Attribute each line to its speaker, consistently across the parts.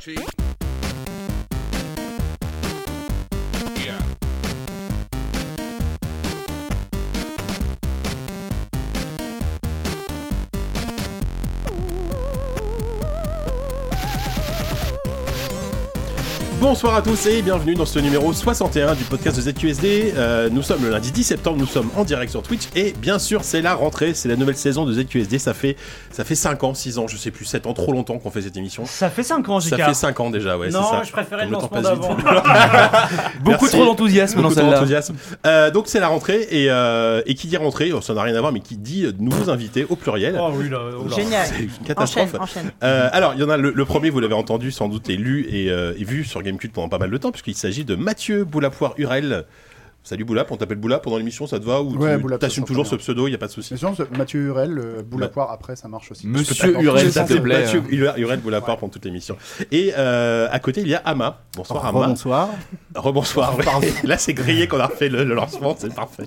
Speaker 1: cheek. Yeah.
Speaker 2: Bonsoir à tous et bienvenue dans ce numéro 61 du podcast de ZQSD. Euh, nous sommes le lundi 10 septembre, nous sommes en direct sur Twitch et bien sûr c'est la rentrée, c'est la nouvelle saison de ZQSD. Ça fait ça fait 5 ans, 6 ans, je sais plus, 7 ans, trop longtemps qu'on fait cette émission.
Speaker 3: Ça fait 5 ans, JK.
Speaker 2: Ça fait 5 ans déjà, ouais.
Speaker 3: Non,
Speaker 2: c'est ça.
Speaker 3: je préférais
Speaker 2: Comme
Speaker 3: le
Speaker 2: temps
Speaker 3: lancement
Speaker 2: passe vite.
Speaker 3: d'avant.
Speaker 2: Merci.
Speaker 4: Beaucoup trop d'enthousiasme dans
Speaker 2: Beaucoup trop
Speaker 4: celle-là.
Speaker 2: d'enthousiasme. Euh, donc c'est la rentrée et, euh, et qui dit rentrée, oh, ça n'a rien à voir, mais qui dit euh, nouveaux invités au pluriel.
Speaker 3: Oh oui, là, oh là.
Speaker 5: Génial.
Speaker 2: C'est une catastrophe.
Speaker 5: Enchaîne, enchaîne.
Speaker 2: Euh, alors, il y en a le, le premier, vous l'avez entendu sans doute et lu et, euh, et vu sur Gamecube pendant pas mal de temps, puisqu'il s'agit de Mathieu Boulapoire Hurel. Salut Boulap, on t'appelle Boulap pendant l'émission, ça te va Ou
Speaker 6: Ouais,
Speaker 2: tu
Speaker 6: Boulap, ça
Speaker 2: t'assumes
Speaker 6: se
Speaker 2: toujours ce
Speaker 6: entend
Speaker 2: pseudo, il n'y a pas de souci
Speaker 6: C'est sûr, ce- Mathieu Hurel, euh, boule à poire, après ça marche aussi.
Speaker 4: Monsieur Hurel,
Speaker 6: Ça
Speaker 4: s'il te
Speaker 6: fait
Speaker 4: plaît.
Speaker 2: Mathieu Hurel Hurel Boulapoire pendant toute l'émission. Et euh, à côté, il y a Ama.
Speaker 6: Ah,
Speaker 2: Bonsoir Ama.
Speaker 7: Bonsoir.
Speaker 2: Rebonsoir. ouais. Là, c'est grillé qu'on a refait le, le lancement, c'est parfait.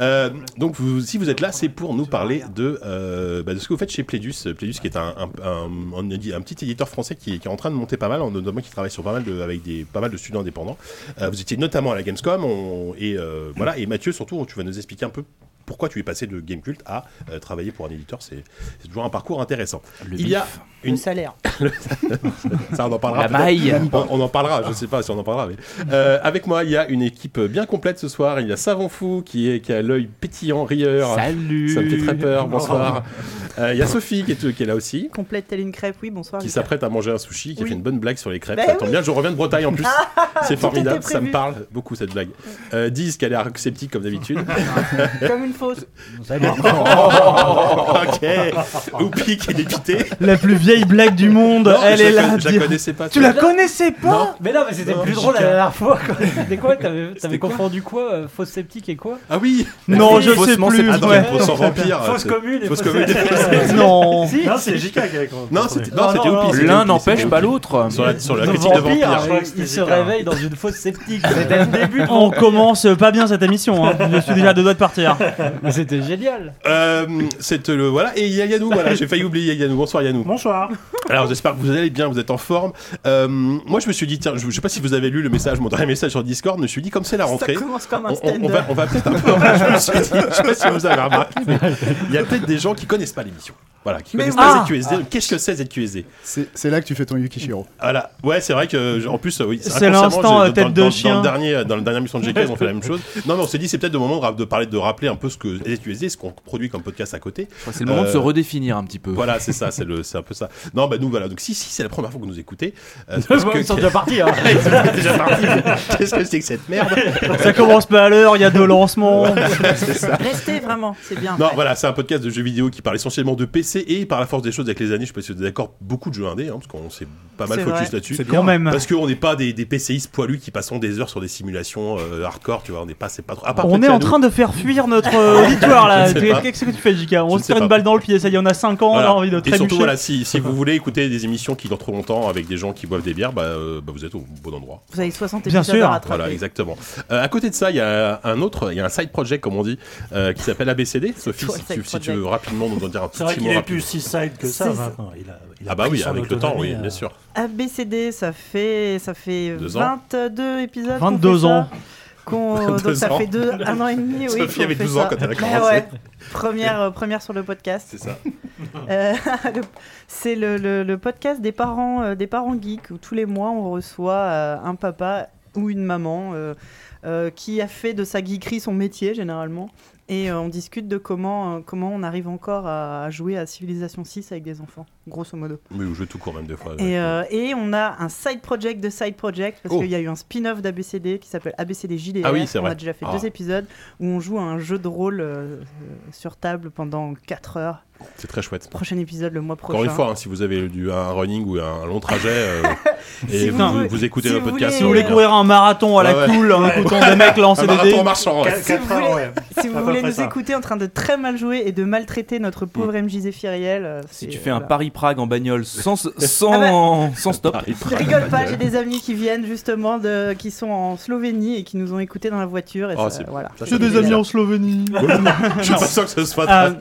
Speaker 2: Euh, donc, vous- si vous êtes là, c'est pour nous parler de, euh, bah, de ce que vous faites chez Plédus. Euh, Plédus, qui est un, un- un- un édi- un petit éditeur français qui, est- qui est en train de monter pas mal, en- notamment qui travaille sur pas mal de, avec des, pas mal de studios indépendants. Euh, vous étiez notamment à la Gamescom, on- et euh, voilà. Et Mathieu, surtout, tu vas nous expliquer un peu pourquoi tu es passé de Gamecult à euh, travailler pour un éditeur. C'est c'est toujours un parcours intéressant. Il y a une
Speaker 5: Le salaire.
Speaker 2: ça, on en parlera.
Speaker 4: La
Speaker 2: peut-être.
Speaker 4: maille.
Speaker 2: On, on en parlera, je sais pas si on en parlera. Mais... Euh, avec moi, il y a une équipe bien complète ce soir. Il y a Savon Fou qui, est, qui a l'œil pétillant, rieur.
Speaker 4: Salut.
Speaker 2: Ça me fait très peur, bonsoir. Euh, Il y a Sophie qui est, qui est là aussi,
Speaker 5: Complète telle une crêpe, oui, bonsoir.
Speaker 2: qui
Speaker 5: Lucas.
Speaker 2: s'apprête à manger un sushi, qui a
Speaker 5: Oui.
Speaker 2: fait une bonne blague sur les crêpes.
Speaker 5: Ben Ah,
Speaker 2: ça tombe bien, je reviens de Bretagne en plus. C'est formidable,
Speaker 5: était
Speaker 2: ça me
Speaker 5: prévu.
Speaker 2: parle beaucoup cette blague. Euh, disent qu'elle est sceptique comme d'habitude.
Speaker 5: Comme une fausse.
Speaker 3: Oh.
Speaker 2: ok, Oupi qui est dépité.
Speaker 3: La plus vieille blague du monde,
Speaker 2: Non,
Speaker 3: Bah, elle
Speaker 2: je
Speaker 3: est
Speaker 2: la
Speaker 3: là.
Speaker 2: con- Je la
Speaker 3: dire-
Speaker 2: connaissais pas.
Speaker 3: Tu la connaissais pas
Speaker 8: Mais non, mais c'était
Speaker 2: Non,
Speaker 8: plus
Speaker 2: JK.
Speaker 8: drôle la dernière fois. quoi. C'était quoi T'avais
Speaker 2: C'était
Speaker 8: t'avais
Speaker 2: quoi
Speaker 8: confondu quoi euh, Fausse sceptique et quoi
Speaker 2: Ah oui
Speaker 3: Non, je sais
Speaker 4: Faussement, c'est
Speaker 3: plus.
Speaker 2: Ah non,
Speaker 3: ouais.
Speaker 2: faut s'en remplir.
Speaker 8: Fausse
Speaker 2: c'est-
Speaker 8: commune et
Speaker 2: Fausse
Speaker 8: fausse
Speaker 2: commune.
Speaker 3: Non.
Speaker 8: Non,
Speaker 3: c'est JK qui a
Speaker 2: Non, c'était
Speaker 8: Non,
Speaker 2: non, c'était
Speaker 8: non,
Speaker 2: Oupi, c'était
Speaker 4: L'un
Speaker 2: Oupi,
Speaker 4: n'empêche
Speaker 2: c'était
Speaker 4: pas
Speaker 2: Oupi.
Speaker 4: l'autre.
Speaker 2: Sur la, sur la
Speaker 8: Le
Speaker 2: critique de
Speaker 8: vampire,
Speaker 2: vampire.
Speaker 8: il se
Speaker 2: hein.
Speaker 8: réveille dans une fausse sceptique. C'était le début.
Speaker 3: On commence pas bien cette émission. hein. Je suis déjà à deux doigts de partir.
Speaker 8: Mais c'était génial.
Speaker 2: Euh, c'est le voilà et il y a Yanou voilà, j'ai failli oublier Yanou. Bonsoir Yanou.
Speaker 3: Bonsoir.
Speaker 2: Alors j'espère que vous allez bien, vous êtes en forme. Euh, moi je me suis dit tiens, je, je sais pas si vous avez lu le message, mon dernier message sur Discord, je me suis dit comme c'est la rentrée.
Speaker 5: Ça commence comme un
Speaker 2: On, on- on
Speaker 5: stand-up.
Speaker 2: va, on va peut-être un peu. je me suis dit, je sais pas si vous avez remarqué, mais il y a peut-être des gens qui connaissent pas l'émission. Voilà, qui
Speaker 5: Mais
Speaker 2: connaissent
Speaker 5: oui.
Speaker 2: pas
Speaker 5: Ah.
Speaker 2: ZQSD. Qu'est-ce que c'est ZQSD
Speaker 6: C'est c'est là que tu fais ton Yukishiro.
Speaker 2: Voilà. Ouais, c'est vrai que je- en plus, euh, oui,
Speaker 3: C'est
Speaker 2: inconsciemment,
Speaker 3: l'instant,
Speaker 2: je-
Speaker 3: euh,
Speaker 2: dans-
Speaker 3: tête
Speaker 2: dans-
Speaker 3: de
Speaker 2: dans le
Speaker 3: chien.
Speaker 2: dernier, euh, dans la dernière mission de GK, ils ont fait la même chose. Non, mais on s'est dit, c'est peut-être le moment de, ra- de parler, de rappeler un peu ce que ZQSD, ce qu'on produit comme podcast à côté.
Speaker 4: C'est le moment de se
Speaker 2: Euh,
Speaker 4: redéfinir un petit peu.
Speaker 2: Voilà, c'est ça, c'est le, c'est un peu ça. Non, bah nous voilà. Donc si, si, c'est la première fois que vous nous écoutez. euh, c'est parce que-
Speaker 8: Ils sont déjà partis. hein.
Speaker 2: Ils sont déjà partis. Qu'est-ce que c'est que cette merde
Speaker 3: Ça commence pas à l'heure. Il y a deux lancements.
Speaker 5: Restez vraiment, c'est bien.
Speaker 2: Non, voilà, c'est un podcast de jeux vidéo qui parle essentiellement de PC et par la force des choses avec les années, je sais pas si vous êtes d'accord, beaucoup de jeux indés, hein, parce qu'on s'est pas mal
Speaker 5: C'est
Speaker 2: focus
Speaker 5: vrai.
Speaker 2: là-dessus.
Speaker 3: Quand même.
Speaker 2: Parce qu'on n'est pas des, des PCistes poilus qui passons des heures sur des simulations euh, hardcore, tu vois, on n'est pas, c'est pas trop. à part
Speaker 3: On
Speaker 2: peut-être
Speaker 3: est en
Speaker 2: Yannou.
Speaker 3: train de faire fuir notre euh, auditoire là.
Speaker 2: Je ne sais pas.
Speaker 3: Qu'est-ce que tu fais, JK
Speaker 2: Je
Speaker 3: On
Speaker 2: ne
Speaker 3: se
Speaker 2: sais
Speaker 3: tire
Speaker 2: pas.
Speaker 3: une balle dans le pied. Ça y est, on a 5 ans. On a
Speaker 2: Voilà.
Speaker 3: envie de
Speaker 2: Et surtout,
Speaker 3: trébucher.
Speaker 2: voilà, si, si vous voulez écouter des émissions qui durent trop longtemps avec des gens qui boivent des bières, bah, euh, bah, vous êtes au bon endroit.
Speaker 5: Vous avez 60
Speaker 3: Bien
Speaker 5: épisodes
Speaker 3: sûr.
Speaker 5: à rattraper.
Speaker 2: Voilà, exactement. Euh, à côté de ça, il y a un autre, il y a un side project, comme on dit, euh, qui s'appelle ABCD. Sophie,
Speaker 5: toi,
Speaker 2: si
Speaker 5: side
Speaker 2: tu, si tu
Speaker 5: project.
Speaker 2: veux rapidement nous en dire un tout
Speaker 9: C'est vrai
Speaker 2: petit
Speaker 9: qu'il
Speaker 2: mot.
Speaker 9: est
Speaker 2: rapide.
Speaker 9: plus si side que ça
Speaker 5: C'est-
Speaker 9: maintenant. Il a, il a
Speaker 2: Ah bah
Speaker 9: pris
Speaker 2: oui,
Speaker 9: son
Speaker 2: avec le temps, oui,
Speaker 9: autonomie,
Speaker 2: bien
Speaker 9: euh,
Speaker 2: sûr.
Speaker 5: ABCD, ça fait, ça fait
Speaker 2: Deux ans.
Speaker 5: 22 épisodes.
Speaker 3: 22
Speaker 5: qu'on fait ça,
Speaker 3: ans.
Speaker 5: qu'on- euh, donc
Speaker 2: 22
Speaker 5: ça
Speaker 2: ans.
Speaker 5: fait deux, un an et demi. Oui,
Speaker 2: Sophie
Speaker 5: qu'on
Speaker 2: avait
Speaker 5: fait
Speaker 2: 12 ans
Speaker 5: ça.
Speaker 2: quand elle a
Speaker 5: Ouais,
Speaker 2: commencé.
Speaker 5: ouais. Première, euh, première sur le podcast.
Speaker 2: C'est ça.
Speaker 5: Euh, le- C'est le, le- le podcast des parents, euh, des parents geeks où tous les mois on reçoit euh, un papa ou une maman euh, euh, qui a fait de sa geekerie son métier généralement. Et euh, on discute de comment, euh, comment on arrive encore à, à jouer à Civilization 6 avec des enfants, grosso modo.
Speaker 2: Oui, au jeu tout court même des fois.
Speaker 5: Et, euh, et on a un side project de side project parce
Speaker 2: Oh.
Speaker 5: qu'il y a eu un spin-off d'ABCD qui s'appelle ABCD JDR.
Speaker 2: Ah oui, c'est
Speaker 5: on
Speaker 2: vrai.
Speaker 5: a déjà fait
Speaker 2: Ah.
Speaker 5: deux épisodes où on joue à un jeu de rôle euh, euh, sur table pendant 4 heures.
Speaker 2: C'est très chouette.
Speaker 5: Prochain épisode le mois prochain.
Speaker 2: Encore une fois, hein, si vous avez du, un running ou un long trajet euh, et
Speaker 5: Si
Speaker 2: vous,
Speaker 5: vous
Speaker 2: vous-
Speaker 5: voulez-
Speaker 2: vous écoutez
Speaker 5: si
Speaker 2: le
Speaker 5: vous
Speaker 2: podcast,
Speaker 5: voulez-
Speaker 3: Si vous voulez courir un marathon à la
Speaker 2: Ouais, ouais.
Speaker 3: cool en écoutant des mecs
Speaker 2: un
Speaker 3: lancer des
Speaker 2: marathon
Speaker 3: dés.
Speaker 2: en marchant. ouais.
Speaker 9: Quatre- quatre
Speaker 5: voulez-
Speaker 9: heures, ouais.
Speaker 5: Si vous
Speaker 9: Papa
Speaker 5: voulez allez
Speaker 8: après
Speaker 5: nous
Speaker 8: ça.
Speaker 5: écouter en train de très mal jouer et de maltraiter notre
Speaker 2: Mm.
Speaker 5: pauvre MJ Zéphiriel. euh,
Speaker 4: Si
Speaker 5: c'est-
Speaker 4: tu fais un
Speaker 5: voilà.
Speaker 4: Paris-Prague en bagnole sans, sans, sans stop,
Speaker 5: Je rigole pas, j'ai des amis qui viennent justement, de, qui sont en Slovénie et qui nous ont écoutés dans la voiture. Et
Speaker 2: Oh,
Speaker 5: ça,
Speaker 2: c'est-
Speaker 5: voilà.
Speaker 2: J'ai des amis en Slovénie. Je suis pas sûr que ce soit.
Speaker 5: Ah,
Speaker 2: très-
Speaker 3: Euh,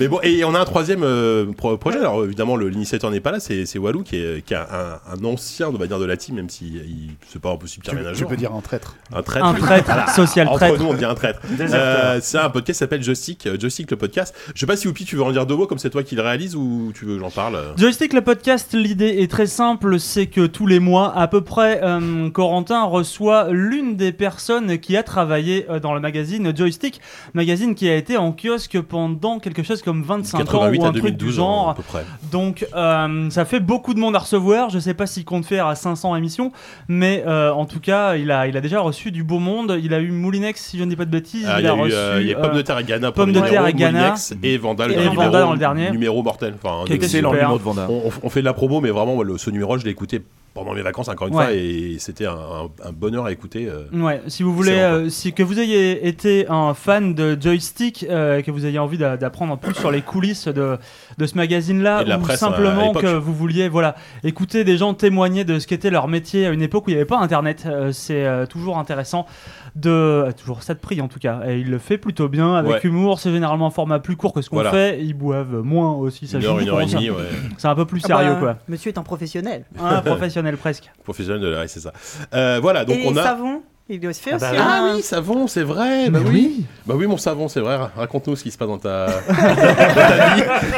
Speaker 2: Mais bon, et on a un troisième euh, pro- projet. Alors évidemment, le- l'initiateur n'est pas là, c'est c'est Walou qui est, qui est un, un ancien, on va dire, de la team, même si euh, il- c'est pas impossible qu'il
Speaker 6: Tu,
Speaker 2: revienne un
Speaker 6: tu
Speaker 2: jour.
Speaker 6: peux dire un traître.
Speaker 2: Un traître.
Speaker 3: un traître, social
Speaker 2: Entre
Speaker 3: traître.
Speaker 2: nous, on dit un traître. Euh, c'est un podcast qui s'appelle Joystick, euh, Joystick le podcast. Je sais pas si Oupi, tu veux en dire deux mots comme c'est toi qui le réalise ou tu veux que j'en parle euh
Speaker 3: Joystick, le podcast, l'idée est très simple, c'est que tous les mois, à peu près, euh, Corentin reçoit l'une des personnes qui a travaillé euh, dans le magazine Joystick, magazine qui a été en kiosque pendant quelque chose comme 25 ans ou un truc du
Speaker 2: hein,
Speaker 3: genre.
Speaker 2: à peu près.
Speaker 3: Donc euh, ça fait beaucoup de monde à recevoir. Je sais pas s'il compte faire à 500 émissions, mais euh, en tout cas, il a, il a déjà reçu du beau monde. Il a eu Moulinex, si je ne dis pas de bêtises.
Speaker 2: Ah,
Speaker 3: il,
Speaker 2: Il y a,
Speaker 3: a
Speaker 2: eu,
Speaker 3: reçu
Speaker 2: euh, il y a Pomme de Terre et Ghana, pour
Speaker 3: Pomme
Speaker 2: le
Speaker 3: de Terre et
Speaker 2: numéro,
Speaker 3: Ghana.
Speaker 2: Moulinex et Vandal,
Speaker 3: Et
Speaker 2: le
Speaker 3: Vandal
Speaker 2: numéro-
Speaker 3: dans le dernier.
Speaker 2: numéro mortel. Enfin, hein, un
Speaker 3: Qui
Speaker 2: numéro-
Speaker 3: était
Speaker 4: excellent
Speaker 3: super.
Speaker 4: numéro de Vanda.
Speaker 2: on, on- on fait de la promo, mais vraiment, moi, le, ce numéro, je l'ai écouté pendant mes vacances, encore une
Speaker 3: Ouais.
Speaker 2: fois, et c'était un, un- un bonheur à écouter. euh.
Speaker 3: Ouais, si vous voulez,
Speaker 2: Excellent,
Speaker 3: euh, si que vous ayez été un fan de joystick, euh, que vous ayez envie d'a- d'apprendre plus sur les coulisses de, de ce magazine-là,
Speaker 2: Et de la
Speaker 3: ou
Speaker 2: presse, euh, à
Speaker 3: simplement
Speaker 2: l'époque.
Speaker 3: que vous vouliez, voilà, écouter des gens témoigner de ce qu'était leur métier à une époque où il n'y avait pas Internet, euh, c'est euh, toujours intéressant de euh, toujours ça de prix en tout cas. Et il le fait plutôt bien avec
Speaker 2: Ouais.
Speaker 3: humour. C'est généralement un format plus court que ce qu'on
Speaker 2: Voilà.
Speaker 3: fait. Ils boivent moins aussi. Ça
Speaker 2: Une
Speaker 3: je
Speaker 2: heure,
Speaker 3: vous
Speaker 2: une heure et
Speaker 3: commence à-
Speaker 2: demie, ouais.
Speaker 3: C'est un peu plus
Speaker 5: Ah bah,
Speaker 3: sérieux quoi.
Speaker 5: Monsieur est un professionnel.
Speaker 3: Un professionnel presque.
Speaker 2: professionnel de la ouais, c'est ça. Euh, voilà, donc
Speaker 5: et
Speaker 2: on
Speaker 5: les
Speaker 2: a.
Speaker 5: savons, il doit se faire
Speaker 8: Ah
Speaker 5: aussi. hein.
Speaker 2: Ah
Speaker 5: un-
Speaker 2: oui, savon, c'est vrai. Bah oui. Bah oui, mon savon, c'est vrai. Raconte-nous ce qui se passe dans ta.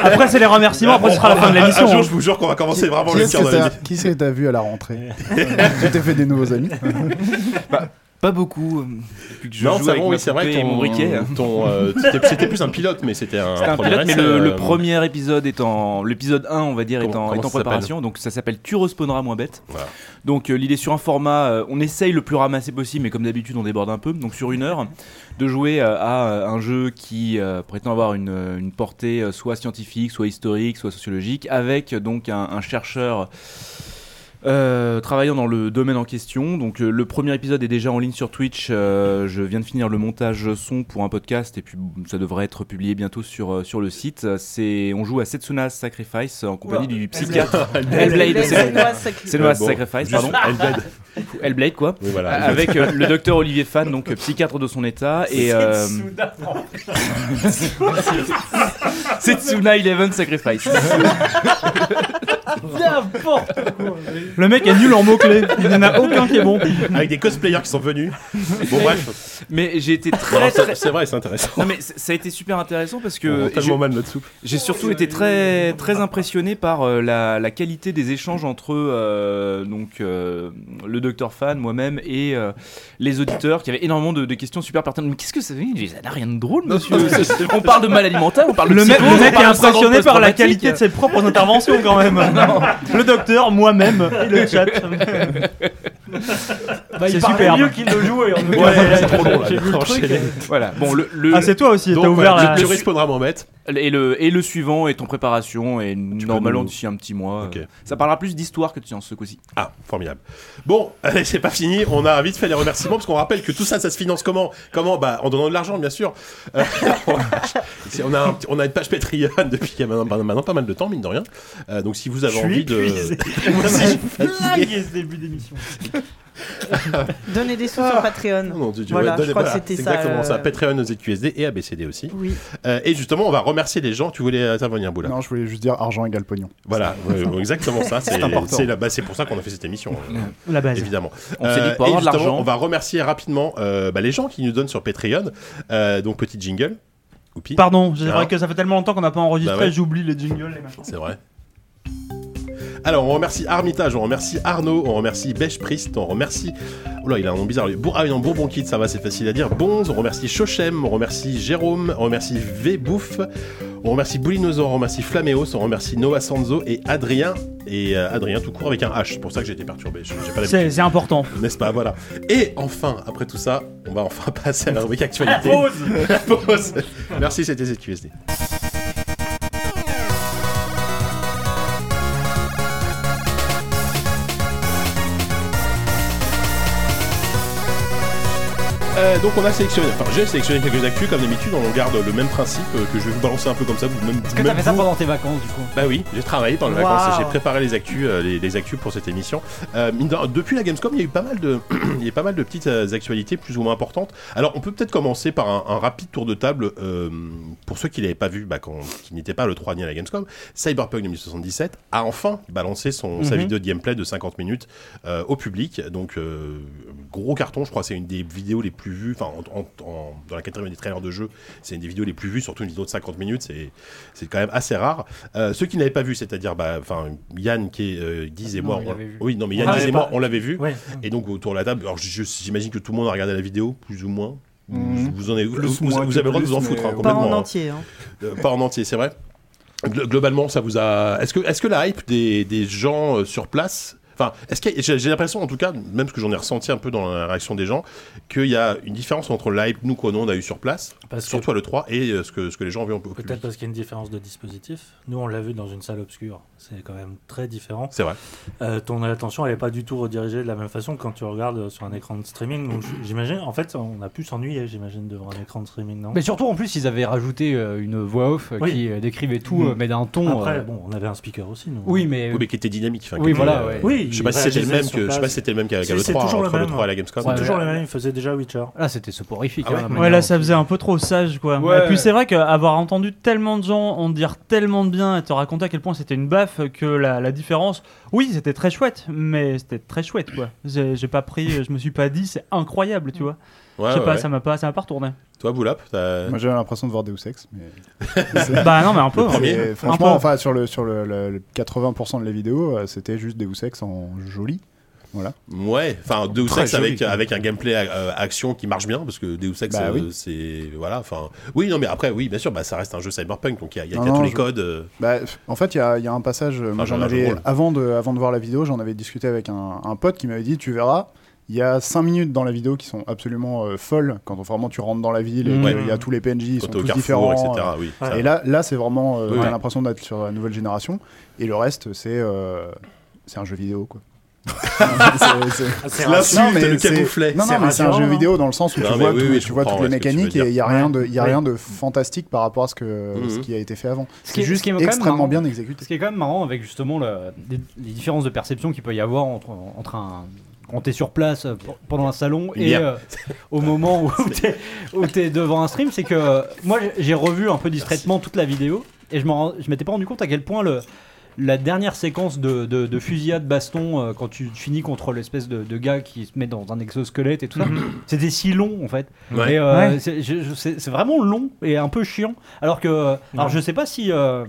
Speaker 3: Après c'est les remerciements. Après ce sera la fin de
Speaker 2: Un
Speaker 3: l'émission.
Speaker 2: jour,
Speaker 3: hein.
Speaker 2: Ah, je vous jure qu'on Ah, va commencer vraiment
Speaker 6: Qui
Speaker 2: le
Speaker 6: est-ce
Speaker 2: tir
Speaker 6: que
Speaker 2: de la
Speaker 6: t'as-
Speaker 2: vie.
Speaker 6: qui c'est que t'as vu à la rentrée Tu t'es fait des nouveaux amis
Speaker 4: pas beaucoup. euh, Depuis que je
Speaker 2: Non,
Speaker 4: joue avec
Speaker 2: savon,
Speaker 4: ma
Speaker 2: oui, c'est vrai.
Speaker 4: poupée
Speaker 2: Ton,
Speaker 4: et mon briquet. hein.
Speaker 2: ton, euh, c'était- c'était plus un pilote, mais c'était un.
Speaker 4: C'était un
Speaker 2: premier
Speaker 4: pilote, mais
Speaker 2: essai,
Speaker 4: le, le
Speaker 2: euh,
Speaker 4: premier épisode est en. L'épisode 1, on va dire, est
Speaker 2: Comment-
Speaker 4: en,
Speaker 2: comment
Speaker 4: est en
Speaker 2: ça
Speaker 4: préparation. Donc ça s'appelle Tu respawneras moins bête.
Speaker 2: Voilà.
Speaker 4: Donc euh, l'idée sur un format, euh, on essaye le plus ramassé possible, mais comme d'habitude, on déborde un peu. Donc sur une heure, de jouer euh, à euh, un jeu qui euh, prétend avoir une, euh, une portée euh, soit scientifique, soit historique, soit sociologique, avec euh, donc un, un chercheur. euh, travaillant dans le domaine en question. Donc euh, le premier épisode est déjà en ligne sur Twitch. Euh, je viens de finir le montage son pour un podcast et puis bon, ça devrait être publié bientôt sur, euh, sur le site. Euh, C'est on joue à Setsuna's Sacrifice en compagnie
Speaker 5: Ouah.
Speaker 4: du psychiatre
Speaker 5: Hellblade,
Speaker 4: Hellblade, c'est
Speaker 5: moi, ça qui-
Speaker 4: Senua
Speaker 2: Bon,
Speaker 4: Sacrifice,
Speaker 2: juste
Speaker 4: pardon,
Speaker 2: Hellblade.
Speaker 4: Hellblade quoi.
Speaker 2: Oui, voilà.
Speaker 4: Euh, Avec euh, le docteur Olivier Fan, donc euh, psychiatre de son état, et euh, Setsuna Eleven Sacrifice.
Speaker 8: N'importe quoi.
Speaker 3: Le mec est nul en mots-clés. Il n'y en a aucun qui est bon.
Speaker 2: Avec des cosplayers qui sont venus. Bon, bref.
Speaker 4: Mais j'ai été
Speaker 2: Bon,
Speaker 4: très
Speaker 2: alors,
Speaker 4: très.
Speaker 2: c'est c'est vrai, c'est intéressant.
Speaker 4: Non mais c- ça a été super intéressant parce
Speaker 2: On
Speaker 4: que
Speaker 2: rend tellement mal notre soupe.
Speaker 4: J'ai surtout été très, très impressionné par euh, la, la qualité des échanges entre euh, donc, euh, le docteur Fan, moi-même et euh, les auditeurs qui avaient énormément de, de questions super pertinentes. Mais qu'est-ce que ça veut dire Ça n'a rien de drôle, monsieur. on parle de mal alimentaire, on parle de
Speaker 3: Le, mec-
Speaker 4: psychose,
Speaker 3: le mec
Speaker 4: on
Speaker 3: est
Speaker 4: parle de
Speaker 3: impressionné
Speaker 4: syndrome
Speaker 3: par la
Speaker 4: post-traumatique.
Speaker 3: qualité de ses propres interventions quand même. Le docteur, moi-même et le chat.
Speaker 8: Bah,
Speaker 3: C'est
Speaker 8: il parlait
Speaker 3: superbe.
Speaker 8: mieux qu'il le jouait. en tout cas.
Speaker 2: Ouais, c'est trop long là.
Speaker 8: J'ai vu le truc.
Speaker 2: Enchaîner.
Speaker 4: Voilà. Bon, le, le-
Speaker 3: Ah, c'est toi aussi,
Speaker 2: Donc, bah,
Speaker 3: t'as ouvert
Speaker 2: voilà,
Speaker 3: la.
Speaker 2: le juriste faudra m'en mettre.
Speaker 4: et, le, et le suivant est en préparation et normalement
Speaker 2: nous-
Speaker 4: d'ici un petit mois.
Speaker 2: Ok.
Speaker 4: euh, Ça parlera plus d'histoire que de science ce coup-ci.
Speaker 2: Ah, formidable. Bon, allez, c'est pas fini. On a vite fait les remerciements parce qu'on rappelle que tout ça, ça se finance comment Comment Bah, en donnant de l'argent, bien sûr. Euh, c'est- on, a un petit- on a une page Patreon depuis il y a maintenant, maintenant pas mal de temps, mine de rien. Euh, donc, si vous avez
Speaker 3: Je suis
Speaker 2: envie de.
Speaker 3: épuisé.
Speaker 2: Moi aussi, je suis fatigué.
Speaker 3: Blague, ce début d'émission.
Speaker 5: Donnez des sous
Speaker 2: Ah.
Speaker 5: sur Patreon.
Speaker 2: Non, Dieu, Dieu,
Speaker 5: Voilà,
Speaker 2: ouais, donnez-
Speaker 5: je crois que
Speaker 2: voilà,
Speaker 5: c'était
Speaker 2: c'est
Speaker 5: ça,
Speaker 2: exactement
Speaker 5: euh,
Speaker 2: ça. Patreon aux ZQSD et ABCD aussi.
Speaker 5: Oui.
Speaker 2: Euh, et justement, on va remercier les gens. Tu voulais euh, intervenir, Boula
Speaker 6: Non, je voulais juste dire argent égale pognon.
Speaker 2: Voilà, ouais, exactement ça. C'est
Speaker 4: important.
Speaker 2: c'est la- bah, c'est pour ça qu'on a fait cette émission. euh,
Speaker 3: Oh, La base.
Speaker 2: évidemment.
Speaker 4: On s'est dit
Speaker 2: Euh,
Speaker 4: pour
Speaker 2: et
Speaker 4: avoir de
Speaker 2: justement,
Speaker 4: l'argent.
Speaker 2: On va remercier rapidement euh, bah, les gens qui nous donnent sur Patreon. Euh, donc petit jingle. Oupi,
Speaker 3: Pardon, c'est
Speaker 2: Ah.
Speaker 3: vrai que ça fait tellement longtemps qu'on n'a pas enregistré,
Speaker 2: Bah ouais.
Speaker 3: j'oublie les jingles et machin.
Speaker 2: c'est vrai. Alors on remercie Armitage, on remercie Arnaud, on remercie Bêche Priest, on remercie... Oh là il a un nom bizarre lui. Bour... Ah non, Bourbon Kid, ça va c'est facile à dire. Bonze, on remercie Chochem, on remercie Jérôme, on remercie Vébouf, on remercie Boulinosaur, on remercie Flaméos, on remercie Noah Sanzo et Adrien. Et euh, Adrien tout court avec un H, c'est pour ça que j'ai été perturbé, j'ai j'ai pas l'habitude.
Speaker 3: C'est c'est important.
Speaker 2: N'est-ce pas Voilà. Et enfin, après tout ça, on va enfin passer à la rubrique actualité.
Speaker 8: Pause.
Speaker 2: La pause. Merci, c'était ZQSD. Euh, donc on a sélectionné, enfin j'ai sélectionné quelques actus comme d'habitude, on garde le même principe euh, que je vais vous balancer un peu comme ça, vous même.
Speaker 7: Est-ce que t'as fait ça pendant tes vacances du coup
Speaker 2: Bah oui, j'ai travaillé pendant les
Speaker 7: Waouh.
Speaker 2: vacances, j'ai préparé les actus, euh, les, les actus pour cette émission. Euh, mine de rien, depuis la Gamescom, il y a eu pas mal de, il y a eu pas mal de petites euh, actualités plus ou moins importantes. Alors on peut peut-être commencer par un, un rapide tour de table euh, pour ceux qui l'avaient pas vu, bah, quand, qui n'étaient pas le 3 ni à la Gamescom. Cyberpunk 2077 a enfin balancé son, sa
Speaker 9: Mhm.
Speaker 2: vidéo de gameplay de 50 minutes euh, au public. Donc euh, gros carton, je crois, c'est une des vidéos les plus vues, enfin en- en- en- dans la catégorie des trailers de jeu, c'est une des vidéos les plus vues, surtout une vidéo de 50 minutes, c'est c'est quand même assez rare. Euh, ceux qui n'avaient pas vu, c'est-à-dire bah, enfin Yann qui est, euh, Guise et
Speaker 9: Non,
Speaker 2: moi,
Speaker 9: il
Speaker 2: on-
Speaker 9: l'avait vu.
Speaker 2: oui non mais
Speaker 9: On
Speaker 2: Yann Guise
Speaker 9: l'avait
Speaker 2: et moi
Speaker 9: pas-
Speaker 2: on l'avait vu,
Speaker 9: Ouais.
Speaker 2: et donc autour de la table, alors je- je- j'imagine que tout le monde a regardé la vidéo plus ou moins.
Speaker 5: Mhm.
Speaker 2: Vous en avez, vous,
Speaker 5: Plus,
Speaker 2: vous-
Speaker 5: moins
Speaker 2: vous
Speaker 5: que
Speaker 2: avez le droit de
Speaker 5: plus,
Speaker 2: vous en
Speaker 5: mais
Speaker 2: foutre hein,
Speaker 5: pas
Speaker 2: complètement.
Speaker 5: en
Speaker 2: hein.
Speaker 5: entier, hein.
Speaker 2: Euh, pas en entier, c'est vrai. Glo- globalement, ça vous a. Est-ce que, est-ce que la hype des, des gens euh, sur place. Enfin, est-ce que j'ai j'ai l'impression, en tout cas, même ce que j'en ai ressenti un peu dans la réaction des gens, qu'il y a une différence entre la hype, nous, qu'on on a eu sur place, surtout à l'E3, et euh, ce que, ce que les gens ont vu en public.
Speaker 9: Peut-être parce qu'il y a une différence de dispositif. Nous, on l'a vu dans une salle obscure. C'est quand même très différent.
Speaker 2: C'est vrai.
Speaker 9: Euh, ton attention, elle n'est pas du tout redirigée de la même façon quand tu regardes euh, sur un écran de streaming. Donc, j- j'imagine, en fait, on a pu s'ennuyer, j'imagine, devant un écran de streaming, non
Speaker 7: Mais surtout en plus ils avaient rajouté euh, une voix off euh,
Speaker 9: Hein. Oui.
Speaker 7: qui euh, décrivait tout
Speaker 9: Mhm.
Speaker 7: euh, mais d'un ton.
Speaker 9: Après,
Speaker 7: euh,
Speaker 9: bon, on avait un speaker aussi, nous.
Speaker 7: Oui mais.
Speaker 2: Oui, mais qui était dynamique. enfin,
Speaker 7: Oui,
Speaker 2: qui était,
Speaker 7: voilà,
Speaker 2: euh,
Speaker 7: ouais.
Speaker 9: Oui,
Speaker 2: Je sais pas
Speaker 9: il
Speaker 2: si c'était le même
Speaker 9: réagissait
Speaker 2: que,
Speaker 9: sur
Speaker 2: je sais pas
Speaker 9: place.
Speaker 2: si c'était le même qu'à qu'à
Speaker 9: C'est-
Speaker 2: l'E3,
Speaker 9: c'est toujours
Speaker 2: entre
Speaker 9: le
Speaker 2: le
Speaker 9: même. hein.
Speaker 2: 3 et la Gamescom.
Speaker 9: C'est
Speaker 7: Ouais,
Speaker 9: toujours
Speaker 7: ouais.
Speaker 9: le même, il faisait déjà Witcher.
Speaker 7: Là c'était soporifique.
Speaker 2: Ah ouais
Speaker 7: hein, la
Speaker 3: Ouais,
Speaker 7: manière
Speaker 3: là,
Speaker 7: dont
Speaker 3: ça
Speaker 7: ils-
Speaker 3: faisait un peu trop sage, quoi.
Speaker 7: Ouais.
Speaker 3: Et puis, c'est vrai qu'avoir entendu tellement de gens en dire tellement de bien et te raconter à quel point c'était une baffe que la, la différence. Oui, c'était très chouette, mais c'était très chouette, quoi. J'ai j'ai pas pris, je me suis pas dit, c'est incroyable, tu vois.
Speaker 2: Ouais,
Speaker 3: je sais
Speaker 2: ouais,
Speaker 3: pas,
Speaker 2: ouais.
Speaker 3: ça m'a pas, ça m'a pas retourné.
Speaker 2: Toi, Boulap, t'as-
Speaker 6: Moi j'avais l'impression de voir Deus Ex, mais.
Speaker 3: Bah non, mais un peu,
Speaker 6: Le
Speaker 3: hein.
Speaker 6: premier.
Speaker 3: Un
Speaker 6: Franchement,
Speaker 3: peu.
Speaker 6: enfin sur le sur le, le- le 80% de les vidéos, euh, c'était juste Deus Ex en joli. Voilà.
Speaker 2: Ouais, enfin Deus
Speaker 6: Très
Speaker 2: Ex
Speaker 6: joli,
Speaker 2: avec,
Speaker 6: quoi.
Speaker 2: avec un gameplay euh, action qui marche bien parce que Deus Ex
Speaker 6: Bah
Speaker 2: euh,
Speaker 6: oui.
Speaker 2: c'est voilà, enfin oui non mais après oui bien sûr bah ça reste un jeu cyberpunk donc il y a, il y a- il y a
Speaker 6: Non,
Speaker 2: tous
Speaker 6: non,
Speaker 2: les
Speaker 6: je-
Speaker 2: codes. euh,
Speaker 6: Bah, en fait, il y, a- il y a un passage. euh, moi,
Speaker 2: Ah,
Speaker 6: j'en
Speaker 2: j'ai un jeu de
Speaker 6: avais
Speaker 2: rôle.
Speaker 6: avant de, avant de voir la vidéo, j'en avais discuté avec un, un pote qui m'avait dit, tu verras. Il y a 5 minutes dans la vidéo qui sont absolument euh, folles quand on, vraiment tu rentres dans la ville et
Speaker 2: Ouais.
Speaker 6: qu'il y a tous les PNJ, ils
Speaker 2: Quand
Speaker 6: sont
Speaker 2: t'es au
Speaker 6: tous
Speaker 2: carrefour,
Speaker 6: différents.
Speaker 2: etc.,
Speaker 6: euh,
Speaker 2: oui,
Speaker 6: et
Speaker 2: ça.
Speaker 6: là, là c'est vraiment, euh,
Speaker 2: Oui.
Speaker 6: t'as l'impression d'être sur la nouvelle génération. Et le reste, c'est euh, c'est un jeu vidéo quoi.
Speaker 9: C'est
Speaker 6: C'est
Speaker 2: l'insulte,
Speaker 6: non, mais
Speaker 2: le
Speaker 6: c'est-
Speaker 2: camouflet.
Speaker 6: Non, non,
Speaker 9: C'est
Speaker 6: mais c'est un
Speaker 9: rassurant,
Speaker 6: jeu
Speaker 9: non
Speaker 6: vidéo dans le sens où
Speaker 2: Non, mais
Speaker 6: tu vois,
Speaker 2: oui,
Speaker 6: tout-
Speaker 2: oui, je
Speaker 6: tu vois
Speaker 2: comprends,
Speaker 6: toutes les
Speaker 2: ouais, ce que tu veux
Speaker 6: mécaniques et il n'y a,
Speaker 2: dire. Mhm.
Speaker 6: rien de, il y a
Speaker 9: Ouais.
Speaker 6: rien de fantastique par rapport à ce, que, ce qui a été fait avant.
Speaker 7: Ce
Speaker 6: C'est
Speaker 7: qui est-
Speaker 6: juste
Speaker 7: ce qui est quand même
Speaker 6: extrêmement
Speaker 7: marrant.
Speaker 6: bien exécuté.
Speaker 7: Ce qui est quand même marrant avec justement le- les, les différences de perception qu'il peut y avoir entre, entre un. Quand t'es sur place euh, p- pendant un salon
Speaker 2: Une
Speaker 7: et
Speaker 2: bière.
Speaker 7: euh, au moment où t'es, où t'es devant un stream, c'est que euh, moi j'ai- j'ai revu un peu discrètement toute la vidéo et je, m'en rends- je m'étais pas rendu compte à quel point le, la dernière séquence de, de, de fusillade baston euh, quand tu finis contre l'espèce de, de gars qui se met dans un exosquelette et tout ça, c'était si long en fait.
Speaker 2: Ouais.
Speaker 7: Et, euh,
Speaker 3: Ouais.
Speaker 7: c'est- je- je- C'est c'est vraiment long et un peu chiant. Alors que, euh, alors je sais pas si euh,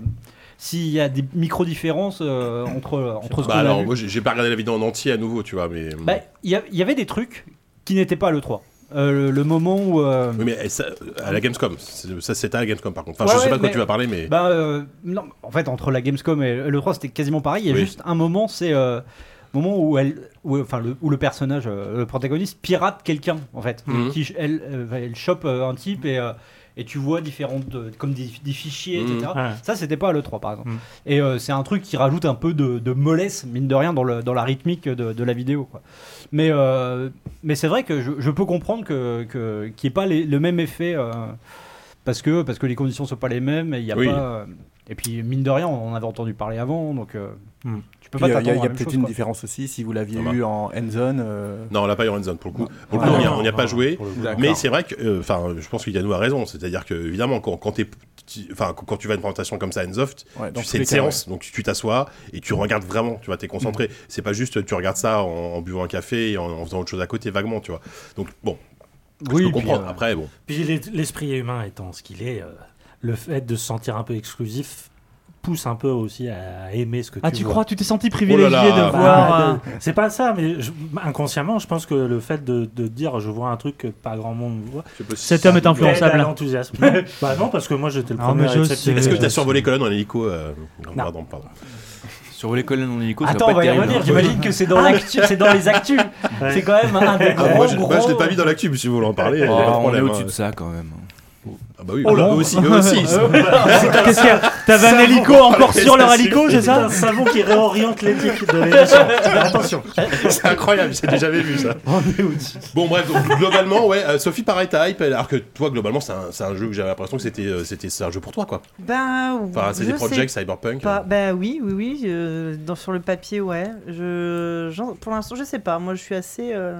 Speaker 7: s'il y a des micro différences euh, entre entre ce qu'on
Speaker 2: Bah alors
Speaker 7: a vu.
Speaker 2: moi j'ai j'ai pas regardé la vidéo en entier à nouveau tu vois mais.
Speaker 7: Bah, il y, a- il y avait des trucs qui n'étaient pas le 3. Euh, le, le moment où euh,
Speaker 2: Oui, mais eh, ça, à la Gamescom, c'est- ça c'était à la Gamescom par contre. Enfin,
Speaker 7: Ouais,
Speaker 2: je sais
Speaker 7: ouais,
Speaker 2: pas de quoi
Speaker 7: mais-
Speaker 2: tu vas parler, mais.
Speaker 7: Bah, euh, non, en fait, entre la Gamescom et le 3, c'était quasiment pareil. Il y a
Speaker 2: Oui.
Speaker 7: juste un moment, c'est euh, le moment où, elle, où, enfin, le, où le personnage, euh, le protagoniste, pirate quelqu'un, en fait.
Speaker 2: Mhm.
Speaker 7: Qui, elle, euh, va- elle chope euh, un type et, euh, et tu vois différentes, euh, comme des, des fichiers,
Speaker 2: Mhm.
Speaker 7: etc.
Speaker 9: Ouais.
Speaker 7: Ça, c'était pas à l'E3, par exemple.
Speaker 9: Mhm.
Speaker 7: Et euh, c'est un truc qui rajoute un peu de, de mollesse, mine de rien, dans, le, dans la rythmique de, de la vidéo, quoi. Mais, euh, mais c'est vrai que je, je peux comprendre que, que, qu'il n'y ait pas les- le même effet euh, parce, que, parce que les conditions ne sont pas les mêmes et il y a
Speaker 2: Oui.
Speaker 7: pas. euh, et puis, mine de rien, on en avait entendu parler avant, donc euh,
Speaker 9: Hmm.
Speaker 7: tu peux
Speaker 10: Puis,
Speaker 7: pas
Speaker 10: Il y a, il
Speaker 7: t'attendre.
Speaker 10: y a- il y
Speaker 7: à
Speaker 10: a
Speaker 7: la même
Speaker 10: peut-être
Speaker 7: chose,
Speaker 10: une
Speaker 7: quoi.
Speaker 10: différence aussi si vous l'aviez
Speaker 2: Thomas.
Speaker 10: eu en end-zone. euh,
Speaker 2: Non, on l'a pas eu en zone pour le coup. Pour le
Speaker 10: Ah,
Speaker 2: coup, on
Speaker 10: non,
Speaker 2: y a- on n'y a
Speaker 9: non,
Speaker 2: pas
Speaker 9: non,
Speaker 2: joué.
Speaker 9: pour le coup.
Speaker 2: Mais
Speaker 10: D'accord.
Speaker 2: c'est vrai que, euh, enfin, je pense qu'il Yannou a raison. C'est-à-dire que, évidemment, quand, quand t'es petit- enfin, quand- quand tu vas à une présentation comme ça, Ensoft,
Speaker 10: Ouais, dans
Speaker 2: tu- c'est
Speaker 10: tous
Speaker 2: une
Speaker 10: les cas,
Speaker 2: séance. Donc tu tu t'assois et tu regardes vraiment. Tu vois, t'es concentré. C'est pas juste tu regardes ça en, en buvant un café et en, en faisant autre chose à côté vaguement, tu vois. Donc bon,
Speaker 7: Oui,
Speaker 2: je peux
Speaker 7: puis,
Speaker 2: comprendre.
Speaker 7: euh,
Speaker 2: Après, bon.
Speaker 9: Puis l'es- l'esprit humain étant ce qu'il est, euh, le fait de se sentir un peu exclusif pousse un peu aussi à aimer ce que
Speaker 3: Ah,
Speaker 9: tu
Speaker 3: tu
Speaker 9: vois.
Speaker 3: crois, tu t'es senti privilégié
Speaker 2: là,
Speaker 3: de
Speaker 2: bah,
Speaker 3: voir. euh,
Speaker 9: Bah, de- C'est pas ça, mais je- inconsciemment, je pense que le fait de, de dire je vois un truc que pas grand monde voit,
Speaker 2: je sais pas si
Speaker 3: Cet
Speaker 2: ça-
Speaker 3: homme est
Speaker 9: aide à
Speaker 3: influençable.
Speaker 9: l'enthousiasme. bah non, parce que moi j'étais le
Speaker 3: Non,
Speaker 9: premier
Speaker 3: mais
Speaker 9: à
Speaker 3: je
Speaker 9: être sceptique.
Speaker 2: Est-ce que
Speaker 3: Euh,
Speaker 2: t'as survolé Colonne en hélico euh, non, Pardon, pardon.
Speaker 4: Sur les colonnes en hélico, ça
Speaker 7: Attends, on
Speaker 4: doit
Speaker 7: va
Speaker 4: pas
Speaker 7: y
Speaker 4: être terrible,
Speaker 7: revenir.
Speaker 4: hein.
Speaker 7: J'imagine que c'est dans,
Speaker 3: Ah.
Speaker 7: l'actu, c'est dans les actus.
Speaker 9: Ouais.
Speaker 7: C'est quand même un des
Speaker 2: Ah, moi,
Speaker 7: grands,
Speaker 2: je, moi,
Speaker 7: grands-
Speaker 2: je l'ai pas mis dans l'actu, mais si vous voulez en parler, il y a
Speaker 4: Oh,
Speaker 2: pas de
Speaker 4: on est
Speaker 2: problème.
Speaker 4: au-dessus
Speaker 2: hein.
Speaker 4: de ça quand même.
Speaker 2: Ah bah oui,
Speaker 3: Oh
Speaker 2: eux
Speaker 3: là.
Speaker 2: aussi, eux aussi.
Speaker 3: Qu'est-ce qu'il y a T'avais un hélico encore sur leur hélico, Oh, c'est ça
Speaker 9: Un savon qui réoriente l'éthique de l'émission. Attention.
Speaker 2: C'est incroyable, j'ai jamais vu ça. Bon bref, donc, globalement, ouais, euh, Sophie paraît t'as hype, alors que toi, globalement, c'est un, c'est un jeu que j'avais l'impression que c'était, euh, c'était c'est un jeu pour toi, quoi.
Speaker 5: Ben,
Speaker 2: Enfin, c'est
Speaker 5: je
Speaker 2: des
Speaker 5: sais
Speaker 2: projets cyberpunk.
Speaker 5: pas. Ben oui, oui, oui. euh, dans, sur le papier, ouais. Je, j'en- pour l'instant, je sais pas. Moi, je suis assez euh,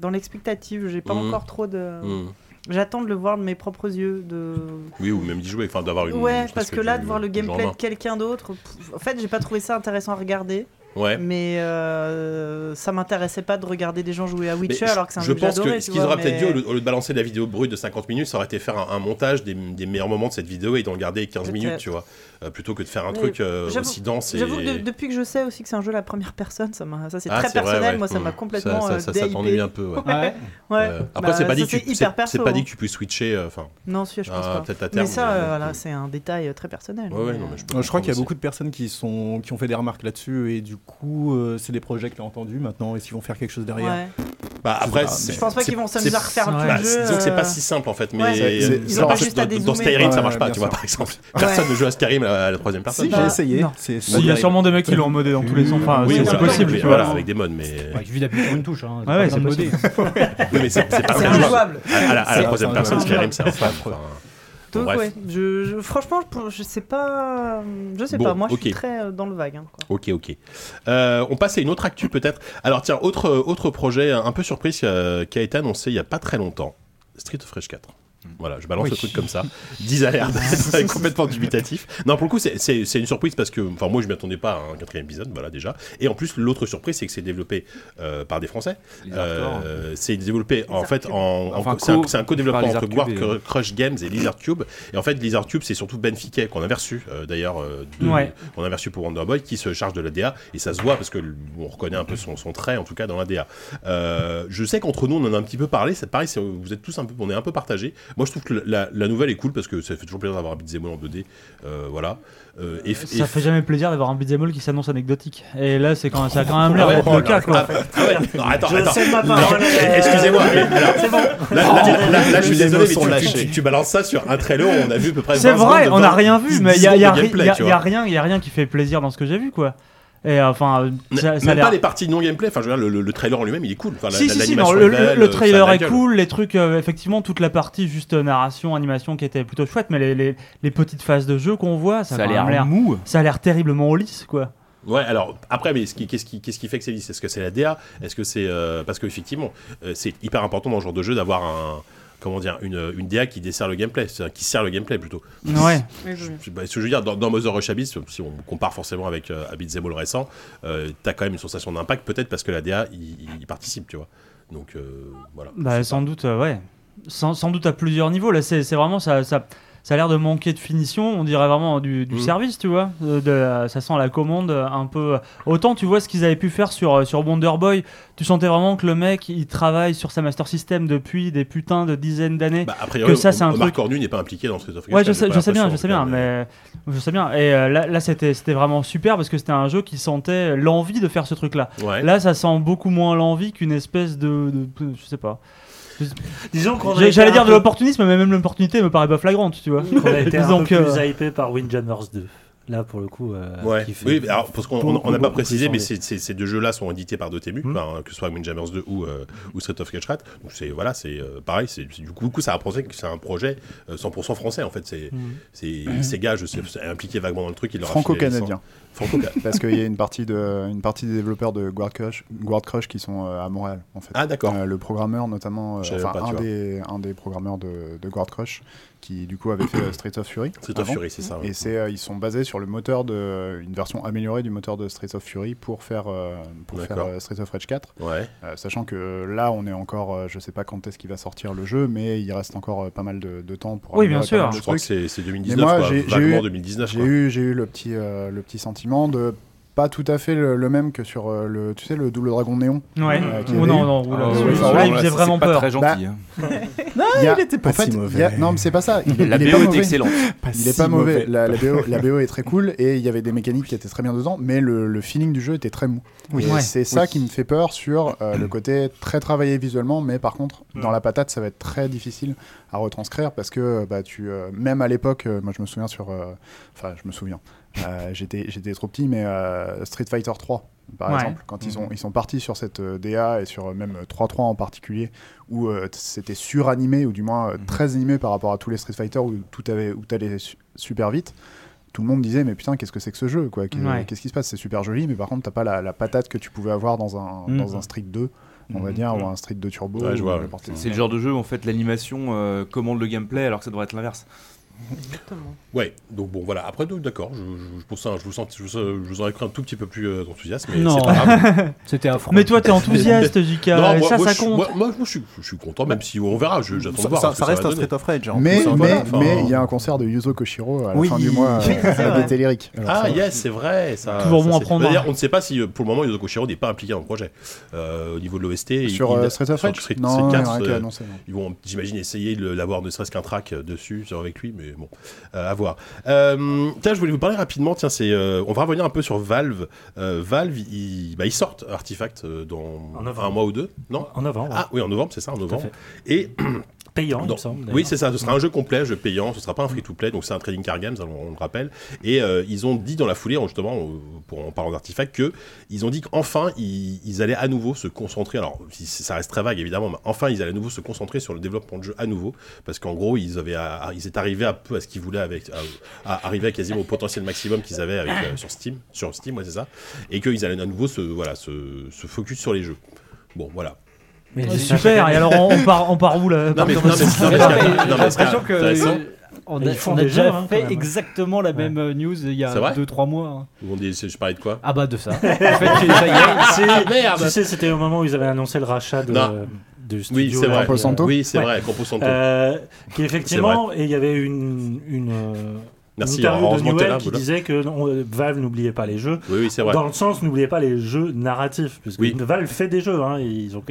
Speaker 5: dans l'expectative. J'ai pas
Speaker 2: Mhm.
Speaker 5: encore trop de.
Speaker 2: Mhm.
Speaker 5: J'attends de le voir de mes propres yeux. De...
Speaker 2: Oui, ou même d'y jouer, enfin d'avoir une.
Speaker 5: ouais,
Speaker 2: presque
Speaker 5: parce que là,
Speaker 2: du-
Speaker 5: de voir le
Speaker 2: du genre
Speaker 5: gameplay
Speaker 2: main.
Speaker 5: de quelqu'un d'autre, pff, en fait, j'ai pas trouvé ça intéressant à regarder.
Speaker 2: Ouais.
Speaker 5: Mais euh, ça m'intéressait pas de regarder des gens jouer à
Speaker 2: Mais
Speaker 5: Witcher
Speaker 2: je-
Speaker 5: alors que c'est un
Speaker 2: Je
Speaker 5: jeu que
Speaker 2: pense
Speaker 5: j'adorais,
Speaker 2: que
Speaker 5: tu
Speaker 2: ce qu'ils
Speaker 5: vois,
Speaker 2: auraient peut-être dû, au
Speaker 5: mais-
Speaker 2: lieu, au lieu de balancer de la vidéo brute de 50 minutes, ça aurait été faire un, un montage des, des meilleurs moments de cette vidéo et d'en garder 15 minutes,
Speaker 5: Peut-être.
Speaker 2: tu vois. Euh, plutôt que de faire un
Speaker 5: Mais
Speaker 2: truc euh,
Speaker 5: j'avoue-
Speaker 2: aussi dense et.
Speaker 5: J'avoue que de- depuis que je sais aussi que c'est un jeu à la première personne, ça, m'a- ça c'est
Speaker 2: Ah,
Speaker 5: très
Speaker 2: c'est vrai,
Speaker 5: personnel,
Speaker 2: ouais.
Speaker 5: moi ça
Speaker 2: Mm.
Speaker 5: m'a complètement.
Speaker 2: Ça- ça-
Speaker 5: euh,
Speaker 2: ça- ça
Speaker 5: déhypé.
Speaker 2: t'ennuie un peu, ouais.
Speaker 5: ouais.
Speaker 2: Ouais. Euh, Après, c'est
Speaker 5: Bah,
Speaker 2: pas dit
Speaker 5: ça,
Speaker 2: que tu-
Speaker 5: hyper
Speaker 2: c'est- c'est
Speaker 5: perso,
Speaker 2: pas dit
Speaker 5: hein.
Speaker 2: que tu puisses switcher. euh, Enfin.
Speaker 5: Non, si, je pense
Speaker 2: Ah,
Speaker 5: pas.
Speaker 2: peut-être à
Speaker 5: mais
Speaker 2: terme,
Speaker 5: ça,
Speaker 2: mais-
Speaker 5: euh, voilà, c'est un détail euh, très personnel.
Speaker 2: Ouais, ouais,
Speaker 5: mais,
Speaker 2: non, mais
Speaker 5: euh,
Speaker 2: je
Speaker 10: Euh, je crois qu'il y a
Speaker 2: aussi.
Speaker 10: beaucoup de personnes qui, sont, qui ont fait des remarques là-dessus et du coup, euh, c'est des projets que l'ont entendu maintenant. Est-ce qu'ils vont faire quelque chose derrière
Speaker 5: Ouais.
Speaker 2: Bah
Speaker 10: Je sais
Speaker 2: après,
Speaker 10: pas,
Speaker 2: c'est-
Speaker 10: mais-
Speaker 5: Je pense pas
Speaker 2: c'est-
Speaker 5: qu'ils vont s'amuser à
Speaker 2: c'est-
Speaker 5: refaire tout
Speaker 2: bah,
Speaker 5: le jeu.
Speaker 2: Disons que c'est
Speaker 5: euh,
Speaker 2: pas si simple en fait, mais
Speaker 5: ouais.
Speaker 2: euh,
Speaker 10: C'est-
Speaker 5: Ils ont
Speaker 10: en
Speaker 5: pas
Speaker 10: fait,
Speaker 5: juste à
Speaker 2: dans, dans
Speaker 5: dézoomer.
Speaker 2: Skyrim ça
Speaker 10: Ouais,
Speaker 2: marche pas,
Speaker 10: bien
Speaker 2: tu vois
Speaker 10: sûr.
Speaker 2: par exemple. Personne ne joue à Skyrim à la- à la troisième personne.
Speaker 10: Si,
Speaker 5: Bah,
Speaker 10: j'ai essayé.
Speaker 5: non.
Speaker 10: C'est
Speaker 3: Si, Il y a sûrement des mecs qui l'ont modé dans tous les sens. Enfin,
Speaker 2: Oui,
Speaker 3: c'est
Speaker 2: voilà,
Speaker 3: c'est possible.
Speaker 2: mais
Speaker 3: tu
Speaker 2: voilà,
Speaker 3: vois.
Speaker 2: avec des mods, mais
Speaker 7: Ouais, Il suffit d'appuyer sur une touche. Hein,
Speaker 3: Ouais, ouais,
Speaker 7: pas
Speaker 3: c'est
Speaker 7: besoin de modder.
Speaker 2: Oui, mais c'est c'est pas
Speaker 5: ah,
Speaker 2: vrai.
Speaker 5: C'est injouable.
Speaker 2: À, à la- à la
Speaker 10: C'est-
Speaker 2: troisième
Speaker 10: c'est
Speaker 2: personne,
Speaker 5: injouable.
Speaker 2: Skyrim, c'est infâme. enfin, bon,
Speaker 5: Donc,
Speaker 2: bref.
Speaker 5: ouais, je, je- franchement, je, je sais pas. euh, Je sais
Speaker 2: Bon,
Speaker 5: pas, moi je
Speaker 2: ok.
Speaker 5: suis très euh, dans le vague. hein, quoi.
Speaker 2: Ok, ok. Euh, on passe à une autre actu peut-être. Alors tiens, autre, autre projet un peu surprise euh, qui a été annoncé il y a pas très longtemps. Street of Rage 4. Voilà, je balance le truc comme ça. 10 alertes, c'est complètement dubitatif. Non, pour le coup, c'est- c'est c'est une surprise parce que, enfin, moi, je m'y attendais pas à un quatrième épisode, voilà déjà. Et en plus, l'autre surprise, c'est que c'est développé euh, par des Français.
Speaker 4: Les
Speaker 2: Euh, c'est développé en fait en, en-
Speaker 4: Enfin,
Speaker 2: c'est un-
Speaker 4: co-
Speaker 2: c'est un, co-développement
Speaker 4: par
Speaker 2: entre
Speaker 4: Lizard
Speaker 2: Guard
Speaker 4: Cube
Speaker 2: Crush Games et Lizard Cube. Et en fait, Lizard Cube, c'est surtout Ben Fiquet qu'on avait reçu euh, d'ailleurs, euh, de-
Speaker 3: Ouais.
Speaker 2: qu'on avait reçu pour Wonderboy, qui se charge de la DA et ça se voit parce que l- on reconnaît un peu son, son trait en tout cas dans la DA. Euh, je sais qu'entre nous, on en a un petit peu parlé. C'est pareil, c'est- vous êtes tous un peu, on est un peu partagés. Moi, je trouve que la, la nouvelle est cool parce que ça fait toujours plaisir d'avoir un Beat'em All en 2D. Euh, voilà. Euh, et, et-
Speaker 3: Ça fait jamais plaisir d'avoir un beat'em all qui s'annonce anecdotique. Et là, c'est quand même, ça a quand même l'air
Speaker 2: Ah ouais,
Speaker 3: d'être
Speaker 2: oh là
Speaker 3: le cas,
Speaker 2: là.
Speaker 3: quoi.
Speaker 2: Ah ouais, non, attends,
Speaker 9: Je
Speaker 2: attends.
Speaker 9: cède ma
Speaker 2: Non,
Speaker 9: parole.
Speaker 2: eh, Excusez-moi. mais alors,
Speaker 9: C'est bon.
Speaker 2: Là,
Speaker 3: Oh.
Speaker 2: là, là, là, là, je suis
Speaker 10: Les
Speaker 2: désolé, mais
Speaker 10: émotions
Speaker 2: tu,
Speaker 10: lâchées.
Speaker 2: tu- tu- tu balances ça sur un trailer où on a vu à peu près.
Speaker 3: C'est
Speaker 2: 20
Speaker 3: vrai,
Speaker 2: secondes
Speaker 3: on
Speaker 2: de-
Speaker 3: n'a rien vu,
Speaker 2: 10
Speaker 3: mais il y a,
Speaker 2: secondes
Speaker 3: y a
Speaker 2: de
Speaker 3: ri-
Speaker 2: gameplay,
Speaker 3: y a-
Speaker 2: tu
Speaker 3: y
Speaker 2: vois.
Speaker 3: a rien, y a rien qui fait plaisir dans ce que j'ai vu, quoi. Et euh, enfin, euh, ça, ça a
Speaker 2: Même
Speaker 3: l'air.
Speaker 2: pas les parties non gameplay. Enfin, je veux dire, le, le- le trailer en lui-même, il est cool. Enfin, la-
Speaker 3: si,
Speaker 2: la-
Speaker 3: si, si,
Speaker 2: l'animation
Speaker 3: non,
Speaker 2: est
Speaker 3: le,
Speaker 2: belle, euh,
Speaker 3: le
Speaker 2: ça a
Speaker 3: trailer
Speaker 2: la
Speaker 3: est
Speaker 2: gueule.
Speaker 3: cool, les trucs, euh, effectivement, toute la partie juste euh, narration, animation qui était plutôt chouette, mais les, les- les petites phases de jeu qu'on voit, ça,
Speaker 4: Ça a
Speaker 3: quand même
Speaker 4: l'air mou.
Speaker 3: Ça a l'air terriblement lisse, quoi.
Speaker 2: Ouais, alors après, mais ce qui- qu'est-ce qui, qu'est-ce qui fait que c'est lisse Est-ce que c'est la DA Est-ce que c'est euh, parce qu'effectivement, c'est hyper important dans ce genre de jeu d'avoir un comment dire une, euh, une DA qui dessert le gameplay, c'est-à-dire qui sert le gameplay plutôt.
Speaker 3: Ouais.
Speaker 2: Je- bah, ce que je veux dire, dans, dans Mother Rush Abyss, si on compare forcément avec euh, Abyss Zemo le récent, euh, t'as quand même une sensation d'impact, peut-être parce que la DA y, y participe, tu vois. Donc euh, voilà.
Speaker 3: Bah, sans doute, euh, ouais. Sans, sans doute à plusieurs niveaux. Là, c'est c'est vraiment ça. ça... Ça a l'air de manquer de finition, on dirait vraiment du, du
Speaker 2: Mm.
Speaker 3: service, tu vois. Euh, De, de- ça sent la commande euh, un peu. Autant, tu vois, ce qu'ils avaient pu faire sur, euh, sur Wonder Boy, tu sentais vraiment que le mec, il travaille sur sa Master System depuis des putains de dizaines d'années.
Speaker 2: Bah, a priori,
Speaker 3: que ça, c'est un
Speaker 2: Omar
Speaker 3: truc-
Speaker 2: Cornu n'est pas impliqué dans Street of Rage.
Speaker 3: Ouais, je
Speaker 2: j'ai
Speaker 3: sais,
Speaker 2: pas
Speaker 3: je sais bien, je
Speaker 2: l'impression,
Speaker 3: sais
Speaker 2: en
Speaker 3: bien,
Speaker 2: tout cas,
Speaker 3: mais je sais bien. Et euh, là, là c'était c'était vraiment super parce que c'était un jeu qui sentait l'envie de faire ce truc-là.
Speaker 2: Ouais.
Speaker 3: Là, ça sent beaucoup moins l'envie qu'une espèce de, de- je sais pas.
Speaker 9: Disons qu'on a
Speaker 3: J'ai-
Speaker 9: été
Speaker 3: J'allais
Speaker 9: un
Speaker 3: dire de
Speaker 9: peu-
Speaker 3: l'opportunisme, mais même l'opportunité me paraît pas flagrante, tu vois.
Speaker 9: qu'on a été un peu
Speaker 3: Donc, euh,
Speaker 9: plus hypé par Windjammers 2. Là, pour le coup, euh,
Speaker 2: Ouais.
Speaker 9: qui fait
Speaker 2: Oui, mais alors, parce qu'on on-
Speaker 9: beaucoup,
Speaker 2: on n'a pas
Speaker 9: beaucoup
Speaker 2: précisé, mais
Speaker 9: plus envie.
Speaker 2: ces, ces- ces deux jeux-là sont édités par Dotemu,
Speaker 9: Hmm.
Speaker 2: enfin, que ce soit Windjammers 2 ou, euh, ou Street of Rage Rat. Donc c'est voilà, c'est euh, pareil. C'est c'est- du coup, du coup, ça a pensé que c'est un projet euh, 100% français en fait.
Speaker 3: Hmm.
Speaker 2: C'est c'est
Speaker 3: Mm.
Speaker 2: Sega, je sais, c'est impliqué vaguement dans le truc. il leur a filé la
Speaker 6: Franco-canadien.
Speaker 2: licence. Franco-canadien.
Speaker 6: Parce qu'il y a une partie, de, une partie des développeurs de Guard Crush, Guard Crush qui sont euh, à Montréal, en fait.
Speaker 2: Ah d'accord.
Speaker 6: Euh, le programmeur, notamment, euh,
Speaker 2: Je savais
Speaker 6: enfin,
Speaker 2: pas, tu
Speaker 6: un,
Speaker 2: vois.
Speaker 6: des, un des programmeurs de, de Guard Crush, qui du coup avait fait euh, Street of Fury.
Speaker 2: Street of
Speaker 6: avant.
Speaker 2: Fury, c'est ça. ouais.
Speaker 6: Et c'est, euh, ils sont basés sur le moteur de, une version améliorée du moteur de Street of Fury pour faire, euh, pour faire
Speaker 2: D'accord.
Speaker 6: euh, Street of Rage 4.
Speaker 2: Ouais.
Speaker 6: Euh, sachant que là, on est encore, euh, je sais pas quand est-ce qu'il va sortir le jeu, mais il reste encore euh, pas mal de, de temps pour.
Speaker 3: Oui,
Speaker 6: améliorer
Speaker 3: bien
Speaker 6: pas mal
Speaker 3: sûr.
Speaker 6: de
Speaker 2: Je crois que
Speaker 6: trucs.
Speaker 2: c'est c'est
Speaker 6: Mais
Speaker 2: 2019,
Speaker 6: moi,
Speaker 2: quoi,
Speaker 6: j'ai- j'ai
Speaker 2: vaguement
Speaker 6: eu-
Speaker 2: 2019.
Speaker 6: J'ai
Speaker 2: quoi.
Speaker 6: eu, j'ai eu le petit, euh, le petit sentiment de pas tout à fait le, le même que sur euh, le, tu sais, le double dragon néon.
Speaker 3: Ouais.
Speaker 6: qu'il y
Speaker 3: Oh
Speaker 6: avait
Speaker 3: non,
Speaker 6: eu.
Speaker 3: non, oula. Ah, Celui- ouais, celui-là, ouais. il faisait
Speaker 6: c'est
Speaker 3: vraiment
Speaker 6: pas
Speaker 3: peur.
Speaker 6: très gentil,
Speaker 3: Bah,
Speaker 6: hein.
Speaker 10: Non,
Speaker 6: Il y a-
Speaker 10: Ah, il était pas
Speaker 6: en fait,
Speaker 10: si
Speaker 6: il y a-
Speaker 10: mauvais.
Speaker 6: non, mais c'est pas ça. Il-
Speaker 10: La
Speaker 6: il est
Speaker 10: BO
Speaker 6: pas
Speaker 10: est
Speaker 6: mauvais.
Speaker 10: excellente. Pas
Speaker 6: il est
Speaker 10: si
Speaker 6: pas mauvais.
Speaker 10: mauvais.
Speaker 6: La, la BO, la BO est très cool et il y avait des mécaniques qui étaient très bien dedans, mais le, le feeling du jeu était très mou.
Speaker 10: Oui.
Speaker 6: Et
Speaker 10: Ouais.
Speaker 6: C'est ça qui me fait peur sur euh,
Speaker 10: Mm.
Speaker 6: le côté très travaillé visuellement, mais par contre, dans la patate, ça va être très difficile à retranscrire parce que euh, bah, tu, euh, même à l'époque, euh, moi je me souviens sur. euh, Enfin, je me souviens. Euh, J'étais j'étais trop petit, mais euh, Street Fighter 3 par
Speaker 10: Ouais.
Speaker 6: exemple, quand ils, sont,
Speaker 10: Mhm.
Speaker 6: ils sont partis sur cette euh, DA et sur euh, même euh, 3-3 en particulier, où euh, t- c'était suranimé, ou du moins euh, très animé par rapport à tous les Street Fighter, où tout avait, où t'allais su- super vite, tout le monde disait, mais putain, qu'est-ce que c'est que ce jeu quoi Qu'est-
Speaker 10: Ouais.
Speaker 6: Qu'est-ce qui se passe C'est super joli, mais par contre, t'as pas la, la patate que tu pouvais avoir dans un,
Speaker 4: Mhm.
Speaker 6: dans un Street 2, on va dire, ou un Street 2 Turbo.
Speaker 4: Ouais, je
Speaker 6: ou
Speaker 4: vois,
Speaker 6: n'importe
Speaker 4: C'est
Speaker 6: quoi.
Speaker 4: c'est le genre de jeu où en fait l'animation euh, commande le gameplay alors que ça devrait être l'inverse.
Speaker 2: Ouais, donc bon voilà. Après, donc, d'accord, je, je- pour ça, je vous, sens, je, vous, je vous aurais cru un tout petit peu plus euh, enthousiaste, mais
Speaker 3: Non.
Speaker 2: c'est pas grave.
Speaker 7: C'était affreux.
Speaker 3: Mais toi, t'es enthousiaste, Jika,
Speaker 2: Non,
Speaker 3: et
Speaker 2: moi-
Speaker 3: ça,
Speaker 2: moi,
Speaker 3: ça
Speaker 2: je suis-
Speaker 3: compte.
Speaker 2: Moi, moi, je, suis, je suis content, même si on verra, je- j'attends
Speaker 10: Ça-
Speaker 2: de voir.
Speaker 10: ça-
Speaker 2: ce que
Speaker 10: ça reste
Speaker 2: va
Speaker 10: un
Speaker 2: donner.
Speaker 10: Street of Rage, hein. genre,
Speaker 6: Mais mais- mais il
Speaker 2: Voilà, enfin,
Speaker 6: y
Speaker 4: hein.
Speaker 6: a un concert de Yuzo Koshiro à la
Speaker 2: Oui.
Speaker 6: fin du mois
Speaker 2: Oui, c'est
Speaker 6: euh, à
Speaker 2: vrai.
Speaker 6: des Télériques. Alors
Speaker 2: ah
Speaker 6: ça-
Speaker 2: yes, c'est vrai. Ça,
Speaker 6: Toujours
Speaker 2: ça,
Speaker 6: bon à
Speaker 2: c'est-
Speaker 6: prendre.
Speaker 2: D'ailleurs, on ne sait pas si euh, pour le moment Yoko Koshiro n'est pas impliqué dans le projet. Euh, au niveau de l'OST,
Speaker 6: Sur, euh, Street of Rage
Speaker 2: Street,
Speaker 6: Non,
Speaker 2: Street
Speaker 6: il y en a
Speaker 2: Cats,
Speaker 6: rien qui est
Speaker 2: euh,
Speaker 6: annoncé, non.
Speaker 2: ils vont, j'imagine, essayer de l'avoir ne serait-ce qu'un track euh, dessus genre avec lui, mais bon, euh, à voir. Euh, tiens, je voulais vous parler rapidement. Tiens, c'est, euh, on va revenir un peu sur Valve. Euh, Valve, ils, bah, ils sortent Artifact euh, dans un mois ou deux, non
Speaker 9: En novembre.
Speaker 2: Ah oui, en novembre, c'est ça, en novembre.
Speaker 9: fait.
Speaker 2: Et
Speaker 9: Payant, il
Speaker 2: Non.
Speaker 9: me semble,
Speaker 2: Oui,
Speaker 9: d'ailleurs.
Speaker 2: c'est ça. Ce sera un jeu complet, jeu payant. Ce sera pas un free-to-play. Donc c'est un trading card game, ça, on, on le rappelle. Et euh, ils ont dit dans la foulée, en- justement, euh, pour en parlant d'artefacts, que ils ont dit qu'enfin ils, ils allaient à nouveau se concentrer. Alors si- si- ça reste très vague évidemment, mais enfin ils allaient à nouveau se concentrer sur le développement de jeu à nouveau, parce qu'en gros ils avaient, à- à- ils étaient arrivés un peu à ce qu'ils voulaient avec, à, à arriver quasiment au potentiel maximum qu'ils avaient avec, euh, sur Steam, sur Steam, ouais, c'est ça, et qu'ils allaient à nouveau se, voilà, se, se focus sur les jeux. Bon, voilà.
Speaker 3: Oh, Super, et alors on, on part, on part où là
Speaker 2: Non, mais-
Speaker 3: Pardon,
Speaker 2: non, mais-
Speaker 3: c'est-
Speaker 2: non, mais-
Speaker 7: Non, mais
Speaker 2: non, mais-
Speaker 7: J'ai l'impression que
Speaker 2: intéressant.
Speaker 7: on
Speaker 9: Ils
Speaker 7: a,
Speaker 9: font
Speaker 7: on a
Speaker 9: des
Speaker 7: déjà
Speaker 9: jeux, hein, quand
Speaker 7: fait
Speaker 9: même.
Speaker 7: exactement la
Speaker 9: Ouais.
Speaker 7: même euh, news il y a
Speaker 2: C'est vrai
Speaker 7: 2-3 mois. hein.
Speaker 2: Vous m'avez dit, je parlais de quoi
Speaker 7: Ah bah de ça. En
Speaker 9: fait,
Speaker 7: ça y est,
Speaker 9: c'est-
Speaker 2: Ah, Merde.
Speaker 9: Tu sais, c'était au moment où ils avaient annoncé le rachat de.
Speaker 2: Non.
Speaker 9: de
Speaker 2: Oui,
Speaker 9: studio,
Speaker 2: c'est
Speaker 9: là,
Speaker 2: vrai.
Speaker 9: qui, euh,
Speaker 2: Camposanto Oui, c'est vrai, Camposanto.
Speaker 9: Euh, qui effectivement, et il y avait une, une, euh,
Speaker 2: Merci,
Speaker 9: une interview de
Speaker 2: heureusement que t'es
Speaker 9: Newell
Speaker 2: là,
Speaker 9: qui
Speaker 2: Boula.
Speaker 9: disait que non, euh, Valve n'oubliait pas les jeux.
Speaker 2: Oui, oui, c'est vrai.
Speaker 9: Dans le sens, n'oubliez pas les jeux narratifs, parce que Valve fait des jeux. hein, et ils ont,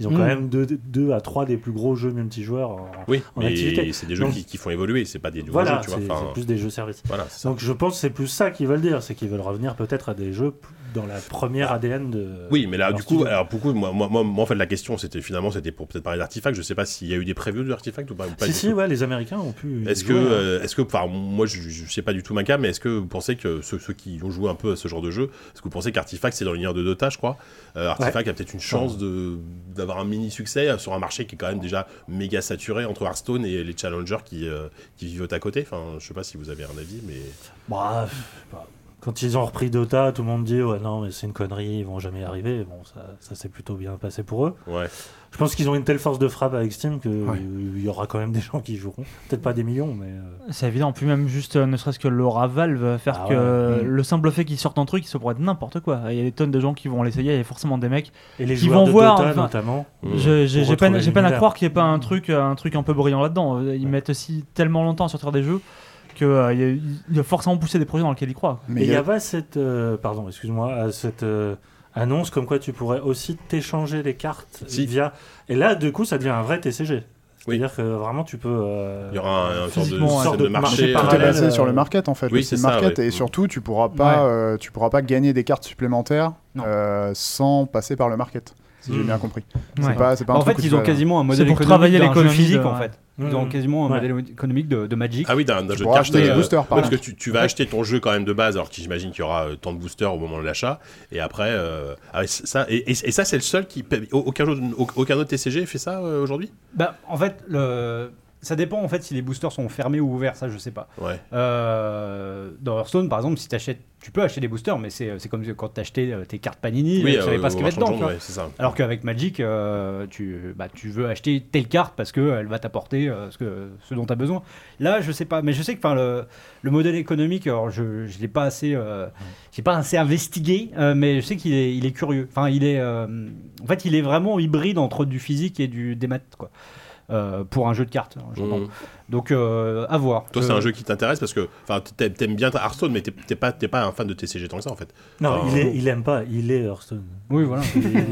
Speaker 9: ils ont
Speaker 2: Mm.
Speaker 9: quand même deux, deux à trois des plus gros jeux multijoueurs en,
Speaker 2: Oui,
Speaker 9: en
Speaker 2: mais
Speaker 9: activité.
Speaker 2: c'est des jeux
Speaker 9: Donc,
Speaker 2: qui, qui font évoluer, c'est pas des nouveaux
Speaker 9: Voilà,
Speaker 2: jeux, tu vois.
Speaker 9: c'est-
Speaker 2: enfin,
Speaker 9: c'est plus des jeux services.
Speaker 2: Voilà,
Speaker 9: Donc je pense que c'est plus ça qu'ils veulent dire, c'est qu'ils veulent revenir peut-être à des jeux p- dans la première ADN de.
Speaker 2: Oui, mais là,
Speaker 9: leur
Speaker 2: du coup,
Speaker 9: studio.
Speaker 2: alors, pour coup, moi, moi, moi, moi, en fait, la question, c'était finalement, c'était pour peut-être parler d'artefacts. Je sais pas s'il y a eu des previews de l'artefact ou pas. ou pas
Speaker 9: si
Speaker 2: du
Speaker 9: si,
Speaker 2: tout.
Speaker 9: ouais, les Américains ont pu.
Speaker 2: Est-ce que,
Speaker 9: jouer, hein.
Speaker 2: euh, est-ce que, enfin, moi, je, je sais pas du tout ma cam, mais est-ce que vous pensez que ceux, ceux qui ont joué un peu à ce genre de jeu, est-ce que vous pensez qu'Artifact c'est dans l'univers de Dota, je crois, Euh, Artifact a peut-être une chance de d'avoir un mini succès euh, sur un marché qui est quand même déjà méga saturé entre Hearthstone et les challengers qui euh, qui vivent à côté. Enfin, je sais pas si vous avez un avis, mais
Speaker 9: Bah, je sais pas. quand ils ont repris Dota, tout le monde dit ouais non mais c'est une connerie, ils vont jamais y arriver. Bon, ça, ça s'est plutôt bien passé pour eux.
Speaker 2: Ouais.
Speaker 9: Je pense qu'ils ont une telle force de frappe avec Steam que euh, il y aura quand même des gens qui joueront. Peut-être pas des millions, mais. euh,
Speaker 3: C'est évident, puis même juste, euh, ne serait-ce que l'aura Valve, faire
Speaker 9: Ah
Speaker 3: que
Speaker 9: ouais.
Speaker 3: euh,
Speaker 9: Mm.
Speaker 3: le simple fait qu'ils sortent un truc, ça pourrait être n'importe quoi. Il y a des tonnes de gens qui vont l'essayer, il y a forcément des mecs
Speaker 9: Et les
Speaker 3: qui
Speaker 9: joueurs
Speaker 3: vont
Speaker 9: de
Speaker 3: voir.
Speaker 9: Dota, notamment,
Speaker 3: je- J'ai
Speaker 9: pour
Speaker 3: j'ai peine,
Speaker 9: retrouver
Speaker 3: j'ai peine à
Speaker 9: l'univers.
Speaker 3: croire qu'il n'y ait pas un truc, euh, un truc un peu brillant là-dedans. Euh, Ils mettent aussi tellement longtemps à sortir des jeux qu'il y a- il y a forcément poussé des projets dans lesquels ils croient.
Speaker 9: Mais il y a pas cette, euh, pardon, excuse-moi, euh, cette euh, annonce comme quoi tu pourrais aussi t'échanger les cartes via. Et là, du coup, ça devient un vrai TCG. C'est-à-dire que vraiment, tu peux. euh,
Speaker 2: il y aura un, un sorte de,
Speaker 9: physiquement,
Speaker 2: système
Speaker 9: hein,
Speaker 2: de
Speaker 9: de
Speaker 2: marché.
Speaker 9: marché
Speaker 6: Tout est
Speaker 9: parallèle,
Speaker 6: basé
Speaker 9: euh,
Speaker 6: sur le market en fait.
Speaker 2: Oui,
Speaker 6: le
Speaker 2: c'est
Speaker 6: steam
Speaker 2: ça,
Speaker 6: market
Speaker 2: ouais.
Speaker 6: et surtout tu pourras pas
Speaker 2: Ouais.
Speaker 6: euh, tu pourras pas gagner des cartes supplémentaires euh, sans passer par le market.
Speaker 9: Hmm.
Speaker 6: Si j'ai
Speaker 7: Mm.
Speaker 2: Hmm.
Speaker 6: bien compris.
Speaker 7: Ouais.
Speaker 6: C'est pas, c'est pas un
Speaker 7: en fait,
Speaker 6: truc où tu
Speaker 7: ils ont
Speaker 6: vas-
Speaker 7: quasiment un modèle
Speaker 6: C'est pour
Speaker 7: économique
Speaker 6: travailler
Speaker 7: d'un
Speaker 6: l'économie
Speaker 7: jeu physique
Speaker 6: de-
Speaker 7: en fait. Ils ont
Speaker 6: Mm.
Speaker 7: quasiment un
Speaker 6: Ouais.
Speaker 7: modèle économique de, de Magic.
Speaker 2: Ah oui, d'un d'un jeu de
Speaker 6: pourras
Speaker 2: cartes.
Speaker 6: acheter les
Speaker 2: euh,
Speaker 6: boosters, par
Speaker 2: ouais, parce que
Speaker 6: contre.
Speaker 2: tu, tu vas acheter ton jeu quand même de base, alors que j'imagine qu'il y aura euh, tant de boosters au moment de l'achat. Et après, euh, ah, et c- ça, et, et- et ça c'est le seul qui paye- au- aucun, jeu- au- aucun autre TCG fait ça euh, aujourd'hui.
Speaker 7: Bah, en fait, le... ça dépend en fait si les boosters sont fermés ou ouverts, ça je sais pas.
Speaker 2: Ouais.
Speaker 7: Euh, dans Hearthstone, par exemple, si t'achètes, tu peux acheter des boosters, mais c'est c'est comme quand t'achetais euh, tes cartes Panini,
Speaker 2: Oui,
Speaker 7: euh, tu savais
Speaker 2: euh,
Speaker 7: pas ce qu'il y avait
Speaker 2: au
Speaker 7: dedans.
Speaker 2: marchand de
Speaker 7: tu vois.
Speaker 2: journaux, ouais, c'est ça.
Speaker 7: Alors qu'avec Magic, euh, tu, bah, tu veux acheter telle carte parce qu'elle va t'apporter euh, ce, que- ce dont tu as besoin. Là, je sais pas, mais je sais que 'fin, le, le modèle économique, alors je ne l'ai pas assez, euh, j'ai pas assez investigué, euh, mais je sais qu'il est, il est curieux. Enfin, il est, euh, en fait, il est vraiment hybride entre du physique et du démat, quoi. euh, pour un jeu de cartes. hein, j'entends.
Speaker 2: Mhm.
Speaker 7: Donc euh, à voir.
Speaker 2: Toi, c'est
Speaker 7: Je-
Speaker 2: un jeu qui t'intéresse parce que enfin, t'a- t'aimes bien Hearthstone, mais t'es- t'es pas, t'es pas un fan de TCG tant que ça en fait.
Speaker 9: Non,
Speaker 2: Enfin,
Speaker 9: il, est, il aime pas, il est Hearthstone.
Speaker 7: Oui, voilà.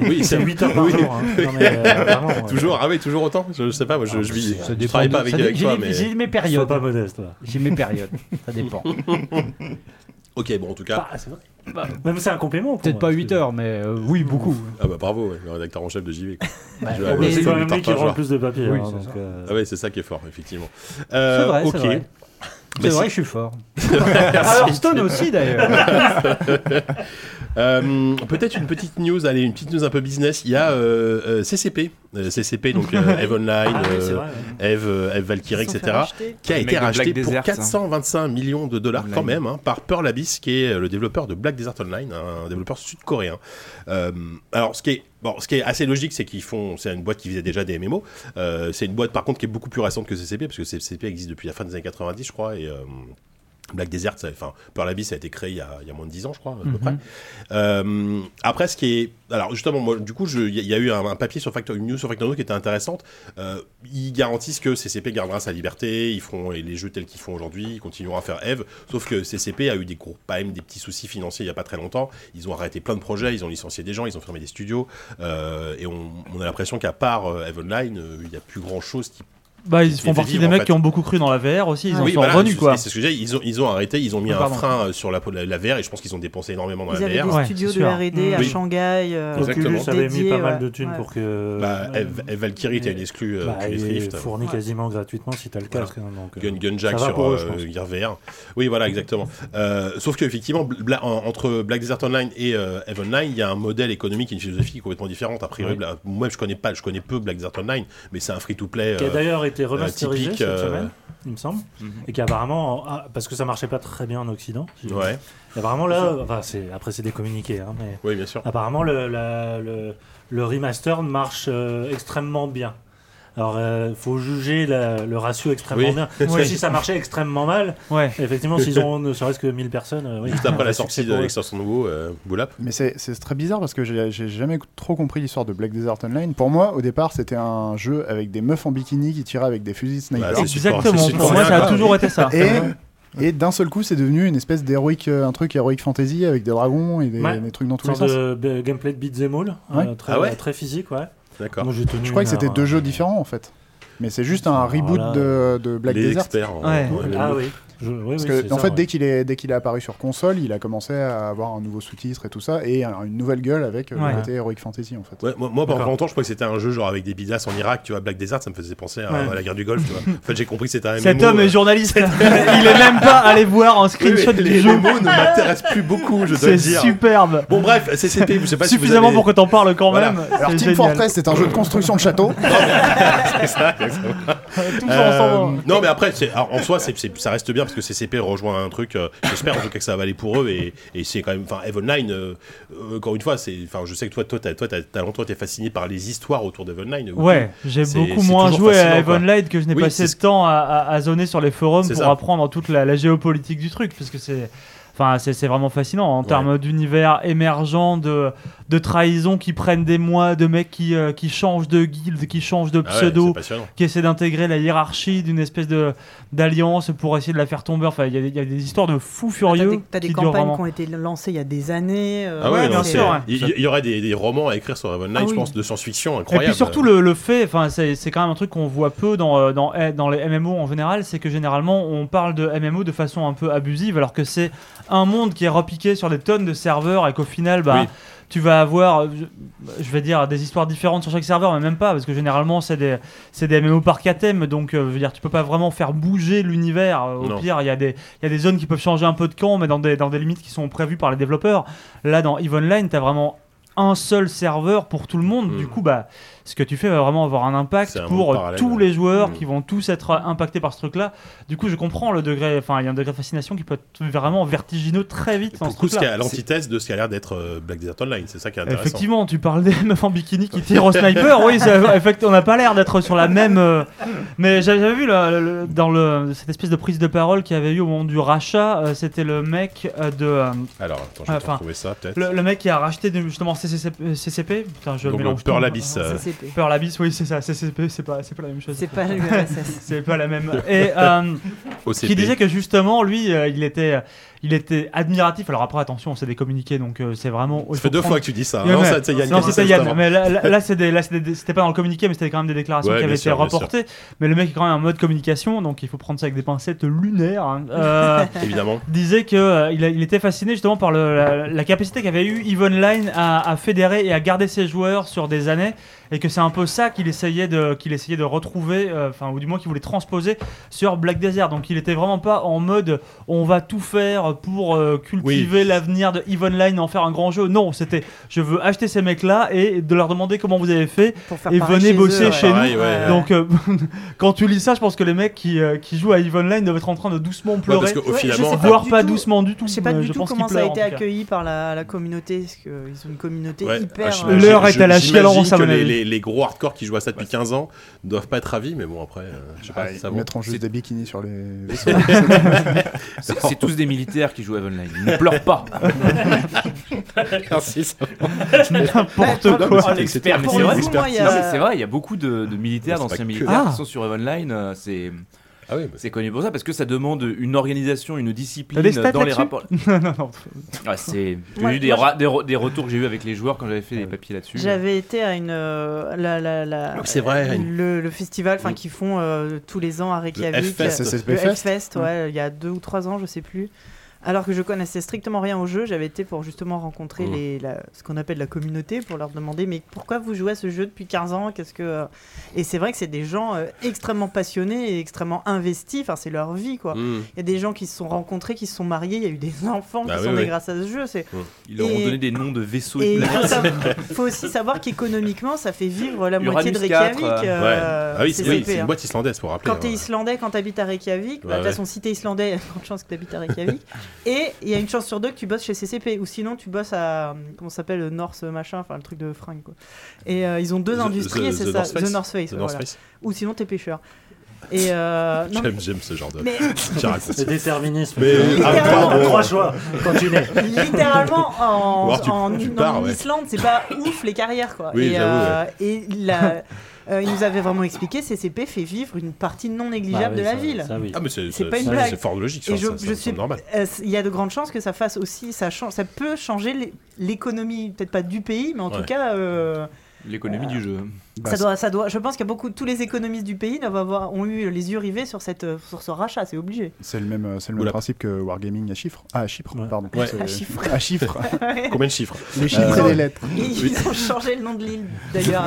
Speaker 2: Oui,
Speaker 9: c'est 8 heures par
Speaker 2: oui.
Speaker 9: jour. hein. Non, mais, euh, vraiment, ouais.
Speaker 2: toujours, ah oui, toujours autant. Je, je sais pas, moi, je, je, vis- je travaille pas avec,
Speaker 7: Ah, ça dé-
Speaker 2: avec
Speaker 7: j'ai
Speaker 2: toi,
Speaker 7: des-
Speaker 2: mais.
Speaker 7: J'ai mes périodes.
Speaker 9: Sois pas modeste, toi.
Speaker 7: J'ai mes périodes. Ça dépend.
Speaker 2: Ok, bon, en tout
Speaker 7: Bah.
Speaker 2: cas.
Speaker 9: Ah, c'est vrai. Même c'est un complément. pour
Speaker 7: Peut-être
Speaker 9: moi,
Speaker 7: pas
Speaker 9: parce
Speaker 7: 8 heures, mais euh, oui, beaucoup.
Speaker 2: Ah bah bravo, ouais, le rédacteur en chef de JV. quoi.
Speaker 7: Bah,
Speaker 2: Je-
Speaker 7: mais-
Speaker 2: ah, ouais,
Speaker 9: c'est
Speaker 2: c'est
Speaker 9: quand
Speaker 2: une
Speaker 9: même
Speaker 2: tarte
Speaker 9: lui qui
Speaker 2: par
Speaker 9: rend
Speaker 2: jour.
Speaker 9: le plus de papier.
Speaker 7: Oui,
Speaker 9: hein,
Speaker 7: c'est
Speaker 9: donc, euh,
Speaker 2: Ah ouais, c'est ça qui est fort, effectivement. Euh,
Speaker 7: c'est vrai,
Speaker 2: ok.
Speaker 7: c'est vrai.
Speaker 2: Bah,
Speaker 7: C'est vrai,
Speaker 2: si-
Speaker 7: je suis fort.
Speaker 2: Merci.
Speaker 7: Alors Stone aussi d'ailleurs.
Speaker 2: Euh, Peut-être une petite news, allez, une petite news un peu business. Il y a euh, euh, CCP, Euh, CCP donc euh, Eve Online,
Speaker 9: Ah oui, c'est
Speaker 2: euh,
Speaker 9: vrai,
Speaker 2: Eve, euh, Eve Valkyrie,
Speaker 5: Ils se sont fait
Speaker 2: etc.
Speaker 5: racheter.
Speaker 2: qui a
Speaker 4: Le mec
Speaker 2: été
Speaker 4: de
Speaker 2: racheté
Speaker 4: Black
Speaker 2: pour
Speaker 4: Desert, hein.
Speaker 2: 425 millions de dollars quand
Speaker 4: Online.
Speaker 2: même hein, par Pearl Abyss, qui est euh, le développeur de Black Desert Online, hein, un développeur sud-coréen. Euh, alors, ce qui est bon, ce qui est assez logique, c'est qu'ils font, c'est une boîte qui faisait déjà des MMO. Euh, c'est une boîte par contre qui est beaucoup plus récente que CCP, parce que CCP existe depuis la fin des années 90, je crois, et euh, Black Desert, ça- enfin, Pearl Abyss a été créé il y a, il y a moins de 10 ans, je crois, à peu
Speaker 7: Mhm.
Speaker 2: près. Euh, après, ce qui est. Alors, justement, moi, du coup, je- il y, a- il y a eu un, un papier sur Factor, une news sur Factor qui était intéressante. Euh, ils garantissent que CCP gardera sa liberté, ils feront les jeux tels qu'ils font aujourd'hui, ils continueront à faire Eve. Sauf que CCP a eu des gros, quand même des petits soucis financiers il n'y a pas très longtemps. Ils ont arrêté plein de projets, ils ont licencié des gens, ils ont fermé des studios. Euh, et on, on a l'impression qu'à part euh, Eve Online, euh, il n'y a plus grand chose qui
Speaker 3: Bah, ils
Speaker 2: Qui
Speaker 3: font
Speaker 2: fait
Speaker 3: partie
Speaker 2: vivre,
Speaker 3: des
Speaker 2: en
Speaker 3: mecs
Speaker 2: fait.
Speaker 3: qui ont beaucoup cru dans la VR aussi, Ah, ils en
Speaker 2: oui,
Speaker 3: sont
Speaker 2: voilà,
Speaker 3: revenus
Speaker 2: c'est-
Speaker 3: quoi.
Speaker 2: C'est ce que j'ai. dit, Ils ont, ils ont arrêté, ils ont mis
Speaker 3: Ah,
Speaker 2: un
Speaker 3: pardon.
Speaker 2: frein euh, sur la, la, la VR et je pense qu'ils ont dépensé énormément dans
Speaker 5: Ils
Speaker 2: la
Speaker 5: avaient
Speaker 2: VR.
Speaker 5: des
Speaker 3: Ouais,
Speaker 5: studios
Speaker 3: c'est
Speaker 5: de
Speaker 3: sûr.
Speaker 5: R&D à
Speaker 2: Oui.
Speaker 5: Shanghai. euh,
Speaker 2: Exactement.
Speaker 9: Oculus avait mis
Speaker 5: dédiés,
Speaker 9: pas mal
Speaker 5: ouais.
Speaker 9: de thunes
Speaker 5: Ouais.
Speaker 9: pour que.
Speaker 2: Bah,
Speaker 9: euh,
Speaker 2: Eve- Eve Valkyrie, t'as une exclue euh,
Speaker 9: bah,
Speaker 2: Oculus
Speaker 9: il est
Speaker 2: Rift.
Speaker 9: fourni
Speaker 5: Ouais.
Speaker 9: quasiment gratuitement si t'as le
Speaker 2: Voilà.
Speaker 9: casque. hein, donc, euh,
Speaker 2: Gun, Gunjack
Speaker 9: ça va
Speaker 2: sur
Speaker 9: pour eux, je
Speaker 2: euh,
Speaker 9: pense.
Speaker 2: Gear VR. Oui, voilà, exactement. Euh, sauf qu'effectivement, Bla- en- entre Black Desert Online et euh, Eve Online, il y a un modèle économique, une philosophie complètement différente. A priori,
Speaker 7: Oui.
Speaker 2: Bla- moi, je connais pas, je connais peu Black Desert Online, mais c'est un free-to-play.
Speaker 9: Qui a
Speaker 2: euh,
Speaker 9: d'ailleurs été remasterisé
Speaker 2: typique,
Speaker 9: cette
Speaker 2: euh, Mhm.
Speaker 9: semaine, il me semble. Et qui apparemment. ah, parce que ça marchait pas très bien en Occident. si-
Speaker 2: ouais.
Speaker 9: Et vraiment là. Enfin, c'est- après, c'est décommuniqué. Hein, mais
Speaker 2: Oui, bien sûr.
Speaker 9: apparemment, le, la- le, le remaster marche euh, extrêmement bien. Alors, euh, faut juger la- le ratio extrêmement
Speaker 2: Oui.
Speaker 9: bien. Parce que
Speaker 3: Oui.
Speaker 9: si ça marchait extrêmement mal,
Speaker 3: Ouais.
Speaker 9: effectivement, s'ils ont ne serait-ce que 1000 personnes. euh, oui,
Speaker 2: Juste après la
Speaker 9: c'est
Speaker 2: sortie de
Speaker 9: pour eux.
Speaker 2: l'extension nouveau, euh, Boulap.
Speaker 6: Mais c'est c'est très bizarre parce que j'ai j'ai jamais trop compris l'histoire de Black Desert Online. Pour moi, au départ, c'était un jeu avec des meufs en bikini qui tiraient avec des fusils sniper.
Speaker 2: Bah, c'est super-
Speaker 3: Exactement,
Speaker 2: c'est super
Speaker 3: pour moi ça
Speaker 2: bien,
Speaker 3: a
Speaker 2: quoi.
Speaker 3: toujours été ça.
Speaker 6: et et d'un seul coup, c'est devenu une espèce d'héroïque, euh, un truc héroïque fantasy avec des dragons et des,
Speaker 9: Ouais.
Speaker 6: des trucs dans tous les
Speaker 9: Sorte
Speaker 6: sens.
Speaker 9: de b- gameplay de beat'em all,
Speaker 6: Ouais.
Speaker 9: euh, très,
Speaker 2: Ah ouais
Speaker 9: très physique, ouais.
Speaker 2: D'accord.
Speaker 9: Moi, j'ai tenu
Speaker 6: Je crois que
Speaker 9: une
Speaker 6: c'était
Speaker 9: heure,
Speaker 6: deux
Speaker 9: euh,
Speaker 6: jeux différents en fait. Mais c'est juste un
Speaker 9: Voilà.
Speaker 6: reboot de, de Black
Speaker 2: Les
Speaker 6: Desert.
Speaker 2: experts. euh, en-
Speaker 3: Ouais.
Speaker 2: en MMO.
Speaker 9: Ah oui. Je- oui,
Speaker 6: Parce
Speaker 9: oui,
Speaker 6: que,
Speaker 9: c'est
Speaker 6: en
Speaker 9: ça,
Speaker 6: fait,
Speaker 9: ouais.
Speaker 6: dès qu'il est, dès qu'il est apparu sur console, il a commencé à avoir un nouveau sous-titre et tout ça, et un- une nouvelle gueule avec euh,
Speaker 3: Ouais.
Speaker 6: le côté Heroic Fantasy en fait.
Speaker 2: Ouais, moi, moi, pendant
Speaker 9: D'accord.
Speaker 2: longtemps, je crois que c'était un jeu genre avec des pizzas en Irak, tu vois, Black Desert, ça me faisait penser à,
Speaker 9: Ouais.
Speaker 2: à la guerre du Golfe, tu vois. En fait, j'ai compris que c'était un
Speaker 3: Cet
Speaker 2: MMO,
Speaker 3: homme
Speaker 2: euh,
Speaker 3: est journaliste, il est même pas allé voir un
Speaker 2: oui,
Speaker 3: screenshot
Speaker 2: les
Speaker 3: du jeu.
Speaker 2: MMO ne m'intéressent plus beaucoup, je dois le
Speaker 3: C'est
Speaker 2: dire.
Speaker 3: superbe.
Speaker 2: Bon, bref, CCP, je sais pas si vous
Speaker 3: Suffisamment
Speaker 2: avez-
Speaker 3: pour que t'en parles quand
Speaker 2: Voilà.
Speaker 3: même.
Speaker 6: Alors,
Speaker 3: c'est
Speaker 6: Team
Speaker 3: génial.
Speaker 6: Fortress, c'est un jeu de construction de château.
Speaker 2: C'est ça, exactement.
Speaker 3: Toujours
Speaker 2: Euh,
Speaker 3: ensemble.
Speaker 2: non mais après c'est- alors, en soi c'est- c'est- ça reste bien parce que CCP rejoint un truc euh, j'espère en tout cas que ça va aller pour eux et, et c'est quand même enfin Eve Online euh, euh, encore une fois c'est enfin je sais que toi toi t'as toi t'as t'as longtemps été fasciné par les histoires autour d'Eve Online où
Speaker 3: Ouais, j'ai
Speaker 2: euh, C'est-
Speaker 3: beaucoup
Speaker 2: c'est
Speaker 3: moins
Speaker 2: toujours
Speaker 3: joué à
Speaker 2: fascinant,
Speaker 3: Eve
Speaker 2: quoi.
Speaker 3: Online que je n'ai
Speaker 2: Oui,
Speaker 3: passé
Speaker 2: c'est
Speaker 3: de temps à, à- à zoner sur les forums
Speaker 2: C'est
Speaker 3: pour
Speaker 2: ça.
Speaker 3: apprendre toute la, la géopolitique du truc, parce que c'est. Enfin, c'est c'est vraiment fascinant en termes d'univers émergent, de, de trahison qui prennent des mois, de mecs qui, euh, qui changent de guilde, qui changent de
Speaker 2: Ah ouais,
Speaker 3: pseudo,
Speaker 2: c'est passionnant
Speaker 3: qui essaient d'intégrer la hiérarchie d'une espèce de d'alliance pour essayer de la faire tomber. Enfin, il y, a des- il y a des histoires de fous
Speaker 5: Bah, T'as
Speaker 3: furieux.
Speaker 5: des, t'as des
Speaker 3: qui durent
Speaker 5: campagnes
Speaker 3: vraiment.
Speaker 5: qui ont été lancées il y a des années. euh,
Speaker 2: ah ouais,
Speaker 3: ouais, bien
Speaker 2: non, c'est-
Speaker 3: sûr, ouais.
Speaker 2: il il y, aurait des, des romans à écrire sur Eve Online
Speaker 5: Ah
Speaker 2: je
Speaker 5: oui.
Speaker 2: pense de science-fiction
Speaker 3: Et
Speaker 2: incroyable
Speaker 3: puis surtout le, le fait, enfin c'est c'est quand même un truc qu'on voit peu dans, euh, dans, eh, dans les MMO en général, c'est que généralement on parle de MMO de façon un peu abusive alors que c'est un monde qui est repiqué sur des tonnes de serveurs et qu'au final bah,
Speaker 2: Oui.
Speaker 3: tu vas avoir, euh, je je vais dire, des histoires différentes sur chaque serveur mais même pas parce que généralement c'est des, c'est des MMO par thème donc euh, je veux dire tu peux pas vraiment faire bouger l'univers. Euh, Au
Speaker 2: Non.
Speaker 3: pire il y, a des- il y a des zones qui peuvent changer un peu de camp mais dans des, dans des limites qui sont prévues par les développeurs. Là dans EVE Online t'as vraiment un seul serveur pour tout le monde
Speaker 2: Mm.
Speaker 3: du coup bah ce que tu fais va vraiment avoir un impact
Speaker 2: C'est un
Speaker 3: pour
Speaker 2: monde parallèle,
Speaker 3: tous
Speaker 2: ouais.
Speaker 3: les joueurs
Speaker 2: Mm.
Speaker 3: qui vont tous être euh, impactés par ce truc-là. Du coup, je comprends le degré, enfin, il y a un degré de fascination qui peut être vraiment vertigineux très vite dans
Speaker 2: pour
Speaker 3: ce
Speaker 2: le coup, ce qui est
Speaker 3: truc-là.
Speaker 2: à l'antithèse de ce qui a l'air d'être euh, Black Desert Online, c'est ça qui est intéressant.
Speaker 3: Effectivement, tu parles des meufs en bikini qui tirent au sniper. Oui, c'est- effect- on n'a pas l'air d'être sur la même. euh, Mais j'avais j'avais vu là, le- le- dans le, cette espèce de prise de parole qu'il y avait eu au moment du rachat, euh, c'était le mec euh, de. euh,
Speaker 2: Alors, attends, je vais
Speaker 3: Enfin,
Speaker 2: trouver ça peut-être.
Speaker 3: le, le mec qui a racheté de- justement CCP. CCP putain, je
Speaker 2: Donc, le
Speaker 3: mélange
Speaker 2: Pearl
Speaker 3: tout. hein,
Speaker 2: Abyss. euh,
Speaker 5: CCP, CCP.
Speaker 3: Pearl Abyss, oui, c'est ça. CCP, c'est pas, c'est pas la même chose.
Speaker 5: C'est pas l'URSS.
Speaker 3: c'est pas la même. Et euh,
Speaker 2: OCP.
Speaker 3: qui disait que justement, lui, euh, il était, il était admiratif. Alors après, attention, c'est des communiqués, donc euh, c'est vraiment.
Speaker 2: Ça fait deux fois que tu dis ça. hein.
Speaker 3: Ouais,
Speaker 2: Non,
Speaker 3: mais-
Speaker 2: ça, c'est Yann
Speaker 3: non,
Speaker 2: qui a dit
Speaker 3: c'était
Speaker 2: ça
Speaker 3: Yann.
Speaker 2: juste
Speaker 3: Mais là,
Speaker 2: avant.
Speaker 3: là, là, c'est des- là, c'est des- c'était pas dans le communiqué, mais c'était quand même des déclarations
Speaker 2: Ouais,
Speaker 3: qui
Speaker 2: bien
Speaker 3: avaient été
Speaker 2: sûr, bien sûr.
Speaker 3: reportées. Mais le mec est quand même en mode communication, donc il faut prendre ça avec des pincettes lunaires. hein. Euh,
Speaker 2: Évidemment.
Speaker 3: Disait que euh, il, a- il était fasciné justement par le- la, la capacité qu'avait eu Yvonne Line à, à fédérer et à garder ses joueurs sur des années, et que c'est un peu ça qu'il essayait de qu'il essayait de retrouver, euh, enfin ou du moins qu'il voulait transposer sur Black Desert. Donc il était vraiment pas en mode on va tout faire pour euh, cultiver l'avenir de Yvonne Line, en faire un grand jeu. Non, c'était je veux acheter ces mecs là et de leur demander comment vous avez fait
Speaker 5: faire
Speaker 3: et
Speaker 5: pareil
Speaker 3: venez
Speaker 5: chez eux,
Speaker 3: bosser
Speaker 5: ouais.
Speaker 3: chez
Speaker 2: Pareil,
Speaker 3: nous.
Speaker 2: ouais, ouais.
Speaker 3: Donc euh, quand tu lis ça, je pense que les mecs qui, euh, qui jouent à Yvonne Line doivent être en train Bah, de doucement pleurer,
Speaker 2: parce qu'au Ouais, final, je sais pas
Speaker 3: voire
Speaker 5: du
Speaker 3: pas
Speaker 5: tout-
Speaker 3: doucement du tout.
Speaker 5: Je sais pas
Speaker 3: euh,
Speaker 5: du tout
Speaker 3: pense qu'ils
Speaker 5: comment ça a
Speaker 3: pleurent,
Speaker 5: été
Speaker 3: en tout cas.
Speaker 5: accueilli par la, la communauté, parce qu'ils ont une communauté
Speaker 2: Ouais,
Speaker 5: hyper.
Speaker 2: ah, je-
Speaker 5: euh,
Speaker 2: je-
Speaker 3: L'heure est à la
Speaker 2: je-
Speaker 3: chialence,
Speaker 2: j'imagine
Speaker 3: à mon
Speaker 2: que les,
Speaker 3: avis.
Speaker 2: les- les gros hardcore qui jouent à ça depuis 15 ans doivent pas être ravis, mais bon, après, euh, je sais
Speaker 5: Ah,
Speaker 2: pas si ça
Speaker 6: Ils
Speaker 2: vaut.
Speaker 6: mettront juste des bikinis sur les vaisseaux.
Speaker 4: C'est c'est tous des militaires qui jouent à Online. Ils ne pleurent pas.
Speaker 2: Merci, ça
Speaker 3: N'importe
Speaker 2: Non, mais
Speaker 3: quoi.
Speaker 2: c'était-
Speaker 4: Ah, l'expert,
Speaker 2: c'était-
Speaker 4: mais
Speaker 5: pour
Speaker 4: c'est
Speaker 5: le
Speaker 4: vrai.
Speaker 5: coup, moi, il y a-
Speaker 4: Non, mais c'est vrai, il y a beaucoup de, de militaires,
Speaker 2: Mais c'est
Speaker 4: d'anciens
Speaker 2: pas que.
Speaker 4: militaires
Speaker 3: Ah.
Speaker 4: qui sont sur Evenline. euh, C'est
Speaker 2: Ah oui, bah,
Speaker 4: c'est connu pour ça parce que ça demande une organisation, une discipline
Speaker 3: T'as des stats
Speaker 4: dans les
Speaker 3: là-dessus
Speaker 4: rapports.
Speaker 3: Non, non, non.
Speaker 4: Ah, c'est j'ai
Speaker 5: Moi,
Speaker 4: eu des,
Speaker 5: moi, je-
Speaker 4: ra- des, re- des retours que j'ai eu avec les joueurs quand j'avais fait des papiers là-dessus.
Speaker 5: J'avais été à une. euh, la- la- la-
Speaker 2: Oui, c'est vrai, une-
Speaker 5: Le, le festival
Speaker 4: Mm.
Speaker 5: enfin, qu'ils font euh, tous les ans à Reykjavik.
Speaker 2: F-Fest.
Speaker 5: euh,
Speaker 6: SSP
Speaker 5: Le
Speaker 6: Fest.
Speaker 5: F-Fest, ouais, il y a deux ou trois ans, je sais plus. Alors que je connaissais strictement rien au jeu, j'avais été pour justement rencontrer
Speaker 2: Mm.
Speaker 5: les, la- ce qu'on appelle la communauté pour leur demander mais pourquoi vous jouez à ce jeu depuis 15 ans Qu'est-ce que euh Et c'est vrai que c'est des gens euh, extrêmement passionnés et extrêmement investis. Enfin, c'est leur vie quoi.
Speaker 2: Mm.
Speaker 5: Il y a des gens qui se sont rencontrés, qui se sont mariés, il y a eu des enfants
Speaker 2: Bah
Speaker 5: qui
Speaker 2: oui,
Speaker 5: sont nés
Speaker 2: oui.
Speaker 5: grâce à ce jeu. C'est
Speaker 4: Ils leur ont
Speaker 5: Et-
Speaker 4: donné des noms de vaisseaux
Speaker 5: et
Speaker 4: et de
Speaker 5: il
Speaker 4: planètes.
Speaker 5: faut, savoir- faut aussi savoir qu'économiquement, ça fait vivre la moitié de
Speaker 4: Uranus 4,
Speaker 5: Reykjavik.
Speaker 2: Ouais.
Speaker 5: euh,
Speaker 2: ah oui, c'est oui,
Speaker 5: CCP,
Speaker 2: c'est
Speaker 5: hein.
Speaker 2: une boîte islandaise pour rappeler.
Speaker 5: Quand t'es
Speaker 2: hein.
Speaker 5: islandais, quand t'habites à Reykjavik, bah,
Speaker 2: Ouais, ouais.
Speaker 5: de toute façon, si t'es islandais, il y a grande chance que t'habites à Reykjavik. et il y a une chance sur deux que tu bosses chez CCP, ou sinon tu bosses à. euh, Comment ça s'appelle euh, North euh, machin, enfin le truc de fringue quoi. Et euh, ils ont deux
Speaker 2: The-
Speaker 5: industries,
Speaker 2: The-
Speaker 5: et c'est
Speaker 2: The
Speaker 5: ça,
Speaker 2: North Face.
Speaker 5: The North Face.
Speaker 2: The
Speaker 5: ouais,
Speaker 2: North
Speaker 5: voilà.
Speaker 2: Face.
Speaker 5: Ou sinon t'es pêcheur. Et. euh, non,
Speaker 2: J'aime, j'aime ce genre de.
Speaker 5: mais
Speaker 2: J'ai raconté.
Speaker 9: C'est déterminisme.
Speaker 2: Mais- euh,
Speaker 9: Ah,
Speaker 5: Littéralement.
Speaker 9: trois- trois choix quand tu nais.
Speaker 5: littéralement en,
Speaker 2: Ou alors tu-
Speaker 5: en-
Speaker 2: tu
Speaker 5: en
Speaker 2: pars, ouais.
Speaker 5: Islande c'est pas ouf les carrières quoi
Speaker 2: Oui,
Speaker 5: et, euh,
Speaker 2: j'avoue,
Speaker 5: et la- euh, il nous avait vraiment expliqué CCP fait vivre une partie non négligeable
Speaker 9: Bah oui,
Speaker 5: de la
Speaker 9: ça-
Speaker 5: ville
Speaker 9: ça, oui.
Speaker 2: Ah, mais c'est
Speaker 5: C'est
Speaker 2: ça-
Speaker 5: pas une
Speaker 2: ça-
Speaker 5: blague.
Speaker 2: C'est fort logique,
Speaker 5: et
Speaker 2: ça,
Speaker 5: je,
Speaker 2: ça- ça
Speaker 5: je
Speaker 2: me
Speaker 5: suis
Speaker 2: semble normal.
Speaker 5: euh, il y a de grandes chances que ça fasse aussi ça change ça peut changer l'é- l'économie peut-être pas du pays mais en
Speaker 2: Ouais.
Speaker 5: tout cas euh,
Speaker 4: L'économie du jeu.
Speaker 6: Bah,
Speaker 5: ça doit ça doit je pense qu'il y a beaucoup tous les économistes du pays doivent avoir ont eu les yeux rivés sur cette euh, sur ce rachat c'est obligé
Speaker 6: C'est le même, c'est le
Speaker 2: Oula.
Speaker 6: même principe que Wargaming à chiffres. Ah, à Chypre,
Speaker 9: Ouais.
Speaker 6: pardon.
Speaker 2: Ouais.
Speaker 6: C'est-
Speaker 5: À Chypre.
Speaker 6: À chiffres.
Speaker 2: Combien de chiffres
Speaker 6: Les chiffres et les lettres.
Speaker 5: Et ils ont changé le nom de l'île d'ailleurs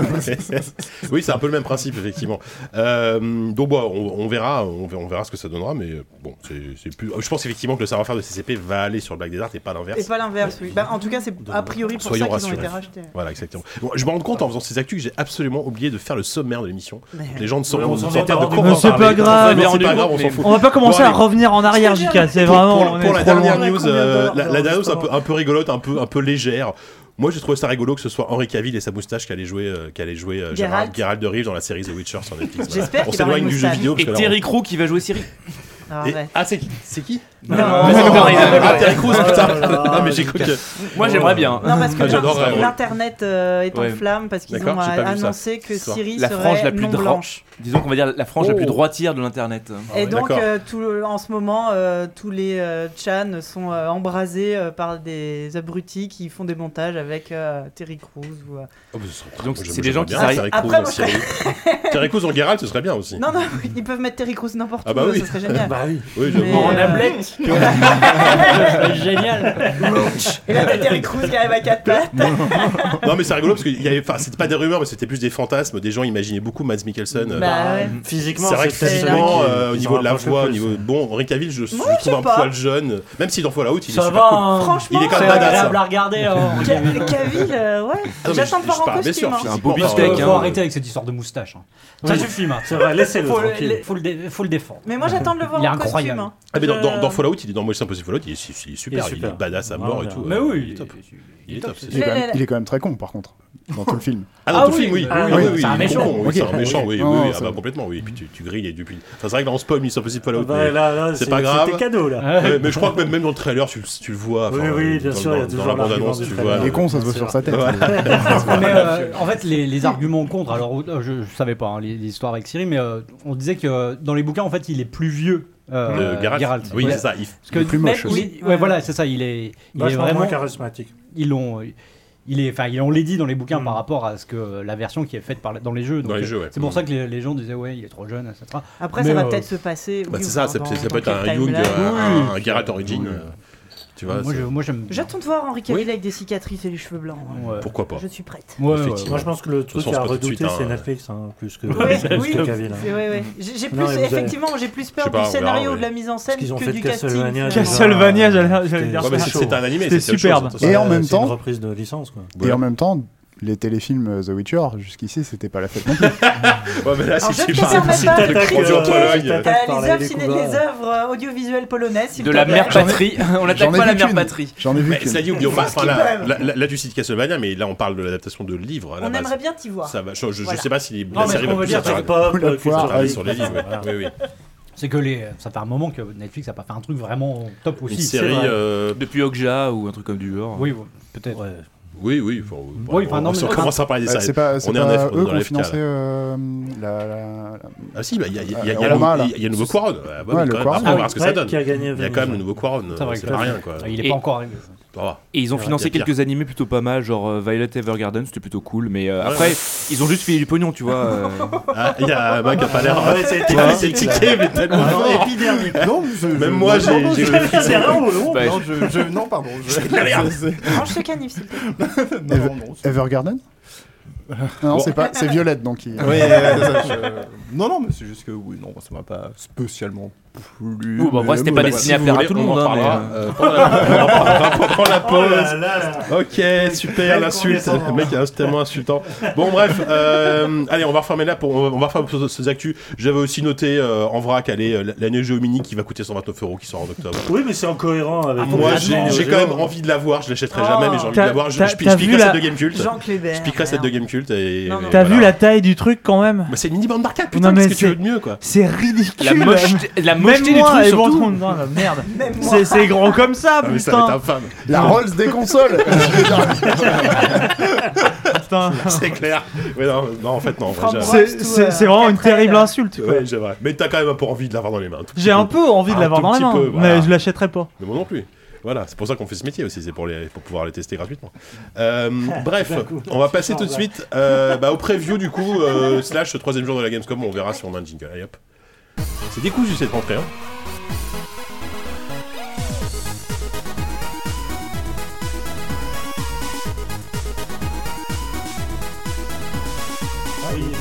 Speaker 2: Oui, c'est un peu le même principe, effectivement. Euh, donc, bon, on, on verra, on, ver- on verra ce que ça donnera, mais euh, bon, c'est c'est plus. Je pense effectivement que le savoir-faire de CCP va aller sur le Black Desert et pas l'inverse.
Speaker 5: et pas l'inverse oui Bah, en tout cas c'est a priori pour
Speaker 2: Soyons
Speaker 5: ça qu'ils ont été
Speaker 2: rassurés.
Speaker 5: rachetés
Speaker 2: Voilà, exactement. Bon, je me rends compte en faisant ces actus que j'ai absolument oublié de faire le sommaire de l'émission.
Speaker 5: Mais-
Speaker 2: Les gens ne sont
Speaker 9: Ouais, on s'en
Speaker 2: s'éternent
Speaker 9: est
Speaker 2: de
Speaker 9: rendu
Speaker 2: quoi
Speaker 9: compte.
Speaker 2: on
Speaker 9: C'est
Speaker 3: pas
Speaker 2: parlait.
Speaker 3: grave.
Speaker 2: Non,
Speaker 4: On s'est
Speaker 2: c'est pas
Speaker 4: rendu
Speaker 2: grave, on
Speaker 4: compte,
Speaker 2: s'en
Speaker 4: mais-
Speaker 2: fout.
Speaker 3: On va pas commencer
Speaker 2: Bon,
Speaker 3: à
Speaker 2: allez.
Speaker 3: revenir en arrière,
Speaker 5: Combien-
Speaker 3: JK. C'est
Speaker 2: Pour-
Speaker 3: vraiment.
Speaker 2: pour,
Speaker 3: on
Speaker 2: pour
Speaker 3: est
Speaker 2: la
Speaker 3: trop loin.
Speaker 2: dernière
Speaker 5: loin.
Speaker 2: news,
Speaker 5: Combien de
Speaker 2: euh,
Speaker 5: dollars
Speaker 2: la,
Speaker 5: dans
Speaker 2: la
Speaker 5: le
Speaker 2: dernière news un
Speaker 5: restaurant
Speaker 2: peu, un peu rigolote, un peu, un peu légère. Moi, j'ai trouvé ça rigolo que ce soit Henri Cavill et sa moustache qui allait jouer, euh, qui allait jouer euh, Gérald,
Speaker 5: Geralt.
Speaker 2: Geralt de Rive dans la série The Witcher sur Netflix. Voilà.
Speaker 5: J'espère
Speaker 2: On
Speaker 5: qu'il aura
Speaker 2: s'éloigne
Speaker 5: une
Speaker 2: du jeu
Speaker 5: moustache.
Speaker 2: vidéo. parce
Speaker 4: Et
Speaker 2: que là, on-
Speaker 4: Terry Crew qui va jouer Cyril.
Speaker 5: Ah,
Speaker 2: Et-
Speaker 5: ouais.
Speaker 2: Ah, c'est qui C'est qui
Speaker 5: Non.
Speaker 2: c'est pareil.
Speaker 9: non,
Speaker 2: Ah,
Speaker 9: non,
Speaker 2: Terry Crews,
Speaker 9: non,
Speaker 2: putain.
Speaker 9: non, non,
Speaker 2: Non, mais
Speaker 9: non,
Speaker 2: j'ai cru que.
Speaker 4: Moi j'aimerais bien.
Speaker 5: Non, parce que
Speaker 2: Ah, j'adorerais, ouais.
Speaker 5: l'internet euh, est en
Speaker 4: Ouais.
Speaker 5: flamme parce qu'ils
Speaker 2: D'accord,
Speaker 5: ont
Speaker 2: j'ai pas vu ça.
Speaker 5: annoncé que
Speaker 2: Soir.
Speaker 5: Siri
Speaker 4: La
Speaker 5: serait
Speaker 4: frange la plus
Speaker 5: non
Speaker 4: dra-
Speaker 5: blanche.
Speaker 4: Disons qu'on va dire la frange la plus
Speaker 2: Oh.
Speaker 4: droitière de l'internet.
Speaker 5: Et donc,
Speaker 2: Ah D'accord.
Speaker 5: euh, tout, le- en ce moment, euh, tous les euh, chans sont euh, embrasés euh, par des abrutis qui font des montages avec euh, Terry Crews. Ou, euh,
Speaker 2: Oh,
Speaker 4: Donc, c'est des gens qui
Speaker 2: savent.
Speaker 4: s'arrêtent.
Speaker 2: Terry
Speaker 5: Après,
Speaker 2: Crews en
Speaker 5: moi, je serais-
Speaker 2: série. Terry Crews en Geralt, ce serait bien aussi.
Speaker 5: Non, non, ils peuvent mettre Terry Crews n'importe
Speaker 2: Ah
Speaker 5: où,
Speaker 2: bah oui.
Speaker 5: ça serait génial.
Speaker 9: Bah oui.
Speaker 2: Oui,
Speaker 5: Mais,
Speaker 2: j'avoue.
Speaker 5: euh,
Speaker 7: Génial.
Speaker 5: Et là, t'as Terry Crews qui arrive à quatre pattes.
Speaker 2: Non, mais c'est rigolo parce qu'il y avait. Enfin, c'était pas des rumeurs, mais c'était plus des fantasmes. Des gens imaginaient beaucoup Mads Mikkelsen. euh,
Speaker 6: Ah
Speaker 5: Bah ouais.
Speaker 9: Ah, Physiquement,
Speaker 2: C'est vrai que
Speaker 9: c'est peut-être
Speaker 2: physiquement,
Speaker 9: celui qui-
Speaker 2: euh, au
Speaker 9: qui
Speaker 2: niveau de la
Speaker 9: s'en rapproche le
Speaker 2: voix, au
Speaker 9: plus.
Speaker 2: niveau bon, Henri Cavill, je, je
Speaker 5: Moi, je
Speaker 2: trouve
Speaker 5: sais
Speaker 2: un
Speaker 5: pas.
Speaker 2: poil jeune, même si dans Fallout il est
Speaker 7: Ça
Speaker 2: super
Speaker 7: va.
Speaker 2: cool.
Speaker 7: hein.
Speaker 5: Franchement, euh,
Speaker 2: Il est quand
Speaker 7: C'est
Speaker 2: même badass. Ah
Speaker 7: agréable à regarder. hein.
Speaker 5: Ca- Cavill, euh, ouais.
Speaker 2: mais
Speaker 5: J'attends
Speaker 2: je-
Speaker 5: de voir
Speaker 2: je parle,
Speaker 5: en
Speaker 2: bien sûr,
Speaker 5: costume. hein.
Speaker 2: physiquement,
Speaker 4: C'est un beau
Speaker 2: parce
Speaker 4: beefsteak,
Speaker 2: que-
Speaker 4: hein.
Speaker 7: Faut arrêter avec cette histoire de moustache. hein. Ça
Speaker 9: Oui.
Speaker 7: suffit maintenant.
Speaker 9: C'est vrai, laissez-le
Speaker 7: Faut le-
Speaker 9: tranquille.
Speaker 7: faut le dé- faut le défendre.
Speaker 5: Mais moi, j'attends de le voir
Speaker 7: Il est
Speaker 5: en costume.
Speaker 7: incroyable.
Speaker 5: hein.
Speaker 2: Ah mais dans,
Speaker 5: Je-
Speaker 2: dans, dans Fallout, il est dans Mission Impossible Fallout, il est, il est super, il est
Speaker 9: super.
Speaker 2: badass à mort
Speaker 9: Ouais,
Speaker 2: et tout.
Speaker 7: Mais
Speaker 2: euh,
Speaker 7: oui,
Speaker 2: il est top.
Speaker 7: il-
Speaker 2: Il est top, c'est
Speaker 6: Il est,
Speaker 2: sûr.
Speaker 6: quand même, il est quand même très con, par contre, dans tout le film.
Speaker 2: Ah, dans tout le film, oui. Ah, oui, oui, il est con, oui, C'est un méchant, oui. oui,
Speaker 6: Non,
Speaker 2: oui, ah
Speaker 6: ça-
Speaker 2: bah, complètement, oui. Puis tu, tu grilles et du pile. Enfin, c'est vrai que dans Spawn, Mission Impossible Fallout,
Speaker 9: Ah bah,
Speaker 2: mais
Speaker 9: là, là,
Speaker 2: c'est
Speaker 9: c'est-
Speaker 2: pas grave.
Speaker 9: c'était cadeau, là.
Speaker 2: Ouais, mais je crois que même, même dans le trailer, tu, le- tu le vois.
Speaker 9: Oui,
Speaker 2: enfin,
Speaker 9: oui, bien
Speaker 2: dans-
Speaker 9: sûr, il y a
Speaker 2: dans-
Speaker 9: toujours
Speaker 2: Dans la
Speaker 9: l'argument
Speaker 2: bande-annonce,
Speaker 9: du
Speaker 2: tu
Speaker 9: trailer.
Speaker 2: vois.
Speaker 6: Il est con, ça se voit sur sa tête.
Speaker 2: Ouais.
Speaker 7: Mais, euh, en fait, les, les arguments contre, alors euh, je, je savais pas hein, les- l'histoire avec Siri, mais euh, on disait que euh, dans les bouquins, en fait, il est plus vieux. euh,
Speaker 2: Le Geralt. Oui, c'est ça, il-
Speaker 7: Parce que
Speaker 2: il est plus
Speaker 7: même-
Speaker 2: moche aussi.
Speaker 7: il est- ouais, voilà, c'est ça. Il est, il est
Speaker 9: Vachement moins
Speaker 7: vraiment
Speaker 9: charismatique.
Speaker 7: Ils l'ont. euh, Il est, enfin, ils- on les dit dans les bouquins par rapport à ce que la version qui est faite par, la- dans les jeux. Donc,
Speaker 2: Hmm. Dans les
Speaker 7: euh,
Speaker 2: jeux, ouais. Hmm.
Speaker 7: C'est pour ça que les, les gens disaient ouais, il est trop jeune, etc.
Speaker 5: Après, ça va
Speaker 7: euh,
Speaker 5: peut-être se passer,
Speaker 2: Bah,
Speaker 5: oui,
Speaker 2: c'est ça,
Speaker 5: dans-
Speaker 2: c'est- c'est- ça
Speaker 5: dans
Speaker 2: peut être un
Speaker 5: quel
Speaker 2: Young,
Speaker 5: timeline.
Speaker 7: Ah.
Speaker 2: euh, un, un Geralt Origin. euh, Tu vois,
Speaker 7: Moi,
Speaker 2: c'est-
Speaker 7: je- moi, j'aime.
Speaker 5: J'attends de voir Henri Cavill avec des cicatrices et les cheveux blancs. hein.
Speaker 7: Ouais.
Speaker 2: Pourquoi pas
Speaker 5: Je suis prête.
Speaker 7: Ouais, ouais,
Speaker 2: Effectivement.
Speaker 9: Moi, je pense que le
Speaker 2: De toute
Speaker 9: truc
Speaker 2: façon,
Speaker 9: à
Speaker 2: c'est pas tout de
Speaker 9: redouter,
Speaker 2: suite,
Speaker 9: c'est
Speaker 2: hein.
Speaker 9: Netflix, hein, plus que
Speaker 5: Ouais,
Speaker 9: plus
Speaker 5: oui,
Speaker 9: que Cavill. hein.
Speaker 5: c'est- ouais, ouais. J'ai j'ai
Speaker 9: Non,
Speaker 5: plus,
Speaker 9: mais vous avez-
Speaker 5: effectivement, j'ai plus
Speaker 2: Je
Speaker 5: peur
Speaker 2: sais pas,
Speaker 5: du
Speaker 2: on verra,
Speaker 5: scénario
Speaker 2: ouais.
Speaker 5: ou de la mise en
Speaker 9: Ce
Speaker 5: scène
Speaker 9: qu'ils ont
Speaker 5: que
Speaker 9: fait
Speaker 5: du
Speaker 9: de
Speaker 5: casting. finalement.
Speaker 9: Castlevania. déjà,
Speaker 3: Castlevania, j'allais- j'allais
Speaker 9: c'était-
Speaker 3: dire
Speaker 2: Ouais, mais
Speaker 3: ça.
Speaker 2: c'est- c'est un animé,
Speaker 3: C'était
Speaker 2: c'est autre
Speaker 3: superbe.
Speaker 2: chose,
Speaker 6: Et en
Speaker 9: Euh,
Speaker 6: même
Speaker 9: C'est une
Speaker 6: temps-
Speaker 9: reprise de licence, quoi.
Speaker 6: Et
Speaker 2: Voilà.
Speaker 6: en même temps, les téléfilms euh, The Witcher, jusqu'ici, c'était pas la fête non plus.
Speaker 2: Ouais, mais là,
Speaker 5: Alors,
Speaker 2: si
Speaker 5: je ne
Speaker 2: tu
Speaker 5: te
Speaker 2: parles-
Speaker 5: permets
Speaker 2: si
Speaker 5: pas
Speaker 2: t'as le
Speaker 5: de critiquer
Speaker 2: produit en Pologne,
Speaker 5: euh,
Speaker 9: Par
Speaker 5: les
Speaker 9: la
Speaker 5: œuvres ciné-
Speaker 9: Découverte.
Speaker 5: les œuvres euh, audiovisuelles polonaises. s'il
Speaker 4: De
Speaker 5: te
Speaker 4: la
Speaker 5: plaît.
Speaker 4: mère patrie. On n'attaque
Speaker 6: J'en ai
Speaker 4: pas la
Speaker 6: vu
Speaker 4: mère
Speaker 6: qu'une.
Speaker 4: patrie.
Speaker 6: J'en ai vu
Speaker 2: mais
Speaker 6: qu'une.
Speaker 2: cela dit, oublions pas,
Speaker 5: pense
Speaker 2: enfin,
Speaker 5: qu'il
Speaker 2: là,
Speaker 5: peut.
Speaker 2: là, là, là, tu cites Castlevania, mais là, on parle de l'adaptation de livre. à la
Speaker 5: On
Speaker 2: base.
Speaker 5: aimerait bien t'y voir.
Speaker 2: Ça va, je, je- je
Speaker 5: Voilà.
Speaker 2: sais pas si
Speaker 7: mais
Speaker 2: la série
Speaker 7: ce qu'on
Speaker 2: va
Speaker 7: veut
Speaker 2: plus
Speaker 7: dire, c'est
Speaker 2: attarder-
Speaker 9: Pop,
Speaker 6: Oula,
Speaker 9: culture
Speaker 6: voir,
Speaker 2: attarder
Speaker 9: pop.
Speaker 2: sur les livres. ouais. Oui, oui.
Speaker 7: C'est que les, ça fait un moment que Netflix a pas fait un truc vraiment top aussi.
Speaker 2: Une
Speaker 7: c'est
Speaker 2: série.
Speaker 7: vrai.
Speaker 2: euh,
Speaker 4: Depuis Okja ou un truc comme du genre.
Speaker 7: Oui, ouais, peut-être.
Speaker 2: Oui, oui. enfin, euh,
Speaker 7: Oui, enfin,
Speaker 2: on-
Speaker 7: non,
Speaker 2: on
Speaker 7: mais-
Speaker 2: commence à parler des
Speaker 6: Euh,
Speaker 2: séries.
Speaker 6: C'est pas, c'est
Speaker 2: On est en
Speaker 6: pas
Speaker 2: F-
Speaker 6: eux
Speaker 2: dans
Speaker 6: qui ont
Speaker 2: la
Speaker 6: financé
Speaker 2: FK.
Speaker 6: euh, la- la- la-
Speaker 2: Ah si, bah, il y a- il y a- il y a-
Speaker 6: Euh,
Speaker 2: il y a le-
Speaker 6: Roma, là.
Speaker 2: il y a le nouveau Quaron. Ah, bah,
Speaker 6: Ouais,
Speaker 2: oui,
Speaker 6: le
Speaker 2: quand même,
Speaker 6: Quaron.
Speaker 2: après, on verra ce que ça
Speaker 9: Ouais,
Speaker 2: donne.
Speaker 9: Qui a gagné
Speaker 2: Il y a quand même le nouveau Quaron. euh,
Speaker 7: C'est vrai
Speaker 2: C'est
Speaker 7: que
Speaker 2: pas
Speaker 7: ça-
Speaker 2: rien, quoi.
Speaker 7: Il est
Speaker 4: Et-
Speaker 7: pas encore arrivé.
Speaker 2: Ça va.
Speaker 4: Et ils ont
Speaker 2: Ouais,
Speaker 4: financé
Speaker 2: bien pire.
Speaker 4: quelques animés plutôt pas mal, genre euh, Violet Evergarden, c'était plutôt cool, mais euh,
Speaker 2: Ouais,
Speaker 4: après
Speaker 2: ouais.
Speaker 4: ils ont juste filé du pognon, tu vois. euh.
Speaker 2: Ah, Il y a un mec qui a pas
Speaker 9: Ah ouais,
Speaker 2: l'air.
Speaker 9: c'est
Speaker 2: Il a ses tickets, mais tellement
Speaker 9: Ah non,
Speaker 2: fort.
Speaker 9: épidermique.
Speaker 10: Non, je-
Speaker 2: Même moi,
Speaker 10: non,
Speaker 2: j'ai-
Speaker 10: non,
Speaker 2: j'ai-
Speaker 10: je-
Speaker 2: j'ai-
Speaker 10: c'est rien,
Speaker 9: Oh,
Speaker 10: non,
Speaker 4: Bah,
Speaker 10: non, je- je- non, pardon. je- c'est-
Speaker 5: Range ce canif, s'il te plaît.
Speaker 10: c'est- non, non, non, c'est-
Speaker 6: Evergarden Non, c'est pas, c'est Violette donc. il-
Speaker 10: Ouais, ça, je- Non, non, mais c'est juste que oui, non, ça m'a pas spécialement plu.
Speaker 4: Bon, bah, après,
Speaker 10: mais
Speaker 4: c'était
Speaker 10: bon,
Speaker 4: pas
Speaker 10: voilà.
Speaker 4: destiné à
Speaker 2: vous
Speaker 4: plaire à
Speaker 2: voulez,
Speaker 4: tout le
Speaker 2: on en
Speaker 4: monde, hein, mais,
Speaker 2: parlera,
Speaker 4: euh,
Speaker 2: euh, pendant la- on en parlera pendant la
Speaker 9: Oh
Speaker 2: pause.
Speaker 9: là là là.
Speaker 2: Ok, super, l'insulte. Le mec est tellement insultant. Bon, bref, euh, allez, on va refermer là pour, on va refermer pour ces actus. J'avais aussi noté euh, en vrac, allez, euh, la neige mini qui va coûter 129 euros qui sort en octobre.
Speaker 9: Oui, mais c'est incohérent avec
Speaker 2: Moi,
Speaker 9: les
Speaker 2: j'ai
Speaker 9: gens,
Speaker 2: j'ai
Speaker 9: les
Speaker 2: quand même
Speaker 9: gens.
Speaker 2: envie de la voir, je l'achèterai
Speaker 5: Oh.
Speaker 2: jamais, mais j'ai envie de
Speaker 3: T'as-
Speaker 2: la voir. Je,
Speaker 3: t'as-
Speaker 2: je, je
Speaker 3: t'as
Speaker 2: piquerai
Speaker 3: vu
Speaker 2: cette
Speaker 3: la-
Speaker 2: de Gamecult.
Speaker 5: Jean Clébert.
Speaker 2: Je piquerai cette de
Speaker 5: merde.
Speaker 2: Gamecult et.
Speaker 5: Non, non.
Speaker 2: et
Speaker 3: T'as
Speaker 2: voilà.
Speaker 3: vu la taille du truc quand même
Speaker 2: Bah, C'est une mini bande d'arcade,
Speaker 3: Non,
Speaker 2: putain,
Speaker 3: mais
Speaker 2: qu'est-ce que tu
Speaker 3: c'est-
Speaker 2: veux de mieux, quoi.
Speaker 3: C'est ridicule
Speaker 4: la mocheté, la
Speaker 3: Même
Speaker 4: mocheté des
Speaker 3: moi,
Speaker 4: trucs
Speaker 3: et bon,
Speaker 4: surtout.
Speaker 3: non, non, oh, merde
Speaker 5: Même moi.
Speaker 3: C'est- C'est grand comme ça,
Speaker 2: Ah, mais ça va être
Speaker 3: putain
Speaker 2: infâme,
Speaker 6: La Rolls des consoles
Speaker 3: putain.
Speaker 2: c'est clair. Ouais, non, non, en fait, non. en vrai,
Speaker 5: Prends-moi.
Speaker 2: j'ai-
Speaker 3: C'est-
Speaker 5: tout,
Speaker 3: C'est
Speaker 5: euh,
Speaker 3: c'est vraiment une
Speaker 5: après,
Speaker 3: terrible
Speaker 5: euh,
Speaker 3: insulte, quoi.
Speaker 2: Ouais, j'ai vrai. Mais t'as quand même un peu envie de l'avoir dans les mains. un tout petit
Speaker 3: J'ai un
Speaker 2: peu.
Speaker 3: peu envie de
Speaker 2: Un
Speaker 3: l'avoir
Speaker 2: tout
Speaker 3: dans la
Speaker 2: petit
Speaker 3: main, hein,
Speaker 2: peu, voilà.
Speaker 3: mais je l'achèterai pas.
Speaker 2: Mais moi non plus. Voilà, c'est pour ça qu'on fait ce métier aussi, c'est pour, les, pour pouvoir les tester gratuitement. Euh, bref, on va passer tout de suite euh, bah, au preview du coup, euh, slash le troisième jour de la Gamescom, on verra si on a un jingle. Allez hop. C'est décousu cette rentrée. Hein.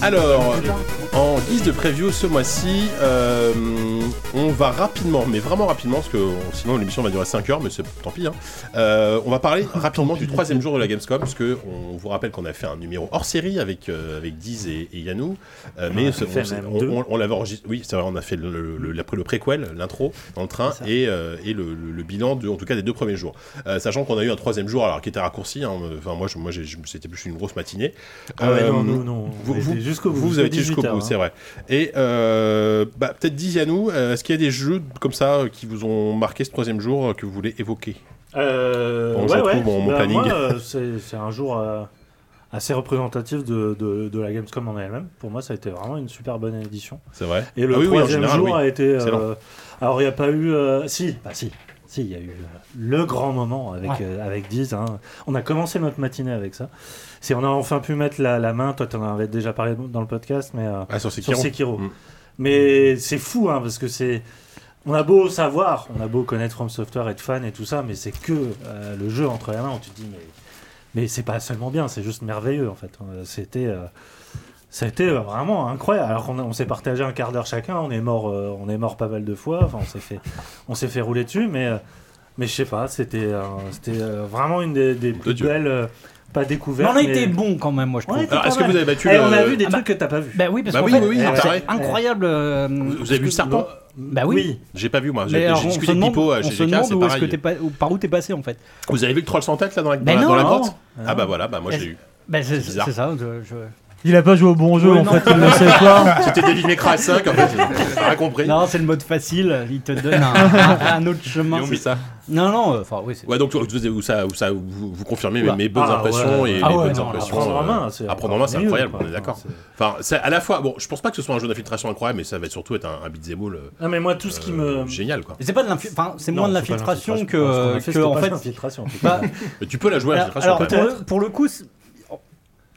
Speaker 2: Alors, en guise de preview ce mois-ci, euh, on va rapidement, mais vraiment rapidement, parce que sinon l'émission va durer 5 heures, mais c'est tant pis. hein. Euh, on va parler
Speaker 9: Ah,
Speaker 2: rapidement du troisième jour de la Gamescom, parce que on vous rappelle qu'on a fait un numéro hors série avec, euh, avec Diz et, et Yanou, euh, mais ce-
Speaker 9: fait
Speaker 2: on,
Speaker 9: même
Speaker 2: on-
Speaker 9: deux.
Speaker 2: on- on l'avait enregistré. Oui, c'est vrai, on a fait le, le, le- le préquel, l'intro dans le train et, euh, et le, le- le bilan, de, en tout cas, des deux premiers jours. Euh, sachant qu'on a eu un troisième jour, alors qui était raccourci. hein, Enfin, moi, je, moi, j'ai- je- c'était plus une grosse matinée.
Speaker 9: Ah ouais,
Speaker 2: Euh,
Speaker 9: non, nous, non.
Speaker 2: vous,
Speaker 9: On
Speaker 2: vous,
Speaker 9: était jusqu'au bout.
Speaker 2: vous, vous avez été jusqu'au
Speaker 9: 18 heures,
Speaker 2: bout,
Speaker 9: hein.
Speaker 2: c'est vrai. Et euh, bah, peut-être dis à nous, euh, est-ce qu'il y a des jeux comme ça euh, qui vous ont marqué ce troisième jour euh, que vous voulez évoquer
Speaker 9: Euh,
Speaker 2: Bon, je
Speaker 9: ouais,
Speaker 2: retrouve
Speaker 9: ouais.
Speaker 2: mon- mon
Speaker 9: Bah,
Speaker 2: planning.
Speaker 9: moi, euh, c'est c'est un jour euh, assez représentatif de, de, de la Gamescom en elle-même. Pour moi, ça a été vraiment une super bonne édition.
Speaker 2: C'est vrai
Speaker 9: Et le
Speaker 2: Ah oui, oui, en
Speaker 9: troisième
Speaker 2: général,
Speaker 9: jour
Speaker 2: oui.
Speaker 9: a été. euh,
Speaker 2: Excellent.
Speaker 9: alors, il n'y a pas eu. euh, si, bah si. Si, il y a eu euh, le grand moment avec,
Speaker 7: Ouais.
Speaker 9: euh, avec Diz. hein. On a commencé notre matinée avec ça. Si on a enfin pu mettre la, la main, toi, tu en avais déjà parlé dans le podcast, mais euh,
Speaker 2: Ah, sur Sekiro.
Speaker 9: sur Sekiro.
Speaker 2: Mm.
Speaker 9: Mais c'est fou, hein, parce que c'est. On a beau savoir, on a beau connaître From Software, être fan et tout ça, mais c'est que euh, le jeu entre les mains où tu te dis, mais, mais c'est pas seulement bien, c'est juste merveilleux en fait. Euh, C'était. euh, ça a été euh, vraiment incroyable. Alors qu'on a- on s'est partagé un quart d'heure chacun, on est mort, euh, on est mort pas mal de fois. Enfin, on s'est fait, on s'est fait rouler dessus, mais euh, mais je sais pas. C'était euh, c'était euh, vraiment une des, des plus
Speaker 2: Dieu.
Speaker 9: belles, euh, pas
Speaker 7: Mais
Speaker 9: découvertes.
Speaker 7: on a
Speaker 9: mais-
Speaker 7: été bon quand même, moi je
Speaker 9: On a
Speaker 7: trouve.
Speaker 9: été
Speaker 2: Alors,
Speaker 9: pas
Speaker 2: est-ce que
Speaker 9: mal.
Speaker 2: vous avez battu euh,
Speaker 9: Eh,
Speaker 2: le-
Speaker 9: On a vu des
Speaker 7: Ah bah-
Speaker 9: trucs que t'as pas vu.
Speaker 7: Bah oui, parce
Speaker 2: Bah
Speaker 7: qu'en
Speaker 2: oui,
Speaker 7: fait,
Speaker 2: oui, oui,
Speaker 7: c'est
Speaker 2: pareil.
Speaker 7: incroyable. euh,
Speaker 2: Vous avez vu le serpent
Speaker 9: Non,
Speaker 7: Bah oui.
Speaker 2: J'ai pas vu moi.
Speaker 7: Mais
Speaker 2: J'ai
Speaker 7: alors,
Speaker 2: j'ai
Speaker 7: on
Speaker 2: discuté
Speaker 7: se
Speaker 2: de
Speaker 7: demande-
Speaker 2: Pipo à
Speaker 7: on se
Speaker 2: GGK,
Speaker 7: demande
Speaker 2: c'est
Speaker 7: où est-ce que
Speaker 2: pareil.
Speaker 7: t'es pas- où- par où t'es passé en fait.
Speaker 2: Vous avez vu le troll sans tête là dans la,
Speaker 7: Bah
Speaker 2: dans la-
Speaker 7: non,
Speaker 2: dans la
Speaker 7: non.
Speaker 2: grotte Ah bah voilà, bah moi je l'ai eu.
Speaker 7: Bah, c'est
Speaker 2: bizarre.
Speaker 7: c'est ça. je- je-
Speaker 3: Il a pas joué au bon jeu
Speaker 7: Oui,
Speaker 3: en
Speaker 7: non.
Speaker 3: fait, il le sait pas.
Speaker 2: Ah, C'était Devil May Cry 5 en fait, j'ai pas compris.
Speaker 7: Non, c'est le mode facile. Il te donne un, un- un autre chemin.
Speaker 2: Ils ont
Speaker 7: c'est-
Speaker 2: mis ça.
Speaker 7: Non, non. euh, Enfin, oui. c'est-
Speaker 2: Ouais, donc toi, vous, vous- ça, vous- ça, vous, vous confirmez mes-
Speaker 7: Oula.
Speaker 2: mes bonnes
Speaker 9: Ah,
Speaker 2: impressions
Speaker 9: ouais.
Speaker 2: et
Speaker 9: Ah
Speaker 2: les
Speaker 9: ouais,
Speaker 2: bonnes
Speaker 9: non, à
Speaker 2: impressions.
Speaker 9: prendre en
Speaker 2: euh,
Speaker 9: main, c'est
Speaker 2: à prendre en main, c'est
Speaker 9: encore mieux,
Speaker 2: incroyable,
Speaker 9: quoi.
Speaker 2: on est d'accord. Enfin, c'est à la fois, bon, je pense pas que ce soit un jeu d'infiltration incroyable, mais ça va surtout être un, un beat'em all. euh,
Speaker 9: Non, mais moi, tout ce qui
Speaker 2: euh,
Speaker 9: me.
Speaker 2: Génial quoi.
Speaker 7: Mais C'est pas de l'infi- enfin, c'est
Speaker 9: Non,
Speaker 7: moins de
Speaker 9: c'est pas
Speaker 7: l'infiltration
Speaker 9: Parce
Speaker 7: que,
Speaker 9: qu'on a
Speaker 7: que,
Speaker 9: c'était
Speaker 7: en
Speaker 9: pas
Speaker 7: fait.
Speaker 9: de l'infiltration, en fait.
Speaker 7: Bah,
Speaker 2: Mais tu peux la jouer à
Speaker 7: alors,
Speaker 2: l'infiltration
Speaker 7: alors,
Speaker 2: quand
Speaker 7: pour,
Speaker 2: même.
Speaker 7: le, pour le coup, c'est-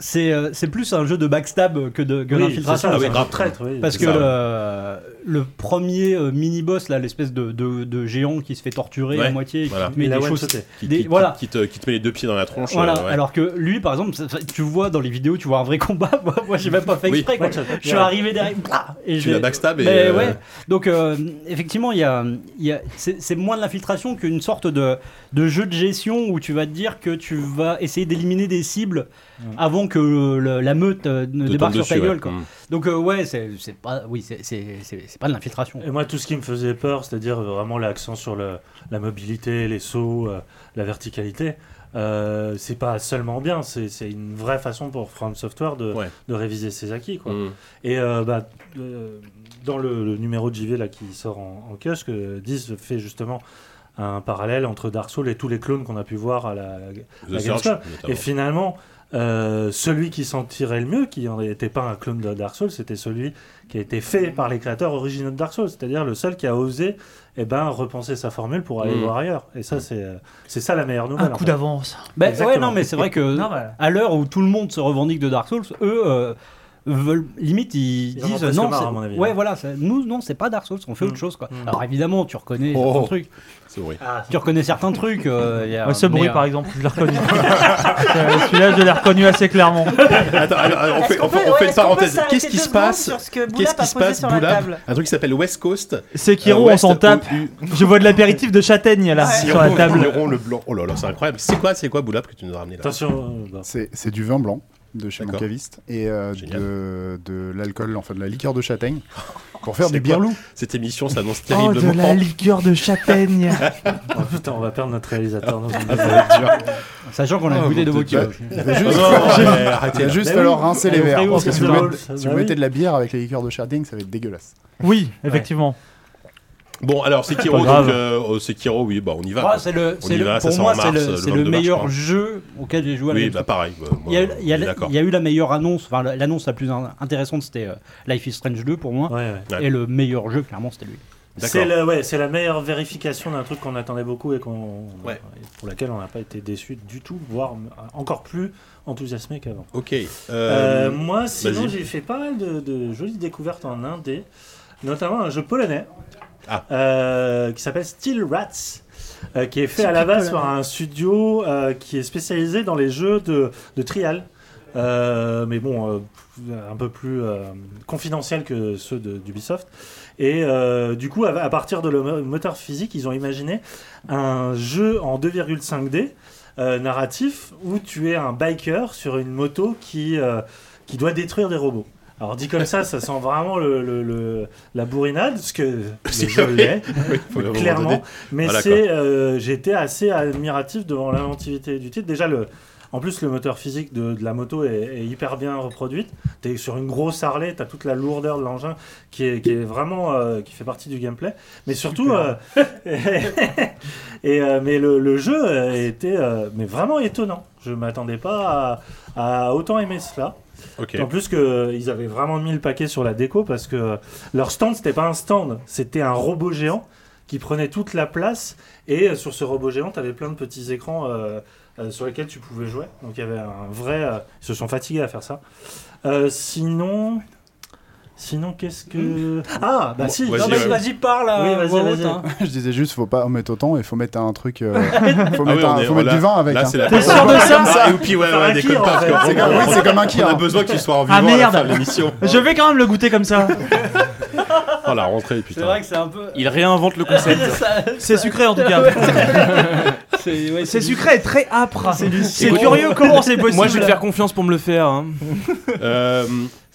Speaker 7: c'est euh, c'est plus un jeu de backstab que de que
Speaker 9: Oui,
Speaker 7: d'infiltration.
Speaker 9: c'est ça,
Speaker 2: oui,
Speaker 9: c'est un
Speaker 2: grave.
Speaker 9: traître, oui.
Speaker 7: Parce
Speaker 2: C'est
Speaker 7: que
Speaker 2: ça, ouais.
Speaker 7: le, le premier euh, mini-boss, là, l'espèce de, de- de géant qui se fait torturer
Speaker 2: Ouais,
Speaker 7: à moitié, et qui
Speaker 2: voilà.
Speaker 7: te
Speaker 9: Il
Speaker 7: met
Speaker 9: a
Speaker 7: des
Speaker 9: one
Speaker 7: choses.
Speaker 9: shoté.
Speaker 2: Qui,
Speaker 7: des-
Speaker 2: qui- qui-
Speaker 7: voilà.
Speaker 2: qui te, qui te met les deux pieds dans la tronche.
Speaker 7: Voilà,
Speaker 2: euh, ouais.
Speaker 7: alors que lui, par exemple, ça- ça- tu vois dans les vidéos, tu vois un vrai combat. Moi, moi j'ai même pas fait
Speaker 2: Oui.
Speaker 7: exprès. quoi.
Speaker 9: Ouais,
Speaker 7: Je suis arrivé derrière. blah, et
Speaker 2: tu
Speaker 7: je l'ai-
Speaker 2: la backstab et.
Speaker 7: Mais
Speaker 2: euh,
Speaker 7: Ben ouais. Donc, euh, effectivement, il y a, il y a- c'est c'est moins de l'infiltration qu'une sorte de, de jeu de gestion où tu vas te dire que tu vas essayer d'éliminer des cibles avant que le- la meute euh, ne
Speaker 2: te
Speaker 7: débarque
Speaker 2: tombe
Speaker 7: sur ta
Speaker 2: dessus, ouais.
Speaker 7: gueule. quoi.
Speaker 2: Mm.
Speaker 7: Donc, euh, ouais, c'est c'est pas, oui, c'est- c'est c'est- c'est pas de l'infiltration.
Speaker 9: Et moi, tout ce qui me faisait peur, c'est-à-dire vraiment l'accent sur le- la mobilité, les sauts, euh, la verticalité, euh, c'est pas seulement bien, c'est c'est une vraie façon pour From Software de,
Speaker 2: Ouais.
Speaker 9: de réviser ses acquis. Quoi.
Speaker 2: Mm.
Speaker 9: Et euh, bah, euh, dans le, le numéro de JV là, qui sort en, en kiosque, euh, 10 fait justement un parallèle entre Dark Souls et tous les clones qu'on a pu voir à la,
Speaker 2: The
Speaker 9: la
Speaker 2: Search,
Speaker 9: Gamescom.
Speaker 2: notamment.
Speaker 9: Et finalement, euh, celui qui s'en tirait le mieux, qui n'était pas un clone de Dark Souls, c'était celui qui a été fait par les créateurs originaux de Dark Souls, c'est-à-dire le seul qui a osé eh ben, repenser sa formule pour aller
Speaker 2: Mhm.
Speaker 9: voir ailleurs. Et ça, c'est euh, c'est ça la meilleure nouvelle.
Speaker 3: Un
Speaker 9: en
Speaker 3: coup
Speaker 9: fait.
Speaker 3: d'avance.
Speaker 7: Bah, ouais,
Speaker 9: Exactement.
Speaker 7: non, mais c'est vrai que
Speaker 3: Non, bah.
Speaker 7: à l'heure où tout le monde se revendique de Dark Souls, eux. euh, veulent- limite ils,
Speaker 9: Ils en ont
Speaker 7: disent
Speaker 9: presque
Speaker 7: non
Speaker 9: marre,
Speaker 7: c'est-
Speaker 9: à mon avis.
Speaker 7: ouais voilà c'est- nous non c'est pas Dark Souls on fait
Speaker 9: Mm.
Speaker 7: autre chose quoi
Speaker 9: Mm.
Speaker 7: alors évidemment tu reconnais
Speaker 2: Oh.
Speaker 7: certains trucs
Speaker 2: C'est vrai.
Speaker 9: Ah,
Speaker 7: tu reconnais certains trucs euh, y a-
Speaker 3: Ouais, ce
Speaker 7: mais,
Speaker 3: bruit
Speaker 7: euh,
Speaker 3: par exemple, je l'ai reconnu. Euh, Celui-là, je l'ai reconnu assez clairement.
Speaker 2: Attends, alors, alors, on
Speaker 5: Est-ce
Speaker 2: fait,
Speaker 5: qu'on
Speaker 2: on
Speaker 5: peut-
Speaker 2: fait- on
Speaker 5: ouais,
Speaker 2: fait une
Speaker 5: est-ce qu'on peut
Speaker 2: parenthèse.
Speaker 5: s'arrêter
Speaker 2: Qu'est-ce qui
Speaker 5: deux
Speaker 2: se passe
Speaker 5: seconde sur ce que Boulab
Speaker 2: Qu'est-ce
Speaker 5: a
Speaker 2: qui se
Speaker 5: posé
Speaker 2: passe,
Speaker 5: sur la
Speaker 2: Boulab
Speaker 5: table
Speaker 2: Un truc qui s'appelle West Coast. Ah
Speaker 3: Sekiro, on s'en tape. Je vois de l'apéritif de châtaigne là sur la table.
Speaker 2: le blanc. Oh là là, c'est incroyable. C'est quoi, c'est quoi, Boulap, que tu nous as ramené là
Speaker 9: Attention, euh, bah,
Speaker 6: C'est c'est du vin blanc de chez mon
Speaker 2: D'accord.
Speaker 6: caviste et euh,
Speaker 2: Génial.
Speaker 6: de, de l'alcool, enfin de la liqueur de châtaigne pour faire
Speaker 2: C'est
Speaker 6: du
Speaker 2: quoi
Speaker 6: bien loup.
Speaker 2: Cette émission s'annonce
Speaker 3: Oh, de la
Speaker 2: terriblement.
Speaker 3: liqueur de châtaigne.
Speaker 9: oh, putain, on va perdre notre réalisateur. dans une-
Speaker 2: bah,
Speaker 7: sachant qu'on a
Speaker 6: Ah,
Speaker 7: goûté
Speaker 6: mon
Speaker 7: de vos
Speaker 6: Dieu.
Speaker 7: kilos
Speaker 2: Oh
Speaker 6: Juste,
Speaker 2: non, ouais, arrêtez.
Speaker 6: il
Speaker 2: là.
Speaker 6: va juste
Speaker 9: Bah
Speaker 6: falloir
Speaker 9: oui.
Speaker 6: rincer les
Speaker 9: Allez,
Speaker 6: verres.
Speaker 9: frérot,
Speaker 6: Parce que
Speaker 9: c'est
Speaker 6: si vous,
Speaker 9: drôle,
Speaker 6: mettez-
Speaker 9: ça,
Speaker 6: si
Speaker 9: bah
Speaker 6: vous
Speaker 9: oui.
Speaker 6: mettez de la bière avec la liqueur de châtaigne, ça va être dégueulasse.
Speaker 3: Oui, effectivement.
Speaker 2: Bon, alors Sekiro,
Speaker 3: Pas
Speaker 2: donc,
Speaker 3: grave.
Speaker 2: euh, oh, Sekiro, oui, bah on y va.
Speaker 7: Ouais,
Speaker 2: quoi.
Speaker 7: c'est le,
Speaker 2: On
Speaker 7: c'est
Speaker 2: y
Speaker 7: le-
Speaker 2: va, ça
Speaker 7: pour
Speaker 2: sort
Speaker 7: moi
Speaker 2: en
Speaker 7: c'est
Speaker 2: mars,
Speaker 7: le,
Speaker 2: le
Speaker 7: c'est le
Speaker 2: 22 mars, je
Speaker 7: meilleur
Speaker 2: crois.
Speaker 7: jeu auquel j'ai joué à la
Speaker 2: oui,
Speaker 7: Gamescom.
Speaker 2: bah pareil. bah, moi,
Speaker 7: il y a, il y a
Speaker 2: on est
Speaker 7: la-
Speaker 2: d'accord.
Speaker 7: il y a eu la meilleure annonce enfin la- l'annonce la plus in- intéressante c'était euh, Life is Strange 2 pour moi
Speaker 9: Ouais, ouais.
Speaker 2: Ouais.
Speaker 7: et le meilleur jeu clairement c'était lui
Speaker 9: C'est
Speaker 2: D'accord.
Speaker 9: la, ouais, c'est la meilleure vérification d'un truc qu'on attendait beaucoup et qu'on
Speaker 2: Ouais.
Speaker 9: pour laquelle on n'a pas été déçu du tout, voire encore plus enthousiasmé qu'avant.
Speaker 2: Ok.
Speaker 9: Euh,
Speaker 2: euh,
Speaker 9: moi, sinon,
Speaker 2: vas-y.
Speaker 9: j'ai fait pas mal de, de jolies découvertes en indé, notamment un jeu polonais
Speaker 2: Ah.
Speaker 9: euh, qui s'appelle Steel Rats, euh, qui est fait à la base par un studio euh, qui est spécialisé dans les jeux de, de trial. Euh, mais bon, euh, un peu plus euh, confidentiel que ceux de- d'Ubisoft. Et euh, du coup, à, à partir de le mo- moteur physique, ils ont imaginé un jeu en 2,5D euh, narratif où tu es un biker sur une moto qui, euh, qui doit détruire des robots. Alors dit comme ça, ça sent vraiment le, le- le- la bourrinade, ce que le jeu l'est,
Speaker 2: oui, faut à un moment
Speaker 9: clairement.
Speaker 2: donné.
Speaker 9: Mais
Speaker 2: Voilà,
Speaker 9: c'est, euh, j'étais assez admiratif devant l'inventivité du titre. Déjà, le, en plus, le moteur physique de, de la moto est, est hyper bien reproduite. T'es sur une grosse Harley, t'as toute la lourdeur de l'engin qui est, qui est vraiment, euh, qui fait partie du gameplay. Mais surtout, euh, et euh, mais le, le jeu euh, était, euh, mais vraiment étonnant. Je m'attendais pas à, à autant aimer cela.
Speaker 2: Ok.
Speaker 9: En plus que euh, ils avaient vraiment mis le paquet sur la déco parce que euh, leur stand c'était pas un stand, c'était un robot géant qui prenait toute la place et euh, sur ce robot géant, tu avais plein de petits écrans euh, euh, sur lesquels tu pouvais jouer. Donc il y avait un vrai euh, ils se sont fatigués à faire ça. Euh, sinon sinon qu'est-ce
Speaker 4: Hmm.
Speaker 9: que Ah, bah
Speaker 2: Bon,
Speaker 9: si.
Speaker 2: vas-y,
Speaker 9: non,
Speaker 2: ouais,
Speaker 9: mais-
Speaker 2: ouais.
Speaker 7: parle
Speaker 9: à Oui, vas-y, voix haute, vas-y. hein.
Speaker 6: Je disais juste, faut pas en mettre autant et faut mettre un truc. euh, faut
Speaker 2: Ah oui,
Speaker 6: mettre, un-
Speaker 2: on est-
Speaker 6: faut
Speaker 2: on
Speaker 6: mettre
Speaker 2: l'a-
Speaker 6: du vin avec.
Speaker 2: Là,
Speaker 6: hein.
Speaker 2: c'est la
Speaker 3: T'es sûr de ça
Speaker 2: Ah, et puis, ouais,
Speaker 9: Faire
Speaker 2: ouais,
Speaker 9: un
Speaker 2: déconne
Speaker 9: kir,
Speaker 2: pas.
Speaker 9: en fait.
Speaker 2: parce
Speaker 6: C'est
Speaker 2: qu'on-
Speaker 6: comme, oui, c'est comme un hein.
Speaker 2: On
Speaker 6: kir.
Speaker 2: a besoin qu'il soit en vivant
Speaker 3: Ah,
Speaker 2: à la
Speaker 3: merde.
Speaker 2: fin de l'émission.
Speaker 3: Je vais quand même le goûter comme ça.
Speaker 2: Oh la rentrée, putain.
Speaker 7: que c'est un peu
Speaker 4: Il réinvente le concept.
Speaker 3: C'est sucré en tout cas.
Speaker 7: C'est ouais,
Speaker 3: C'est
Speaker 7: c'est
Speaker 3: sucré et très âpre. C'est curieux comment c'est possible.
Speaker 4: Moi, je vais te faire confiance pour me le faire. hein.
Speaker 2: Euh,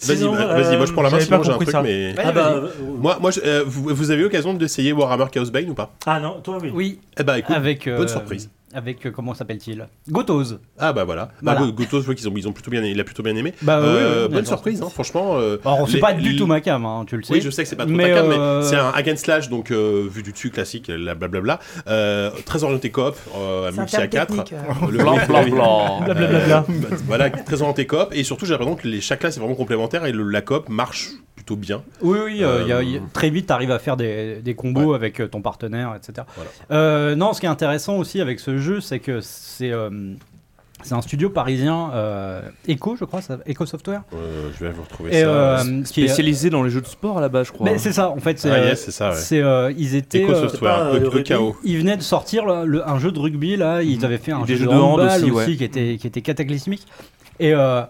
Speaker 2: Vas-y,
Speaker 4: Sinon,
Speaker 2: bah,
Speaker 4: euh,
Speaker 2: vas-y, moi je prends la main,
Speaker 4: j'avais
Speaker 2: sinon
Speaker 4: pas
Speaker 2: j'ai un
Speaker 4: compris
Speaker 2: truc,
Speaker 4: ça.
Speaker 2: mais.
Speaker 4: Vas-y, Ah bah, vas-y.
Speaker 2: Moi, moi je- euh, vous, vous avez eu l'occasion d'essayer Warhammer Chaos Bane ou pas
Speaker 9: Ah non, toi oui.
Speaker 7: Oui.
Speaker 2: Eh bah écoute,
Speaker 7: Avec, euh,
Speaker 2: bonne surprise.
Speaker 7: Avec, euh, comment s'appelle-t-il Gotos.
Speaker 2: Ah bah voilà.
Speaker 7: Voilà.
Speaker 2: Bah, Gotos, je vois qu'ils ont, ils ont plutôt bien, il a plutôt bien aimé. Euh,
Speaker 7: Bah oui, oui, oui,
Speaker 2: bonne
Speaker 7: d'accord.
Speaker 2: surprise, hein, franchement. euh,
Speaker 7: Alors, c'est
Speaker 2: les-
Speaker 7: pas du tout ma cam, hein, tu le sais.
Speaker 2: Oui, je sais que c'est pas trop
Speaker 7: Mais,
Speaker 2: ta cam,
Speaker 7: euh,
Speaker 2: mais c'est un hack and slash, donc euh, vu du dessus, classique, la blablabla. Euh, très orienté coop, euh, à
Speaker 7: C'est un
Speaker 2: multi à
Speaker 7: terme
Speaker 2: 4.
Speaker 7: technique, euh. Blan, blan, blan. Blablabla.
Speaker 2: Euh, bah, Voilà, très orienté coop, et surtout j'ai l'impression que les, chaque classe est vraiment complémentaire et le- la coop marche plutôt bien.
Speaker 7: Oui, oui, euh,
Speaker 2: Euh,
Speaker 7: y a- y a- très vite, tu arrives à faire des, des combos avec euh, ton partenaire, etc. Euh, non, ce qui est intéressant aussi avec ce jeu, c'est que c'est euh, c'est un studio parisien, euh, Echo, je crois, ça, Echo Software.
Speaker 2: Euh, je vais vous retrouver
Speaker 7: Et,
Speaker 2: ça.
Speaker 7: euh, qui est-
Speaker 4: Spécialisé dans les jeux de sport là-bas, je crois. Hein.
Speaker 7: Mais c'est ça, en fait, c'est.
Speaker 2: Ah,
Speaker 7: euh,
Speaker 2: yes, c'est ça, ouais.
Speaker 7: c'est, euh, ils étaient.
Speaker 2: Echo
Speaker 7: euh,
Speaker 2: Software,
Speaker 7: euh,
Speaker 2: E-
Speaker 7: le
Speaker 2: EKO.
Speaker 7: rugby. Ils venaient de sortir le- le- un jeu de rugby là.
Speaker 2: Mhm.
Speaker 7: Ils avaient fait un
Speaker 4: Des
Speaker 7: jeu
Speaker 4: jeux
Speaker 7: de
Speaker 4: de hand
Speaker 7: handball
Speaker 4: aussi,
Speaker 7: aussi,
Speaker 4: ouais.
Speaker 7: qui était qui était cataclysmique. Et euh,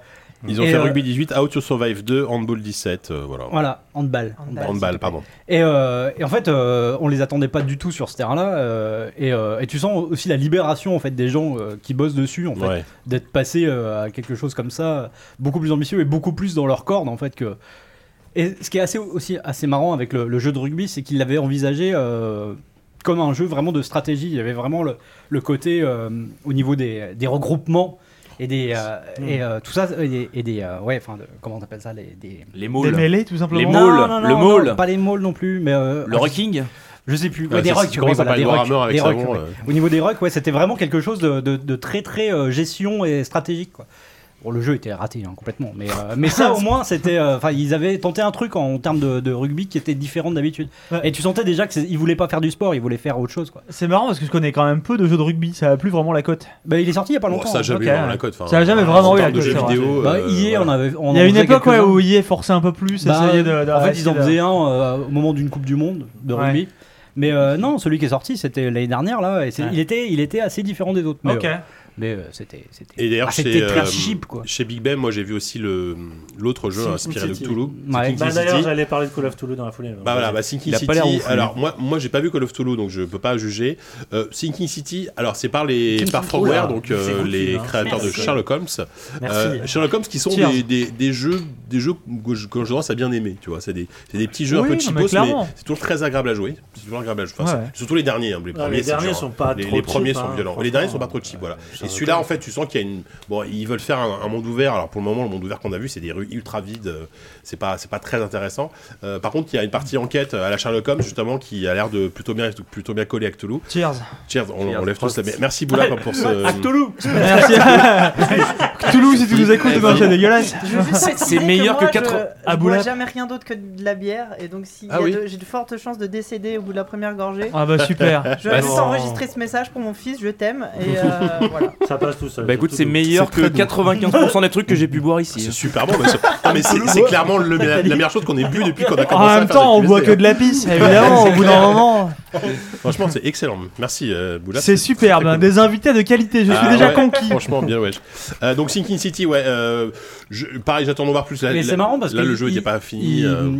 Speaker 2: Ils ont
Speaker 7: et,
Speaker 2: fait
Speaker 7: euh,
Speaker 2: Rugby 18, How to Survive 2, Handball 17, euh, voilà.
Speaker 7: Voilà, handball.
Speaker 2: Handball, pardon.
Speaker 7: Et, euh, et en fait, euh, on les attendait pas du tout sur ce terrain-là. euh, et, euh, et tu sens aussi la libération en fait des gens euh, qui bossent dessus, en fait,
Speaker 2: Ouais.
Speaker 7: d'être passés euh, à quelque chose comme ça, euh, beaucoup plus ambitieux et beaucoup plus dans leur corde en fait que. Et ce qui est assez aussi assez marrant avec le, le jeu de rugby, c'est qu'il l'avait envisagé euh, comme un jeu vraiment de stratégie. Il y avait vraiment le, le côté euh, au niveau des, des regroupements. Et des euh, et euh, tout ça et des, et des, euh, ouais enfin de- comment t'appelles ça les des
Speaker 4: Les
Speaker 7: maules.
Speaker 4: maules. Des mêlées, tout simplement. Les
Speaker 7: Non,
Speaker 4: maules,
Speaker 7: non, non,
Speaker 4: le
Speaker 7: non,
Speaker 4: maule.
Speaker 7: Pas les maules non plus, mais. euh,
Speaker 4: Le
Speaker 7: ah,
Speaker 4: rocking
Speaker 7: Je sais plus. Ouais,
Speaker 4: Ouais,
Speaker 7: des
Speaker 4: ça,
Speaker 7: rocks,
Speaker 4: c'est comment
Speaker 7: oui,
Speaker 4: ça
Speaker 7: voilà,
Speaker 4: parle
Speaker 7: des
Speaker 4: de
Speaker 7: rocks,
Speaker 4: Warhammer avec
Speaker 7: des
Speaker 4: ça,
Speaker 7: rocks,
Speaker 4: bon,
Speaker 7: ouais.
Speaker 4: euh.
Speaker 7: Au niveau des rocks, ouais, c'était vraiment quelque chose de, de- de très très euh, gestion et stratégique, quoi. Bon, le jeu était raté hein, complètement, mais, euh, mais ça au moins c'était. euh, Enfin, ils avaient tenté un truc en, termes de, de rugby qui était différent d'habitude. Et tu sentais déjà qu'ils voulaient pas faire du sport, ils voulaient faire autre chose, quoi.
Speaker 3: C'est marrant parce que je connais quand même peu de jeux de rugby, ça a plus vraiment la cote.
Speaker 7: Bah, il est sorti il y a pas
Speaker 3: Bon,
Speaker 7: longtemps.
Speaker 2: ça a jamais
Speaker 3: Ok.
Speaker 2: eu vraiment la cote, enfin,
Speaker 3: ça a jamais
Speaker 2: en
Speaker 3: vraiment eu la
Speaker 2: termes de
Speaker 3: cote.
Speaker 2: jeux
Speaker 3: c'est vrai.
Speaker 2: vidéo, euh,
Speaker 7: Bah,
Speaker 4: euh,
Speaker 7: hier, on avait. on
Speaker 3: Il y a
Speaker 7: en
Speaker 3: une
Speaker 7: faisait
Speaker 3: époque ouais,
Speaker 7: quelques-uns.
Speaker 3: où EA forçait un peu plus,
Speaker 7: Bah,
Speaker 3: essayait de, de-
Speaker 7: en fait, ils en
Speaker 3: de-
Speaker 7: faisaient un euh, au moment d'une Coupe du Monde de
Speaker 3: Ouais.
Speaker 7: rugby. Mais euh, non, celui qui est sorti, c'était l'année dernière là. Et c'est-
Speaker 3: Ouais.
Speaker 7: il était, il était assez différent des autres. Mais,
Speaker 3: Ok.
Speaker 7: euh, mais euh, c'était, c'était.
Speaker 2: Et d'ailleurs,
Speaker 7: Ah,
Speaker 2: chez,
Speaker 7: c'était très
Speaker 2: euh,
Speaker 7: cheap quoi.
Speaker 2: chez Big Ben, moi j'ai vu aussi le- l'autre jeu
Speaker 9: Sinking
Speaker 2: inspiré de
Speaker 9: City.
Speaker 2: Cthulhu.
Speaker 7: Ouais.
Speaker 2: Sinking
Speaker 9: Bah,
Speaker 2: City.
Speaker 9: D'ailleurs, j'allais parler de Call of Toulouse dans la foulée.
Speaker 2: Bah voilà, bah Sinking
Speaker 4: Il a pas
Speaker 2: City.
Speaker 4: l'air ouf, lui.
Speaker 2: alors moi, moi j'ai pas vu Call of Toulouse, donc je peux pas juger. Euh, Sinking City, alors c'est par les
Speaker 4: Kim
Speaker 2: par
Speaker 4: Sung-Ho,
Speaker 2: Fromware,
Speaker 4: là.
Speaker 2: donc
Speaker 4: C'est
Speaker 2: euh,
Speaker 4: cool,
Speaker 2: les
Speaker 4: hein.
Speaker 2: créateurs de
Speaker 4: Merci.
Speaker 2: Sherlock Holmes. Euh, Sherlock Holmes qui sont
Speaker 3: Cheers.
Speaker 2: des, des, des jeux des jeux que je- que j'ai tendance à bien aimer, tu vois. C'est des, c'est des petits jeux
Speaker 3: Oui,
Speaker 2: un peu
Speaker 3: non,
Speaker 2: cheapos,
Speaker 3: mais
Speaker 2: mais,
Speaker 3: clairement.
Speaker 2: c'est toujours très agréable à jouer. C'est toujours agréable à jouer. Enfin,
Speaker 3: Ouais.
Speaker 2: c'est- Surtout les derniers, hein, les
Speaker 9: Ah,
Speaker 2: premiers,
Speaker 9: les
Speaker 2: c'est
Speaker 9: derniers
Speaker 2: dur,
Speaker 9: sont
Speaker 2: hein.
Speaker 9: pas
Speaker 2: les,
Speaker 9: trop
Speaker 2: les premiers
Speaker 9: cheap,
Speaker 2: sont
Speaker 9: hein,
Speaker 2: violents. Et les derniers sont pas
Speaker 9: franchement.
Speaker 2: trop cheap, voilà. Et celui-là, en fait, tu sens qu'il y a une. Bon, ils veulent faire un, un monde ouvert. Alors pour le moment, le monde ouvert qu'on a vu, c'est des rues ultra vides. euh, C'est pas, c'est pas très intéressant. Euh, par contre, il y a une partie enquête euh, à la Sherlock Holmes, justement, qui a l'air de plutôt bien, plutôt bien coller à Cthulhu.
Speaker 3: Cheers.
Speaker 2: Cheers, on, on lève tous la. Merci Boulard pour ce.
Speaker 7: À Cthulhu.
Speaker 3: Merci. Toulouse, si tu nous écoutes, non, c'est dégueulasse.
Speaker 5: Je veux juste
Speaker 4: C'est-
Speaker 5: préciser
Speaker 4: c'est meilleur
Speaker 5: moi,
Speaker 4: que quatre-
Speaker 5: Je,
Speaker 3: Ah,
Speaker 5: je bois
Speaker 3: Boulap.
Speaker 5: jamais rien d'autre que de la bière, et donc si il y
Speaker 4: Ah
Speaker 5: a
Speaker 4: oui.
Speaker 5: de- j'ai de fortes chances de décéder au bout de la première gorgée.
Speaker 3: Ah bah super.
Speaker 5: Je
Speaker 4: Bah,
Speaker 5: vais juste
Speaker 4: non.
Speaker 5: enregistrer ce message pour mon fils, je t'aime, et euh, voilà.
Speaker 9: Ça passe tout seul.
Speaker 4: Bah écoute, c'est meilleur que
Speaker 9: très doux.
Speaker 4: 95% des trucs que j'ai pu boire ici.
Speaker 7: hein.
Speaker 4: hein.
Speaker 2: C'est super bon, mais c'est- non, mais c'est c'est clairement le- la, la meilleure chose qu'on ait bu depuis qu'on a commencé à
Speaker 3: En même
Speaker 2: faire
Speaker 3: temps,
Speaker 2: des
Speaker 3: on boit que
Speaker 2: QSD,
Speaker 3: de la pisse, évidemment, au bout d'un moment.
Speaker 2: hein. Franchement, c'est excellent. Merci euh, Boulard.
Speaker 3: C'est superbe,
Speaker 2: très cool.
Speaker 3: des invités de qualité, je suis
Speaker 2: Ah,
Speaker 3: déjà
Speaker 2: ouais,
Speaker 3: conquis.
Speaker 2: Franchement, bien, ouais. Euh, donc, Sinking City, ouais. euh, je- pareil, j'attends d'en voir plus. Là,
Speaker 7: Mais
Speaker 2: là-
Speaker 7: c'est marrant parce
Speaker 2: là,
Speaker 7: que
Speaker 2: le
Speaker 7: il-
Speaker 2: jeu n'était
Speaker 7: il-
Speaker 2: pas fini.
Speaker 7: il-
Speaker 2: euh,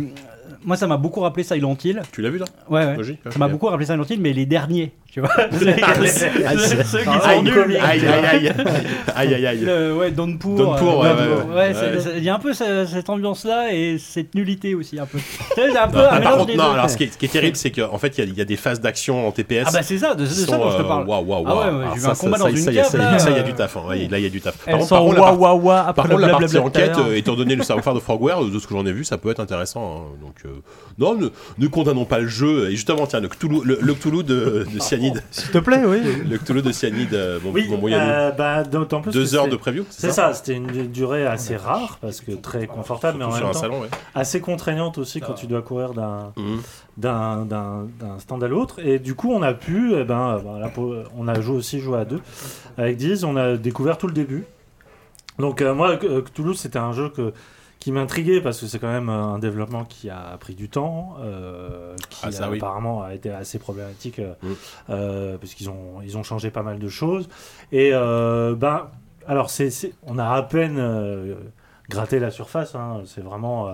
Speaker 7: Moi, ça m'a beaucoup rappelé Silent Hill.
Speaker 2: tu l'as vu là Ah,
Speaker 7: Ouais, ouais.
Speaker 2: Logique,
Speaker 7: Ça m'a
Speaker 2: bien.
Speaker 7: beaucoup rappelé Silent Hill, mais les derniers, tu vois. Ceux qui-
Speaker 2: Ah,
Speaker 7: ceux qui
Speaker 2: Aïe,
Speaker 7: sont nuls.
Speaker 2: aïe, aïe, aïe, aïe, aïe, aïe.
Speaker 7: Le- ouais, Donpour.
Speaker 2: Donpour, ouais,
Speaker 7: euh,
Speaker 2: ouais,
Speaker 7: Donpour.
Speaker 2: ouais.
Speaker 7: Ouais, c'est-
Speaker 2: Ouais.
Speaker 7: c'est- il y a un peu ce- cette ambiance-là et cette nullité aussi, un peu. Tu sais, c'est un peu
Speaker 2: Non,
Speaker 7: un mélange
Speaker 2: par contre,
Speaker 7: des
Speaker 2: non,
Speaker 7: deux.
Speaker 2: alors ce qui est, ce qui est terrible, c'est qu'en fait, il y a- il y, a des phases d'action en TPS.
Speaker 7: Ah bah c'est ça, de, de
Speaker 2: qui
Speaker 7: ça
Speaker 2: sont,
Speaker 7: dont je te
Speaker 2: euh,
Speaker 7: parle.
Speaker 2: Waouh, waouh,
Speaker 7: Ah
Speaker 2: waouh.
Speaker 7: ouais, ouais,
Speaker 2: Alors
Speaker 7: j'ai eu
Speaker 2: ça,
Speaker 7: un
Speaker 2: ça-
Speaker 7: combat
Speaker 2: ça,
Speaker 7: dans
Speaker 2: il-
Speaker 7: une
Speaker 2: ça, il y a-
Speaker 7: cave,
Speaker 2: ça, il y a-
Speaker 7: là,
Speaker 2: ça, il y a
Speaker 7: euh,
Speaker 2: du taf. hein. Ouais, il- Là, il y a du taf. Par
Speaker 3: Elle
Speaker 2: contre,
Speaker 3: sent
Speaker 2: par contre, la
Speaker 3: ouah
Speaker 2: partie-
Speaker 3: ouah ouah après
Speaker 2: Par
Speaker 3: le
Speaker 2: contre, la
Speaker 3: blablabla
Speaker 2: partie
Speaker 3: tout à
Speaker 2: enquête
Speaker 3: l'heure.
Speaker 2: euh, étant donné le savoir-faire de Frogware, de ce que j'en ai vu, ça peut être intéressant. hein. Donc, euh, non, ne, ne condamnons pas le jeu. Et justement, tiens, le Cthulhu, le, le Cthulhu de, de Cyanide.
Speaker 3: S'il te plaît, oui.
Speaker 2: Le Cthulhu de Cyanide, euh, mon,
Speaker 9: Oui,
Speaker 2: mon bon Yannou.
Speaker 9: euh, bah, d'autant plus.
Speaker 2: Deux
Speaker 9: que
Speaker 2: heures
Speaker 9: c'est-
Speaker 2: de preview, c'est
Speaker 9: C'est ça, c'était une durée assez rare parce que très confortable, mais en
Speaker 2: Surtout
Speaker 9: même
Speaker 2: sur un
Speaker 9: temps
Speaker 2: salon, ouais.
Speaker 9: assez contraignante aussi quand tu dois courir d'un
Speaker 7: Mmh.
Speaker 2: Mhm.
Speaker 9: d'un- d'un d'un stand à l'autre. Et du coup, on a pu, eh ben, euh, voilà, pour- on a joué aussi joué à deux avec Diz, on a découvert tout le début. Donc euh, moi, euh, Toulouse, c'était un jeu que qui m'intriguait parce que c'est quand même euh, un développement qui a pris du temps, euh, qui
Speaker 2: Ah, ça,
Speaker 9: a-
Speaker 2: oui.
Speaker 9: apparemment a été assez problématique euh,
Speaker 2: Mm.
Speaker 9: euh, parce qu'ils ont ils ont changé pas mal de choses. Et euh, ben alors c'est c'est- on a à peine euh, gratté la surface, hein, c'est vraiment euh,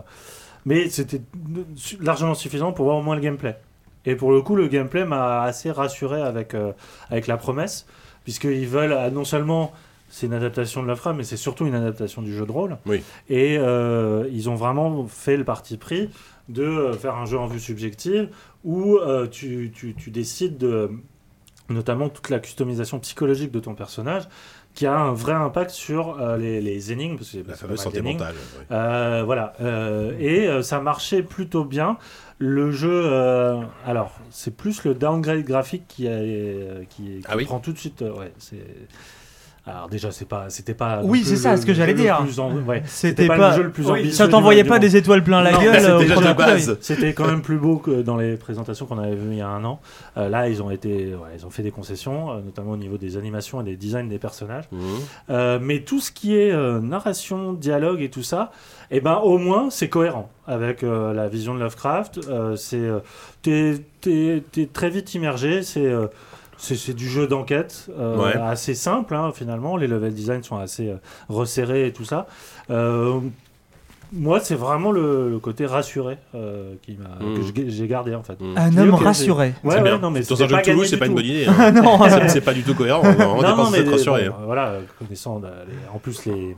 Speaker 9: mais c'était su- largement suffisant pour voir au moins le gameplay. Et pour le coup, le gameplay m'a assez rassuré avec, euh, avec la promesse. puisqu'ils veulent ah, non seulement c'est une adaptation de la frappe, mais c'est surtout une adaptation du jeu de rôle. Et euh, ils ont vraiment fait le parti pris de euh, faire un jeu en vue subjective où euh, tu, tu- tu décides de notamment toute la customisation psychologique de ton personnage qui a un vrai impact sur euh, les, les énigmes parce que c'est pas
Speaker 2: fameuse
Speaker 9: mal
Speaker 2: santé
Speaker 9: d'énigmes.
Speaker 2: mentale,
Speaker 9: Euh, voilà Euh, et euh, ça marchait plutôt bien le jeu euh, alors c'est plus le downgrade graphique qui, est- qui, qui
Speaker 2: Ah oui
Speaker 9: prend tout de suite euh, ouais, c'est alors déjà c'est pas c'était pas non
Speaker 3: Oui,
Speaker 9: plus
Speaker 3: c'est ça,
Speaker 9: le-
Speaker 3: ce que j'allais
Speaker 9: le
Speaker 3: dire.
Speaker 9: plus en- ouais,
Speaker 3: C'était
Speaker 9: pas,
Speaker 3: pas-
Speaker 9: le jeu le plus
Speaker 3: oui,
Speaker 9: ambitieux.
Speaker 3: ça t'envoyait
Speaker 9: du
Speaker 3: pas
Speaker 9: monde.
Speaker 3: des étoiles plein la gueule,
Speaker 9: c'était
Speaker 3: euh, au
Speaker 9: déjà
Speaker 3: premier
Speaker 9: de
Speaker 3: coup,
Speaker 9: base.
Speaker 3: oui.
Speaker 9: C'était quand même plus beau que dans les présentations qu'on avait vues il y a un an. Euh, là, ils ont été, ouais, ils ont fait des concessions, euh, notamment au niveau des animations et des designs des personnages. Euh, mais tout ce qui est euh, narration, dialogue et tout ça, eh ben au moins c'est cohérent avec euh, la vision de Lovecraft. Euh, c'est, euh, t'es, t'es- t'es très vite immergé. C'est euh, c'est, c'est du jeu d'enquête euh,
Speaker 2: Ouais.
Speaker 9: assez simple hein, finalement. Les level design sont assez euh, resserrés et tout ça. Euh, moi, c'est vraiment le, le côté rassuré euh, qui m'a,
Speaker 2: Mm.
Speaker 9: que je- j'ai gardé en fait.
Speaker 3: Un
Speaker 9: Je dis,
Speaker 3: homme
Speaker 9: ok, c'est-
Speaker 3: rassuré.
Speaker 9: Ouais,
Speaker 2: C'est
Speaker 9: ouais,
Speaker 2: Mmh. bien.
Speaker 9: non, mais
Speaker 2: Dans
Speaker 9: c'était
Speaker 2: un jeu
Speaker 9: pas
Speaker 2: de Toulouse,
Speaker 9: gagné
Speaker 2: c'est
Speaker 9: du
Speaker 2: pas une
Speaker 9: tout.
Speaker 2: bonne idée, hein. Non. C'est- c'est pas du tout cohérent, on- on dépense
Speaker 9: mais
Speaker 2: d'être rassuré,
Speaker 9: bon,
Speaker 2: hein.
Speaker 9: Voilà, euh, connaissant euh, les- en plus les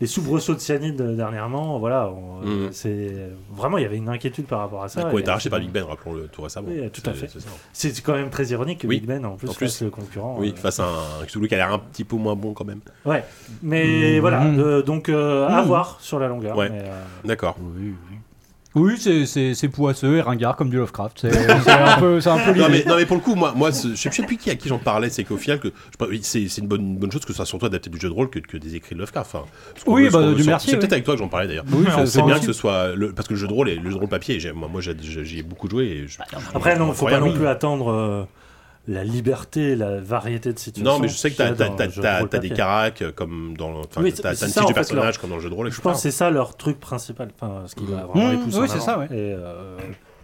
Speaker 9: les soubresauts de cyanide euh, dernièrement, voilà, on- euh,
Speaker 2: Mm.
Speaker 9: c'est vraiment il y avait une inquiétude par rapport à ça.
Speaker 2: La
Speaker 9: Et-
Speaker 2: cour est arrachée par Big Ben, rappelons-le tout récemment.
Speaker 9: Oui, tout à
Speaker 2: C'est-
Speaker 9: fait.
Speaker 2: c'est ça.
Speaker 9: C'est quand même très ironique que
Speaker 2: Oui.
Speaker 9: Big Ben en plus, fasse le concurrent.
Speaker 2: Oui,
Speaker 9: euh,
Speaker 2: face à un Cthulhu qui a l'air un petit peu moins bon quand même.
Speaker 9: Ouais, mais
Speaker 2: Mm.
Speaker 9: voilà, euh, donc euh, à
Speaker 2: Mm.
Speaker 9: voir sur la longueur.
Speaker 2: Ouais.
Speaker 9: mais, euh,
Speaker 2: D'accord.
Speaker 7: Oui, c'est- c'est c'est poisseux et ringard comme du Lovecraft. C'est c'est un peu, c'est un peu
Speaker 2: non,
Speaker 7: l'idée.
Speaker 2: mais, non, mais pour le coup, moi, moi ce- je sais je sais plus qui à qui j'en parlais, c'est qu'au final, que, je pense- oui, c'est c'est une bonne, une bonne chose que ce soit surtout adapté du jeu de rôle que, que des écrits de Lovecraft. Enfin, ce qu'on
Speaker 7: Oui,
Speaker 2: veut, ce
Speaker 7: bah,
Speaker 2: qu'on veut,
Speaker 7: Dieu
Speaker 2: c'est-
Speaker 7: merci,
Speaker 2: C'est
Speaker 7: oui.
Speaker 2: peut-être avec toi que j'en parlais d'ailleurs.
Speaker 7: Oui, ça-
Speaker 9: Bah,
Speaker 2: on
Speaker 7: ça
Speaker 2: sait bien
Speaker 7: aussi.
Speaker 2: que ce soit. le- parce que le jeu de rôle, est- le jeu de rôle papier, j'ai- moi, moi j'ai- j'y ai beaucoup joué. Et je-
Speaker 9: Après,
Speaker 2: je-
Speaker 9: Bah, non,
Speaker 2: je-
Speaker 9: faut
Speaker 2: rien,
Speaker 9: pas non
Speaker 2: oui.
Speaker 9: plus attendre euh, la liberté, la variété de situations.
Speaker 2: Non, mais je sais que
Speaker 9: qu'il y
Speaker 2: t'as
Speaker 9: a
Speaker 2: t'as-
Speaker 9: dans
Speaker 2: t'as-
Speaker 9: le jeu de
Speaker 2: t'as-
Speaker 9: rôle
Speaker 2: t'as des
Speaker 9: papier.
Speaker 2: caracs euh, comme dans le. Enfin,
Speaker 9: Oui,
Speaker 2: t'as
Speaker 9: c'est
Speaker 2: t'as une
Speaker 9: ça,
Speaker 2: fiche
Speaker 9: en
Speaker 2: de
Speaker 9: fait,
Speaker 2: personnage
Speaker 9: leur-
Speaker 2: comme dans le jeu de rôle,
Speaker 9: Je
Speaker 2: etc.
Speaker 9: pense que c'est ça leur truc principal, enfin, ce qui va vraiment les
Speaker 2: Mmh,
Speaker 9: pousser
Speaker 2: oui,
Speaker 9: en
Speaker 2: c'est
Speaker 9: avant.
Speaker 2: ça, ouais.
Speaker 9: Et euh,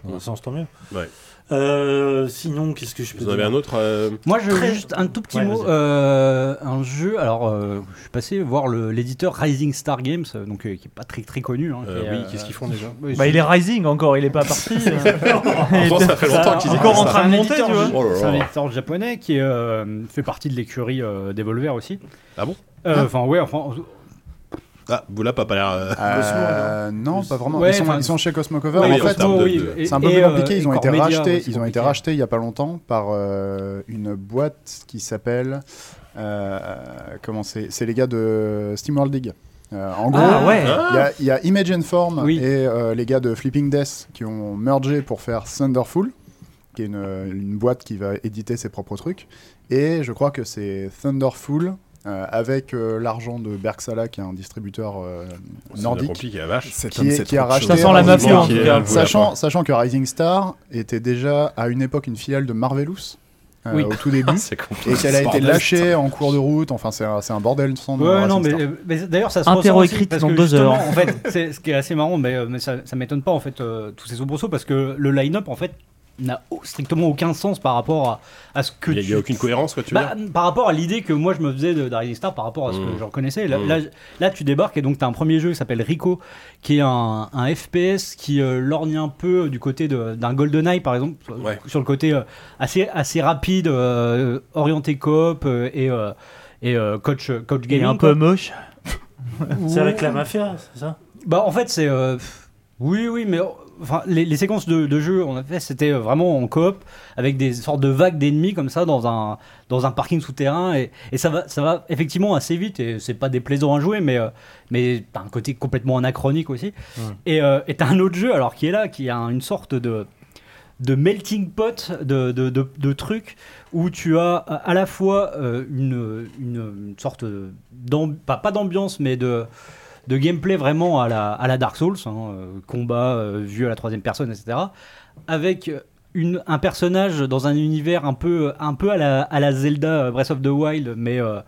Speaker 9: dans un sens, tant mieux.
Speaker 2: Ouais.
Speaker 9: Euh, sinon, qu'est-ce que je
Speaker 2: Vous
Speaker 9: peux
Speaker 2: en
Speaker 9: dire
Speaker 2: avez un autre euh,
Speaker 7: Moi, je veux juste un tout petit
Speaker 9: Ouais,
Speaker 7: mot.
Speaker 9: vas-y.
Speaker 7: euh, un jeu. Alors, euh, je suis passé voir le- l'éditeur Rising Star Games, euh, donc euh, qui est pas très très connu. hein, qui est, euh, Oui,
Speaker 3: Bah,
Speaker 7: c'est-
Speaker 3: il est rising encore, il est pas parti.
Speaker 7: C'est
Speaker 3: encore en train de
Speaker 7: un
Speaker 3: monter, tu
Speaker 7: éditeur
Speaker 3: vois.
Speaker 7: ja-
Speaker 2: Oh
Speaker 7: C'est un éditeur japonais qui euh, fait partie de l'écurie euh, Devolver aussi. Euh,
Speaker 2: Ah bon
Speaker 7: Enfin, ouais, enfin.
Speaker 2: Ah, vous là, pas pas l'air. euh,
Speaker 6: Euh, non, pas vraiment.
Speaker 7: Ouais,
Speaker 6: ils, sont,
Speaker 7: enfin,
Speaker 6: ils sont chez Cosmo Cover.
Speaker 7: oui,
Speaker 6: en fait,
Speaker 7: Cosmo, oui, et-
Speaker 6: c'est un peu
Speaker 7: et,
Speaker 6: plus
Speaker 7: euh,
Speaker 6: compliqué. Ils
Speaker 7: et
Speaker 6: ont été
Speaker 7: Cormedia, ouais,
Speaker 6: rachetés.
Speaker 7: c'est
Speaker 6: Ils ont été
Speaker 7: compliqué.
Speaker 6: rachetés il y a pas longtemps par euh, une boîte qui s'appelle euh, comment c'est C'est les gars de SteamWorld League. Euh, en gros,
Speaker 3: Ah, ouais.
Speaker 6: il y a- il y, a Image and Form
Speaker 7: Oui.
Speaker 6: et euh, les gars de Flipping Death qui ont mergé pour faire Thunderful, qui est une, une boîte qui va éditer ses propres trucs. Et je crois que c'est Thunderful euh, avec euh, l'argent de Bergsala, qui est un distributeur euh,
Speaker 2: c'est
Speaker 6: nordique,
Speaker 2: compliqué, la vache.
Speaker 6: qui, est- qui a
Speaker 3: Ça
Speaker 6: racheté.
Speaker 3: sent la mafia, en
Speaker 6: Qui est-
Speaker 3: tout cas.
Speaker 6: Sachant, sachant que Rising Star était déjà à une époque une filiale de Marvelous. euh,
Speaker 7: Oui.
Speaker 6: au tout début
Speaker 2: C'est compliqué.
Speaker 6: et qu'elle a
Speaker 2: C'est
Speaker 6: été
Speaker 2: bordel,
Speaker 6: lâchée en cours de route enfin c'est un, c'est un bordel sans nom,
Speaker 7: Ouais,
Speaker 6: Rising
Speaker 7: non, mais,
Speaker 6: Star.
Speaker 7: euh, mais d'ailleurs, ça se
Speaker 3: Interro
Speaker 7: ressent aussi,
Speaker 3: écrite
Speaker 7: parce
Speaker 3: dans
Speaker 7: que
Speaker 3: deux
Speaker 7: justement,
Speaker 3: heures.
Speaker 7: en fait, c'est ce qui est assez marrant, mais, euh, mais ça, ça m'étonne pas, en fait, euh, tous ces soubresauts, parce que le line-up, en fait, n'a au- strictement aucun sens par rapport à, à ce que
Speaker 2: Il y a- il y a
Speaker 7: tu-
Speaker 2: aucune cohérence, quoi, tu veux
Speaker 7: Bah, par rapport à l'idée que moi je me faisais de d'Harry Star par rapport à ce
Speaker 2: Mm.
Speaker 7: que je reconnaissais là,
Speaker 2: Mm.
Speaker 7: là, là, tu débarques et donc tu as un premier jeu qui s'appelle Rico qui est un, un FPS qui euh, lorgne un peu du côté de- d'un GoldenEye par exemple euh,
Speaker 2: Ouais.
Speaker 7: sur le côté euh, assez, assez rapide euh, orienté coop euh, et, euh, et euh, coach, coach
Speaker 3: Il est
Speaker 7: gaming
Speaker 3: un
Speaker 7: quoi.
Speaker 3: peu moche.
Speaker 9: C'est avec la mafia, c'est ça
Speaker 7: Bah en fait c'est euh, pff, oui oui mais euh, enfin les, les séquences de, de jeu on a fait c'était euh, vraiment en coop avec des sortes de vagues d'ennemis comme ça dans un dans un parking souterrain et, et ça va ça va effectivement assez vite et c'est pas déplaisant à jouer mais euh, mais t'as un côté complètement anachronique aussi et euh, et t'as un autre jeu alors qui est là qui a une sorte de de melting pot de, de, de- de trucs où tu as euh, à la fois euh, une, une- une sorte d'ambiance, pas, pas d'ambiance, mais de, de gameplay vraiment à la, à la Dark Souls, hein, euh, combat, euh, vue à la troisième personne, etc. Avec une, un personnage dans un univers un peu, un peu à, la, à la Zelda euh, Breath of the Wild, mais euh,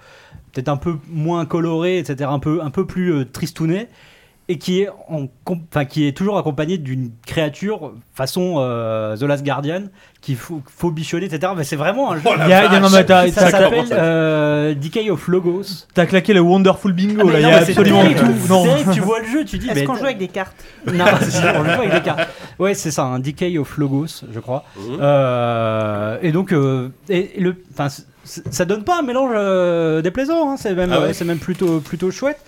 Speaker 7: peut-être un peu moins coloré, etc. Un peu, un peu plus euh, tristouné. Et qui est, en, com- enfin, qui est toujours accompagné d'une créature façon euh, The Last Guardian qu'il faut, faut bichonner, etc. Mais c'est vraiment un jeu.
Speaker 3: Oh la Il y a- il y a- non, mais t'as-
Speaker 7: ça
Speaker 3: t'as-
Speaker 7: s'appelle euh, Decay of Logos. Ah,
Speaker 3: T'as claqué le Wonderful Bingo,
Speaker 7: Mais
Speaker 3: Oh là, il y
Speaker 7: non,
Speaker 3: a
Speaker 7: mais c'est
Speaker 3: absolument
Speaker 7: terrible.
Speaker 3: tout. Non.
Speaker 7: Dès que tu vois le jeu, tu dis.
Speaker 5: Est-ce
Speaker 7: mais
Speaker 5: qu'on joue avec des cartes
Speaker 7: Non, on le joue avec des cartes. Ouais, c'est ça, un Decay of Logos, je crois. Euh, et donc, euh, et, et le, enfin, c'est- c- ça donne pas un mélange euh, déplaisant, hein, c'est même,
Speaker 2: Ah ouais
Speaker 7: euh, c'est même plutôt, plutôt chouette.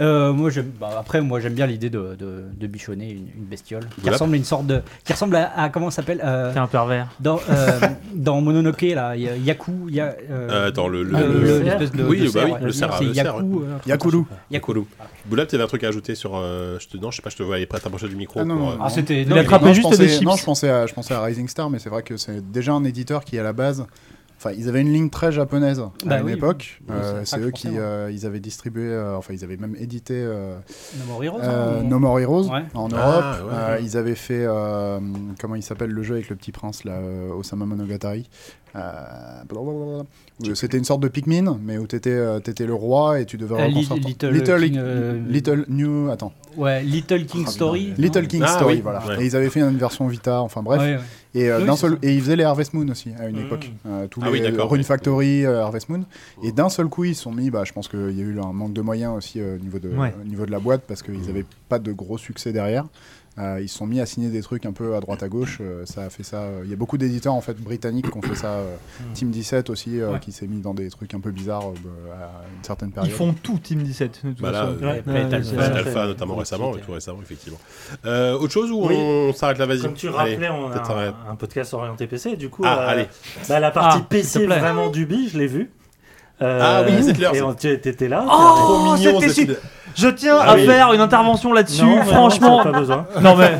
Speaker 7: Euh, moi, j'aime- bah, après, moi j'aime bien l'idée de, de- de bichonner une, une bestiole qui
Speaker 3: Voilà.
Speaker 7: ressemble à une sorte de, qui ressemble à, à- comment ça s'appelle euh,
Speaker 3: T'es un pervers.
Speaker 7: Dans, euh, dans Mononoke là, y a Yaku, y a,
Speaker 2: Euh, attends, le- le- le-
Speaker 7: l'espèce de-
Speaker 2: oui,
Speaker 7: de
Speaker 2: bah
Speaker 7: cerf,
Speaker 2: oui,
Speaker 7: ouais.
Speaker 2: le cerf,
Speaker 7: c'est
Speaker 2: le cerf,
Speaker 7: Yaku,
Speaker 2: ouais.
Speaker 7: euh,
Speaker 6: Yakulu.
Speaker 2: Yakulu. Boulab, t'avais un truc à ajouter sur. euh, je te, non, je sais pas, je te vois aller prêt à t'approcher du micro.
Speaker 6: Ah non,
Speaker 2: pour,
Speaker 6: non,
Speaker 2: euh,
Speaker 6: non.
Speaker 7: il attrapait
Speaker 6: non, je
Speaker 7: juste
Speaker 6: pensais-
Speaker 7: des chips.
Speaker 6: Non, je pensais, à, je pensais à Rising Star, mais c'est vrai que c'est déjà un éditeur qui, à la base, enfin, ils avaient une ligne très japonaise à
Speaker 7: Bah
Speaker 6: une
Speaker 7: oui.
Speaker 6: époque.
Speaker 7: Oui,
Speaker 6: Euh,
Speaker 7: c'est
Speaker 6: c'est
Speaker 7: ça que
Speaker 6: eux
Speaker 7: je
Speaker 6: qui,
Speaker 7: pensais, moi.
Speaker 6: euh, ils avaient distribué, euh, enfin, ils avaient même édité euh,
Speaker 7: No More Heroes,
Speaker 6: euh,
Speaker 7: hein, ou-
Speaker 6: No More Heroes
Speaker 7: Ouais.
Speaker 6: en
Speaker 7: Ah,
Speaker 6: Europe.
Speaker 7: ouais,
Speaker 6: Euh,
Speaker 7: ouais.
Speaker 6: Ils avaient fait, euh, comment il s'appelle le jeu avec le petit prince là, euh, Osama Monogatari. Euh, blablabla. Où C'était une sorte de Pikmin, mais où t'étais euh, t'étais le roi et tu devais
Speaker 7: Euh, Li-
Speaker 6: reconstruire ton-
Speaker 7: Little King, euh,
Speaker 6: Little New, attends.
Speaker 7: Ouais, Little King Story.
Speaker 6: Little
Speaker 7: non
Speaker 6: King Story, voilà. Et ils avaient fait une version Vita, enfin bref.
Speaker 7: Ouais, ouais.
Speaker 6: Et euh,
Speaker 7: Oui,
Speaker 6: d'un
Speaker 7: c'est
Speaker 6: seul, et ils faisaient les Harvest Moon aussi à une époque. Euh, tous
Speaker 2: Ah
Speaker 6: les
Speaker 2: oui, d'accord,
Speaker 6: Rune
Speaker 2: oui.
Speaker 6: Factory, euh, Harvest Moon. Et d'un seul coup, ils se sont mis. Bah, je pense qu'il y a eu un manque de moyens aussi euh, au niveau de
Speaker 3: Ouais.
Speaker 6: au niveau de la boîte parce qu'ils n'avaient pas de gros succès derrière. Euh, ils se sont mis à signer des trucs un peu à droite à gauche. euh, ça a fait ça. euh, Il y a beaucoup d'éditeurs en fait britanniques qui ont fait ça. euh, Team 17 aussi euh,
Speaker 3: Ouais.
Speaker 6: qui s'est mis dans des trucs un peu bizarres euh, bah, à une certaine période.
Speaker 3: Ils font tout Team 17. De toute
Speaker 2: Bah là,
Speaker 3: façon.
Speaker 2: euh, Pet Alpha, Pet Alpha, notamment récemment, tout récemment, effectivement. Euh, autre chose ou
Speaker 9: Oui.
Speaker 2: on s'arrête là, vas-y
Speaker 9: Comme tu
Speaker 2: Allez,
Speaker 9: rappelais, on
Speaker 2: peut-être
Speaker 9: a
Speaker 2: arrête.
Speaker 9: un, un podcast orienté PC. Du coup,
Speaker 2: Ah,
Speaker 9: euh,
Speaker 2: allez.
Speaker 9: bah, la partie
Speaker 2: Ah, s'il
Speaker 9: PC
Speaker 2: te plaît.
Speaker 9: vraiment du bi, je l'ai vu. Euh,
Speaker 2: Ah oui, c'est clair,
Speaker 9: Et
Speaker 2: c'est-
Speaker 9: on- tu étais là.
Speaker 3: Oh,
Speaker 9: t'es trop
Speaker 3: c'était
Speaker 9: mignon,
Speaker 3: super. Je tiens
Speaker 9: Ah
Speaker 3: à
Speaker 9: oui.
Speaker 3: faire une intervention là-dessus,
Speaker 9: Non, mais non,
Speaker 3: franchement.
Speaker 9: t'as pas besoin.
Speaker 3: Non, mais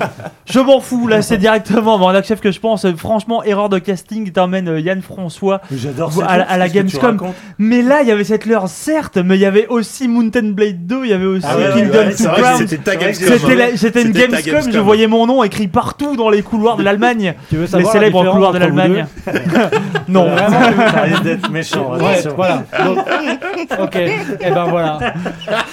Speaker 3: je m'en fous, là c'est directement mon chef que je pense. euh, Franchement, erreur de casting t'emmène euh, Yann François
Speaker 9: J'adore
Speaker 3: vo-
Speaker 9: cette
Speaker 3: à, la-
Speaker 9: lutte,
Speaker 3: à la
Speaker 9: qu'est-ce que tu
Speaker 3: Gamescom.
Speaker 9: racontes
Speaker 3: Mais là, il y avait cette leurre, certes, mais il y avait aussi Mountain Blade 2, il y avait aussi
Speaker 9: Ah ouais,
Speaker 3: Kingdom
Speaker 9: ouais, ouais, c'est
Speaker 3: to
Speaker 9: vrai que
Speaker 3: Come.
Speaker 9: c'était ta
Speaker 3: C'était
Speaker 9: Gamescom,
Speaker 3: la- C'était
Speaker 9: ouais.
Speaker 3: une
Speaker 9: C'était ta
Speaker 3: Gamescom, je
Speaker 9: Gamescom.
Speaker 3: voyez mon nom écrit partout dans les couloirs de l'Allemagne.
Speaker 7: Tu veux
Speaker 3: les
Speaker 7: savoir la
Speaker 3: célèbres
Speaker 7: différence
Speaker 3: couloirs de
Speaker 7: entre vous
Speaker 3: l'Allemagne. non.
Speaker 7: Vraiment,
Speaker 9: ça risque d'être méchant,
Speaker 7: Ouais,
Speaker 9: attention.
Speaker 7: voilà. Donc, ok, et ben voilà.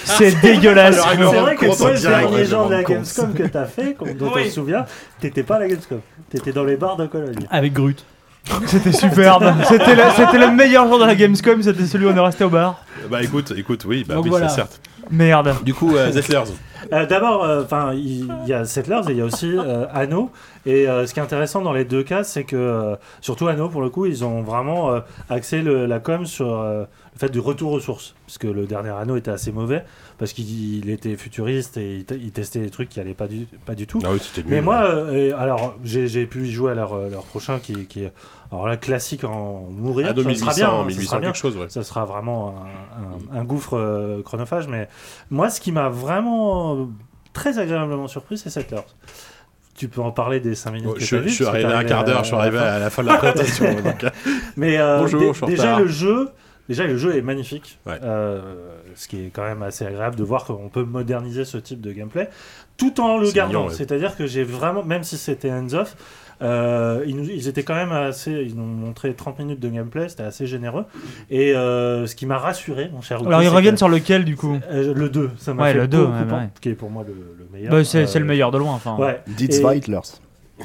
Speaker 3: C'est dégueulasse.
Speaker 9: C'est
Speaker 3: Je me
Speaker 9: vrai
Speaker 3: rends
Speaker 9: que
Speaker 3: compte en
Speaker 9: toi, le
Speaker 3: direct,
Speaker 9: dernier
Speaker 3: je me
Speaker 9: genre de la
Speaker 3: rends compte.
Speaker 9: Gamescom que t'as fait, qu'on- dont on se souvient, t'étais pas à la Gamescom. T'étais dans les bars de Cologne.
Speaker 7: Avec Grut.
Speaker 3: C'était superbe. C'était la- c'était le meilleur jour de la Gamescom, c'était celui où on est resté au bar.
Speaker 2: Bah écoute, écoute, oui, bah
Speaker 3: Donc
Speaker 2: oui,
Speaker 3: voilà.
Speaker 2: ça, certes.
Speaker 3: Merde.
Speaker 2: Du coup, euh, Zettlers.
Speaker 9: Euh, D'abord, euh, enfin, il il y a Settlers et il y a aussi euh, Anno. Et euh, ce qui est intéressant dans les deux cas, c'est que euh, surtout Anno, pour le coup, ils ont vraiment euh, axé le- la com sur euh, le fait du retour aux sources, parce que le dernier Anno était assez mauvais, parce qu'il il était futuriste et il, te- il testait des trucs qui allaient pas du, pas du tout.
Speaker 2: Ah oui, c'était
Speaker 9: Mais
Speaker 2: nul.
Speaker 9: moi, euh, et alors, j'ai j'ai pu y jouer à leur, euh, leur prochain qui, qui est alors là classique en mourir.
Speaker 2: Anno
Speaker 9: ça sera
Speaker 2: 1800,
Speaker 9: bien, hein, ça
Speaker 2: 1800,
Speaker 9: sera bien.
Speaker 2: quelque chose, ouais.
Speaker 9: Ça sera vraiment un, un- un gouffre euh, chronophage, mais moi, ce qui m'a vraiment euh, très agréablement surpris, c'est cette heure. Tu peux en parler des 5 minutes.
Speaker 2: Oh,
Speaker 9: que
Speaker 2: je-
Speaker 9: t'as vues,
Speaker 2: je suis
Speaker 9: parce que
Speaker 2: arrivé
Speaker 9: t'es
Speaker 2: à un quart d'heure, je suis arrivé à la fin de la présentation, donc, euh,
Speaker 9: mais euh,
Speaker 2: Bonjour,
Speaker 9: dé-
Speaker 2: je suis en
Speaker 9: déjà
Speaker 2: retard.
Speaker 9: le jeu, déjà le jeu est magnifique. Euh, ce qui est quand même assez agréable de voir qu'on peut moderniser ce type de gameplay tout en le
Speaker 2: C'est
Speaker 9: gardant.
Speaker 2: mignon, ouais.
Speaker 9: C'est-à-dire que j'ai vraiment, même si c'était hands off. euh, ils, nous- ils étaient quand même assez. Ils nous ont montré 30 minutes de gameplay, c'était assez généreux. Et euh, ce qui m'a rassuré, mon cher.
Speaker 3: Alors
Speaker 9: Ouki,
Speaker 3: ils
Speaker 9: c'est
Speaker 3: reviennent
Speaker 9: que-
Speaker 3: sur lequel du coup
Speaker 9: euh, le 2, ça m'a
Speaker 3: Ouais,
Speaker 9: fait
Speaker 3: le 2,
Speaker 9: beaucoup
Speaker 3: ouais,
Speaker 9: pen-
Speaker 3: ouais.
Speaker 9: qui est pour moi le, le meilleur. Euh,
Speaker 3: Bah,
Speaker 2: euh,
Speaker 3: c'est- c'est le meilleur hein. de loin, enfin.
Speaker 9: Ouais.
Speaker 6: Dietz
Speaker 9: Et-
Speaker 6: Weitlers.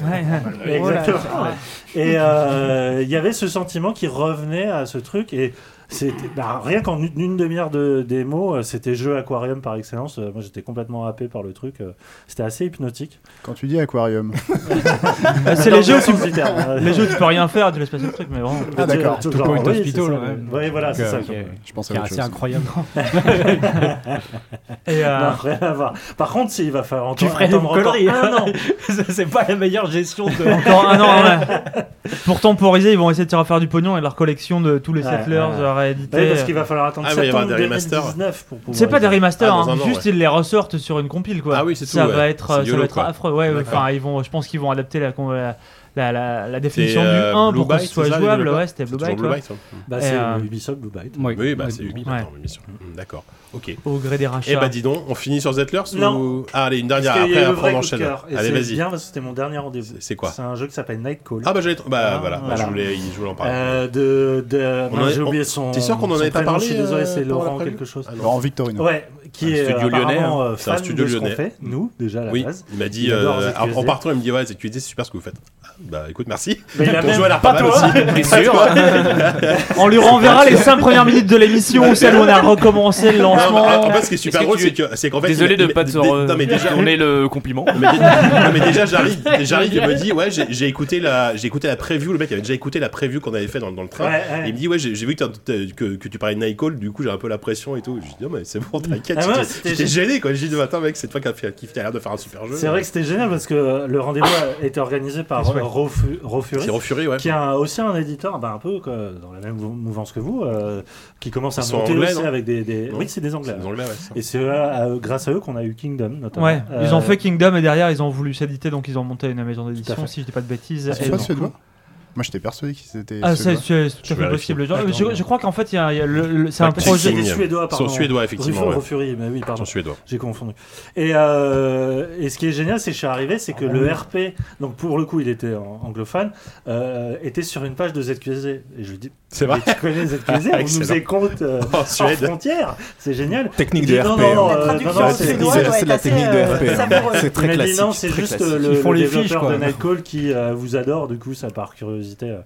Speaker 3: Ouais, ouais.
Speaker 9: Euh, Exactement.
Speaker 3: Oh là là.
Speaker 9: Et euh, il y avait ce sentiment qui revenait à ce truc et c'était bah, rien qu'en une, une demi-heure de démo, euh, c'était jeu aquarium par excellence. Euh, Moi, j'étais complètement happé par le truc. euh, C'était assez hypnotique.
Speaker 6: Quand tu dis aquarium.
Speaker 3: Ah, c'est les
Speaker 9: Dans
Speaker 3: jeux,
Speaker 9: le
Speaker 3: tu...
Speaker 9: sens du terme.
Speaker 3: les jeux, tu peux rien faire, tu laisses passer le truc, mais vraiment.
Speaker 9: Ah, d'accord. Tout- tout-
Speaker 7: Point
Speaker 9: Oui, c'est
Speaker 7: Hospital,
Speaker 9: ça,
Speaker 7: ouais.
Speaker 9: le- ouais, voilà,
Speaker 7: Donc,
Speaker 9: c'est
Speaker 7: euh,
Speaker 9: ça.
Speaker 7: qui est-
Speaker 6: Je pensais
Speaker 7: qui est
Speaker 6: à autre
Speaker 7: assez
Speaker 6: chose.
Speaker 7: incroyable.
Speaker 3: Et, euh,
Speaker 9: Non, rien à voir. Par contre, s'il va falloir
Speaker 7: Tu
Speaker 9: entendre,
Speaker 7: ferais une
Speaker 9: attendre encore
Speaker 7: connerie.
Speaker 9: un an.
Speaker 7: Ça, c'est pas la meilleure gestion de.
Speaker 3: Encore un an, ouais. Pour temporiser, ils vont essayer de se refaire du pognon et leur collection de tous les
Speaker 9: Ouais,
Speaker 3: settlers
Speaker 9: ouais.
Speaker 2: Bah
Speaker 3: euh, réédités.
Speaker 9: Ouais, parce qu'il va falloir attendre
Speaker 2: Ah, il va y avoir
Speaker 9: septembre
Speaker 2: des remasters.
Speaker 9: 2019 pour pouvoir.
Speaker 3: C'est pas des
Speaker 9: y jouer.
Speaker 3: remasters,
Speaker 2: Ah, dans
Speaker 3: hein,
Speaker 2: un an,
Speaker 3: juste
Speaker 2: ouais.
Speaker 3: ils les ressortent sur une compile quoi.
Speaker 2: Ah oui, c'est tout,
Speaker 3: Ça
Speaker 2: ouais.
Speaker 3: va être,
Speaker 2: C'est
Speaker 3: euh, ça
Speaker 2: YOLO,
Speaker 3: va être
Speaker 2: quoi.
Speaker 3: affreux. Ouais,
Speaker 2: D'accord.
Speaker 3: enfin ils vont, je pense qu'ils vont adapter la, con- la, la, la, la définition
Speaker 2: euh,
Speaker 3: du 1
Speaker 2: Blue
Speaker 3: pour que ce
Speaker 2: Byte,
Speaker 3: soit
Speaker 2: c'est ça, les
Speaker 3: jouable.
Speaker 2: développeurs
Speaker 3: Ouais, c'était Blue
Speaker 2: C'est toujours
Speaker 3: Byte.
Speaker 2: Blue
Speaker 3: ouais.
Speaker 2: Byte, hein.
Speaker 9: Bah,
Speaker 3: Et,
Speaker 9: c'est
Speaker 3: euh,
Speaker 9: Ubisoft Blue Byte.
Speaker 2: Oui, bah c'est Ubi,
Speaker 3: Ouais.
Speaker 2: d'accord, bien sûr. Mm, D'accord, ok.
Speaker 3: Au gré des rachats.
Speaker 2: Eh bah dis donc, on finit sur Zettlers
Speaker 9: Non.
Speaker 2: ou... Ah, allez, une dernière,
Speaker 9: Parce qu'il y a
Speaker 2: après,
Speaker 9: eu le
Speaker 2: après
Speaker 9: vrai
Speaker 2: on
Speaker 9: coup de
Speaker 2: enchaîne.
Speaker 9: cœur. Et
Speaker 2: Allez,
Speaker 9: c'est
Speaker 2: vas-y.
Speaker 9: bien parce que c'était mon dernier rendez-vous.
Speaker 2: C'est quoi
Speaker 9: C'est un jeu qui s'appelle Night Call.
Speaker 2: Ah bah j'allais... Bah
Speaker 9: Ah,
Speaker 2: voilà,
Speaker 9: voilà.
Speaker 2: je voulais, je voulais en parler.
Speaker 9: Euh, de, de-
Speaker 2: On
Speaker 9: mince,
Speaker 2: en est-
Speaker 9: j'ai oublié
Speaker 2: on-
Speaker 9: son.
Speaker 2: T'es sûr qu'on en
Speaker 9: son
Speaker 2: avait pas
Speaker 9: prénom,
Speaker 2: parlé
Speaker 9: Je suis désolé,
Speaker 2: euh,
Speaker 9: c'est
Speaker 2: pendant la
Speaker 9: Laurent
Speaker 2: prévue
Speaker 9: quelque chose.
Speaker 2: Ah non.
Speaker 6: Laurent Victorino.
Speaker 9: Ouais, qui est
Speaker 2: studio
Speaker 9: apparemment,
Speaker 2: lyonnais, hein.
Speaker 9: euh,
Speaker 2: C'est un
Speaker 9: fan
Speaker 2: studio
Speaker 9: de ce qu'on
Speaker 2: lyonnais.
Speaker 9: fait, nous, déjà, à la
Speaker 2: oui.
Speaker 9: base.
Speaker 2: Il m'a dit
Speaker 9: Il adore
Speaker 2: euh,
Speaker 9: ZQSD.
Speaker 2: en partant, il me dit ouais, ZQSD, c'est super ce que vous faites. Bah écoute, merci.
Speaker 9: Mais il
Speaker 2: Pour
Speaker 9: a Ah, même
Speaker 2: jouer à la
Speaker 9: pas
Speaker 2: Parade
Speaker 9: toi.
Speaker 2: aussi.
Speaker 9: Bien
Speaker 2: Pas
Speaker 9: sûr.
Speaker 2: toi.
Speaker 3: On lui renverra les 5 premières minutes de l'émission, celle où on a recommencé le
Speaker 2: Non, mais
Speaker 3: lancement.
Speaker 2: en en fait, ce qui est super
Speaker 4: Est-ce que
Speaker 2: drôle,
Speaker 4: tu
Speaker 2: c'est
Speaker 4: es-
Speaker 2: que c'est qu'en fait,
Speaker 4: Désolé
Speaker 2: il-
Speaker 4: de
Speaker 2: il-
Speaker 4: pas te
Speaker 2: dé-
Speaker 9: euh,
Speaker 2: non, mais déjà,
Speaker 4: on est le compliment.
Speaker 2: Mais dé- non, mais déjà j'arrive, j'arrive, il me dit ouais j'ai j'ai écouté la, j'ai écouté la preview, le mec avait déjà écouté la preview qu'on avait fait dans, dans le train.
Speaker 9: Ouais, ouais.
Speaker 2: Et il me dit ouais j'ai j'ai vu que, t'as- t'as- que, que tu parlais de Nightcall, du coup j'ai un peu la pression et tout. Je dis non mais c'est bon t'inquiète,
Speaker 9: Ah ouais,
Speaker 2: j'étais
Speaker 9: c'était-
Speaker 2: j'étais gêné quoi. J'ai dit attends mec c'est toi qui a fait- qui a l'air de faire un super jeu.
Speaker 9: C'est vrai que c'était génial parce que le rendez-vous a été organisé par
Speaker 2: Ouais.
Speaker 9: Rofu- Rofuri,
Speaker 2: C'est Rofuri, ouais.
Speaker 9: qui est un- aussi un éditeur bah, un peu quoi, dans la même mou- mouvance que vous, euh, qui commence à
Speaker 2: Ils sont
Speaker 9: monter
Speaker 2: anglais,
Speaker 9: aussi
Speaker 2: non
Speaker 9: avec des... des-
Speaker 2: Non.
Speaker 9: Oui, c'est des Anglais. Ah,
Speaker 2: C'est des Anglais, ouais, ça.
Speaker 9: Et c'est euh, à- à eux- grâce à eux qu'on a eu Kingdom, notamment.
Speaker 3: Ouais,
Speaker 9: Euh,
Speaker 3: ils ont fait Kingdom et derrière ils ont voulu s'éditer donc ils ont monté une maison d'édition
Speaker 9: fait.
Speaker 3: si je dis pas de bêtises.
Speaker 7: Ah,
Speaker 6: Ils sont
Speaker 3: Et
Speaker 6: pas
Speaker 3: donc-
Speaker 6: suédois Moi j'étais persuadé qu'ils étaient.
Speaker 3: Ah, c'est
Speaker 6: suédois.
Speaker 3: c'est tout à fait possible. Genre, je, je crois qu'en fait, il y a, il y a le- le- c'est un
Speaker 2: Fact
Speaker 3: projet.
Speaker 2: checking.
Speaker 9: Des Suédois,
Speaker 2: Ils sont
Speaker 9: pardon.
Speaker 2: Suédois, effectivement,
Speaker 9: Rufus
Speaker 2: ouais.
Speaker 9: Rofuri, mais oui, pardon.
Speaker 2: Ils sont Suédois.
Speaker 9: J'ai confondu. Et, euh, et ce qui est génial, c'est que je suis arrivé, c'est que
Speaker 2: Ah
Speaker 9: le RP, donc pour le coup, il était en- anglophone, euh, était sur une page de ZQSD. Et je lui dis,
Speaker 2: C'est vrai. Ah,
Speaker 9: Mais Tu connais ZQSD, on
Speaker 2: Excellent.
Speaker 9: nous faisait compte euh,
Speaker 2: En
Speaker 9: hors
Speaker 2: Suède.
Speaker 9: frontière. C'est génial.
Speaker 2: Technique
Speaker 9: Il dit,
Speaker 2: de
Speaker 9: non,
Speaker 2: RP,
Speaker 9: Non, non,
Speaker 2: hein.
Speaker 9: euh,
Speaker 2: Traduction
Speaker 9: non, non,
Speaker 2: suédoise
Speaker 9: c'est-
Speaker 2: doit
Speaker 9: c'est-
Speaker 2: être
Speaker 9: c'est
Speaker 2: assez, euh, savoureux. C'est très
Speaker 9: Il m'a dit,
Speaker 2: classique,
Speaker 9: Non, c'est
Speaker 2: très
Speaker 9: juste
Speaker 2: classique.
Speaker 9: euh, le,
Speaker 2: Ils font
Speaker 9: le
Speaker 2: les
Speaker 9: développeur
Speaker 2: fiches, quoi.
Speaker 9: de Nightcall qui euh, vous adore. Du coup, ça par curiosité, euh,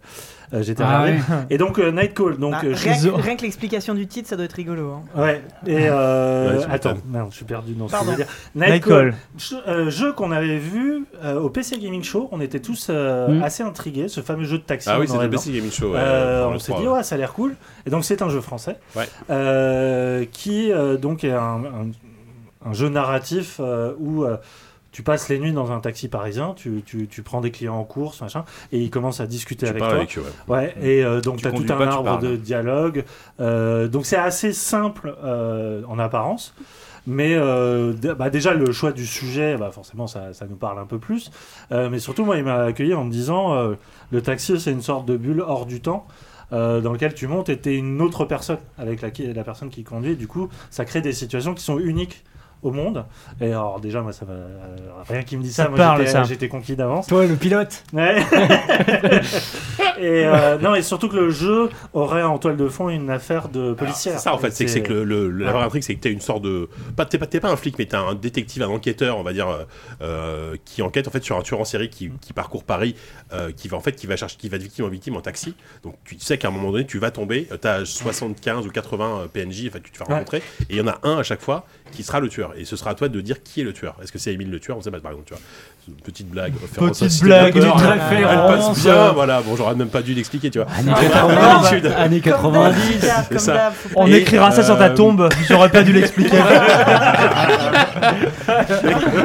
Speaker 9: euh, j'étais
Speaker 5: Ah
Speaker 9: regardé.
Speaker 5: ouais.
Speaker 9: Et donc euh, Nightcall, donc
Speaker 5: Ah,
Speaker 9: euh,
Speaker 5: rien,
Speaker 9: je-
Speaker 5: que, rien que l'explication du titre, ça doit être rigolo. hein.
Speaker 9: Ouais, et euh,
Speaker 5: Ouais, tu
Speaker 9: attends,
Speaker 5: m'étonnes.
Speaker 9: merde, je suis perdu dans ce que je
Speaker 5: Pardon.
Speaker 9: voulais dire.
Speaker 5: Nightcall.
Speaker 9: Nightcall, jeu, euh, jeu qu'on avait vu euh, au PC Gaming Show, on était tous euh,
Speaker 2: Mm.
Speaker 9: assez intrigués, ce fameux jeu de taxi.
Speaker 2: Ah oui,
Speaker 9: en
Speaker 2: c'était
Speaker 9: noir et
Speaker 2: le
Speaker 9: blanc.
Speaker 2: PC Gaming Show, ouais,
Speaker 9: Euh,
Speaker 2: dans le
Speaker 9: on s'est
Speaker 2: froid,
Speaker 9: dit,
Speaker 2: ouais.
Speaker 9: ouais, ça a l'air cool. Et donc, c'est un jeu français
Speaker 2: Ouais.
Speaker 9: euh, qui euh, donc est un, un- un jeu narratif euh, où. euh, tu passes les nuits dans un taxi parisien, tu, tu- tu prends des clients en course, machin, et ils commencent à discuter avec
Speaker 2: parles
Speaker 9: toi.
Speaker 2: avec eux, ouais.
Speaker 9: et euh,
Speaker 2: Mm.
Speaker 9: donc
Speaker 2: Tu
Speaker 9: tu as tout
Speaker 2: conduis
Speaker 9: un
Speaker 2: pas, tu
Speaker 9: arbre
Speaker 2: parles.
Speaker 9: de dialogue. Euh, donc c'est assez simple euh, en apparence. Mais euh, d- bah, déjà, le choix du sujet, bah, forcément, ça, ça nous parle un peu plus. Euh, mais surtout, moi, il m'a accueilli en me disant euh, le taxi, c'est une sorte de bulle hors du temps. euh, dans lequel tu montes et t'es une autre personne avec la, qui- la personne qui conduit. Du coup, ça crée des situations qui sont uniques au monde. Et alors, déjà, moi, ça va. euh, rien qui me dit ça.
Speaker 7: Ça
Speaker 9: moi,
Speaker 7: parle,
Speaker 9: j'étais-
Speaker 7: ça.
Speaker 9: J'étais conquis d'avance.
Speaker 7: Toi, le pilote.
Speaker 9: Ouais. et euh, non, et surtout que le jeu aurait en toile de fond une affaire de euh, policière.
Speaker 2: C'est ça en fait,
Speaker 9: Et
Speaker 2: c'est que, c'est que le, le- la vraie intrigue, c'est que t'es une sorte de. Pas, t'es, pas, t'es pas un flic, mais t'es un détective, un enquêteur, on va dire, euh, euh, qui enquête en fait sur un tueur en série qui, qui parcourt Paris, euh, qui va en fait, qui va chercher, qui va de victime en victime en taxi. Donc tu sais qu'à un moment donné, tu vas tomber, euh, t'as 75 ou euh, 80 PNJ, enfin, que tu te fais
Speaker 9: Ouais.
Speaker 2: rencontrer, et il y en a un à chaque fois qui sera le tueur. Et ce sera à toi de dire qui est le tueur. Est-ce que c'est Émile le tueur On sait pas, par exemple, tu vois. C'est une Petite blague. euh, référence
Speaker 3: Petite
Speaker 2: à Cité de la
Speaker 3: blague,
Speaker 2: Peur.
Speaker 3: petite
Speaker 2: Elle
Speaker 3: référence.
Speaker 2: passe bien, voilà. Bon, j'aurais même pas dû l'expliquer, tu vois.
Speaker 7: Ah,
Speaker 3: Années
Speaker 2: Comme
Speaker 3: 80,
Speaker 2: d'habitude.
Speaker 3: années
Speaker 2: Comme
Speaker 3: 90,
Speaker 2: d'hab, c'est
Speaker 3: comme
Speaker 2: ça.
Speaker 3: d'hab. On
Speaker 2: Et,
Speaker 3: écrira ça sur ta
Speaker 7: euh,
Speaker 3: tombe, j'aurais pas dû l'expliquer.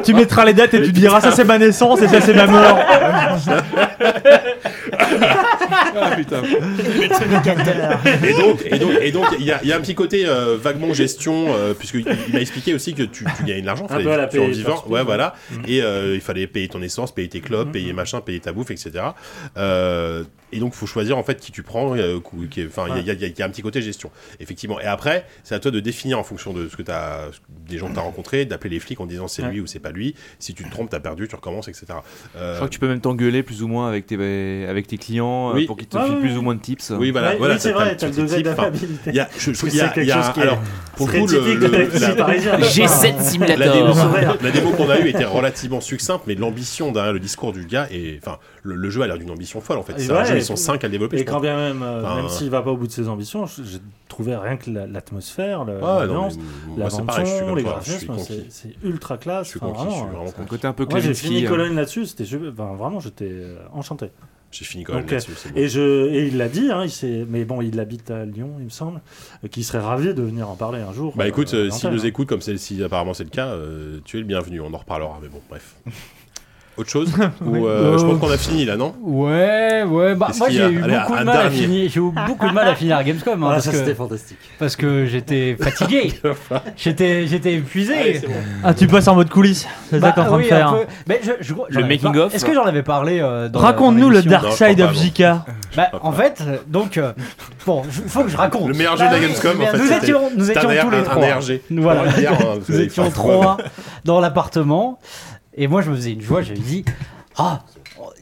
Speaker 3: tu mettras les dates et tu diras ça c'est ma naissance et ça c'est ma mort.
Speaker 10: bah,
Speaker 2: Ah putain. et donc, et donc, et donc, il y, a- il y a un petit côté euh, vaguement gestion, euh, puisqu'il il m'a expliqué aussi que tu, tu gagnais de l'argent,
Speaker 9: Un peu à la
Speaker 2: fallait- tu es en
Speaker 9: paye-
Speaker 2: vivant,
Speaker 9: perspective.
Speaker 2: ouais, voilà,
Speaker 9: Mm.
Speaker 2: et euh, il fallait payer ton essence, payer tes clopes, payer machin, payer ta bouffe, etc. Euh, et donc, faut choisir en fait qui tu prends, euh, cou- qui est- enfin, il y, a- il y a- il y a un petit côté gestion, effectivement. Et après, c'est à toi de définir en fonction de ce que t'as, des gens que t'as rencontrés, d'appeler les flics en disant c'est
Speaker 4: Ouais.
Speaker 2: lui ou c'est pas lui. Si tu te trompes, t'as perdu, tu recommences, etc. Euh,
Speaker 4: Je crois que tu peux même t'engueuler plus ou moins avec tes, avec tes clients euh,
Speaker 2: Oui.
Speaker 4: pour qu'ils te
Speaker 2: Ah,
Speaker 4: filent
Speaker 2: oui,
Speaker 4: plus
Speaker 2: oui.
Speaker 4: ou moins de tips.
Speaker 2: Oui, voilà,
Speaker 9: Ouais,
Speaker 2: voilà.
Speaker 9: oui, c'est vrai, t'as le
Speaker 2: petit
Speaker 9: degré
Speaker 2: type, enfin,
Speaker 9: d'amabilité.
Speaker 2: il y a- je- je
Speaker 9: Parce
Speaker 2: trouve
Speaker 9: que
Speaker 2: qu'il y a-
Speaker 9: c'est quelque
Speaker 2: il y a-
Speaker 9: chose qui est
Speaker 2: alors, pour
Speaker 9: très
Speaker 2: le coup, le-
Speaker 9: typique
Speaker 2: le-
Speaker 9: de la- parisien. G7 Simulator.
Speaker 2: La démo,
Speaker 9: Horaire.
Speaker 2: la démo qu'on a eue était relativement succincte, mais l'ambition derrière le discours du gars et enfin, le, le jeu a l'air d'une ambition folle en fait.
Speaker 9: Et
Speaker 2: C'est un
Speaker 9: ouais,
Speaker 2: jeu,
Speaker 9: et-
Speaker 2: ils sont 5 à le développer.
Speaker 9: Et
Speaker 2: je
Speaker 9: quand
Speaker 2: pense.
Speaker 9: bien même, euh,
Speaker 2: Enfin,
Speaker 9: même s'il va pas au bout de ses ambitions, je- j'ai trouvé rien que la- l'atmosphère, le-
Speaker 2: non, mais
Speaker 9: l'ambiance,
Speaker 2: moi,
Speaker 9: la
Speaker 2: c'est
Speaker 9: bande
Speaker 2: pareil, je suis
Speaker 9: son,
Speaker 2: comme
Speaker 9: les
Speaker 2: toi, je suis
Speaker 9: graphismes, c'est
Speaker 2: conquis.
Speaker 9: c'est ultra classe.
Speaker 2: Je suis
Speaker 9: enfin,
Speaker 2: conquis, je suis vraiment
Speaker 9: euh,
Speaker 2: conquis. Un côté un peu
Speaker 9: Moi, j'ai
Speaker 2: Kleminski,
Speaker 9: fini
Speaker 2: euh.
Speaker 9: Cologne là-dessus, c'était super- enfin, vraiment, j'étais euh, enchanté.
Speaker 2: J'ai fini Cologne
Speaker 9: Donc,
Speaker 2: là-dessus,
Speaker 9: euh,
Speaker 2: c'est bon.
Speaker 9: Et, je, et il l'a dit, hein, il s'est- mais bon, il habite à Lyon, il me semble, euh, qu'il serait ravi de venir en parler un jour.
Speaker 2: Bah
Speaker 9: euh,
Speaker 2: écoute,
Speaker 9: à
Speaker 2: euh,
Speaker 9: l'antenne,
Speaker 2: s'il
Speaker 9: hein.
Speaker 2: nous écoute comme c'est, si apparemment c'est le cas, euh, tu es le bienvenu, on en reparlera, mais bon, bref. Autre chose Ou, euh, Je pense qu'on a fini là, non
Speaker 7: Ouais, ouais. Bah,
Speaker 2: Est-ce
Speaker 7: moi,
Speaker 2: qu'il y
Speaker 7: j'ai
Speaker 2: a-
Speaker 7: eu
Speaker 2: Allez,
Speaker 7: beaucoup de
Speaker 2: un
Speaker 7: mal à
Speaker 2: dernier.
Speaker 7: finir. J'ai eu beaucoup de mal à finir à Gamescom. hein,
Speaker 9: Ah,
Speaker 7: parce
Speaker 9: ça,
Speaker 7: que-
Speaker 9: c'était fantastique.
Speaker 7: Parce que j'étais fatigué. j'étais, j'étais épuisé.
Speaker 3: Ah tu passes en mode coulisses, c'est ça
Speaker 7: Bah,
Speaker 3: qu'on est en train
Speaker 7: oui,
Speaker 3: de faire.
Speaker 7: un
Speaker 3: hein.
Speaker 7: peu. Mais je- je- j'en
Speaker 3: Le
Speaker 7: avais
Speaker 3: making
Speaker 7: pas-
Speaker 3: of.
Speaker 7: Est-ce que j'en avais parlé euh, dans la-
Speaker 3: Raconte-nous
Speaker 7: dans
Speaker 3: le
Speaker 7: l'émission
Speaker 3: Dark
Speaker 7: Non, je
Speaker 3: Side
Speaker 7: crois
Speaker 3: of
Speaker 7: pas, non.
Speaker 3: Jika.
Speaker 7: Bah, en fait, donc, euh, bon, il faut que je raconte.
Speaker 2: Le meilleur jeu
Speaker 9: Bah
Speaker 2: de la Gamescom, en fait,
Speaker 7: Nous
Speaker 2: c'était-
Speaker 7: étions, nous
Speaker 2: c'était
Speaker 7: étions
Speaker 2: un R-
Speaker 7: tous les
Speaker 2: un
Speaker 7: trois.
Speaker 2: RG.
Speaker 7: Nous, voilà.
Speaker 2: Ouais, hier, hein, vous
Speaker 7: nous
Speaker 2: avez
Speaker 7: étions
Speaker 2: fait un
Speaker 7: trois dans l'appartement. Et moi, je me faisais une joie, je me dis, ah,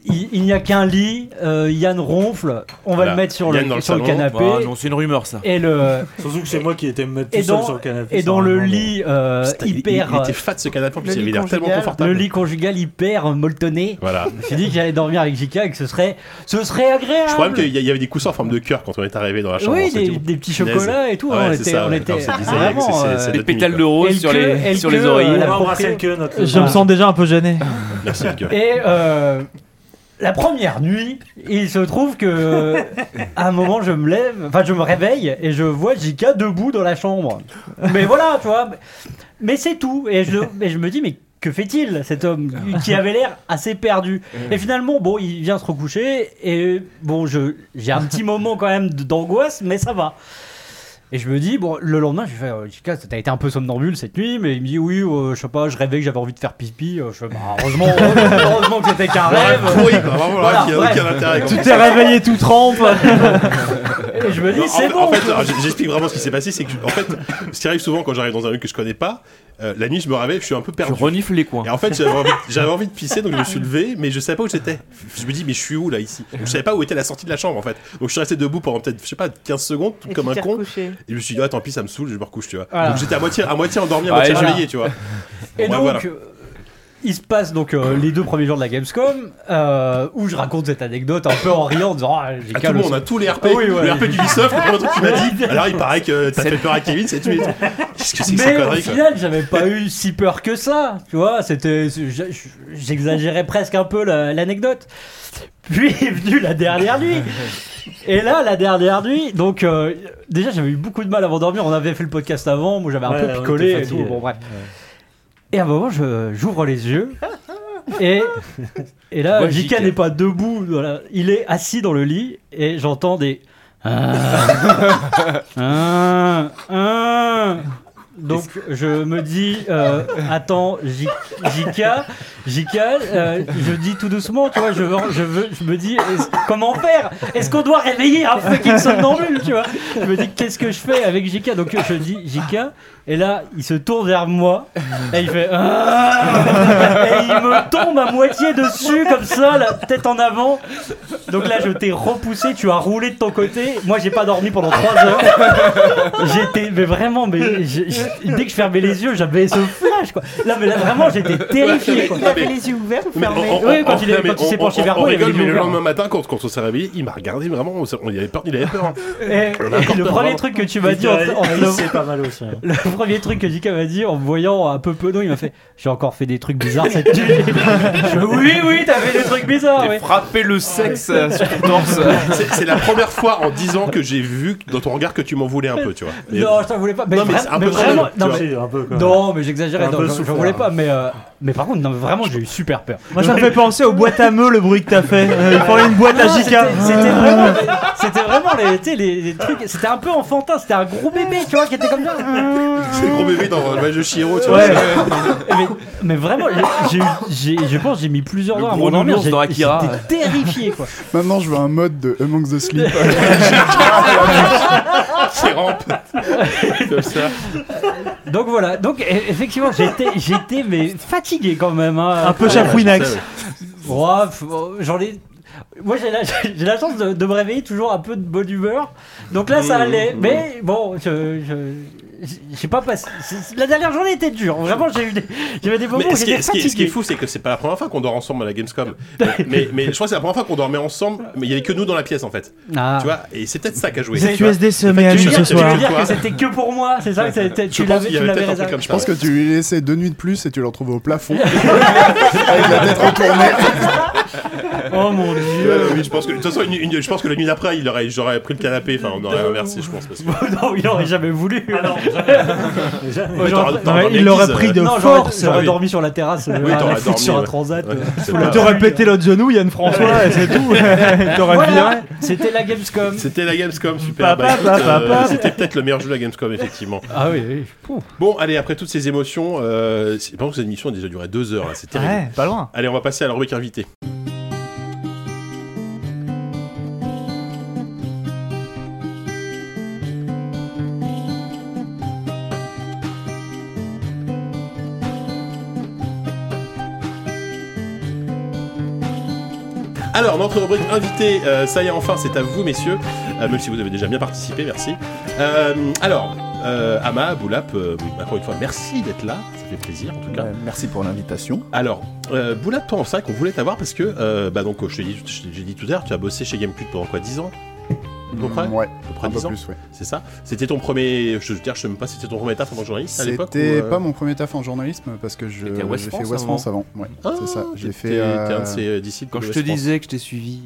Speaker 7: Il, il n'y a qu'un lit, euh, Yann ronfle, on va
Speaker 9: Voilà.
Speaker 7: le mettre sur le,
Speaker 9: Yann dans le
Speaker 7: sur le
Speaker 9: salon.
Speaker 7: canapé.
Speaker 4: Ah non, c'est une rumeur, ça.
Speaker 7: Et le...
Speaker 9: Surtout que c'est moi qui étais me mettre
Speaker 7: et
Speaker 9: tout seul
Speaker 7: dans-
Speaker 9: sur le canapé.
Speaker 7: Et
Speaker 9: ça,
Speaker 7: dans le
Speaker 9: vraiment,
Speaker 7: lit euh,
Speaker 9: Putain, il-
Speaker 7: hyper.
Speaker 9: il était fat,
Speaker 2: ce canapé, en
Speaker 9: plus, il avait l'air tellement confortable.
Speaker 7: Le lit conjugal hyper molletonné.
Speaker 2: Voilà.
Speaker 7: J'ai dit que j'allais dormir avec Jika et que ce serait, ce serait agréable.
Speaker 2: Je crois même qu'il y a- il y avait des coussins en forme de cœur quand on est arrivé dans la chambre.
Speaker 7: Oui,
Speaker 2: c'est
Speaker 7: des,
Speaker 2: tout.
Speaker 7: des petits
Speaker 2: Punaise.
Speaker 7: chocolats et tout.
Speaker 2: Ah ouais,
Speaker 7: on
Speaker 2: c'est
Speaker 7: était,
Speaker 2: ça,
Speaker 7: on
Speaker 2: ouais.
Speaker 7: était
Speaker 2: Non, c'est bizarre,
Speaker 7: vraiment.
Speaker 2: c'est- c'est-
Speaker 7: euh,
Speaker 2: c'est
Speaker 4: Des
Speaker 2: notre nuit,
Speaker 4: pétales
Speaker 2: quoi.
Speaker 4: de rose
Speaker 7: Elle
Speaker 4: sur
Speaker 7: que-
Speaker 4: les,
Speaker 7: elle
Speaker 4: sur
Speaker 7: que,
Speaker 4: les oreilles.
Speaker 7: euh,
Speaker 4: la
Speaker 7: la
Speaker 4: propriété.
Speaker 9: que notre-
Speaker 3: Je me sens déjà un peu gêné.
Speaker 2: Merci, le
Speaker 7: Et euh, la première nuit, il se trouve que à un moment je me lève, enfin je me réveille et je vois Jika debout dans la chambre. Mais voilà, tu vois. Mais c'est tout. Et je, et je me dis, mais que fait-il cet homme qui avait l'air assez perdu Et finalement, bon, il vient se recoucher et bon, je j'ai un petit moment quand même d'angoisse, mais ça va. Et je me dis, bon, le lendemain, je lui fais, euh, Chica, t'as été un peu somnambule cette nuit, mais il me dit, oui, euh, je sais pas, je rêvais que j'avais envie de faire pipi. Euh, je fais, bah, heureusement, heureusement que c'était qu'un
Speaker 2: Le
Speaker 7: rêve.
Speaker 2: rêve pourri, oh, quoi, vraiment, le rêve qui a
Speaker 7: bref.
Speaker 2: aucun intérêt, quoi.
Speaker 3: Tu t'es réveillé tout trempe.
Speaker 7: Et je me dis,
Speaker 2: Non, en
Speaker 7: c'est
Speaker 2: fait-
Speaker 7: bon.
Speaker 2: En fait, alors, j'- j'explique vraiment ce qui s'est passé, c'est que je- en fait, ce qui arrive souvent quand j'arrive dans un lieu que je connais pas, euh, la nuit je me réveille, je suis un peu perdu. Je
Speaker 4: renifle les coins.
Speaker 2: Et en fait, j'avais envie, j'avais envie de pisser, donc je me suis levé, mais je savais pas où j'étais. Je me dis, mais je suis où là ici Donc, Je savais pas où était la sortie de la chambre en fait. Donc je suis resté debout pendant peut-être, je sais pas, 15 secondes, tout
Speaker 5: Et
Speaker 2: comme
Speaker 5: tu
Speaker 2: un
Speaker 5: t'es
Speaker 2: con.
Speaker 5: recouché.
Speaker 2: Et je me suis dit, ah tant pis, ça me saoule, je me recouche, tu vois.
Speaker 7: Voilà.
Speaker 2: Donc j'étais à moitié, à moitié endormi, à
Speaker 7: Ouais,
Speaker 2: moitié
Speaker 7: voilà.
Speaker 2: réveillé, tu vois.
Speaker 7: Et
Speaker 2: Ouais,
Speaker 7: donc,
Speaker 2: voilà.
Speaker 7: euh, il se passe donc euh, les deux premiers jours de la Gamescom, euh, où je raconte cette anecdote un peu en riant, en disant Ah, j'ai
Speaker 2: À
Speaker 7: qu'à
Speaker 2: tout le
Speaker 7: le-
Speaker 2: monde, on a tous les RP,
Speaker 7: Ah oui, ouais.
Speaker 2: le RP d'Ubisoft, le premier truc qu'il m'a dit. Alors il paraît que t'as fait peur à Kevin, c'est tout. mais- Qu'est-ce que c'est que ces
Speaker 7: Mais au
Speaker 2: conneries, quoi
Speaker 7: final, j'avais pas eu si peur que ça, tu vois. C'était, je- je- j'exagérais presque un peu la- l'anecdote. Puis est venue la dernière nuit. Et là, la dernière nuit, donc euh, déjà j'avais eu beaucoup de mal avant de dormir. On avait fait le podcast avant, moi j'avais un
Speaker 9: Ouais, on
Speaker 7: peu
Speaker 9: était
Speaker 7: picolé et
Speaker 9: fatigué.
Speaker 7: tout. Bon bref. Et à un moment, je- j'ouvre les yeux et et là,
Speaker 4: Vois
Speaker 7: Jika
Speaker 4: Jika.
Speaker 7: n'est pas debout. voilà. Il est assis dans le lit et j'entends des. Ah. Ah. Ah. Donc je me dis, euh, attends, J- Jika, Jika, euh, je dis tout doucement, tu vois, je veux, je veux, je me dis, est-ce- comment faire Est-ce qu'on doit réveiller un fucking somnambule, tu vois Je me dis, qu'est-ce que je fais avec Jika Donc je dis Jika, et là il se tourne vers moi, et il fait, Ah et il me tombe à moitié dessus comme ça, la tête en avant. Donc là je t'ai repoussé, tu as roulé de ton côté. Moi j'ai pas dormi pendant 3 heures. J'étais, mais vraiment, mais j'ai- j'ai- dès que je fermais les yeux, j'avais ce flash quoi. Là mais là vraiment j'étais terrifié. quoi.
Speaker 5: Il avait les yeux ouverts ou
Speaker 2: Mais
Speaker 5: fermés
Speaker 2: on- on-
Speaker 7: Oui, quand
Speaker 2: on-
Speaker 7: il est-
Speaker 2: non, mais
Speaker 7: quand il s'est
Speaker 2: on-
Speaker 7: penché
Speaker 2: on-
Speaker 7: vers
Speaker 2: on
Speaker 7: moi, il
Speaker 2: rigole,
Speaker 7: avait
Speaker 2: mais
Speaker 7: les
Speaker 2: le
Speaker 7: yeux ouverts.
Speaker 2: lendemain matin, quand, quand on s'est réveillé, il m'a regardé vraiment. on s'est- on- il avait peur, il avait peur. hein.
Speaker 7: Et, et
Speaker 2: On avait encore peur,
Speaker 7: le premier
Speaker 2: vraiment.
Speaker 7: truc que tu m'as
Speaker 9: Il
Speaker 7: dit en,
Speaker 9: t'a-
Speaker 7: en-
Speaker 9: il s'est pas mal aussi, hein.
Speaker 7: le premier truc que Jika m'a dit en me voyant un peu penaud, il m'a fait j'ai encore fait des trucs bizarres cette nuit. Je- oui oui t'as fait des trucs bizarres. oui.
Speaker 4: Frapper le sexe euh, sur ton torse.
Speaker 2: C'est c'est la première fois en 10 ans que j'ai vu que- dans ton regard que tu m'en voulais un peu, tu vois. Et-
Speaker 7: Non, je t'en voulais pas. Mais,
Speaker 2: Non, mais
Speaker 7: vra-
Speaker 2: c'est un
Speaker 7: mais
Speaker 2: peu
Speaker 7: vraiment,
Speaker 2: chelou, tu
Speaker 7: non,
Speaker 2: vois.
Speaker 7: mais,
Speaker 9: C'est un peu quand même.
Speaker 7: non, mais j'exagérais.
Speaker 9: Un
Speaker 7: non,
Speaker 9: peu
Speaker 7: je-
Speaker 9: souffert,
Speaker 7: J'en voulais
Speaker 9: hein.
Speaker 7: pas. Mais, euh, mais par contre, non, mais vraiment, j'ai eu super peur.
Speaker 3: Moi, ça me fait penser aux boîtes à meux, le bruit que t'as fait. Euh, il fallait une boîte à Ah.
Speaker 7: Non,
Speaker 3: Jika.
Speaker 7: Ah, c'était- C'était vraiment, c'était vraiment les, tu sais, les, les trucs. C'était un peu enfantin. C'était un gros bébé, tu vois, qui était comme ça.
Speaker 2: C'est le gros bébé dans le jeu Chiro, tu vois.
Speaker 7: Ouais. mais, mais vraiment, j'ai- j'ai eu- j'ai- je pense que j'ai mis plusieurs
Speaker 4: Le
Speaker 7: heures à
Speaker 4: gros nounours
Speaker 7: m'endormir.
Speaker 4: dans
Speaker 7: J'ai-
Speaker 4: Akira.
Speaker 7: J'étais terrifié quoi.
Speaker 6: Maintenant, je veux un mode de Among the Sleep.
Speaker 2: Qui rampe. Comme ça.
Speaker 7: Donc voilà. Donc e- effectivement, j'étais, j'étais mais fatigué quand même. hein.
Speaker 3: Un peu chafouinax.
Speaker 7: Ouais, pff, oh, j'en ai. Moi j'ai la, j'ai la chance de, de me réveiller toujours un peu de bonne humeur. Donc là
Speaker 2: Mmh,
Speaker 7: ça allait. Mais bon, je. je- J'ai pas passé. c'est- La dernière journée était dure. Vraiment, j'ai eu des, j'avais des moments
Speaker 2: Mais
Speaker 7: où
Speaker 2: ce qui,
Speaker 7: j'étais
Speaker 2: est, ce qui est-
Speaker 7: fatigué.
Speaker 2: ce qui est fou, c'est que c'est pas la première fois qu'on dort ensemble à la Gamescom. Mais- mais, mais je crois que c'est la première fois qu'on dormait ensemble, mais il y avait que nous dans la pièce en fait.
Speaker 7: Ah.
Speaker 2: Tu vois, et c'est peut-être ça qu'a joué.
Speaker 3: Les
Speaker 2: Tu vois.
Speaker 3: QSD se met
Speaker 2: fait,
Speaker 3: à
Speaker 2: tu
Speaker 3: nu
Speaker 2: veux
Speaker 3: ce
Speaker 2: dire- tu
Speaker 3: soir.
Speaker 2: veux
Speaker 7: dire que c'était que pour moi, c'est ça que t'as-
Speaker 2: Je
Speaker 7: tu
Speaker 2: pense
Speaker 7: l'avais,
Speaker 2: qu'il y
Speaker 7: tu
Speaker 2: avait
Speaker 7: l'avais
Speaker 2: peut-être un truc
Speaker 7: raison.
Speaker 2: comme
Speaker 6: Je
Speaker 2: ça.
Speaker 6: pense que
Speaker 2: ouais.
Speaker 6: tu lui laissais deux nuits de plus et tu le retrouves au plafond. avec la tête retournée.
Speaker 7: Oh mon
Speaker 2: Ouais,
Speaker 7: dieu.
Speaker 2: ouais, oui, je pense que de toute façon, une- une- je pense que la nuit d'après, il aurait, j'aurais pris le canapé. Enfin, on aurait inversé, je pense. Parce que...
Speaker 7: non, il aurait jamais voulu.
Speaker 9: Ah non, jamais. Jamais.
Speaker 2: Ouais, t'aurais-
Speaker 7: Non,
Speaker 2: t'aurais
Speaker 3: il
Speaker 2: dormi
Speaker 3: l'aurait
Speaker 2: avec
Speaker 3: pris
Speaker 2: Lise,
Speaker 3: de-
Speaker 7: euh, non,
Speaker 3: force,
Speaker 7: j'aurais, j'aurais
Speaker 2: oui.
Speaker 7: dormi sur la terrasse, euh,
Speaker 2: Oui,
Speaker 7: à la
Speaker 2: t'aurais
Speaker 7: foutre
Speaker 2: dormi,
Speaker 7: sur un
Speaker 2: ouais.
Speaker 7: transat.
Speaker 2: Ouais,
Speaker 7: euh.
Speaker 2: c'est
Speaker 3: T'aurais
Speaker 2: pas-
Speaker 3: T'aurais pété l'autre genou, Yann François, et c'est tout. T'aurais viré.
Speaker 7: Voilà, c'était la Gamescom.
Speaker 2: C'était la Gamescom, super.
Speaker 3: Papa,
Speaker 2: Bah, écoute, euh,
Speaker 3: papa.
Speaker 2: C'était peut-être le meilleur jeu de la Gamescom, effectivement.
Speaker 7: Ah oui, oui. Pouf.
Speaker 2: Bon, allez, après toutes ces émotions, euh, c'est- je pense que cette émission a déjà duré deux heures, là, c'est terrible.
Speaker 3: Ouais, pas loin.
Speaker 2: Allez, on va passer à la rubrique invité. Alors, notre rubrique invité, euh, ça y est, enfin, c'est à vous, messieurs. Euh, même si vous avez déjà bien participé, merci. Euh, alors, euh, Ama, Boulap, euh, encore une fois, merci d'être là. Ça fait plaisir, en tout cas.
Speaker 10: bah, merci pour l'invitation.
Speaker 2: Alors, euh, Boulap, toi, en vrai qu'on voulait t'avoir parce que, euh, bah, donc, je t'ai dit, je t'ai dit tout à l'heure, tu as bossé chez Gamecube pendant quoi 10 ans à peu près
Speaker 6: Ouais,
Speaker 2: à peu près
Speaker 6: un peu
Speaker 2: 10 ans.
Speaker 6: plus, ouais.
Speaker 2: C'est ça C'était ton premier, je veux dire, je sais même pas, c'était ton premier taf en tant que journaliste à l'époque ou,
Speaker 6: C'était
Speaker 2: euh,
Speaker 6: pas mon premier taf en journalisme parce que je-
Speaker 2: T'étais à West
Speaker 6: j'ai fait
Speaker 2: France
Speaker 6: West
Speaker 2: avant
Speaker 6: France avant. Ouais,
Speaker 2: Ah,
Speaker 6: c'est ça. J'ai
Speaker 2: t'étais-
Speaker 6: fait.
Speaker 2: t'es
Speaker 6: euh,
Speaker 2: un de ces, euh, disciples
Speaker 4: Quand
Speaker 2: de
Speaker 4: je te
Speaker 2: West France.
Speaker 4: disais que je t'ai suivi.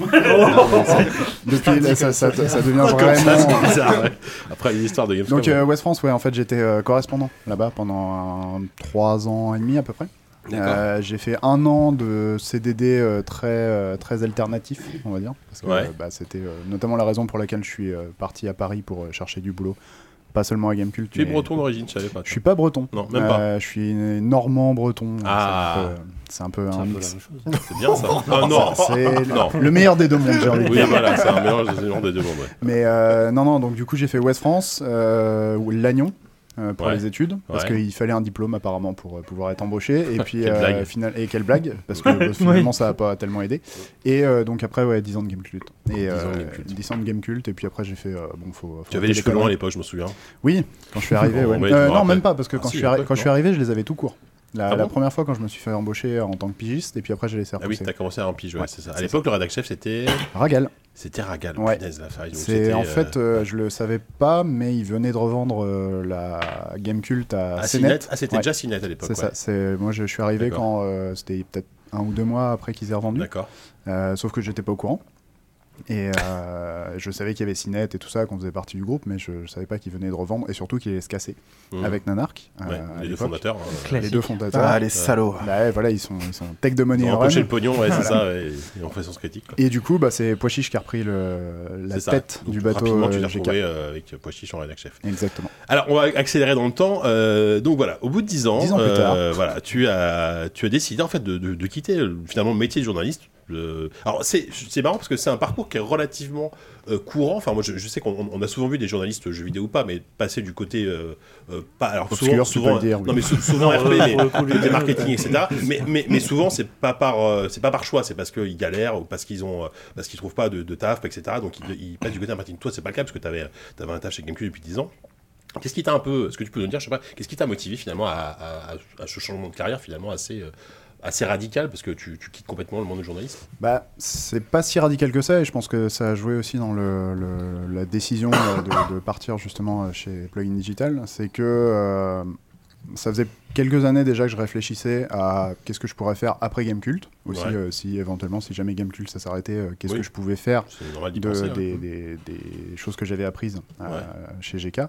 Speaker 6: Depuis, là, ça, ça- ça devient
Speaker 2: Comme ça,
Speaker 6: vraiment-
Speaker 2: c'est bizarre, ouais. Après les histoires de Games
Speaker 6: Donc
Speaker 2: Club,
Speaker 6: euh, West France, ouais, en fait j'étais euh, correspondant là-bas pendant un- trois ans et demi à peu près.
Speaker 2: D'accord.
Speaker 6: Euh, j'ai fait un an de CDD euh, très, euh, très alternatif, on va dire. Parce que
Speaker 2: Ouais.
Speaker 6: euh, bah, c'était euh, notamment la raison pour laquelle je suis euh, parti à Paris pour euh, chercher du boulot. Pas seulement à Gamecult.
Speaker 2: tu es
Speaker 6: mais-
Speaker 2: breton d'origine, je savais pas.
Speaker 6: Je suis pas breton.
Speaker 2: Non, même pas.
Speaker 6: Euh, je suis normand breton.
Speaker 2: Ah.
Speaker 6: C'est un peu, euh, c'est un peu un mix.
Speaker 2: C'est bien ça. Ah, non,
Speaker 6: C'est
Speaker 2: non.
Speaker 6: le meilleur des deux mondes, j'ai envie de
Speaker 2: Oui,
Speaker 6: dire.
Speaker 2: voilà, c'est un mélange des éléments des deux mondes. ouais.
Speaker 6: Mais euh, non, non, donc du coup j'ai fait West France, euh, ou Lannion. euh, pour
Speaker 2: Ouais.
Speaker 6: les études, parce
Speaker 2: Ouais.
Speaker 6: qu'il fallait un diplôme apparemment pour euh, pouvoir être embauché. Et puis,
Speaker 2: Quelle
Speaker 6: euh,
Speaker 2: blague.
Speaker 6: final- et quelle blague, parce que bah, finalement ça n'a pas tellement aidé. Et euh, donc après, ouais, 10 ans de Game Cult. Et,
Speaker 2: 10 ans de
Speaker 6: euh,
Speaker 2: Game Cult.
Speaker 6: 10 ans de Game Cult, et puis après j'ai fait. euh, bon, faut, faut
Speaker 2: Tu avais les cheveux
Speaker 6: l'école.
Speaker 2: longs à l'époque, je me souviens.
Speaker 6: Oui, quand je suis arrivé,
Speaker 2: Bon,
Speaker 6: ouais.
Speaker 2: mais tu
Speaker 6: Euh,
Speaker 2: me
Speaker 6: non,
Speaker 2: rappelles.
Speaker 6: même pas, parce que
Speaker 2: Ah
Speaker 6: quand,
Speaker 2: si,
Speaker 6: je, suis arri-
Speaker 2: l'époque,
Speaker 6: quand je suis
Speaker 2: non.
Speaker 6: arrivé, je les avais tout court. La,
Speaker 2: Ah
Speaker 6: la
Speaker 2: bon
Speaker 6: première fois, quand je me suis fait embaucher en tant que pigiste, et puis après, j'ai laissé
Speaker 2: Ah oui,
Speaker 6: repousser.
Speaker 2: t'as commencé à un pige, ouais,
Speaker 6: Ouais,
Speaker 2: c'est ça.
Speaker 6: c'est
Speaker 2: À
Speaker 6: ça.
Speaker 2: l'époque, le rédac chef, c'était
Speaker 6: Ragal.
Speaker 2: c'était Ragal.
Speaker 6: Ouais.
Speaker 2: punaise, la farine. Donc,
Speaker 6: C'est
Speaker 2: c'était,
Speaker 6: en
Speaker 2: euh,
Speaker 6: fait, euh, je le savais pas, mais il venait de revendre euh, la Game Cult à,
Speaker 2: ah,
Speaker 6: CNET.
Speaker 2: Cinet. Ah, c'était
Speaker 6: Ouais,
Speaker 2: déjà Cinet à l'époque.
Speaker 6: C'est ça.
Speaker 2: ouais.
Speaker 6: C'est moi, je suis arrivé
Speaker 2: D'accord.
Speaker 6: quand euh, c'était peut-être un ou deux mois après qu'ils aient revendu.
Speaker 2: D'accord.
Speaker 6: Euh, sauf que j'étais pas au courant. Et euh, je savais qu'il y avait Cinet et tout ça, qu'on faisait partie du groupe, mais je, je savais pas qu'ils venaient de revendre et surtout qu'ils allaient se casser
Speaker 2: Mhm.
Speaker 6: avec Nanark. euh,
Speaker 2: Ouais,
Speaker 6: à
Speaker 2: les deux
Speaker 6: l'époque.
Speaker 2: fondateurs. hein.
Speaker 6: Les deux fondateurs.
Speaker 10: Ah, les salauds.
Speaker 6: Bah ouais, voilà, ils sont, ils sont tech de money
Speaker 2: Ils ont
Speaker 6: and
Speaker 2: empoché
Speaker 6: run.
Speaker 2: le pognon, ouais, c'est ça, ouais, et en fait sens critique. Quoi.
Speaker 6: Et du coup, bah, c'est Poichiche qui a repris le, la
Speaker 2: C'est ça.
Speaker 6: tête
Speaker 2: Donc,
Speaker 6: du bateau
Speaker 2: Rapidement, tu
Speaker 6: euh,
Speaker 2: l'as
Speaker 6: GK.
Speaker 2: retrouvé euh, avec Poitiers en rédac chef.
Speaker 6: Exactement.
Speaker 2: Alors, on va accélérer dans le temps. Euh, donc voilà, au bout de 10 ans,
Speaker 6: 10 ans plus
Speaker 2: euh, voilà, tu as, tu as décidé en fait de, de- de quitter euh, finalement le métier de journaliste. Euh, alors c'est c'est marrant parce que c'est un parcours qui est relativement euh, courant. Enfin moi je, je sais qu'on on- on a souvent vu des journalistes jeux vidéo ou pas, mais passer du côté euh, euh, pas alors
Speaker 6: Obscur,
Speaker 2: souvent,
Speaker 6: tu
Speaker 2: souvent
Speaker 6: peux le dire, oui.
Speaker 2: non mais sou- souvent
Speaker 9: Non,
Speaker 2: RP,
Speaker 9: euh,
Speaker 2: mais
Speaker 9: pour le coup, les
Speaker 2: côté
Speaker 9: deux,
Speaker 2: marketing etc. Mais mais, mais souvent c'est pas par euh, c'est pas par choix, c'est parce qu'ils galèrent ou parce qu'ils ont euh, parce qu'ils trouvent pas de, de taf etc. Donc ils, ils passent du côté marketing. Toi c'est pas le cas parce que t'avais avais un taf chez GameCube depuis 10 ans. Qu'est-ce qui t'a un peu, ce que tu peux nous dire, je sais pas, qu'est-ce qui t'a motivé finalement à, à- à- à ce changement de carrière finalement assez, euh, assez radical parce que tu, tu quittes complètement le monde du journalisme
Speaker 6: Bah, c'est pas si radical que ça, et je pense que ça a joué aussi dans le, le- la décision euh, de, de partir justement euh, chez Plugin Digital. C'est que euh, ça faisait quelques années déjà que je réfléchissais à qu'est-ce que je pourrais faire après Gamecult. Aussi,
Speaker 2: Ouais.
Speaker 6: euh, si éventuellement, si jamais Gamecult ça s'arrêtait, euh, qu'est-ce
Speaker 2: Oui.
Speaker 6: que je pouvais faire
Speaker 2: C'est normal d'y
Speaker 6: de-
Speaker 2: penser. hein.
Speaker 6: des, des- des choses que j'avais apprises euh, chez GK.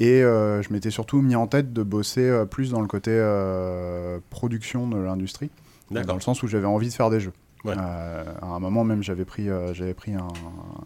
Speaker 6: Et euh, je m'étais surtout mis en tête de bosser euh, plus dans le côté euh, production de l'industrie, euh, dans
Speaker 2: D'accord.
Speaker 6: le sens où j'avais envie de faire des jeux.
Speaker 2: Ouais.
Speaker 6: Euh, à un moment même, j'avais pris, euh, j'avais pris un,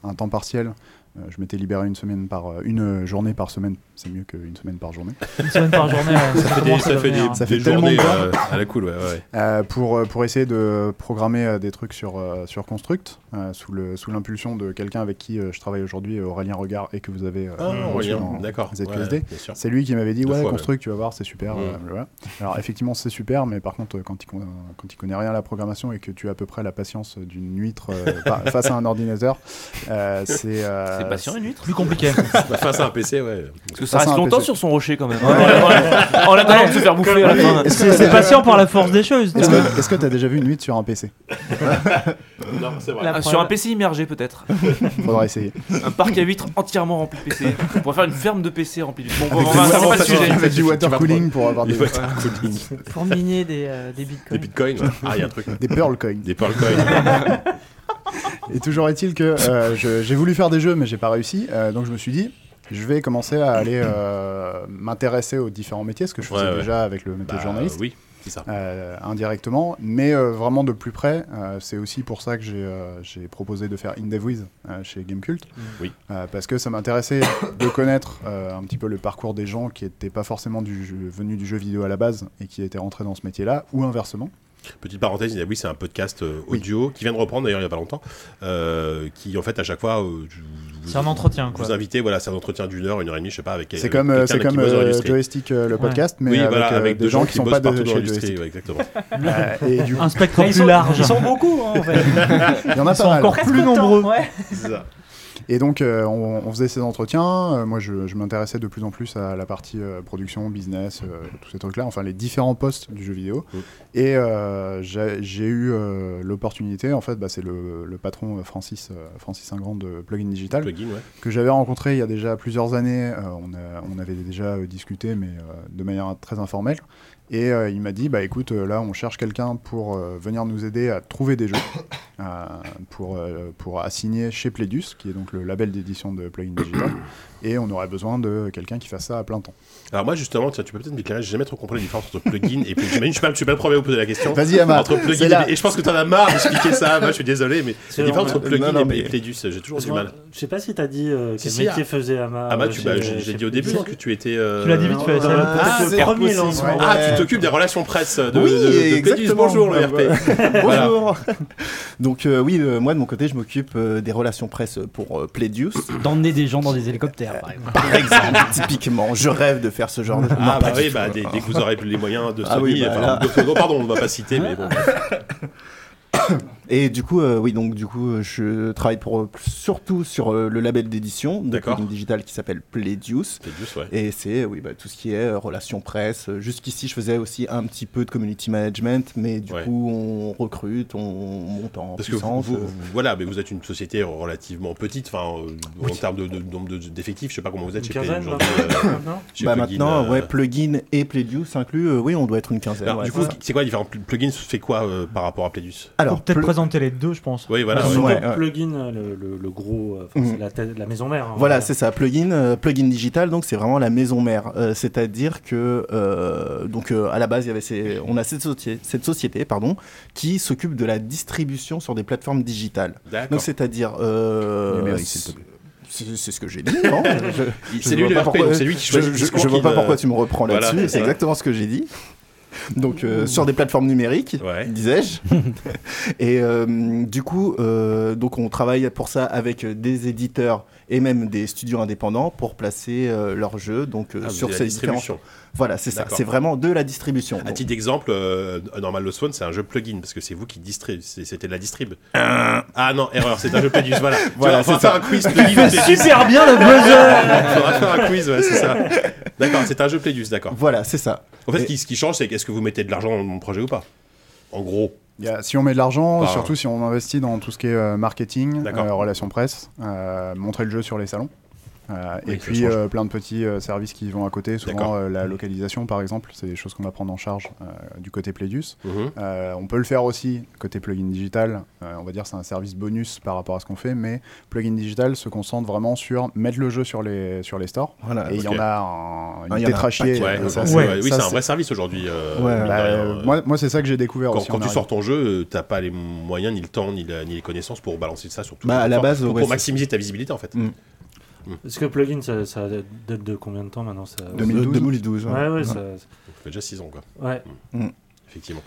Speaker 6: un temps partiel. Euh, je m'étais libéré une semaine par euh, une journée par semaine. C'est mieux qu'une semaine par journée.
Speaker 3: Une semaine par journée, ouais,
Speaker 2: Ça fait des,
Speaker 3: commence à
Speaker 2: ça fait
Speaker 3: devenir,
Speaker 2: des-
Speaker 3: hein.
Speaker 6: Ça fait
Speaker 2: des
Speaker 6: tellement
Speaker 2: journées
Speaker 6: de
Speaker 2: euh, à la cool, ouais, ouais.
Speaker 6: Euh, pour, euh, pour essayer de programmer euh, des trucs sur, euh, sur Construct, euh, sous le- sous l'impulsion de quelqu'un avec qui euh, je travaille aujourd'hui, Aurélien Regard, et que vous avez euh,
Speaker 2: Ah,
Speaker 6: reçu
Speaker 2: Aurélien,
Speaker 6: en
Speaker 2: d'accord.
Speaker 6: ZQSD.
Speaker 2: ouais, bien sûr.
Speaker 6: C'est lui qui m'avait dit
Speaker 2: Deux
Speaker 6: ouais
Speaker 2: fois,
Speaker 6: construct tu vas voir c'est super
Speaker 2: Mm.
Speaker 6: euh, voilà. alors effectivement c'est super mais par contre euh, quand il, con- euh, quand il connaît rien à la programmation et que tu as à peu près la patience d'une huître euh, fa- face à un ordinateur euh, c'est euh,
Speaker 4: C'est patient une huître
Speaker 3: Plus compliqué.
Speaker 2: Bah, face à un PC, ouais.
Speaker 4: Parce que ça
Speaker 6: Ça, c'est
Speaker 4: reste
Speaker 6: un
Speaker 4: longtemps
Speaker 6: PC.
Speaker 4: sur son rocher quand même. En attendant- En attendant de se faire bouffer à la fin.
Speaker 6: Est-ce que-
Speaker 3: C'est c'est patient par la force des choses.
Speaker 6: est-ce que est-ce que t'as déjà vu une huître sur un PC
Speaker 2: Non, c'est vrai.
Speaker 5: La
Speaker 4: Ah, Sur un
Speaker 5: preuve.
Speaker 4: PC immergé peut-être.
Speaker 6: faudra essayer
Speaker 4: Un parc à huîtres entièrement rempli de PC. On pourrait faire une ferme de PC remplie de Bon, bon,
Speaker 6: Avec
Speaker 4: bon, on va-
Speaker 6: du wa-
Speaker 4: c'est pas le
Speaker 2: ça,
Speaker 4: sujet.
Speaker 2: ça,
Speaker 6: avec
Speaker 2: tu
Speaker 6: du
Speaker 2: vas
Speaker 6: water
Speaker 2: te
Speaker 6: cooling pour avoir des,
Speaker 2: Il va être un cooling.
Speaker 5: Pour miner des, euh, des bitcoins.
Speaker 2: Des bitcoins, ouais. ah, il y a un truc.
Speaker 6: des pearl coins
Speaker 2: Des pearlcoins.
Speaker 6: Et toujours est-il que euh, je- j'ai voulu faire des jeux, mais j'ai pas réussi. euh, donc je me suis dit, je vais commencer à aller euh, m'intéresser aux différents métiers, ce que je faisais
Speaker 2: Ouais, ouais.
Speaker 6: déjà avec le métier
Speaker 2: Bah,
Speaker 6: de journaliste,
Speaker 2: Oui, c'est ça.
Speaker 6: euh, indirectement, mais euh, vraiment de plus près. euh, C'est aussi pour ça que j'ai euh, j'ai proposé de faire IndevWiz euh, chez Gamecult,
Speaker 3: Mm.
Speaker 2: Oui.
Speaker 6: Euh, parce que ça m'intéressait de connaître euh, un petit peu le parcours des gens qui n'étaient pas forcément du jeu- venus du jeu vidéo à la base et qui étaient rentrés dans ce métier-là, ou inversement.
Speaker 2: Petite parenthèse, il y a- oui, c'est un podcast euh, audio qui vient de reprendre d'ailleurs il n'y a pas longtemps, euh, qui en fait à chaque fois. euh, vous-
Speaker 3: C'est un entretien, quoi.
Speaker 2: Vous invitez, voilà, c'est un entretien d'une heure, une heure et demie, je sais pas, avec
Speaker 6: C'est comme,
Speaker 2: quelqu'un
Speaker 6: euh, c'est
Speaker 2: avec qui
Speaker 6: comme,
Speaker 2: vous
Speaker 6: euh,
Speaker 2: enregistrez.
Speaker 6: Joystick, euh, le podcast, mais
Speaker 2: oui,
Speaker 6: avec,
Speaker 2: voilà,
Speaker 6: euh,
Speaker 2: avec
Speaker 6: des
Speaker 2: deux
Speaker 6: gens
Speaker 2: gens
Speaker 6: qui
Speaker 2: qui
Speaker 6: sont
Speaker 2: bossent
Speaker 6: pas de
Speaker 2: partout dans
Speaker 6: chez
Speaker 2: l'industrie,
Speaker 6: Joystick.
Speaker 2: ouais, exactement.
Speaker 6: Euh, et du-
Speaker 3: Un spectre
Speaker 6: Ils
Speaker 3: plus
Speaker 6: sont-
Speaker 3: large.
Speaker 6: ils sont beaucoup, hein, en fait. Il y en a
Speaker 3: Ils
Speaker 6: pas
Speaker 3: sont
Speaker 6: mal.
Speaker 3: encore
Speaker 6: Presque
Speaker 3: plus
Speaker 6: autant,
Speaker 3: nombreux.
Speaker 6: ouais. C'est ça. Et donc, euh, on, on faisait ces entretiens. Euh, moi, je, je m'intéressais de plus en plus à la partie euh, production, business, euh, tous ces trucs-là, enfin les différents postes du jeu vidéo. Et euh, j'ai j'ai eu euh, l'opportunité, en fait, bah, c'est le, le patron euh, Francis, euh, Francis Ingrand de Plugin Digital,
Speaker 2: Plugin, ouais.
Speaker 6: que j'avais rencontré il y a déjà plusieurs années. Euh, on, a- on avait déjà euh, discuté, mais euh, de manière très informelle. Et euh, il m'a dit, bah écoute, euh, là on cherche quelqu'un pour euh, venir nous aider à trouver des jeux, euh, pour, euh, pour assigner chez Pledus, qui est donc le label d'édition de Plugin Digital. et on aurait besoin de quelqu'un qui fasse ça à plein temps.
Speaker 2: Alors moi justement, tiens, tu peux peut-être m'éclairer, j'ai jamais trop compris la différence entre plugin et plugin. J'imagine, je suis pas, je suis pas le premier à vous poser la question.
Speaker 6: Vas-y, Amar,
Speaker 2: Entre
Speaker 6: c'est
Speaker 2: plugin
Speaker 6: là.
Speaker 2: et, et je pense que t'en as marre d'expliquer ça. Moi, je suis désolé, mais
Speaker 9: C'est
Speaker 2: la différence
Speaker 9: normal.
Speaker 2: entre plugin
Speaker 9: Non, non,
Speaker 2: et-
Speaker 9: mais-
Speaker 2: et Plédus, j'ai toujours du
Speaker 9: Parce
Speaker 2: mal.
Speaker 9: que Je sais pas si t'as dit euh,
Speaker 2: Si,
Speaker 9: quel
Speaker 2: si,
Speaker 9: métier
Speaker 2: ah.
Speaker 9: faisait Ama.
Speaker 2: Ah bah,
Speaker 9: euh,
Speaker 2: tu,
Speaker 9: chez-
Speaker 2: bah, je je
Speaker 9: chez-
Speaker 2: l'ai dit au début que tu étais. euh,
Speaker 9: Tu l'as dit vite fait,
Speaker 2: euh,
Speaker 9: dans le podcast.
Speaker 2: c'est
Speaker 9: Ah, Le
Speaker 2: pas
Speaker 9: premier
Speaker 2: possible.
Speaker 9: lancement.
Speaker 2: Ah, tu
Speaker 9: Ouais.
Speaker 2: t'occupes des relations presse euh, de,
Speaker 10: Ah, oui,
Speaker 2: de- de Plédus.
Speaker 10: exactement.
Speaker 2: Bonjour le
Speaker 10: Ah,
Speaker 2: RP.
Speaker 10: bah.
Speaker 2: Voilà.
Speaker 10: Bonjour. Donc euh, oui, euh, moi de mon côté, je m'occupe euh, des relations presse pour euh, Playdius.
Speaker 7: D'emmener des gens dans des hélicoptères, par exemple.
Speaker 10: Par exemple, typiquement, je rêve de faire ce genre de.
Speaker 2: Ah
Speaker 10: Non,
Speaker 2: bah
Speaker 10: pas
Speaker 2: oui,
Speaker 10: du
Speaker 2: bah,
Speaker 10: tout.
Speaker 2: dès, dès que vous aurez les moyens de Sony,
Speaker 10: Ah oui, bah,
Speaker 2: enfin,
Speaker 10: là.
Speaker 2: de- non, pardon, on va pas citer, mais bon.
Speaker 10: Et du coup, euh, oui, donc du coup, euh, je travaille pour euh, surtout sur euh, le label d'édition de
Speaker 2: D'accord.
Speaker 10: Plugin Digital qui s'appelle Playdius.
Speaker 2: Playdius, ouais.
Speaker 10: Et c'est euh, oui, bah, tout ce qui est euh, relations presse. Euh, Jusqu'ici, je faisais aussi un petit peu de community management, mais du
Speaker 2: Ouais.
Speaker 10: coup, on recrute, on monte en
Speaker 2: Parce que vous,
Speaker 10: puissance.
Speaker 2: vous-
Speaker 10: euh.
Speaker 2: vous- voilà, mais vous êtes une société relativement petite, enfin, euh, en termes de, de nombre de- d'effectifs, je sais pas comment vous êtes
Speaker 9: Une
Speaker 2: chez
Speaker 9: quinzaine,
Speaker 2: Plédus,
Speaker 9: maintenant,
Speaker 2: euh,
Speaker 9: maintenant
Speaker 2: chez
Speaker 10: Bah,
Speaker 2: Plugin,
Speaker 10: maintenant,
Speaker 2: euh,
Speaker 10: ouais, plugin et Playdius inclus, euh, oui, on doit être une quinzaine.
Speaker 2: Alors,
Speaker 10: ouais,
Speaker 2: du coup,
Speaker 10: c'est ça.
Speaker 2: c'est quoi les différents pl- plugins fait quoi euh, par rapport à Plédus
Speaker 10: Alors,
Speaker 3: Peut-être présenter les deux, je pense.
Speaker 2: Oui, voilà.
Speaker 9: Surtout
Speaker 2: Ah, ouais.
Speaker 10: Ah,
Speaker 2: Mm.
Speaker 10: ouais.
Speaker 9: plugin, euh, le, le- le gros, euh, enfin,
Speaker 10: Mhm.
Speaker 9: c'est la, tête- la maison mère. hein,
Speaker 10: Voilà, c'est ça, plugin, euh, plugin digital, donc c'est vraiment la maison mère. Euh, C'est-à-dire que, euh, donc euh, à la base, il y avait ces- on a cette, société- cette société pardon, qui s'occupe de la distribution sur des plateformes digitales.
Speaker 2: D'accord.
Speaker 10: Donc c'est-à-dire. euh,
Speaker 2: Numérique, s'il te
Speaker 10: c'est c'est ce que j'ai dit, hein. non Je-
Speaker 2: Il-
Speaker 10: je
Speaker 2: c'est lui
Speaker 10: vois
Speaker 2: le
Speaker 10: pas
Speaker 2: RP,
Speaker 10: pourquoi-
Speaker 2: donc c'est lui qui choisit
Speaker 10: Je,
Speaker 2: le
Speaker 10: je-
Speaker 2: discours
Speaker 10: je vois
Speaker 2: qu'il,
Speaker 10: pas
Speaker 2: euh,
Speaker 10: pourquoi tu me reprends
Speaker 2: voilà,
Speaker 10: là-dessus,
Speaker 2: c'est
Speaker 10: c'est
Speaker 2: ça. Mm.
Speaker 10: exactement ce que j'ai dit. Donc euh, sur des plateformes numériques, disais-je. et euh, du coup, euh, donc on travaille pour ça avec des éditeurs et même des studios indépendants pour placer euh, leurs jeux donc euh,
Speaker 2: Ah, vous
Speaker 10: sur
Speaker 2: avez
Speaker 10: ces
Speaker 2: la
Speaker 10: différents.
Speaker 2: distribution.
Speaker 10: Voilà, c'est ça.
Speaker 2: D'accord. Ah,
Speaker 10: C'est vraiment de la distribution.
Speaker 2: À
Speaker 10: Donc,
Speaker 2: titre d'exemple, euh, Normal Lost Phone, c'est un jeu plugin parce que c'est vous qui distribuez. C'était de la distrib.
Speaker 10: Euh.
Speaker 2: Ah non, erreur, c'est un jeu plugin. Voilà, Tu
Speaker 10: Voilà,
Speaker 2: vois, on va
Speaker 10: c'est
Speaker 2: faire
Speaker 10: ça.
Speaker 2: un quiz
Speaker 10: Il
Speaker 2: plugin.
Speaker 10: fait
Speaker 2: Plédus.
Speaker 10: super bien le buzzer.
Speaker 2: Faudra faire un quiz, ouais, c'est ça. D'accord, c'est un jeu Plédus, d'accord.
Speaker 10: Voilà, c'est ça.
Speaker 2: En fait, ce qui- ce qui change, c'est qu'est-ce que vous mettez de l'argent dans mon projet ou pas En gros.
Speaker 6: Il y a- si on met de l'argent,
Speaker 2: Enfin,
Speaker 6: surtout si on investit dans tout ce qui est euh, marketing,
Speaker 2: D'accord.
Speaker 6: euh, relations presse, euh, montrer le jeu sur les salons. euh,
Speaker 2: Oui,
Speaker 6: et
Speaker 2: ça
Speaker 6: puis
Speaker 2: change.
Speaker 6: euh, plein de petits euh, services qui vont à côté,
Speaker 2: D'accord. Mm.
Speaker 6: souvent euh, la localisation par exemple, c'est des choses qu'on va prendre en charge euh, du côté Plédus.
Speaker 2: Mhm.
Speaker 6: Euh, on peut le faire aussi côté plugin digital, Euh, on va dire c'est un service bonus par rapport à ce qu'on fait, mais plugin digital se concentre vraiment sur mettre le jeu sur les, sur les stores.
Speaker 10: Voilà,
Speaker 6: et il y
Speaker 2: Ah, ok.
Speaker 6: en a un,
Speaker 10: Ah, il
Speaker 6: une
Speaker 10: y en a un
Speaker 6: tétrachier.
Speaker 10: paquet.
Speaker 2: Ouais,
Speaker 6: euh, ça,
Speaker 2: ouais,
Speaker 6: c'est-
Speaker 2: ouais, oui,
Speaker 6: ça,
Speaker 2: c'est un
Speaker 6: c'est-
Speaker 2: vrai service aujourd'hui. euh,
Speaker 6: Ouais,
Speaker 2: mine de
Speaker 6: bah,
Speaker 2: rien,
Speaker 6: euh,
Speaker 2: euh,
Speaker 6: moi, moi, c'est ça que j'ai découvert
Speaker 2: Quand,
Speaker 6: aussi.
Speaker 2: quand
Speaker 6: en
Speaker 2: tu
Speaker 6: arrivant.
Speaker 2: sors ton jeu, euh, t'as pas les moyens, ni le temps, ni, la- ni les connaissances pour balancer ça sur tout.
Speaker 10: Bah, à la base,
Speaker 2: pour,
Speaker 10: ouais,
Speaker 2: pour
Speaker 10: c'est-
Speaker 2: maximiser ta visibilité en fait.
Speaker 9: voilà. Parce que plugin, ça, ça date de combien de temps maintenant ça...
Speaker 10: 2012. 2012,
Speaker 9: Ouais,
Speaker 10: ouais.
Speaker 9: ouais,
Speaker 10: Ouais.
Speaker 9: ça.
Speaker 2: Ça fait déjà 6 ans, quoi.
Speaker 9: Ouais.
Speaker 2: Mm.
Speaker 10: Mm.
Speaker 2: Effectivement.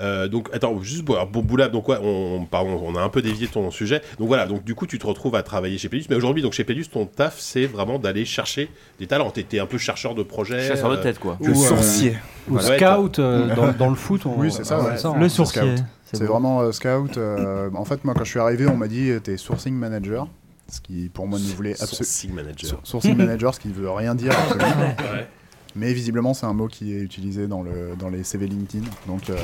Speaker 2: Euh, donc, attends, juste pour, alors, pour Boulab, donc, ouais, on, pardon, on a un peu dévié ton sujet. Donc voilà, donc du coup, tu te retrouves à travailler chez Pélus. Mais aujourd'hui, donc chez Pélus, ton taf, c'est vraiment d'aller chercher des talents. T'es t'es un peu chercheur de projet.
Speaker 4: Chasseur de
Speaker 2: euh,
Speaker 4: tête, quoi.
Speaker 2: ou,
Speaker 10: Le
Speaker 2: euh,
Speaker 10: sourcier.
Speaker 7: Ou
Speaker 2: Voilà.
Speaker 7: scout euh, dans, dans le foot. on-
Speaker 6: Oui, c'est ça,
Speaker 7: on
Speaker 6: ouais.
Speaker 7: fait ça,
Speaker 6: Le
Speaker 7: hein.
Speaker 3: Le sourcier.
Speaker 6: scout. C'est vraiment euh, scout. euh, en fait, moi, quand je suis arrivé, on m'a dit euh, t'es sourcing manager, ce qui pour moi ne voulait absolument
Speaker 2: Sourcing manager.
Speaker 6: sourcing manager, ce qui veut rien dire. absolument.
Speaker 2: Ouais.
Speaker 6: Mais visiblement, c'est un mot qui est utilisé dans, le, dans les CV LinkedIn. Donc, euh,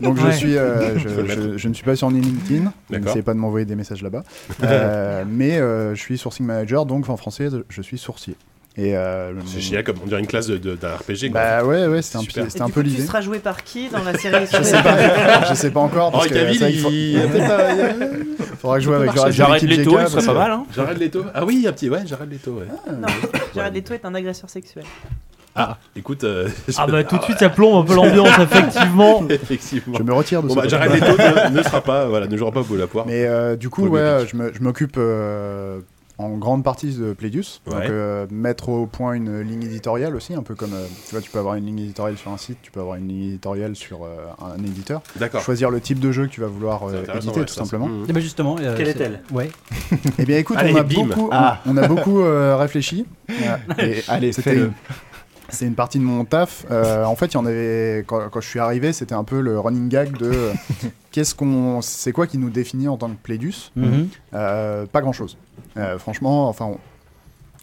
Speaker 6: donc je,
Speaker 3: Ouais.
Speaker 6: suis, euh, je,
Speaker 2: Ah Faut le
Speaker 6: je-
Speaker 2: mettre.
Speaker 6: je ne suis pas sur LinkedIn.
Speaker 2: D'accord.
Speaker 6: N'essayez pas de m'envoyer des messages là-bas. Euh, mais euh, je suis sourcing manager, donc en français, je suis sourcier. Et euh,
Speaker 2: C'est génial, comme on dirait une classe d'un de, d'un RPG. quoi.
Speaker 6: Bah ouais, ouais, c'est un,
Speaker 2: Super.
Speaker 6: petit- c'est
Speaker 5: Et
Speaker 6: un
Speaker 5: du
Speaker 6: peu
Speaker 5: coup,
Speaker 6: l'idée.
Speaker 5: Tu seras joué par qui dans la série
Speaker 6: Je sais pas, je sais pas encore. Parce
Speaker 2: Oh,
Speaker 6: que,
Speaker 2: Cavill,
Speaker 6: c'est vrai qu'il faut-
Speaker 2: il- il a peut-être pas- il a-
Speaker 6: faudra que je joue avec
Speaker 2: J'arrête
Speaker 4: J'arrête
Speaker 6: l'équipe
Speaker 4: les taux,
Speaker 6: GK,
Speaker 4: il
Speaker 6: parce
Speaker 4: serait pas
Speaker 6: que-
Speaker 4: mal, hein.
Speaker 2: Jared Leto. Ah oui, un petit, ouais, Jared Leto, ouais.
Speaker 5: Ah, Non, Jared Leto est un agresseur sexuel.
Speaker 2: Ah, écoute, euh,
Speaker 3: Ah bah tout de suite ça plombe un peu l'ambiance effectivement.
Speaker 2: effectivement.
Speaker 6: Je me retire de
Speaker 2: Bon
Speaker 6: ce
Speaker 2: bah, Jared Leto ne, ne sera pas, voilà, ne jouera pas Boulapoire.
Speaker 6: Mais euh, du coup,
Speaker 2: Faut
Speaker 6: ouais,
Speaker 2: le
Speaker 6: je me- je m'occupe euh, en grande partie de Pleidius. Donc,
Speaker 2: Ouais.
Speaker 6: euh, mettre au point une ligne éditoriale aussi, un peu comme euh, tu vois, tu peux avoir une ligne éditoriale sur un site, tu peux avoir une ligne éditoriale sur euh, un éditeur.
Speaker 2: D'accord.
Speaker 6: Choisir le type de jeu que tu vas vouloir euh,
Speaker 2: C'est intéressant,
Speaker 6: éditer,
Speaker 2: ouais,
Speaker 6: tout
Speaker 2: ça, c'est-
Speaker 6: simplement.
Speaker 2: Mhm.
Speaker 7: Eh ben justement, euh,
Speaker 9: Quelle
Speaker 7: c'est-
Speaker 9: est-elle
Speaker 7: Ouais.
Speaker 6: Eh bien, écoute,
Speaker 2: Allez,
Speaker 6: on, a
Speaker 2: bim.
Speaker 6: beaucoup,
Speaker 2: Ah.
Speaker 6: on, on a beaucoup euh, réfléchi.
Speaker 10: Allez, allez,
Speaker 6: c'était
Speaker 10: fais-le.
Speaker 6: une- C'est une partie de mon taf. Euh, en fait, il y en avait quand, quand je suis arrivé, c'était un peu le running gag de euh, qu'est-ce qu'on, c'est quoi qui nous définit en tant que Plédus
Speaker 7: Mhm.
Speaker 6: Euh, Pas grand-chose. Euh, franchement, enfin, on-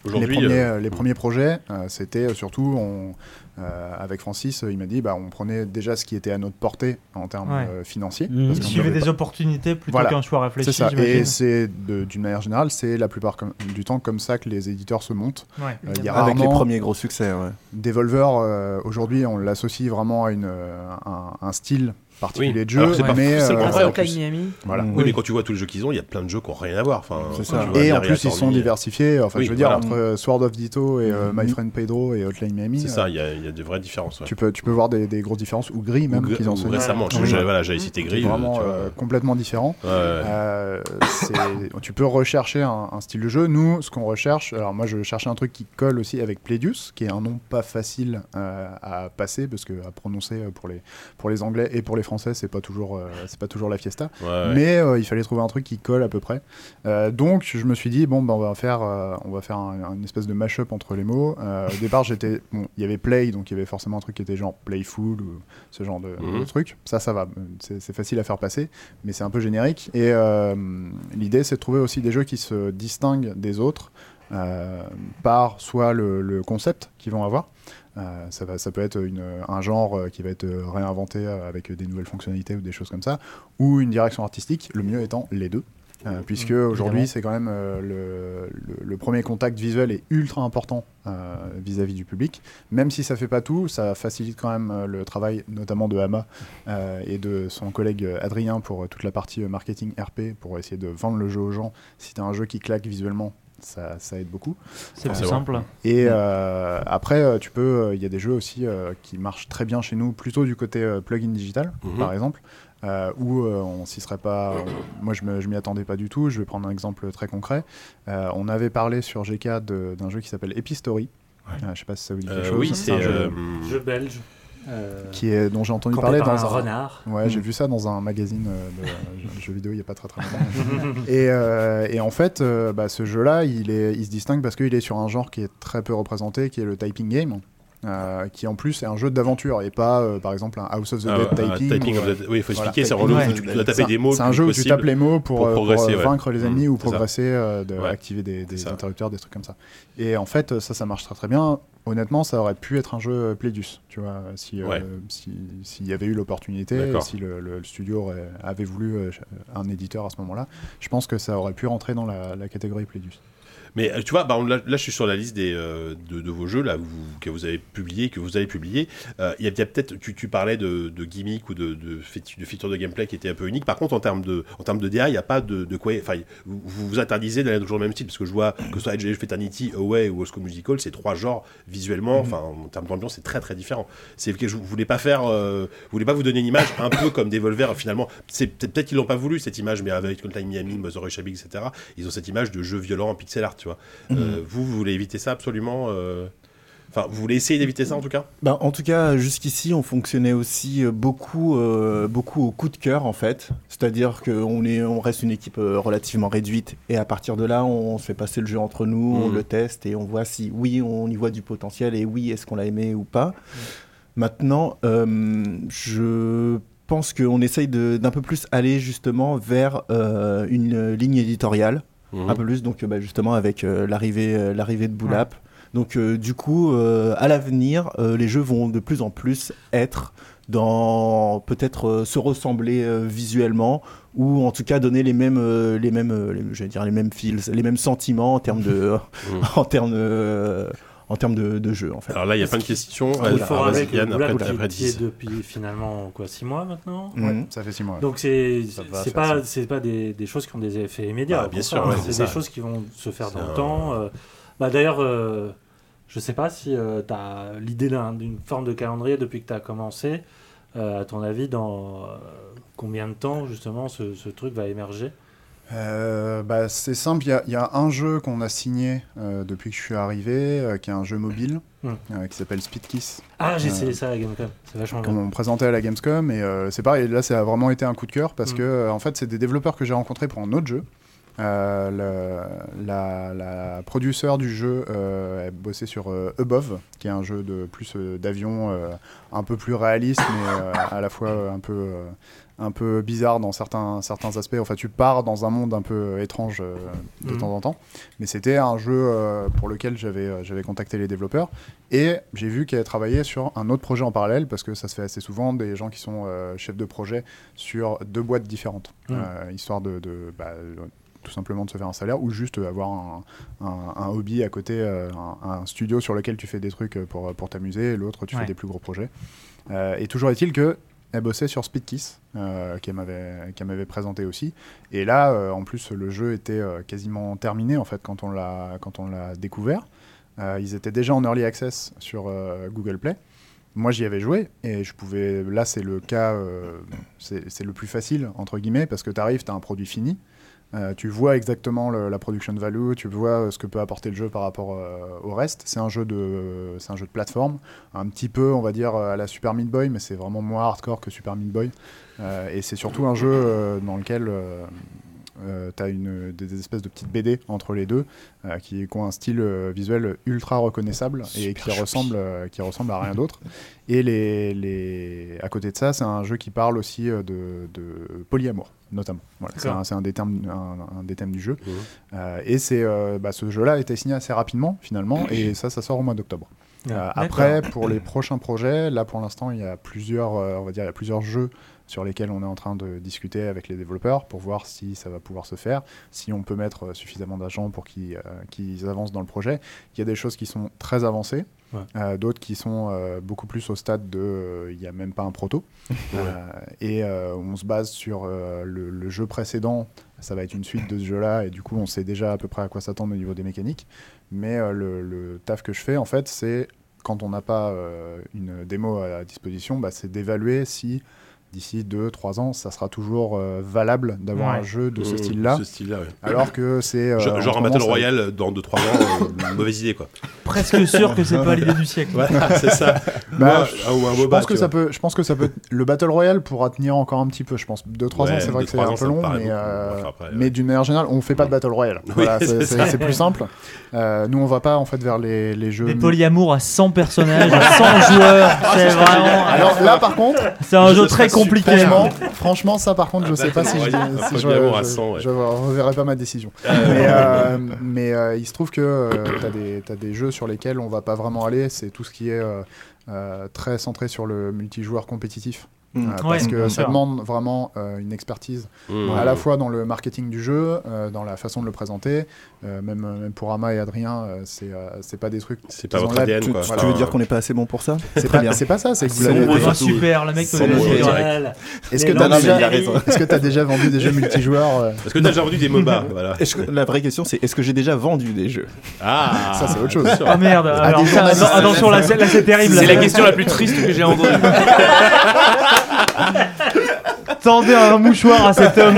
Speaker 6: les
Speaker 2: Aujourd'hui,
Speaker 6: premiers,
Speaker 2: euh,
Speaker 6: les premiers projets, euh, c'était surtout on- euh, avec Francis, il m'a dit, bah, on prenait déjà ce qui était à notre portée en termes
Speaker 3: Ouais.
Speaker 6: euh, financiers.
Speaker 7: Mhm.
Speaker 6: parce
Speaker 3: Il
Speaker 6: qu'on
Speaker 3: suivait
Speaker 6: avait
Speaker 3: des
Speaker 6: pas-
Speaker 3: opportunités plutôt
Speaker 6: voilà.
Speaker 3: qu'un choix réfléchi.
Speaker 6: C'est ça.
Speaker 3: j'imagine.
Speaker 6: Et c'est de- d'une manière générale, c'est la plupart comme- du temps comme ça que les éditeurs se montent.
Speaker 3: Ouais.
Speaker 6: Euh, il y a
Speaker 10: Avec les
Speaker 6: rarement-
Speaker 10: premiers gros succès, ouais.
Speaker 6: Devolver, euh, aujourd'hui, on l'associe vraiment à une, euh, un, un style particulier
Speaker 2: Oui.
Speaker 6: de jeu.
Speaker 2: Alors que c'est pas
Speaker 6: mais,
Speaker 2: forcément
Speaker 6: euh,
Speaker 2: vrai, en
Speaker 5: Hotline
Speaker 2: plus.
Speaker 5: Miami.
Speaker 6: Voilà.
Speaker 2: Oui, mais quand tu vois tous les jeux qu'ils ont, il y a plein de jeux qui n'ont rien à voir. Enfin,
Speaker 10: Mmh. C'est
Speaker 2: quand
Speaker 10: ça.
Speaker 2: tu vois
Speaker 6: Et en
Speaker 2: Narrator
Speaker 6: plus, ils sont
Speaker 2: Ligne,
Speaker 6: diversifiés. Enfin,
Speaker 2: Oui,
Speaker 6: je veux dire,
Speaker 2: voilà. Mm-hmm.
Speaker 6: entre euh, Sword of Dito et euh, My
Speaker 10: Mhm.
Speaker 6: Friend Pedro et Hotline Miami,
Speaker 2: C'est
Speaker 6: euh,
Speaker 2: ça, il y, a- il y a de vraies différences. ouais.
Speaker 6: tu, peux, tu peux voir des, des grosses différences, ou Gris même,
Speaker 2: Ou-
Speaker 6: qu'ils en
Speaker 2: ou
Speaker 6: sont
Speaker 2: Récemment, je-
Speaker 6: Oui.
Speaker 2: j'avais voilà, j'avais cité Gris.
Speaker 6: vraiment euh, complètement différents. Euh, c'est- tu peux rechercher un, un style de jeu. Nous, ce qu'on recherche, alors moi je cherchais un truc qui colle aussi avec Pleidius, qui est un nom pas facile euh, à passer parce que à prononcer euh, pour les pour les Anglais et pour les Français, c'est pas toujours euh, c'est pas toujours la fiesta.
Speaker 2: Ah
Speaker 6: Mais euh, il fallait trouver un truc qui colle à peu près. Euh, donc je me suis dit bon ben on va faire euh, on va faire un- une espèce de mash-up entre les mots. Euh, au départ j'étais bon il y avait play donc il y avait forcément un truc qui était genre playful ou ce genre de,
Speaker 2: Mhm.
Speaker 6: de truc. Ça ça va c'est c'est facile à faire passer mais c'est un peu générique et euh, l'idée c'est de trouver aussi des jeux qui se distinguent des autres euh, par soit le, le concept qu'ils vont avoir. Euh, ça, va, ça peut être une, un genre euh, qui va être euh, réinventé euh, avec des nouvelles fonctionnalités ou des choses comme ça, ou une direction artistique, le mieux étant les deux. Euh, puisque aujourd'hui, c'est quand même euh, le, le- le premier contact visuel est ultra important euh, vis-à-vis du public. Même si ça fait pas tout, ça facilite quand même euh, le travail, notamment de Hama euh, et de son collègue euh, Adrien pour euh, toute la partie euh, marketing RP pour essayer de vendre le jeu aux gens. Si tu as un jeu qui claque visuellement, ça, ça aide beaucoup.
Speaker 3: C'est
Speaker 6: Ah,
Speaker 3: plus
Speaker 6: c'est
Speaker 3: simple.
Speaker 6: Et euh, après, euh, tu peux, il y a des jeux aussi euh, qui marchent très bien chez nous, plutôt du côté euh, plugin digital,
Speaker 2: Mhm.
Speaker 6: par exemple, euh, où euh, on s'y serait pas. on- moi, je me- je m'y attendais pas du tout. Je vais prendre un exemple très concret. Euh, on avait parlé sur GK de- d'un jeu qui s'appelle Epistory. Euh, je sais pas si ça vous dit quelque
Speaker 2: Euh,
Speaker 6: chose. hein.
Speaker 2: oui,
Speaker 6: C'est
Speaker 2: c'est.
Speaker 6: un jeu
Speaker 2: euh,
Speaker 9: Jeu belge. euh,
Speaker 6: qui est dont j'ai entendu
Speaker 9: campé
Speaker 6: parler
Speaker 9: par
Speaker 6: dans
Speaker 9: un renard.
Speaker 6: Ouais,
Speaker 2: Hmm.
Speaker 6: j'ai vu ça dans un magazine euh, de jeux- jeux vidéo il y a pas très très longtemps. et, euh, et en fait, euh, bah, ce jeu-là, il, est- il se distingue parce qu'il est sur un genre qui est très peu représenté, qui est le typing game, euh, qui en plus est un jeu d'aventure et pas, euh, par exemple, un House of the
Speaker 2: ah,
Speaker 6: Dead
Speaker 2: ah,
Speaker 6: typing.
Speaker 2: typing
Speaker 6: ou,
Speaker 2: of
Speaker 6: euh,
Speaker 2: the- Oui, il faut
Speaker 6: voilà,
Speaker 2: expliquer, c'est
Speaker 6: typing
Speaker 2: vraiment
Speaker 6: of
Speaker 2: le jeu où
Speaker 6: the
Speaker 2: tu
Speaker 6: Dead.
Speaker 2: dois taper
Speaker 6: C'est-
Speaker 2: des mots.
Speaker 6: C'est un jeu où tu tapes les mots pour,
Speaker 2: pour
Speaker 6: euh, pour,
Speaker 2: progresser,
Speaker 6: euh,
Speaker 2: ouais.
Speaker 6: vaincre les ennemis
Speaker 2: Mm,
Speaker 6: ou
Speaker 2: c'est ça.
Speaker 6: progresser, euh, de,
Speaker 2: Ouais.
Speaker 6: activer des, des
Speaker 2: C'est ça.
Speaker 6: interrupteurs, des trucs comme ça. Et en fait, euh, ça, ça marche très très bien. Honnêtement, ça aurait pu être un jeu euh, Pleidius, tu vois, si, euh,
Speaker 2: Ouais.
Speaker 6: si- s'il y avait eu l'opportunité,
Speaker 2: D'accord.
Speaker 6: si le, le- le studio aurait- avait voulu euh, un éditeur à ce moment-là, je pense que ça aurait pu rentrer dans la, la catégorie Pleidius.
Speaker 2: Mais euh, tu vois, par exemple, là, là, je suis sur la liste des, euh, de, de vos jeux là, vous- que vous avez publié, que vous avez publié. Euh, Il y a, il y a peut-être, tu, tu parlais de, de gimmicks ou de, de, fait- de features de gameplay qui étaient un peu uniques. Par contre, en termes de, en termes de DA, il n'y a pas de, de quoi. Enfin, vous vous vous interdisez d'aller toujours au même style parce que je vois que ce soit Edge of Eternity, Away ou Osco Musical, c'est trois genres visuellement. Enfin, en termes d'ambiance, c'est très très différent. C'est que je voulais pas faire, euh, je voulais pas vous donner une image un peu comme Devolver finalement. C'est peut-être peut-être qu'ils l'ont pas voulu cette image, mais avec Time Miami, Mother Russia Big, etc. Ils ont cette image de jeu violent en pixel art, tu vois.
Speaker 6: Mhm.
Speaker 2: Euh, vous, vous voulez éviter ça absolument. euh, Enfin, vous voulez essayer d'éviter ça en tout cas.
Speaker 10: Bah, en tout cas, jusqu'ici, on fonctionnait aussi euh, beaucoup, euh, beaucoup au coup de cœur, en fait. C'est-à-dire qu'on est, on reste une équipe euh, relativement réduite, et à partir de là, on se fait passer le jeu entre nous, on
Speaker 2: Mhm.
Speaker 10: le teste, et on voit si, oui, on y voit du potentiel, et oui, est-ce qu'on l'a aimé ou pas. Maintenant, euh, je pense qu'on essaye de- d'un peu plus aller justement vers euh, une euh, ligne éditoriale un peu plus donc euh, bah, justement avec euh, l'arrivée euh, l'arrivée de Boulap. Donc euh, du coup euh, à l'avenir euh, les jeux vont de plus en plus être dans peut-être euh, se ressembler euh, visuellement ou en tout cas donner les mêmes euh, les mêmes euh, les, j'allais dire les mêmes feels, les mêmes sentiments en termes de
Speaker 2: Mhm.
Speaker 10: en termes euh, en termes de, de jeu en fait.
Speaker 2: Alors là, il y a plein de questions.
Speaker 10: Ah,
Speaker 2: Euh,
Speaker 9: Il
Speaker 10: oula,
Speaker 9: faut
Speaker 2: vas-y,
Speaker 9: avec
Speaker 2: Yann,
Speaker 9: Oula,
Speaker 2: après, après,
Speaker 9: qui est
Speaker 2: dis.
Speaker 9: depuis finalement quoi 6 mois maintenant
Speaker 10: Mhm.
Speaker 6: Ouais, ça fait six mois.
Speaker 9: Donc c'est
Speaker 6: Ça va
Speaker 9: c'est
Speaker 6: faire
Speaker 9: pas
Speaker 6: ça.
Speaker 9: c'est pas des, des choses qui ont des effets immédiats.
Speaker 2: Bah,
Speaker 9: au
Speaker 2: bien
Speaker 9: contraire,
Speaker 2: sûr, ouais, c'est
Speaker 9: c'est
Speaker 2: ça.
Speaker 9: des choses qui vont se faire
Speaker 2: C'est
Speaker 9: dans le
Speaker 2: un-
Speaker 9: temps. euh, bah d'ailleurs, euh, je sais pas si tu as l'idée d'un- d'une forme de calendrier depuis que tu as commencé. euh, à ton avis, dans euh, combien de temps justement ce, ce truc va émerger
Speaker 6: Euh, bah, c'est simple, il y a- il y, a un jeu qu'on a signé euh, depuis que je suis arrivé, euh, qui est un jeu mobile,
Speaker 9: Mm.
Speaker 6: euh, qui s'appelle Speedkiss.
Speaker 9: Ah, j'ai
Speaker 6: Euh,
Speaker 9: essayé ça à Gamecom. C'est vachement bien.
Speaker 6: qu'on on présentait à la Gamescom et euh, c'est pareil là ça a vraiment été un coup de cœur parce
Speaker 9: Mm.
Speaker 6: que euh, en fait c'est des développeurs que j'ai rencontrés pour un autre jeu Euh, le- la, la produceur du jeu euh, elle bossait sur euh, Above qui est un jeu de plus euh, d'avion euh, un peu plus réaliste mais euh, à la fois euh, un peu euh, un peu bizarre dans certains certains aspects enfin tu pars dans un monde un peu étrange euh, de
Speaker 11: Mm.
Speaker 6: temps en temps mais c'était un jeu euh, pour lequel j'avais euh, j'avais contacté les développeurs et j'ai vu qu'elle travaillait sur un autre projet en parallèle parce que ça se fait assez souvent des gens qui sont euh, chefs de projet sur deux boîtes différentes,
Speaker 11: Mm.
Speaker 6: euh, histoire de, de- bah, euh, tout simplement de se faire un salaire ou juste euh, avoir un, un- un hobby à côté, euh, un, un studio sur lequel tu fais des trucs euh, pour, pour t'amuser et l'autre tu
Speaker 11: Ouais.
Speaker 6: fais des plus gros projets. Euh, et toujours est-il que elle bossait sur Speedkiss, euh, qu'elle m'avait qu'elle m'avait présenté aussi. Et là, euh, en plus, le jeu était euh, quasiment terminé en fait quand on l'a quand on l'a découvert. Euh, ils étaient déjà en early access sur euh, Google Play. Moi, j'y avais joué et je pouvais. Là, c'est le cas, euh, c'est c'est le plus facile entre guillemets parce que tu arrives, tu as un produit fini. Euh, tu vois exactement le- la production value, tu vois euh, ce que peut apporter le jeu par rapport euh, au reste. C'est un jeu de, c'est un jeu de plateforme, un petit peu, on va dire euh, à la Super Meat Boy, mais c'est vraiment moins hardcore que Super Meat Boy. Euh, et c'est surtout un jeu euh, dans lequel tu as une, des, des espèces de petites BD entre les deux euh, qui, qui ont un style euh, visuel ultra reconnaissable et qui ressemble, euh, qui ressemble à rien d'autre. Et les, les... à côté de ça, c'est un jeu qui parle aussi euh, de, de polyamour, notamment. Voilà, c'est
Speaker 11: D'accord.
Speaker 6: un- c'est un, des termes- un- un des thèmes du jeu. Euh, et c'est, euh, bah, ce jeu-là a été signé assez rapidement, finalement, et ça, ça sort au mois d'octobre.
Speaker 11: Ouais.
Speaker 6: Euh,
Speaker 11: Ah, D'accord.
Speaker 6: après, pour les prochains projets, là pour l'instant, il y a plusieurs, euh, on va dire, il y a plusieurs jeux sur lesquels on est en train de discuter avec les développeurs pour voir si ça va pouvoir se faire, si on peut mettre euh, suffisamment d'argent pour qu'ils euh, qu'ils avancent dans le projet. Il y a des choses qui sont très avancées,
Speaker 11: Ouais.
Speaker 6: euh, d'autres qui sont euh, beaucoup plus au stade de, euh, il n'y a même pas un proto. Euh, et euh, on se base sur euh, le, le jeu précédent. Ça va être une suite de ce jeu-là, et du coup, on sait déjà à peu près à quoi s'attendre au niveau des mécaniques. Mais euh, le, le taf que je fais, en fait, c'est quand on n'a pas euh, une démo à disposition, bah, c'est d'évaluer si d'ici 2-3 ans, ça sera toujours euh, valable d'avoir
Speaker 2: Ouais.
Speaker 6: un jeu de
Speaker 2: Euh,
Speaker 6: ce style-là.
Speaker 2: ce style-là, ouais.
Speaker 6: Alors que c'est. euh,
Speaker 2: Genre-
Speaker 6: en
Speaker 2: genre
Speaker 6: ce
Speaker 2: un
Speaker 6: moment,
Speaker 2: Battle
Speaker 6: ça-
Speaker 2: Royale dans 2-3 ans, euh, mauvaise idée quoi.
Speaker 3: Presque sûr que c'est pas l'idée du siècle.
Speaker 2: Voilà, c'est ça.
Speaker 6: Bah,
Speaker 2: Ouais,
Speaker 6: je,
Speaker 2: ah, ou un
Speaker 6: je
Speaker 2: MOBA,
Speaker 6: pense que
Speaker 2: tu
Speaker 6: ça
Speaker 2: vois.
Speaker 6: peut, je pense que ça peut. Le Battle Royale pourra tenir encore un petit peu, je pense. 2-3
Speaker 2: Ouais,
Speaker 6: ans, c'est vrai
Speaker 2: deux,
Speaker 6: que c'est
Speaker 2: trois
Speaker 6: un
Speaker 2: ans, ça
Speaker 6: peu
Speaker 2: me
Speaker 6: long,
Speaker 2: paraît
Speaker 6: mais,
Speaker 2: beaucoup.
Speaker 6: euh,
Speaker 2: Enfin, après, ouais.
Speaker 6: mais d'une manière générale, on fait pas de Battle Royale.
Speaker 2: Oui,
Speaker 6: Voilà,
Speaker 2: c'est
Speaker 6: c'est-
Speaker 2: ça.
Speaker 6: c'est c'est plus simple. Euh, nous, on va pas en fait vers les, les jeux.
Speaker 3: Des polyamours à 100 personnages, à 100 joueurs,
Speaker 6: Ah,
Speaker 3: c'est
Speaker 6: ce serait
Speaker 3: vraiment.
Speaker 6: génial. Alors là, par contre,
Speaker 3: c'est un
Speaker 6: je
Speaker 3: jeu très
Speaker 6: serais super-
Speaker 3: compliqué. hein.
Speaker 6: Franchement, franchement, ça, par contre, je
Speaker 11: Ah,
Speaker 2: bah,
Speaker 6: sais pas si je,
Speaker 11: Battle
Speaker 6: si
Speaker 11: Royale,
Speaker 6: je,
Speaker 11: polyamour à
Speaker 6: je-
Speaker 11: 100, ouais.
Speaker 6: je reverrai pas ma décision.
Speaker 11: Euh,
Speaker 6: mais
Speaker 11: ouais.
Speaker 6: euh, mais, euh, il se trouve que tu t'as des t'as des jeux sur lesquels on va pas vraiment aller. C'est tout ce qui est euh, euh, très centré sur le multijoueur compétitif.
Speaker 11: Mm.
Speaker 6: Euh, parce
Speaker 11: Ouais, bien
Speaker 6: que ça
Speaker 11: sûr.
Speaker 6: demande vraiment euh, une expertise
Speaker 11: Mm.
Speaker 6: euh, à la fois dans le marketing du jeu, euh, dans la façon de le présenter, euh, même, même pour Ama et Adrien, euh, c'est euh, c'est pas des trucs.
Speaker 2: C'est pas
Speaker 6: qu'ils ont
Speaker 2: votre
Speaker 6: là-
Speaker 2: ADN,
Speaker 6: tout-
Speaker 2: quoi.
Speaker 6: tout-
Speaker 2: Enfin,
Speaker 6: tu veux dire
Speaker 10: dire qu'on n'est pas assez bon pour ça
Speaker 6: c'est
Speaker 10: Très
Speaker 6: pas,
Speaker 10: bien.
Speaker 6: c'est pas ça, c'est que vous
Speaker 10: C'est
Speaker 6: l'avez
Speaker 10: bon,
Speaker 6: fait.
Speaker 3: Ah,
Speaker 10: c'est tout. C'est
Speaker 6: C'est
Speaker 10: bon,
Speaker 6: le
Speaker 10: c'est
Speaker 6: direct.
Speaker 10: direct.
Speaker 6: Est-ce
Speaker 10: Les
Speaker 6: que t'as
Speaker 10: langues, il
Speaker 6: déjà,
Speaker 10: a raison.
Speaker 6: est-ce que t'as déjà vendu des jeux multijoueurs euh
Speaker 2: Est-ce que t'as déjà vendu des MOBA voilà.
Speaker 10: Est-ce que- La vraie question, c'est est-ce que j'ai déjà vendu des jeux
Speaker 2: Ah
Speaker 10: Ça, c'est autre chose.
Speaker 2: attention.
Speaker 3: oh,
Speaker 2: Ah, merde,
Speaker 10: À
Speaker 2: alors
Speaker 10: des
Speaker 2: ça,
Speaker 10: journalistes.
Speaker 2: non, attention, là, c'est- là, c'est terrible.
Speaker 4: C'est la question la plus triste que j'ai entendue.
Speaker 3: Tendez un mouchoir à cet homme.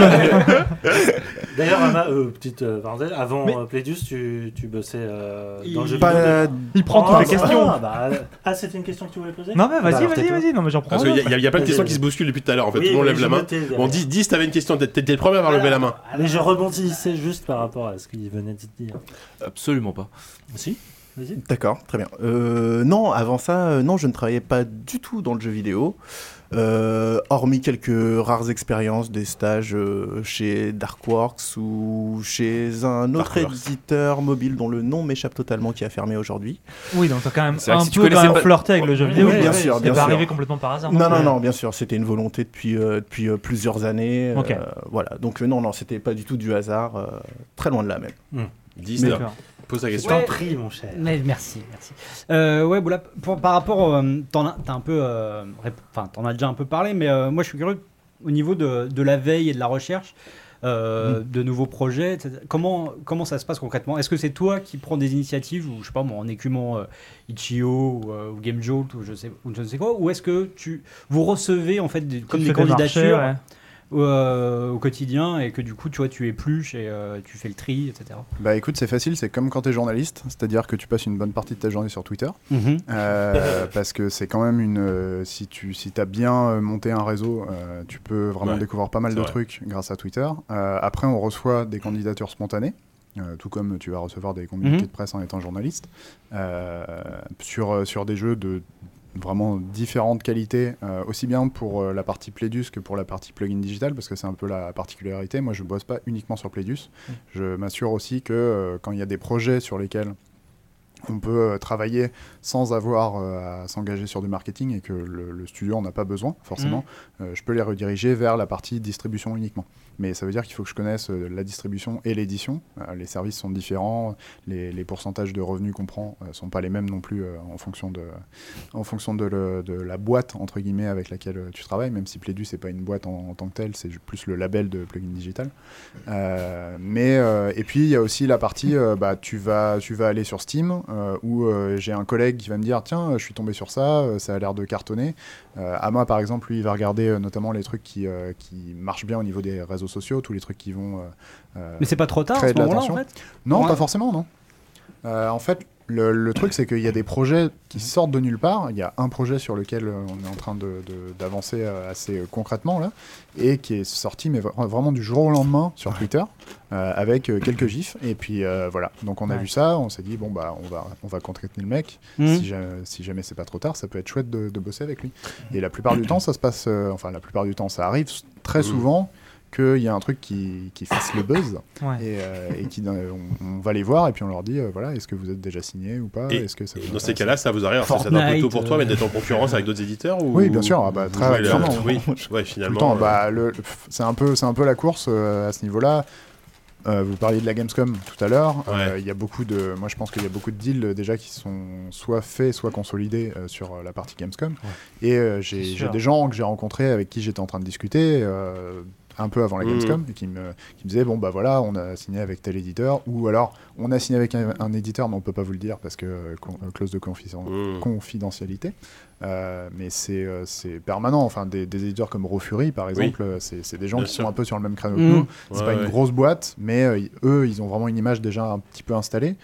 Speaker 9: D'ailleurs, Ama, euh, petite euh, parenthèse, avant euh, Plédus, tu, tu bossais euh, dans le jeu
Speaker 3: Pas-
Speaker 9: vidéo. t'es-
Speaker 3: il prend toutes
Speaker 9: Ah,
Speaker 3: les
Speaker 9: bah,
Speaker 3: questions.
Speaker 9: Ah, bah, ah, c'était une question que tu voulais poser
Speaker 3: Non, mais vas-y,
Speaker 9: Bah, alors,
Speaker 3: vas-y,
Speaker 9: tais-toi.
Speaker 3: vas-y, non, mais j'en prends
Speaker 2: Parce qu'il y, a- y a plein de questions qui se bousculent depuis tout à l'heure en fait.
Speaker 9: Oui,
Speaker 2: tout le monde
Speaker 9: oui,
Speaker 2: lève
Speaker 9: j'ai
Speaker 2: la main.
Speaker 9: noté, derrière.
Speaker 2: Bon, dis, dis si t'avais une question, t'étais t'étais le premier à avoir levé la main.
Speaker 9: Allez, je rebondissais juste par rapport à ce qu'il venait de dire.
Speaker 4: Absolument pas.
Speaker 9: Si Vas-y.
Speaker 10: D'accord, très bien. Euh, non, avant ça, euh, non, je ne travaillais pas du tout dans le jeu vidéo, Euh, hormis quelques rares expériences, des stages euh, chez Darkworks ou chez un autre éditeur mobile dont le nom m'échappe totalement, qui a fermé aujourd'hui.
Speaker 3: Oui, donc t'as quand même
Speaker 10: C'est vrai que
Speaker 3: un
Speaker 10: si tu
Speaker 3: peu quand
Speaker 10: connaissais
Speaker 3: même
Speaker 10: pas-
Speaker 3: flirté avec le jeu
Speaker 10: Oui,
Speaker 3: vidéo.
Speaker 10: bien
Speaker 3: quoi.
Speaker 10: sûr,
Speaker 3: C'est
Speaker 10: bien
Speaker 3: pas
Speaker 10: sûr.
Speaker 3: arrivé hein. complètement par hasard.
Speaker 10: Non, non,
Speaker 3: plus.
Speaker 10: non, bien sûr, c'était une volonté depuis, euh, depuis euh, plusieurs années.
Speaker 3: Ok.
Speaker 10: voilà, donc euh, non, non, c'était pas du tout du hasard, euh, très loin de là même.
Speaker 9: Hmm.
Speaker 2: Dis,
Speaker 10: Mais-
Speaker 2: D'accord. pose la
Speaker 9: question. Je t'en prie, mon cher.
Speaker 7: Mais merci, merci. Euh, ouais, Boula, pour- par rapport, euh, t'en as, t'as un peu, euh, rép- enfin, t'en as déjà un peu parlé, mais euh, moi, je suis curieux au niveau de, de la veille et de la recherche. euh, de nouveaux projets, etc. Comment, comment ça se passe concrètement Est-ce que c'est toi qui prends des initiatives, ou je sais pas, moi, en écumant euh, Itch.io ou, euh, ou Game Jolt, ou je sais, ou je ne sais quoi, ou est-ce que tu, vous recevez en fait des- comme
Speaker 3: fais
Speaker 7: des
Speaker 3: des marchés,
Speaker 7: candidatures
Speaker 3: ouais.
Speaker 7: euh, au quotidien et que du coup, tu vois, tu épluches et euh, tu fais le tri, etc.
Speaker 6: Bah écoute, c'est facile, c'est comme quand t'es journaliste, c'est-à-dire que tu passes une bonne partie de ta journée sur Twitter,
Speaker 7: Mhm.
Speaker 6: Euh, parce que c'est quand même une... euh, si tu si as bien euh, monté un réseau, euh, tu peux vraiment
Speaker 2: Ouais,
Speaker 6: découvrir pas mal
Speaker 2: c'est
Speaker 6: de
Speaker 2: vrai.
Speaker 6: trucs grâce à Twitter. Euh, après, on reçoit des candidatures spontanées. euh, tout comme tu vas recevoir des communiqués
Speaker 7: Mhm.
Speaker 6: de presse en étant journaliste, euh, sur, euh, sur des jeux de vraiment différentes qualités, euh, aussi bien pour euh, la partie Plédus que pour la partie plugin digital, parce que c'est un peu la particularité. Moi, je bosse pas uniquement sur Plédus. Je m'assure aussi que euh, quand il y a des projets sur lesquels on peut euh, travailler sans avoir euh, à s'engager sur du marketing et que le, le studio en a pas besoin, forcément, euh, je peux les rediriger vers la partie distribution uniquement. Mais ça veut dire qu'il faut que je connaisse euh, la distribution et l'édition. Euh, les services sont différents, les, les pourcentages de revenus qu'on prend ne sont pas les mêmes non plus euh, en fonction, de, en fonction de, le- de la boîte, entre guillemets, avec laquelle euh, tu travailles, même si Plédu, ce n'est pas une boîte en, en tant que telle, c'est ju- plus le label de plugin digital. Euh, mais, euh, et puis, il y a aussi la partie, euh, bah, tu, vas, tu vas aller sur Steam, euh, où euh, j'ai un collègue qui va me dire, tiens, euh, je suis tombé sur ça, euh, ça a l'air de cartonner. Euh, Ama, par exemple, lui, il va regarder euh, notamment les trucs qui, euh, qui marchent bien au niveau des réseaux sociaux, tous les trucs qui vont... euh, euh,
Speaker 7: Mais c'est pas trop tard à
Speaker 6: créer
Speaker 7: ce
Speaker 6: de
Speaker 7: moment-là,
Speaker 6: l'attention.
Speaker 7: en fait
Speaker 6: Non,
Speaker 7: Ouais.
Speaker 6: pas forcément, non. Euh, en fait, le, le truc, c'est qu'il y a des projets
Speaker 7: Mhm.
Speaker 6: qui sortent de nulle part. Il y a un projet sur lequel euh, on est en train de- de- d'avancer euh, assez euh, concrètement, là, et qui est sorti, mais vra- vraiment du jour au lendemain sur Twitter, euh, avec euh, quelques gifs. Et puis euh, voilà. Donc on a
Speaker 7: Ouais.
Speaker 6: vu ça, on s'est dit, bon, bah, on va, on va contacter le mec.
Speaker 7: Mhm.
Speaker 6: Si, ja- si jamais c'est pas trop tard, ça peut être chouette de, de bosser avec lui.
Speaker 7: Mhm.
Speaker 6: Et la plupart du temps, ça se passe, euh, enfin, la plupart du temps, ça arrive s-
Speaker 7: Mhm.
Speaker 6: très souvent qu'il y a un truc qui, qui fasse le buzz
Speaker 3: Ouais.
Speaker 6: et, euh, et qui, euh, on, on va les voir et puis on leur dit euh, voilà est-ce que vous êtes déjà signé ou pas
Speaker 2: Et-
Speaker 6: est-ce que ça
Speaker 2: et
Speaker 6: vous
Speaker 2: dans ces
Speaker 6: intéresse
Speaker 2: cas-là, ça vous arrive, alors, c'est un peu
Speaker 6: Fortnite,
Speaker 2: tôt pour toi,
Speaker 6: euh,
Speaker 2: mais d'être en concurrence avec d'autres éditeurs ou...
Speaker 6: Oui, bien sûr, ah bah,
Speaker 2: Vous
Speaker 6: très
Speaker 2: jouez le-
Speaker 6: clairement.
Speaker 2: Oui, ouais,
Speaker 6: Tout le
Speaker 2: finalement.
Speaker 6: temps,
Speaker 2: euh,
Speaker 6: bah, le- le- pff, c'est un peu c'est un peu la course euh, à ce niveau-là Euh, vous parliez de la Gamescom tout à l'heure. Euh, Il y a beaucoup de, moi je pense qu'il y a beaucoup de deals euh, déjà qui sont soit faits, soit consolidés euh, sur euh, la partie Gamescom. Et euh, j'ai
Speaker 7: C'est
Speaker 6: j'ai
Speaker 7: sûr.
Speaker 6: des gens que j'ai rencontrés avec qui j'étais en train de discuter euh, un peu avant la
Speaker 2: Mhm.
Speaker 6: Gamescom et qui me, qui me disaient bon bah voilà on a signé avec tel éditeur ou alors on a signé avec un, un éditeur mais on peut pas vous le dire parce que euh, con- euh, clause de confiden-
Speaker 2: hmm. Mm.
Speaker 6: confidentialité. Euh, mais c'est euh, c'est permanent. Enfin des, des éditeurs comme Rofuri par exemple, euh, c'est c'est des gens
Speaker 2: Bien
Speaker 6: qui
Speaker 2: sûr.
Speaker 6: sont un peu sur le même créneau
Speaker 2: Mhm.
Speaker 6: que nous. C'est
Speaker 2: Ouais,
Speaker 6: pas une
Speaker 2: ouais.
Speaker 6: grosse boîte, mais euh, y- eux, ils ont vraiment une image déjà un petit peu installée.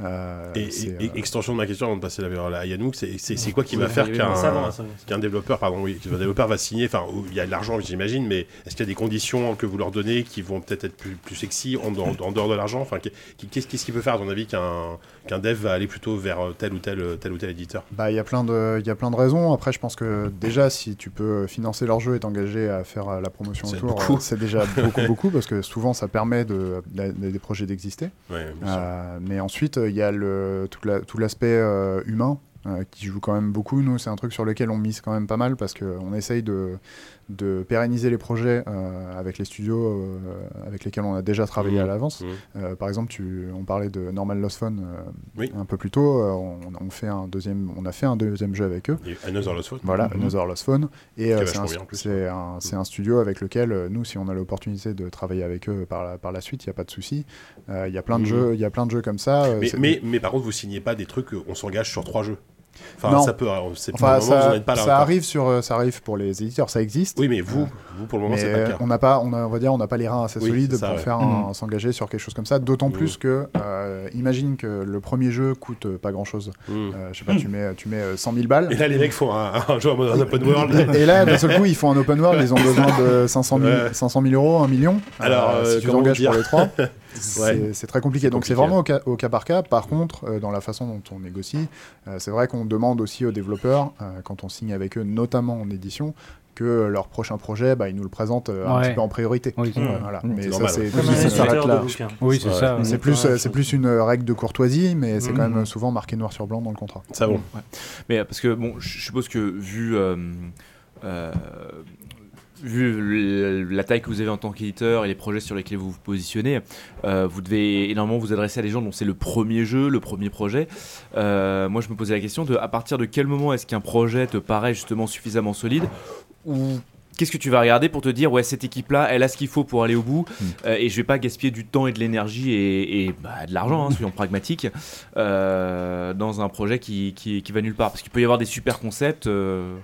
Speaker 6: Euh,
Speaker 2: Et,
Speaker 6: c'est,
Speaker 2: et-
Speaker 6: euh,
Speaker 2: et extension de ma question avant de passer la parole à Yannou, c'est c'est- c'est quoi qui
Speaker 6: Vous
Speaker 2: va
Speaker 6: allez
Speaker 2: faire
Speaker 6: arriver
Speaker 2: qu'un
Speaker 6: dans- Ça va, ça va.
Speaker 2: qu'un développeur, pardon, oui, qu'un développeur va signer Enfin, où il y a de l'argent, j'imagine, mais est-ce qu'il y a des conditions que vous leur donnez qui vont peut-être être plus, plus sexy en, dehors- en dehors de l'argent Enfin, qu'est- qu'est-ce qu'est-ce qui peut faire, à ton avis, qu'un qu'un dev va aller plutôt vers euh, tel ou tel, euh, tel ou tel éditeur
Speaker 6: Bah, il y a plein de, il y a plein de raisons. Après, je pense que déjà, si tu peux financer leur jeu et t'engager à faire euh, la promotion
Speaker 2: C'est
Speaker 6: autour,
Speaker 2: beaucoup.
Speaker 6: euh, c'est déjà beaucoup, beaucoup, parce que souvent, ça permet de, d'a- des projets d'exister.
Speaker 2: Ouais, bien
Speaker 6: Euh, mais ensuite, il y a le, tout, la- tout l'aspect euh, humain. euh, qui joue quand même beaucoup. Nous, c'est un truc sur lequel on mise quand même pas mal parce qu'on essaye de, de pérenniser les projets euh, avec les studios euh, avec lesquels on a déjà travaillé
Speaker 2: Mhm.
Speaker 6: à l'avance.
Speaker 2: Mhm.
Speaker 6: Euh, par exemple, tu, on parlait de Normal Lost Phone euh,
Speaker 2: Oui.
Speaker 6: un peu plus tôt. euh, on, on fait un deuxième, on a fait un deuxième jeu avec eux.
Speaker 2: Et Another Lost Phone.
Speaker 6: Voilà,
Speaker 2: Mhm.
Speaker 6: Another Lost Phone.
Speaker 2: Qui
Speaker 6: Et
Speaker 2: est
Speaker 6: euh, c'est
Speaker 2: vachement
Speaker 6: un,
Speaker 2: bien, en plus. Mhm.
Speaker 6: c'est un- c'est un studio avec lequel euh, nous, si on a l'opportunité de travailler avec eux par la, par la suite, il n'y a pas de souci. Euh, Il y a plein de
Speaker 2: Mhm.
Speaker 6: jeux, il y a plein de jeux comme ça. euh,
Speaker 2: Mais,
Speaker 6: c'est-
Speaker 2: mais, mais par contre, vous signez pas des trucs, euh, on s'engage sur trois jeux. Enfin,
Speaker 6: Non.
Speaker 2: ça peut. alors, c'est- pour
Speaker 6: Enfin,
Speaker 2: le moment, vous
Speaker 6: ça,
Speaker 2: en êtes pas là.
Speaker 6: ça
Speaker 2: encore.
Speaker 6: arrive sur, euh, ça arrive pour les éditeurs, ça existe.
Speaker 2: Oui, mais vous, vous, pour le moment,
Speaker 6: mais, euh,
Speaker 2: c'est pas le cas.
Speaker 6: On n'a pas, on, a- on va dire, on n'a pas les reins assez
Speaker 2: Oui,
Speaker 6: solides
Speaker 2: c'est ça,
Speaker 6: pour
Speaker 2: ouais.
Speaker 6: faire
Speaker 2: Mhm.
Speaker 6: un- s'engager sur quelque chose comme ça. D'autant plus que, euh, imagine que le premier jeu coûte euh, pas grand chose. je sais
Speaker 2: Mhm.
Speaker 6: pas, tu mets, tu mets euh, 100 000 balles.
Speaker 2: Hmm. Et là, les mecs font un, un jeu en mode un open world.
Speaker 6: Et là, d'un seul coup, ils font un open world, ils ont besoin de 500 000,
Speaker 2: Ouais.
Speaker 6: 500 000 euros, 1 million.
Speaker 2: Alors,
Speaker 6: Euh,
Speaker 2: euh,
Speaker 6: si tu
Speaker 2: comment
Speaker 6: t'engages
Speaker 2: dire
Speaker 6: pour les trois,
Speaker 2: Ouais.
Speaker 6: c'est c'est très compliqué. Donc, c'est
Speaker 2: Compliqué.
Speaker 6: vraiment au cas, au cas par cas. Par contre, euh, dans la façon dont on négocie, euh, c'est vrai qu'on demande aussi aux développeurs, euh, quand on signe avec eux, notamment en édition, que leur prochain projet, bah, ils nous le présentent euh, un
Speaker 7: Ouais.
Speaker 6: petit peu en priorité.
Speaker 7: Oui, c'est vrai.
Speaker 6: Voilà.
Speaker 7: Mmh.
Speaker 6: Mais
Speaker 7: C'est
Speaker 6: ça,
Speaker 7: normal,
Speaker 6: c'est
Speaker 7: ouais.
Speaker 6: plus
Speaker 7: Comme un
Speaker 6: ça s'arrête
Speaker 7: éditeur de
Speaker 6: là.
Speaker 7: bouquin. Oui, c'est
Speaker 6: Ouais.
Speaker 7: ça,
Speaker 6: C'est
Speaker 7: ouais.
Speaker 6: plus,
Speaker 7: Ouais. Mmh.
Speaker 6: euh, c'est plus une euh, règle de courtoisie, mais c'est quand
Speaker 4: Mhm.
Speaker 6: même euh, souvent marqué noir sur blanc dans le contrat.
Speaker 2: Ça Ah bon.
Speaker 4: Ouais. Mais euh, parce que bon, je je suppose que vu euh, euh, vu le- la taille que vous avez en tant qu'éditeur et les projets sur lesquels vous vous positionnez, euh, vous devez énormément vous adresser à des gens dont c'est le premier jeu, le premier projet. Euh, moi, je me posais la question de à partir de quel moment est-ce qu'un projet te paraît justement suffisamment solide ou Qu'est-ce que tu vas regarder pour te dire, ouais, cette équipe-là, elle a ce qu'il faut pour aller au bout, euh, et je vais pas gaspiller du temps et de l'énergie et, et, bah, de l'argent, hein, soyons pragmatiques, euh, dans un projet qui, qui, qui va nulle part. Parce qu'il peut y avoir des super concepts. euh,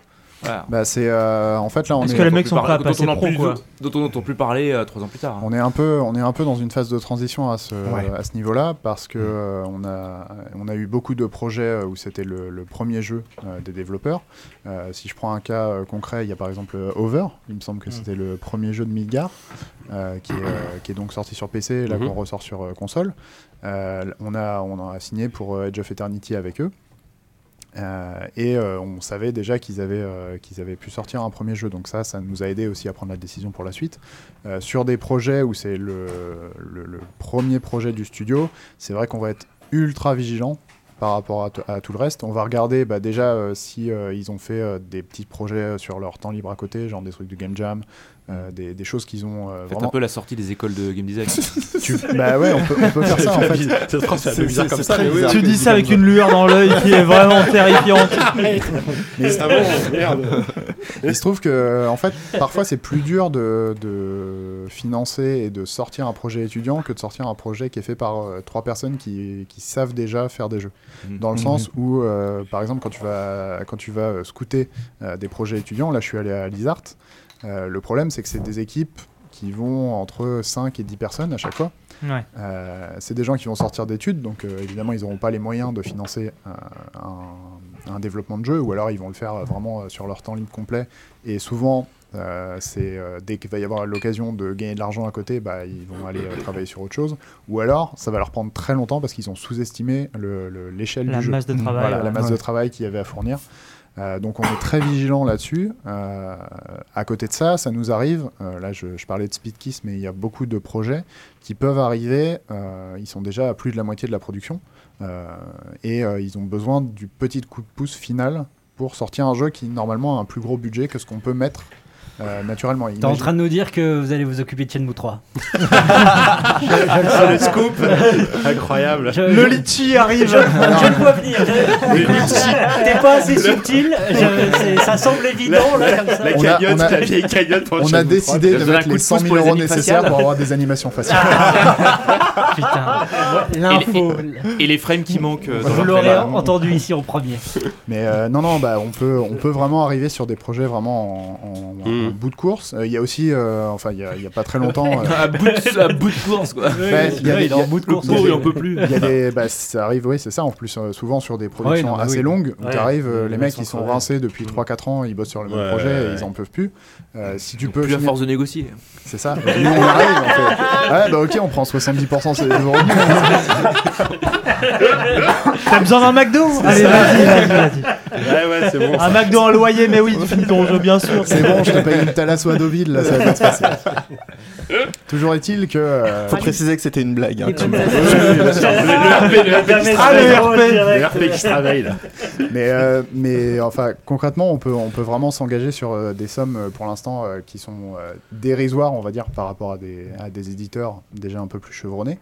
Speaker 4: Voilà.
Speaker 6: Bah, c'est euh, en fait là on est,
Speaker 4: Dont on n'entend plus- Dont on n'entend plus parler euh, trois ans plus tard.
Speaker 6: On est un peu, on est un peu dans une phase de transition à ce,
Speaker 4: Ouais.
Speaker 6: à ce niveau-là parce que euh, on a, on a eu beaucoup de projets euh, où c'était le, le premier jeu euh, des développeurs. Euh, si je prends un cas euh, concret, il y a par exemple euh, Over. Il me semble que c'était le premier jeu de Midgar euh, qui, est, euh, qui est donc sorti sur PC et là
Speaker 2: Mhm.
Speaker 6: qu'on ressort sur euh, console. Euh, on a, on a signé pour euh, Age of Eternity avec eux. Euh, et euh, on savait déjà qu'ils avaient, euh, qu'ils avaient pu sortir un premier jeu, donc ça, ça nous a aidé aussi à prendre la décision pour la suite. Euh, sur des projets où c'est le, le- le premier projet du studio, c'est vrai qu'on va être ultra vigilant par rapport à, t- à tout le reste. On va regarder bah, déjà euh, si euh, ils ont fait euh, des petits projets euh, sur leur temps libre à côté, genre des trucs de game jam, euh, des, des choses qu'ils ont euh,
Speaker 4: Faites
Speaker 6: vraiment
Speaker 4: un peu la sortie des écoles de game design.
Speaker 6: tu... Bah ouais, on peut, on peut faire ça en fait.
Speaker 2: Cette phrase fait un peu bizarre comme ça,
Speaker 6: très
Speaker 2: mais oui.
Speaker 6: bizarre.
Speaker 2: Tu dis ça avec
Speaker 3: une lueur dans l'œil qui est vraiment terrifiante.
Speaker 6: Mais
Speaker 2: Ah bon, merde.
Speaker 6: Il se trouve que en fait, parfois c'est plus dur de, de financer et de sortir un projet étudiant que de sortir un projet qui est fait par euh, trois personnes qui, qui savent déjà faire des jeux. Dans le
Speaker 11: Mhm.
Speaker 6: sens où, euh, par exemple, quand tu vas, quand tu vas euh, scouter euh, des projets étudiants, là je suis allé à l'ISART, euh, le problème c'est que c'est des équipes qui vont entre 5 et 10 personnes à chaque fois.
Speaker 3: Ouais.
Speaker 6: Euh, c'est des gens qui vont sortir d'études, donc euh, évidemment ils n'auront pas les moyens de financer euh, un, un développement de jeu, ou alors ils vont le faire euh, vraiment euh, sur leur temps libre complet. Et souvent, euh, c'est euh, dès qu'il va y avoir l'occasion de gagner de l'argent à côté, bah, ils vont aller euh, travailler sur autre chose. Ou alors, ça va leur prendre très longtemps parce qu'ils ont sous-estimé le- le- l'échelle
Speaker 3: La
Speaker 6: du jeu.
Speaker 3: masse de travail,
Speaker 6: Voilà,
Speaker 3: ouais.
Speaker 6: la masse de
Speaker 3: Ouais.
Speaker 6: travail qu'il y avait à fournir. Euh, donc on est très vigilant là-dessus. Euh, à côté de ça, ça nous arrive. euh, là, je, je parlais de Speed Kiss, mais il y a beaucoup de projets qui peuvent arriver. euh, ils sont déjà à plus de la moitié de la production euh, et euh, ils ont besoin du petit coup de pouce final pour sortir un jeu qui normalement a un plus gros budget que ce qu'on peut mettre euh, naturellement.
Speaker 7: T'es en
Speaker 6: Imagine-
Speaker 7: train de nous dire que vous allez vous occuper de Shenmue 3.
Speaker 2: Ah, le scoop Incroyable
Speaker 7: Le litchi
Speaker 2: arrive.
Speaker 7: Je, je le vois venir.
Speaker 2: Le
Speaker 7: Écoute,
Speaker 2: litchi.
Speaker 7: T'es pas assez
Speaker 2: Le-
Speaker 7: subtil. je- c'est- ça semble évident là comme ça.
Speaker 2: La
Speaker 6: On a-
Speaker 2: cagnotte,
Speaker 6: on a-
Speaker 2: la vieille cagnotte pour
Speaker 6: On a
Speaker 2: Shenmue
Speaker 6: décidé
Speaker 2: 3.
Speaker 6: de mettre les Ah. 100 000 euros nécessaires pour avoir des animations faciles.
Speaker 7: L'info.
Speaker 4: Et les frames qui manquent. euh, dans
Speaker 7: Vous
Speaker 4: leur
Speaker 7: l'aurez
Speaker 4: trailer.
Speaker 7: entendu ici en premier.
Speaker 6: Mais euh, non, non, bah, on, peut, on peut vraiment arriver sur des projets vraiment en, en- en bout de course. Euh, Il y a aussi, euh, enfin, il y a- il y a, pas très longtemps. euh,
Speaker 4: À bout de- à bout de course, quoi.
Speaker 6: Ouais, il y a
Speaker 4: Ouais,
Speaker 6: des-
Speaker 4: il est en
Speaker 6: il y a-
Speaker 4: bout de course,
Speaker 6: il y a
Speaker 4: ouais.
Speaker 6: des-
Speaker 4: Il en peut plus.
Speaker 6: il y a des- bah, ça arrive, oui, c'est ça. En plus, euh, souvent sur des productions
Speaker 2: Ouais, non, mais
Speaker 6: assez
Speaker 2: oui.
Speaker 6: longues, où
Speaker 2: Ouais.
Speaker 6: t'arrives, euh,
Speaker 2: Les
Speaker 6: les
Speaker 2: mecs
Speaker 6: mecs,
Speaker 2: sont
Speaker 6: ils sont
Speaker 2: crevés.
Speaker 6: rincés depuis 3-4 ans, ils bossent sur le même
Speaker 2: Ouais,
Speaker 6: projet,
Speaker 2: ouais,
Speaker 6: et
Speaker 2: ouais.
Speaker 6: ils en peuvent plus. Euh, si tu peux.
Speaker 4: Plus à
Speaker 6: finir-
Speaker 4: force de négocier.
Speaker 6: C'est ça. Et nous, on arrive, on fait, Ouais, bah ok, on prend 70%, c'est des euros.
Speaker 3: T'as besoin d'un McDo Allez,
Speaker 6: ça.
Speaker 3: vas-y, vas-y, vas-y.
Speaker 2: Ouais, Ah ouais, c'est bon.
Speaker 6: Ah,
Speaker 3: Un
Speaker 2: ça.
Speaker 3: McDo en loyer, mais oui, tu finis ton jeu, bien sûr.
Speaker 6: C'est bon, je te paye une thalasso à Deauville, là, ça va bien se passer. Toujours est-il que. euh,
Speaker 10: Faut préciser que c'était une blague. hein, tout le monde.
Speaker 9: E.
Speaker 2: Ah, le RP. Le RP qui se travaille, là.
Speaker 6: mais, euh, mais enfin, concrètement, on peut, on peut vraiment s'engager sur euh, des sommes euh, pour l'instant euh, qui sont euh, dérisoires, on va dire, par rapport à des, à des éditeurs déjà un peu plus chevronnés.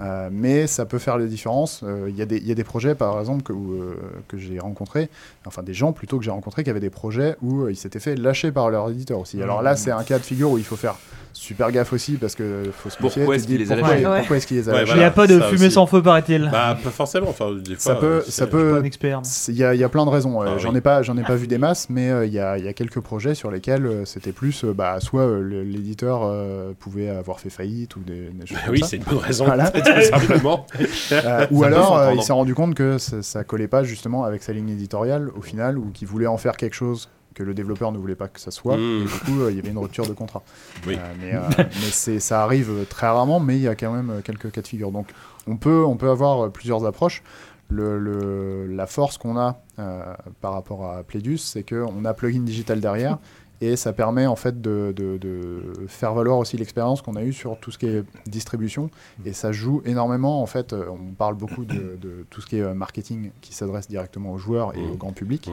Speaker 6: Euh, mais ça peut faire les différences. Euh, Il y, a des- il y a des projets, par exemple, que, où, euh, que j'ai rencontrés, enfin des gens plutôt que j'ai rencontrés qui avaient des projets où euh, ils s'étaient fait lâcher par leur éditeur
Speaker 4: Mmh.
Speaker 6: aussi. Alors là, c'est un cas de figure où il faut faire super gaffe aussi parce que faut se méfier.
Speaker 4: Pourquoi
Speaker 6: tu
Speaker 4: est-ce
Speaker 6: te dis,
Speaker 4: qu'il les a
Speaker 6: pourquoi-
Speaker 4: lâchés
Speaker 6: pourquoi est-ce qu'il les a
Speaker 2: Ouais,
Speaker 6: lâchés
Speaker 2: voilà,
Speaker 3: Il n'y a pas de
Speaker 2: ça
Speaker 3: fumée
Speaker 2: aussi.
Speaker 3: sans feu, paraît-il.
Speaker 2: Bah, pas forcément. Enfin, des fois,
Speaker 6: ça peut,
Speaker 2: euh, c'est-
Speaker 6: ça peut.
Speaker 3: expert.
Speaker 6: Bah, c'est- Il y a, il y a plein de raisons. euh,
Speaker 2: Ah,
Speaker 6: j'en
Speaker 2: oui.
Speaker 6: ai pas, j'en ai pas vu des masses, mais euh, il y, a, il y a quelques projets sur lesquels euh, c'était plus, euh, bah, soit euh, le- l'éditeur euh, pouvait avoir fait faillite ou des, des choses
Speaker 2: Bah
Speaker 6: comme
Speaker 2: oui,
Speaker 6: ça.
Speaker 2: c'est une bonne raison,
Speaker 6: Voilà.
Speaker 2: tout simplement.
Speaker 6: Euh, ou
Speaker 2: Ça peut
Speaker 6: alors, euh, il
Speaker 2: s'entendre.
Speaker 6: s'est rendu compte que ça, ça collait pas justement avec sa ligne éditoriale au final, ou qu'il voulait en faire quelque chose que le développeur ne voulait pas que ça soit.
Speaker 2: Mm.
Speaker 6: Et du coup, euh, il y avait une rupture de contrat.
Speaker 2: Oui.
Speaker 6: Euh, mais euh, mais c'est- ça arrive euh, très rarement, mais il y a quand même euh, quelques cas de figure. Donc, on peut, on peut avoir euh, plusieurs approches. Le, le- la force qu'on a euh, par rapport à Plédus, c'est qu'on a plugin digital derrière. Et ça permet en fait de, de- de faire valoir aussi l'expérience qu'on a eue sur tout ce qui est distribution. Et ça joue énormément. En fait, euh, on parle beaucoup de, de tout ce qui est euh, marketing qui s'adresse directement aux joueurs et au grand public.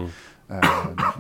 Speaker 6: Euh,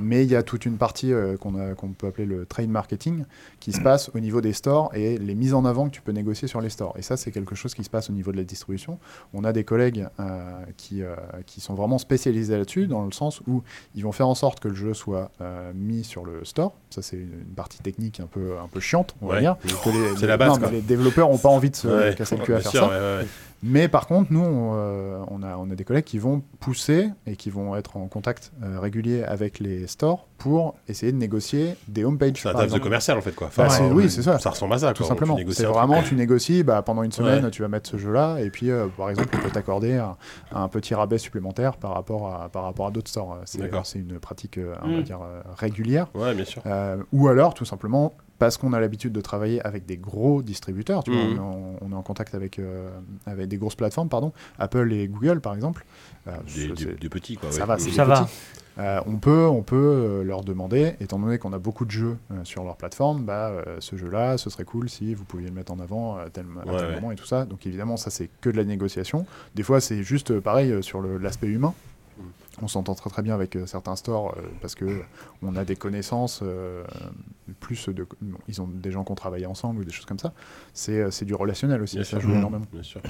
Speaker 6: mais il y a toute une partie euh, qu'on a- qu'on peut appeler le trade marketing qui se passe au niveau des stores et les mises en avant que tu peux négocier sur les stores. Et ça, c'est quelque chose qui se passe au niveau de la distribution. On a des collègues euh, qui, euh, qui sont vraiment spécialisés là-dessus, dans le sens où ils vont faire en sorte que le jeu soit euh, mis sur le store. Ça, c'est une une partie technique un peu, un peu chiante, on
Speaker 2: Ouais.
Speaker 6: va dire.
Speaker 2: Ouf,
Speaker 6: Que les-
Speaker 2: c'est la base,
Speaker 6: non, mais
Speaker 2: quoi.
Speaker 6: les développeurs n'ont pas envie de se
Speaker 2: Ouais,
Speaker 6: casser le cul à
Speaker 2: bien
Speaker 6: faire
Speaker 2: sûr,
Speaker 6: ça.
Speaker 2: ouais, ouais, ouais.
Speaker 6: Mais par contre, nous, on, euh, on a, on a des collègues qui vont pousser et qui vont être en contact euh, régulier travailler avec les stores pour essayer de négocier des homepages.
Speaker 2: C'est un taf de commercial en fait quoi.
Speaker 6: Bah, c'est-
Speaker 2: euh,
Speaker 6: oui, c'est ça.
Speaker 2: Ça ressemble à ça
Speaker 6: Tout
Speaker 2: quoi.
Speaker 6: simplement.
Speaker 2: Tu négocies
Speaker 6: C'est
Speaker 2: un truc.
Speaker 6: vraiment, tu négocies, bah, pendant une semaine,
Speaker 2: Ouais.
Speaker 6: tu vas mettre ce jeu-là, et puis, euh, par exemple, on peut t'accorder un, un petit rabais supplémentaire par rapport à, par rapport à d'autres stores. C'est
Speaker 2: D'accord.
Speaker 6: c'est une pratique, euh, on va
Speaker 2: Mm.
Speaker 6: dire, euh, régulière.
Speaker 2: Ouais, bien sûr.
Speaker 6: Euh, ou alors, tout simplement, parce qu'on a l'habitude de travailler avec des gros distributeurs, tu vois,
Speaker 2: Mhm.
Speaker 6: on, est en- on est en contact avec, euh, avec des grosses plateformes, pardon, Apple et Google, par exemple. Euh,
Speaker 2: Des-
Speaker 6: c'est-
Speaker 2: des- des petits, quoi,
Speaker 6: Ça
Speaker 2: ouais.
Speaker 6: va, c'est
Speaker 2: Ça
Speaker 6: des
Speaker 2: va.
Speaker 6: petits. Euh, on peut, on peut euh, leur demander, étant donné qu'on a beaucoup de jeux euh, sur leur plateforme, bah, euh, ce jeu-là, ce serait cool si vous pouviez le mettre en avant euh, à tel, à
Speaker 2: Ouais,
Speaker 6: tel
Speaker 2: ouais.
Speaker 6: moment et tout ça. Donc évidemment, ça c'est que de la négociation. Des fois, c'est juste euh, pareil euh, sur le- l'aspect humain.
Speaker 2: Mm.
Speaker 6: On s'entend très très bien avec euh, certains stores euh, parce que on a des connaissances euh, plus de, bon, ils ont des gens qui ont travaillé ensemble ou des choses comme ça. C'est euh, c'est du relationnel aussi.
Speaker 2: Bien
Speaker 6: ça
Speaker 2: sûr. Mm.
Speaker 6: joue énormément.
Speaker 2: Bien sûr.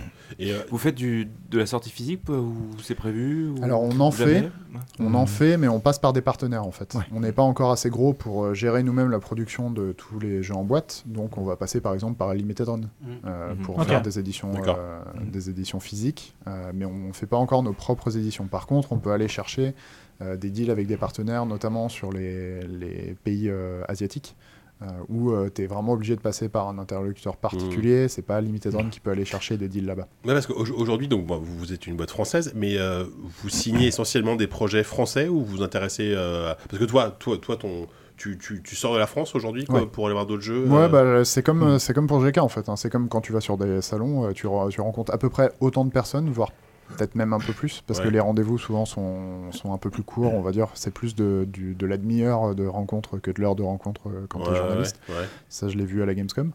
Speaker 4: Vous faites du, de la sortie physique euh, ou c'est prévu ou-
Speaker 6: Alors on en
Speaker 4: jamais
Speaker 6: fait, on
Speaker 2: Mmh.
Speaker 6: en fait, mais on passe par des partenaires en fait. On n'est pas encore assez gros pour euh, gérer nous-mêmes la production de tous les jeux en boîte, donc on va passer par exemple par Limited Run euh, pour
Speaker 2: Mmh. Ok.
Speaker 6: faire des éditions,
Speaker 2: D'accord. Mmh.
Speaker 6: euh, des éditions physiques, euh, mais on ne fait pas encore nos propres éditions. Par contre, on peut aller chercher euh, des deals avec des partenaires, notamment sur les, les pays euh, asiatiques. euh, où tu es vraiment obligé de passer par un interlocuteur
Speaker 2: Mmh.
Speaker 6: particulier, c'est pas Limited Run qui peut aller chercher des deals là-bas.
Speaker 2: Ouais, parce qu'aujourd'hui, donc bon, vous, vous êtes une boîte française, mais euh, vous signez essentiellement des projets français ou vous vous intéressez euh, à- parce que toi, toi, toi, ton, tu, tu, tu sors de la France aujourd'hui quoi,
Speaker 6: Ouais.
Speaker 2: pour aller voir d'autres jeux.
Speaker 6: Ouais,
Speaker 2: euh,
Speaker 6: bah, c'est comme, euh, c'est comme pour GK en fait. hein. C'est comme quand tu vas sur des salons, euh, tu, re- tu rencontres à peu près autant de personnes, voire peut-être même un peu plus, parce
Speaker 2: Ouais.
Speaker 6: que les rendez-vous souvent sont, sont un peu plus courts, on va dire. C'est plus de, du- de la demi-heure de rencontre que de l'heure de rencontre euh, quand
Speaker 2: Ouais,
Speaker 6: t'es journaliste.
Speaker 2: ouais, ouais.
Speaker 6: Ça, je l'ai vu à la Gamescom.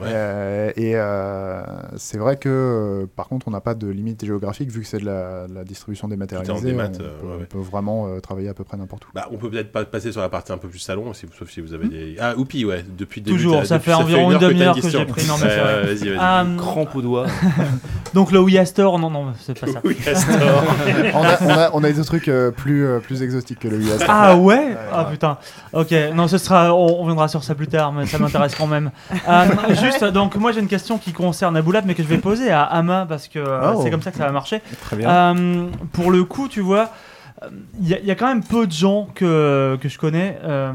Speaker 2: Ouais.
Speaker 6: Euh, et euh, c'est vrai que, euh, par contre, on n'a pas de limite géographique, vu que c'est de la, de la distribution dématérialisée.
Speaker 2: démat,
Speaker 6: on,
Speaker 2: euh,
Speaker 6: peut,
Speaker 2: ouais,
Speaker 6: on
Speaker 2: ouais.
Speaker 6: peut vraiment euh, travailler à peu près n'importe où.
Speaker 2: Bah, on peut peut-être pas passer sur la partie un peu plus salon, si, sauf si vous
Speaker 6: Hmm.
Speaker 2: avez des. Ah, Oupi, ouais, depuis le début,
Speaker 3: Toujours,
Speaker 2: t'as-
Speaker 3: ça
Speaker 2: depuis-
Speaker 3: fait environ
Speaker 2: une
Speaker 3: une
Speaker 2: heure que t'as
Speaker 3: demi-heure
Speaker 2: une
Speaker 3: que j'ai
Speaker 2: question.
Speaker 3: pris. Non, mais c'est
Speaker 2: Euh,
Speaker 3: vrai.
Speaker 2: Vas-y, vas-y.
Speaker 3: Ah,
Speaker 4: Crampe au doigt.
Speaker 3: Donc le Ouya Store, non, non, c'est pas ça.
Speaker 6: on, a, on, a, on a des trucs euh, plus, euh, plus exotiques que le US.
Speaker 3: Ah ouais Ah putain. Ok, non, ce sera, on on reviendra sur ça plus tard, mais ça m'intéresse quand même. Euh, juste, donc moi j'ai une question qui concerne Aboulab, mais que je vais poser à Ama parce que euh,
Speaker 10: Oh.
Speaker 3: c'est comme ça que ça va marcher.
Speaker 10: Très bien.
Speaker 3: Euh, pour le coup, tu vois, euh, il y, a- il y a quand même peu de gens que, que je connais. euh,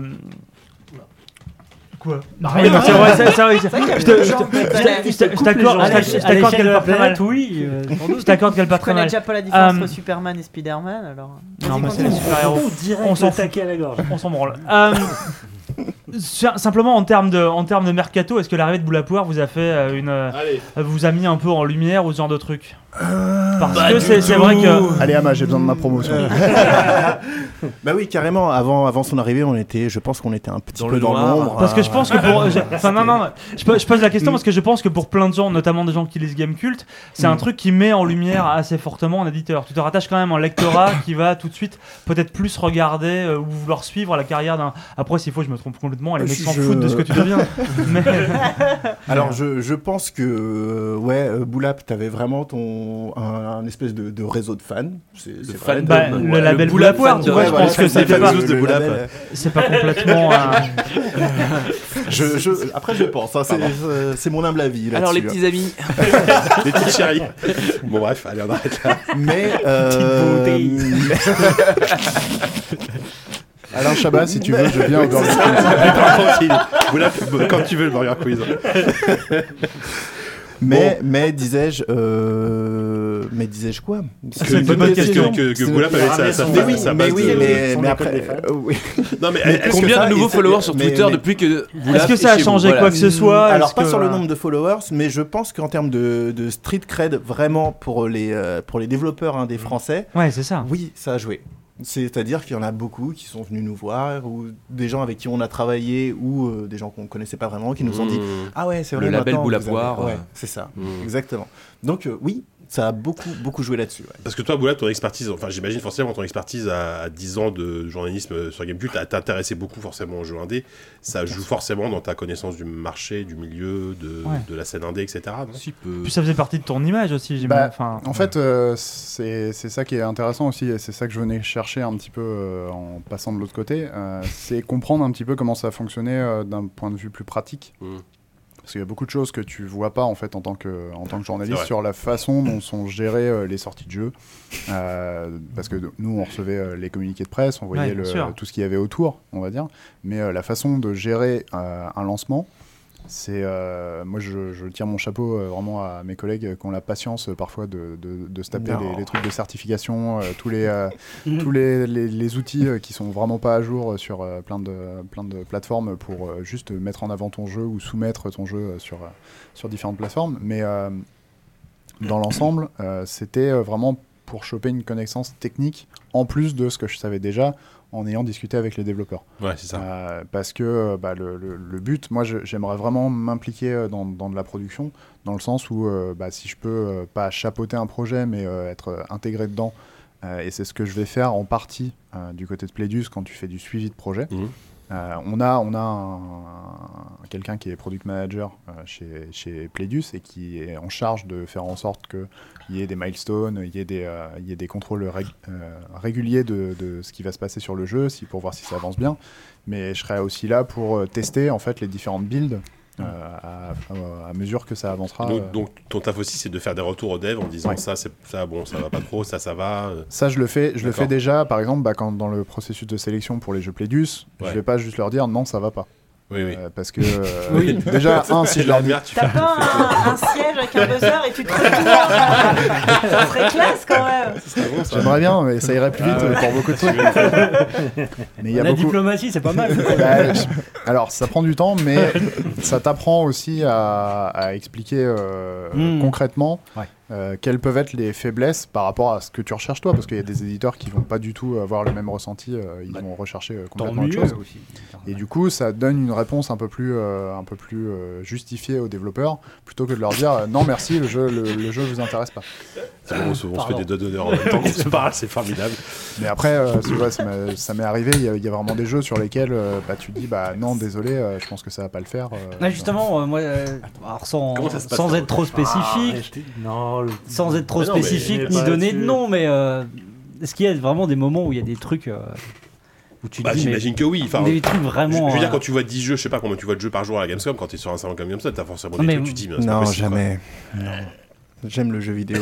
Speaker 3: Quoi
Speaker 7: Bah,
Speaker 3: Oui,
Speaker 7: rien.
Speaker 3: non, c'est vrai, c'est- c'est vrai,
Speaker 7: C'est vrai qu'il y a
Speaker 3: Je
Speaker 7: peu
Speaker 3: te-
Speaker 7: de
Speaker 3: je
Speaker 7: gens,
Speaker 3: te- je
Speaker 7: mais
Speaker 3: te-
Speaker 7: qui
Speaker 3: je
Speaker 7: se
Speaker 3: te- je
Speaker 7: coupent les gens.
Speaker 3: t'accorde-
Speaker 7: À
Speaker 3: je
Speaker 7: la-
Speaker 3: t'ac- je
Speaker 7: à
Speaker 3: t'accorde
Speaker 7: l'échelle de
Speaker 3: qu'elle
Speaker 7: la
Speaker 3: part très mal.
Speaker 7: planète, oui, euh, sans doute.
Speaker 3: Je t'accorde qu'elle part
Speaker 5: Tu
Speaker 3: très
Speaker 5: connais
Speaker 3: mal.
Speaker 5: déjà pas la différence
Speaker 3: Euh,
Speaker 5: entre Superman et Spider-Man alors
Speaker 3: Non,
Speaker 5: Vas-y,
Speaker 3: moi c'est les
Speaker 5: continue.
Speaker 3: super-héros.
Speaker 9: direct
Speaker 3: s'en
Speaker 9: le
Speaker 3: fout.
Speaker 9: taquet à la gorge.
Speaker 3: On s'en branle. Euh, si- simplement en termes de, en termes de mercato, est-ce que l'arrivée de Boulapoire vous a fait euh, une, euh, vous a mis un peu en lumière ou ce genre de truc Parce
Speaker 10: pas
Speaker 3: que
Speaker 10: du
Speaker 3: c'est c'est
Speaker 10: tout.
Speaker 3: vrai que.
Speaker 6: Allez, Ama, j'ai besoin de ma promotion.
Speaker 10: bah oui, carrément. Avant, avant son arrivée, on était, je pense qu'on était un petit
Speaker 4: Dans
Speaker 10: peu
Speaker 4: le
Speaker 10: dans
Speaker 4: noir.
Speaker 10: l'ombre.
Speaker 3: Parce que je
Speaker 10: hein.
Speaker 3: pense que pour. je- Enfin, non, non, je, po- je pose la question parce que je pense que pour plein de gens, notamment des gens qui lisent Game Cult, c'est un truc qui met en lumière assez fortement un éditeur. Tu te rattaches quand même à un lectorat qui va tout de suite peut-être plus regarder euh, ou vouloir suivre la carrière d'un. Après, s'il faut, Ah, je me trompe complètement et les mecs s'en
Speaker 10: Je-
Speaker 3: foutent de ce que tu deviens. Mais-
Speaker 10: Alors, je, je pense que, euh, ouais, euh, Boulap, t'avais vraiment ton, un, un espèce de, de réseau de fans. C'est c'est vrai,
Speaker 3: fan
Speaker 10: de-
Speaker 3: bah,
Speaker 10: ouais,
Speaker 3: le label
Speaker 10: Boulap
Speaker 3: Boulapoire,
Speaker 10: fan
Speaker 3: tu
Speaker 10: de-
Speaker 3: vois, je
Speaker 10: ouais,
Speaker 3: pense
Speaker 10: voilà,
Speaker 3: que
Speaker 10: fan
Speaker 3: c'était
Speaker 10: de-
Speaker 3: pas-
Speaker 10: le- le
Speaker 2: de Boulap.
Speaker 10: label.
Speaker 3: C'est pas complètement. un-
Speaker 10: Je, je- après, je pense. hein, c'est- euh, c'est mon humble avis.
Speaker 4: Alors les
Speaker 10: là-dessus,
Speaker 4: petits
Speaker 10: hein.
Speaker 4: amis,
Speaker 2: Les petites chéries. Bon, bref, allez, on arrête là.
Speaker 10: hein. Mais. euh,
Speaker 6: Alain Chabat, si tu veux, je viens au Burger Quiz.
Speaker 2: Boulap, quand tu veux le Burger Quiz.
Speaker 10: mais, mais disais-je. euh, mais disais-je quoi
Speaker 2: C'est une bonne question que, que Boulap avait sa, sa,
Speaker 10: Mais oui,
Speaker 2: sa
Speaker 10: mais
Speaker 2: base
Speaker 10: oui,
Speaker 2: de-
Speaker 10: mais,
Speaker 9: son
Speaker 10: mais
Speaker 9: école des
Speaker 10: après.
Speaker 9: fans.
Speaker 10: euh, oui.
Speaker 2: Non, mais,
Speaker 10: Mais
Speaker 2: est-ce que-
Speaker 10: est-ce
Speaker 4: combien
Speaker 10: ça,
Speaker 4: de nouveaux
Speaker 10: et c'est-
Speaker 4: followers sur
Speaker 10: mais-
Speaker 4: Twitter
Speaker 10: mais-
Speaker 4: depuis que vous
Speaker 3: Est-ce que ça a changé quoi que ce soit
Speaker 10: Alors
Speaker 3: Est-ce
Speaker 10: pas
Speaker 3: que-
Speaker 10: sur le nombre de followers, mais je pense qu'en termes de, de street cred, vraiment pour les euh, pour les développeurs hein, des Français,
Speaker 3: Ouais, c'est ça.
Speaker 10: oui, ça a joué. C'est-à-dire qu'il y en a beaucoup qui sont venus nous voir, ou des gens avec qui on a travaillé, ou euh, des gens qu'on connaissait pas vraiment, qui nous ont dit Ah ouais, c'est vrai.
Speaker 4: Mmh. Le label
Speaker 10: maintenant,
Speaker 4: boule à
Speaker 10: vous
Speaker 4: poire,
Speaker 10: Ouais,
Speaker 4: euh.
Speaker 10: c'est ça,
Speaker 2: Mm.
Speaker 10: exactement. Donc euh, oui, ça a beaucoup beaucoup joué là-dessus. ouais.
Speaker 2: Parce que toi, Boulap, ton expertise, enfin j'imagine forcément ton expertise à, à 10 ans de journalisme sur Gamecube, t'as t'as intéressé beaucoup forcément au jeu indé. Ça joue forcément dans ta connaissance du marché, du milieu, de,
Speaker 3: Ouais.
Speaker 2: de la scène indé, etc. non
Speaker 4: Si peu.
Speaker 3: Puis ça faisait partie de ton image aussi, j'imagine.
Speaker 6: Bah,
Speaker 3: enfin,
Speaker 6: En fait, euh, c'est c'est ça qui est intéressant aussi, et c'est ça que je venais chercher un petit peu euh, en passant de l'autre côté, euh, c'est comprendre un petit peu comment ça fonctionnait euh, d'un point de vue plus pratique.
Speaker 2: Mm.
Speaker 6: parce qu'il y a beaucoup de choses que tu vois pas en fait en tant que en tant que
Speaker 2: C'est
Speaker 6: journaliste
Speaker 2: vrai.
Speaker 6: sur la façon dont sont gérées euh, les sorties de jeux, Euh, parce que nous on recevait euh, les communiqués de presse, on voyait
Speaker 3: Ouais, bien
Speaker 6: le-
Speaker 3: sûr.
Speaker 6: tout ce qu'il y avait autour, on va dire, mais euh, la façon de gérer euh, un lancement. C'est euh, moi je, je tire mon chapeau euh, vraiment à mes collègues qui ont la patience euh, parfois de, de- de se taper
Speaker 10: Non.
Speaker 6: les, les trucs de certification, euh, tous les euh, tous les, les- les outils euh, qui sont vraiment pas à jour euh, sur euh, plein de plein de plateformes pour euh, juste mettre en avant ton jeu ou soumettre ton jeu euh, sur euh, sur différentes plateformes. Mais euh, dans l'ensemble, euh, c'était euh, vraiment pour choper une connaissance technique en plus de ce que je savais déjà en ayant discuté avec les développeurs.
Speaker 2: Ouais, c'est ça.
Speaker 6: Euh, parce que euh, bah, le, le- le but, moi je- j'aimerais vraiment m'impliquer euh, dans, dans de la production, dans le sens où euh, bah, si je peux euh, pas chapeauter un projet, mais euh, être euh, intégré dedans, euh, et c'est ce que je vais faire en partie euh, du côté de Plédus quand tu fais du suivi de projet.
Speaker 2: Mmh.
Speaker 6: Euh, on a, on a un- quelqu'un qui est product manager euh, chez, chez Plédus et qui est en charge de faire en sorte qu'il y ait des milestones, il y ait des, euh, il y ait des contrôles rég- euh, réguliers de, de ce qui va se passer sur le jeu si, pour voir si ça avance bien. Mais je serai aussi là pour euh, tester en fait, les différentes builds euh, à, à- à mesure que ça avancera.
Speaker 2: donc,
Speaker 6: euh.
Speaker 2: donc, ton taf aussi, c'est de faire des retours aux devs en disant ça, c'est ça, bon, ça va pas trop, ça, ça va. euh.
Speaker 6: Ça, je le fais, je le
Speaker 2: D'accord.
Speaker 6: fais déjà, par exemple, bah, quand, dans le processus de sélection pour les jeux Plédus,
Speaker 2: Ouais.
Speaker 6: je vais pas juste leur dire non, ça va pas.
Speaker 2: Oui, oui.
Speaker 6: parce que euh, déjà, un, si je leur dis.
Speaker 5: T'as pas un, un siège avec un buzzer et tu te retournes. euh, Ça serait classe quand même.
Speaker 6: J'aimerais bien, mais ça irait plus vite euh, pour beaucoup de trucs. Mais il y a
Speaker 7: La
Speaker 6: beaucoup-
Speaker 7: diplomatie, c'est pas mal.
Speaker 6: Bah, je- Alors, ça prend du temps, mais ça t'apprend aussi à, à expliquer euh,
Speaker 7: Hmm.
Speaker 6: concrètement
Speaker 7: Ouais.
Speaker 6: euh, quelles peuvent être les faiblesses par rapport à ce que tu recherches toi, parce qu'il y a des éditeurs qui vont pas du tout avoir le même ressenti, euh, ils vont rechercher euh, complètement autre
Speaker 7: Bah, mieux
Speaker 6: chose.
Speaker 7: aussi.
Speaker 6: Et du coup, ça donne une réponse un peu plus, euh, un peu plus euh, justifiée aux développeurs, plutôt que de leur dire euh, non merci, le jeu, le, le jeu vous intéresse pas.
Speaker 2: C'est bon, on se- on se fait
Speaker 6: Pardon.
Speaker 2: des doigts d'honneur en même temps qu'on se parle, c'est formidable.
Speaker 6: Mais après, euh, c'est vrai, ça m'est- ça m'est arrivé, il y, a- il y a vraiment des jeux sur lesquels euh, bah, tu te dis bah non, désolé, euh, je pense que ça va pas le faire. euh,
Speaker 7: Ouais, justement, euh, moi, euh, alors sans,
Speaker 6: Comment ça se passe,
Speaker 7: sans
Speaker 6: la
Speaker 7: être trop
Speaker 9: Ah,
Speaker 6: recherche
Speaker 7: spécifique, sans être trop
Speaker 6: Mais non, mais-
Speaker 7: spécifique,
Speaker 6: mais
Speaker 7: ni
Speaker 6: pas
Speaker 7: donner de
Speaker 6: là-dessus.
Speaker 7: nom, mais euh, est-ce qu'il y a vraiment des moments où il y a des trucs euh, où tu te
Speaker 2: Bah,
Speaker 7: dis, mais
Speaker 2: j'imagine que oui. Enfin,
Speaker 7: des trucs
Speaker 2: Je,
Speaker 7: vraiment.
Speaker 2: je veux dire,
Speaker 7: euh,
Speaker 2: quand tu vois 10 jeux, je sais pas combien tu vois de jeux par jour à la Gamescom, quand t'es sur un salon comme Gamescom, t'as forcément des
Speaker 7: Mais-
Speaker 2: trucs, tu dis, mais c'est pas
Speaker 10: Non,
Speaker 2: possible, quoi.
Speaker 10: jamais. Non. J'aime le jeu vidéo.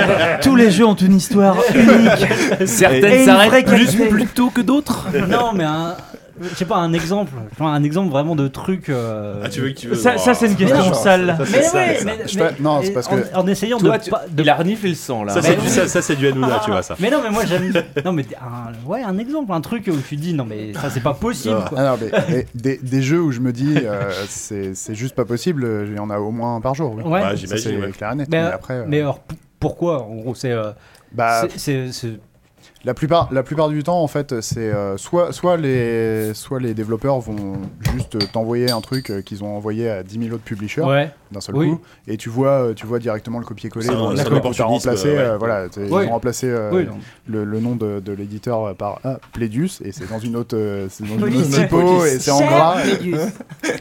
Speaker 3: Tous les jeux ont une histoire unique. Et une vraie qualité.
Speaker 7: non, mais un. Je sais pas, un exemple. Enfin, Un exemple vraiment de truc. euh,
Speaker 2: Ah, tu veux- tu veux-
Speaker 3: Ça- ça, c'est une question
Speaker 7: Mais non,
Speaker 3: sale.
Speaker 7: ça,
Speaker 3: Mais
Speaker 7: c'est
Speaker 3: ouais,
Speaker 7: sale,
Speaker 3: mais-
Speaker 7: ça.
Speaker 3: Je mais- fais- non, c'est
Speaker 7: et
Speaker 3: parce
Speaker 7: en-
Speaker 3: que-
Speaker 7: En, essayant
Speaker 2: Toi,
Speaker 7: de.
Speaker 2: tu-
Speaker 7: pas- de... Il a reniflé le sang,
Speaker 2: Ça, c'est du, ça, ça, c'est du Hanouna, tu vois, ça.
Speaker 7: Mais non, mais moi j'aime. Non, mais un- ouais, un exemple, un truc où tu te dis, non, mais ça c'est pas possible.
Speaker 6: Ah,
Speaker 7: quoi.
Speaker 6: non, mais- mais des, des jeux où je me dis euh, c'est c'est juste pas possible, euh, il y en a au moins un par jour. Oui.
Speaker 7: Ouais.
Speaker 6: Ça, c'est clair et net.
Speaker 7: Mais,
Speaker 6: mais
Speaker 7: euh,
Speaker 6: après, euh,
Speaker 7: mais alors, p- pourquoi En gros, c'est. euh,
Speaker 6: bah,
Speaker 7: c'est- c'est- c'est-
Speaker 6: la, plupart, la plupart du temps, en fait, c'est euh, soit, soit, les, soit les développeurs vont juste euh, t'envoyer un truc euh, qu'ils ont envoyé à 10 000 autres publishers
Speaker 7: Ouais.
Speaker 6: d'un seul
Speaker 7: Oui.
Speaker 6: coup, et tu vois, euh, tu vois directement le copier-coller.
Speaker 2: C'est un-
Speaker 6: dans le
Speaker 2: c'est un
Speaker 6: truc où t'as
Speaker 2: opportunisme,
Speaker 6: remplacé,
Speaker 2: ouais.
Speaker 6: euh, voilà, t'es-
Speaker 2: Oui.
Speaker 6: Ils ont remplacé euh,
Speaker 2: Oui.
Speaker 6: le, le nom de, de l'éditeur euh, par ah, Plédus, et c'est dans une autre, euh, c'est dans une
Speaker 2: Police.
Speaker 6: autre typo,
Speaker 2: Police.
Speaker 6: et c'est en
Speaker 2: Cher
Speaker 6: gras.
Speaker 2: Plédus.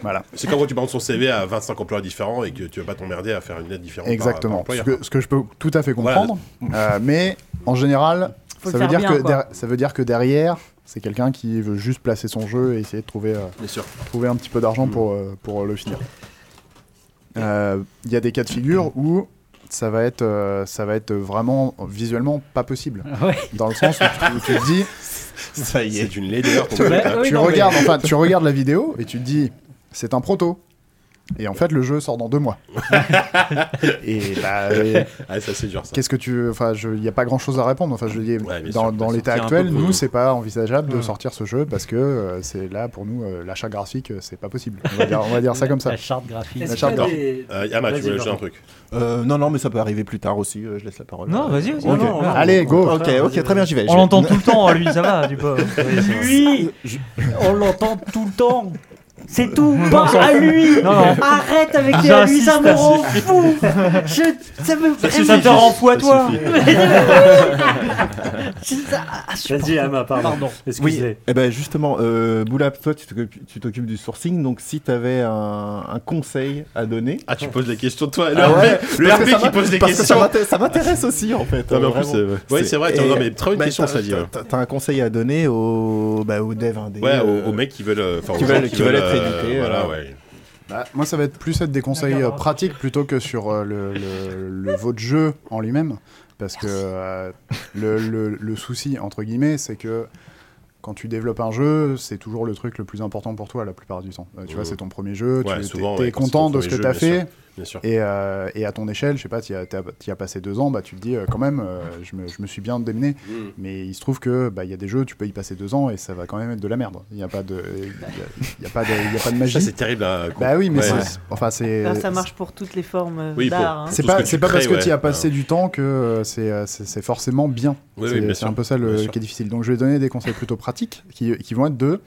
Speaker 6: voilà.
Speaker 2: C'est comme quand tu parles son CV à 25 emplois différents et que tu vas pas t'emmerder à faire une lettre différente. par-
Speaker 6: Exactement.
Speaker 2: par
Speaker 6: ce,
Speaker 2: employeur.
Speaker 6: que, ce que je peux tout à fait comprendre. Euh, mais en général,
Speaker 2: Faut le
Speaker 6: ça veut,
Speaker 2: faire
Speaker 6: dire
Speaker 2: bien,
Speaker 6: que
Speaker 2: quoi.
Speaker 6: der- ça veut dire que derrière, c'est quelqu'un qui veut juste placer son jeu et essayer de trouver, euh, trouver un petit peu
Speaker 2: Mm.
Speaker 6: d'argent pour, euh, pour euh, le finir. Euh, Il y a des cas de figure où ça va être, euh, ça va être vraiment euh, visuellement pas possible.
Speaker 7: Ouais.
Speaker 6: Dans le sens où tu- où tu te dis.
Speaker 2: Ça y est. C'est une laideur. ton
Speaker 6: Tu,
Speaker 2: truc,
Speaker 6: tu
Speaker 2: hein.
Speaker 6: regardes, enfin, tu regardes la vidéo et tu te dis, c'est un proto. Et en fait, le jeu sort dans deux mois. et bah, euh,
Speaker 2: Ah, ça, c'est dur, ça.
Speaker 6: qu'est-ce que tu, veux- enfin, il n'y a pas grand-chose à répondre. Enfin, je veux dire,
Speaker 2: bien
Speaker 6: dans,
Speaker 2: sûr,
Speaker 6: dans
Speaker 2: bah,
Speaker 6: l'état
Speaker 2: sortir un
Speaker 6: actuel,
Speaker 2: peu pour-
Speaker 6: nous, c'est pas envisageable de
Speaker 2: Ouais.
Speaker 6: sortir ce jeu parce que euh, c'est là pour nous euh, l'achat graphique, euh, c'est pas possible. On va dire, on va dire ça comme ça.
Speaker 7: La charte graphique.
Speaker 6: La charte graphique.
Speaker 2: Euh, Yama, tu veux ajouter un truc
Speaker 10: Euh, non, non, mais ça peut arriver plus tard aussi. euh, je laisse la parole.
Speaker 3: Non, vas-y, vas-y.
Speaker 10: Ok.
Speaker 3: Non, non,
Speaker 6: Allez, go.
Speaker 10: Ok, ok, très bien, j'y vais.
Speaker 3: On l'entend tout le temps, lui, ça va, du coup.
Speaker 7: Lui On l'entend tout le temps C'est tout
Speaker 3: Non,
Speaker 7: Pas
Speaker 3: on s'en
Speaker 7: à
Speaker 3: fout. Euh,
Speaker 7: lui
Speaker 3: Non, non.
Speaker 7: Arrête avec les à lui, ça me
Speaker 3: J'insiste,
Speaker 7: rend
Speaker 3: ça suffit.
Speaker 7: fou Je... Ça me
Speaker 3: Ça suffit, ça te rend fou à toi.
Speaker 9: Vas-y, Ama, pardon.
Speaker 10: Oui,
Speaker 9: Excusez.
Speaker 10: eh ben justement, euh, Boulap, toi, tu t'occupes- tu t'occupes du sourcing, donc si tu avais un, un conseil à donner.
Speaker 2: Ah, tu poses des questions, toi. Le
Speaker 10: Ah
Speaker 2: RP,
Speaker 10: ouais,
Speaker 2: le
Speaker 10: parce
Speaker 2: RP
Speaker 10: que ça
Speaker 2: qui
Speaker 10: m'a-
Speaker 2: pose des
Speaker 10: parce que ça
Speaker 2: questions.
Speaker 10: m'intéresse- ça m'intéresse aussi, en fait.
Speaker 2: Non, mais en
Speaker 10: euh,
Speaker 2: plus,
Speaker 10: vraiment.
Speaker 2: euh, ouais, c'est vrai, t'as-
Speaker 10: et-
Speaker 2: non, mais très bonne
Speaker 10: bah,
Speaker 2: question,
Speaker 10: t'as-
Speaker 2: ça dit,
Speaker 10: t'as-
Speaker 2: ouais.
Speaker 10: t'as- T'as un conseil à donner aux, bah, aux devs indés.
Speaker 2: Ouais, aux,
Speaker 10: euh,
Speaker 2: aux mecs qui veulent, euh, enfin,
Speaker 10: qui
Speaker 2: aux gens
Speaker 10: veulent- qui veulent être
Speaker 2: euh,
Speaker 10: édités,
Speaker 2: voilà,
Speaker 10: euh.
Speaker 2: ouais.
Speaker 6: Bah, moi, ça va être plus être des conseils euh, pratiques plutôt que sur euh, le, le, le votre jeu en lui-même. Parce que euh, le, le- le souci, entre guillemets, c'est que quand tu développes un jeu, c'est toujours le truc le plus important pour toi la plupart du temps. Euh, tu
Speaker 2: Mhm.
Speaker 6: vois, c'est ton premier jeu,
Speaker 2: Ouais,
Speaker 6: tu
Speaker 2: souvent,
Speaker 6: es,
Speaker 2: ouais, quand c'est
Speaker 6: content
Speaker 2: ton
Speaker 6: de ce que
Speaker 2: premier
Speaker 6: tu as
Speaker 2: jeu, bien
Speaker 6: fait.
Speaker 2: sûr, bien sûr.
Speaker 6: Et, euh, et à ton échelle, je sais pas, tu as, passé deux ans, bah, tu te dis euh, quand même, euh, je, me, je me suis bien démené.
Speaker 2: Mhm.
Speaker 6: Mais il se trouve que bah, il y a des jeux, tu peux y passer deux ans et ça va quand même être de la merde. Il n'y a, pas de- il y a, il y a pas de il y a pas de magie.
Speaker 2: Ça, c'est terrible à-
Speaker 6: Bah oui, mais
Speaker 2: Ouais.
Speaker 6: c'est- enfin, c'est.
Speaker 5: Ah, ça marche pour toutes les formes euh,
Speaker 2: Oui, pour-
Speaker 5: d'art. hein.
Speaker 6: C'est
Speaker 2: Tout ce
Speaker 6: pas,
Speaker 2: que
Speaker 6: c'est
Speaker 2: tu
Speaker 6: pas parce
Speaker 2: crées,
Speaker 6: que tu y
Speaker 2: ouais.
Speaker 6: as passé du temps que euh, c'est, euh, c'est, c'est forcément bien.
Speaker 2: Oui,
Speaker 6: c'est,
Speaker 2: oui, bien
Speaker 6: c'est
Speaker 2: sûr.
Speaker 6: un peu ça le-
Speaker 2: Bien sûr.
Speaker 6: qui est difficile. Donc je vais donner des conseils plutôt pratiques qui, qui vont être de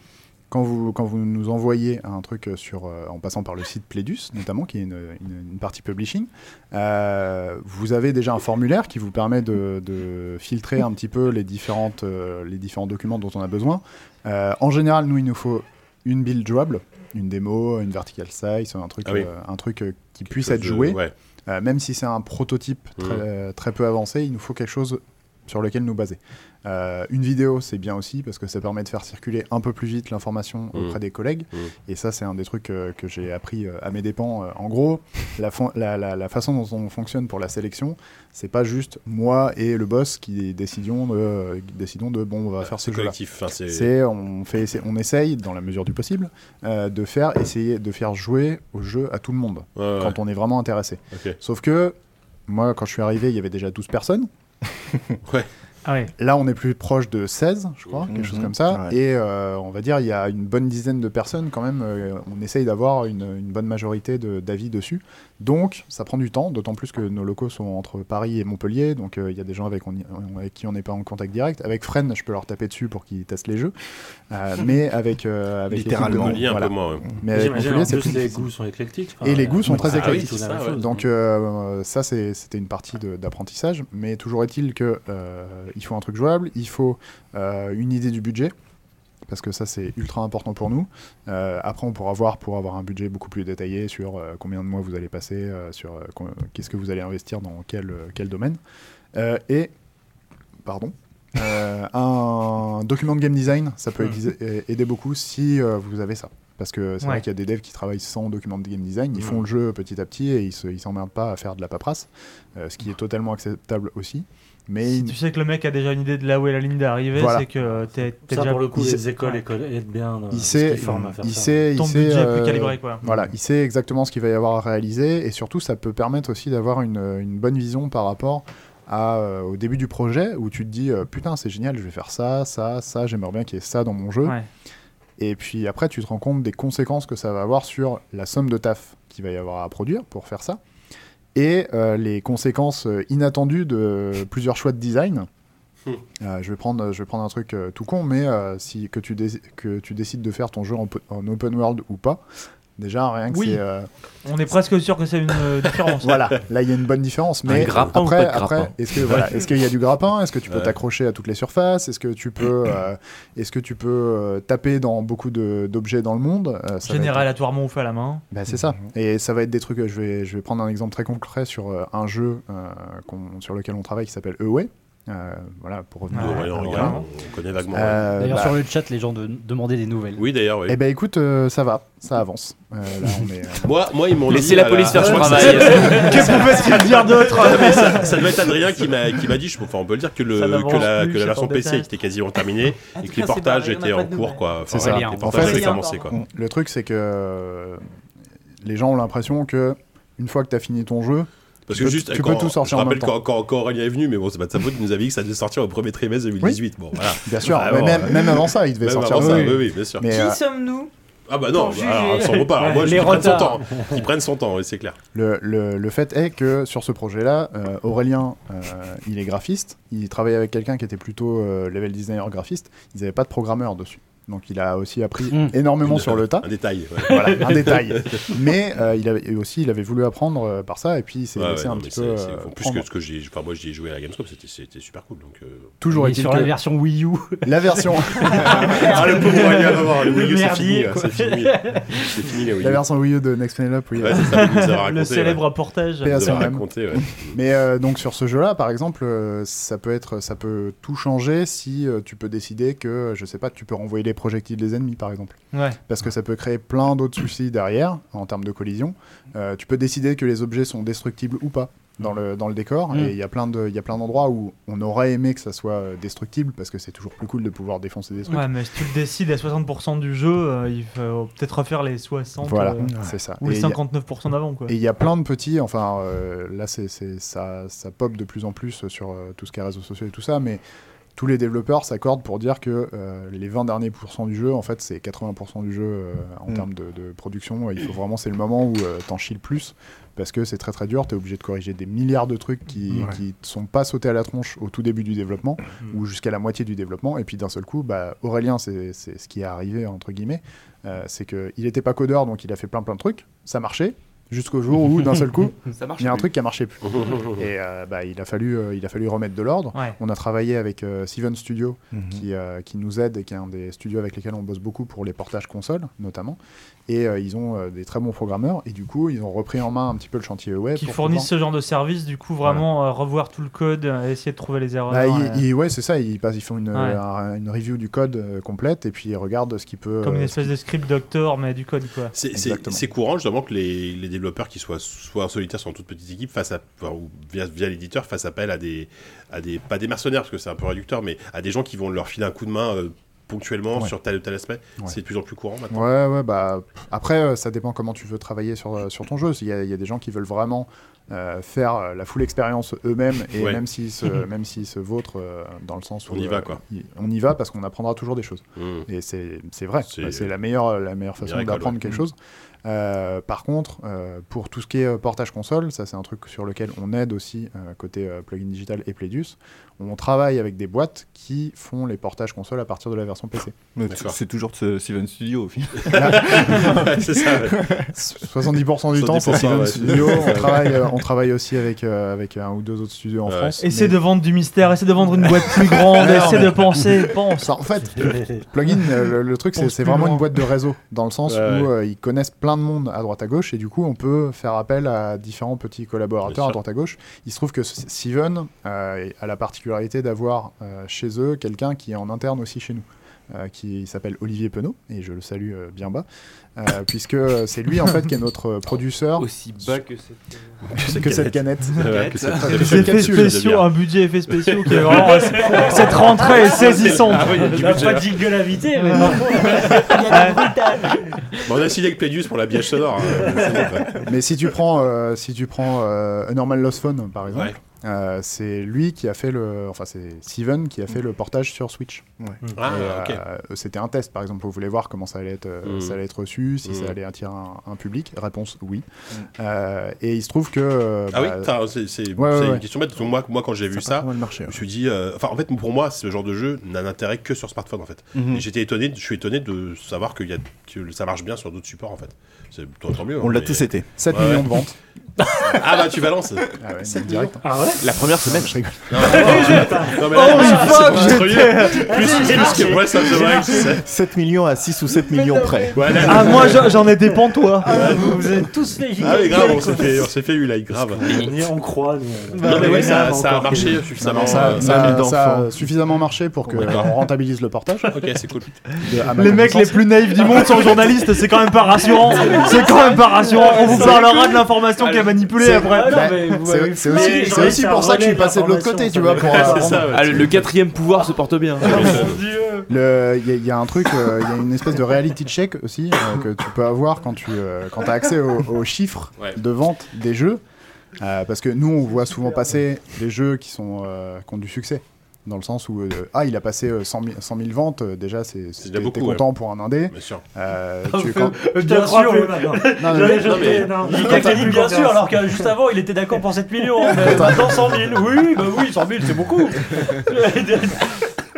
Speaker 6: quand vous, quand vous nous envoyez un truc sur, euh, en passant par le site Plédus, notamment, qui est une, une- une partie publishing, euh, vous avez déjà un formulaire qui vous permet de, de filtrer un petit peu les, différentes, euh, les différents documents dont on a besoin. Euh, en général, nous, il nous faut une build jouable, une démo, une vertical size, un truc,
Speaker 2: Ah oui.
Speaker 6: euh, un truc euh, qui puisse
Speaker 2: chose
Speaker 6: être
Speaker 2: de-
Speaker 6: joué.
Speaker 2: ouais.
Speaker 6: Euh, même si c'est un prototype
Speaker 2: Mm.
Speaker 6: très, très peu avancé, il nous faut quelque chose sur lequel nous baser. Euh, une vidéo, c'est bien aussi parce que ça permet de faire circuler un peu plus vite l'information
Speaker 2: Mhm.
Speaker 6: auprès des collègues.
Speaker 2: Mhm.
Speaker 6: Et ça, c'est un des trucs euh, que j'ai appris euh, à mes dépens. Euh, en gros, la, fon- la- la- la façon dont on fonctionne pour la sélection, c'est pas juste moi et le boss qui décidions de, décidons de bon, on va faire ce
Speaker 2: Bah, c'est
Speaker 6: jeu-là.
Speaker 2: collectif, enfin, c'est-
Speaker 6: C'est on fait, c'est- on essaye dans la mesure du possible euh, de faire essayer de faire jouer au jeu à tout le monde
Speaker 2: ouais.
Speaker 6: quand on est vraiment intéressé.
Speaker 2: Ok.
Speaker 6: Sauf que moi, quand je suis arrivé, il y avait déjà 12 personnes.
Speaker 2: ouais.
Speaker 6: Là, on est plus proche de 16, je crois, quelque chose
Speaker 2: Mhm.
Speaker 6: comme ça.
Speaker 2: Ouais.
Speaker 6: Et euh, on va dire, il y a une bonne dizaine de personnes quand même. euh, on essaye d'avoir une, une bonne majorité de- d'avis dessus. Donc, ça prend du temps, d'autant plus que nos locaux sont entre Paris et Montpellier. Donc, euh, il y a des gens avec, on y- on- avec qui on n'est pas en contact direct. Avec Fren, je peux leur taper dessus pour qu'ils testent les jeux. Euh, mais avec, euh, avec l'équipe de
Speaker 2: Littéralement.
Speaker 6: Mont-
Speaker 2: Montpellier, un peu
Speaker 6: voilà.
Speaker 2: moins, ouais.
Speaker 6: Mais avec
Speaker 9: J'imagine, hein.
Speaker 6: Montpellier,
Speaker 9: en
Speaker 6: c'est plus
Speaker 9: plus, les
Speaker 6: difficile.
Speaker 9: goûts sont éclectiques.
Speaker 6: Et
Speaker 9: Enfin,
Speaker 6: les goûts sont
Speaker 9: ah
Speaker 6: très
Speaker 9: oui,
Speaker 6: éclectiques.
Speaker 9: tout la même chose.
Speaker 6: Donc euh, ça, c'est- c'était une partie de- d'apprentissage. Mais toujours est-il que euh, il faut un truc jouable, il faut euh, une idée du budget. Parce que ça, c'est ultra important pour nous. Euh, après, on pourra voir pour avoir un budget beaucoup plus détaillé sur euh, combien de mois vous allez passer, euh, sur euh, com- qu'est-ce que vous allez investir dans quel, euh, quel domaine. Euh, et, pardon, euh, un document de game design, ça peut
Speaker 2: Hmm.
Speaker 6: aiguiser- euh, aider beaucoup si euh, vous avez ça. Parce que c'est
Speaker 2: Ouais.
Speaker 6: vrai qu'il y a des devs qui travaillent sans document de game design, ils
Speaker 2: Mm.
Speaker 6: font le jeu petit à petit et ils se- ils s'emmerdent pas à faire de la paperasse, euh, ce qui est totalement acceptable aussi. Mais
Speaker 3: Si tu sais que le mec a déjà une idée de là où est la ligne d'arrivée,
Speaker 6: Voilà.
Speaker 3: c'est que euh, t'es t'es
Speaker 9: Ça,
Speaker 3: déjà
Speaker 9: pour le coup,
Speaker 6: Il
Speaker 9: les
Speaker 6: sait-
Speaker 9: écoles écoles aident bien. euh,
Speaker 6: il
Speaker 9: ce
Speaker 6: sait,
Speaker 9: qui forme à faire
Speaker 6: il
Speaker 9: ça.
Speaker 6: sait, il
Speaker 3: Ton
Speaker 6: sait, euh,
Speaker 3: budget est plus calibré, quoi.
Speaker 6: Voilà, il sait exactement ce qu'il va y avoir à réaliser et surtout ça peut permettre aussi d'avoir une, une bonne vision par rapport à, euh, au début du projet où tu te dis euh, putain c'est génial je vais faire ça, ça, ça, j'aimerais bien qu'il y ait ça dans mon jeu.
Speaker 3: Ouais.
Speaker 6: Et puis après tu te rends compte des conséquences que ça va avoir sur la somme de taf qu'il va y avoir à produire pour faire ça et euh, les conséquences euh, inattendues de plusieurs choix de design. Euh, je, vais prendre, je vais prendre un truc euh, tout con, mais euh, si, que, tu dé- que tu décides de faire ton jeu en, po- en open world ou pas, déjà rien que
Speaker 3: Oui.
Speaker 6: c'est. euh,
Speaker 3: On est presque sûr que c'est une euh, différence.
Speaker 6: voilà, là il y a une bonne différence.
Speaker 3: Un
Speaker 6: Mais
Speaker 3: grappin ou
Speaker 6: après,
Speaker 3: pas de grappin
Speaker 6: après, est-ce que voilà, est-ce qu'il y a du grappin Est-ce que tu peux
Speaker 2: Ouais.
Speaker 6: t'accrocher à toutes les surfaces Est-ce que tu peux, euh, est-ce que tu peux euh, taper dans beaucoup de- d'objets dans le monde Euh, ça va être-
Speaker 3: Général aléatoirement ou fait à la main.
Speaker 6: bah, c'est ça. Et ça va être des trucs. euh, Je vais, je vais prendre un exemple très concret sur euh, un jeu euh, qu'on- sur lequel on travaille qui s'appelle Away. Euh, voilà, pour
Speaker 3: Ah,
Speaker 6: revenir
Speaker 2: Ouais,
Speaker 6: à-
Speaker 2: ouais,
Speaker 6: à
Speaker 2: on
Speaker 6: Aurélien.
Speaker 2: regarde, on connaît vaguement, ouais.
Speaker 7: D'ailleurs,
Speaker 6: bah,
Speaker 7: sur le chat, les gens de- demandaient des nouvelles.
Speaker 2: Oui, d'ailleurs, oui.
Speaker 6: Eh ben écoute, euh, ça va, ça avance. Euh, là, on est, euh,
Speaker 2: Moi, moi, ils m'ont
Speaker 4: Laissez
Speaker 2: dit,
Speaker 4: la
Speaker 2: à
Speaker 4: police faire son
Speaker 2: Ah,
Speaker 4: travail.
Speaker 2: c'est-
Speaker 4: Qu'est-ce qu'on peut se dire d'autre
Speaker 2: Non,
Speaker 6: euh,
Speaker 2: mais ça, ça doit être Adrien qui m'a qui m'a dit, je, enfin, on peut le dire, que, le,
Speaker 6: Ça n'avance
Speaker 2: que, la,
Speaker 6: plus,
Speaker 2: que la
Speaker 6: ça
Speaker 2: version
Speaker 6: t'embête.
Speaker 2: PC était quasiment terminée et que les portages étaient en cours. quoi. Enfin,
Speaker 6: C'est ça.
Speaker 2: ouais, Les portages avaient commencé. Quoi.
Speaker 6: le truc, c'est que euh, les gens ont l'impression que une fois que tu as fini ton jeu,
Speaker 2: Parce
Speaker 6: tu,
Speaker 2: que
Speaker 6: peux,
Speaker 2: juste,
Speaker 6: tu
Speaker 2: quand-
Speaker 6: peux tout sortir
Speaker 2: je
Speaker 6: en même
Speaker 2: rappelle
Speaker 6: temps.
Speaker 2: quand, quand, quand Aurélien est venu, mais bon, c'est pas de sa faute, il nous avait dit que ça devait sortir au premier trimestre 2018. Bon, voilà.
Speaker 6: Bien sûr,
Speaker 2: Ah,
Speaker 6: mais
Speaker 2: bon,
Speaker 6: même,
Speaker 2: ouais.
Speaker 6: même avant ça, il devait
Speaker 2: Même
Speaker 6: sortir.
Speaker 2: avant ça,
Speaker 6: le jeu.
Speaker 2: oui, oui, bien sûr.
Speaker 6: Mais, euh,
Speaker 5: sommes-nous
Speaker 2: Ah bah non,
Speaker 5: Pour
Speaker 2: bah, alors,
Speaker 5: juger.
Speaker 2: sans repart. Moi, je
Speaker 6: Les
Speaker 2: ils prennent son
Speaker 6: retards.
Speaker 2: temps. Ils prennent son temps, oui, c'est clair.
Speaker 6: Le, le- le fait est que sur ce projet-là, euh, Aurélien, euh, il est graphiste. Il travaillait avec quelqu'un qui était plutôt euh, level designer graphiste. Ils n'avaient pas de programmeur dessus. Donc il a aussi appris
Speaker 2: Mm.
Speaker 6: énormément
Speaker 2: Une-
Speaker 6: sur le tas.
Speaker 2: un détail, ouais.
Speaker 6: Voilà, un détail. Mais euh, il avait et aussi, il avait voulu apprendre euh, par ça et puis il s'est
Speaker 2: Ouais, ouais,
Speaker 6: laissé
Speaker 2: non,
Speaker 6: un
Speaker 2: mais
Speaker 6: petit
Speaker 2: c'est-
Speaker 6: peu.
Speaker 2: c'est-
Speaker 6: euh,
Speaker 2: en plus
Speaker 6: prendre.
Speaker 2: que ce que j'ai, enfin moi j'y ai joué à la Gamescom, c'était- c'était super cool. Donc euh,
Speaker 6: Toujours
Speaker 7: Mais
Speaker 6: est-il
Speaker 7: sur
Speaker 6: que-
Speaker 7: la version Wii U.
Speaker 6: La version.
Speaker 2: ah le pauvre Aurélien, vraiment, le Wii U, c'est fini,
Speaker 7: merdier,
Speaker 2: euh,
Speaker 7: quoi.
Speaker 2: c'est fini, c'est fini la Wii U.
Speaker 6: La version Wii U de Next Man Up, oui. euh,
Speaker 2: Ouais, c'est ça, vous nous avez raconté,
Speaker 3: Le célèbre portage.
Speaker 6: PSM.
Speaker 2: Vous avez raconté, ouais.
Speaker 6: Mais euh, donc sur ce jeu-là, par exemple, euh, ça peut être, ça peut tout changer si euh, tu peux décider que, euh, je sais pas, tu peux renvoyer les projectiles des ennemis, par exemple.
Speaker 3: Ouais.
Speaker 6: Parce que ça peut créer plein d'autres soucis derrière, en termes de collision. Euh, tu peux décider que les objets sont destructibles ou pas dans le, dans le décor.
Speaker 11: Mm.
Speaker 6: Et il y a plein de- il y a plein d'endroits où on aurait aimé que ça soit euh, destructible, parce que c'est toujours plus cool de pouvoir défoncer des trucs.
Speaker 3: Ouais, mais si tu le décides à 60% du jeu, euh, il faut peut-être refaire les 60
Speaker 6: Voilà,
Speaker 3: euh,
Speaker 6: c'est ça.
Speaker 3: ou les
Speaker 6: Et il y a-
Speaker 3: 59% d'avant. quoi.
Speaker 6: Et il y a plein de petits, enfin euh, là c'est, c'est- ça, ça pop de plus en plus sur euh, tout ce qui est réseaux sociaux et tout ça, mais tous les développeurs s'accordent pour dire que euh, les 20 derniers pourcents du jeu, en fait c'est 80% du jeu euh, en
Speaker 11: Mm.
Speaker 6: termes de, de production, il faut vraiment, c'est le moment où euh, t'en chies le plus, parce que c'est très très dur, t'es obligé de corriger des milliards de trucs qui,
Speaker 11: Ouais. Mm.
Speaker 6: qui te sont pas sautés à la tronche au tout début du développement, ou jusqu'à la moitié du développement, et puis d'un seul coup, bah, Aurélien c'est, c'est ce qui est arrivé entre guillemets, euh, c'est que il était pas codeur donc il a fait plein plein de trucs, ça marchait, jusqu'au jour où d'un seul coup
Speaker 4: Ça marche
Speaker 6: il y a un
Speaker 4: plus.
Speaker 6: truc qui a marché plus et euh, bah, il a fallu euh, il a fallu remettre de l'ordre
Speaker 4: Ouais.
Speaker 6: on a travaillé avec euh, Seven Studio
Speaker 3: Mm.
Speaker 11: Mhm.
Speaker 6: qui, euh, qui nous aide et qui est un des studios avec lesquels on bosse beaucoup pour les portages consoles notamment et euh, ils ont euh, des très bons programmeurs et du coup ils ont repris en main un petit peu le chantier web
Speaker 3: Qui
Speaker 6: pour
Speaker 3: fournissent
Speaker 6: pouvoir-
Speaker 3: ce genre de service, du coup, vraiment euh, revoir tout le code, euh, essayer de trouver les erreurs.
Speaker 6: Bah, ils-
Speaker 3: euh,
Speaker 6: ils- ouais, c'est ça. Ils, passent- ils font une,
Speaker 3: Ouais.
Speaker 6: un- une review du code euh, complète et puis ils regardent ce qui peut.
Speaker 3: Comme une
Speaker 6: euh,
Speaker 3: espèce de script doctor, mais du code, quoi.
Speaker 2: C'est- c'est- C'est courant justement que les, les développeurs qui soient soit en solitaire, soit en toute petite équipe, face à, enfin, ou via, via l'éditeur, fassent appel à des, à des, pas des mercenaires parce que c'est un peu réducteur, mais à des gens qui vont leur filer un coup de main euh, ponctuellement
Speaker 6: Ouais.
Speaker 2: sur tel ou tel aspect.
Speaker 6: Ouais.
Speaker 2: C'est de plus en plus courant maintenant.
Speaker 6: Ouais, ouais, bah après, euh, ça dépend comment tu veux travailler sur, euh, sur ton jeu. Il y, a- il y a des gens qui veulent vraiment euh, faire euh, la full expérience eux-mêmes, et
Speaker 2: Ouais.
Speaker 6: même s'ils se, même s'ils se vautrent euh, dans le sens où.
Speaker 2: On y va,
Speaker 6: euh,
Speaker 2: quoi.
Speaker 6: y- on y va parce qu'on apprendra toujours des choses.
Speaker 2: Mm.
Speaker 6: Et c'est c'est vrai,
Speaker 2: C'est,
Speaker 6: Bah, c'est
Speaker 2: euh,
Speaker 6: la meilleure, la meilleure façon
Speaker 2: meilleure école,
Speaker 6: d'apprendre
Speaker 2: ouais.
Speaker 6: quelque
Speaker 2: Mm.
Speaker 6: chose. Euh, par contre, euh, pour tout ce qui est euh, portage console, ça c'est un truc sur lequel on aide aussi euh, côté euh, plugin digital et Playdius. On travaille avec des boîtes qui font les portages console à partir de la version PC.
Speaker 10: Mais c'est- C'est toujours ce Steven Studio au final.
Speaker 6: Ouais, c'est ça, ouais. 70% du temps, c'est
Speaker 10: 70%,
Speaker 6: Steven
Speaker 10: ouais.
Speaker 6: Studio. On travaille, euh, on travaille aussi avec, euh, avec un ou deux autres studios en
Speaker 2: Ouais.
Speaker 6: France.
Speaker 3: Essayer de vendre du mystère, essayer de vendre une boîte plus grande,
Speaker 6: Alors,
Speaker 3: essayer
Speaker 6: mais-
Speaker 3: de penser, pense.
Speaker 6: En fait, Plugin, euh, le, le truc, c'est
Speaker 3: Pense
Speaker 6: c'est
Speaker 3: plus
Speaker 6: vraiment
Speaker 3: loin.
Speaker 6: une boîte de réseau, dans le sens
Speaker 2: Ouais,
Speaker 6: où
Speaker 2: ouais.
Speaker 6: euh, ils connaissent plein de monde à droite à gauche, et du coup, on peut faire appel à différents petits
Speaker 2: Bien
Speaker 6: collaborateurs
Speaker 2: sûr.
Speaker 6: à droite à gauche. Il se trouve que S- Seven euh, a la particularité d'avoir euh, chez eux quelqu'un qui est en interne aussi chez nous. euh, qui s'appelle Olivier Penaud, et je le salue euh, bien bas, euh, puisque c'est lui en fait qui est notre euh, produceur.
Speaker 4: Aussi bas que cette.
Speaker 2: Oh,
Speaker 6: que cette canette.
Speaker 2: Ouais, que cette-
Speaker 6: Que
Speaker 2: que
Speaker 3: Des
Speaker 6: cette
Speaker 3: effets
Speaker 6: capsule.
Speaker 3: spéciaux, un budget effets spéciaux qui est vraiment. Cette rentrée est saisissante. Ah,
Speaker 2: Ah oui, il y a du
Speaker 3: La
Speaker 2: budget.
Speaker 3: fatigue de l'invité, mais
Speaker 2: Bon, on a signé avec Playdius pour l'habillage sonore. hein. C'est bon, quoi.
Speaker 6: Mais si tu prends, euh, si tu prends euh, A Normal Lost Phone, par exemple,
Speaker 2: Ouais.
Speaker 6: euh, c'est lui qui a fait le. Enfin, c'est Steven qui a fait le portage sur Switch.
Speaker 2: Ah,
Speaker 6: Et,
Speaker 2: ok.
Speaker 6: euh, C'était un test, par exemple. On voulait voir comment ça allait être, euh,
Speaker 2: Mm.
Speaker 6: ça allait être reçu, si
Speaker 2: Mm.
Speaker 6: ça allait attirer un, un public. Réponse oui. Euh, et il se trouve que. euh,
Speaker 2: Ah oui,
Speaker 6: bah,
Speaker 2: t'as- c'est c'est-
Speaker 6: ouais,
Speaker 2: c'est
Speaker 6: ouais,
Speaker 2: une
Speaker 6: ouais.
Speaker 2: question bête. parce que Moi, moi quand j'ai vu ça, je
Speaker 10: hein.
Speaker 2: me suis dit, euh, enfin, en fait, pour moi, ce genre de jeu n'a d'intérêt que sur smartphone, en fait.
Speaker 10: Mhm.
Speaker 2: Et J'étais étonné, je suis étonné de savoir qu'il y a, que ça marche bien sur d'autres supports, en fait. C'est tant tant mieux.
Speaker 10: On
Speaker 2: hein,
Speaker 10: l'a
Speaker 2: mais-
Speaker 10: tous été.
Speaker 6: 7
Speaker 2: Ouais,
Speaker 6: millions
Speaker 2: ouais.
Speaker 6: de ventes.
Speaker 2: Ah bah, tu balances.
Speaker 6: Ah ouais, direct.
Speaker 4: La première semaine.
Speaker 2: Non, non, mais là,
Speaker 6: Oh,
Speaker 2: c'est
Speaker 6: fuck,
Speaker 2: monstrueux.
Speaker 6: j'étais-
Speaker 2: Oh, Plus, plus que moi, ça me devrait.
Speaker 10: 7 millions à 6 ou 7 millions près.
Speaker 3: Ah, moi j'en- j'en ai des pantois.
Speaker 7: Ah, Vous êtes tous les
Speaker 2: Ah oui, grave, on s'est fait, on s'est fait eu, là, grave.
Speaker 9: On y- on croit, nous.
Speaker 2: Non, mais Bah, ouais, ça,
Speaker 9: Encore
Speaker 2: ça a
Speaker 9: quelques-
Speaker 2: marché
Speaker 6: Non,
Speaker 2: suffisamment.
Speaker 6: mais ça,
Speaker 2: euh,
Speaker 6: ça-
Speaker 2: ça-
Speaker 6: ça a suffisamment marché pour qu'on
Speaker 2: D'accord.
Speaker 6: rentabilise le portage.
Speaker 2: Ok, c'est cool.
Speaker 6: de- à ma
Speaker 3: Les mecs les
Speaker 6: connaissance.
Speaker 3: plus naïfs du monde sont journalistes, c'est quand même pas
Speaker 7: Ah,
Speaker 3: rassurant. C'est quand même pas rassurant. On vous parlera de l'information qui a manipulé
Speaker 6: C'est-
Speaker 3: après.
Speaker 6: bah,
Speaker 7: mais vous
Speaker 6: c'est-
Speaker 7: m'avez
Speaker 6: c'est
Speaker 7: fumé,
Speaker 6: aussi,
Speaker 7: les
Speaker 6: c'est
Speaker 7: journalistes,
Speaker 6: aussi
Speaker 7: ça
Speaker 6: pour ça que je suis
Speaker 7: relaie
Speaker 6: passé de l'autre côté, tu vois, pour euh,
Speaker 2: c'est ça, ouais.
Speaker 4: Ah, le, le quatrième pouvoir se porte bien.
Speaker 6: Ah, Le- Il y, a- il y a un truc, euh, il y a une espèce de reality check aussi euh, que tu peux avoir quand tu euh, quand as accès aux, aux chiffres
Speaker 2: Ouais.
Speaker 6: de vente des jeux. Euh, parce que nous, on voit souvent passer des jeux qui, sont, euh, qui ont du succès. Dans le sens où, euh, ah, il a passé euh, 100 000, 100 000 ventes, euh, déjà, c'est, c'est-
Speaker 2: déjà
Speaker 6: t'es
Speaker 2: beaucoup,
Speaker 6: content pour un indé.
Speaker 2: Bien sûr.
Speaker 6: Euh,
Speaker 7: Ah,
Speaker 6: tu-
Speaker 7: fait-
Speaker 6: quand-
Speaker 7: euh,
Speaker 9: Je te
Speaker 7: Bien
Speaker 9: crois
Speaker 7: sûr.
Speaker 9: plus, maintenant.
Speaker 6: Non,
Speaker 7: Ah,
Speaker 6: non,
Speaker 9: J'avais-
Speaker 6: mais-
Speaker 9: j'étais- non,
Speaker 7: Il
Speaker 9: j'avais
Speaker 7: a dit
Speaker 9: plus
Speaker 7: bien
Speaker 9: confiance.
Speaker 7: sûr, alors que juste avant il était d'accord pour 7 millions, mais maintenant 100 000. Oui, bah oui, 100 000 c'est beaucoup.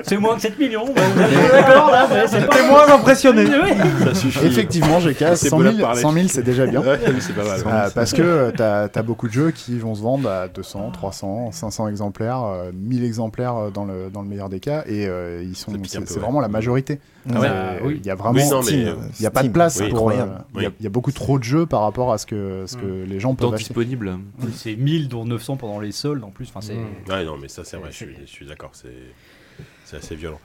Speaker 7: C'est moins que 7 millions. bah, on est d'accord là, mais c'est pas.
Speaker 3: T'es moins impressionné.
Speaker 7: Oui.
Speaker 2: Ça suffit.
Speaker 6: Effectivement, GK,
Speaker 2: C'est
Speaker 6: 100
Speaker 2: beau de
Speaker 6: 000,
Speaker 2: parler.
Speaker 6: 100 000, c'est déjà bien.
Speaker 2: Ouais, mais c'est pas mal. ouais.
Speaker 6: Euh, parce que euh, t'as as beaucoup de jeux qui vont se vendre à 200, 300, 500 exemplaires, euh, 1000 exemplaires euh, dans le, dans le meilleur des cas, et euh, ils sont
Speaker 2: Ça pique un
Speaker 6: c'est
Speaker 2: peu,
Speaker 6: c'est
Speaker 2: ouais.
Speaker 6: vraiment la majorité.
Speaker 10: Ah
Speaker 6: Euh,
Speaker 10: ouais.
Speaker 6: Il y a vraiment,
Speaker 2: Oui, non, mais,
Speaker 6: il
Speaker 2: euh,
Speaker 6: y a pas de
Speaker 10: Steam,
Speaker 6: place
Speaker 2: oui,
Speaker 6: pour. euh,
Speaker 10: incroyable.
Speaker 6: Il y a-
Speaker 2: Oui.
Speaker 6: il y, a beaucoup trop de jeux par rapport à ce que ce que les gens peuvent
Speaker 4: Temps
Speaker 6: acheter.
Speaker 4: disponible.
Speaker 7: C'est 1000 dont 900 pendant les soldes en plus. Enfin, c'est.
Speaker 2: Ouais, non, mais ça, c'est vrai, je suis, je suis d'accord. C'est. C'est assez violent.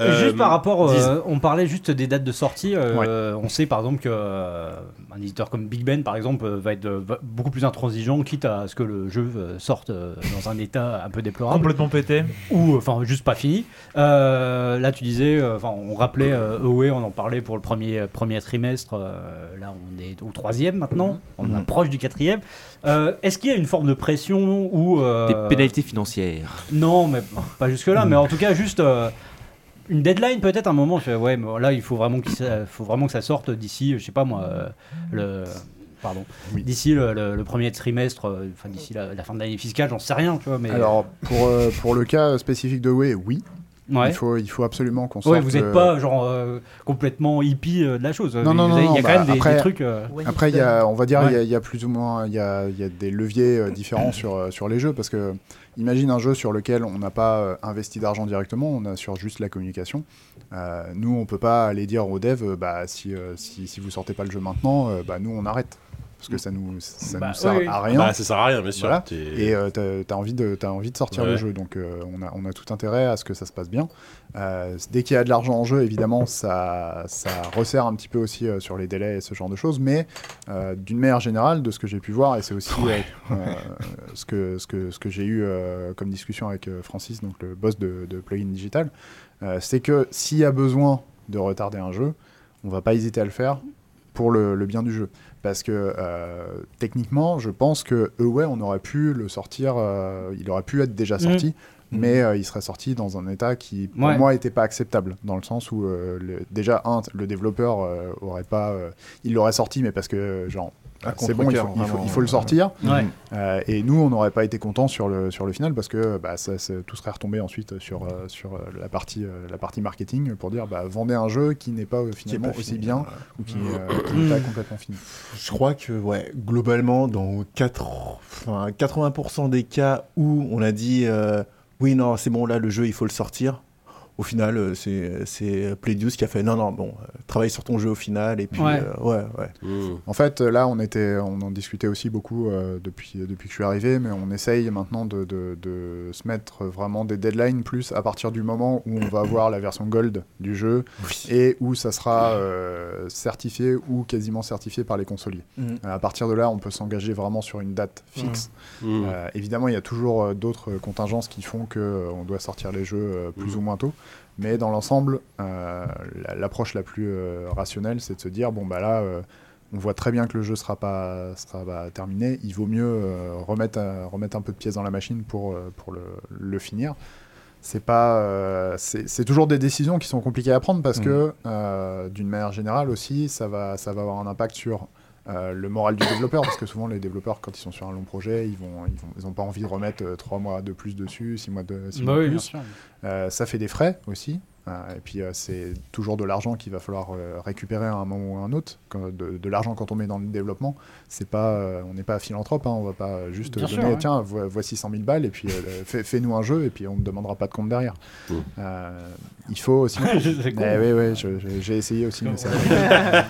Speaker 7: Et juste par rapport, euh,
Speaker 2: dis-
Speaker 7: on parlait juste des dates de sortie. euh, On sait par exemple que euh, un éditeur comme Big Ben, par exemple, euh, va être euh, va- beaucoup plus intransigeant, quitte à ce que le jeu euh, sorte euh, dans un état un peu déplorable,
Speaker 3: Ah, complètement pété,
Speaker 7: ou enfin juste pas fini. Euh, là, tu disais, euh, enfin, on rappelait euh, Away, on en parlait pour le premier euh, premier trimestre. euh, là, on est au troisième maintenant, on approche du quatrième. Euh, Est-ce qu'il y a une forme de pression ou euh,
Speaker 4: Des pénalités financières.
Speaker 7: non, mais pas jusque-là, mais en tout cas, juste euh, une deadline peut-être un moment. Je fais, ouais, mais là, il faut vraiment, qu'il sa- faut vraiment que ça sorte d'ici, je sais pas moi, euh, le. Pardon. D'ici le, le- le premier trimestre, euh, enfin d'ici la, la fin de l'année fiscale, j'en sais rien, tu vois. Mais
Speaker 6: Alors, pour, euh, pour le cas spécifique de Way, oui.
Speaker 7: Ouais.
Speaker 6: Il, faut, il faut absolument qu'on sorte.
Speaker 7: ouais, vous n'êtes
Speaker 6: euh,
Speaker 7: pas genre euh, complètement hippie euh, de la chose.
Speaker 6: Non, non,
Speaker 7: Vous
Speaker 6: non,
Speaker 7: avez- Il y
Speaker 6: non,
Speaker 7: a quand même
Speaker 6: bah,
Speaker 7: des,
Speaker 6: après,
Speaker 7: des trucs. euh,
Speaker 6: Après, il y a, on va dire, il y a-
Speaker 7: Ouais.
Speaker 6: il y, a plus ou moins, il y a, il y a des leviers euh, différents sur, euh, sur les jeux, parce que imagine un jeu sur lequel on n'a pas euh, investi d'argent directement, on a sur juste la communication. Euh, nous, on peut pas aller dire aux devs, euh, bah, si, euh, si, si vous sortez pas le jeu maintenant, euh, bah, nous, on arrête. Parce que ça nous, ça
Speaker 2: Bah,
Speaker 6: nous sert
Speaker 2: oui, oui.
Speaker 6: à rien.
Speaker 2: Bah, ça sert à rien, bien sûr.
Speaker 6: Voilà.
Speaker 2: T'es-
Speaker 6: Et euh, t'as- t'as envie de, t'as envie de sortir le
Speaker 2: Ouais.
Speaker 6: jeu, donc euh, on, a, on a tout intérêt à ce que ça se passe bien. Euh, dès qu'il y a de l'argent en jeu, évidemment, ça, ça resserre un petit peu aussi euh, sur les délais et ce genre de choses, mais euh, d'une manière générale, de ce que j'ai pu voir, et c'est aussi euh, euh, ce que, ce que, ce que j'ai eu euh, comme discussion avec euh, Francis, donc le boss de, de Plugin Digital, euh, c'est que s'il y a besoin de retarder un jeu, on va pas hésiter à le faire pour le, le bien du jeu. Parce que euh, techniquement, je pense que Away, on aurait pu le sortir, euh, il aurait pu être déjà
Speaker 7: Mhm.
Speaker 6: sorti, mais euh, il serait sorti dans un état qui, pour
Speaker 7: Ouais.
Speaker 6: moi, n'était pas acceptable, dans le sens où, euh, le- déjà, un, le développeur euh, aurait pas. euh, il l'aurait sorti, mais parce que, euh, genre,
Speaker 10: À
Speaker 6: euh, c'est bon, il faut,
Speaker 10: contre-cœur,
Speaker 6: il faut-
Speaker 10: Ah, vraiment,
Speaker 6: il faut le
Speaker 10: euh,
Speaker 6: sortir.
Speaker 7: Ouais.
Speaker 6: Euh, et nous, on n'aurait pas été contents sur le, sur le final, parce que bah, ça, ça- tout serait retombé ensuite sur, euh, sur euh, la, partie, euh, la partie marketing pour dire bah, vendez un jeu qui n'est pas euh, finalement
Speaker 10: pas
Speaker 6: aussi
Speaker 10: fini,
Speaker 6: bien
Speaker 10: voilà.
Speaker 6: ou qui n'est euh, qui n'est pas complètement fini.
Speaker 10: Je crois que, ouais, globalement, dans 4... enfin, 80% des cas où on a dit euh, oui, non, c'est bon, là, le jeu, il faut le sortir, au final, euh, c'est- c'est Playdius qui a fait non, non, bon, euh, travaille sur ton jeu au final, et puis,
Speaker 7: Ouais.
Speaker 10: euh, ouais, ouais.
Speaker 2: Mmh.
Speaker 6: En fait, là, on, était, on en discutait aussi beaucoup euh, depuis, depuis que je suis arrivé, mais on essaye maintenant de, de- de se mettre vraiment des deadlines plus à partir du moment où on va avoir la version gold du jeu et où ça sera euh, certifié ou quasiment certifié par les consoliers. Euh,
Speaker 10: Mhm.
Speaker 6: À partir de là, on peut s'engager vraiment sur une date fixe.
Speaker 2: Mhm. Mhm.
Speaker 6: Euh, évidemment, il y a toujours euh, d'autres contingences qui font qu'on doit sortir les jeux euh, plus ou moins tôt. Mais dans l'ensemble, euh, la- l'approche la plus euh, rationnelle, c'est de se dire bon, bah là, euh, on voit très bien que le jeu sera pas, sera pas terminé. Il vaut mieux euh, remettre, euh, remettre un peu de pièces dans la machine pour, euh, pour le, le finir. C'est pas, euh, c'est c'est toujours des décisions qui sont compliquées à prendre
Speaker 7: Mm.
Speaker 6: parce que, euh, d'une manière générale aussi, ça va, ça va avoir un impact sur euh, le moral du développeur, parce que souvent les développeurs, quand ils sont sur un long projet, ils vont, ils vont, ils ont pas envie de remettre 3 mois de plus dessus, 6 mois de, six
Speaker 7: Bah
Speaker 6: mois de
Speaker 7: oui, bien
Speaker 6: plus.
Speaker 7: sûr.
Speaker 6: Euh, ça fait des frais aussi. Euh, et puis euh, c'est toujours de l'argent qu'il va falloir euh, récupérer à un moment ou à un autre. Quand- de de l'argent quand on met dans le développement, c'est pas, euh, on n'est pas philanthrope, hein, on va pas euh, juste
Speaker 7: Bien
Speaker 6: donner
Speaker 7: sûr, ouais.
Speaker 6: tiens vo- voici 100 000 balles et puis euh, fais- fais-nous un jeu et puis on ne demandera pas de compte derrière. Euh, il faut aussi.
Speaker 7: C'est con.
Speaker 6: Eh oui, oui, je- je- j'ai essayé aussi. Mais ça...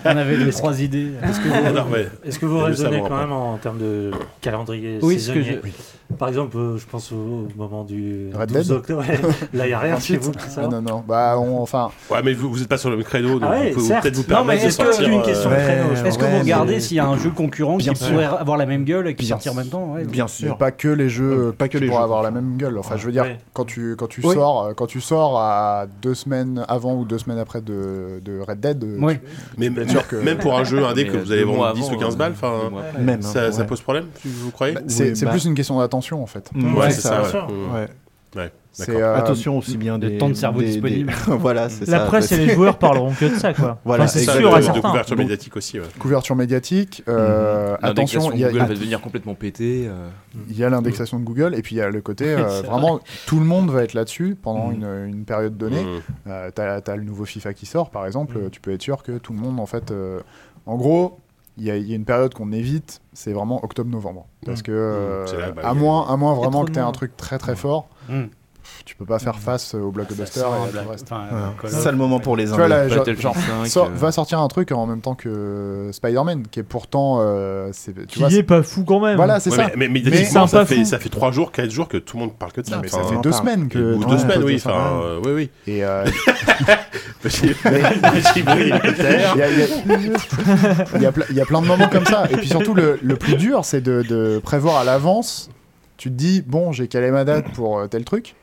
Speaker 7: On avait les trois idées. euh,
Speaker 9: Est-ce que
Speaker 2: Mmh.
Speaker 9: vous, est-ce que vous
Speaker 6: Et le
Speaker 9: raisonnez
Speaker 6: savoir
Speaker 9: quand
Speaker 6: après.
Speaker 9: même en termes de calendrier
Speaker 6: Oui, ce que
Speaker 9: saisonnier
Speaker 6: je- oui.
Speaker 9: Par exemple, euh, je pense au, au moment du
Speaker 6: Red
Speaker 9: 12
Speaker 6: Dead
Speaker 9: octobre. Ouais, Là, il n'y a rien chez
Speaker 6: Ensuite,
Speaker 9: vous. qui
Speaker 6: ah,
Speaker 9: sort.
Speaker 6: Non, non, bah on, enfin.
Speaker 2: Ouais, mais vous, vous êtes pas sur le même créneau, donc
Speaker 9: Ah ouais,
Speaker 2: vous pouvez
Speaker 9: certes.
Speaker 2: peut-être vous
Speaker 9: Non, mais
Speaker 2: permettre de
Speaker 9: est-ce que-
Speaker 2: sortir. euh,
Speaker 9: une question de créneau, je
Speaker 7: Est-ce que
Speaker 9: Ouais,
Speaker 7: vous
Speaker 9: mais-
Speaker 7: regardez s'il y a un jeu concurrent qui
Speaker 6: Bien sûr.
Speaker 7: pourrait avoir la même gueule et qui
Speaker 6: Bien
Speaker 7: sortir en même temps ouais,
Speaker 6: Bien sûr. pas que les jeux
Speaker 10: pas que
Speaker 6: qui
Speaker 10: les
Speaker 6: pourraient
Speaker 10: jeux,
Speaker 6: avoir la même gueule. Enfin, je veux dire,
Speaker 10: Ouais.
Speaker 6: quand tu, quand, tu
Speaker 10: Oui.
Speaker 6: sors, euh, quand tu sors à deux semaines avant ou deux semaines après de, de Red Dead, euh,
Speaker 7: Ouais.
Speaker 6: tu-
Speaker 2: Mais
Speaker 6: tu peux
Speaker 2: même,
Speaker 6: être sûr que-
Speaker 2: même pour un jeu indé
Speaker 6: Mais,
Speaker 2: que
Speaker 6: euh,
Speaker 2: vous allez
Speaker 6: deux mois
Speaker 2: vendre 10
Speaker 6: avant,
Speaker 2: ou 15 balles, enfin,
Speaker 6: deux mois après. Même, hein,
Speaker 2: ça, ça
Speaker 6: ouais.
Speaker 2: pose problème, tu- vous croyez
Speaker 6: Bah, c'est c'est plus une question d'attention en fait.
Speaker 2: Mm. Ouais, Ouais, c'est ça, bien sûr.
Speaker 10: ouais. Ouais.
Speaker 2: Ouais, Mmh.
Speaker 6: C'est,
Speaker 10: d'accord.
Speaker 6: euh,
Speaker 10: Attention aussi bien
Speaker 6: le
Speaker 10: des-
Speaker 6: temps de cerveau
Speaker 10: des-
Speaker 6: disponible.
Speaker 10: des- voilà, c'est
Speaker 6: La
Speaker 10: ça.
Speaker 6: presse et
Speaker 10: Parce-
Speaker 6: les joueurs parleront que de ça, quoi.
Speaker 10: voilà,
Speaker 6: Enfin, c'est sûr
Speaker 10: exactement.
Speaker 6: et certain.
Speaker 2: Bah, De couverture
Speaker 6: Donc-
Speaker 2: médiatique aussi, ouais.
Speaker 6: Couverture médiatique, euh,
Speaker 10: Mhm.
Speaker 6: attention, il y a,
Speaker 4: Google va devenir complètement pété. euh.
Speaker 6: il y a l'indexation de Google et puis il y a le côté euh,
Speaker 4: C'est vrai.
Speaker 6: vraiment tout le monde va être là-dessus pendant
Speaker 4: Mm.
Speaker 10: Mhm.
Speaker 6: une, une période donnée.
Speaker 2: Mmh.
Speaker 4: Mm.
Speaker 6: Euh, t'as, t'as le nouveau FIFA qui sort par exemple,
Speaker 2: Mm.
Speaker 6: euh, tu peux être sûr que tout le monde en fait. euh, en gros, il y, a- il y a une période qu'on évite, c'est vraiment octobre-novembre. Parce
Speaker 2: Mm.
Speaker 6: que,
Speaker 2: Mm.
Speaker 6: euh,
Speaker 2: C'est là, bah,
Speaker 6: à,
Speaker 2: il y a-
Speaker 6: moins, à
Speaker 2: Il
Speaker 6: moins
Speaker 2: y a trop
Speaker 6: vraiment
Speaker 2: de
Speaker 6: que tu aies
Speaker 2: monde.
Speaker 7: Hum.
Speaker 6: un truc très très fort,
Speaker 2: Mm.
Speaker 6: pff, tu peux pas faire face euh, au
Speaker 7: Bah,
Speaker 6: blockbuster et
Speaker 10: ça,
Speaker 6: à
Speaker 10: Black-
Speaker 6: tout le reste.
Speaker 10: enfin, euh, Call of- C'est le moment pour les
Speaker 6: Tu vois,
Speaker 10: Indiens.
Speaker 6: là, genre-
Speaker 10: Battlefield cinq,
Speaker 6: sort-
Speaker 10: euh.
Speaker 6: va sortir un truc en même temps que Spider-Man, qui est pourtant, euh, c'est- tu
Speaker 3: Qui
Speaker 6: vois,
Speaker 3: est
Speaker 6: c'est-
Speaker 3: pas fou quand même.
Speaker 6: Voilà, c'est
Speaker 2: Ouais,
Speaker 6: ça.
Speaker 2: Mais, mais,
Speaker 6: Mais-
Speaker 2: techniquement, ça, fait, ça fait 3 jours, 4 jours que tout le monde parle que de ça.
Speaker 6: Non, mais ça
Speaker 2: Oh, Enfin,
Speaker 6: fait
Speaker 2: on
Speaker 6: deux
Speaker 2: parle.
Speaker 6: semaines que-
Speaker 2: Ou
Speaker 6: ouais,
Speaker 2: deux
Speaker 6: on
Speaker 2: semaines,
Speaker 6: peut
Speaker 2: oui.
Speaker 6: dire ça,
Speaker 2: Enfin,
Speaker 6: ouais.
Speaker 2: euh, oui, oui.
Speaker 6: Et.
Speaker 2: J'ai j'ai brûlé la terre.
Speaker 6: Il y a- il y a- il y a ple- il y a plein de moments comme ça. Et puis surtout, le, le plus dur, c'est de, de prévoir à l'avance. Tu te dis, bon, j'ai calé ma date pour euh, tel truc.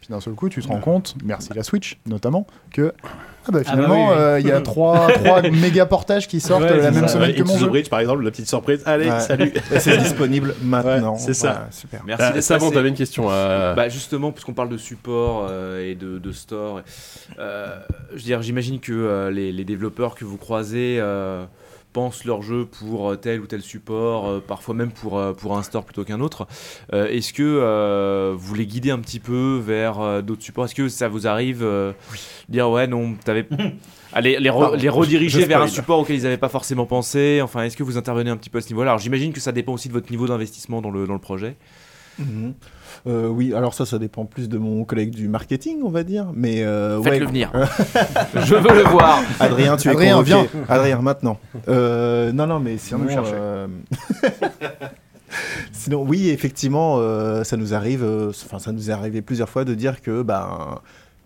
Speaker 6: Puis d'un seul coup, tu te rends compte, merci la Switch notamment, que ah bah,
Speaker 2: Ah bah
Speaker 6: finalement,
Speaker 2: oui, oui.
Speaker 6: euh, il y a trois, trois méga portages qui sortent euh, la même semaine
Speaker 2: Ouais,
Speaker 6: que
Speaker 2: Into
Speaker 6: mon
Speaker 2: the
Speaker 6: jeu.
Speaker 2: Bridge, par exemple, la petite surprise. Allez,
Speaker 6: Ouais.
Speaker 2: salut.
Speaker 10: Et c'est disponible maintenant.
Speaker 2: Ouais, c'est Ah, ça.
Speaker 10: Voilà, super.
Speaker 4: Merci.
Speaker 2: Euh,
Speaker 4: d'être
Speaker 2: Savon,
Speaker 4: passé.
Speaker 2: t'avais une question
Speaker 10: Euh.
Speaker 2: euh, à.
Speaker 4: Bah justement, puisqu'on parle de support euh, et de, de store, euh, je veux dire, j'imagine que euh, les, les développeurs que vous croisez euh, pensent leur jeu pour euh, tel ou tel support, euh, parfois même pour, euh, pour un store plutôt qu'un autre. Euh, Est-ce que euh, vous les guidez un petit peu vers euh, d'autres supports Est-ce que ça vous arrive euh, de dire ouais non, t'avais Allez, les, re-
Speaker 10: Pardon,
Speaker 4: les rediriger
Speaker 10: je
Speaker 4: vers un
Speaker 10: spoil.
Speaker 4: support auquel ils n'avaient pas forcément pensé. Enfin, est-ce que vous intervenez un petit peu à ce niveau-là Alors, j'imagine que ça dépend aussi de votre niveau d'investissement dans le, dans le projet.
Speaker 10: Mhm. Euh, oui, alors ça, ça dépend plus de mon collègue du marketing, on va dire. Mais euh,
Speaker 4: Faites-le
Speaker 10: ouais.
Speaker 4: venir. Je veux le voir.
Speaker 10: Adrien, tu
Speaker 4: Adrien,
Speaker 10: es convoqué.
Speaker 4: viens.
Speaker 10: Adrien, maintenant. Euh, non, non, mais sinon.
Speaker 6: nous chercher.
Speaker 10: euh, sinon, oui, effectivement, euh, ça nous arrive. euh, Enfin, ça nous est arrivé plusieurs fois de dire que, ben.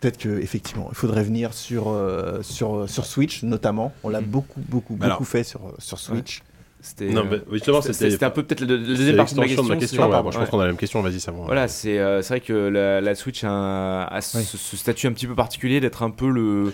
Speaker 10: Peut-être que effectivement, il faudrait venir sur euh, sur sur Switch notamment. On l'a beaucoup beaucoup
Speaker 2: Mhm. Alors.
Speaker 10: beaucoup fait sur sur Switch.
Speaker 4: C'était
Speaker 2: Non, mais justement, c'était.
Speaker 4: c'était un peu peut-être le, le
Speaker 2: euh, c'est
Speaker 4: deuxième partie de ma question.
Speaker 2: l'extension de ma question,
Speaker 4: c'est-
Speaker 2: ouais, moi, je pense qu'on a la même question, vas-y, ça va.
Speaker 4: Voilà, c'est euh, c'est vrai que la, la Switch a, un- a ce, ce statut un petit peu particulier d'être un peu le. le-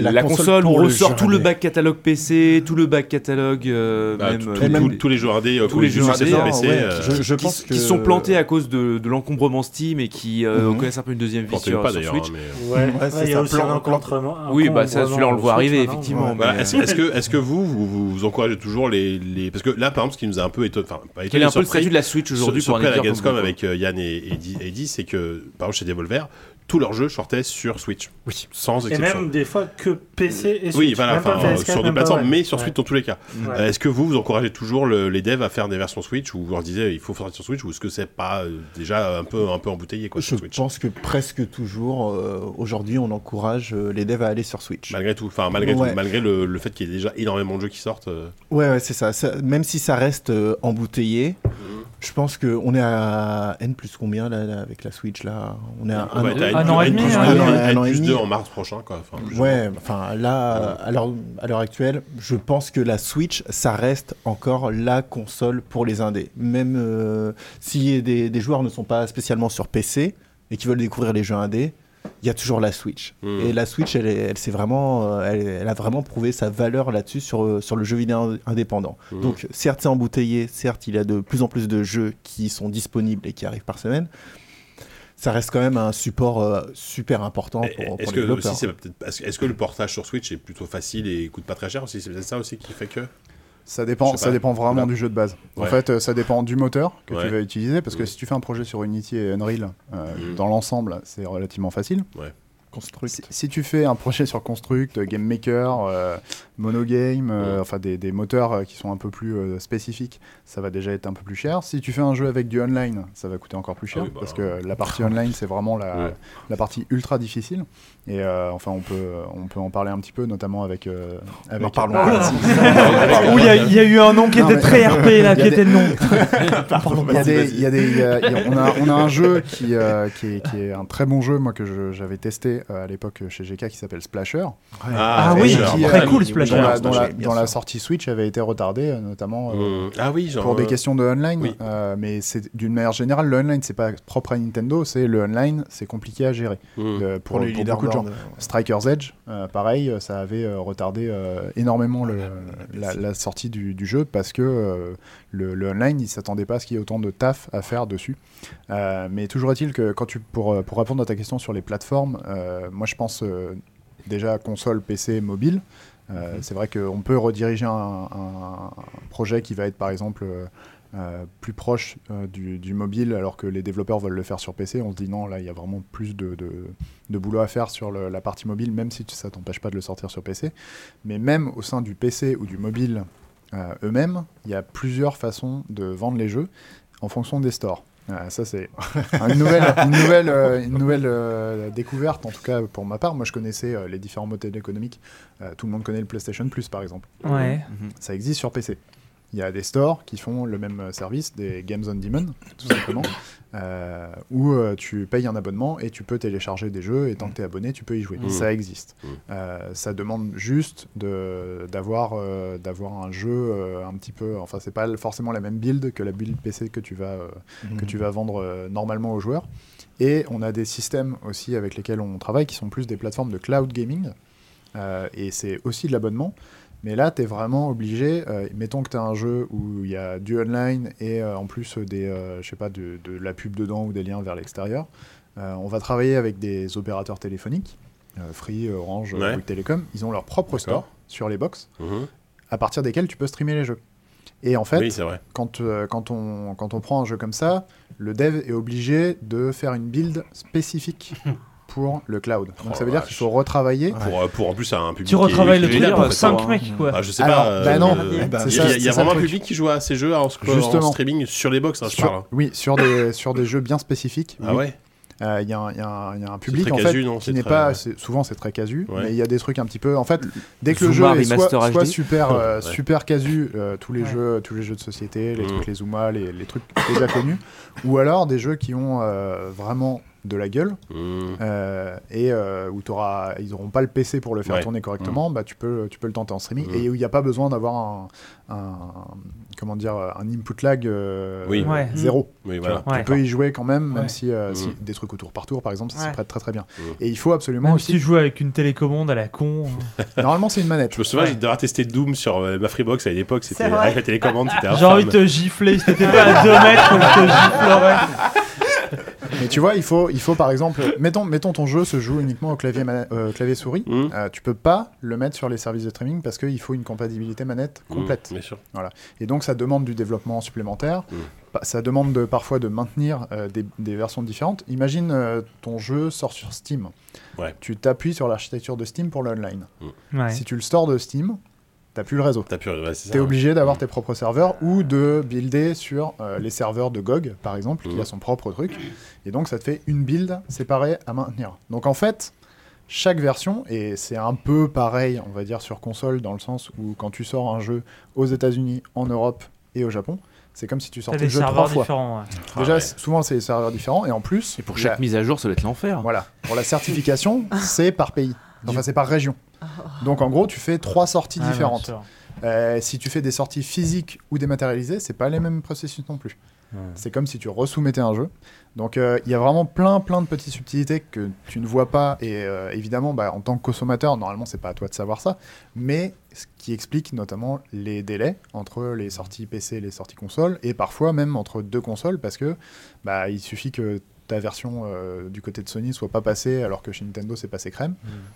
Speaker 10: La
Speaker 4: La,
Speaker 10: console
Speaker 4: console, où
Speaker 10: pour le
Speaker 4: ressort
Speaker 10: jeu
Speaker 4: tout le back catalogue PC, tout le back catalogue euh,
Speaker 2: Bah,
Speaker 4: même,
Speaker 2: tout-
Speaker 4: euh,
Speaker 2: tout-
Speaker 4: même-
Speaker 2: tout- tous les jeux indés, euh,
Speaker 4: tous les
Speaker 2: qu'on
Speaker 4: jeux
Speaker 2: utilise
Speaker 4: indés
Speaker 2: sur
Speaker 4: hein,
Speaker 2: PC,
Speaker 4: ouais,
Speaker 2: euh,
Speaker 4: qui,
Speaker 2: je
Speaker 4: qui-
Speaker 2: pense
Speaker 4: qui
Speaker 2: que-
Speaker 4: sont plantés à cause de, de l'encombrement Steam et qui euh,
Speaker 2: Mhm.
Speaker 4: connaissent un peu une deuxième vie
Speaker 2: Planté
Speaker 4: sur,
Speaker 2: ou pas,
Speaker 4: sur
Speaker 2: d'ailleurs,
Speaker 4: Switch.
Speaker 2: hein, mais-
Speaker 9: Ouais, ouais, il y a aussi un encombrement.
Speaker 4: Oui, bah ça, celui-là on le voit arriver effectivement.
Speaker 2: Voilà,
Speaker 4: mais,
Speaker 2: Est-ce
Speaker 4: euh,
Speaker 2: est-ce que, est que vous, vous, vous- vous encouragez toujours les, les- Parce que là, par exemple, ce qui nous a un peu étonné. Enfin, pas étonné,
Speaker 4: Quel est un peu le
Speaker 2: surpris-
Speaker 4: statut de la Switch aujourd'hui
Speaker 2: sur-
Speaker 4: pour un
Speaker 2: surpris à la
Speaker 4: éditeur comme vous,
Speaker 2: Gamescom avec euh, Yann et Eddie, Eddie, c'est que, par exemple, chez Devolver, tous leurs jeux sortaient sur Switch. Oui. Sans
Speaker 9: Et
Speaker 2: exception.
Speaker 9: même des fois que PC et
Speaker 2: Oui,
Speaker 9: Switch,
Speaker 2: voilà,
Speaker 9: même pas
Speaker 2: enfin, euh,
Speaker 9: PS4,
Speaker 2: sur des
Speaker 9: même pas,
Speaker 2: plateformes,
Speaker 9: ouais.
Speaker 2: mais sur
Speaker 9: Ouais.
Speaker 2: Switch dans tous les cas.
Speaker 9: Ouais.
Speaker 2: Euh, Est-ce que vous, vous encouragez toujours le- les devs à faire des versions Switch ou vous leur disiez il faut sortir sur Switch ou est-ce que c'est pas euh, déjà un peu, un peu embouteillé quoi,
Speaker 10: Je
Speaker 2: sur Switch
Speaker 10: pense que presque toujours, euh, aujourd'hui, on encourage euh, les devs à aller sur Switch.
Speaker 2: Malgré tout, enfin, malgré,
Speaker 10: Ouais.
Speaker 2: tout, malgré le, le fait qu'il y ait déjà énormément de jeux qui sortent. euh,
Speaker 10: Ouais, ouais, c'est ça. Ça- Même si ça reste euh, embouteillé, je pense qu'on est à N plus combien là, là, avec la Switch là On est à
Speaker 2: on va être à N- N plus
Speaker 10: Un
Speaker 2: deux,
Speaker 10: an-
Speaker 2: N
Speaker 10: un an
Speaker 2: plus
Speaker 10: et demi.
Speaker 2: deux en mars prochain, quoi. Enfin, plus ou
Speaker 10: ouais, enfin là, à l'heure- à l'heure actuelle, je pense que la Switch, ça reste encore la console pour les indés. Même euh, si des, des joueurs ne sont pas spécialement sur PC et qui veulent découvrir les jeux indés, il y a toujours la Switch.
Speaker 2: Mm.
Speaker 10: Et la Switch, elle, est- elle, s'est vraiment, euh, elle, elle a vraiment prouvé sa valeur là-dessus sur, euh, sur le jeu vidéo ind- indépendant.
Speaker 2: Mm.
Speaker 10: Donc certes, c'est embouteillé, certes, il y a de plus en plus de jeux qui sont disponibles et qui arrivent par semaine. Ça reste quand même un support euh, super important pour, pour
Speaker 2: Est-ce
Speaker 10: les
Speaker 2: que,
Speaker 10: développeurs.
Speaker 2: aussi, c'est pas peut-être- est-ce- est-ce que le portage sur Switch est plutôt facile et coûte pas très cher aussi C'est peut-être ça aussi qui fait que.
Speaker 6: Ça
Speaker 2: Je
Speaker 6: dépend,
Speaker 2: sais
Speaker 6: ça
Speaker 2: pas.
Speaker 6: dépend vraiment
Speaker 2: Voilà.
Speaker 6: du jeu de base. En
Speaker 2: Ouais.
Speaker 6: fait, euh, ça dépend du moteur que
Speaker 2: Ouais.
Speaker 6: tu vas utiliser, parce que
Speaker 2: Mm.
Speaker 6: si tu fais un projet sur Unity et Unreal, euh,
Speaker 2: Mm.
Speaker 6: dans l'ensemble, c'est relativement facile.
Speaker 2: Ouais.
Speaker 10: hein.
Speaker 6: Si, si tu fais un projet sur Construct, Game Maker, euh, Monogame, euh, enfin des, des moteurs euh, qui sont un peu plus euh, spécifiques, ça va déjà être un peu plus cher. Si tu fais un jeu avec du online, ça va coûter encore plus cher,
Speaker 2: oui, bah
Speaker 6: parce que la partie online, c'est vraiment la,
Speaker 2: Ouais.
Speaker 6: la partie ultra difficile. Et euh, enfin, on peut, on peut en parler un petit peu, notamment avec. euh, avec
Speaker 10: en parlons.
Speaker 6: Ah, si.
Speaker 3: Ouh, il y a- il y a eu un nom qui était très RP, là,
Speaker 6: Il y a
Speaker 3: qui était
Speaker 6: des-
Speaker 3: non. Pardon,
Speaker 6: Il y a des-
Speaker 3: vas-y,
Speaker 6: il y a
Speaker 3: vas-y.
Speaker 6: des- il y a- il y a- on a- on a un jeu qui, euh, qui, est, qui est un très bon jeu, moi que je- j'avais testé euh, à l'époque chez GK qui s'appelle Splasher.
Speaker 2: Ah,
Speaker 6: Et
Speaker 2: oui,
Speaker 6: qui,
Speaker 2: très
Speaker 6: euh,
Speaker 2: cool,
Speaker 6: dont
Speaker 2: Splasher.
Speaker 6: la- Dont la,
Speaker 2: Splasher, bien
Speaker 6: dont la
Speaker 2: sûr.
Speaker 6: sortie Switch avait été retardée, euh, notamment euh,
Speaker 2: Mmh. Ah oui, genre,
Speaker 6: pour des
Speaker 2: euh,
Speaker 6: questions de online. euh, mais c'est d'une manière générale, le online c'est pas propre à Nintendo, c'est le online c'est compliqué à gérer euh,
Speaker 10: Pour
Speaker 6: pour,
Speaker 10: les
Speaker 6: pour beaucoup de gens.
Speaker 10: leaderboards,
Speaker 6: Striker's Edge, euh, pareil, euh, ça avait euh, retardé euh, énormément le- la, la sortie du, du jeu parce que euh, le, le online, ils s'attendaient pas à ce qu'il y ait autant de taf à faire dessus. Euh, mais toujours est-il que quand tu, pour, euh, pour répondre à ta question sur les plateformes, euh, moi je pense euh, déjà console, PC, mobile. Euh, C'est vrai qu'on peut rediriger un, un- un projet qui va être par exemple euh, euh, plus proche euh, du, du mobile alors que les développeurs veulent le faire sur PC. On se dit non, là il y a vraiment plus de, de- de boulot à faire sur le- la partie mobile, même si tu- ça t'empêche pas de le sortir sur PC. Mais même au sein du PC ou du mobile euh, eux-mêmes, il y a plusieurs façons de vendre les jeux en fonction des stores. Ouais, ça c'est une nouvelle, une nouvelle, euh, une nouvelle euh, découverte en tout cas pour ma part. Moi je connaissais euh, les différents modèles économiques. Euh, tout le monde connaît le PlayStation Plus par exemple.
Speaker 3: Ouais.
Speaker 6: Mm. Ça existe sur PC. Il y a des stores qui font le même euh, service, des Games on Demon tout simplement, euh, où euh, tu payes un abonnement et tu peux télécharger des jeux et tant que tu es abonné tu peux y jouer.
Speaker 2: Mhm.
Speaker 6: Ça existe.
Speaker 2: Mhm.
Speaker 6: Euh, ça demande juste de- d'avoir euh, d'avoir un jeu euh, un petit peu. Enfin, c'est pas forcément la même build que la build PC que tu vas, euh,
Speaker 10: Mhm.
Speaker 6: que tu vas vendre euh, normalement aux joueurs. Et on a des systèmes aussi avec lesquels on travaille qui sont plus des plateformes de cloud gaming. Euh, et c'est aussi de l'abonnement. Mais là, tu es vraiment obligé, euh, mettons que tu as un jeu où il y a du online et euh, en plus des, euh, je sais pas, de, de la pub dedans ou des liens vers l'extérieur, euh, on va travailler avec des opérateurs téléphoniques, euh, Free, Orange,
Speaker 2: Ouais.
Speaker 6: Bouygues Telecom, ils ont leur propre
Speaker 2: D'accord.
Speaker 6: store sur les box,
Speaker 2: Mhm.
Speaker 6: à partir desquels tu peux streamer les jeux. Et en fait,
Speaker 2: Oui, c'est vrai.
Speaker 6: Quand, euh, quand, on, quand on prend un jeu comme ça, le dev est obligé de faire une build spécifique pour le cloud. Donc
Speaker 2: Oh
Speaker 6: ça veut
Speaker 2: la
Speaker 6: dire qu'il faut retravailler
Speaker 2: Pour, euh, pour en plus un public.
Speaker 6: Tu retravailles
Speaker 2: qui est-
Speaker 6: le
Speaker 2: qui est
Speaker 6: truc
Speaker 2: là,
Speaker 6: pour
Speaker 3: euh,
Speaker 2: en fait,
Speaker 6: cinq
Speaker 2: hein.
Speaker 6: mecs, quoi.
Speaker 2: Ah, je sais
Speaker 6: Alors,
Speaker 2: pas.
Speaker 6: bah non,
Speaker 2: euh,
Speaker 6: eh ben,
Speaker 2: il y
Speaker 6: c'est ça-
Speaker 2: a, il y
Speaker 6: c'est
Speaker 2: a
Speaker 6: ça
Speaker 2: vraiment
Speaker 6: le
Speaker 2: un
Speaker 6: truc.
Speaker 2: public qui joue à ces jeux hein, en, en
Speaker 6: Justement.
Speaker 2: streaming sur les box, hein, je
Speaker 6: Sur-
Speaker 2: parle.
Speaker 6: Oui, sur des, sur des jeux bien spécifiques.
Speaker 2: Ah
Speaker 6: oui.
Speaker 2: ouais
Speaker 6: Euh, Il y, a un- il y a un il y a un public
Speaker 2: très
Speaker 6: en fait,
Speaker 2: casu, non,
Speaker 6: qui
Speaker 2: c'est
Speaker 6: n'est
Speaker 2: très-
Speaker 6: pas c'est- souvent c'est très casu
Speaker 2: Ouais.
Speaker 6: mais il y a des trucs un petit peu en fait dès que le jeu
Speaker 4: Zuma
Speaker 6: est soit,
Speaker 4: Remaster
Speaker 6: soit
Speaker 4: HD.
Speaker 6: super euh,
Speaker 4: Ouais.
Speaker 6: super casu euh, tous les
Speaker 4: Ouais.
Speaker 6: jeux tous les jeux de société les
Speaker 4: Mm.
Speaker 6: trucs les Zuma les, les trucs déjà connus ou alors des jeux qui ont euh, vraiment de la gueule
Speaker 2: Mmh.
Speaker 6: euh, et euh, où t'auras- ils n'auront pas le PC pour le faire
Speaker 2: Ouais. Mm.
Speaker 6: tourner correctement, bah, tu, peux, tu peux le tenter en streaming et où il n'y a pas besoin d'avoir un, un- comment dire, un input lag euh,
Speaker 2: Oui. Ouais.
Speaker 3: Mm.
Speaker 6: zéro.
Speaker 2: Oui,
Speaker 6: Tu
Speaker 2: voilà.
Speaker 6: vois.
Speaker 2: Ouais.
Speaker 6: Tu peux y jouer quand même, même
Speaker 2: Ouais.
Speaker 6: si, euh, si
Speaker 2: Mm.
Speaker 6: des trucs au tour par tour, par exemple, ça s'y
Speaker 3: Ouais.
Speaker 6: prête très très bien. Et il faut absolument
Speaker 3: Même
Speaker 6: aussi-
Speaker 3: si tu joues avec une télécommande à la con.
Speaker 6: Normalement, c'est une manette.
Speaker 2: Je me souviens, j'ai déjà testé Doom sur euh, ma Freebox à l'époque, c'était
Speaker 3: C'est vrai.
Speaker 2: avec la télécommande, c'était
Speaker 3: J'ai envie de
Speaker 2: infâme.
Speaker 3: te gifler, si t'étais pas à 2 mètres, je te giflerais.
Speaker 6: Mais tu vois, il faut, il faut par exemple, mettons, mettons ton jeu se joue uniquement au clavier, mana- euh, clavier souris.
Speaker 2: Mmh.
Speaker 6: Euh, tu peux pas le mettre sur les services de streaming parce qu'il faut une compatibilité manette
Speaker 2: Mhm,
Speaker 6: complète.
Speaker 2: bien sûr.
Speaker 6: Voilà. Et donc ça demande du développement supplémentaire.
Speaker 2: Mm.
Speaker 6: Pa- Ça demande de- parfois de maintenir euh, des, des versions différentes. Imagine euh, ton jeu sort sur Steam.
Speaker 2: Ouais.
Speaker 6: Tu t'appuies sur l'architecture de Steam pour l'online.
Speaker 2: Mhm. Ouais.
Speaker 6: Si tu le stores de Steam, t'as plus le réseau.
Speaker 2: T'as plus le réseau, c'est
Speaker 6: T'es
Speaker 2: ça,
Speaker 6: obligé d'avoir tes propres serveurs ou de builder sur euh, les serveurs de GOG, par exemple,
Speaker 4: Mm.
Speaker 6: qui a son propre truc. Et donc, ça te fait une build séparée à maintenir. Donc, en fait, chaque version, et c'est un peu pareil, on va dire, sur console, dans le sens où quand tu sors un jeu aux États-Unis, en Europe et au Japon, c'est comme si tu sortais
Speaker 3: des
Speaker 6: le jeu
Speaker 3: serveurs
Speaker 6: trois fois.
Speaker 3: différents, ouais.
Speaker 4: Ah
Speaker 6: Déjà,
Speaker 4: ouais.
Speaker 6: c'est- souvent, c'est des serveurs différents. Et en plus. Et
Speaker 4: Pour chaque mise à jour, ça doit être l'enfer.
Speaker 6: Voilà. Pour la certification, c'est par pays. Enfin, c'est par région. Donc, en gros, tu fais trois sorties
Speaker 3: Oh. Ah, bien
Speaker 6: différentes.
Speaker 3: sûr.
Speaker 6: Euh, si tu fais des sorties physiques ou dématérialisées, c'est pas les mêmes processus non plus. C'est comme si tu resoumettais un jeu. Donc, euh, il y a vraiment plein, plein de petites subtilités que tu ne vois pas. Et euh, évidemment, bah, en tant que consommateur, normalement, c'est pas à toi de savoir ça. Mais ce qui explique notamment les délais entre les sorties PC et les sorties console, et parfois même entre deux consoles, parce que bah, il suffit que ta version euh, du côté de Sony soit pas passée alors que chez Nintendo c'est passé crème.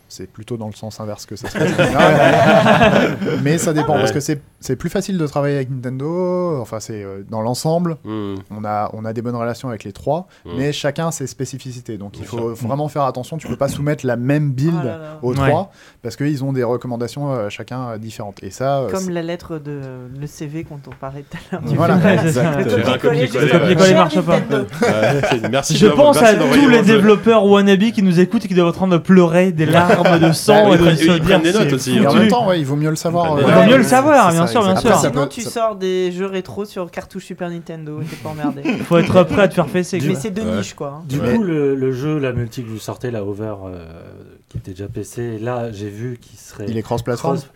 Speaker 6: C'est plutôt dans le sens inverse que ça se passe. Non, mais- mais ça dépend
Speaker 2: Ouais.
Speaker 6: parce que c'est c'est plus facile de travailler avec Nintendo. Enfin, c'est euh, dans l'ensemble,
Speaker 2: Mmh.
Speaker 6: on, a, on a des bonnes relations avec les trois,
Speaker 2: Mm.
Speaker 6: mais chacun ses spécificités. Donc il
Speaker 2: Bien
Speaker 6: faut
Speaker 2: sûr. Mm.
Speaker 6: vraiment faire attention. Tu peux pas soumettre la même build
Speaker 5: Oh là là.
Speaker 6: aux
Speaker 5: Ouais.
Speaker 6: trois parce qu'ils ont des recommandations euh, chacun euh, différentes. Et ça, euh,
Speaker 5: Comme
Speaker 6: c'est-
Speaker 5: la lettre de euh, le CV quand on parlait tout à l'heure. du
Speaker 6: Voilà.
Speaker 5: film.
Speaker 6: Ouais, c'est ça.
Speaker 5: Le
Speaker 6: C'est un
Speaker 5: copier-coller,
Speaker 6: copier-coller,
Speaker 5: j'ai-
Speaker 6: ouais.
Speaker 3: Les
Speaker 5: Cher
Speaker 3: balais marchent pas.
Speaker 5: Nintendo.
Speaker 2: c'est- merci
Speaker 3: Je
Speaker 2: de-
Speaker 3: pense
Speaker 2: merci
Speaker 3: à
Speaker 2: d'envoyer
Speaker 3: tous
Speaker 2: vos
Speaker 3: les
Speaker 2: jeux.
Speaker 3: développeurs wannabe qui nous écoutent et qui doivent être en train de pleurer des larmes de sang
Speaker 2: Bah, ils
Speaker 3: et de
Speaker 2: prennent-
Speaker 3: se
Speaker 2: ils
Speaker 3: dire
Speaker 2: prennent des
Speaker 3: c'est
Speaker 2: notes aussi, hein.
Speaker 3: foutu.
Speaker 6: Et en même temps, ouais, il vaut mieux le savoir.
Speaker 3: Il
Speaker 6: euh,
Speaker 3: vaut mieux le
Speaker 6: c'est-
Speaker 3: savoir,
Speaker 6: c'est
Speaker 3: bien sûr, bien
Speaker 6: ça, exactement.
Speaker 3: sûr.
Speaker 6: Après, ça
Speaker 5: Ah, Sinon,
Speaker 6: peut-
Speaker 5: tu
Speaker 6: ça-
Speaker 5: sors des jeux rétro sur cartouche Super Nintendo et t'es pas emmerdé.
Speaker 3: Faut être prêt à te faire fesser,
Speaker 5: Mais
Speaker 3: quoi.
Speaker 5: c'est de
Speaker 3: Ouais.
Speaker 5: niche, quoi. hein.
Speaker 9: Du
Speaker 3: Ouais.
Speaker 9: coup, le, le jeu, la multi que vous sortez, la Hover, euh, qui était déjà PC, là, j'ai vu qu'il serait.
Speaker 6: Il est cross-platform
Speaker 9: cross-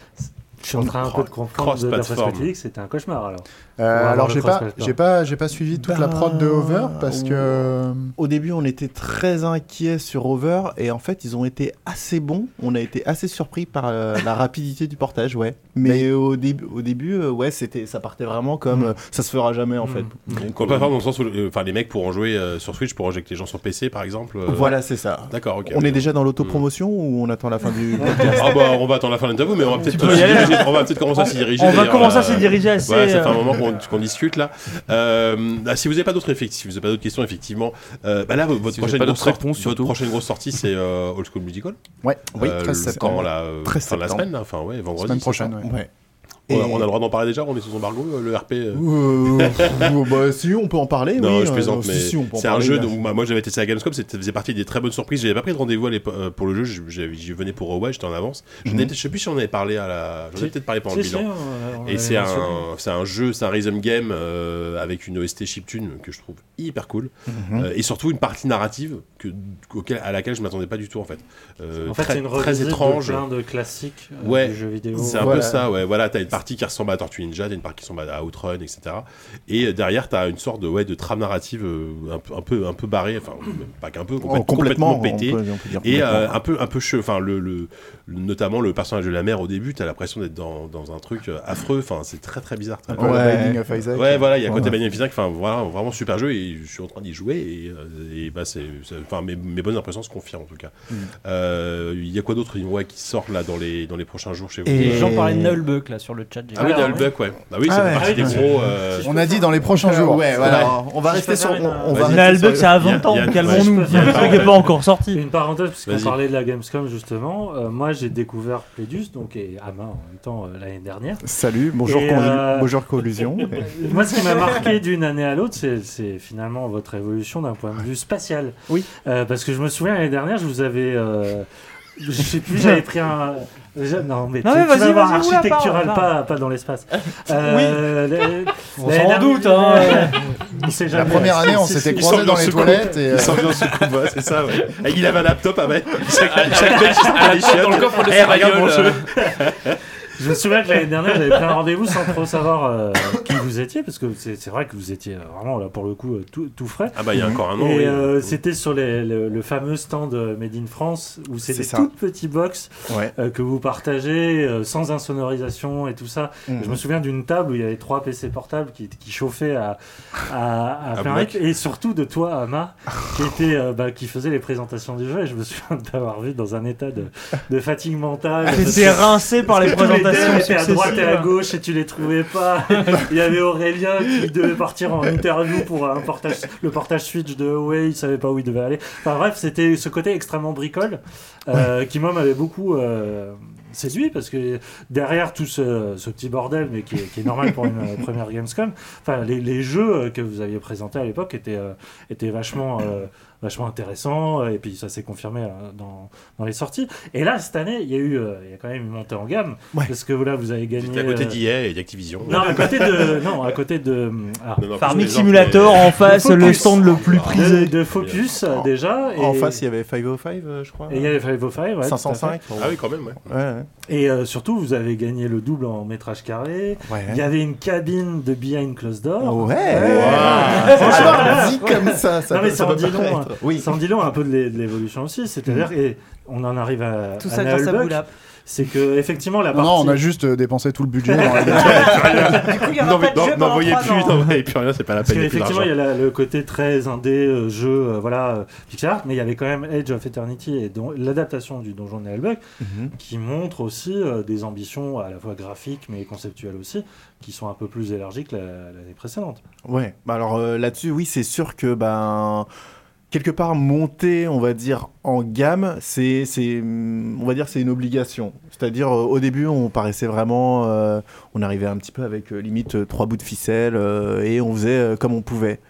Speaker 9: Je suis en train un peu de comprendre de la perspective, c'était un cauchemar alors.
Speaker 6: Euh,
Speaker 9: Pour avoir
Speaker 6: alors
Speaker 9: le
Speaker 6: j'ai pas,
Speaker 9: cross-platform.
Speaker 6: j'ai pas, j'ai pas suivi toute la prod de Hover parce que
Speaker 10: Au début, on était très inquiets sur Hover et en fait, ils ont été assez bons. On a été assez surpris par euh, la rapidité du portage, ouais. Mais, au, dé- au début, euh, ouais, c'était, ça partait vraiment
Speaker 6: Mm.
Speaker 10: comme euh, ça se fera jamais en fait.
Speaker 2: Donc,
Speaker 10: Donc,
Speaker 2: on peut pas
Speaker 10: euh,
Speaker 2: faire dans le sens où euh, enfin, les mecs pourront jouer euh, sur Switch, pourront jouer avec les gens sur PC par exemple. euh,
Speaker 10: Voilà, c'est ça.
Speaker 2: D'accord, ok. Mm.
Speaker 10: on est déjà dans l'autopromotion ou on attend la fin du podcast
Speaker 2: Ah bah, on va attendre la fin de l'interview, mais on va peut-être
Speaker 10: peux y
Speaker 2: se
Speaker 10: aller.
Speaker 2: diriger- on va peut-être commencer à s'y
Speaker 10: On-
Speaker 2: diriger.
Speaker 10: on va
Speaker 2: d'ailleurs, euh,
Speaker 10: commencer
Speaker 2: là.
Speaker 10: à s'y diriger assez,
Speaker 2: Ouais, ça fait un
Speaker 10: euh,
Speaker 2: moment qu'on qu'on discute là. Euh, ah, si vous n'avez pas d'autres effectifs, si vous avez pas d'autres questions, effectivement, euh, bah là, votre,
Speaker 4: Si vous avez
Speaker 2: prochaine,
Speaker 4: pas
Speaker 2: grosse
Speaker 4: d'autres
Speaker 2: sorti-
Speaker 4: réponses,
Speaker 2: votre prochaine grosse sortie, c'est euh, Old School Musical.
Speaker 6: Ouais. Oui,
Speaker 2: Euh,
Speaker 6: 13
Speaker 2: le-
Speaker 6: septembre.
Speaker 2: Quand la, euh,
Speaker 6: 13
Speaker 2: fin de la
Speaker 6: septembre.
Speaker 2: semaine, là, enfin ouais, vendredi. c'est
Speaker 6: Semaine
Speaker 2: ça
Speaker 6: prochaine, ouais. Ouais.
Speaker 2: On, a, on a le droit d'en parler déjà, on est sous embargo, euh, le RP. euh.
Speaker 10: Euh, bah, si, on peut en parler.
Speaker 2: non,
Speaker 10: oui,
Speaker 2: je plaisante,
Speaker 10: euh,
Speaker 2: mais
Speaker 10: si, si, on peut en
Speaker 2: c'est un
Speaker 10: parler,
Speaker 2: jeu
Speaker 10: bien
Speaker 2: dont
Speaker 10: sûr.
Speaker 2: bah, moi j'avais testé à Gamescom, c'était faisait partie des très bonnes surprises. J'avais pas pris de rendez-vous à l'époque, euh, pour le jeu, je- j'avais- j'y venais pour Huawei, j'étais en avance. Je
Speaker 10: Mhm.
Speaker 2: n'ai- je sais plus si on avait parlé à la. J'en ai
Speaker 9: Si.
Speaker 2: peut-être parlé pendant
Speaker 9: Si,
Speaker 2: le bilan.
Speaker 9: si, on- on
Speaker 2: Et
Speaker 9: l'avait
Speaker 2: c'est un,
Speaker 9: mentionné.
Speaker 2: c'est un jeu, c'est un rhythm game euh, avec une OST chiptune que je trouve hyper cool.
Speaker 10: Mmh.
Speaker 9: Mhm.
Speaker 2: Euh, et surtout une partie narrative que, auquel- à laquelle je m'attendais pas du tout en fait. Euh,
Speaker 9: En fait,
Speaker 2: très-
Speaker 9: c'est une
Speaker 2: très
Speaker 9: revisite de
Speaker 2: étrange.
Speaker 9: plein de classiques, euh,
Speaker 2: ouais,
Speaker 9: du jeu vidéo.
Speaker 2: C'est un
Speaker 9: Voilà.
Speaker 2: peu ça, ouais. Voilà, t'as une partie qui ressemble à Tortue Ninja, t'as une partie qui ressemble à Outrun, etc. Et euh, derrière, t'as une sorte de, ouais, de trame narrative euh, un, peu- un peu, un peu barrée, enfin, même pas qu'un peu, complète-
Speaker 10: Oh, complètement,
Speaker 2: complètement,
Speaker 10: on
Speaker 2: pétée.
Speaker 10: peut- on peut dire
Speaker 2: et euh,
Speaker 10: complètement.
Speaker 2: un peu, un peu cheveux. Enfin, le, le- le- notamment le personnage de la mère au début, t'as l'impression d'être dans, dans un truc euh, affreux. Enfin, c'est très très bizarre. très
Speaker 10: Un peu
Speaker 2: bizarre.
Speaker 10: la Binding of Isaac.
Speaker 2: Ouais, voilà, il y a un côté
Speaker 10: Ouais.
Speaker 2: Binding of Isaac. Enfin, voilà, vraiment super jeu et je suis en train d'y jouer. Et, euh, et bah, c'est, c'est- enfin, mes, mes bonnes impressions se confirment en tout cas.
Speaker 10: Mm.
Speaker 2: Euh, Il y a quoi d'autre ouais, qui sort là dans les, dans les prochains jours chez vous
Speaker 7: Et les gens parlaient de Nullbuck là sur le chat.
Speaker 2: Ah oui,
Speaker 7: Alors,
Speaker 2: Nullbuck, ouais. Ah oui, c'est
Speaker 7: ouais.
Speaker 2: parti des gros. euh,
Speaker 6: On a dit dans les prochains jours.
Speaker 10: ouais, voilà. Alors, on va
Speaker 9: Si je
Speaker 10: rester
Speaker 9: peux
Speaker 10: sur.
Speaker 9: faire une-
Speaker 10: On, on va
Speaker 2: Vas-y.
Speaker 10: rester
Speaker 3: Nalbuck,
Speaker 10: sur-
Speaker 3: ça a 20 ans,
Speaker 2: Il y a-
Speaker 3: calmons-nous.
Speaker 9: ouais, je
Speaker 3: Le
Speaker 9: peux faire
Speaker 3: truc
Speaker 9: une-
Speaker 3: n'est pas encore sorti.
Speaker 9: Une parenthèse, puisqu'on
Speaker 2: Vas-y.
Speaker 9: parlait de la Gamescom justement, euh, moi j'ai découvert Plédus, donc et à main en même temps euh, l'année dernière.
Speaker 10: Salut, bonjour,
Speaker 9: Et,
Speaker 10: collu-
Speaker 9: euh,
Speaker 10: bonjour collusion.
Speaker 9: Moi, ce qui m'a marqué d'une année à l'autre, c'est- c'est finalement votre évolution d'un point de vue spatial.
Speaker 10: Oui.
Speaker 9: Euh, parce que je me souviens l'année dernière, je vous avais. euh, je sais plus, j'avais pris un. déjà- Non, mais,
Speaker 3: Non,
Speaker 9: tu,
Speaker 3: mais
Speaker 9: tu
Speaker 3: vas-y,
Speaker 9: vas voir,
Speaker 3: vas-y, oula,
Speaker 9: architectural,
Speaker 3: parle,
Speaker 9: pas, pas dans l'espace. Euh, oui.
Speaker 7: On s'en doute, hein.
Speaker 9: euh, On sait
Speaker 6: La
Speaker 9: jamais.
Speaker 6: première année, on
Speaker 2: si, si,
Speaker 6: s'était croisés
Speaker 2: ils
Speaker 6: dans
Speaker 2: sont
Speaker 6: les
Speaker 2: dans ce
Speaker 6: toilettes et. euh,
Speaker 2: Il s'en vient en soucoupe, ouais, c'est ça, ouais. Et il avait un laptop ah avec. Chaque, chaque mec, il
Speaker 1: À la
Speaker 2: des
Speaker 1: porte,
Speaker 2: chiottes.
Speaker 1: dans le coffre de
Speaker 2: Eh,
Speaker 1: sa
Speaker 2: regarde mon
Speaker 1: bagnole,
Speaker 2: jeu.
Speaker 1: euh,
Speaker 9: Je me souviens que l'année dernière, j'avais pris un rendez-vous sans trop savoir euh, qui vous étiez, parce que c'est c'est vrai que vous étiez euh, vraiment là pour le coup euh, tout, tout frais.
Speaker 2: Ah bah, il y a encore un an.
Speaker 9: Et
Speaker 2: oui.
Speaker 9: euh, c'était sur les- le, le fameux stand euh, Made in France où c'est
Speaker 10: C'est
Speaker 9: des
Speaker 10: ça.
Speaker 9: toutes petites box
Speaker 10: Ouais.
Speaker 9: euh, que vous partagez euh, sans insonorisation et tout ça.
Speaker 2: Mm.
Speaker 10: Mhm.
Speaker 9: Je me souviens d'une table où il y avait trois PC portables qui, qui chauffaient à, à, à
Speaker 2: À
Speaker 9: plein
Speaker 2: bloc.
Speaker 9: rythme et surtout de toi, Ama, qui, était, euh, bah, qui faisait les présentations du jeu. Et je me souviens de t'avoir vu dans un état de, de fatigue
Speaker 3: Ah,
Speaker 9: mentale. Parce que-
Speaker 3: T'étais rincé par les
Speaker 9: tous les
Speaker 3: présentations
Speaker 9: thèmes étaient à droite et à
Speaker 3: successives.
Speaker 9: gauche et tu les trouvais pas. Il y avait Aurélien qui devait partir en interview pour un portage, le portage Switch de Huawei, il savait pas où il devait aller. Enfin bref, c'était ce côté extrêmement bricole euh, qui moi m'avait beaucoup euh, séduit parce que derrière tout ce, ce petit bordel, mais qui est, qui est normal pour une euh, première Gamescom, enfin les, les jeux euh, que vous aviez présentés à l'époque étaient, euh, étaient vachement euh, vachement intéressants euh, et puis ça s'est confirmé euh, dans, dans les sorties. Et là cette année, il y a eu euh, il y a quand même une montée en gamme
Speaker 10: Ouais.
Speaker 9: parce que là vous avez gagné
Speaker 2: J'étais à côté
Speaker 9: euh,
Speaker 2: d'IA et d'Activision.
Speaker 9: non, à côté de. Non, à côté de. ah,
Speaker 2: Non, non,
Speaker 3: Farming
Speaker 2: les gens,
Speaker 3: Simulator
Speaker 2: mais-
Speaker 3: en face, le
Speaker 9: Focus.
Speaker 3: stand le plus
Speaker 2: Ah.
Speaker 9: de,
Speaker 3: prisé.
Speaker 9: de Focus, euh, déjà. Et,
Speaker 10: En face, il y avait 505, euh, je crois.
Speaker 9: et il y avait 505, ouais, tout à
Speaker 10: 505.
Speaker 2: Ah oui, quand même, ouais.
Speaker 10: Ouais, ouais.
Speaker 9: fait. Et euh, surtout, vous avez gagné le double en métrage carré.
Speaker 10: Ouais.
Speaker 9: Il y avait une cabine de Behind Closed Door.
Speaker 10: Ouais.
Speaker 2: Wow.
Speaker 10: Franchement, dit comme ça, ça
Speaker 9: non, mais
Speaker 10: peut-
Speaker 9: ça
Speaker 10: ça
Speaker 9: en
Speaker 10: peut
Speaker 9: dit long.
Speaker 10: paraître.
Speaker 9: hein.
Speaker 10: Oui.
Speaker 9: Ça en dit long un peu de l'é- de l'évolution aussi. C'est-à-dire, et on en arrive à.
Speaker 5: Tout
Speaker 9: à
Speaker 5: ça grâce à
Speaker 9: Nullbuck.
Speaker 5: Boulap.
Speaker 9: C'est que, effectivement, la
Speaker 6: Non,
Speaker 9: partie.
Speaker 6: non, on a juste euh, dépensé tout le budget dans la
Speaker 5: Du coup, il y aura
Speaker 2: Non,
Speaker 5: pas
Speaker 2: mais
Speaker 5: de jeu
Speaker 2: non,
Speaker 5: pendant
Speaker 2: n'envoyez
Speaker 5: trois
Speaker 2: plus,
Speaker 5: ans.
Speaker 2: n'envoyez plus rien, c'est pas la
Speaker 9: Parce
Speaker 2: peine. il y a plus
Speaker 9: qu'effectivement, il y
Speaker 2: d'argent.
Speaker 9: a la- le côté très indé, euh, jeu, euh, voilà, euh, Pixar, mais il y avait quand même Age of Eternity et don- l'adaptation du Donjon de Hellbuck,
Speaker 10: Mhm.
Speaker 9: qui montre aussi euh, des ambitions à la fois graphiques mais conceptuelles aussi, qui sont un peu plus élargies que la- l'année précédente.
Speaker 10: Ouais, bah alors euh, là-dessus, oui, c'est sûr que ben quelque part monter, on va dire en gamme, c'est c'est hum, on va dire c'est une obligation. C'est-à-dire euh, au début, on paraissait vraiment euh, on arrivait un petit peu avec euh, limite euh, trois bouts de ficelle euh, et on faisait euh, comme on pouvait.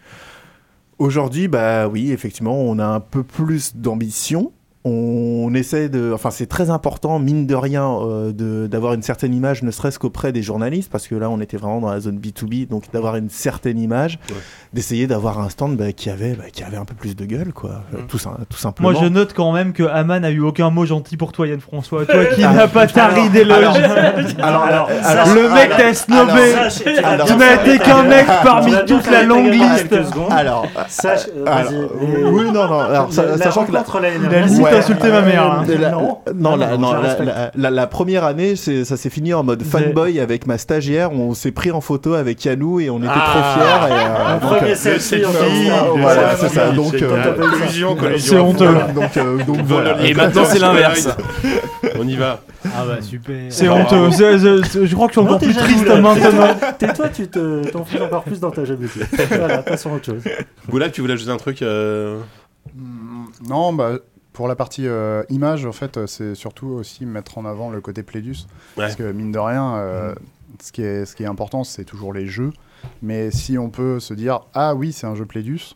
Speaker 10: Aujourd'hui, bah oui, effectivement, on a un peu plus d'ambition. On essaie de, enfin c'est très important mine de rien euh, de- d'avoir une certaine image, ne serait-ce qu'auprès des journalistes, parce que là on était vraiment dans la zone B2B, donc d'avoir une certaine image,
Speaker 2: Ouais.
Speaker 10: d'essayer d'avoir un stand bah, qui avait, bah, qui avait un peu plus de gueule, quoi, Euh, tout, sim- tout simplement.
Speaker 3: Moi, je note quand même que Aman a eu aucun mot gentil pour toi, Yann François. Toi qui
Speaker 10: Ah.
Speaker 3: n'as pas tari d'éloges.
Speaker 10: Alors, alors, alors,
Speaker 3: Le mec
Speaker 10: alors,
Speaker 3: t'a snobé.
Speaker 10: alors,
Speaker 9: Sache- tu
Speaker 10: alors,
Speaker 9: vas
Speaker 3: Tu
Speaker 9: bien
Speaker 3: n'as
Speaker 9: faire-
Speaker 3: été qu'un mec parmi
Speaker 9: tu vas bien
Speaker 3: toute
Speaker 9: faire
Speaker 3: la
Speaker 9: les
Speaker 3: longue
Speaker 9: gars
Speaker 3: liste.
Speaker 9: quelques secondes.
Speaker 10: alors,
Speaker 9: Sache, euh,
Speaker 10: Ah, alors,
Speaker 9: vas-y, les-
Speaker 10: oui, non, non, alors, sa-
Speaker 9: la
Speaker 10: sachant que la,
Speaker 9: rencontre l'année
Speaker 3: Il a
Speaker 9: dernière,
Speaker 3: le site
Speaker 10: Ouais.
Speaker 3: insulté ma mère. hein.
Speaker 10: la- euh,
Speaker 9: Non.
Speaker 10: non, la-
Speaker 9: Ah non,
Speaker 10: non,
Speaker 9: je
Speaker 10: la-
Speaker 9: respecte.
Speaker 10: la- la- la première année, c'est- ça s'est fini en mode fanboy avec ma stagiaire. On s'est pris en photo avec Yannou et on était trop fiers. Et, euh,
Speaker 9: Un
Speaker 10: donc, euh,
Speaker 9: premier
Speaker 2: Le
Speaker 9: selfie,
Speaker 2: selfie,
Speaker 9: on s'en fout.
Speaker 10: Ah,
Speaker 2: le
Speaker 10: voilà,
Speaker 2: selfie,
Speaker 10: c'est ça, donc,
Speaker 2: c'est
Speaker 10: euh,
Speaker 2: la collusion, collusion.
Speaker 3: C'est honteux.
Speaker 10: voilà, donc, euh, donc voilà.
Speaker 2: Et maintenant, c'est l'inverse. On y va.
Speaker 7: Ah bah super.
Speaker 3: C'est
Speaker 2: Bravo.
Speaker 3: honteux. C'est- c'est- c'est- Je crois que je suis
Speaker 9: Non,
Speaker 3: encore
Speaker 9: t'es
Speaker 3: plus
Speaker 9: jaloux,
Speaker 3: triste
Speaker 9: là.
Speaker 3: maintenant.
Speaker 9: Tais-toi, tu te- t'enfuis encore plus dans ta jalousie. voilà, passons à autre chose.
Speaker 2: Goulab, tu voulais ajouter un truc euh,
Speaker 6: Mm, Non, bah, pour la partie euh, image, en fait, euh, c'est surtout aussi mettre en avant le côté Plédus.
Speaker 2: Ouais.
Speaker 6: Parce que, mine de rien, euh, ce qui est, ce qui est important, c'est toujours les jeux. Mais si on peut se dire, ah oui, c'est un jeu Plédus,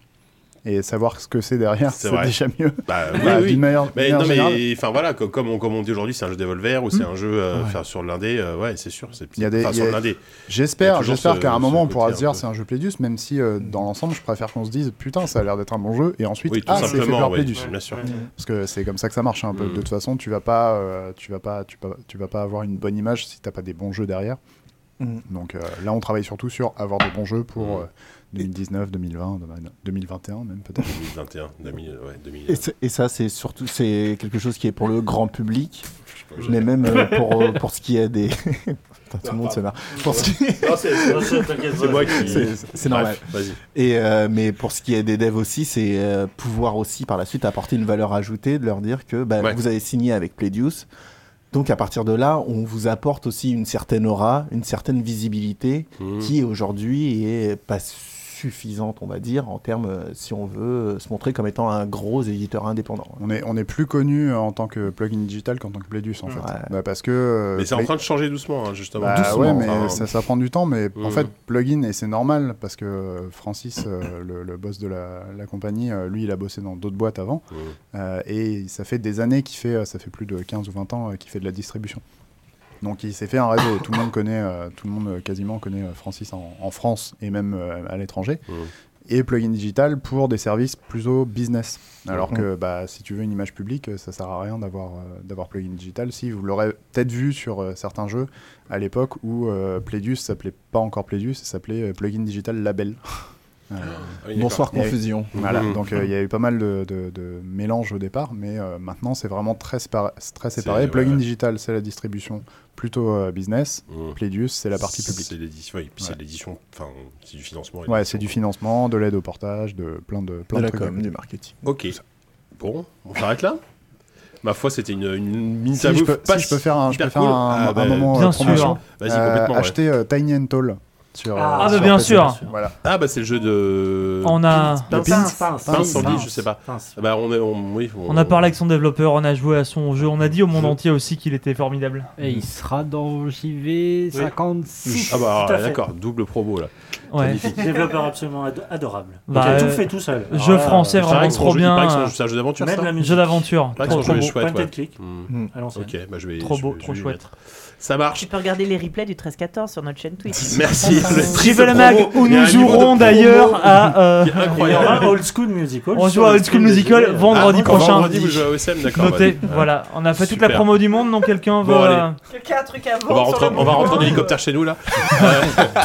Speaker 6: et savoir ce que c'est derrière,
Speaker 2: C'est
Speaker 6: c'est
Speaker 2: vrai.
Speaker 6: déjà mieux.
Speaker 2: Bah, oui,
Speaker 6: Bah,
Speaker 2: oui.
Speaker 6: d'une manière- d'une
Speaker 2: mais,
Speaker 6: manière
Speaker 2: non,
Speaker 6: générale.
Speaker 2: mais enfin voilà, co- comme on, comme on dit aujourd'hui, c'est un jeu Devolver ou c'est un jeu euh,
Speaker 6: Ouais.
Speaker 2: faire sur l'indé, euh, ouais, c'est sûr. c'est-
Speaker 6: Il y a des-
Speaker 2: enfin,
Speaker 6: il y
Speaker 2: sur
Speaker 6: a-
Speaker 2: l'indé. Il y a
Speaker 6: J'espère,
Speaker 2: toujours
Speaker 6: j'espère
Speaker 2: ce-
Speaker 6: qu'à un
Speaker 2: ce
Speaker 6: moment on pourra
Speaker 2: côté un
Speaker 6: se dire
Speaker 2: peu-
Speaker 6: c'est un jeu Plédus, même si euh, dans l'ensemble je préfère qu'on se dise putain ça a l'air d'être un bon jeu et ensuite
Speaker 2: Oui, tout
Speaker 6: ah c'est fait
Speaker 2: simplement,
Speaker 6: par
Speaker 2: oui, Mm.
Speaker 6: Plédus.
Speaker 2: bien sûr. Ouais.
Speaker 6: Parce que c'est comme ça que ça marche un peu. De toute façon tu vas pas, euh, tu vas pas, tu vas, tu vas pas avoir une bonne image si t'as pas des bons jeux derrière.
Speaker 10: Mm.
Speaker 6: Donc euh, là on travaille surtout sur avoir des bons jeux pour
Speaker 2: Mm.
Speaker 6: euh, 2019, 2020, 2021 même peut-être.
Speaker 2: 2021, 2000, ouais, 2000.
Speaker 10: Et, c'est- et ça, c'est surtout c'est quelque chose qui est pour le grand public, mais même euh, pour, euh, pour ce qui est des. Putain, tout le monde se marre. Pour ce qui-
Speaker 9: Non, c'est- c'est- t'inquiète,
Speaker 10: C'est moi qui-
Speaker 9: c'est-
Speaker 10: c'est- C'est normal.
Speaker 2: Bref, vas-y.
Speaker 10: Et, euh, mais pour ce qui est des devs aussi, c'est euh, pouvoir aussi par la suite apporter une valeur ajoutée, de leur dire que bah,
Speaker 2: Ouais.
Speaker 10: vous avez signé avec Playdius. Donc à partir de là, on vous apporte aussi une certaine aura, une certaine visibilité
Speaker 2: Mhm.
Speaker 10: qui aujourd'hui est pas suffisante, on va dire, en termes, euh, si on veut, euh, se montrer comme étant un gros éditeur indépendant.
Speaker 6: On est, on est plus connu euh, en tant que plugin digital qu'en tant que Plédus en fait. Bah, parce que euh,
Speaker 2: Mm. Mais c'est en
Speaker 6: Play-
Speaker 2: train de changer doucement, hein, justement.
Speaker 6: Bah,
Speaker 2: Doucement,
Speaker 6: ouais, mais
Speaker 2: enfin,
Speaker 6: ça, ça prend du temps. Mais en
Speaker 2: Mm.
Speaker 6: fait, plugin, et c'est normal parce que euh, Francis, euh, le, le boss de la, la compagnie, euh, lui, il a bossé dans d'autres boîtes avant.
Speaker 2: Mm.
Speaker 6: Euh, et ça fait des années qu'il fait, euh, ça fait plus de 15 ou 20 ans euh, qu'il fait de la distribution. Donc il s'est fait un réseau. tout le monde connaît, euh, tout le monde euh, quasiment connaît euh, Francis en, en France et même euh, à l'étranger. Et plugin digital pour des services plus au business. Alors
Speaker 10: Mm.
Speaker 6: que bah, si tu veux une image publique, euh, ça sert à rien d'avoir euh, d'avoir plugin digital. Si vous l'aurez peut-être vu sur euh, certains jeux à l'époque où euh, Playdius s'appelait pas encore Playdius, ça s'appelait euh, plugin digital label. Euh,
Speaker 10: oui, Bonsoir, d'accord. confusion.
Speaker 2: Hmm.
Speaker 6: Et- Voilà,
Speaker 10: Mhm.
Speaker 6: donc euh, il y a eu pas mal de, de- de mélanges au départ, mais euh, maintenant c'est vraiment très, séparé- très séparé.
Speaker 2: ouais,
Speaker 6: Plugin
Speaker 2: ouais.
Speaker 6: digital, c'est la distribution plutôt euh, business.
Speaker 2: Hmm.
Speaker 6: Playdius, c'est la partie publique.
Speaker 2: C'est l'édition, oui, puis c'est l'édition, enfin, c'est du financement. et
Speaker 6: Ouais,
Speaker 2: l'édition.
Speaker 6: c'est du financement, de l'aide au portage, de plein de plein
Speaker 10: De
Speaker 6: de,
Speaker 10: la
Speaker 6: trucs.
Speaker 10: com, du marketing.
Speaker 2: Ok. Bon, on s'arrête là Ma foi, c'était une, une mini
Speaker 6: Si, je peux- si, je peux faire un, je peux faire un, un moment euh, promotion.
Speaker 2: Ah, bah, Vas-y,
Speaker 6: Euh,
Speaker 2: complètement. ouais.
Speaker 6: Achetez euh, Tiny and Tall sur. euh,
Speaker 3: Ah, bah,
Speaker 6: sur
Speaker 3: bien
Speaker 6: PC.
Speaker 3: sûr.
Speaker 6: Voilà.
Speaker 2: Ah bah c'est le jeu de.
Speaker 3: On a-
Speaker 2: Pince,
Speaker 3: Pince,
Speaker 2: pince,
Speaker 3: pince,
Speaker 2: pince,
Speaker 3: pince,
Speaker 2: on dit,
Speaker 3: pince,
Speaker 2: je sais pas. Bah on est, on, oui.
Speaker 3: On a parlé avec son développeur, on a joué à son jeu, on a dit au monde entier aussi qu'il était formidable.
Speaker 7: Et il sera dans JV56.
Speaker 2: Ah bah
Speaker 9: Tout à fait.
Speaker 2: d'accord, double promo là.
Speaker 3: Ouais.
Speaker 2: Magnifique.
Speaker 9: Développeur absolument ado- adorable.
Speaker 3: Bah,
Speaker 9: Donc, il a
Speaker 3: euh,
Speaker 9: tout fait tout seul.
Speaker 3: jeu
Speaker 9: Alors là,
Speaker 3: français,
Speaker 9: euh,
Speaker 2: Il paraît
Speaker 3: vraiment
Speaker 2: que son
Speaker 3: trop
Speaker 2: jeu-
Speaker 3: bien. euh,
Speaker 2: il paraît que son- C'est un jeu d'aventure.
Speaker 9: Même
Speaker 2: ça
Speaker 9: la musique.
Speaker 3: Jeu d'aventure.
Speaker 2: Il paraît que
Speaker 3: Trop,
Speaker 2: son jeu est
Speaker 3: trop
Speaker 9: Point
Speaker 2: chouette. ouais.
Speaker 9: and click.
Speaker 2: Mm.
Speaker 9: À l'ancienne.
Speaker 2: Ok, bah je vais.
Speaker 3: Trop
Speaker 2: je-
Speaker 3: beau,
Speaker 2: je
Speaker 3: trop
Speaker 2: vais y
Speaker 3: chouette.
Speaker 2: mettre. Ça marche.
Speaker 11: Tu peux regarder les replays du 13-14 sur notre chaîne Twitch.
Speaker 2: Merci. le triste
Speaker 3: Triple Mag,
Speaker 2: promo.
Speaker 3: où
Speaker 2: Il y a
Speaker 3: nous
Speaker 2: un niveau de
Speaker 3: jouerons
Speaker 2: promo
Speaker 3: d'ailleurs à. euh,
Speaker 2: qui est
Speaker 9: Et il y aura
Speaker 2: Incroyable.
Speaker 9: Old School Musical.
Speaker 3: On
Speaker 9: sur
Speaker 3: joue à
Speaker 9: le
Speaker 3: Old School
Speaker 9: stream de
Speaker 3: Musical
Speaker 9: JV.
Speaker 3: vendredi
Speaker 2: Ah,
Speaker 3: prochain.
Speaker 2: Vendredi, vous jouez à OSM, d'accord.
Speaker 3: Notez,
Speaker 2: vas-y. Ouais.
Speaker 3: voilà, on a fait toute
Speaker 2: Super.
Speaker 3: la promo du monde, donc quelqu'un
Speaker 2: Bon,
Speaker 3: veut.
Speaker 2: allez.
Speaker 3: euh,
Speaker 11: Quelqu'un a un truc à
Speaker 2: On va
Speaker 11: voir
Speaker 2: rentrer, on va rentrer en hélicoptère chez nous là.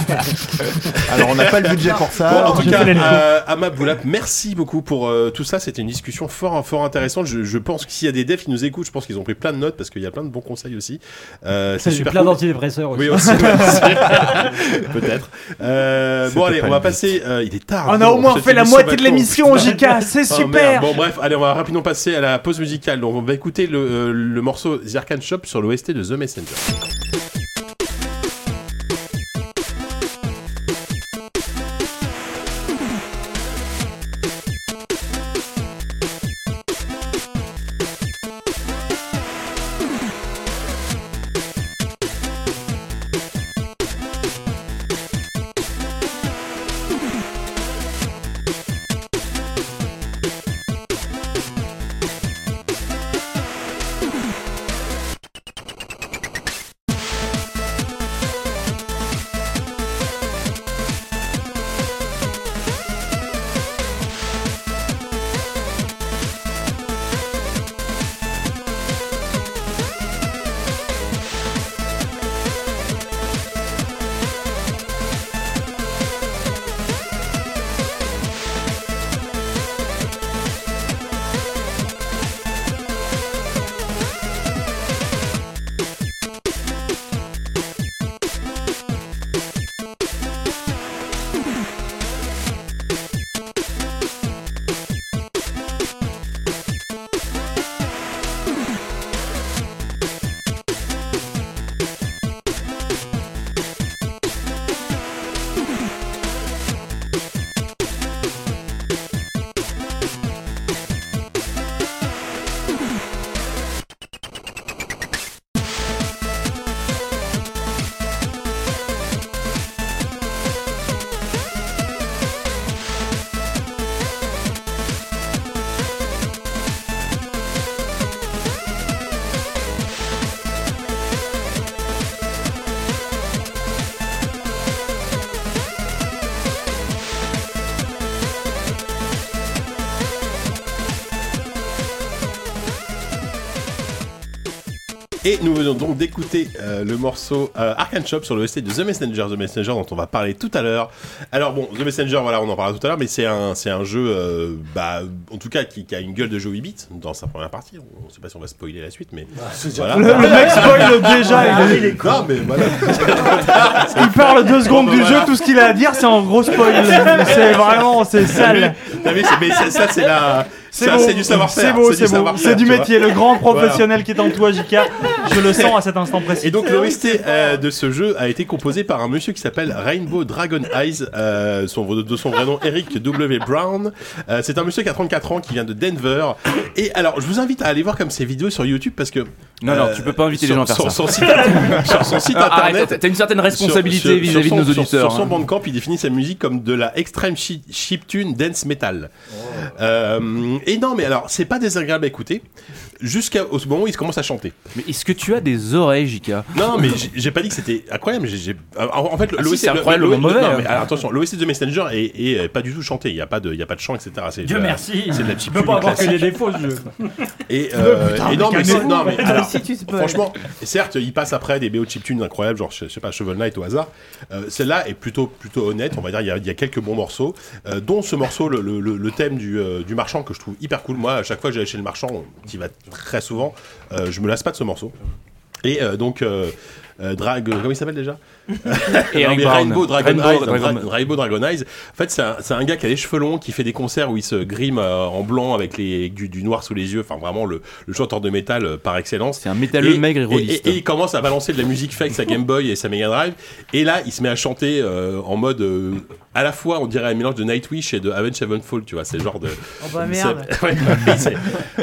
Speaker 10: Alors on n'a pas le budget pour
Speaker 2: Bon,
Speaker 10: ça.
Speaker 2: en tout
Speaker 3: j'ai
Speaker 2: cas,
Speaker 3: fait les locaux.
Speaker 2: euh, Ama Boulap, merci beaucoup pour euh, tout ça. C'était une discussion fort, fort intéressante. Je, je pense que s'il y a des devs qui nous écoutent, je pense qu'ils ont pris plein de notes parce qu'il y a plein de bons conseils aussi. Euh, c'est
Speaker 7: J'ai
Speaker 2: super
Speaker 7: plein
Speaker 2: cool.
Speaker 7: d'antidépresseurs aussi.
Speaker 2: Oui, aussi, ouais, c'est- peut-être. Euh, bon,
Speaker 10: C'était
Speaker 2: allez,
Speaker 10: pas
Speaker 2: on va
Speaker 10: le but.
Speaker 2: passer. euh, il est tard.
Speaker 3: On a
Speaker 2: Bon,
Speaker 3: au moins
Speaker 2: cette
Speaker 3: fait la
Speaker 2: émission
Speaker 3: moitié
Speaker 2: va
Speaker 3: de l'émission,
Speaker 2: courte.
Speaker 3: JK, c'est
Speaker 2: Oh, merde.
Speaker 3: super!
Speaker 2: Bon bref, allez, on va rapidement passer à la pause musicale. Donc, on va écouter le, euh, le morceau The Arcane Shop sur l'OST de The Messenger. Et nous venons donc d'écouter euh, le morceau euh, Arcane Shop sur le OST de The Messenger, The Messenger dont on va parler tout à l'heure. Alors bon, The Messenger, voilà, on en parlera tout à l'heure, mais c'est un, c'est un jeu, euh, bah, en tout cas, qui, qui a une gueule de jeu 8 bits dans sa première partie. On ne sait pas si on va spoiler la suite, mais voilà.
Speaker 3: Le- Ah, le Ah, mec spoil déjà, il est-
Speaker 2: il est con. Non, mais voilà.
Speaker 3: Il parle deux secondes
Speaker 2: Bon,
Speaker 3: du
Speaker 2: ben voilà.
Speaker 3: jeu, tout ce qu'il a à dire, c'est en gros spoil. c'est vraiment, c'est sale.
Speaker 2: T'as vu, c'est- mais ça, ça, c'est la.
Speaker 3: C'est
Speaker 2: ça,
Speaker 3: beau.
Speaker 2: c'est du savoir-faire.
Speaker 3: C'est beau,
Speaker 2: du
Speaker 3: c'est beau.
Speaker 2: savoir-faire,
Speaker 3: C'est du
Speaker 2: tu vois.
Speaker 3: métier. Le grand
Speaker 2: Voilà.
Speaker 3: professionnel qui est en toi, JK. Je le sens à cet instant précis.
Speaker 2: Et donc l'OST euh, de ce jeu a été composé par un monsieur qui s'appelle Rainbow Dragon Eyes, euh, son, de son vrai nom Eric W. Brown. Euh, c'est un monsieur qui a 34 ans, qui vient de Denver. Et alors, je vous invite à aller voir comme ses vidéos sur YouTube parce que... euh,
Speaker 4: Non, non, tu peux pas inviter les
Speaker 2: sur-
Speaker 4: gens à faire
Speaker 2: sur
Speaker 4: ça.
Speaker 2: Son site, sur son site
Speaker 4: Ah, arrête,
Speaker 2: internet...
Speaker 4: t'as une certaine
Speaker 2: sur-
Speaker 4: responsabilité
Speaker 2: sur-
Speaker 4: vis-à-vis
Speaker 2: sur
Speaker 4: de
Speaker 2: son-
Speaker 4: nos
Speaker 2: sur-
Speaker 4: auditeurs,
Speaker 2: Sur son
Speaker 4: hein.
Speaker 2: Bandcamp, il définit sa musique comme de la extreme shi- chiptune dance metal. Euh, et non, mais alors, c'est pas désagréable à écouter, jusqu'au moment où il commence à chanter.
Speaker 4: Mais est-ce que tu as des oreilles, Jika
Speaker 2: Non, mais j'ai- j'ai pas dit que c'était incroyable. j'ai- j'ai- En en fait,
Speaker 4: Ah
Speaker 2: le-
Speaker 4: si,
Speaker 2: l'OST
Speaker 4: c'est incroyable,
Speaker 2: le-
Speaker 4: mais
Speaker 2: le-
Speaker 4: mauvais,
Speaker 2: non,
Speaker 4: hein.
Speaker 2: mais alors, attention, l'OST de Messenger est, est, euh, pas du tout chanté. Il y a pas de, il y a pas de chant, etc. C'est de
Speaker 7: Dieu
Speaker 2: la-
Speaker 7: merci.
Speaker 2: C'est de la
Speaker 7: Il
Speaker 2: chiptune
Speaker 7: peut pas avoir que des
Speaker 2: classique.
Speaker 7: défauts ce jeu.
Speaker 2: Et, euh,
Speaker 7: Putain,
Speaker 2: et non,
Speaker 7: mais
Speaker 2: mais, c'est-
Speaker 7: calmez-vous,
Speaker 2: non, mais
Speaker 7: toi
Speaker 2: alors,
Speaker 7: aussi, Ah, tu spoil.
Speaker 2: franchement, certes, il passe après des BO chiptunes incroyables, genre, je je sais pas, Shovel Knight au hasard. Euh, Celle-là est plutôt, plutôt honnête, on va dire, il y a, il y a quelques bons morceaux, euh, dont ce morceau, le, le- le- le thème du, euh, du marchand, que je trouve hyper cool. Moi, à chaque fois que j'allais chez le marchand, on- qui va très souvent, euh, je me lasse pas de ce morceau. Et euh, donc, euh, euh, Drag, comment il s'appelle déjà
Speaker 4: Eric
Speaker 2: Non, mais
Speaker 4: Brown.
Speaker 2: Rainbow Dragon
Speaker 4: Rainbow
Speaker 2: Eyes,
Speaker 4: Dragon-
Speaker 2: Dra- Rainbow Dragon Eyes. En fait, c'est un, c'est un gars qui a les cheveux longs, qui fait des concerts où il se grime euh, en blanc avec les, du, du noir sous les yeux. Enfin, vraiment le, le chanteur de métal euh, par excellence. C'est
Speaker 4: un métalleux maigre et rôliste.
Speaker 2: et, il commence à balancer de la musique fake, sa Game Boy et sa Mega Drive. Et là, il se met à chanter euh, en mode euh, à la fois, on dirait un mélange de Nightwish et de Avenged Sevenfold. Tu vois, c'est le genre de.
Speaker 5: Oh bah merde.
Speaker 2: C'est- Ouais, mais c'est-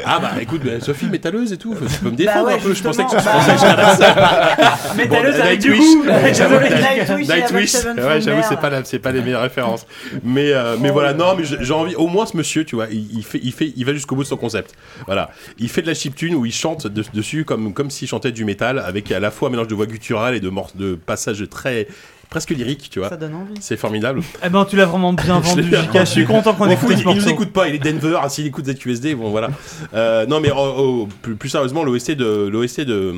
Speaker 2: ah bah écoute, bah, Sophie métalleuse et tout, tu peux me défendre
Speaker 5: ouais,
Speaker 2: un peu. Je pensais que je
Speaker 5: justement.
Speaker 2: pensais que j'étais la seule.
Speaker 5: Métalleuse avec du
Speaker 2: Nightwish.
Speaker 5: goût.
Speaker 2: Ouais, j'avoue,
Speaker 5: Désolé,
Speaker 2: Nightwish.
Speaker 5: Nightwish et Avenged
Speaker 2: Nightwish.
Speaker 5: Sevenfold,
Speaker 2: Ouais, j'avoue, c'est
Speaker 5: merde.
Speaker 2: pas la- c'est pas les meilleures références. Mais euh, mais voilà, non, mais j'ai j'ai envie. Au moins, ce monsieur, tu vois, il, il fait, il fait, il va jusqu'au bout de son concept. Voilà, il fait de la chiptune où il chante de- dessus comme comme s'il chantait du métal avec à la fois un mélange de voix gutturale et de mor- de passages très presque lyriques, tu vois.
Speaker 5: Ça donne envie.
Speaker 2: C'est formidable.
Speaker 3: Eh ben, tu l'as vraiment bien
Speaker 2: Je l'ai
Speaker 3: vendu,
Speaker 2: bien
Speaker 3: JK. Je suis
Speaker 2: vendu.
Speaker 3: content qu'on
Speaker 2: Bon,
Speaker 3: ait
Speaker 2: fou,
Speaker 3: écouté ce
Speaker 2: Il, il nous
Speaker 3: morceau.
Speaker 2: écoute pas, il est Denver, ah, s'il écoute ZQSD, bon voilà. Euh, non mais oh, oh, plus, plus sérieusement, l'OST de l'OST de,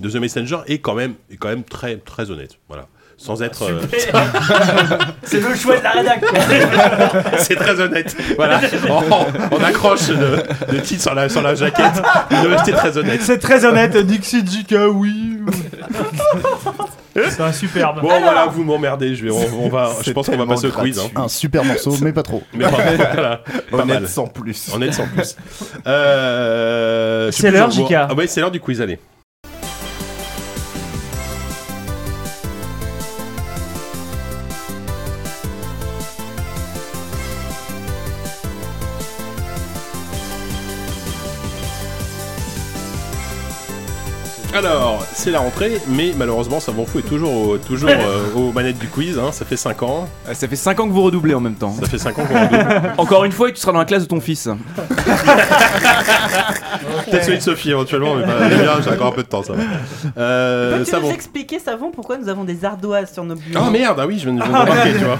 Speaker 2: de The Messenger est quand même est quand même très très honnête, voilà. Sans être euh,
Speaker 8: C'est le choix de la rédac. quoi.
Speaker 2: c'est très honnête. Voilà. On, on accroche le, le titre sur la sur la jaquette. L'OST très honnête.
Speaker 3: C'est très honnête, Dixie JK, oui. C'est un superbe.
Speaker 2: Bon voilà, vous m'emmerdez, je vais on, on va je pense qu'on va passer au quiz hein.
Speaker 6: Un super morceau, mais pas trop.
Speaker 2: Mais par contre, voilà, pas
Speaker 6: Honnête
Speaker 2: mal.
Speaker 6: sans plus.
Speaker 2: Honnête sans plus. Euh, je sais
Speaker 3: C'est
Speaker 2: plus
Speaker 3: l'heure,
Speaker 2: où-
Speaker 3: JK.
Speaker 2: Ah ouais, c'est l'heure du quiz, allez. Alors, c'est la rentrée, mais malheureusement, ça m'en fout est toujours, au- toujours euh, aux manettes du quiz. hein, ça fait 5 ans.
Speaker 4: Ah, Ça fait 5 ans que vous redoublez en même temps. Ça
Speaker 2: fait 5 ans qu'on redouble.
Speaker 4: Encore une fois, et tu seras dans la classe de ton fils.
Speaker 2: Peut-être celui de Sophie éventuellement, mais pas. eh bien, J'ai encore un peu de temps, ça va. Euh,
Speaker 11: Peux-tu
Speaker 2: ça
Speaker 11: nous
Speaker 2: bon.
Speaker 11: expliquer, savon, pourquoi nous avons des ardoises sur nos bureaux
Speaker 2: Ah merde, ah oui, je viens de je viens de
Speaker 11: Ah,
Speaker 2: remarquer,
Speaker 11: merde.
Speaker 2: tu vois.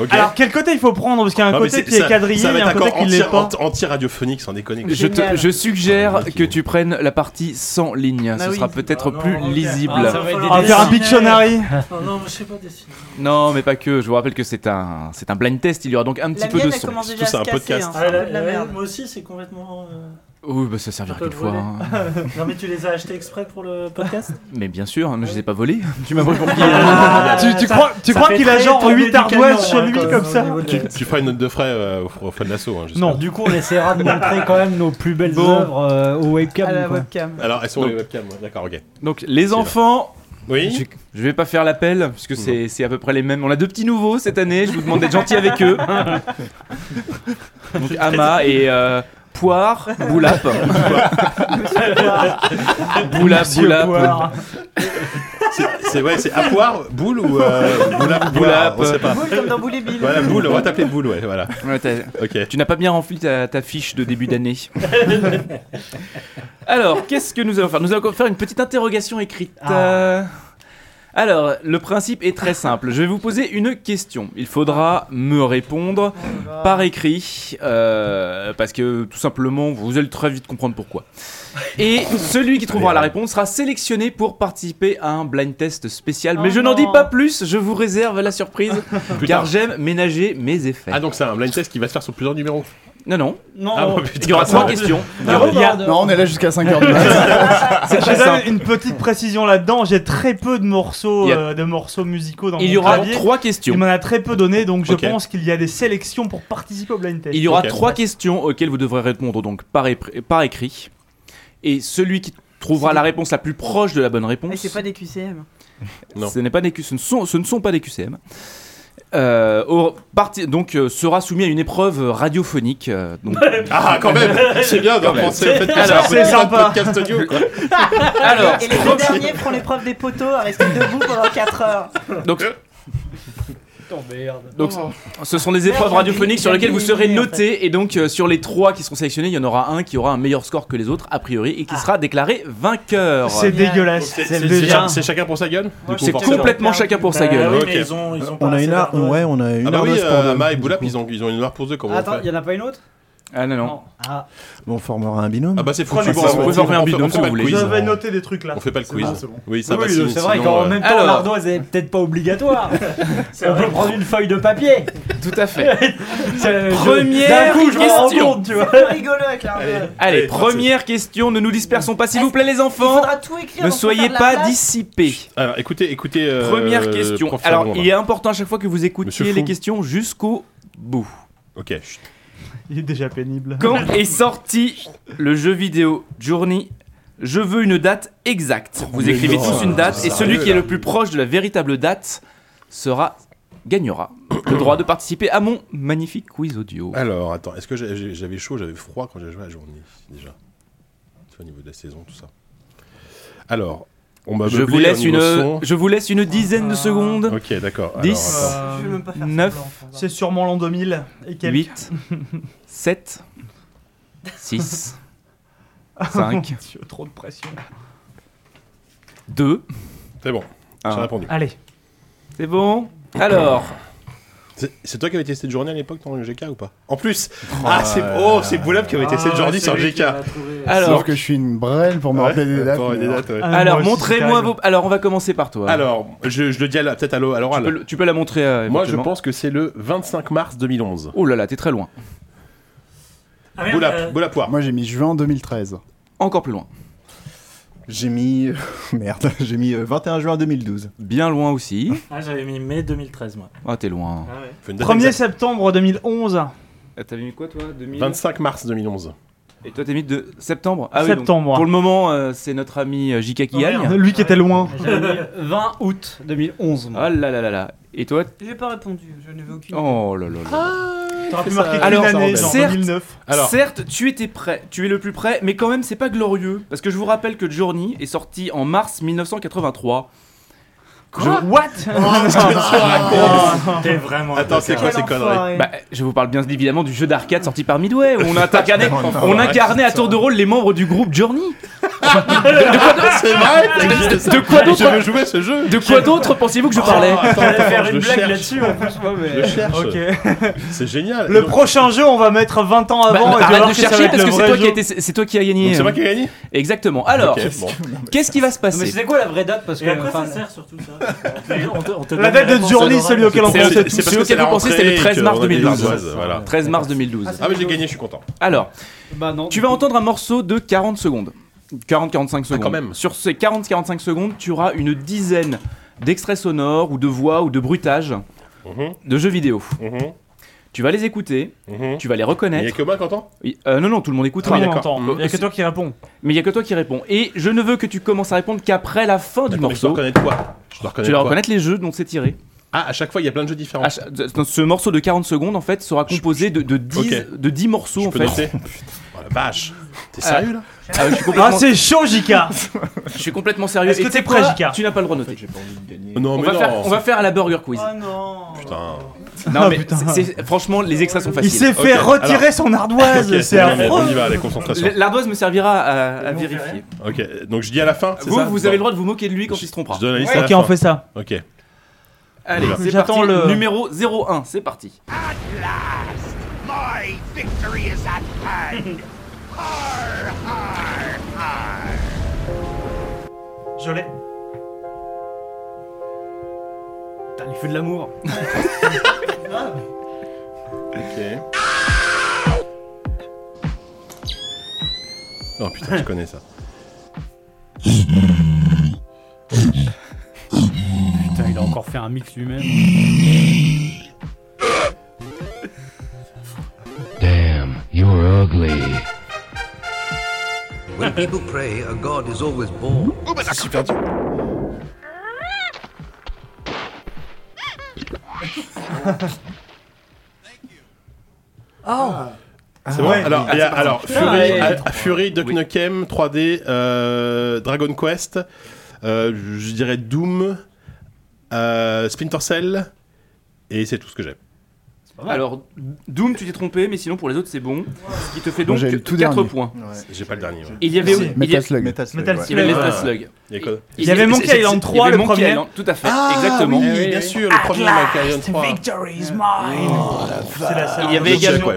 Speaker 2: Ok.
Speaker 3: Alors, quel côté il faut prendre Parce qu'il y a un
Speaker 2: Ah, mais
Speaker 3: côté
Speaker 2: c'est-
Speaker 3: qui est
Speaker 2: ça-
Speaker 3: quadrillé,
Speaker 2: ça va
Speaker 3: il y a un
Speaker 2: être
Speaker 3: côté
Speaker 2: encore
Speaker 3: qui l'est pas.
Speaker 2: anti- anti-radiophonique, sans déconner.
Speaker 4: Je, te, je
Speaker 2: Ah,
Speaker 4: suggère que tu prennes la partie sans ligne.
Speaker 9: Bah
Speaker 4: Ce
Speaker 9: oui.
Speaker 4: sera peut-être
Speaker 9: Ah non,
Speaker 4: plus
Speaker 9: ok.
Speaker 4: lisible.
Speaker 9: Ah, ça va être
Speaker 3: On va faire un Pictionary.
Speaker 9: Non, non, mais je sais pas dessiner.
Speaker 4: Non, mais pas que. Je vous rappelle que c'est un, c'est un blind test. Il y aura donc un petit peu de son. Surtout, c'est un podcast.
Speaker 9: Ah, la-
Speaker 11: de la
Speaker 9: la-
Speaker 11: merde.
Speaker 9: Moi aussi, c'est complètement. euh,
Speaker 4: Oui, bah ça servira
Speaker 9: un peu
Speaker 4: qu'une fois.
Speaker 9: volé.
Speaker 4: hein.
Speaker 9: non, mais tu les as achetés exprès pour le podcast
Speaker 4: Mais bien sûr, je les ai pas volés. Tu m'as volé pour qui
Speaker 3: Ah Tu- tu crois- tu crois qu'il a genre huit ardoises
Speaker 4: hein,
Speaker 3: chez lui, comme ça
Speaker 2: Tu, tu feras une note de frais euh, au- au fin de l'assaut. hein, j'espère.
Speaker 7: Non, du coup, on essaiera de montrer quand même nos plus belles
Speaker 4: Bon.
Speaker 7: œuvres euh, au webcam.
Speaker 4: À la
Speaker 7: quoi.
Speaker 4: webcam.
Speaker 2: Alors, elles sont
Speaker 4: Donc-
Speaker 2: les webcams, ouais, d'accord, ok.
Speaker 4: Donc les enfants.
Speaker 2: Oui.
Speaker 4: Je, je vais pas faire l'appel puisque c'est c'est à peu près les mêmes. On a deux petits nouveaux cette année. Je vous demande d'être gentil avec eux. Donc Ama et euh, Poire, Boulap. Boulap,
Speaker 2: Monsieur
Speaker 4: Boulap.
Speaker 2: Poire. C'est- C'est ouais, c'est Apoir, boule ou euh, boulap, boulap, on sait pas.
Speaker 11: Boule comme dans Boule et Bill.
Speaker 2: Voilà, boule, on va t'appeler boule, ouais, voilà. Ok.
Speaker 4: Tu n'as pas bien rempli ta, ta fiche de début d'année. Alors, qu'est-ce que nous allons faire Nous allons faire une petite interrogation écrite.
Speaker 7: Ah.
Speaker 4: euh, Alors, le principe est très simple. Je vais vous poser une question. Il faudra me répondre par écrit, euh, parce que tout simplement, vous allez très vite comprendre pourquoi. Et celui qui trouvera la réponse sera sélectionné pour participer à un blind test spécial. Mais
Speaker 2: Oh
Speaker 4: je n'en dis
Speaker 2: non.
Speaker 4: pas plus, je vous réserve la surprise, car j'aime ménager mes effets.
Speaker 2: Ah, donc c'est un blind test qui va se faire sur plusieurs numéros
Speaker 4: Non, non.
Speaker 2: Non.
Speaker 4: Ah
Speaker 3: oh.
Speaker 4: bon, il y aura
Speaker 2: Non.
Speaker 4: trois questions.
Speaker 2: Non,
Speaker 4: Il y a-
Speaker 6: Non, on est là jusqu'à 5 heures du matin.
Speaker 3: C'est
Speaker 4: très simple.
Speaker 3: une petite précision là-dedans. J'ai très peu de morceaux,
Speaker 4: Il y a-
Speaker 3: euh, de morceaux musicaux dans
Speaker 4: Il
Speaker 3: mon
Speaker 4: y aura
Speaker 3: clavier.
Speaker 4: trois questions.
Speaker 3: Il m'en a très peu donné, donc je
Speaker 4: Ok.
Speaker 3: pense qu'il y a des sélections pour participer au blind test.
Speaker 4: Il y aura trois questions auxquelles vous devrez répondre donc par, épr- par écrit. Et celui qui trouvera la réponse la plus proche de la bonne
Speaker 5: Et
Speaker 4: réponse,
Speaker 5: Eh, c'est pas des QCM.
Speaker 4: ce, n'est pas des Q- ce, ne sont, ce ne sont pas des QCM, euh, aura- parti- donc euh, sera soumis à une épreuve radiophonique. euh, donc-
Speaker 2: Ah, quand même C'est bien de
Speaker 4: Quand même.
Speaker 2: penser au fait que
Speaker 4: Alors,
Speaker 2: c'est un podcast audio, quoi.
Speaker 4: Alors,
Speaker 5: et les deux derniers font l'épreuve des poteaux à rester debout pendant 4 heures.
Speaker 4: Donc, donc,
Speaker 5: Oh.
Speaker 4: ce sont des épreuves
Speaker 5: Merde,
Speaker 4: radiophoniques sur
Speaker 5: j'ai
Speaker 4: lesquelles vous
Speaker 5: bien
Speaker 4: serez
Speaker 5: aimé, en fait.
Speaker 4: notés. Et donc, euh, sur les trois qui seront sélectionnés, il y en aura un qui aura un meilleur score que les autres, a priori, et qui
Speaker 5: Ah.
Speaker 4: sera déclaré vainqueur.
Speaker 3: C'est dégueulasse.
Speaker 2: C'est- c'est- c'est cha- c'est chacun pour sa gueule
Speaker 4: Ouais, c'est complètement chacun pour
Speaker 9: Bah
Speaker 3: Bah
Speaker 4: sa gueule.
Speaker 2: Ok.
Speaker 10: on a une heure, ouais, on a une
Speaker 2: Ah bah
Speaker 10: heure
Speaker 2: oui,
Speaker 10: de sport
Speaker 2: euh,
Speaker 10: de-
Speaker 2: Ma et
Speaker 10: du
Speaker 2: Boulap,
Speaker 10: coup.
Speaker 2: ils ont, ils ont une heure pour deux quand
Speaker 7: Attends,
Speaker 2: on
Speaker 7: il y en a pas une autre
Speaker 4: Ah non, non.
Speaker 7: Ah.
Speaker 10: Bon, on formera un binôme.
Speaker 2: Ah bah c'est foutu.
Speaker 10: Ça,
Speaker 2: bon,
Speaker 10: ça
Speaker 2: on
Speaker 10: se
Speaker 2: peut-
Speaker 10: fait-
Speaker 2: on fait- on fait pas le quiz.
Speaker 3: Je vais noter des trucs là.
Speaker 2: On fait pas le quiz.
Speaker 7: Ah, c'est bon.
Speaker 2: Oui, ça
Speaker 7: Oui,
Speaker 2: va.
Speaker 7: oui,
Speaker 2: sinon-
Speaker 7: c'est vrai
Speaker 2: sinon,
Speaker 7: qu'en
Speaker 2: euh,
Speaker 7: même temps, l'ardoise est peut-être pas obligatoire. On peut prendre une feuille de papier.
Speaker 4: Tout à fait.
Speaker 7: C'est- je-
Speaker 4: Première
Speaker 7: d'un coup, je me rends
Speaker 4: question.
Speaker 7: compte, tu vois.
Speaker 5: rigolo avec la
Speaker 4: Allez, première question, ne nous dispersons pas, s'il vous plaît, les enfants.
Speaker 5: tout écrire.
Speaker 4: Ne
Speaker 5: donc faut
Speaker 4: soyez
Speaker 5: faire de la
Speaker 4: pas
Speaker 5: place.
Speaker 4: dissipés.
Speaker 2: Alors écoutez, écoutez. euh,
Speaker 4: Première question.
Speaker 2: prof
Speaker 4: Alors,
Speaker 2: Fernand,
Speaker 4: il
Speaker 2: là.
Speaker 4: est important à chaque fois que vous
Speaker 2: Monsieur
Speaker 4: écoutiez
Speaker 2: Fou.
Speaker 4: les questions jusqu'au bout.
Speaker 2: hein. Ok.
Speaker 3: Il est déjà pénible.
Speaker 4: Quand est sorti le jeu vidéo Journey Je veux une date exacte. Vous
Speaker 2: mais
Speaker 4: écrivez
Speaker 2: non,
Speaker 4: tous une date
Speaker 2: c'est
Speaker 4: et celui
Speaker 2: sérieux,
Speaker 4: qui est
Speaker 2: là.
Speaker 4: le plus proche de la véritable date sera gagnera le droit de participer à mon magnifique quiz audio.
Speaker 2: Alors attends, est-ce que j'ai- j'ai- j'avais chaud, j'avais froid quand j'ai joué à la journée déjà Tu vois, au niveau de la saison, tout ça. Alors, on m'a
Speaker 4: Je
Speaker 2: Ah, meublé
Speaker 4: vous
Speaker 2: au
Speaker 4: laisse
Speaker 2: niveau
Speaker 4: une
Speaker 2: son.
Speaker 4: je vous laisse une dizaine de secondes.
Speaker 2: Ok, d'accord. Alors,
Speaker 4: 10
Speaker 2: attends.
Speaker 3: Je vais même pas faire
Speaker 4: 9
Speaker 3: Euh, C'est sûrement l'an 2000 et quelques.
Speaker 4: 8 7 6
Speaker 3: Mon
Speaker 4: 5
Speaker 3: Dieu, trop de pression.
Speaker 4: 2
Speaker 2: C'est bon.
Speaker 4: Ah.
Speaker 2: J'ai répondu.
Speaker 3: Allez.
Speaker 4: C'est bon Alors
Speaker 2: C'est- C'est toi qui avais testé Journey à l'époque dans le GK ou pas En plus Ah, c'est oh, c'est Boulab qui avait testé
Speaker 9: Ah,
Speaker 2: Journey
Speaker 9: c'est
Speaker 2: sur
Speaker 9: lui
Speaker 2: GK
Speaker 9: qui l'a trouvé.
Speaker 4: Alors-
Speaker 6: Sauf que je suis une brêle pour me
Speaker 2: Ouais,
Speaker 6: rappeler des dates.
Speaker 2: pour
Speaker 6: mais
Speaker 2: des
Speaker 6: non.
Speaker 2: dates, ouais.
Speaker 4: Alors
Speaker 2: moi aussi,
Speaker 4: montrez-moi
Speaker 2: carrément.
Speaker 4: vos Alors on va commencer par toi.
Speaker 2: Alors, je, je le dis à la- peut-être à l'o- à l'oral.
Speaker 4: tu peux, le- tu peux la montrer euh,
Speaker 2: Moi, je
Speaker 4: éventuellement.
Speaker 2: pense que c'est le 25 mars 2011.
Speaker 4: Oh là là, t'es très loin.
Speaker 2: Boulap, Boulap War.
Speaker 6: Moi j'ai mis juin 2013.
Speaker 4: Encore plus loin.
Speaker 10: J'ai mis. Merde, j'ai mis euh, 21 juin 2012.
Speaker 4: Bien loin aussi.
Speaker 9: Ah, j'avais mis mai 2013, moi.
Speaker 4: Ah, t'es loin.
Speaker 9: Ah ouais.
Speaker 2: Faut une date
Speaker 3: 1er
Speaker 2: exacte.
Speaker 3: septembre 2011.
Speaker 4: T'avais Ah, mis quoi toi 2000
Speaker 2: 25 mars 2011.
Speaker 4: Et toi t'es mis de septembre Ah oui, donc,
Speaker 3: Septembre. Oh,
Speaker 4: pour le moment, euh, c'est notre ami euh, JK qui gagne.
Speaker 3: Lui qui était loin.
Speaker 7: J'avais mis 20 août 2011. moi.
Speaker 4: Ah là là là là. Et toi t-
Speaker 5: J'ai pas répondu, je n'avais
Speaker 3: Ah.
Speaker 5: aucune.
Speaker 4: Oh là là là.
Speaker 3: T'aurais pu
Speaker 10: ça-
Speaker 3: marquer
Speaker 4: Alors,
Speaker 3: qu'une année,
Speaker 10: ça
Speaker 3: genre
Speaker 4: embête.
Speaker 3: 2009.
Speaker 2: Alors-
Speaker 4: Certes, tu étais prêt, tu es le plus près, mais quand même, c'est pas glorieux. Parce que je vous rappelle que Journey est sorti en mars 1983.
Speaker 3: Je- What
Speaker 9: T'es Ah, vraiment.
Speaker 2: Oh. Attends, c'est quoi ces conneries
Speaker 4: Bah, je vous parle bien évidemment du jeu d'arcade sorti par Midway, où on a incarné, on
Speaker 2: ouais,
Speaker 4: incarnait à tour de rôle les membres du groupe Journey.
Speaker 2: C'est vrai ça existe, ça.
Speaker 4: De quoi
Speaker 2: Je veux
Speaker 4: d'autre
Speaker 2: jouer à ce jeu
Speaker 4: De quoi d'autre pensez-vous que je parlais
Speaker 2: Ah, attends, attends, je le cherche.
Speaker 3: en plus, moi, hein, mais.
Speaker 2: Je le cherche.
Speaker 3: Ok.
Speaker 2: C'est génial.
Speaker 3: Le
Speaker 2: Donc-
Speaker 3: prochain jeu, on va mettre 20 ans
Speaker 4: Bah,
Speaker 3: avant. et tu vas
Speaker 4: Arrête
Speaker 3: voir
Speaker 4: de
Speaker 3: si ça va
Speaker 4: chercher
Speaker 3: être
Speaker 4: parce
Speaker 3: le
Speaker 4: que c'est
Speaker 3: vrai
Speaker 4: toi, qui
Speaker 3: jeu.
Speaker 4: a été- c'est toi qui as gagné.
Speaker 2: Donc c'est moi qui ai gagné
Speaker 4: Exactement. Alors,
Speaker 2: Ok, bon.
Speaker 4: qu'est-ce qui va se
Speaker 7: Mais
Speaker 4: passer
Speaker 7: c'était quoi la vraie date parce que,
Speaker 9: Et à quoi
Speaker 7: enfin,
Speaker 9: ça sert surtout ça On te- on te
Speaker 3: La
Speaker 9: donne
Speaker 3: date
Speaker 9: les
Speaker 3: de
Speaker 9: réponses
Speaker 3: Journey,
Speaker 9: à l'oral.
Speaker 3: celui auquel on
Speaker 4: C'est-
Speaker 3: pensait
Speaker 4: c'est-
Speaker 3: tous.
Speaker 4: c'est parce
Speaker 2: parce
Speaker 4: que
Speaker 2: que c'est
Speaker 4: vous
Speaker 2: la
Speaker 4: pensez,
Speaker 2: rentrée
Speaker 4: c'était le 13
Speaker 2: et
Speaker 4: mars
Speaker 2: qu'on a des
Speaker 4: 2012.
Speaker 2: ardoises, voilà.
Speaker 4: 13 mars 2012.
Speaker 2: Ah, mais j'ai gagné, je suis content.
Speaker 4: Alors,
Speaker 7: Bah non.
Speaker 4: tu vas entendre un morceau de 40 secondes. 40-45 secondes.
Speaker 2: Ah, quand même.
Speaker 4: Sur ces 40-45 secondes, tu auras une dizaine d'extraits sonores ou de voix ou de bruitages
Speaker 2: Mhm,
Speaker 4: de jeux vidéo.
Speaker 2: mhm,
Speaker 4: Tu vas les écouter,
Speaker 2: mhm.
Speaker 4: tu vas les
Speaker 2: Il y a
Speaker 4: reconnaître.
Speaker 2: que moi qui entend
Speaker 4: Oui, euh, non, non, tout le monde écoutera.
Speaker 3: Tout le
Speaker 2: Ah
Speaker 3: monde
Speaker 2: d'accord.
Speaker 3: entend. Il n'y a que toi qui réponds.
Speaker 4: Mais il n'y a que toi qui réponds. Et je ne veux que tu commences à répondre qu'après la fin du
Speaker 2: Attends, mais Je
Speaker 4: morceau.
Speaker 2: dois reconnaître quoi Je
Speaker 4: Tu
Speaker 2: dois reconnaître
Speaker 4: dois
Speaker 2: quoi
Speaker 4: reconnaître les jeux dont c'est tiré.
Speaker 2: Ah, à chaque fois, il y a plein de jeux différents.
Speaker 4: À cha- de- Ce morceau de 40 secondes, en fait, sera composé de, de 10,
Speaker 2: Ok.
Speaker 4: de 10 morceaux,
Speaker 2: Je
Speaker 4: en
Speaker 2: peux
Speaker 4: fait. Euh,
Speaker 2: noter vache. T'es sérieux là
Speaker 4: Ah, je suis complètement-
Speaker 3: Ah, c'est chaud, Jika
Speaker 4: Je suis complètement sérieux.
Speaker 3: Est-ce
Speaker 4: Et
Speaker 3: que t'es
Speaker 4: tu sais
Speaker 3: prêt,
Speaker 4: quoi
Speaker 3: Jika
Speaker 4: Tu n'as pas le droit de noter.
Speaker 2: Non,
Speaker 4: on,
Speaker 2: mais
Speaker 4: va
Speaker 2: non.
Speaker 4: Faire, on va faire la burger quiz.
Speaker 2: Putain. Ah,
Speaker 4: Non, mais c'est- c'est- franchement, les extras sont faciles.
Speaker 3: Il s'est fait
Speaker 4: Ok,
Speaker 3: retirer
Speaker 4: alors-
Speaker 3: son ardoise,
Speaker 2: Ok,
Speaker 3: c'est
Speaker 2: allez, allez,
Speaker 3: affreux.
Speaker 2: On y va, allez, concentration.
Speaker 4: L- L'ardoise me servira à, à vérifier.
Speaker 2: Ok, donc je dis à la fin. c'est
Speaker 4: Vous,
Speaker 2: ça
Speaker 4: vous avez le droit de vous moquer de lui quand il se hein. trompera.
Speaker 2: Je donne la liste à la
Speaker 3: Ok,
Speaker 2: fin.
Speaker 3: on fait ça.
Speaker 2: Ok.
Speaker 4: Allez,
Speaker 2: Voilà.
Speaker 4: c'est
Speaker 3: J'attends
Speaker 4: parti.
Speaker 3: le-
Speaker 4: Numéro 01, c'est parti.
Speaker 1: My victory is at hand. Har, har, har.
Speaker 3: Je l'ai.
Speaker 7: Putain, les feux de l'amour.
Speaker 2: Ok. Oh putain, je connais ça.
Speaker 7: Putain, il a encore fait un mix lui-même.
Speaker 12: Damn, you're ugly.
Speaker 13: When people pray, a god is always born.
Speaker 2: Super dur.
Speaker 4: Oh.
Speaker 8: Ah.
Speaker 2: C'est bon. Alors, il y a-
Speaker 3: Ah,
Speaker 2: alors
Speaker 8: Putain,
Speaker 2: Fury,
Speaker 8: mais-
Speaker 2: à- à Fury, Duck Nukem, 3D, euh, Dragon Quest, euh, je dirais Doom, euh, Splinter Cell, et c'est tout ce que j'ai.
Speaker 7: mal.
Speaker 4: Alors, Doom, tu t'es trompé, mais sinon pour les autres, c'est bon. Ce qui te fait
Speaker 2: Moi,
Speaker 4: donc
Speaker 2: j'ai le tout
Speaker 4: 4
Speaker 2: dernier.
Speaker 4: points.
Speaker 2: Ouais. J'ai pas le dernier, ouais.
Speaker 4: Il y avait.
Speaker 2: Si.
Speaker 4: il y a-
Speaker 2: Metal Slug.
Speaker 4: Metal Slug.
Speaker 2: Metal
Speaker 4: Il y avait
Speaker 2: Slug.
Speaker 4: Metal
Speaker 2: Ah.
Speaker 4: Slug.
Speaker 2: Il y a quoi
Speaker 3: Il y avait Monkey
Speaker 4: c'est-
Speaker 3: Island
Speaker 4: c'est-
Speaker 3: 3,
Speaker 4: il y avait
Speaker 3: le
Speaker 4: Monkey
Speaker 3: premier.
Speaker 4: Island, Tout à fait,
Speaker 3: Ah,
Speaker 4: exactement.
Speaker 3: oui, Eh oui, bien oui. sûr, le
Speaker 4: At
Speaker 3: premier
Speaker 4: last,
Speaker 3: Monkey Island 3.
Speaker 4: victory is mine.
Speaker 3: Il
Speaker 4: Il y avait également.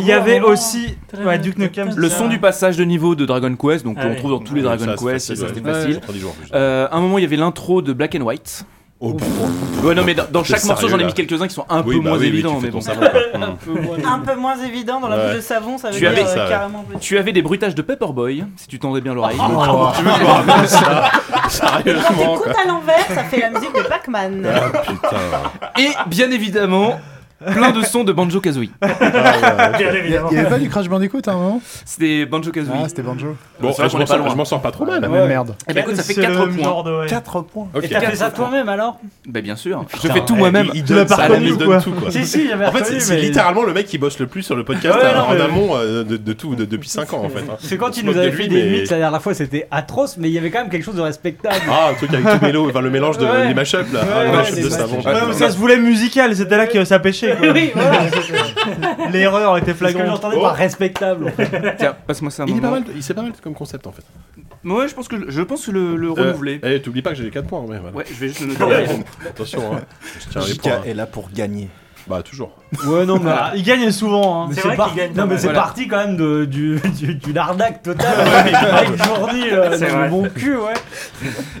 Speaker 3: Il y avait aussi. Ouais, Duke Nukem.
Speaker 4: Le son du passage de niveau de Dragon Quest, donc
Speaker 3: Ah
Speaker 4: on
Speaker 3: oui.
Speaker 4: trouve dans tous les
Speaker 2: Ouais,
Speaker 4: Dragon
Speaker 2: ça, c'est
Speaker 4: Quest,
Speaker 2: facile,
Speaker 4: ça
Speaker 2: ouais.
Speaker 4: c'était
Speaker 2: Ouais,
Speaker 4: facile.
Speaker 2: j'ai entendu jouer en plus.
Speaker 4: Euh, à un moment, il y avait l'intro de Black and White.
Speaker 3: Oh,
Speaker 4: ouais, non, mais dans, dans
Speaker 2: T'es
Speaker 4: chaque morceau, j'en ai
Speaker 2: sérieux,
Speaker 4: mis
Speaker 2: là
Speaker 4: quelques-uns qui sont un
Speaker 2: Oui,
Speaker 4: peu
Speaker 2: bah
Speaker 4: moins
Speaker 2: oui, oui, tu
Speaker 4: évidents.
Speaker 2: fais
Speaker 4: mais
Speaker 2: ton
Speaker 4: bon.
Speaker 2: cerveau, quoi. Hum.
Speaker 11: Un peu moins évident dans la bouche de savon, ça veut
Speaker 4: tu
Speaker 11: dire
Speaker 4: avais,
Speaker 11: euh, carrément plus.
Speaker 4: tu avais des bruitages de Paperboy, si tu tendais bien l'oreille.
Speaker 11: Oh.
Speaker 4: tu veux que je me rappelle ça
Speaker 11: Quand
Speaker 4: Sérieusement, quoi.
Speaker 11: t'écoutes à l'envers, ça fait la musique de Pac-Man.
Speaker 8: Ah,
Speaker 4: Et bien évidemment, plein de sons de Banjo Kazooie.
Speaker 6: Bien évidemment. Il y avait pas du Crash Bandicoot hein, à un moment
Speaker 4: C'était Banjo Kazooie.
Speaker 6: Ah, c'était Banjo.
Speaker 2: Bon,
Speaker 4: C'est vrai
Speaker 2: je
Speaker 4: qu'on
Speaker 2: m'en
Speaker 4: est pas
Speaker 2: sors-
Speaker 4: loin.
Speaker 2: je m'en sors pas trop mal.
Speaker 6: La même merde.
Speaker 4: Eh ben, écoute, ça fait
Speaker 6: C'est
Speaker 4: 4
Speaker 6: le
Speaker 4: points.
Speaker 6: genre de- ouais.
Speaker 7: 4 points.
Speaker 4: Ok.
Speaker 7: Et t'as fait
Speaker 4: Quatre
Speaker 7: ça
Speaker 4: points.
Speaker 7: toi-même alors Bah bien sûr, je
Speaker 2: Putain,
Speaker 4: fais tout
Speaker 2: eh,
Speaker 4: moi-même.
Speaker 2: Il, il donne, ça, il donne tout quoi.
Speaker 7: hein. Si, si, j'avais
Speaker 2: En fait,
Speaker 7: reconnu,
Speaker 2: c'est- c'est
Speaker 7: mais-
Speaker 2: littéralement le mec qui bosse le plus sur le podcast
Speaker 7: Ouais, non,
Speaker 2: en
Speaker 7: mais-
Speaker 2: amont euh, de, de tout de- depuis 5 ans en fait. hein.
Speaker 7: C'est quand
Speaker 2: On se
Speaker 7: il nous
Speaker 2: moque
Speaker 7: avait
Speaker 2: de
Speaker 7: fait
Speaker 2: lui,
Speaker 7: des
Speaker 2: mais-
Speaker 7: mix la dernière fois, c'était atroce, mais il y avait quand même quelque chose de respectable.
Speaker 2: Ah, un truc avec tout mélo, enfin le mélange de
Speaker 7: Ouais.
Speaker 2: les mashups là, Ah, le
Speaker 7: Ouais,
Speaker 2: mashup
Speaker 7: les
Speaker 2: de savon.
Speaker 7: mashups. Ouais, mais
Speaker 3: Ça se voulait musical, c'était là que ça pêchait. quoi.
Speaker 7: Oui, voilà.
Speaker 3: L'erreur était flagrante.
Speaker 7: que j'entendais par respectable.
Speaker 4: Tiens, passe-moi ça un
Speaker 2: eh, Il est
Speaker 4: moment.
Speaker 2: pas mal, il c'est pas mal comme concept en fait.
Speaker 4: Ouais, je pense que je pense le, le renouveler.
Speaker 2: Eh, t'oublies pas que j'ai les 4 points. Ouais, voilà.
Speaker 4: Ouais, je vais juste le
Speaker 2: Ouais,
Speaker 4: noter.
Speaker 2: bon, Attention, hein. je tiens les
Speaker 10: JK
Speaker 2: points. hein.
Speaker 10: est là pour gagner.
Speaker 2: Bah toujours.
Speaker 7: Ouais, non, mais
Speaker 3: Il gagne souvent. hein.
Speaker 7: Mais c'est par- Non, mais c'est
Speaker 3: Voilà.
Speaker 7: parti quand même de, du, du, du lardac total avec Jordi euh,
Speaker 4: C'est
Speaker 7: dans
Speaker 4: vrai.
Speaker 7: le bon cul, ouais.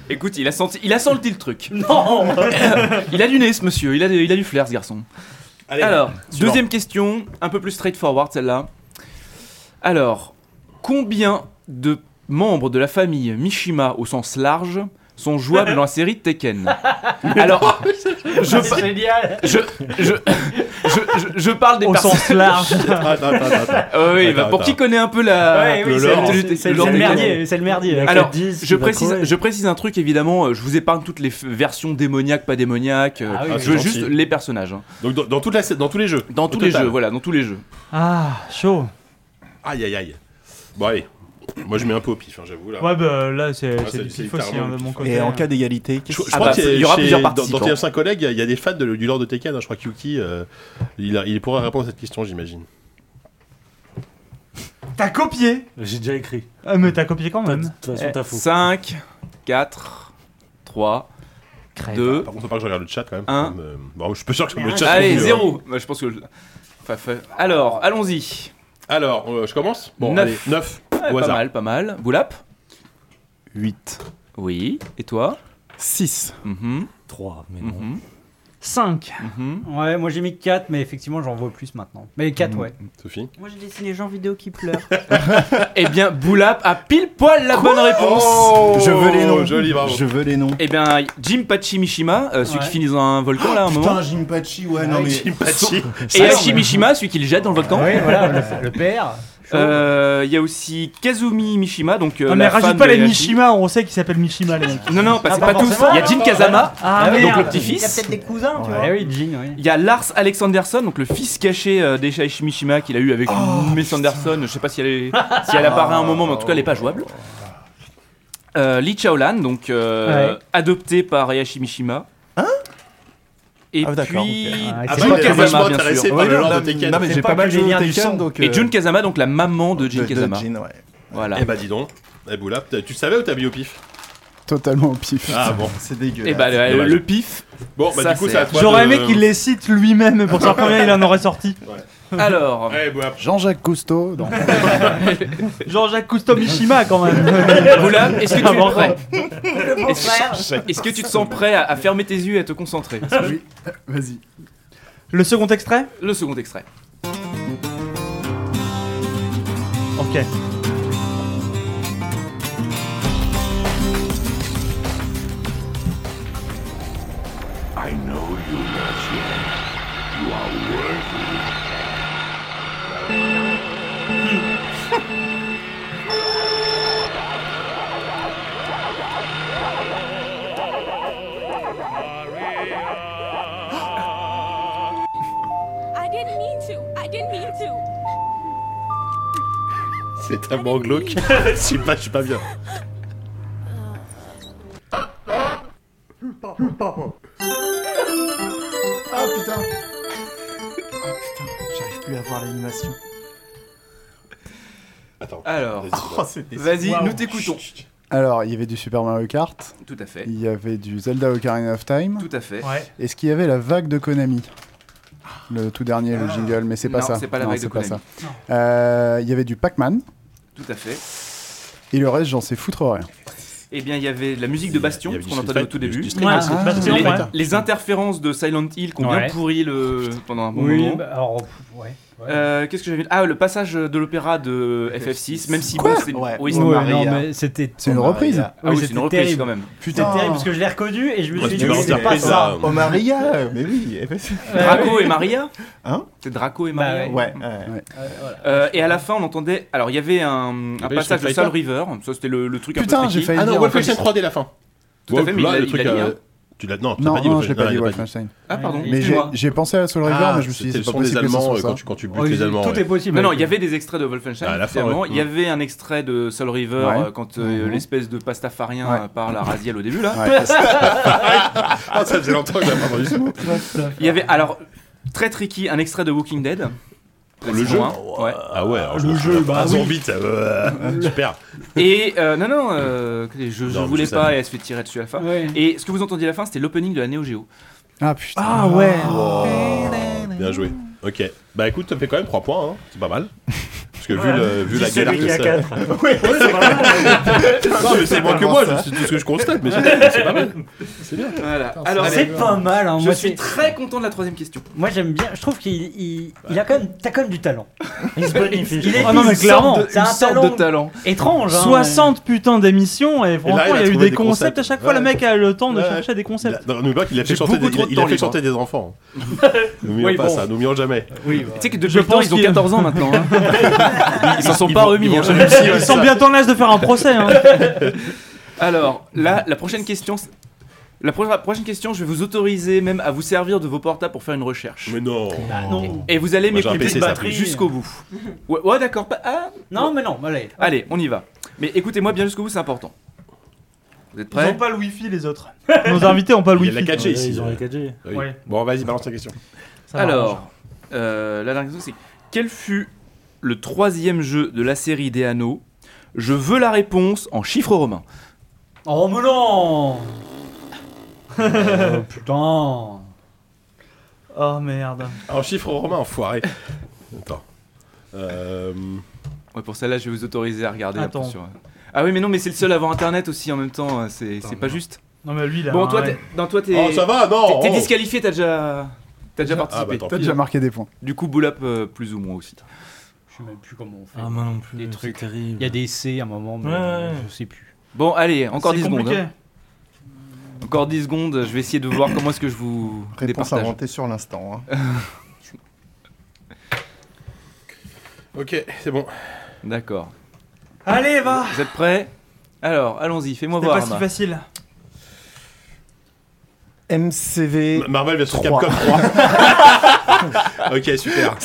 Speaker 4: Écoute, il a senti, il a senti le truc.
Speaker 7: Non.
Speaker 4: Il a du nez, ce monsieur. Il a, il a du flair, ce garçon.
Speaker 7: Allez,
Speaker 4: Alors,
Speaker 7: suivant.
Speaker 4: deuxième question, un peu plus straightforward celle-là. Alors, combien de membres de la famille Mishima au sens large sont jouables dans la série Tekken Alors, je,
Speaker 7: C'est génial.
Speaker 4: je, je, je, je- je parle des
Speaker 7: Au
Speaker 4: personnes-
Speaker 7: sens large.
Speaker 2: Attends, attends, attends, attends.
Speaker 4: Ah oui, bah,
Speaker 2: Attends,
Speaker 4: pour
Speaker 2: attends.
Speaker 4: qui connaît un peu la.
Speaker 7: Ouais, oui,
Speaker 4: le
Speaker 7: c'est-
Speaker 4: lore,
Speaker 7: c'est-
Speaker 4: du-
Speaker 7: c'est-
Speaker 4: lore
Speaker 7: c'est
Speaker 4: des
Speaker 7: le merdier,
Speaker 4: Tekken.
Speaker 7: c'est le merdier.
Speaker 8: hein.
Speaker 7: Il y a
Speaker 4: Alors,
Speaker 7: que 10,
Speaker 4: je
Speaker 7: il va
Speaker 4: précise,
Speaker 7: trouver.
Speaker 4: je précise un truc évidemment. euh, Je vous épargne toutes les f- versions démoniaques, pas démoniaques. euh,
Speaker 2: Ah oui,
Speaker 4: je veux
Speaker 2: c'est
Speaker 4: juste
Speaker 2: gentil.
Speaker 4: les personnages. hein.
Speaker 2: Donc dans, dans toute la, dans tous les jeux.
Speaker 4: Dans
Speaker 2: au
Speaker 4: tous les
Speaker 2: total.
Speaker 4: jeux, voilà, dans tous les jeux.
Speaker 3: Ah, chaud.
Speaker 2: Aïe aïe aïe. Bon allez, moi je mets un peu au pif, hein, j'avoue là.
Speaker 3: Ouais, bah là, c'est
Speaker 2: Ah,
Speaker 3: c'est du pif aussi
Speaker 2: littéralement
Speaker 3: hein, de
Speaker 2: du
Speaker 3: mon
Speaker 2: pif.
Speaker 3: côté.
Speaker 10: Et en
Speaker 3: hein.
Speaker 10: cas d'égalité,
Speaker 2: Je,
Speaker 10: qu'est-ce
Speaker 2: je
Speaker 10: qui se
Speaker 2: crois
Speaker 10: passe
Speaker 2: qu'il y, a-
Speaker 4: il y aura
Speaker 2: chez-
Speaker 4: plusieurs
Speaker 2: dans-
Speaker 4: participants.
Speaker 2: Dans TF5 collègues, il y a des fans de- du Lord de Tekken. hein, Je crois que Yuki, euh, il, a- il pourra répondre à cette question, j'imagine.
Speaker 3: T'as copié
Speaker 9: J'ai déjà écrit.
Speaker 3: Ah, mais t'as copié quand même.
Speaker 9: De toute façon, t'as faux.
Speaker 4: 5, 4, 3, 2,
Speaker 2: Par contre, faut pas que je regarde le chat quand même.
Speaker 4: Euh. Un.
Speaker 2: Euh, bon, je suis pas sûr que le chat.
Speaker 4: Allez,
Speaker 2: soit mieux, hein.
Speaker 4: 0 Je pense que. je- enfin, fa- Alors, allons-y.
Speaker 2: Alors, euh, je commence Bon,
Speaker 4: Neuf.
Speaker 2: allez, 9.
Speaker 4: Ouais,
Speaker 2: au
Speaker 4: pas
Speaker 2: hasard.
Speaker 4: mal, pas mal. Boulap
Speaker 10: 8.
Speaker 4: Oui. Et toi Mhm,
Speaker 10: 6.
Speaker 9: 3, mais
Speaker 4: non.
Speaker 7: 5.
Speaker 4: mhm.
Speaker 7: Ouais, moi j'ai mis 4, mais effectivement j'en vois plus maintenant. Mais 4, ouais.
Speaker 2: Sophie
Speaker 11: Moi j'ai dessiné Jean vidéo qui pleure.
Speaker 4: Eh bien, Boulap a pile poil la bonne réponse.
Speaker 2: Oh
Speaker 10: Oh,
Speaker 4: Oh
Speaker 10: Je veux les noms.
Speaker 2: joli, bravo.
Speaker 10: Je veux les noms.
Speaker 4: Eh bien, Jim Pachi Mishima, euh, celui
Speaker 7: Ouais.
Speaker 4: qui finit dans un volcan là à un moment.
Speaker 10: Putain, Jinpachi, ouais, non mais.
Speaker 2: Jimpachi.
Speaker 4: Et Hachi Mishima, celui qui le jette dans le volcan.
Speaker 7: Ouais, voilà, le, le père.
Speaker 4: Ah Euh, Il y a aussi Kazumi Mishima, donc. euh,
Speaker 3: Non, Ah, mais
Speaker 4: la
Speaker 3: rajoute
Speaker 4: femme
Speaker 3: pas
Speaker 4: de
Speaker 3: les
Speaker 4: Heihachi.
Speaker 3: Mishima, on sait qu'ils s'appellent Mishima les mecs.
Speaker 4: Non, non, pas- c'est pas, tous.
Speaker 3: forcément.
Speaker 4: Il y a Jin Kazama,
Speaker 3: Ah,
Speaker 4: donc
Speaker 3: merde.
Speaker 4: le petit-fils.
Speaker 11: Il y a peut-être des cousins, tu vois.
Speaker 4: Il y a Lars Alexanderson, donc le fils caché euh, d'Eshaichi Mishima qu'il a eu avec Miss Anderson. Je sais pas si elle, est- si elle apparaît à un moment, mais en tout cas, elle est pas jouable. Euh, Lee Chaolan, donc euh,
Speaker 10: Ouais.
Speaker 4: adopté par Heihachi Mishima. Hein et
Speaker 10: Ah, d'accord,
Speaker 4: puis bah,
Speaker 10: ok. Ah,
Speaker 4: Jun
Speaker 10: c'est pas-
Speaker 4: Kazama,
Speaker 10: vachement
Speaker 4: bien sûr.
Speaker 10: intéressé par le Ouais, genre non, de Tekken. non, mais
Speaker 4: C'est
Speaker 10: j'ai pas mal
Speaker 4: que
Speaker 10: joué au
Speaker 4: les liens du
Speaker 10: Tekken,
Speaker 4: sang.
Speaker 10: donc,
Speaker 4: Et
Speaker 10: euh,
Speaker 4: Jun Kazama, donc la maman de Jin
Speaker 10: de- de
Speaker 4: Kazama.
Speaker 10: Jin, ouais.
Speaker 4: Voilà.
Speaker 2: Eh bah dis donc. Eh Boula, t'as- tu le savais ou t'as mis au pif
Speaker 6: Totalement au pif.
Speaker 2: Ah bon.
Speaker 10: C'est
Speaker 4: Et bah le,
Speaker 2: Dommage.
Speaker 4: le pif.
Speaker 2: Bon, bah
Speaker 4: ça,
Speaker 2: du coup,
Speaker 4: c'est-
Speaker 2: c'est à toi.
Speaker 3: J'aurais
Speaker 2: de-
Speaker 3: aimé qu'il les cite lui-même pour savoir combien il en aurait sorti.
Speaker 4: Alors.
Speaker 2: Eh,
Speaker 6: Jean-Jacques Cousteau. non.
Speaker 3: Jean-Jacques Cousteau Mishima quand même. Ah
Speaker 4: Boula, est-ce que tu
Speaker 3: Avant,
Speaker 4: es prêt
Speaker 11: Le bon frère.
Speaker 4: Est-ce est-ce que tu te sens prêt à, à fermer tes yeux et à te concentrer
Speaker 6: Oui, vas-y.
Speaker 3: Le second extrait
Speaker 4: Le second extrait.
Speaker 3: Ok.
Speaker 1: I know you not yet. You are worthy.
Speaker 14: I didn't mean to. I didn't mean to.
Speaker 2: C'est tellement glauque. Je sais pas, je suis pas bien.
Speaker 10: Ah putain J'arrive plus à voir l'animation.
Speaker 4: Alors,
Speaker 10: Oh, c'était-
Speaker 4: vas-y,
Speaker 10: Waouh.
Speaker 4: nous t'écoutons.
Speaker 6: Alors, il y avait du Super Mario Kart.
Speaker 4: Tout à fait.
Speaker 6: Il y avait du Zelda Ocarina of Time.
Speaker 4: Tout à fait. Ouais.
Speaker 6: Est-ce qu'il y avait la vague de Konami Le tout dernier, le jingle, mais c'est pas
Speaker 4: Non,
Speaker 6: ça.
Speaker 4: c'est pas la vague de
Speaker 6: c'est
Speaker 4: Konami.
Speaker 6: ça. Euh, il y avait du Pac-Man.
Speaker 4: Tout à fait.
Speaker 6: Et le reste, j'en sais foutre rien.
Speaker 4: Eh bien, il y avait de la musique de Bastion,
Speaker 2: il y a
Speaker 4: ce
Speaker 2: du
Speaker 4: qu'on
Speaker 2: Street
Speaker 4: entendait au
Speaker 2: Fighter,
Speaker 4: tout
Speaker 2: du-
Speaker 4: début.
Speaker 2: du Street Fighter,
Speaker 4: Les-
Speaker 2: Ah, Street
Speaker 4: les,
Speaker 2: Fighter.
Speaker 4: les interférences de Silent Hill qui ont bien
Speaker 7: Ouais.
Speaker 4: pourri le pendant un bon
Speaker 7: Oui,
Speaker 4: moment.
Speaker 7: bah, alors, pff, ouais, ouais.
Speaker 4: Euh, Qu'est-ce que j'avais Ah, le passage de l'opéra de FF6, même si bon, c'est
Speaker 7: Ouais.
Speaker 4: oui, c'est-
Speaker 7: Ouais, non, mais c'était.
Speaker 6: C'est une reprise.
Speaker 4: Ah oui, c'est une reprise
Speaker 7: terrible.
Speaker 4: quand même.
Speaker 7: Putain,
Speaker 10: Non.
Speaker 7: terrible parce que je l'ai reconnu et je me
Speaker 4: Ouais,
Speaker 7: suis
Speaker 4: tu
Speaker 7: dit,
Speaker 4: vas en
Speaker 7: c'est
Speaker 4: faire
Speaker 7: pas
Speaker 4: plaisir.
Speaker 2: Ah,
Speaker 7: ça.
Speaker 10: Oh Maria Mais oui eh ben,
Speaker 4: Draco et Maria
Speaker 10: Hein
Speaker 4: C'est Draco et Maria
Speaker 10: ouais.
Speaker 6: Ouais.
Speaker 4: Euh, et à la fin, on entendait. Alors, il y avait un, un
Speaker 2: avait
Speaker 4: passage
Speaker 2: Street
Speaker 4: de Soul
Speaker 2: Fighter.
Speaker 4: River. Ça, c'était le, le truc un
Speaker 6: Putain,
Speaker 4: peu
Speaker 6: j'ai
Speaker 4: tricky.
Speaker 6: failli
Speaker 2: Ah non,
Speaker 6: dire,
Speaker 2: Wolfenstein
Speaker 6: en fait.
Speaker 2: 3D la fin.
Speaker 4: Tout à fait, mais
Speaker 2: là,
Speaker 4: il l'a-
Speaker 2: le
Speaker 4: il
Speaker 2: truc,
Speaker 4: l'a dit,
Speaker 2: euh,
Speaker 4: hein.
Speaker 2: Tu l'as, non, tu l'as
Speaker 6: Non,
Speaker 2: pas dit
Speaker 6: non,
Speaker 2: Wolfenstein.
Speaker 6: je l'ai pas
Speaker 2: Non,
Speaker 6: dit
Speaker 2: il l'a
Speaker 6: Wolfenstein.
Speaker 4: Ah, pardon,
Speaker 6: Mais j'ai-
Speaker 4: excuse-moi.
Speaker 6: j'ai pensé à Soul River,
Speaker 2: Ah,
Speaker 6: mais je me suis
Speaker 2: c'était
Speaker 6: dit, c'est
Speaker 2: le
Speaker 6: pas
Speaker 2: son des
Speaker 6: possible que ce
Speaker 2: Allemands
Speaker 6: soit
Speaker 2: euh,
Speaker 6: ça.
Speaker 2: quand tu, quand tu butes
Speaker 6: Oh,
Speaker 2: les
Speaker 6: ils-
Speaker 2: Allemands.
Speaker 6: tout
Speaker 2: ouais.
Speaker 6: est possible
Speaker 4: Non, non,
Speaker 6: avec
Speaker 4: il y
Speaker 6: eux.
Speaker 4: avait des extraits de Wolfenstein,
Speaker 2: Ah, à la fin,
Speaker 4: clairement.
Speaker 2: ouais.
Speaker 4: Il y avait un extrait de Soul River
Speaker 2: Ouais.
Speaker 4: euh, quand euh,
Speaker 2: Mhm.
Speaker 4: l'espèce de pastafarien
Speaker 2: Ouais.
Speaker 4: euh, parle à Raziel au début, là.
Speaker 2: Ouais, pastafarien. Ah, ça faisait longtemps que j'avais pas entendu ce mot.
Speaker 4: Il y avait, alors, très tricky, un extrait de Walking Dead.
Speaker 2: Le
Speaker 4: Saison
Speaker 2: jeu
Speaker 4: un, Ouais.
Speaker 2: Ah ouais, alors je me souviens pas. Zombie, ça, euh, super.
Speaker 4: Et euh, non, non, euh, je, je
Speaker 2: Non, mais
Speaker 4: voulais
Speaker 2: je
Speaker 4: pas
Speaker 2: savais.
Speaker 4: et elle se fait tirer dessus à la fin.
Speaker 7: Ouais.
Speaker 4: Et ce que vous entendiez à la fin, c'était l'opening de la Neo Geo.
Speaker 6: Ah putain.
Speaker 7: Ah ouais.
Speaker 2: Wow. Bien joué. Ok. Bah écoute, ça fait quand même 3 points, hein. c'est pas mal. Parce que vu,
Speaker 9: Ouais.
Speaker 2: le, vu la
Speaker 9: Dis celui
Speaker 2: galère
Speaker 9: qui a
Speaker 2: que
Speaker 9: quatre.
Speaker 2: ça...
Speaker 9: Oui, c'est pas mal.
Speaker 2: non, mais c'est moins que moi, je- c'est tout ce que je constate, mais c'est c'est pas mal. C'est bien.
Speaker 4: Voilà.
Speaker 7: Putain,
Speaker 4: Alors,
Speaker 7: c'est
Speaker 4: allez.
Speaker 7: pas mal, hein.
Speaker 4: Je
Speaker 7: Moi,
Speaker 4: suis
Speaker 7: c'est-
Speaker 4: très content de la troisième question.
Speaker 7: Moi j'aime bien, je trouve qu'il il, il a quand même, t'as quand même du talent.
Speaker 9: Il se bonifie.
Speaker 7: Il est
Speaker 3: Ah non, mais
Speaker 7: une sorte
Speaker 3: clairement,
Speaker 7: de-
Speaker 3: c'est
Speaker 7: une
Speaker 3: un
Speaker 7: sorte
Speaker 3: talent
Speaker 7: de talent étrange. Hein,
Speaker 3: 60 putains d'émissions et franchement,
Speaker 2: il a
Speaker 3: il y a eu
Speaker 2: trouvé
Speaker 3: des
Speaker 2: des
Speaker 3: concepts
Speaker 2: concepts.
Speaker 3: à chaque fois.
Speaker 2: Ouais.
Speaker 3: Le mec a eu le temps de
Speaker 2: Ouais.
Speaker 3: chercher des concepts.
Speaker 2: Non, n'oublie pas qu'il a fait
Speaker 4: J'ai
Speaker 2: chanter,
Speaker 4: beaucoup
Speaker 2: des,
Speaker 4: trop de
Speaker 2: il a
Speaker 4: temps
Speaker 2: fait
Speaker 4: libre.
Speaker 2: chanter des enfants. N'oublions
Speaker 4: Oui,
Speaker 2: pas
Speaker 4: bon.
Speaker 2: ça, n'oublions jamais.
Speaker 4: Tu sais que depuis le temps, ils ont 14 ans maintenant. hein. Ils s'en sont
Speaker 2: Ils
Speaker 4: pas
Speaker 2: vont-
Speaker 4: remis.
Speaker 2: ils vont
Speaker 4: hein.
Speaker 2: jamais le signer,
Speaker 3: Ils sont
Speaker 2: ça.
Speaker 3: bientôt en âge de faire un procès. hein.
Speaker 4: Alors, là, la prochaine question. c'est- La, pro- la prochaine question, je vais vous autoriser même à vous servir de vos portables pour faire une recherche.
Speaker 2: Mais non.
Speaker 7: non.
Speaker 4: Et vous allez
Speaker 2: Moi, j'ai un
Speaker 4: m'écouter
Speaker 2: PC, ça, oui.
Speaker 4: jusqu'au bout. Ouais, ouais, d'accord. pas- ah,
Speaker 7: Non, mais non, allez.
Speaker 4: Allez, on y va. Mais écoutez-moi bien jusqu'au bout, c'est important. Vous êtes
Speaker 3: Ils
Speaker 4: prêts
Speaker 3: ont pas le wifi les autres. Nos invités ont pas le
Speaker 2: Il y a
Speaker 3: wifi.
Speaker 2: de la 4G ici.
Speaker 9: ils ont la 4G.
Speaker 2: Oui.
Speaker 3: Ouais.
Speaker 2: Bon, vas-y, balance ta question.
Speaker 3: Ça m'arrange.
Speaker 4: Alors, euh, la dernière question, c'est quel fut le troisième jeu de la série des anneaux Je veux la réponse en chiffres romains.
Speaker 7: Oh mais non Euh, Putain
Speaker 3: Oh merde.
Speaker 2: En chiffre romain, enfoiré. Attends. Euh...
Speaker 4: Ouais, pour celle-là, je vais vous autoriser à regarder. un peu
Speaker 3: Attends.
Speaker 4: sur- Ah oui, mais non, mais c'est le seul à avoir internet aussi en même temps, hein, c'est c'est pas juste.
Speaker 3: Non mais lui là.
Speaker 4: Bon, toi,
Speaker 3: ouais.
Speaker 4: t'es- dans toi, t'es.
Speaker 2: Oh, ça va, non,
Speaker 4: T'es t'es
Speaker 2: oh.
Speaker 4: disqualifié, t'as déjà. T'as déjà
Speaker 2: Ah, bah,
Speaker 4: participé.
Speaker 2: tant
Speaker 6: T'as déjà marqué des points.
Speaker 4: Du coup, Boulap, euh, plus ou moins aussi.
Speaker 7: Je sais même plus comment on fait.
Speaker 9: Ah, moi non plus.
Speaker 7: Des trucs.
Speaker 9: terrible.
Speaker 7: Il y a des C à un moment, mais
Speaker 9: Ouais, ouais.
Speaker 7: je sais plus.
Speaker 4: Bon, allez, encore
Speaker 3: C'est
Speaker 4: 10 secondes.
Speaker 3: compliqué.
Speaker 4: hein. Encore 10 secondes, je vais essayer de voir comment est-ce que je vous
Speaker 10: Réponse
Speaker 4: départage.
Speaker 10: inventée sur l'instant. hein.
Speaker 2: Ok, c'est bon.
Speaker 4: D'accord.
Speaker 3: Allez, va
Speaker 4: Vous êtes prêts Alors, allons-y, fais-moi
Speaker 3: C'était
Speaker 4: voir.
Speaker 3: pas si facile.
Speaker 10: MCV.
Speaker 2: Marvel vs Capcom 3. ok, super.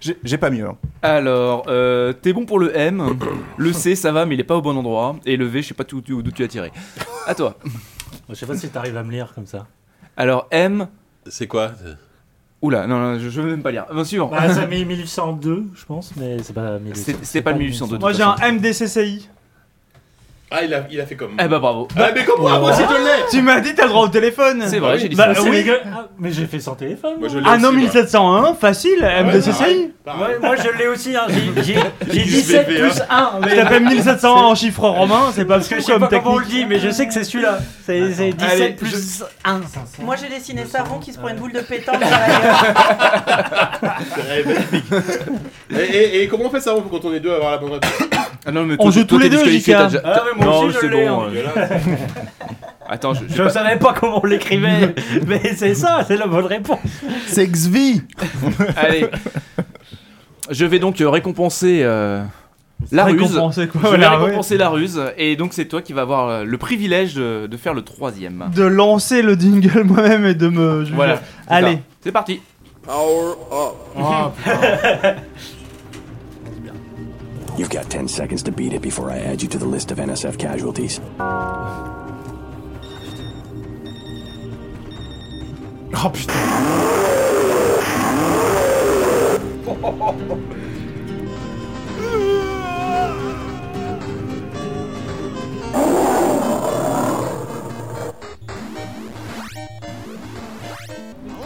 Speaker 10: J'ai- J'ai pas mieux. hein.
Speaker 4: Alors, euh, t'es bon pour le M, le C ça va mais il est pas au bon endroit, et le V je sais pas tout- tout- d'où tu as tiré. À toi.
Speaker 9: Je sais pas si t'arrives à me lire comme ça.
Speaker 4: Alors M...
Speaker 2: C'est quoi euh
Speaker 4: Oula, non, non, je, je veux même pas lire. Bon, suivant.
Speaker 9: Bah, ça met 1802, je pense, mais c'est pas 1802.
Speaker 4: C'est- c'est pas le 1802, de
Speaker 3: Moi j'ai un MDCCI.
Speaker 2: Ah, il a, il a fait comme.
Speaker 4: Eh bah bravo.
Speaker 2: Ah, mais comme
Speaker 3: oh.
Speaker 2: moi, moi aussi je l'ai
Speaker 3: Tu m'as dit t'as le droit au téléphone
Speaker 4: C'est vrai, j'ai dit
Speaker 3: Bah
Speaker 4: ça.
Speaker 3: oui.
Speaker 9: Ah, mais j'ai fait sans téléphone.
Speaker 2: Moi, je l'ai
Speaker 3: Ah
Speaker 2: aussi,
Speaker 3: non,
Speaker 2: moi.
Speaker 3: 1701, facile,
Speaker 8: Ah
Speaker 3: MDCCI
Speaker 8: Ouais, moi je l'ai aussi, hein. j'ai j'ai- j'ai
Speaker 3: Juste
Speaker 8: 17
Speaker 3: VPA.
Speaker 4: hein.
Speaker 8: plus 1.
Speaker 3: Je t'appelle 1701 en chiffres romains, c'est pas
Speaker 8: Parce que
Speaker 3: fou
Speaker 8: je sais pas
Speaker 3: comme
Speaker 8: comment on le
Speaker 3: technique.
Speaker 8: dit, mais je sais que c'est celui-là. C'est c'est 17
Speaker 4: Allez,
Speaker 8: plus 1.
Speaker 5: Moi j'ai dessiné Savon qui se prend une boule de pétanque dans la gueule.
Speaker 2: Eh, magnifique. et, et- et comment on fait ça quand on est deux à avoir la bonne réponse
Speaker 4: Ah non, mais
Speaker 2: On joue tous les deux,
Speaker 4: disqualifié,
Speaker 2: JK.
Speaker 4: t'as déjà-
Speaker 2: Ah ouais, moi
Speaker 4: non,
Speaker 2: aussi, je
Speaker 4: c'est
Speaker 2: l'ai,
Speaker 4: bon.
Speaker 2: hein.
Speaker 4: euh. Attends, je,
Speaker 8: Je savais pas comment on l'écrivait, mais c'est ça, c'est la bonne réponse.
Speaker 10: C'est XV
Speaker 4: Allez. Je vais donc euh, récompenser euh, la
Speaker 3: Récompenser
Speaker 4: ruse.
Speaker 3: quoi,
Speaker 4: je vais
Speaker 3: la
Speaker 4: récompenser la ruse. Et donc c'est toi qui vas avoir euh, le privilège de, de faire le troisième.
Speaker 3: De lancer le jingle moi-même et de me. juger.
Speaker 4: Voilà. C'est
Speaker 3: Allez.
Speaker 4: ça. C'est parti.
Speaker 1: Power up.
Speaker 4: Oh,
Speaker 15: You've got 10 seconds to beat it before I add you to the list of NSF casualties.
Speaker 10: Oh putain.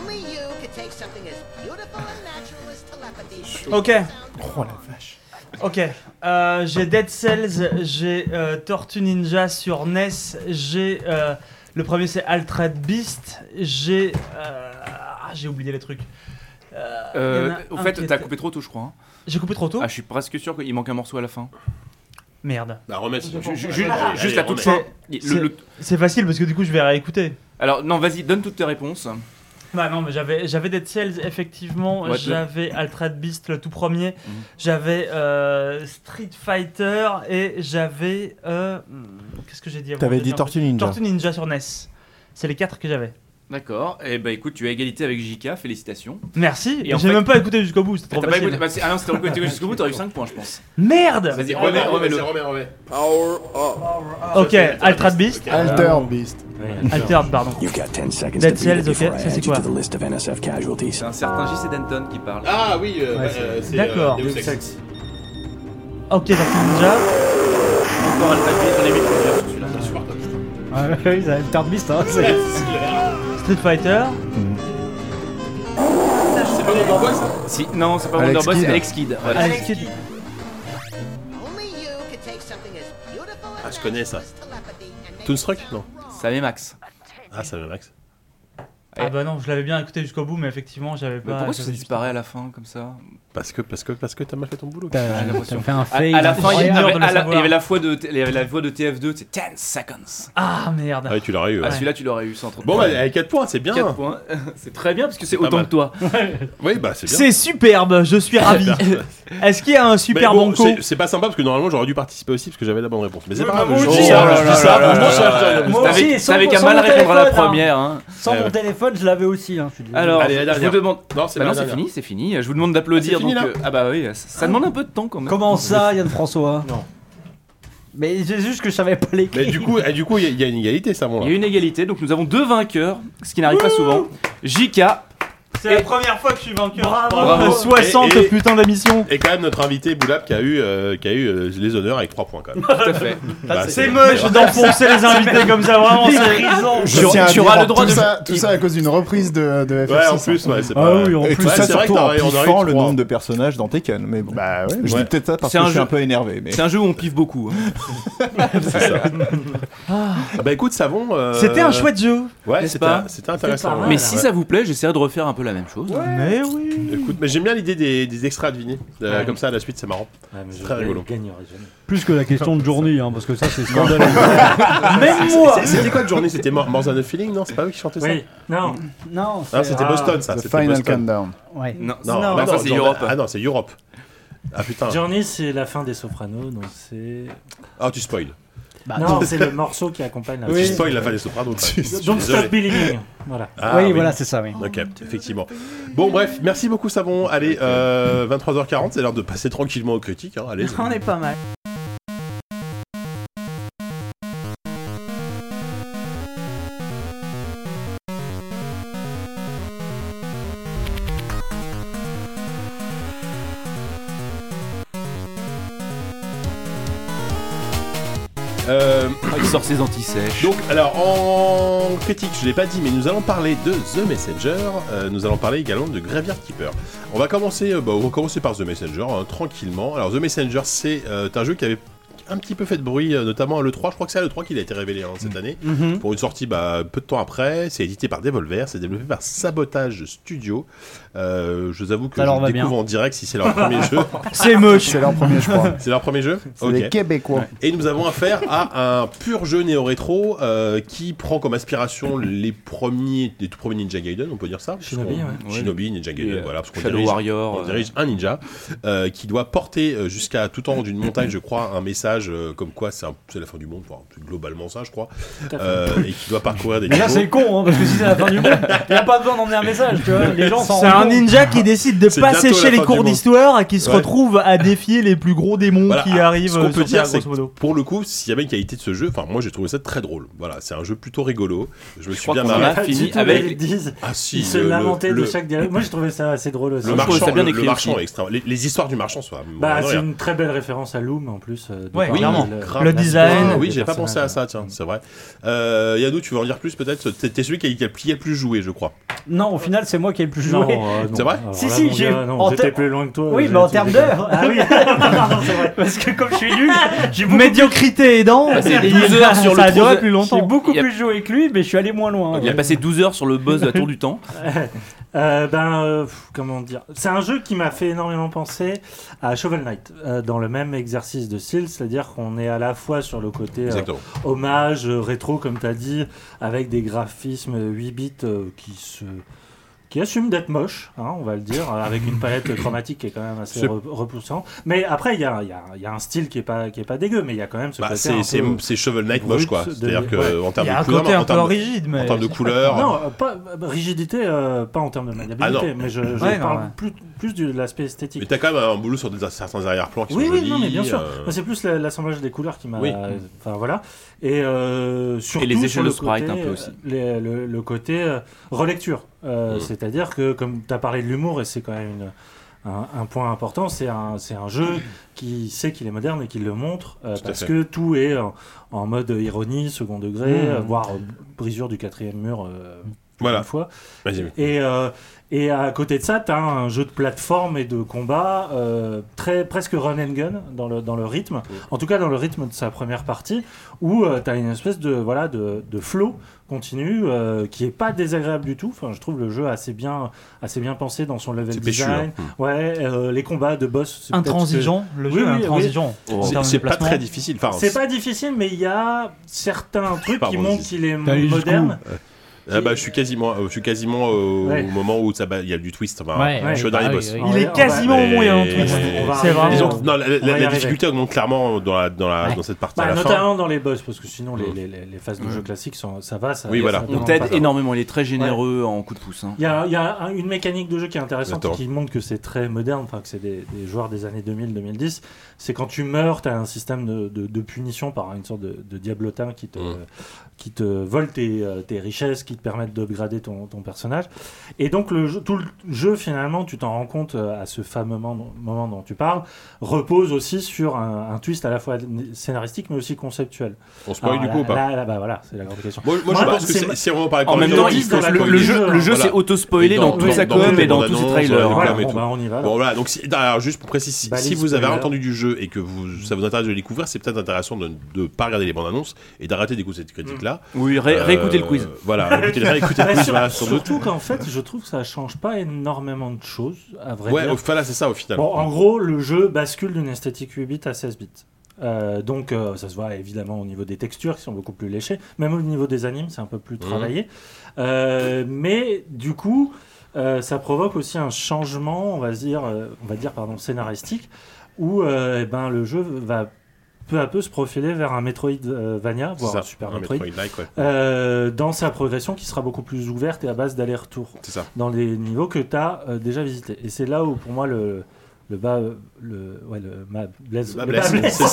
Speaker 16: Only you could take something as beautiful and natural as telepathy.
Speaker 3: Ok.
Speaker 10: Oh la vache.
Speaker 3: Ok. Euh, j'ai Dead Cells, j'ai euh, Tortue Ninja sur NES, j'ai. euh, le premier c'est Altered Beast, j'ai. euh, ah, j'ai oublié les trucs. Euh,
Speaker 4: Euh,
Speaker 3: y en a
Speaker 4: au
Speaker 3: un
Speaker 4: fait,
Speaker 3: qui
Speaker 4: t'as
Speaker 3: était- Oh.
Speaker 4: coupé trop tôt, je crois. hein.
Speaker 3: J'ai coupé trop tôt
Speaker 4: Ah, je suis presque sûr qu'il manque un morceau à la fin.
Speaker 3: Merde.
Speaker 2: Bah, remets. Je-
Speaker 4: je- je-
Speaker 2: Allez,
Speaker 4: juste
Speaker 2: allez,
Speaker 4: la toute
Speaker 2: remets.
Speaker 4: fin.
Speaker 3: C'est-
Speaker 4: Le- le-
Speaker 3: C'est facile parce que du coup je vais réécouter.
Speaker 4: Alors, non, vas-y, donne toutes tes réponses.
Speaker 3: Bah non, mais j'avais j'avais Dead Cells effectivement,
Speaker 4: Ouais, Mhm. tu-
Speaker 3: j'avais Altered Beast le tout premier, j'avais euh, Street Fighter et j'avais euh, hmm, qu'est-ce que j'ai dit avant
Speaker 10: T'avais
Speaker 3: J'ai
Speaker 10: dit
Speaker 3: un-
Speaker 10: Tortue Ninja.
Speaker 3: Tortue Ninja sur NES. C'est les quatre que j'avais.
Speaker 4: D'accord. Et bah écoute, tu as égalité avec JK, félicitations.
Speaker 3: Merci.
Speaker 4: Et en
Speaker 3: J'ai
Speaker 4: fait-
Speaker 3: même pas écouté jusqu'au bout, c'était
Speaker 4: T'as
Speaker 3: trop
Speaker 4: pas
Speaker 3: facile.
Speaker 4: écouté- bah, c'est- ah non, c'était écouté jusqu'au bout, t'aurais eu 5 points, je pense.
Speaker 3: Merde
Speaker 4: Vas-y, remets, remets, le.
Speaker 2: Power up.
Speaker 4: Ah,
Speaker 3: Ok, Altered Beast.
Speaker 6: Altered Beast.
Speaker 3: Altered, pardon.
Speaker 15: You've got 10 seconds to
Speaker 3: Dead
Speaker 15: beat
Speaker 3: Cells,
Speaker 15: it
Speaker 3: ok,
Speaker 15: before I
Speaker 3: ça c'est
Speaker 15: add you
Speaker 3: quoi
Speaker 15: to the list of NSF casualties.
Speaker 4: C'est un certain JC Denton qui parle.
Speaker 2: Ah oui, euh,
Speaker 15: Ouais,
Speaker 2: bah, euh, c'est.
Speaker 3: D'accord.
Speaker 2: euh, Deus Ex.
Speaker 3: Ok, Tortue Ninja.
Speaker 4: Encore Alphabet, j'en ai mis plusieurs sur celui-là.
Speaker 7: Ouais, ils avaient le Tard Beast, hein. c'est-
Speaker 3: Street Fighter.
Speaker 4: C'est pas Wonderboy ça Si, non, c'est pas
Speaker 7: Alex
Speaker 4: Wonderboy, c'est
Speaker 7: Kidd.
Speaker 4: Alex Kidd. voilà.
Speaker 3: Alex Kidd.
Speaker 16: Only you could take something as beautiful
Speaker 2: Ah,
Speaker 16: and
Speaker 2: je connais ça.
Speaker 16: telepathy and make
Speaker 2: Toonstruck Non.
Speaker 4: Ça met Max.
Speaker 2: Ah, ça met Max.
Speaker 3: Ah bah non, je l'avais bien écouté jusqu'au bout, mais effectivement j'avais
Speaker 4: Mais
Speaker 3: pas.
Speaker 4: pourquoi
Speaker 3: j'avais
Speaker 4: ça disparaît à la fin comme ça
Speaker 2: Parce que, parce que, parce que t'as mal fait ton boulot.
Speaker 4: J'ai l'impression.
Speaker 7: fait un
Speaker 4: À-
Speaker 7: fail.
Speaker 4: À, la fin, il y,
Speaker 7: J'ai
Speaker 4: avait,
Speaker 7: peur de le
Speaker 4: à la-
Speaker 7: savoir.
Speaker 4: il y avait la voix de, il y avait la voix de TF2, c'est 10 seconds.
Speaker 3: Ah merde.
Speaker 2: Ah, ouais, tu l'aurais eu.
Speaker 4: Ah,
Speaker 2: ouais.
Speaker 4: celui-là, tu l'aurais eu sans trop de
Speaker 2: Bon, bah,
Speaker 4: problème.
Speaker 2: avec 4 points, c'est bien.
Speaker 4: Quatre points. c'est très bien parce que c'est
Speaker 2: pas
Speaker 4: autant
Speaker 2: mal.
Speaker 4: que toi.
Speaker 2: Oui, bah, c'est bien.
Speaker 3: C'est superbe, je suis ravi. Est-ce qu'il y a un super
Speaker 2: Mais bon,
Speaker 3: banco
Speaker 2: c'est- C'est pas sympa parce que normalement j'aurais dû participer aussi parce que j'avais la bonne réponse. Mais c'est
Speaker 4: bah,
Speaker 2: pas grave.
Speaker 8: moi
Speaker 2: je
Speaker 8: aussi,
Speaker 2: dis
Speaker 8: hein.
Speaker 2: ça, je
Speaker 8: Oh
Speaker 2: dis
Speaker 8: là
Speaker 2: ça,
Speaker 8: là
Speaker 2: franchement,
Speaker 8: là
Speaker 2: ça-
Speaker 8: là
Speaker 2: ça-
Speaker 8: là là. Moi
Speaker 2: ça-
Speaker 8: aussi,
Speaker 4: T'avais-
Speaker 8: sans-
Speaker 4: T'avais qu'à
Speaker 8: sans
Speaker 4: mal
Speaker 8: mon
Speaker 4: répondre à la
Speaker 8: téléphone, hein.
Speaker 4: première. hein.
Speaker 8: Sans mon téléphone, je l'avais aussi. Hein, je suis désolé.
Speaker 4: Alors,
Speaker 2: Allez, la
Speaker 4: je vous
Speaker 2: dernière.
Speaker 4: demande.
Speaker 2: Non, c'est
Speaker 4: Bah
Speaker 2: la
Speaker 4: non, c'est
Speaker 2: dernière.
Speaker 4: fini, c'est fini. Je vous demande d'applaudir.
Speaker 2: Ah, c'est fini,
Speaker 4: donc,
Speaker 2: là
Speaker 4: euh, ah bah oui, ça, ça demande un peu de temps quand même.
Speaker 7: Comment ça, Yann François
Speaker 9: Non.
Speaker 7: Mais c'est juste que je savais pas l'écrire.
Speaker 2: Mais du coup, et du coup, il y a- il y, a une égalité, ça, bon
Speaker 4: Il y
Speaker 2: là.
Speaker 4: a une égalité, donc nous avons deux vainqueurs, ce qui n'arrive pas souvent. JK.
Speaker 3: C'est la première fois que je suis vainqueur.
Speaker 4: Bravo.
Speaker 3: 60
Speaker 2: Et- et-
Speaker 3: putain d'émissions.
Speaker 2: Et quand même notre invité Boulab qui a eu, euh, qui a eu euh, les honneurs avec 3 points quand même.
Speaker 4: Tout à fait.
Speaker 15: Ah,
Speaker 2: Bah,
Speaker 3: C'est moche d'enfoncer les invités comme ça, vraiment. C'est
Speaker 6: Je tiens à
Speaker 4: Tu auras
Speaker 6: dire,
Speaker 4: le droit
Speaker 6: tout
Speaker 4: de-
Speaker 6: ça, tout ça à cause d'une reprise de, de FF6.
Speaker 2: Ouais, en plus, ouais, c'est
Speaker 6: Ah
Speaker 2: pas.
Speaker 6: oui, en
Speaker 10: Et
Speaker 6: plus,
Speaker 10: tout
Speaker 2: ouais,
Speaker 10: ça
Speaker 2: c'est vrai
Speaker 10: surtout
Speaker 2: que
Speaker 10: en
Speaker 2: t'aurais- on aurait eu
Speaker 10: amplifiant le
Speaker 2: trois.
Speaker 10: nombre de personnages dans Tekken. Mais bon.
Speaker 6: Bah ouais.
Speaker 10: Je
Speaker 2: Ah Ouais.
Speaker 10: dis peut-être ça parce
Speaker 4: C'est
Speaker 10: que
Speaker 4: un
Speaker 10: je suis
Speaker 4: jeu.
Speaker 10: un peu énervé. Mais...
Speaker 4: C'est un jeu où on piffe beaucoup. hein.
Speaker 2: Ah, Bah écoute, savon. euh,
Speaker 3: C'était un chouette jeu.
Speaker 2: Ouais,
Speaker 4: N'est-ce
Speaker 2: c'était
Speaker 4: pas
Speaker 2: c'était intéressant. ouais.
Speaker 4: Mais si
Speaker 2: Ouais.
Speaker 4: ça vous plaît, j'essaierai de refaire un peu la même chose.
Speaker 3: Mais oui.
Speaker 2: Écoute, mais j'aime bien l'idée des, des extras à deviner. Euh, Comme ça, à la suite, c'est marrant.
Speaker 9: Ouais, mais
Speaker 2: C'est
Speaker 9: je
Speaker 2: très rigolo.
Speaker 9: gagnerai jamais.
Speaker 7: Plus que la question de journée, hein, parce que ça, c'est scandaleux.
Speaker 3: Même moi.
Speaker 2: C'est- C'était quoi de journée C'était Mor- More Than a Feeling, non Ah, C'est pas eux qui chantaient ça
Speaker 9: Oui, non.
Speaker 7: Non,
Speaker 2: Ah, c'était
Speaker 9: Ah,
Speaker 2: Boston, ça.
Speaker 6: The
Speaker 2: c'était
Speaker 6: Final
Speaker 2: Boston.
Speaker 6: Countdown.
Speaker 7: Ouais.
Speaker 4: Non,
Speaker 2: Non, bah,
Speaker 4: non, ça c'est
Speaker 2: Jordan-
Speaker 4: Europe.
Speaker 2: Ah non, c'est Europe. Ah putain.
Speaker 9: Journey, c'est la fin des Sopranos, donc c'est.
Speaker 2: Ah, tu spoil. Ah,
Speaker 9: Bah, non, c'est le morceau qui accompagne la
Speaker 2: Tu spoil la fin des Sopranos.
Speaker 9: Tu- Don't stop believing. Voilà.
Speaker 7: Oui, voilà, c'est ça, oui.
Speaker 2: Ah Ok, effectivement. Bon, bref, merci beaucoup, Savon. Allez, euh, 23h40, c'est l'heure de passer tranquillement aux critiques. hein. Allez,
Speaker 5: On est pas mal.
Speaker 2: Euh,
Speaker 4: il sort ses antisèches.
Speaker 2: Donc, alors, en critique, je ne l'ai pas dit, mais nous allons parler de The Messenger. euh, nous allons parler également de Graveyard Keeper. On va commencer, euh, bah, on va commencer par The Messenger, hein, tranquillement. Alors, The Messenger, c'est euh, un jeu qui avait un petit peu fait de bruit, euh, notamment à l'E3. Je crois que c'est à l'E3 qu'il a été révélé hein, cette année.
Speaker 7: Mhm.
Speaker 2: Pour une sortie bah, peu de temps après, c'est édité par Devolver, c'est développé par Sabotage Studio. Euh, je vous avoue que
Speaker 7: Ça leur
Speaker 2: je
Speaker 7: va
Speaker 2: le découvre
Speaker 7: bien.
Speaker 2: en direct si c'est leur premier jeu.
Speaker 7: C'est moche.
Speaker 6: C'est leur premier, je crois.
Speaker 2: C'est leur premier jeu
Speaker 6: C'est les
Speaker 2: Ok.
Speaker 6: Québécois.
Speaker 2: Ouais. Et nous avons affaire à un pur jeu néo-rétro euh, qui prend comme aspiration les premiers, les tout premiers Ninja Gaiden, on peut dire ça. puisqu'on-
Speaker 4: Shinobi, ouais.
Speaker 2: Shinobi, Ninja Gaiden,
Speaker 4: Et, euh,
Speaker 2: voilà, parce qu'on
Speaker 4: Shadow
Speaker 2: dirige,
Speaker 4: Warrior,
Speaker 2: on
Speaker 4: euh.
Speaker 2: dirige un ninja euh, qui doit porter euh, jusqu'à tout en haut d'une montagne, je crois, un message euh, comme quoi c'est un- c'est la fin du monde, enfin, c'est globalement ça, je crois,
Speaker 7: Tout à fait.
Speaker 2: Euh, et qui doit parcourir des
Speaker 7: Mais là,
Speaker 2: niveaux.
Speaker 7: c'est con, hein, parce que si c'est la fin du monde, il n'y a pas besoin d'emmener un message, tu vois. Les
Speaker 5: Oh
Speaker 7: gens s'en
Speaker 3: C'est
Speaker 7: rendent
Speaker 3: un
Speaker 7: compte.
Speaker 3: ninja qui décide de
Speaker 2: C'est
Speaker 3: pas
Speaker 2: bientôt la
Speaker 3: sécher les
Speaker 2: fin du
Speaker 3: cours
Speaker 2: monde.
Speaker 3: d'histoire et qui se
Speaker 2: Ouais.
Speaker 3: retrouve à défier les plus gros démons
Speaker 2: Voilà,
Speaker 3: qui
Speaker 2: ah,
Speaker 3: arrivent
Speaker 2: Ce qu'on
Speaker 3: euh,
Speaker 2: peut
Speaker 3: sur
Speaker 2: dire,
Speaker 3: Terre,
Speaker 2: c'est que
Speaker 3: grosso modo.
Speaker 2: pour le coup, s'il y avait une qualité de ce jeu, enfin moi j'ai trouvé ça très drôle. Voilà, c'est un jeu plutôt rigolo. Je me suis
Speaker 4: crois
Speaker 2: bien
Speaker 4: qu'on
Speaker 2: marré.
Speaker 4: a fini
Speaker 9: Surtout,
Speaker 4: avec-
Speaker 9: ils disent,
Speaker 2: Ah si,
Speaker 9: ils se
Speaker 2: le- le-
Speaker 9: lamentaient de
Speaker 2: le-
Speaker 9: chaque dialogue. Moi, j'ai trouvé ça assez drôle aussi.
Speaker 2: Le marchand, le- le marchand est extrême. Les, les histoires du marchand sont. à mourir
Speaker 9: Bah,
Speaker 2: de
Speaker 9: c'est
Speaker 2: rire.
Speaker 9: une très belle référence à Loom en plus. euh, de
Speaker 2: Ouais,
Speaker 9: par
Speaker 2: clairement.
Speaker 9: le-
Speaker 2: Grave.
Speaker 9: l'aspect
Speaker 2: Ah
Speaker 9: des
Speaker 2: oui, j'ai pas
Speaker 9: personnages.
Speaker 2: pensé à ça, tiens, c'est vrai. Euh, Yadou, tu veux en dire plus peut-être T'es t'es celui qui a, qui a le- qui a le plus joué, je crois.
Speaker 7: Non, au final, c'est moi qui ai le plus joué.
Speaker 2: Non, euh, non. C'est vrai
Speaker 7: Si,
Speaker 2: Alors là,
Speaker 7: si,
Speaker 2: mon
Speaker 7: j'ai.
Speaker 2: gars, non,
Speaker 7: en
Speaker 2: j'étais
Speaker 7: ter-
Speaker 2: plus loin que toi,
Speaker 7: Oui,
Speaker 2: j'ai
Speaker 7: mais en
Speaker 2: été
Speaker 7: termes
Speaker 2: dégoûté.
Speaker 7: d'heures.
Speaker 2: Ah oui.
Speaker 7: Parce que comme je suis nul, j'ai beaucoup.
Speaker 3: Médiocrité aidant,
Speaker 2: Ah,
Speaker 7: Bah, c'est
Speaker 3: il-
Speaker 7: 12
Speaker 3: ça
Speaker 7: heures sur le
Speaker 3: a duré
Speaker 7: pause.
Speaker 3: plus longtemps.
Speaker 7: J'ai beaucoup
Speaker 4: Il y a-
Speaker 7: plus joué que lui, mais je suis allé moins loin.
Speaker 4: Il a
Speaker 7: ouais.
Speaker 4: passé 12 heures sur le buzz de la tour du temps.
Speaker 9: Euh, ben, euh, pff, comment dire C'est un jeu qui m'a fait énormément penser à Shovel Knight, euh, dans le même exercice de style, c'est-à-dire qu'on est à la fois sur le côté euh,
Speaker 2: Exactement.
Speaker 9: hommage, euh, rétro, comme tu as dit, avec des graphismes 8 bits euh, qui se qui assument d'être moches, hein, on va le dire, euh, avec une palette chromatique qui est quand même assez
Speaker 2: C'est-
Speaker 9: re- repoussante. Mais après, il y a, il y a- il y a un style qui est pas, qui est pas dégueu, mais il y a quand même ce
Speaker 2: Bah,
Speaker 9: côté
Speaker 2: c'est-
Speaker 9: un
Speaker 2: c'est-
Speaker 9: peu
Speaker 2: c'est Shovel Knight
Speaker 9: brut
Speaker 2: moche, quoi.
Speaker 9: de-
Speaker 2: C'est-à-dire que,
Speaker 9: ouais.
Speaker 2: en termes Il y a de un couleurs, côté un en peu termes de- rigide, mais- en termes de couleurs.
Speaker 9: Non, euh, pas, bah, rigidité, euh, pas en termes de maniabilité,
Speaker 2: Ah non.
Speaker 9: mais je, je
Speaker 2: Ouais, non,
Speaker 9: parle
Speaker 2: ouais.
Speaker 9: plus, plus de l'aspect esthétique.
Speaker 2: Mais t'as quand même un boulot sur des, certains arrière-plans qui
Speaker 9: oui,
Speaker 2: sont
Speaker 9: oui,
Speaker 2: jolis.
Speaker 9: non, mais bien sûr.
Speaker 2: euh,
Speaker 9: Moi, C'est plus la- l'assemblage des couleurs qui m'a.
Speaker 2: Oui.
Speaker 9: Enfin, voilà. Et, euh, surtout
Speaker 4: les échelles
Speaker 9: sur
Speaker 4: de
Speaker 9: le
Speaker 4: sprite
Speaker 9: côté,
Speaker 4: un peu aussi.
Speaker 9: euh, les- le, le côté euh, relecture. Euh,
Speaker 4: Mm.
Speaker 9: C'est-à-dire que, comme tu as parlé de l'humour, et c'est quand même une- Un, un point important, c'est un, c'est un jeu qui sait qu'il est moderne et qui le montre euh,
Speaker 4: Tout à
Speaker 9: parce
Speaker 4: fait.
Speaker 9: que tout est en, en mode ironie, second degré,
Speaker 4: Mm.
Speaker 9: euh, voire euh, brisure du quatrième mur euh,
Speaker 2: Voilà.
Speaker 9: une fois.
Speaker 2: Vas-y.
Speaker 9: Et, euh, et à côté de ça, tu as un jeu de plateforme et de combat euh, très, presque run and gun dans le, dans le rythme, en tout cas dans le rythme de sa première partie, où tu as une espèce de, voilà, de, de flow continu euh, qui est pas désagréable du tout. Enfin, je trouve le jeu assez bien, assez bien pensé dans son level
Speaker 2: C'est péchu,
Speaker 9: design.
Speaker 2: hein.
Speaker 9: Ouais, euh, les combats de boss. c'est peut-être
Speaker 3: Intransigeant,
Speaker 9: que-
Speaker 3: le jeu est intransigeant
Speaker 2: en C'est- termes de c'est pas placement. très difficile, enfin,
Speaker 9: c'est pas difficile, mais il y a certains trucs qui
Speaker 2: Pardon,
Speaker 9: montrent
Speaker 2: Zizi.
Speaker 9: qu'il est moderne.
Speaker 2: Ah bah, je suis quasiment, euh, je suis quasiment euh, au,
Speaker 9: Ouais.
Speaker 2: moment où ça, bah, il y a du twist. enfin,
Speaker 9: Ouais.
Speaker 2: je suis au
Speaker 9: Ouais,
Speaker 2: dernier
Speaker 9: bah
Speaker 2: boss.
Speaker 9: oui, oui. Il est
Speaker 2: Mais-
Speaker 9: quasiment au
Speaker 3: hein,
Speaker 9: moment où il y a un twist.
Speaker 2: mais-
Speaker 9: On va arriver,
Speaker 2: Disons
Speaker 9: on-
Speaker 2: que- non, la, la-
Speaker 9: Ah, on va y
Speaker 2: la
Speaker 9: arriver.
Speaker 2: difficulté augmente clairement dans la, dans la, dans cette partie.
Speaker 9: Bah,
Speaker 2: à la fin.
Speaker 9: notamment dans les boss, parce que sinon les, les- les- les phases de jeu classiques, sont- ça va. Ça,
Speaker 2: Oui, voilà.
Speaker 9: ça
Speaker 2: On
Speaker 9: demande
Speaker 4: t'aide
Speaker 9: pas de-
Speaker 4: énormément, il est très généreux en coup de pouce. hein.
Speaker 9: Il y a, il y a un- une mécanique de jeu qui est intéressante
Speaker 4: Attends.
Speaker 9: et qui montre que c'est très moderne, enfin que c'est des, des joueurs des années 2000-2010. C'est quand tu meurs, tu as un système de, de- de punition par une sorte de, de diablotin qui te,
Speaker 2: Mmh.
Speaker 9: qui te vole tes, euh, tes richesses, qui te permettent d'upgrader ton, ton personnage. Et donc le jeu- tout le jeu, finalement, tu t'en rends compte euh, à ce fameux moment, moment dont tu parles, repose aussi sur un, un twist à la fois scénaristique mais aussi conceptuel.
Speaker 2: On spoil Ah du coup ou pas
Speaker 9: là, là, bah, Voilà, c'est la grande question.
Speaker 2: Moi, moi, je pense que c'est- si on en parlait pas aujourd'hui, il faut spoiler. hein, Voilà. Et dans l'annonce, dans les
Speaker 9: Voilà,
Speaker 2: com et
Speaker 9: bon,
Speaker 2: tout.
Speaker 9: bah, on y va.
Speaker 2: Bon, voilà, donc si- alors, juste pour préciser, si-
Speaker 9: Balise
Speaker 2: si vous avez
Speaker 9: spoiler.
Speaker 2: entendu du jeu et que vous, ça vous intéresse de le découvrir, c'est peut-être intéressant de ne pas regarder les bandes annonces et d'arrêter d'écouter cette critique-là.
Speaker 9: Mmh.
Speaker 4: Oui, ré- réécoutez le
Speaker 2: Euh,
Speaker 4: quiz.
Speaker 2: Voilà, réécoutez, réécoutez le
Speaker 9: Bah,
Speaker 2: quiz,
Speaker 9: sur-
Speaker 2: voilà, sans doute.
Speaker 9: surtout qu'en fait, je trouve que ça change pas énormément de choses, à vrai
Speaker 2: Ouais,
Speaker 9: dire.
Speaker 2: au- voilà, c'est ça, au final.
Speaker 9: Bon, en gros, le jeu bascule d'une esthétique 8 bits à 16 bits. Euh, donc euh, ça se voit évidemment au niveau des textures qui sont beaucoup plus léchées, même au niveau des animes c'est un peu plus
Speaker 2: Mhm.
Speaker 9: travaillé. Euh, mais du coup, euh, ça provoque aussi un changement, on va dire, euh, on va dire pardon, scénaristique où euh, eh ben, le jeu va peu à peu se profiler vers un Metroidvania, voire
Speaker 2: ça,
Speaker 9: un Super
Speaker 2: un
Speaker 9: Metroid,
Speaker 2: Metroid-like, ouais.
Speaker 9: euh, dans sa progression qui sera beaucoup plus ouverte et à base d'aller-retour
Speaker 2: ça.
Speaker 9: dans les niveaux que tu as déjà visités. Et c'est là où, pour moi, le. Le bas, le, ouais, le ma blaise,
Speaker 2: Ma
Speaker 9: le
Speaker 2: blaise,
Speaker 9: bas blesse.
Speaker 2: c'est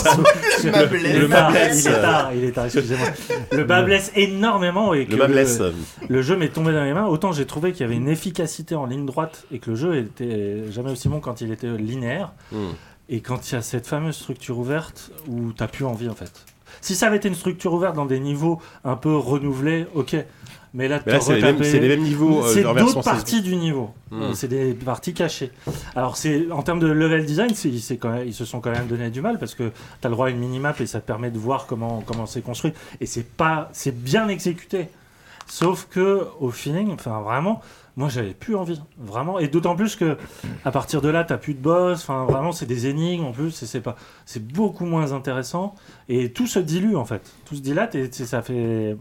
Speaker 2: ça. Le
Speaker 9: Le-
Speaker 2: ma blaise.
Speaker 9: le
Speaker 2: Le
Speaker 9: bas
Speaker 2: ma
Speaker 9: blesse, Il est
Speaker 2: blaise.
Speaker 9: tard, il est tard, excusez-moi. Le bas blesse énormément
Speaker 2: Le
Speaker 9: et que
Speaker 2: bas blesse.
Speaker 9: le jeu m'est tombé dans les mains. Autant j'ai trouvé qu'il y avait une efficacité en ligne droite et que le jeu était jamais aussi bon quand il était linéaire.
Speaker 2: Hmm.
Speaker 9: Et quand il y a cette fameuse structure ouverte où t'as plus envie en fait. Si ça avait été une structure ouverte dans des niveaux un peu renouvelés, ok. Mais là,
Speaker 2: Mais là,
Speaker 9: te
Speaker 2: c'est les
Speaker 9: retaper-
Speaker 2: mêmes- c'est les mêmes niveaux, euh,
Speaker 9: C'est
Speaker 2: leur
Speaker 9: d'autres
Speaker 2: version saison.
Speaker 9: parties du niveau.
Speaker 2: Hmm.
Speaker 9: C'est des parties cachées. Alors c'est en termes de level design, c'est, c'est quand même- ils se sont quand même donné du mal parce que t'as le droit à une minimap et ça te permet de voir comment comment c'est construit. Et c'est pas, c'est bien exécuté. Sauf que au feeling, enfin vraiment, moi j'avais plus envie, vraiment. Et d'autant plus que à partir de là, t'as plus de boss. Enfin vraiment, c'est des énigmes en plus. Et c'est pas, c'est beaucoup moins intéressant. Et tout se dilue en fait. Tout se dilate et c'est- ça fait.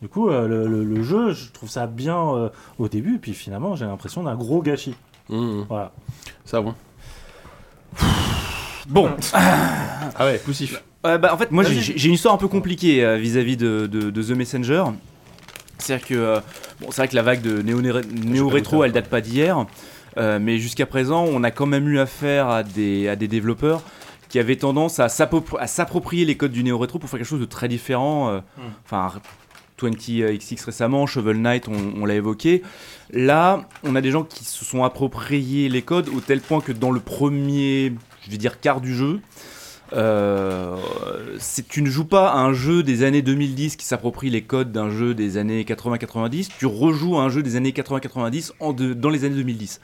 Speaker 9: Du coup, euh, le, le- le jeu, je trouve ça bien euh, au début, puis finalement, j'ai l'impression d'un gros gâchis. Voilà.
Speaker 2: Ça bon.
Speaker 4: Bon.
Speaker 2: Ah ouais, poussif.
Speaker 4: Ouais, bah, en fait, moi j'ai
Speaker 2: Vas-y.
Speaker 4: j'ai- j'ai une histoire un peu compliquée euh, vis-à-vis de, de- de The Messenger. C'est-à-dire que, euh, bon, c'est vrai que la vague de néo-rétro, elle date pas d'hier. euh, mais jusqu'à présent, on a quand même eu affaire à des, à des développeurs qui avaient tendance à s'appropri- à s'approprier les codes du néo-rétro pour faire quelque chose de très différent. euh,
Speaker 9: Mm.
Speaker 4: Enfin, 20XX récemment, Shovel Knight, on, on l'a évoqué. Là, on a des gens qui se sont appropriés les codes au tel point que dans le premier, je vais dire, quart du jeu, euh, c'est- tu ne joues pas à un jeu des années 2010 qui s'approprie les codes d'un jeu des années 80-90, tu rejoues à un jeu des années 80-90 en de- dans les années 2010.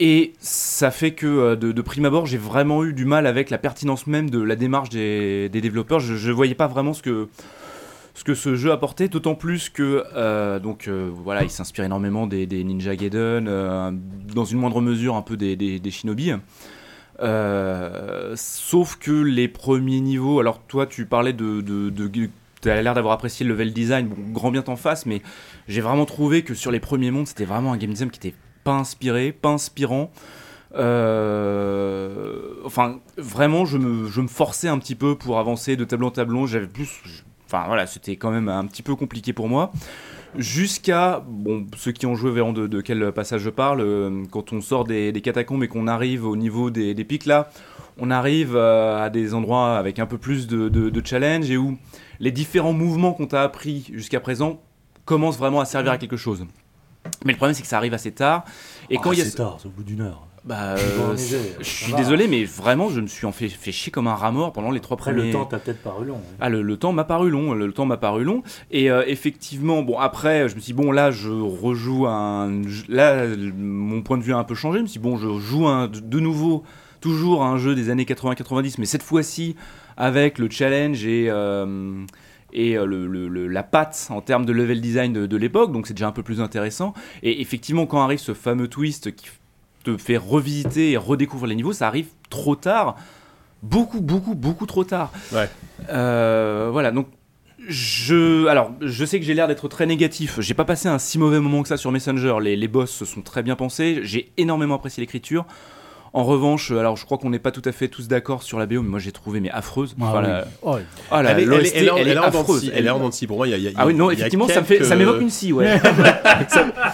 Speaker 4: Et ça fait que euh, de, de prime abord, j'ai vraiment eu du mal avec la pertinence même de la démarche des, des développeurs. Je ne voyais pas vraiment ce que, ce que ce jeu apportait, d'autant plus que euh, donc euh, voilà, il s'inspire énormément des, des Ninja Gaiden, euh, dans une moindre mesure un peu des, des- des Shinobi. Euh, sauf que les premiers niveaux, alors toi tu parlais de, de, de- t'as l'air d'avoir apprécié le level design, bon, grand bien t'en face, mais j'ai vraiment trouvé que sur les premiers mondes, c'était vraiment un game design qui était pas inspiré, pas inspirant. Euh, enfin, vraiment, je me, je me forçais un petit peu pour avancer de tableau en tableau. J'avais plus, je- enfin voilà, c'était quand même un petit peu compliqué pour moi. Jusqu'à, bon, ceux qui ont joué verront de, de quel passage je parle. euh, Quand on sort des, des catacombes et qu'on arrive au niveau des, des pics là, on arrive euh, à des endroits avec un peu plus de, de- de challenge et où les différents mouvements qu'on t'a appris jusqu'à présent commencent vraiment à servir à quelque chose. Mais le problème, c'est que ça arrive assez tard. Et quand il y a
Speaker 9: Oh, c'est tard, c'est au bout d'une heure.
Speaker 4: bah,
Speaker 9: Ils vont en
Speaker 4: c'est-
Speaker 9: aider,
Speaker 4: je
Speaker 9: ça
Speaker 4: suis
Speaker 9: va. hein.
Speaker 4: désolé, mais vraiment, je me suis en fait, fait chier comme un rat mort pendant les trois
Speaker 9: Après,
Speaker 4: premiers.
Speaker 9: le temps t'a peut-être paru long. hein.
Speaker 4: Ah, le, le temps m'a paru long, le, le temps m'a paru long. Et euh, effectivement, bon, après, je me suis dit, bon, là, je rejoue un. je- Là, le- mon point de vue a un peu changé. Je me suis dit, bon, je joue un, de- de nouveau, toujours à un jeu des années 80-90, mais cette fois-ci, avec le challenge et. euh, et euh, le- le- le- la patte en termes de level design de, de l'époque, donc c'est déjà un peu plus intéressant. Et effectivement, quand arrive ce fameux twist qui te fait revisiter et redécouvrir les niveaux, ça arrive trop tard. Beaucoup, beaucoup, beaucoup trop tard. Euh, voilà, donc je, alors, je sais que j'ai l'air d'être très négatif. J'ai pas passé un si mauvais moment que ça sur Messenger. Les, les boss se sont très bien pensés. J'ai énormément apprécié l'écriture. En revanche, alors je crois qu'on n'est pas tout à fait tous d'accord sur la BO, mais moi j'ai trouvé mais affreuse.
Speaker 2: Ah
Speaker 4: Enfin,
Speaker 2: oui.
Speaker 4: la-
Speaker 2: Oh oui.
Speaker 4: Ah, la-
Speaker 2: Elle est- elle est-
Speaker 4: l'OST,
Speaker 2: elle est en- elle est en dents de
Speaker 4: affreuse.
Speaker 2: scie. Elle est en dents de scie. Pour moi, il y a- il y a-
Speaker 4: Ah oui, non,
Speaker 2: il y a
Speaker 4: effectivement, ça me fait,
Speaker 2: quelques-
Speaker 4: ça m'évoque une scie, ouais.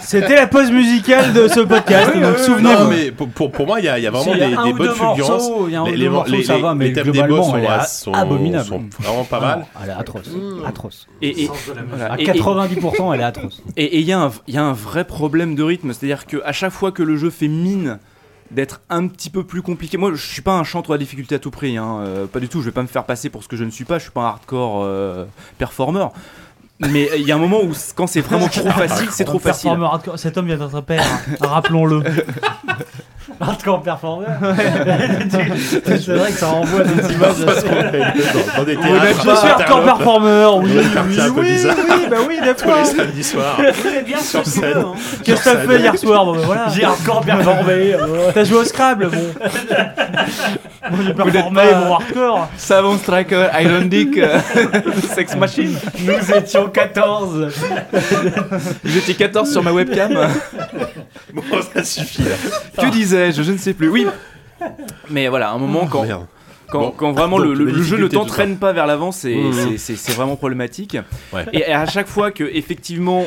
Speaker 3: C'était la pause musicale de ce podcast, donc
Speaker 2: Non,
Speaker 3: souvenez-vous.
Speaker 2: mais pour, pour, pour moi, il y a, il y a vraiment
Speaker 3: Si, il y a
Speaker 2: des,
Speaker 3: un
Speaker 2: des
Speaker 3: ou
Speaker 2: bonnes
Speaker 3: deux morceaux,
Speaker 2: fulgurances.
Speaker 3: il y a un ou
Speaker 2: Les-
Speaker 3: deux
Speaker 2: les-
Speaker 3: morceaux,
Speaker 2: les-
Speaker 3: ça va, mais
Speaker 2: les thèmes des boss
Speaker 3: globalement,
Speaker 2: sont,
Speaker 3: elle est
Speaker 2: ah,
Speaker 3: a-
Speaker 2: sont-
Speaker 3: abominable.
Speaker 2: sont vraiment pas mal. Mm.
Speaker 7: Ah,
Speaker 2: Bah,
Speaker 7: Elle est atroce. Atroce.
Speaker 4: Et, et-
Speaker 7: À
Speaker 4: voilà. Et- et-
Speaker 7: 90%, elle est atroce.
Speaker 4: Et et il y, a un- il y a un vrai problème de rythme, c'est-à-dire qu'à chaque fois que le jeu fait mine d'être un petit peu plus compliqué, moi je suis pas un chantre à difficulté à tout prix, hein, euh, pas du tout, je vais pas me faire passer pour ce que je ne suis pas, je suis pas un hardcore euh, performer. Mais euh, il y a un moment où c- quand c'est vraiment trop facile, c'est trop facile.
Speaker 3: Performer hardcore. Cet homme vient d'être un père, hein. rappelons-le.
Speaker 7: Hardcore performer. C'est vrai que ça renvoie des
Speaker 2: images assez- Dans- dans des
Speaker 3: Vous
Speaker 2: théâtres,
Speaker 3: n'êtes pas
Speaker 2: à
Speaker 3: hardcore
Speaker 2: Interlope.
Speaker 3: performer, oui,
Speaker 2: Dans des quartiers un
Speaker 3: oui,
Speaker 2: peu
Speaker 3: oui,
Speaker 2: bizarres.
Speaker 3: oui, bah oui,
Speaker 2: Tous
Speaker 3: d'accord.
Speaker 2: les samedis soirs. sur scène.
Speaker 7: hein.
Speaker 2: Sur
Speaker 3: Qu'est-ce que t'as
Speaker 2: scène.
Speaker 3: fait hier soir Bon, ben voilà.
Speaker 7: J'ai hardcore performé.
Speaker 3: T'as joué au Scrabble, bon. Moi j'ai performé mon hardcore.
Speaker 4: Savon Striker, Iron Dick, euh, Sex Machine.
Speaker 7: Nous étions 14.
Speaker 4: J'étais 14 sur ma
Speaker 7: Ah.
Speaker 4: webcam.
Speaker 2: Bon, ça suffit là.
Speaker 4: Que disais-je Je ne sais plus. Oui. Mais voilà, à un moment, quand,
Speaker 2: Merde.
Speaker 4: quand,
Speaker 2: Bon.
Speaker 4: quand vraiment le,
Speaker 2: Donc,
Speaker 4: le-
Speaker 2: la
Speaker 4: le jeu ne
Speaker 2: difficulté, tout
Speaker 4: t'entraîne
Speaker 2: ça.
Speaker 4: pas vers l'avant, c'est
Speaker 2: Mmh.
Speaker 4: c'est- c'est- c'est vraiment problématique.
Speaker 2: Ouais.
Speaker 4: Et à chaque fois que, effectivement,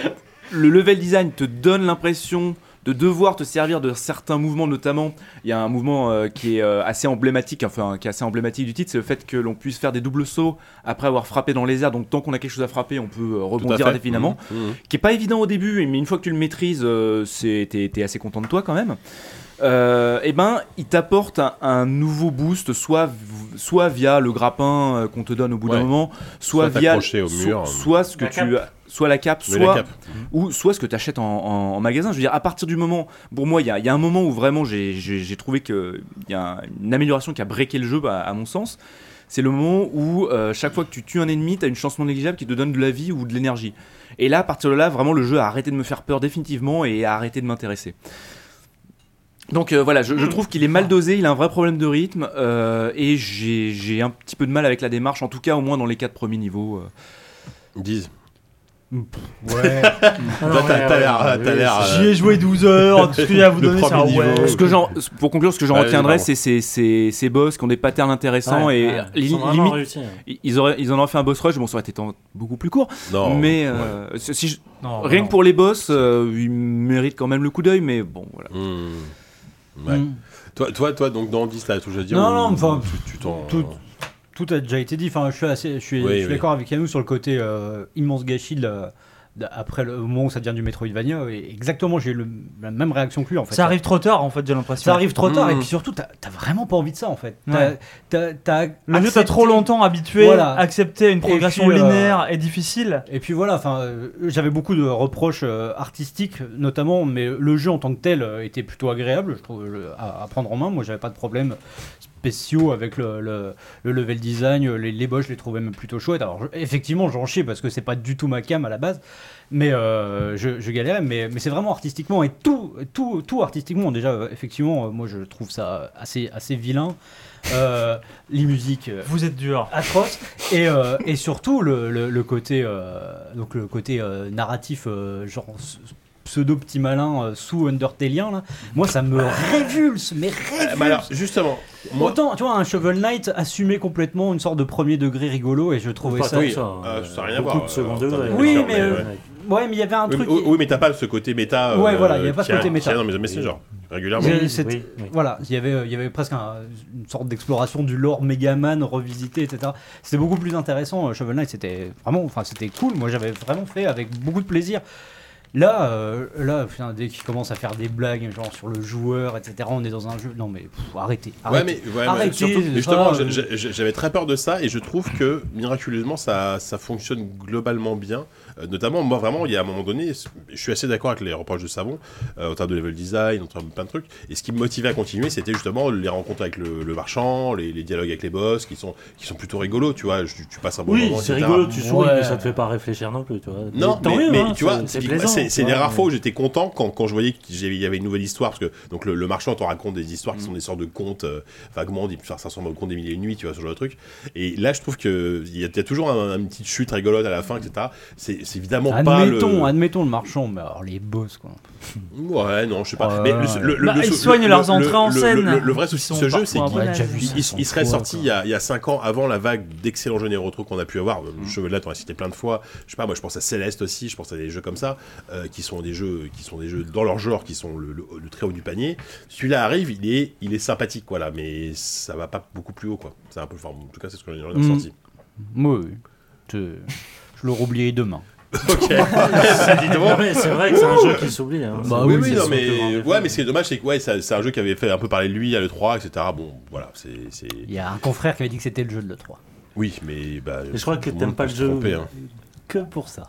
Speaker 4: le level design te donne l'impression de devoir te servir de certains mouvements, notamment, il y a un mouvement euh, qui est euh, assez emblématique, enfin, qui est assez emblématique du titre, c'est le fait que l'on puisse faire des doubles sauts après avoir frappé dans les airs, donc tant qu'on a quelque chose à frapper, on peut euh, rebondir
Speaker 2: fait.
Speaker 4: indéfiniment
Speaker 2: Mmh. Mmh.
Speaker 4: qui est pas évident au début, mais une fois que tu le maîtrises, euh, c'est- t'es t'es assez content de toi quand même. Euh, et ben, il t'apporte un, un nouveau boost, soit, v- soit via le grappin euh, qu'on te donne au bout d'un
Speaker 2: Ouais.
Speaker 4: moment, soit,
Speaker 2: Soit
Speaker 4: via
Speaker 2: t'accrocher au
Speaker 4: so-
Speaker 2: mur.
Speaker 4: soit ce que
Speaker 2: La
Speaker 4: tu
Speaker 2: cape.
Speaker 4: soit la cape,
Speaker 2: Oui,
Speaker 4: soit
Speaker 2: la cape.
Speaker 4: ou soit ce que tu achètes en, en- en magasin. Je veux dire, à partir du moment, pour moi, il y a, il y a un moment où vraiment j'ai- j'ai j'ai trouvé qu'il y a une amélioration qui a breaké le jeu, bah, à mon sens. C'est le moment où euh, chaque fois que tu tues un ennemi, tu as une chance non négligeable qui te donne de la vie ou de l'énergie. Et là, à partir de là, vraiment, le jeu a arrêté de me faire peur définitivement et a arrêté de m'intéresser. Donc euh, voilà, je, je trouve qu'il est mal dosé, il a un vrai problème de rythme euh, et j'ai j'ai un petit peu de mal avec la démarche, en tout cas au moins dans les quatre premiers niveaux. euh.
Speaker 2: 10.
Speaker 4: Ouais.
Speaker 2: Toi, t'as- t'as l'air- t'as l'air,
Speaker 3: J'y ai joué 12 heures, tout ce qu'il y a à vous
Speaker 2: Le
Speaker 3: donner, c'est un
Speaker 2: Ah, euh, premier
Speaker 3: ouais.
Speaker 2: niveau.
Speaker 4: Ce que j'en- pour conclure, ce que j'en
Speaker 2: Ouais,
Speaker 4: retiendrai,
Speaker 2: pardon.
Speaker 4: c'est ces- ces ces boss qui ont des patterns intéressants
Speaker 2: Ouais,
Speaker 4: et
Speaker 2: ouais,
Speaker 4: li-
Speaker 2: ils sont vraiment
Speaker 4: limite,
Speaker 2: réussis, hein.
Speaker 4: ils- ils, auraient, ils en auraient fait un boss rush, bon, ça aurait été tant- beaucoup plus court.
Speaker 2: Non,
Speaker 4: mais euh, si- si je-
Speaker 2: Non,
Speaker 4: rien
Speaker 2: non.
Speaker 4: que pour les boss, euh, ils méritent quand même le coup d'œil, mais bon, voilà.
Speaker 2: Ouais.
Speaker 7: Mm.
Speaker 2: Toi, toi, toi, donc dans 10, t'as tout à dire
Speaker 7: Non,
Speaker 2: ou-
Speaker 7: non, enfin,
Speaker 2: tu- tu t'en.
Speaker 7: tout, tout a déjà été dit. Enfin, je suis, assez- je suis,
Speaker 2: Oui,
Speaker 7: je suis
Speaker 2: oui.
Speaker 7: d'accord avec Yannou sur le côté euh, immense gâchis de la- de- après le au moment où ça devient du Metroidvania. Et exactement, j'ai eu le- la même réaction que lui en fait.
Speaker 3: Ça arrive trop tard en fait, j'ai l'impression.
Speaker 7: Ça arrive trop tard, et
Speaker 3: Mm.
Speaker 7: puis surtout, t'as t'as vraiment pas envie de ça en fait. T'as-
Speaker 3: Ouais.
Speaker 7: t'as- t'as
Speaker 3: Le jeu t'a
Speaker 7: accepté-
Speaker 3: trop longtemps habitué,
Speaker 7: Voilà.
Speaker 3: accepté à une
Speaker 7: Et
Speaker 3: progression
Speaker 7: puis, euh,
Speaker 3: linéaire et difficile.
Speaker 7: Et puis voilà, enfin, euh, j'avais beaucoup de reproches euh, artistiques, notamment, mais le jeu en tant que tel euh, était plutôt agréable, je trouve, le- à, à prendre en main. Moi, j'avais pas de problème spéciaux avec le, le- le level design, euh, les, les boss, je les trouvais même plutôt chouettes. Alors, je- effectivement, j'en chie parce que c'est pas du tout ma cam à la base, mais euh, je, je galérais. Mais, mais c'est vraiment artistiquement et tout, tout, tout artistiquement. Déjà, euh, effectivement, euh, moi, je trouve ça assez, assez vilain. Euh, les musiques. euh,
Speaker 3: Vous êtes dur.
Speaker 7: atroce et, euh, et surtout le, le- le côté euh, donc le côté euh, narratif euh, genre s- pseudo petit malin euh, sous Undertaleien là moi ça me révulse mais révulse
Speaker 2: Bah alors, justement, moi-
Speaker 7: autant tu vois un Shovel Knight assumait complètement une sorte de premier degré rigolo et je trouvais
Speaker 2: Pas
Speaker 7: ça
Speaker 2: tant que ça, euh, ça a rien à voir.
Speaker 9: de second degré.
Speaker 2: attendez,
Speaker 7: Oui,
Speaker 2: bien sûr,
Speaker 7: mais, euh, ouais, mais il y avait un
Speaker 2: Oui,
Speaker 7: truc
Speaker 2: mais-
Speaker 7: qui-
Speaker 2: Oui, mais t'as pas ce côté méta. euh,
Speaker 7: Ouais, voilà, il y a pas ce
Speaker 2: qui
Speaker 7: côté méta.
Speaker 2: qui dans mes Messenger, régulièrement.
Speaker 7: Je- c'est- Voilà, il y avait, euh, il y avait presque un- une sorte d'exploration du lore Megaman revisité, etc. C'était beaucoup plus intéressant. euh, Shovel Knight, c'était vraiment, enfin, c'était cool. Moi, j'avais vraiment fait avec beaucoup de plaisir. Là, euh, là, putain, dès qu'il commence à faire des blagues, genre sur le joueur, etc. On est dans un jeu. Non, mais pff, arrêtez,
Speaker 2: Ouais,
Speaker 7: arrêtez,
Speaker 2: mais, ouais, mais
Speaker 7: arrêtez,
Speaker 2: surtout,
Speaker 7: ça,
Speaker 2: mais justement,
Speaker 7: euh,
Speaker 2: je- je- j'avais très peur de ça et je trouve que miraculeusement ça, ça fonctionne globalement bien. Euh, notamment, moi vraiment, il y a un moment donné, je suis assez d'accord avec les reproches de Savon euh, en termes de level design, en termes de plein de trucs. Et ce qui me motivait à continuer, c'était justement les rencontres avec le, le marchand, les, les dialogues avec les boss qui sont, qui sont plutôt rigolos, tu vois. je- tu passes un bon
Speaker 9: Oui,
Speaker 2: moment.
Speaker 9: c'est
Speaker 2: etc.
Speaker 9: rigolo, tu souris, mais ça te fait pas réfléchir non plus, tu vois.
Speaker 2: Non,
Speaker 9: Tant
Speaker 2: mais,
Speaker 9: mieux,
Speaker 2: mais
Speaker 9: hein,
Speaker 2: tu vois, typiquement,
Speaker 9: plaisant,
Speaker 2: c'est c'est
Speaker 9: tu
Speaker 2: les
Speaker 9: vois,
Speaker 2: rares
Speaker 9: mais-
Speaker 2: fois où j'étais content quand, quand je voyais qu'il y avait une nouvelle histoire, parce que donc le, le marchand te raconte des histoires
Speaker 7: Mm.
Speaker 2: qui sont des sortes de contes euh, vaguement, des- ça ressemble au conte des mille et une nuits, tu vois, ce genre de truc. Et là, je trouve que il y, a- il y a toujours un- une petite chute rigolote à la fin, etc. C'est c'est évidemment pas le.
Speaker 7: admettons, admettons le marchand, mais alors les boss quoi.
Speaker 2: Ouais, non, je sais pas. Mais
Speaker 7: Ouais.
Speaker 2: le, le, le,
Speaker 7: Bah,
Speaker 2: le-
Speaker 7: ils
Speaker 2: le-
Speaker 7: soignent
Speaker 2: le-
Speaker 7: leurs
Speaker 2: le-
Speaker 7: entrées en
Speaker 2: le-
Speaker 7: scène.
Speaker 2: Le, le- le vrai
Speaker 7: Ils
Speaker 2: souci de
Speaker 7: sont
Speaker 2: ce jeu, c'est
Speaker 7: parfois mal
Speaker 2: qu'il
Speaker 7: vus,
Speaker 2: il- il- il serait sorti il y a- il y a 5 ans avant la vague d'excellents jeux rétro qu'on a pu avoir. Le jeu là, on a cité plein de fois. Je sais pas, moi, je pense à Céleste aussi, je pense à des jeux comme ça, euh, qui sont des jeux, qui sont des jeux dans leur genre, qui sont le, le- le très haut du panier. Celui-là arrive, il est, il est sympathique, voilà, mais ça va pas beaucoup plus haut, quoi. C'est un peu, enfin, en tout cas, c'est ce que j'en ai
Speaker 7: Mm.
Speaker 2: ressorti.
Speaker 7: Oui, oui. Je, je l'aurai oublié demain.
Speaker 2: Ok.
Speaker 9: Non, mais c'est vrai que c'est un jeu qui s'oublie, hein.
Speaker 7: Bah
Speaker 2: oui,
Speaker 7: oui,
Speaker 2: oui,
Speaker 7: c'est
Speaker 2: non,
Speaker 7: son devant
Speaker 2: mais
Speaker 7: des
Speaker 2: ouais, mais ce qui est dommage, c'est que ouais, ça- c'est un jeu qui avait fait un peu parler de lui à l'E3, etc. Bon, voilà, c'est. c'est-
Speaker 7: Il y a un confrère qui avait dit que c'était le jeu de l'E3.
Speaker 2: Oui, mais bah.
Speaker 9: Et je crois que
Speaker 2: tout le
Speaker 9: t'aimes
Speaker 2: monde
Speaker 9: pas
Speaker 2: peut
Speaker 9: le
Speaker 2: se
Speaker 9: jeu
Speaker 2: tromper, hein.
Speaker 9: que pour ça.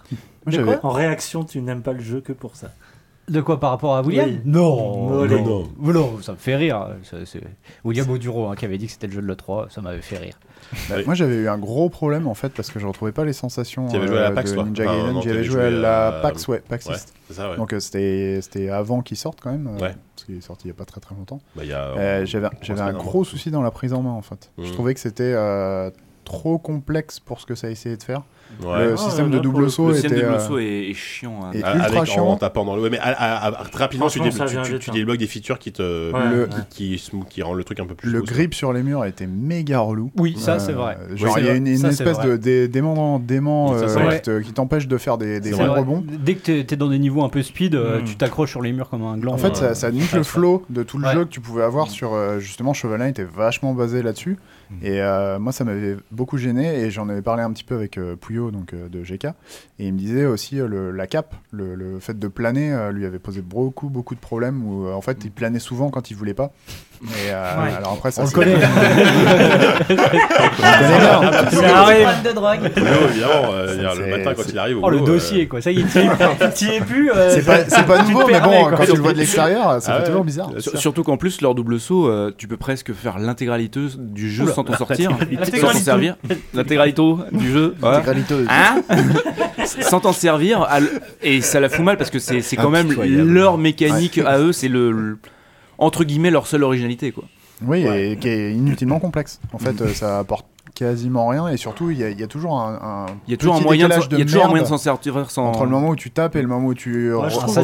Speaker 7: Moi, j'avais-
Speaker 9: En réaction, tu n'aimes pas le jeu que pour ça.
Speaker 7: De quoi par rapport à William
Speaker 9: Oui.
Speaker 7: non,
Speaker 9: Mollet.
Speaker 7: non, non, ça me fait rire. Ça, c'est William Oduro hein, qui avait dit que c'était le jeu de l'E3, ça m'avait fait rire.
Speaker 6: euh, Moi j'avais eu un gros problème en fait parce que je retrouvais pas les sensations
Speaker 2: T'y avais joué à la
Speaker 6: euh,
Speaker 2: PAX,
Speaker 6: de
Speaker 2: toi
Speaker 6: Ninja
Speaker 2: Enfin,
Speaker 6: Gaiden.
Speaker 2: non,
Speaker 6: J'y
Speaker 2: t'avais
Speaker 6: avais joué
Speaker 2: joué
Speaker 6: à la
Speaker 2: à-
Speaker 6: PAX, ouais, PAX
Speaker 2: Ouais,
Speaker 6: 6.
Speaker 2: c'est ça, ouais.
Speaker 6: Donc euh, c'était c'était avant qu'il sorte quand même. euh,
Speaker 2: Ouais.
Speaker 6: Parce qu'il est sorti il y a pas très très longtemps.
Speaker 2: Bah, il y a,
Speaker 6: Euh,
Speaker 2: euh,
Speaker 6: J'avais
Speaker 2: trois
Speaker 6: j'avais un
Speaker 2: semaines, hein.
Speaker 6: gros souci dans la prise en main en fait. Je
Speaker 2: Mhm.
Speaker 6: trouvais que c'était euh, trop complexe pour ce que ça essayait de faire.
Speaker 2: Ouais.
Speaker 6: Le
Speaker 2: Ah, là,
Speaker 6: système de
Speaker 2: pour
Speaker 6: double
Speaker 2: le-
Speaker 6: saut
Speaker 2: le
Speaker 6: était.
Speaker 2: système de double
Speaker 6: euh,
Speaker 2: saut est-
Speaker 4: est chiant, hein.
Speaker 6: est
Speaker 2: Ah,
Speaker 6: ultra
Speaker 2: avec,
Speaker 6: chiant.
Speaker 2: En tapant dans le. ouais, mais à- à- à- rapidement, tu,
Speaker 6: Franchement,
Speaker 2: dé-
Speaker 6: ça
Speaker 2: tu-
Speaker 6: vient
Speaker 2: tu-
Speaker 6: vite,
Speaker 2: tu
Speaker 6: hein.
Speaker 2: débloques des features qui, te,
Speaker 6: Ouais, Le- ouais.
Speaker 2: qui, qui, qui rend le truc un peu plus.
Speaker 6: Le
Speaker 2: smooth.
Speaker 6: grip sur les murs était méga relou.
Speaker 2: Oui, ça, c'est vrai.
Speaker 6: Euh, Genre,
Speaker 2: Oui,
Speaker 6: il y a
Speaker 2: c'est
Speaker 6: une,
Speaker 2: vrai.
Speaker 6: une
Speaker 2: Ça, c'est
Speaker 6: espèce
Speaker 2: vrai.
Speaker 6: de dé- d'aimant d'aimant,
Speaker 7: Ça,
Speaker 6: euh,
Speaker 7: c'est vrai.
Speaker 6: qui te- qui t'empêche de faire des, des
Speaker 7: C'est
Speaker 6: vrais
Speaker 7: vrai.
Speaker 6: rebonds.
Speaker 7: Dès que t'es- t'es dans des niveaux un peu speed, euh,
Speaker 6: Mm.
Speaker 7: tu t'accroches sur les murs comme un gland.
Speaker 6: En fait,
Speaker 7: euh,
Speaker 6: ça, ça nique
Speaker 7: ouais,
Speaker 6: le
Speaker 7: ça-
Speaker 6: flow de tout le jeu que tu pouvais
Speaker 2: Mm.
Speaker 6: avoir sur euh, justement Chevelin était vachement basé là-dessus. Et euh, moi, ça m'avait beaucoup gêné et j'en avais parlé un petit peu avec euh, Pouillot donc euh, de GK et il me disait aussi euh, le- la cape, le, le fait de planer euh, lui avait posé beaucoup beaucoup de problèmes où euh, en fait il planait souvent quand il voulait pas. Et euh,
Speaker 7: Ouais.
Speaker 6: alors après, ça
Speaker 7: On le
Speaker 6: c'est-
Speaker 2: hein.
Speaker 7: connaît.
Speaker 6: On
Speaker 5: Ah,
Speaker 6: le connaît bien.
Speaker 7: Ça arrive.
Speaker 5: Problème de drogue.
Speaker 2: Pouillot, évidemment, euh, dire, le
Speaker 6: C'est-
Speaker 2: matin quand
Speaker 6: c'est-
Speaker 2: il arrive. au
Speaker 7: Oh, le
Speaker 2: boulot, euh,
Speaker 7: dossier, quoi. Ça y est, t'y es plus- t'y es plus. euh,
Speaker 6: C'est pas- c'est pas
Speaker 7: tu te
Speaker 6: nouveau, mais
Speaker 7: permets,
Speaker 6: bon,
Speaker 7: quoi. Ah
Speaker 6: quand tu le vois de l'extérieur, ça fait toujours bizarre.
Speaker 4: Sur- Surtout qu'en plus, leur double saut, euh, tu peux presque faire l'intégralité du jeu
Speaker 7: Oula.
Speaker 4: sans t'en sortir,
Speaker 7: L'intégralité.
Speaker 4: sans t'en servir. L'intégralité du jeu. voilà.
Speaker 7: L'intégralité.
Speaker 4: Hein sans t'en servir. à l- Et ça la fout mal parce que c'est c'est quand même
Speaker 6: Impitoyable.
Speaker 4: leur mécanique à eux, c'est le, le- entre guillemets leur seule originalité. quoi.
Speaker 6: Oui, et qui est inutilement complexe. En fait, euh, ça apporte quasiment rien et surtout il y, a- il y a toujours un,
Speaker 4: Il y a toujours
Speaker 6: petit
Speaker 4: un moyen de
Speaker 6: décalage
Speaker 4: s'en- il y a toujours un
Speaker 6: merde
Speaker 4: moyen de s'en sortir sans-
Speaker 6: entre le moment où tu tapes et le moment où tu
Speaker 9: Ouais, je
Speaker 6: re-
Speaker 9: trouve
Speaker 6: re-
Speaker 9: ça,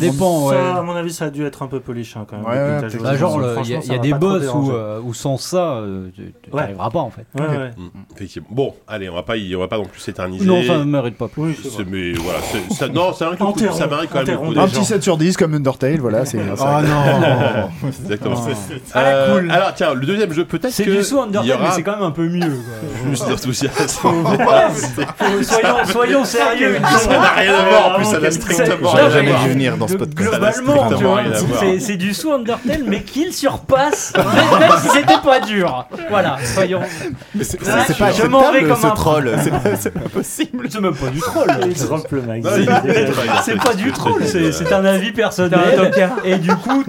Speaker 9: À mon avis, ça a dû être un peu polish hein, quand même.
Speaker 6: Ouais,
Speaker 9: le
Speaker 6: ouais,
Speaker 9: pilotage
Speaker 6: peut-être.
Speaker 9: au
Speaker 7: Bah,
Speaker 9: début.
Speaker 7: genre, le- il y a,
Speaker 9: Franchement,
Speaker 7: il y a
Speaker 9: ça
Speaker 7: des
Speaker 9: m'a pas trop
Speaker 7: boss où,
Speaker 9: dérangé.
Speaker 7: euh, où sans ça, euh, tu tu-
Speaker 9: Ouais.
Speaker 7: t'arriveras pas en fait.
Speaker 9: Ouais, ouais.
Speaker 2: Mm, Effectivement. Bon, allez, on va pas, y- on va pas non plus s'éterniser.
Speaker 7: Non, ça ne mérite pas plus.
Speaker 2: C'est- mais voilà, c'est- ça, non, ça mérite, le coup,
Speaker 6: Enterrons-
Speaker 2: ça mérite quand même le coup
Speaker 6: un
Speaker 2: des gens. Oh
Speaker 6: petit 7 sur 10 comme Undertale, voilà, c'est bien ça.
Speaker 7: Ah.
Speaker 2: Exactement.
Speaker 6: Oh.
Speaker 2: Euh, Alors tiens, le deuxième jeu peut-être
Speaker 7: C'est
Speaker 2: que
Speaker 7: du saut
Speaker 2: il y
Speaker 7: Undertale,
Speaker 2: aura
Speaker 7: mais c'est quand même Ah, un peu mieux. quoi.
Speaker 2: plus d'enthousiasme.
Speaker 7: Faut- soyons- soyons sérieux.
Speaker 2: Ça n'a rien à voir en plus, ça n'a strictement rien à voir.
Speaker 10: J'aurais jamais dû venir dans ce podcast.
Speaker 7: Globalement, tu
Speaker 2: strictement
Speaker 7: vois,
Speaker 2: rien à voir.
Speaker 7: c'est- c'est du saut Undertale, mais qu'il surpasse, même même si c'était pas dur. Voilà, soyons.
Speaker 10: C'est
Speaker 7: Là,
Speaker 10: c'est pas
Speaker 7: je m'en vais
Speaker 10: acceptable
Speaker 7: comme
Speaker 10: ce
Speaker 7: un
Speaker 10: troll, c'est pas- c'est pas possible.
Speaker 7: C'est même pas du troll.
Speaker 9: Il drop le mag.
Speaker 7: C'est pas du troll, c'est c'est un avis
Speaker 9: T'es un
Speaker 7: personnel et du coup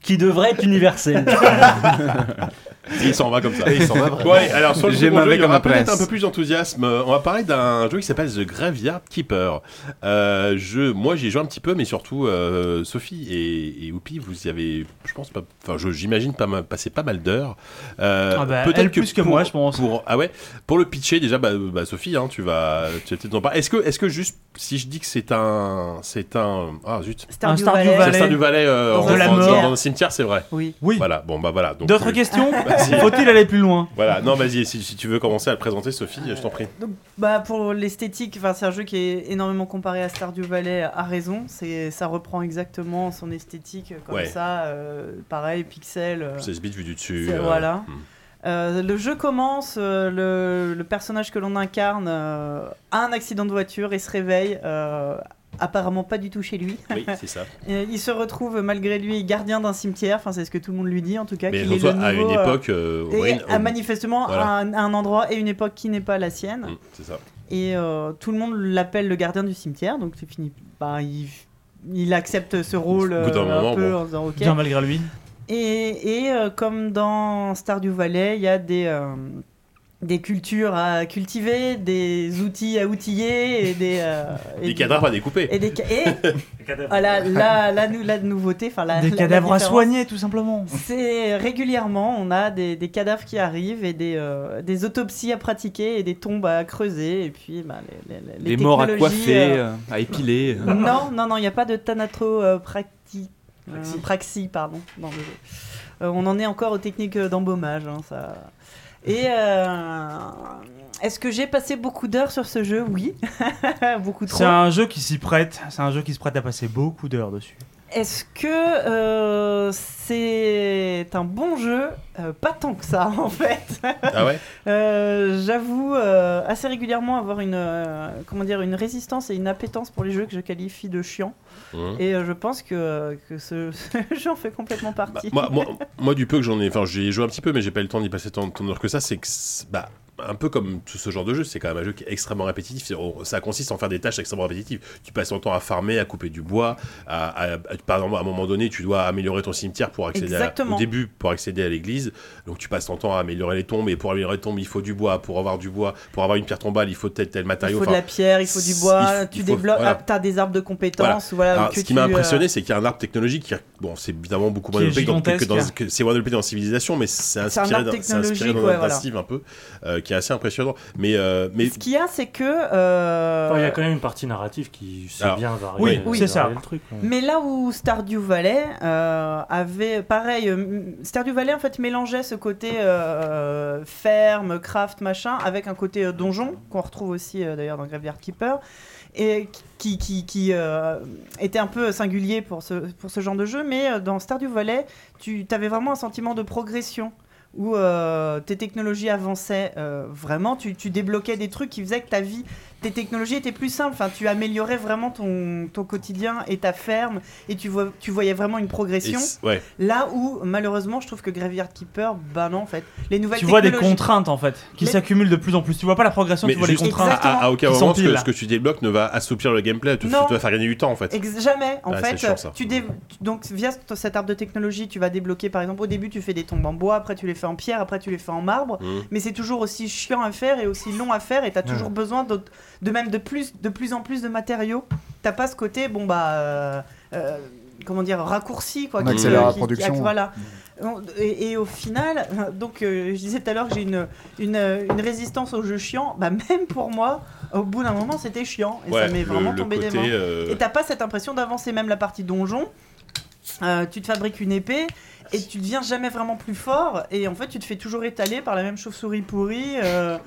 Speaker 7: qui devrait être universel.
Speaker 2: Et il s'en va comme ça.
Speaker 10: Et il s'en va vraiment.
Speaker 2: Ouais, alors sur le
Speaker 10: J'ai
Speaker 2: second
Speaker 10: ma
Speaker 2: jeu,
Speaker 10: vie
Speaker 2: il y aura
Speaker 10: comme un
Speaker 2: peut-être
Speaker 10: prince.
Speaker 2: un peu plus d'enthousiasme. Euh, On va parler d'un jeu qui s'appelle The Graveyard Keeper. Euh, je, moi, j'y ai joué un petit peu, mais surtout euh, Sophie et, et Oupi, vous y avez, je pense pas, enfin, je- j'imagine pas mal- passer pas mal d'heures. Euh,
Speaker 3: Ah bah,
Speaker 2: peut-être
Speaker 3: elle plus que
Speaker 2: pour-
Speaker 3: moi, je pense.
Speaker 2: pour- ah ouais, pour le pitcher déjà, bah, bah, Sophie, hein, tu vas, tu vas peut-être en parler. Est-ce que, est-ce que juste, si je dis que c'est un, c'est un, ah zut,
Speaker 5: Stardew Un Stardew Valley.
Speaker 2: C'est un Stardew Valley, euh,
Speaker 5: Dans
Speaker 2: en-
Speaker 5: un
Speaker 2: en-
Speaker 5: cimetière.
Speaker 2: dans un cimetière, c'est vrai.
Speaker 5: Oui.
Speaker 3: Oui.
Speaker 2: Voilà, bon bah voilà. Donc,
Speaker 3: D'autres
Speaker 2: euh,
Speaker 3: questions
Speaker 2: vas-y.
Speaker 3: Faut-il aller plus loin
Speaker 2: Voilà, non, vas-y, si, si tu veux commencer à le présenter, Sophie, je t'en prie.
Speaker 5: Donc, bah, pour l'esthétique, enfin, c'est un jeu qui est énormément comparé à Stardew Valley à raison. C'est, ça reprend exactement son esthétique euh, comme
Speaker 2: Ouais.
Speaker 5: ça, euh, pareil, pixel. euh,
Speaker 2: 16 bits vu du dessus.
Speaker 5: c'est-
Speaker 2: euh,
Speaker 5: voilà.
Speaker 2: hmm.
Speaker 5: Euh, le jeu commence, euh, le, le personnage que l'on incarne euh, a un accident de voiture et se réveille, euh, apparemment pas du tout chez lui.
Speaker 2: Oui, c'est ça.
Speaker 5: Et il se retrouve malgré lui gardien d'un cimetière, enfin c'est ce que tout le monde lui dit en tout cas.
Speaker 2: Mais
Speaker 5: qu'il
Speaker 2: en
Speaker 5: est
Speaker 2: soi,
Speaker 5: le
Speaker 2: à
Speaker 5: nouveau,
Speaker 2: une
Speaker 5: euh,
Speaker 2: époque, euh,
Speaker 5: et
Speaker 2: Wayne-
Speaker 5: à manifestement
Speaker 2: Voilà.
Speaker 5: à un, à un endroit et une époque qui n'est pas la sienne.
Speaker 2: Mm, c'est ça.
Speaker 5: Et euh, tout le monde l'appelle le gardien du cimetière, donc c'est fini. Bah, il, il accepte ce rôle
Speaker 3: Au bout d'un
Speaker 5: euh, un
Speaker 3: moment,
Speaker 5: peu
Speaker 3: bon.
Speaker 5: en disant ok.
Speaker 3: Bien bah. malgré lui.
Speaker 5: Et, et, euh, comme dans Stardew Valley, il y a des, euh, des cultures à cultiver, des outils à outiller et des. euh,
Speaker 2: Des
Speaker 5: et du-
Speaker 2: cadavres à découper.
Speaker 5: Et des. ca- et- voilà, la, la, nou- la nouveauté, enfin la.
Speaker 3: Des
Speaker 5: la- la
Speaker 3: cadavres à
Speaker 5: différence,
Speaker 3: soigner, tout simplement.
Speaker 5: C'est régulièrement, on a des, des cadavres qui arrivent et des, euh, des autopsies à pratiquer et des tombes à creuser et puis bah, les, les-
Speaker 4: Les
Speaker 5: les
Speaker 4: morts à
Speaker 5: technologies,
Speaker 4: coiffer,
Speaker 5: euh,
Speaker 4: euh, à épiler.
Speaker 3: Ah,
Speaker 4: euh.
Speaker 5: non, non, non, il n'y a pas de thanatopraxie. praxi, pardon, dans le jeu. Euh, on en est encore aux techniques euh, d'embaumage. hein, ça... Et euh, est-ce que j'ai passé beaucoup d'heures sur ce jeu Oui, beaucoup trop.
Speaker 3: C'est un jeu qui s'y prête. C'est un jeu qui se prête à passer beaucoup d'heures dessus.
Speaker 5: Est-ce que euh, c'est un bon jeu Euh, Pas tant que ça, en fait.
Speaker 2: Ah ouais
Speaker 5: Euh, J'avoue euh, assez régulièrement avoir une, euh, comment dire, une résistance et une appétence pour les jeux que je qualifie de chiants.
Speaker 2: Mhm.
Speaker 5: Et euh, je pense que, que ce, ce jeu en fait complètement partie.
Speaker 2: Bah, Moi, moi, moi, du peu que j'en ai, enfin, j'y ai joué un petit peu, mais j'ai pas eu le temps d'y passer tant, tant d'heures que ça. C'est que, c'est- bah, un peu comme tout ce genre de jeu, c'est quand même un jeu qui est extrêmement répétitif. C'est- on- Ça consiste en faire des tâches extrêmement répétitives. Tu passes ton temps à farmer, à couper du bois. À, à- à- par exemple, à un moment donné, tu dois améliorer ton cimetière pour accéder à la-
Speaker 5: Exactement.
Speaker 2: au début pour accéder à l'église. Donc, tu passes ton temps à améliorer les tombes. Et pour améliorer les tombes, il faut du bois. Pour avoir du bois, pour avoir une pierre tombale, il faut tel tel
Speaker 5: il
Speaker 2: matériau.
Speaker 5: faut de
Speaker 2: Enfin,
Speaker 5: la pierre, il faut du
Speaker 2: il
Speaker 5: bois,
Speaker 2: faut-
Speaker 5: tu
Speaker 2: il faut-
Speaker 5: débloques,
Speaker 2: voilà.
Speaker 5: ah, t'as des arbres de
Speaker 2: Voilà.
Speaker 5: compétences. Voilà.
Speaker 2: Alors,
Speaker 5: que
Speaker 2: Ah, ce qui
Speaker 5: tu,
Speaker 2: m'a
Speaker 5: euh,
Speaker 2: impressionné, c'est qu'il y a un arbre technologique qui, a- bon, c'est évidemment beaucoup moins
Speaker 3: Qui est
Speaker 2: développé que dans- que
Speaker 3: gigantesque.
Speaker 2: dans, que- c'est moins développé dans Civilisation, mais c'est
Speaker 5: C'est un
Speaker 2: inspiré
Speaker 5: arbre
Speaker 2: d'un- c'est inspiré
Speaker 5: technologique,
Speaker 2: dans
Speaker 5: ouais,
Speaker 2: un
Speaker 5: voilà.
Speaker 2: un peu, euh, qui est assez impressionnant. Mais, euh, mais
Speaker 5: Ce qu'il y a, c'est que. euh,
Speaker 9: Enfin, il y a quand même une partie narrative qui sait
Speaker 2: Alors,
Speaker 9: bien Euh, varier.
Speaker 2: oui, oui,
Speaker 9: varier
Speaker 2: c'est ça.
Speaker 9: Le truc, ouais.
Speaker 5: Mais là où Stardew Valley euh, avait, pareil, euh, Stardew Valley en fait mélangeait ce côté euh, ferme, craft, machin, avec un côté euh, donjon qu'on retrouve aussi euh, d'ailleurs dans Graveyard Keeper et qui, qui, qui euh, était un peu singulier pour ce, pour ce genre de jeu. Mais euh, dans Stardew Valley, tu avais vraiment un sentiment de progression où euh, tes technologies avançaient euh, vraiment, tu, tu débloquais des trucs qui faisaient que ta vie, tes technologies étaient plus simples, enfin, tu améliorais vraiment ton, ton quotidien et ta ferme, et tu, vois, tu voyais vraiment une progression.
Speaker 2: Et c- ouais.
Speaker 5: Là où, malheureusement, je trouve que Graveyard Keeper, bah non, en fait. Les nouvelles
Speaker 3: Tu vois des
Speaker 5: technologies-
Speaker 3: contraintes en fait qui
Speaker 5: Mais-
Speaker 3: s'accumulent de plus en plus. Tu vois pas la progression,
Speaker 2: mais
Speaker 3: tu vois les
Speaker 2: juste,
Speaker 3: contraintes.
Speaker 2: à, à aucun
Speaker 3: qui
Speaker 2: moment, ce que,
Speaker 3: s'empilent.
Speaker 2: ce que tu débloques ne va assouplir le gameplay. Tu, tu
Speaker 5: Non.
Speaker 2: vas faire gagner du temps en fait.
Speaker 5: Ex- jamais. En
Speaker 2: Ah, c'est
Speaker 5: fait,
Speaker 2: chiant, ça.
Speaker 5: tu dé- tu- donc via cet- cet arbre de technologie, tu vas débloquer par exemple au début tu fais des tombes en bois, après tu les fais en pierre, après tu les fais en marbre,
Speaker 2: Mhm.
Speaker 5: mais c'est toujours aussi chiant à faire et aussi long à faire et t'as
Speaker 2: Ouais.
Speaker 5: toujours besoin d'autres- de même de plus de plus en plus de matériaux. T'as pas ce côté bon bah euh, euh, comment dire raccourci quoi.
Speaker 6: On
Speaker 5: qui-
Speaker 6: accélère la
Speaker 5: qui- qui-
Speaker 6: production.
Speaker 5: voilà. Et, et au final, donc euh, je disais tout à l'heure que j'ai une, une, euh, une résistance aux jeux chiants. Bah même pour moi, au bout d'un moment, c'était chiant et
Speaker 2: Ouais,
Speaker 5: ça m'est
Speaker 2: le-
Speaker 5: vraiment
Speaker 2: le
Speaker 5: tombé des
Speaker 2: côté,
Speaker 5: mains.
Speaker 2: euh,
Speaker 5: Et t'as pas cette impression d'avancer même la partie donjon. Euh, tu te fabriques une épée et tu deviens jamais vraiment plus fort et en fait tu te fais toujours étaler par la même chauve-souris pourrie, euh,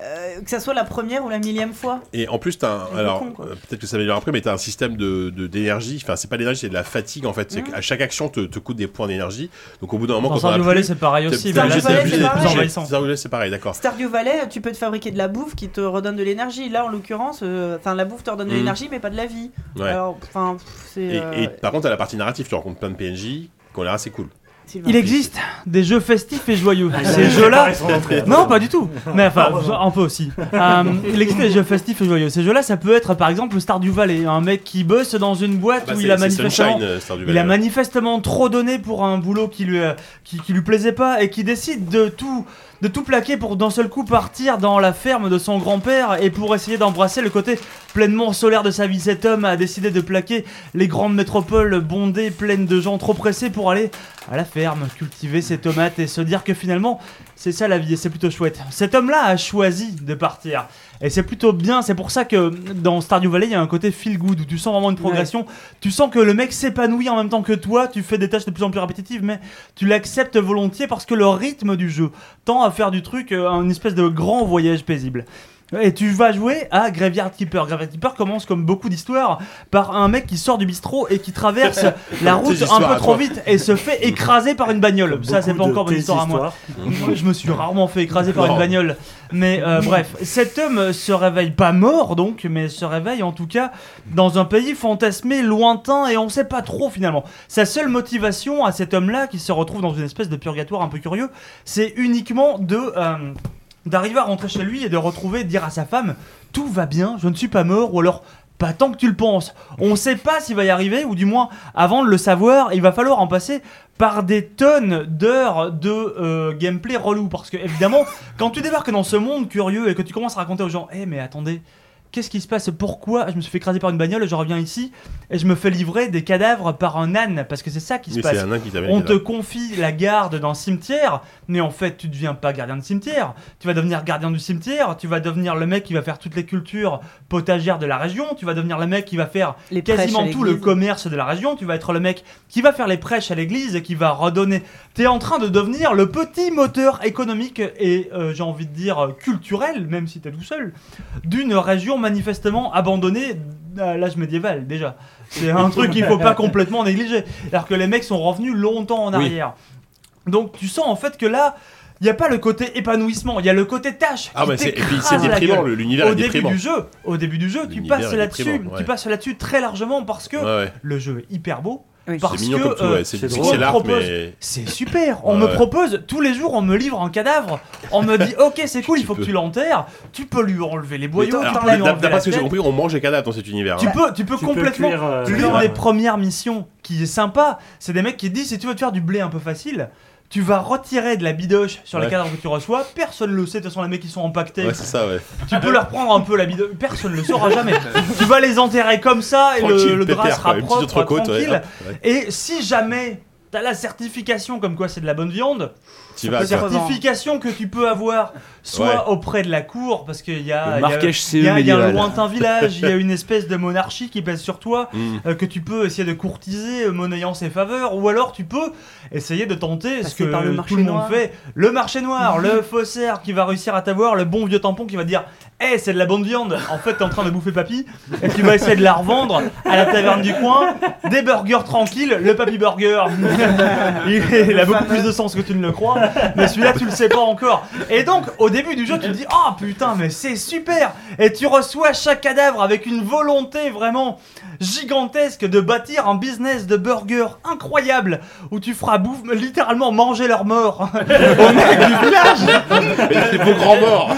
Speaker 5: euh, que ça soit la première ou la millième fois.
Speaker 2: Et en plus, t'as un-
Speaker 5: peu
Speaker 2: alors
Speaker 5: con, quoi.
Speaker 2: euh, peut-être que ça améliore après, mais t'as un système de de- d'énergie. Enfin, c'est pas d'énergie, c'est de la fatigue en fait. C'est
Speaker 5: Mhm.
Speaker 2: qu'à chaque action te, te coûte des points d'énergie. Donc au bout d'un moment,
Speaker 3: Dans
Speaker 2: quand t'en as
Speaker 3: Stardew
Speaker 2: plus,
Speaker 3: Valley, c'est pareil
Speaker 2: t'es
Speaker 3: aussi,
Speaker 2: obligé-
Speaker 3: mais là,
Speaker 2: t'es
Speaker 3: Stardew Valley,
Speaker 2: obligé
Speaker 3: c'est
Speaker 2: d'être
Speaker 3: pareil.
Speaker 2: plus
Speaker 3: envahissant.
Speaker 2: Stardew Valley, c'est pareil, d'accord.
Speaker 5: Stardew Valley, tu peux te fabriquer de la bouffe qui te redonne de l'énergie. Là, en l'occurrence, euh, enfin la bouffe te redonne de
Speaker 2: Mhm.
Speaker 5: l'énergie, mais pas de la vie.
Speaker 2: Ouais.
Speaker 5: Alors, enfin, pff, c'est.
Speaker 2: Et,
Speaker 5: euh,
Speaker 2: et par contre, à la partie narrative, tu rencontres plein de PNJ qui ont l'air assez cool.
Speaker 5: Sylvain.
Speaker 3: Il existe des jeux festifs et joyeux.
Speaker 2: Ah,
Speaker 3: Ces
Speaker 2: il a
Speaker 3: jeux-là,
Speaker 2: préparé son entrée.
Speaker 3: non, pas du tout. Mais enfin,
Speaker 2: Pardon.
Speaker 3: un peu aussi. Euh, il existe des jeux festifs et joyeux. Ces jeux-là, ça peut être par exemple Stardew Valley, un mec qui bosse dans une boîte
Speaker 2: Bah,
Speaker 3: où
Speaker 2: c'est-
Speaker 3: il a
Speaker 2: c'est
Speaker 3: manifestement,
Speaker 2: Sunshine, euh, Stardew
Speaker 3: il
Speaker 2: Valley,
Speaker 3: a
Speaker 2: ouais.
Speaker 3: manifestement trop donné pour un boulot qui lui, euh, qui, qui lui plaisait pas et qui décide de tout. De tout plaquer pour d'un seul coup partir dans la ferme de son grand-père et pour essayer d'embrasser le côté pleinement solaire de sa vie, cet homme a décidé de plaquer les grandes métropoles bondées, pleines de gens trop pressés pour aller à la ferme, cultiver ses tomates et se dire que finalement, c'est ça la vie et c'est plutôt chouette. Cet homme-là a choisi de partir. Et c'est plutôt bien, c'est pour ça que dans Stardew Valley, il y a un côté feel good où tu sens vraiment une progression. Tu sens que le mec s'épanouit en même temps que toi, tu fais des tâches de plus en plus répétitives, mais tu l'acceptes volontiers parce que le rythme du jeu tend à faire du truc euh, une espèce de grand voyage paisible. Et tu vas jouer à Graveyard Keeper. Graveyard Keeper commence comme beaucoup d'histoires par un mec qui sort du bistrot et qui traverse la
Speaker 2: Tes
Speaker 3: route un
Speaker 2: histoires
Speaker 3: peu
Speaker 2: à
Speaker 3: trop
Speaker 2: toi.
Speaker 3: vite et se fait écraser par une
Speaker 9: Euh,
Speaker 3: bagnole. Ça, c'est
Speaker 2: beaucoup
Speaker 3: pas
Speaker 2: de
Speaker 3: encore une
Speaker 2: tes
Speaker 3: histoire à moi.
Speaker 2: histoires.
Speaker 3: Moi, Je me suis rarement fait écraser par
Speaker 2: Non.
Speaker 3: une bagnole. Mais euh, bref, cet homme se réveille pas mort donc, mais se réveille en tout cas dans un pays fantasmé, lointain et on sait pas trop finalement. Sa seule motivation à cet homme-là qui se retrouve dans une espèce de purgatoire un peu curieux, c'est uniquement de euh, d'arriver à rentrer chez lui et de retrouver dire à sa femme tout va bien, je ne suis pas mort ou alors pas tant que tu le penses. On sait pas s'il va y arriver ou du moins avant de le savoir, il va falloir en passer par des tonnes d'heures de euh, gameplay relou parce que évidemment, quand tu débarques dans ce monde curieux et que tu commences à raconter aux gens "Eh mais attendez, Qu'est-ce qui se passe Pourquoi je me suis fait écraser par une bagnole et je reviens ici et je me fais livrer des cadavres par un âne Parce que c'est ça qui se
Speaker 2: Oui, c'est
Speaker 3: passe.
Speaker 2: un âne qui t'avait les
Speaker 3: on te
Speaker 2: cadavres.
Speaker 3: confie la garde d'un cimetière, mais en fait tu deviens pas gardien de cimetière. Tu vas devenir gardien du cimetière, tu vas devenir le mec qui va faire toutes les cultures potagères de la région, tu vas devenir le mec qui va faire
Speaker 5: Les
Speaker 3: quasiment
Speaker 5: prêches à
Speaker 3: tout le
Speaker 5: l'église.
Speaker 3: commerce de la région, tu vas être le mec qui va faire les prêches à l'église et qui va redonner. Tu es en train de devenir le petit moteur économique et euh, j'ai envie de dire euh, culturel, même si tu es tout seul, d'une région manifestement abandonnée à l'âge médiéval déjà. C'est un truc qu'il faut pas complètement négliger. Alors que les mecs sont revenus longtemps en
Speaker 4: Oui.
Speaker 3: arrière. Donc tu sens en fait que là, il n'y a pas le côté épanouissement, il y a le côté tâche.
Speaker 2: Ah,
Speaker 3: qui
Speaker 2: mais c'est- et puis
Speaker 3: t'écrase
Speaker 2: c'est
Speaker 3: la
Speaker 2: déprimant,
Speaker 3: gueule.
Speaker 2: le- l'univers
Speaker 3: au
Speaker 2: est
Speaker 3: début
Speaker 2: déprimant.
Speaker 3: du jeu. Au début du jeu, tu
Speaker 2: L'univers
Speaker 3: passes
Speaker 2: est
Speaker 3: là-dessus,
Speaker 2: déprimant, ouais.
Speaker 3: tu passes là-dessus très largement parce que
Speaker 2: Ouais, ouais.
Speaker 3: le jeu est hyper beau. Parce
Speaker 2: C'est mignon
Speaker 3: que
Speaker 2: comme tout,
Speaker 3: euh,
Speaker 2: ouais, c'est-
Speaker 3: on
Speaker 2: c'est
Speaker 3: me
Speaker 2: l'art,
Speaker 3: propose-
Speaker 2: mais-
Speaker 3: c'est super. On
Speaker 2: Ouais,
Speaker 3: me
Speaker 2: ouais.
Speaker 3: propose tous les jours, on me livre un cadavre. On me dit, ok, c'est cool, il faut
Speaker 2: peux.
Speaker 3: que tu l'enterres. Tu peux lui enlever les boyaux.
Speaker 2: Alors,
Speaker 3: tu peux lui
Speaker 2: d'a-
Speaker 3: enlever la
Speaker 2: D'après ce que j'ai
Speaker 3: tête.
Speaker 2: compris, on mange les cadavres dans cet univers.
Speaker 3: Tu
Speaker 2: hein.
Speaker 3: peux, tu peux complètement.
Speaker 2: cuire, euh,
Speaker 3: L'une
Speaker 2: cuire,
Speaker 3: des
Speaker 2: ouais.
Speaker 3: premières missions qui est sympa, c'est des mecs qui disent si tu veux te faire du blé un peu facile, tu vas retirer de la bidoche sur les
Speaker 2: Ouais.
Speaker 3: cadavres que tu reçois. Personne le sait. De toute façon, les mecs qui sont empaquetés.
Speaker 2: Ouais, c'est ça, ouais.
Speaker 3: Tu peux leur prendre un peu la bidoche. Personne le saura jamais. tu vas les enterrer comme ça et le,
Speaker 2: Tranquille,
Speaker 3: le drap
Speaker 2: pépère,
Speaker 3: sera
Speaker 2: quoi, une petite
Speaker 3: propre,
Speaker 2: entrecôte, ouais,
Speaker 3: tranquille.
Speaker 2: hop, ouais.
Speaker 3: Et si jamais t'as la certification comme quoi c'est de la bonne viande.
Speaker 2: T'y vas, quoi.
Speaker 3: certification que tu peux avoir, soit auprès de la cour, parce qu'il y a,
Speaker 2: Le
Speaker 3: il y a-
Speaker 2: Marrakech CE
Speaker 4: E
Speaker 3: il y a- il y a un
Speaker 2: médiéval.
Speaker 3: lointain village, il y a une espèce de monarchie qui pèse sur toi,
Speaker 2: Mm.
Speaker 3: euh, que tu peux essayer de courtiser, euh, monnayant ses faveurs, ou alors tu peux essayer de tenter ce
Speaker 5: Passer
Speaker 3: que
Speaker 5: par le marché
Speaker 3: tout le monde
Speaker 5: noir.
Speaker 3: fait, le marché noir,
Speaker 5: Mhm.
Speaker 3: le faussaire qui va réussir à t'avoir, le bon vieux tampon qui va te dire « Eh, c'est de la bonne viande En fait, t'es en train de bouffer papy, et tu vas essayer de la revendre à la taverne du coin, des burgers tranquilles, le papy burger il, il a beaucoup plus de sens que tu ne le crois, mais celui-là tu le sais pas encore. Et donc au début du jeu tu te dis oh putain mais c'est super et tu reçois chaque cadavre avec une volonté vraiment gigantesque de bâtir un business de burger incroyable où tu feras bouffe littéralement manger leurs morts au mec du village.
Speaker 2: C'est beau grand mort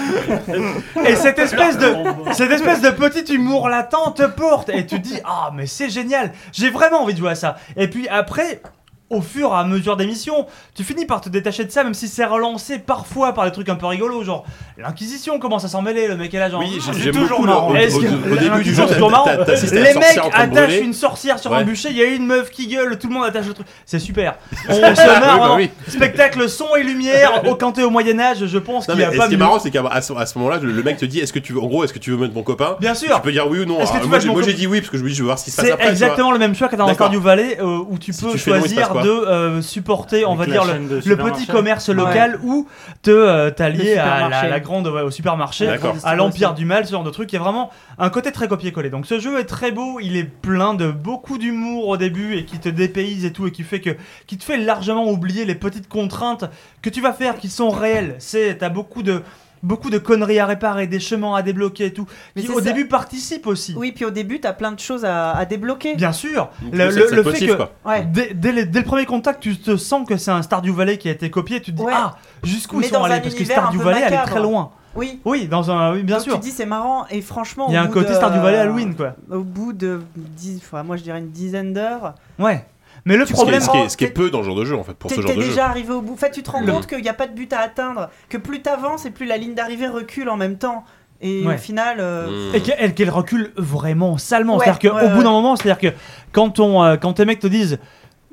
Speaker 3: Et cette espèce de cette espèce de petit humour latent te porte et tu te dis ah mais c'est génial, j'ai vraiment envie de jouer à ça. Et puis après au fur et à mesure des missions, tu finis par te détacher de ça, même si c'est relancé parfois par des trucs un peu rigolos, genre l'Inquisition commence à s'en mêler, le mec est là, genre
Speaker 2: Oui,
Speaker 3: ah,
Speaker 2: j'ai-
Speaker 3: c'est
Speaker 2: j'aime
Speaker 3: toujours
Speaker 2: beaucoup le-
Speaker 3: marrant.
Speaker 2: au- au-
Speaker 3: Est-ce que-
Speaker 2: au début du
Speaker 3: l'Inquisition,
Speaker 2: jeu,
Speaker 3: c'est toujours
Speaker 2: t'as-
Speaker 3: marrant.
Speaker 2: t'as- t'assistes à la
Speaker 3: Les mecs
Speaker 2: sorcière en train de
Speaker 3: attachent
Speaker 2: brûler.
Speaker 3: une sorcière sur un
Speaker 2: Ouais.
Speaker 3: bûcher, il y a une meuf qui gueule, tout le monde attache le truc, c'est super. On se marre,
Speaker 2: Oui, bah
Speaker 3: vraiment.
Speaker 2: oui.
Speaker 3: spectacle son et lumière, au quand t'es au Moyen Âge, je pense
Speaker 2: Non,
Speaker 3: qu'il n'y
Speaker 2: mais
Speaker 3: a
Speaker 2: et
Speaker 3: pas
Speaker 2: ce qui est
Speaker 3: mieux.
Speaker 2: marrant, c'est qu'à à ce, à ce moment-là, le, le mec te dit est-ce que tu veux, en gros, est-ce que tu veux mettre mon copain
Speaker 3: Bien sûr.
Speaker 2: Tu peux dire oui ou non.
Speaker 3: Est-ce que
Speaker 2: Alors, moi,
Speaker 3: tu veux que
Speaker 2: j'ai-
Speaker 3: mon
Speaker 2: moi, j'ai
Speaker 3: copain-
Speaker 2: dit oui parce que je me dis je veux voir si ça passe
Speaker 3: C'est
Speaker 2: après. tu vois.
Speaker 3: exactement le même choix que dans
Speaker 2: D'accord.
Speaker 3: Stardew Valley euh, où tu peux
Speaker 2: tu fais non, il se passe
Speaker 3: choisir
Speaker 2: quoi.
Speaker 3: de euh, supporter, on va
Speaker 2: Avec la
Speaker 3: dire, le,
Speaker 2: chaîne de
Speaker 3: le
Speaker 2: supermarché.
Speaker 3: petit commerce
Speaker 2: Ouais.
Speaker 3: local ou te euh,
Speaker 2: Le
Speaker 3: t'allier à la,
Speaker 2: supermarché.
Speaker 3: la grande ouais, au supermarché,
Speaker 2: D'accord.
Speaker 3: à l'empire du mal, ce genre de truc. Il y a vraiment un côté très copier-coller. Donc ce jeu est très beau, il est plein de beaucoup d'humour au début et qui te dépayse et tout et qui fait que qui te fait largement oublier les petites contraintes que tu vas faire qui sont réelles. C'est t'as beaucoup de beaucoup de conneries à réparer, des chemins à débloquer et tout.
Speaker 5: Mais
Speaker 3: qui
Speaker 5: c'est
Speaker 3: au
Speaker 5: ça.
Speaker 3: début participe aussi.
Speaker 5: Oui, puis au début, t'as plein de choses à, à débloquer.
Speaker 3: Bien sûr.
Speaker 5: Donc,
Speaker 3: Le,
Speaker 5: c'est-
Speaker 3: le-
Speaker 5: ça
Speaker 3: le
Speaker 5: te
Speaker 3: fait
Speaker 5: motive,
Speaker 3: que
Speaker 5: quoi.
Speaker 3: dès, dès les- dès le premier contact, tu te sens que c'est un Stardew Valley qui a été copié. Tu te dis ah jusqu'où ils
Speaker 5: Mais
Speaker 3: sont
Speaker 5: dans un
Speaker 3: allés parce que
Speaker 5: univers un
Speaker 3: Stardew
Speaker 5: peu
Speaker 3: Valley elle est
Speaker 5: macabre.
Speaker 3: très loin.
Speaker 5: Oui.
Speaker 3: Oui, dans un oui bien
Speaker 5: Donc
Speaker 3: sûr.
Speaker 5: Tu te dis c'est marrant et franchement.
Speaker 3: Il y a
Speaker 5: au
Speaker 3: un
Speaker 5: bout
Speaker 3: côté
Speaker 5: de- euh,
Speaker 3: Stardew Valley Halloween, quoi.
Speaker 5: Au bout de dix, enfin, moi je dirais une dizaine d'heures.
Speaker 3: Ouais. Mais le
Speaker 2: Ce qui est-
Speaker 3: problème,
Speaker 2: ce qui, est, ce qui est peu dans ce genre de jeu en fait, pour
Speaker 5: T'es
Speaker 2: ce genre
Speaker 5: t'es
Speaker 2: de
Speaker 5: déjà
Speaker 2: jeu.
Speaker 5: arrivé au bout. En fait, tu te rends
Speaker 2: Le-
Speaker 5: compte qu'il n'y a pas de but à atteindre, que plus t'avances et plus la ligne d'arrivée recule en même temps. Et
Speaker 3: Ouais.
Speaker 5: au final,
Speaker 2: Mm.
Speaker 5: euh,
Speaker 3: Et qu'elle qu'elle recule vraiment salement.
Speaker 5: Ouais,
Speaker 3: c'est-à-dire qu'au
Speaker 5: ouais,
Speaker 3: bout
Speaker 5: ouais.
Speaker 3: d'un moment, c'est-à-dire que quand, on, euh, quand tes mecs te disent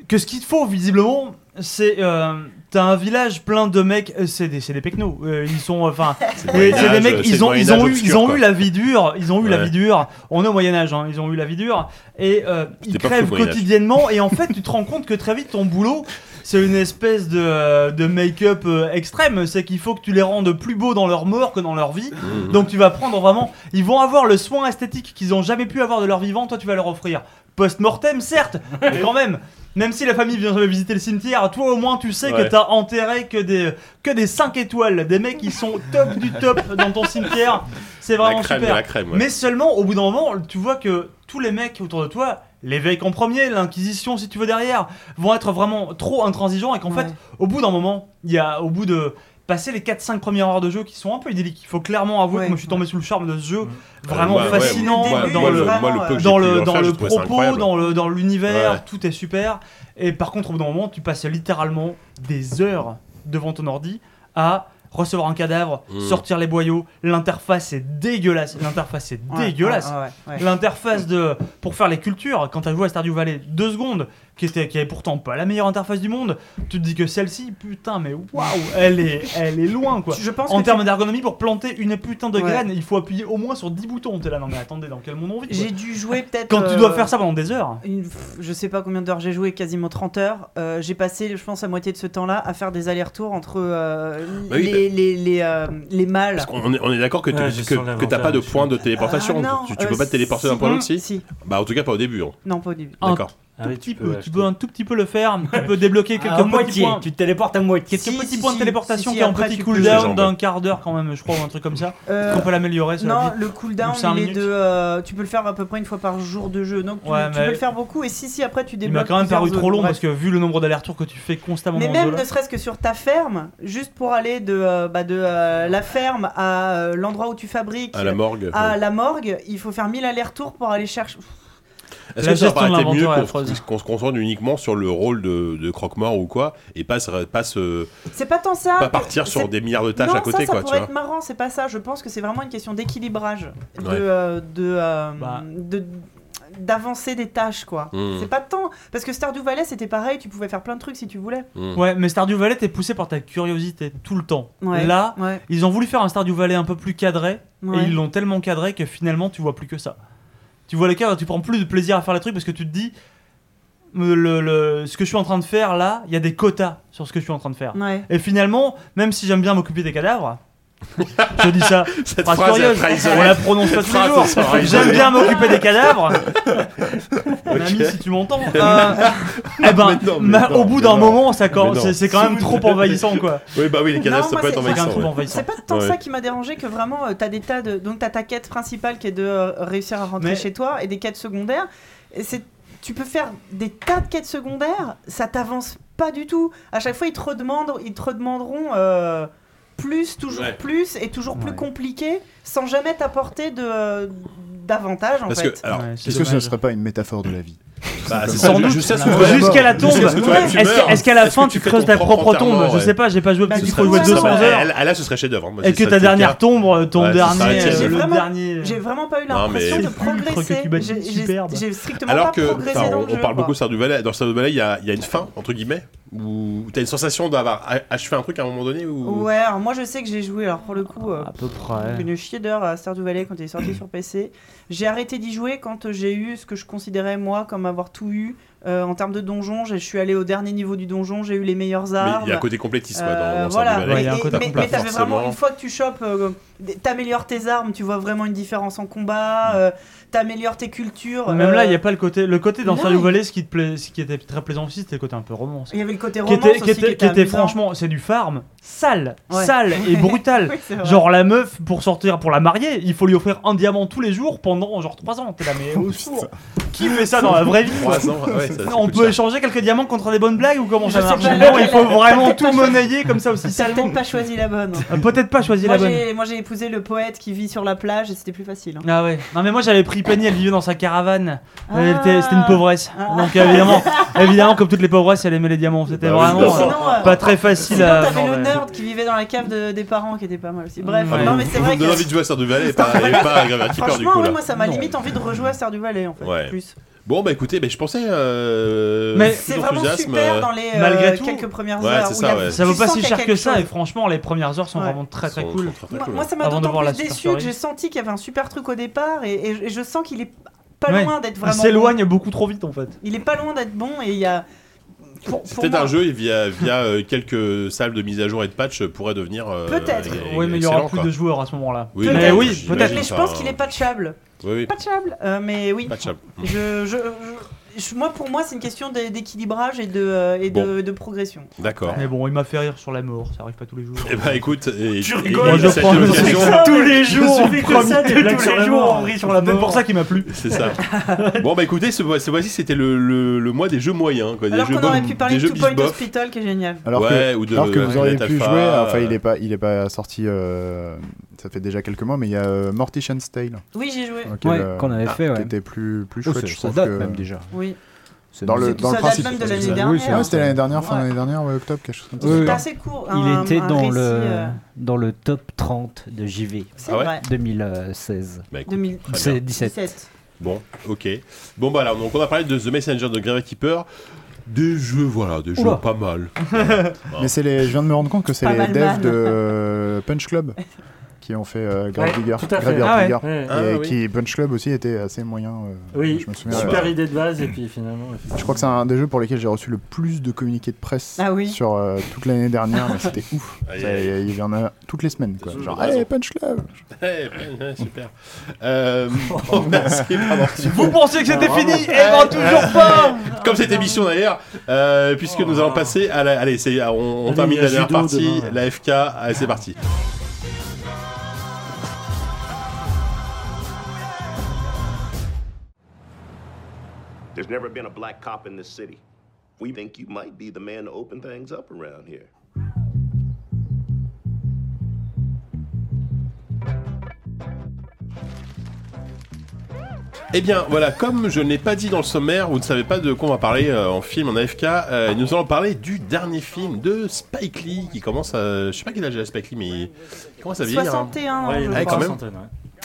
Speaker 3: que ce qu'il te faut, visiblement, c'est. euh, T'as un village plein de mecs, euh, c'est des, c'est des pecnos. euh, ils sont, enfin,
Speaker 2: C'est le
Speaker 3: oui,
Speaker 2: Moyen
Speaker 3: c'est des
Speaker 2: Âge,
Speaker 3: mecs,
Speaker 2: c'est
Speaker 3: ils
Speaker 2: le
Speaker 3: ont,
Speaker 2: Moyen
Speaker 3: ils ont
Speaker 2: Âge
Speaker 3: eu, ils
Speaker 2: obscur,
Speaker 3: ont
Speaker 2: quoi.
Speaker 3: eu la vie dure. Ils ont eu la
Speaker 2: Ouais.
Speaker 3: vie dure. On est au Moyen Âge, hein, ils ont eu la vie dure et euh, ils
Speaker 2: C'était pas
Speaker 3: crèvent
Speaker 2: fou, Moyen Âge.
Speaker 3: quotidiennement. Et en fait, tu te rends compte que très vite, ton boulot, c'est une espèce de, euh, de make-up euh, extrême. C'est qu'il faut que tu les rendes plus beaux dans leur mort que dans leur vie.
Speaker 2: Mhm.
Speaker 3: Donc tu vas prendre vraiment, ils vont avoir le soin esthétique qu'ils ont jamais pu avoir de leur vivant. Toi, tu vas leur offrir post-mortem, certes, mais quand même. Même si la famille vient jamais visiter le cimetière, toi au moins tu sais que
Speaker 2: Ouais.
Speaker 3: t'as enterré que des que des 5 étoiles, des mecs qui sont top du top dans ton cimetière. C'est vraiment
Speaker 2: crème
Speaker 3: super.
Speaker 2: de la crème, ouais.
Speaker 3: Mais seulement au bout d'un moment, tu vois que tous les mecs autour de toi, l'évêque en premier, l'inquisition si tu veux derrière, vont être vraiment trop intransigeants et qu'en fait, au bout d'un moment, il y a au bout de passer les 4 5 premières heures de jeu qui sont un peu idylliques. Il faut clairement avouer que moi je suis tombé sous le charme de ce jeu vraiment
Speaker 2: Bah, Ouais, ouais,
Speaker 3: fascinant
Speaker 2: moi,
Speaker 3: dans
Speaker 2: moi,
Speaker 3: le,
Speaker 2: le- moi, le peu que j'ai
Speaker 3: dans
Speaker 2: pu
Speaker 3: le
Speaker 2: en
Speaker 3: dans
Speaker 2: faire,
Speaker 3: le
Speaker 2: j'ai trouvé ça
Speaker 3: propos,
Speaker 2: incroyable.
Speaker 3: dans le dans l'univers,
Speaker 2: Ouais.
Speaker 3: tout est super. Et par contre, au bout d'un moment, tu passes littéralement des heures devant ton ordi à recevoir un cadavre,
Speaker 2: Mm.
Speaker 3: sortir les boyaux. L'interface est dégueulasse. L'interface est
Speaker 5: Ouais,
Speaker 3: dégueulasse.
Speaker 5: ouais, ouais, ouais.
Speaker 3: L'interface de pour faire les cultures, quand t'as joué à Stardew Valley deux secondes, qui était qui est pourtant pas la meilleure interface du monde, tu te dis que celle-ci, putain, mais waouh, elle est elle est loin quoi.
Speaker 5: Je pense
Speaker 3: en
Speaker 5: que
Speaker 3: termes
Speaker 5: tu-
Speaker 3: d'ergonomie pour planter une putain de
Speaker 5: Ouais.
Speaker 3: graine, il faut appuyer au moins sur 10 boutons. T'es là, non mais attendez, dans quel monde on vit quoi
Speaker 5: J'ai dû jouer peut-être.
Speaker 3: Quand tu
Speaker 5: euh,
Speaker 3: dois faire ça pendant des heures.
Speaker 5: une- pff, je sais pas combien d'heures j'ai joué, quasiment 30 heures. Euh, j'ai passé, je pense, la moitié de ce temps-là à faire des allers-retours entre euh,
Speaker 2: Bah oui,
Speaker 5: les, les, les, euh, les mâles.
Speaker 2: Parce qu'on est, on est d'accord que tu
Speaker 9: Ouais, j'ai
Speaker 2: que,
Speaker 9: son
Speaker 2: que
Speaker 9: inventaire,
Speaker 2: t'as pas de
Speaker 9: monsieur.
Speaker 2: point de téléportation.
Speaker 5: Ah, non,
Speaker 2: tu, tu
Speaker 5: euh,
Speaker 2: peux pas te téléporter d'un
Speaker 5: si.
Speaker 2: point à l'autre si,
Speaker 5: Si.
Speaker 2: Bah en tout cas pas au début. hein.
Speaker 5: Non, pas au début.
Speaker 3: Ah,
Speaker 2: D'accord.
Speaker 3: Un
Speaker 9: Ah,
Speaker 3: tout petit peu, tu peux un tout petit peu le faire, tu peux
Speaker 5: Ah,
Speaker 3: débloquer quelques
Speaker 7: À
Speaker 3: petits
Speaker 7: moitié,
Speaker 3: points.
Speaker 7: tu te téléportes à moitié.
Speaker 3: Quelques
Speaker 5: Si,
Speaker 3: petits
Speaker 5: si,
Speaker 3: points
Speaker 5: si,
Speaker 3: de téléportation
Speaker 5: si, si,
Speaker 3: qui ont un
Speaker 5: après,
Speaker 3: petit
Speaker 5: tu peux les
Speaker 3: cooldown
Speaker 5: jambes.
Speaker 3: d'un quart d'heure quand même, je crois, ou un truc comme ça.
Speaker 5: Euh,
Speaker 3: On peut l'améliorer. cela
Speaker 5: Non,
Speaker 3: dit.
Speaker 5: le cooldown,
Speaker 3: Ou cinq
Speaker 5: il est
Speaker 3: minutes.
Speaker 5: de, euh, tu peux le faire à peu près une fois par jour de jeu. Donc tu,
Speaker 3: Ouais,
Speaker 5: tu
Speaker 3: mais-
Speaker 5: peux le faire beaucoup. Et si, si, après tu
Speaker 3: Il
Speaker 5: débloques.
Speaker 3: m'a quand même paru
Speaker 5: plusieurs
Speaker 3: trop long
Speaker 5: zones,
Speaker 3: parce que vu le nombre d'allers-retours que tu fais constamment
Speaker 5: Mais
Speaker 3: dans
Speaker 5: même
Speaker 3: ce
Speaker 5: ne
Speaker 3: jeu-là.
Speaker 5: serait-ce que sur ta ferme, juste pour aller de, euh, bah, de euh, la ferme à euh, l'endroit où tu fabriques,
Speaker 2: À la morgue,
Speaker 5: à
Speaker 2: ouais.
Speaker 5: la morgue, il faut faire mille allers-retours pour aller chercher.
Speaker 2: Est-ce
Speaker 3: La
Speaker 2: que ça
Speaker 3: gestion
Speaker 2: aurait
Speaker 3: de
Speaker 2: été mieux
Speaker 3: l'inventaire est
Speaker 2: qu'on
Speaker 3: affreuse.
Speaker 2: qu'on se concentre uniquement sur le rôle de, de croque-mort ou quoi et pas, se- pas, se-
Speaker 5: C'est pas tant ça.
Speaker 2: pas
Speaker 5: que-
Speaker 2: partir sur
Speaker 5: c'est-
Speaker 2: des milliards de tâches
Speaker 5: non,
Speaker 2: Bah, à côté
Speaker 5: ça, ça
Speaker 2: quoi, tu
Speaker 5: pourrait
Speaker 2: vois.
Speaker 5: être marrant, c'est pas ça. Je pense que c'est vraiment une question d'équilibrage, euh, de,
Speaker 3: Bah.
Speaker 2: Ouais.
Speaker 5: euh, de, euh, de- d'avancer des tâches, quoi.
Speaker 3: Mm.
Speaker 5: C'est pas tant. Parce que Stardew Valley, c'était pareil, tu pouvais faire plein de trucs si tu voulais.
Speaker 3: Ouais, mais Stardew Valley, t'es poussé par ta curiosité tout le temps.
Speaker 5: Ouais,
Speaker 3: Là,
Speaker 5: ouais.
Speaker 3: ils ont voulu faire un Stardew Valley un peu plus cadré,
Speaker 5: Ouais.
Speaker 3: et ils l'ont tellement cadré que finalement, tu vois plus que ça. Tu vois les cadres, tu prends plus de plaisir à faire les trucs parce que tu te dis, euh, le, le- ce que je suis en train de faire là, il y a des quotas sur ce que je suis en train de faire.
Speaker 5: Ouais.
Speaker 3: Et finalement, même si j'aime bien m'occuper des cadavres, je dis ça,
Speaker 2: Cette
Speaker 3: phrase
Speaker 2: phrase, elle
Speaker 3: curieuse,
Speaker 2: sera isolée.
Speaker 3: on la prononce pas
Speaker 2: Cette
Speaker 3: tous les
Speaker 2: phrase,
Speaker 3: jours.
Speaker 2: elle sera
Speaker 3: J'aime
Speaker 2: isolée.
Speaker 3: bien m'occuper des cadavres. Mon ami, si tu m'entends, euh, eh ben,
Speaker 2: Mais non, mais
Speaker 3: ma-
Speaker 2: non,
Speaker 3: au bout
Speaker 2: mais
Speaker 3: d'un
Speaker 2: non.
Speaker 3: moment, ça quand-
Speaker 2: Mais non.
Speaker 3: c'est c'est quand même trop envahissant, quoi.
Speaker 2: Oui, bah oui, les cadavres, ça
Speaker 5: moi,
Speaker 2: peut
Speaker 5: c'est-
Speaker 2: être envahissant.
Speaker 3: c'est quand même
Speaker 2: ouais.
Speaker 3: envahissant.
Speaker 5: C'est pas tant
Speaker 2: Ouais.
Speaker 5: ça qui m'a dérangé que vraiment, euh, t'as des tas de. Donc, t'as ta quête principale qui est de euh, réussir à rentrer
Speaker 3: Mais-
Speaker 5: chez toi et des quêtes secondaires. Et c'est. Tu peux faire des tas de quêtes secondaires, ça t'avance pas du tout. À chaque fois, ils te redemandent, ils te redemanderont euh, plus, toujours
Speaker 2: Ouais.
Speaker 5: plus et toujours plus compliqué, sans jamais t'apporter de euh, d'avantage en
Speaker 6: Parce
Speaker 5: fait.
Speaker 6: que, alors, est-ce que ce ne serait pas une métaphore de la vie
Speaker 2: Bah, c'est
Speaker 3: Sans doute. jusqu'à la tombe.
Speaker 2: Jusqu'à ce que toi, tu
Speaker 3: Est-ce
Speaker 2: meurs.
Speaker 3: que- est-ce qu'à la
Speaker 2: Est-ce
Speaker 3: fin
Speaker 2: que
Speaker 3: tu
Speaker 2: tu fais
Speaker 3: creuses
Speaker 2: ton
Speaker 3: ta
Speaker 2: propre
Speaker 3: propre tombe
Speaker 2: enterrement,
Speaker 3: Je sais
Speaker 2: ouais.
Speaker 3: pas, j'ai pas joué
Speaker 2: Bah,
Speaker 3: parce qu'il
Speaker 2: du
Speaker 3: faut
Speaker 2: coup,
Speaker 3: jouer
Speaker 2: ça, ça,
Speaker 3: 200
Speaker 2: bah,
Speaker 3: heures.
Speaker 2: elle- elle, là, ce serait chef-d'œuvre, hein. Moi,
Speaker 3: Et
Speaker 2: c'est
Speaker 3: que
Speaker 2: ça qui
Speaker 3: ta
Speaker 2: me
Speaker 3: dernière
Speaker 2: caractérise.
Speaker 3: tombe, euh, ton
Speaker 2: Ouais, c'est ça,
Speaker 3: dernier,
Speaker 2: c'est-
Speaker 3: euh, le
Speaker 5: Vraiment,
Speaker 3: dernier.
Speaker 5: J'ai vraiment pas eu
Speaker 2: Non, mais-
Speaker 5: l'impression de
Speaker 2: Ultra
Speaker 5: progresser.
Speaker 3: cubanisme
Speaker 5: J'ai- J'ai
Speaker 3: superbe.
Speaker 5: j'ai strictement
Speaker 2: Alors
Speaker 5: pas
Speaker 2: que,
Speaker 5: progressé
Speaker 2: enfin,
Speaker 5: dans
Speaker 2: on,
Speaker 5: le
Speaker 2: on
Speaker 5: jeu,
Speaker 2: parle
Speaker 5: quoi.
Speaker 2: beaucoup de Stardew Valley. Dans Stardew Valley, il y, a il y a une fin, entre guillemets, où t'as une sensation d'avoir a- achevé un truc à un moment donné ou
Speaker 5: Ouais, alors moi je sais que j'ai joué, alors pour le coup, euh,
Speaker 3: peu près.
Speaker 5: une chier d'heure à Stardew Valley quand il est sorti sur PC. J'ai arrêté d'y jouer quand euh, j'ai eu ce que je considérais moi comme avoir tout eu euh, en termes de donjon. Je je suis allé au dernier niveau du donjon, j'ai eu les meilleures armes.
Speaker 2: il y a un côté complétiste, quoi,
Speaker 5: Euh,
Speaker 2: dans- dans Stardew
Speaker 5: voilà.
Speaker 2: Valley. Ouais, il y a un
Speaker 5: Et-
Speaker 2: côté
Speaker 5: mais,
Speaker 2: complet,
Speaker 5: mais t'avais
Speaker 2: forcément.
Speaker 5: vraiment, une fois que tu chopes, euh, des- t'améliores tes armes, tu vois vraiment une différence en combat, euh, t'améliores tes cultures.
Speaker 3: Mm. Même là,
Speaker 5: euh,
Speaker 3: il y a pas le côté, le côté dans
Speaker 5: non,
Speaker 3: Stardew
Speaker 5: il-
Speaker 3: Valley, ce qui te plaît, ce qui était très plaisant aussi, c'était le côté un peu romance.
Speaker 5: Il y avait le côté
Speaker 3: qui
Speaker 5: romance
Speaker 3: était, qui
Speaker 5: aussi
Speaker 3: était- qui était
Speaker 5: amusant.
Speaker 3: franchement, c'est du farm sale,
Speaker 5: Ouais.
Speaker 3: sale et brutal.
Speaker 5: Oui, c'est vrai.
Speaker 3: genre la meuf pour sortir, pour la marier, il faut lui offrir un diamant tous les jours pendant genre 3 ans. T'es là, mais
Speaker 5: Oh,
Speaker 3: au secours. Qui fait ça dans la vraie vie
Speaker 2: Trois ans, ouais, ça- ça
Speaker 3: On
Speaker 2: coûte
Speaker 3: peut échanger quelques diamants contre des bonnes blagues ou comment
Speaker 5: Je
Speaker 3: ça
Speaker 5: sais
Speaker 3: marche
Speaker 5: pas,
Speaker 3: Non,
Speaker 5: là,
Speaker 3: il faut
Speaker 5: là,
Speaker 3: vraiment
Speaker 5: peut-être
Speaker 3: tout monnayer comme ça aussi
Speaker 5: T'as
Speaker 3: salement.
Speaker 5: peut-être pas choisi la bonne.
Speaker 3: Euh, Peut-être pas choisir
Speaker 5: Moi
Speaker 3: la bonne.
Speaker 5: j'ai, moi j'ai épousé le poète qui vit sur la plage et c'était plus facile. hein.
Speaker 3: Ah ouais. Non mais moi j'avais pris Penny, elle vivait dans sa caravane.
Speaker 5: Ah.
Speaker 3: Elle était- C'était une pauvresse. Donc évidemment, évidemment comme toutes les pauvresses, elle aimait les diamants. C'était
Speaker 2: Bah oui,
Speaker 3: vraiment
Speaker 2: d'accord.
Speaker 3: euh,
Speaker 5: Sinon, euh,
Speaker 3: pas très facile
Speaker 5: Sinon,
Speaker 3: à.
Speaker 5: t'avais
Speaker 3: non,
Speaker 5: le
Speaker 3: mais-
Speaker 5: nerd qui vivait dans la cave de- des parents qui était pas mal aussi. Bref,
Speaker 2: Ah,
Speaker 5: non
Speaker 2: vous-
Speaker 5: mais c'est
Speaker 2: vous
Speaker 5: vrai
Speaker 2: me donnez
Speaker 5: que.
Speaker 2: envie de jouer à Stardew Valley et pas, et pas à Graveyard Keeper, du
Speaker 5: Franchement,
Speaker 2: coup.
Speaker 5: ouais,
Speaker 2: Là.
Speaker 5: moi ça m'a limite envie de rejouer à Stardew Valley en fait.
Speaker 2: Ouais.
Speaker 5: Plus.
Speaker 2: Bon, bah écoutez, bah, je pensais. Euh,
Speaker 3: Mais-
Speaker 2: plus
Speaker 5: C'est vraiment
Speaker 2: d'enthousiasme,
Speaker 5: super
Speaker 2: euh,
Speaker 5: dans les euh,
Speaker 3: malgré tout-
Speaker 5: quelques premières
Speaker 2: Ouais,
Speaker 5: heures.
Speaker 2: c'est
Speaker 5: où
Speaker 2: ça,
Speaker 5: il y a-
Speaker 2: ouais.
Speaker 5: tu
Speaker 3: Ça vaut pas
Speaker 5: sens
Speaker 3: si
Speaker 5: qu'il y a
Speaker 3: cher que
Speaker 5: quelque
Speaker 3: ça,
Speaker 5: chose.
Speaker 3: et franchement, les premières heures sont vraiment très très
Speaker 2: Sont-
Speaker 3: cool.
Speaker 2: sont très, très
Speaker 5: Moi,
Speaker 2: cool, hein.
Speaker 5: moi,
Speaker 2: ouais.
Speaker 5: ça m'a
Speaker 3: Avant de
Speaker 5: d'autant
Speaker 3: voir la
Speaker 5: plus déçu
Speaker 3: Superstory.
Speaker 5: que j'ai senti qu'il y avait un super truc au départ et, et- et je sens qu'il est pas
Speaker 3: Ouais.
Speaker 5: loin d'être
Speaker 3: Il
Speaker 5: vraiment.
Speaker 3: s'éloigne beaucoup trop vite en fait.
Speaker 5: bon. Il est pas loin d'être bon et il y a. pour-
Speaker 2: C'est
Speaker 5: pour
Speaker 2: peut-être
Speaker 5: moi-
Speaker 2: un jeu et via, via euh, quelques salles de mise à jour et de patch euh, pourrait devenir. euh,
Speaker 5: Peut-être.
Speaker 2: e-
Speaker 3: Oui, mais il y aura
Speaker 2: excellent,
Speaker 3: plus
Speaker 2: quoi.
Speaker 3: de joueurs à ce moment-là.
Speaker 2: Oui,
Speaker 3: mais
Speaker 2: peut-être,
Speaker 3: oui,
Speaker 2: j'imagine,
Speaker 3: peut-être.
Speaker 5: Mais je
Speaker 2: enfin,
Speaker 5: pense qu'il est patchable.
Speaker 2: Oui, oui.
Speaker 5: Patchable, euh, mais oui.
Speaker 2: Patchable. Mm.
Speaker 5: Je, je- je- je- moi, pour moi, c'est une question d'é- d'équilibrage et, de, euh, et de, de progression.
Speaker 2: D'accord.
Speaker 3: Mais bon, il m'a fait rire sur la mort, ça arrive pas tous les jours.
Speaker 2: Eh ben écoute, et,
Speaker 3: Tu
Speaker 2: et-
Speaker 3: rigoles,
Speaker 2: et
Speaker 3: moi, je
Speaker 2: cette
Speaker 3: prends le-
Speaker 2: occasion-
Speaker 3: C'est ça, Tous les
Speaker 2: Je
Speaker 3: jours,
Speaker 2: suis
Speaker 3: on prend-
Speaker 2: comme ça,
Speaker 3: tous
Speaker 2: des blagues
Speaker 3: les
Speaker 2: sur la
Speaker 3: jours,
Speaker 2: mort.
Speaker 3: on rit sur la
Speaker 2: C'est peut-être
Speaker 3: mort.
Speaker 2: pour ça qu'il m'a plu. C'est ça. Bon bah écoutez, ce, ce mois-ci c'était le, le- le mois des jeux moyens, quoi, des
Speaker 5: Alors
Speaker 2: jeux
Speaker 5: qu'on aurait
Speaker 2: bof-
Speaker 5: pu parler
Speaker 2: des
Speaker 5: de
Speaker 2: jeux Ah.
Speaker 5: Two Point
Speaker 2: bisbof.
Speaker 5: Hospital, qui est génial.
Speaker 6: Alors
Speaker 2: Ouais,
Speaker 6: que,
Speaker 2: ou de-
Speaker 6: alors que
Speaker 2: de
Speaker 6: vous auriez
Speaker 2: Renata
Speaker 6: pu
Speaker 2: Fa,
Speaker 6: jouer, à- enfin
Speaker 2: euh.
Speaker 6: il est pas, il est pas sorti, euh, ça fait déjà quelques mois, mais il y a euh, Mortician's Tale.
Speaker 5: Oui, j'y ai joué.
Speaker 6: Auquel,
Speaker 7: Ouais,
Speaker 6: euh,
Speaker 7: qu'on avait fait, ouais.
Speaker 6: Qui était plus, plus
Speaker 7: Oh,
Speaker 6: chouette,
Speaker 7: ça-
Speaker 6: je
Speaker 7: ça
Speaker 6: trouve
Speaker 7: date
Speaker 6: que-
Speaker 7: même déjà.
Speaker 5: Oui.
Speaker 7: C'est-
Speaker 6: Dans le,
Speaker 7: c'est-
Speaker 6: dans le
Speaker 7: ça date
Speaker 6: principe.
Speaker 7: même de l'année
Speaker 6: Oui, c'est-
Speaker 7: dernière.
Speaker 6: ouais, c'était l'année dernière,
Speaker 7: Ouais.
Speaker 6: fin l'année dernière, ouais, octobre, quelque chose comme ça.
Speaker 7: Oui, oui.
Speaker 5: assez court,
Speaker 7: Il
Speaker 5: un-
Speaker 7: était
Speaker 5: un
Speaker 7: dans,
Speaker 5: récit,
Speaker 7: le,
Speaker 5: euh.
Speaker 7: dans le top 30 de JV
Speaker 5: C'est Ah ouais vrai.
Speaker 7: 2016.
Speaker 2: Bah, écoute,
Speaker 5: 2000
Speaker 2: très bien.
Speaker 7: C'est 17.
Speaker 2: Bon, ok. Bon bah alors, donc on a parlé de The Messenger de Gravity Keeper. Des jeux, voilà, des
Speaker 6: Oula.
Speaker 2: jeux pas mal.
Speaker 6: Mais c'est les, je viens de me rendre compte que c'est
Speaker 2: Pas
Speaker 6: les
Speaker 2: mal,
Speaker 6: devs
Speaker 2: man.
Speaker 6: de euh, Punch Club qui ont fait euh, Grave
Speaker 9: Ouais,
Speaker 6: Digger,
Speaker 9: tout à fait.
Speaker 6: Graveyard
Speaker 9: Ah ouais.
Speaker 6: Digger,
Speaker 9: Ouais.
Speaker 6: et
Speaker 9: Ah oui.
Speaker 6: qui Punch Club aussi était assez moyen. euh,
Speaker 9: Oui,
Speaker 6: je me souviens.
Speaker 9: super
Speaker 6: euh,
Speaker 9: idée de base et puis finalement.
Speaker 6: Je crois que c'est un des jeux pour lesquels j'ai reçu le plus de communiqués de presse
Speaker 9: Ah oui.
Speaker 6: sur euh, toute l'année dernière, mais c'était ouf.
Speaker 2: Aïe,
Speaker 6: Ça,
Speaker 2: aïe,
Speaker 6: Il y en a toutes les semaines, quoi. Genre,
Speaker 2: raison.
Speaker 6: allez, punch club
Speaker 2: Eh, ouais, super. Euh,
Speaker 9: Oh,
Speaker 2: bon, merci, pardon.
Speaker 3: Vous pensiez que c'était fini Eh
Speaker 2: Eh,
Speaker 3: ben, toujours pas
Speaker 9: Oh,
Speaker 2: Comme cette émission d'ailleurs, euh, puisque nous allons passer à la. Allez, c'est, on, on
Speaker 9: Allez,
Speaker 2: termine
Speaker 9: il y a
Speaker 2: la dernière
Speaker 9: judo
Speaker 2: partie,
Speaker 9: demain,
Speaker 2: la FK, allez, c'est parti.
Speaker 17: There's never been a black cop in this city. We think you might be the man to open things up around here.
Speaker 2: Eh bien, voilà, comme je n'ai pas dit dans le sommaire, vous ne savez pas de quoi on va parler euh, en film, en AFK, euh, nous allons parler du dernier film de Spike Lee qui commence à. Je sais pas quel âge a Spike Lee, mais. Il commence à vieillir. hein.
Speaker 5: 61 ans, je
Speaker 2: Ouais, quand
Speaker 5: crois.
Speaker 2: même.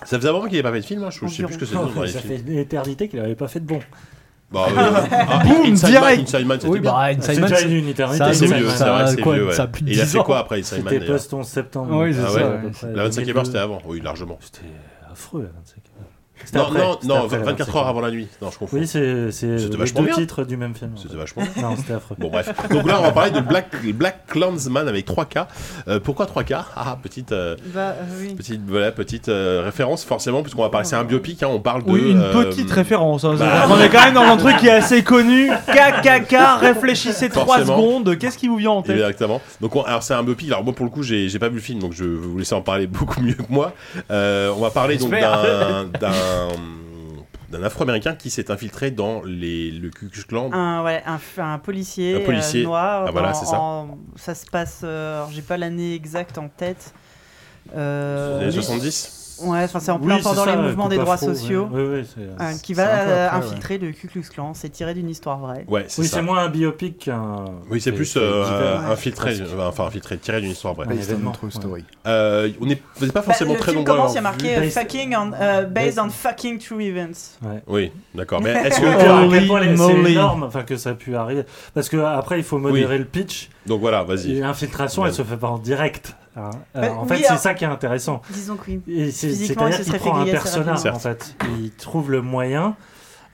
Speaker 2: Ça faisait un moment qu'il n'avait pas fait de film, hein, je, je sais
Speaker 9: Environ.
Speaker 2: plus ce que c'est dans
Speaker 9: Non,
Speaker 2: les
Speaker 9: Ça
Speaker 2: films.
Speaker 9: fait une éternité qu'il n'avait pas fait de bon.
Speaker 2: Bah, euh, ah, Inside Man, Inside Man, c'était
Speaker 9: Oui,
Speaker 2: bien.
Speaker 9: bah,
Speaker 2: C'est
Speaker 9: Inside Man,
Speaker 2: déjà
Speaker 9: c'est
Speaker 2: une éternité, Ça, Inside
Speaker 9: c'est
Speaker 2: Man.
Speaker 9: vieux,
Speaker 2: Ça,
Speaker 9: ça,
Speaker 2: c'est
Speaker 9: quoi,
Speaker 2: vieux, ouais.
Speaker 9: ça a plus de
Speaker 2: Et il a
Speaker 9: 10
Speaker 2: fait
Speaker 9: ans.
Speaker 2: quoi après, Inside Man
Speaker 9: C'était
Speaker 2: d'ailleurs
Speaker 9: post 11 septembre.
Speaker 2: Ah
Speaker 9: Ah ouais.
Speaker 2: ouais. La 25e heure, c'était avant, oui, largement. C'était
Speaker 9: affreux, la 25e C'était
Speaker 2: Non,
Speaker 9: après,
Speaker 2: non,
Speaker 9: c'était
Speaker 2: non,
Speaker 9: après la
Speaker 2: 24 heures avant la nuit. Non, je confonds.
Speaker 9: Oui, c'est c'est
Speaker 2: C'était
Speaker 9: les
Speaker 2: vachement
Speaker 9: deux
Speaker 2: bien.
Speaker 9: titres du même film. en
Speaker 2: C'était
Speaker 9: fait.
Speaker 2: vachement bien.
Speaker 9: Non, c'était affreux.
Speaker 2: Bon, bref. Donc là, on va parler de Black, Black Clansman avec 3K. Euh, pourquoi 3K Ah, petite. euh,
Speaker 5: Bah, euh, oui.
Speaker 2: Petite, voilà, petite euh, référence, forcément, puisqu'on va parler. C'est un biopic, hein, on parle de.
Speaker 3: Oui, une
Speaker 2: euh,
Speaker 3: petite référence. hein.
Speaker 2: bah-
Speaker 3: On est quand même dans un truc qui est assez connu. KKK, réfléchissez 3
Speaker 2: Forcément. Eh
Speaker 3: secondes, qu'est-ce qui vous vient en tête
Speaker 2: Exactement. Donc, on- alors c'est un biopic. Alors moi, pour le coup, j'ai j'ai pas vu le film, donc je vais vous laisser en parler beaucoup mieux que moi. Euh, on va parler donc
Speaker 3: J'espère.
Speaker 2: d'un d'un- d'un Afro-américain qui s'est infiltré dans les, le Ku Klux Klan.
Speaker 5: Un, ouais, un, f- un policier,
Speaker 2: Un policier.
Speaker 5: euh, noir.
Speaker 2: Ah, voilà,
Speaker 5: dans-
Speaker 2: c'est ça.
Speaker 5: en- ça se passe, euh, alors, j'ai pas l'année exacte en tête.
Speaker 3: Ah,
Speaker 5: Euh,
Speaker 2: Les années 70?
Speaker 5: Ouais, enfin, c'est en
Speaker 9: Oui,
Speaker 5: plein pendant
Speaker 9: c'est ça,
Speaker 5: les mouvements
Speaker 9: Coupe
Speaker 5: des droits
Speaker 9: Afro, ouais.
Speaker 5: sociaux.
Speaker 9: Oui, oui, c'est-
Speaker 5: euh, qui
Speaker 9: c'est
Speaker 5: va
Speaker 9: un peu
Speaker 5: euh,
Speaker 9: après, ouais.
Speaker 5: infiltrer le Ku Klux Klan. C'est tiré d'une histoire vraie.
Speaker 2: Ouais, c'est
Speaker 9: Oui,
Speaker 2: ça.
Speaker 9: c'est moins un biopic qu'un.
Speaker 2: Oui, c'est plus euh,
Speaker 9: divers.
Speaker 2: infiltré,
Speaker 9: Presque.
Speaker 2: euh, enfin infiltré, tiré d'une histoire vraie.
Speaker 9: Un Based on événement, Oh, true
Speaker 6: story.
Speaker 2: Euh, on n'est vous n'êtes pas forcément
Speaker 5: Bah, le
Speaker 2: très
Speaker 5: film
Speaker 2: nombreux. à
Speaker 5: commence, il y a
Speaker 2: l'avoir vu.
Speaker 5: marqué euh, fucking on, euh, based on fucking true events.
Speaker 2: Oui, d'accord. Mais est-ce
Speaker 9: On peut voir à quel
Speaker 2: que
Speaker 9: point les- c'est
Speaker 2: moly.
Speaker 9: énorme enfin, que ça a pu arriver Parce que après, il faut modérer le pitch.
Speaker 2: Donc voilà, vas-y.
Speaker 9: Et L'infiltration, elle se fait pas en direct. hein. Euh,
Speaker 5: Bah,
Speaker 9: en
Speaker 5: oui,
Speaker 9: fait, c'est
Speaker 5: alors-
Speaker 9: ça qui est intéressant.
Speaker 5: Disons que oui.
Speaker 9: Et c'est-
Speaker 5: Physiquement, il
Speaker 9: C'est-à-dire
Speaker 5: se
Speaker 9: qu'il
Speaker 5: serait
Speaker 9: prend un
Speaker 5: fait griller assez
Speaker 9: personnage
Speaker 5: rapidement.
Speaker 9: en fait. Il trouve le moyen.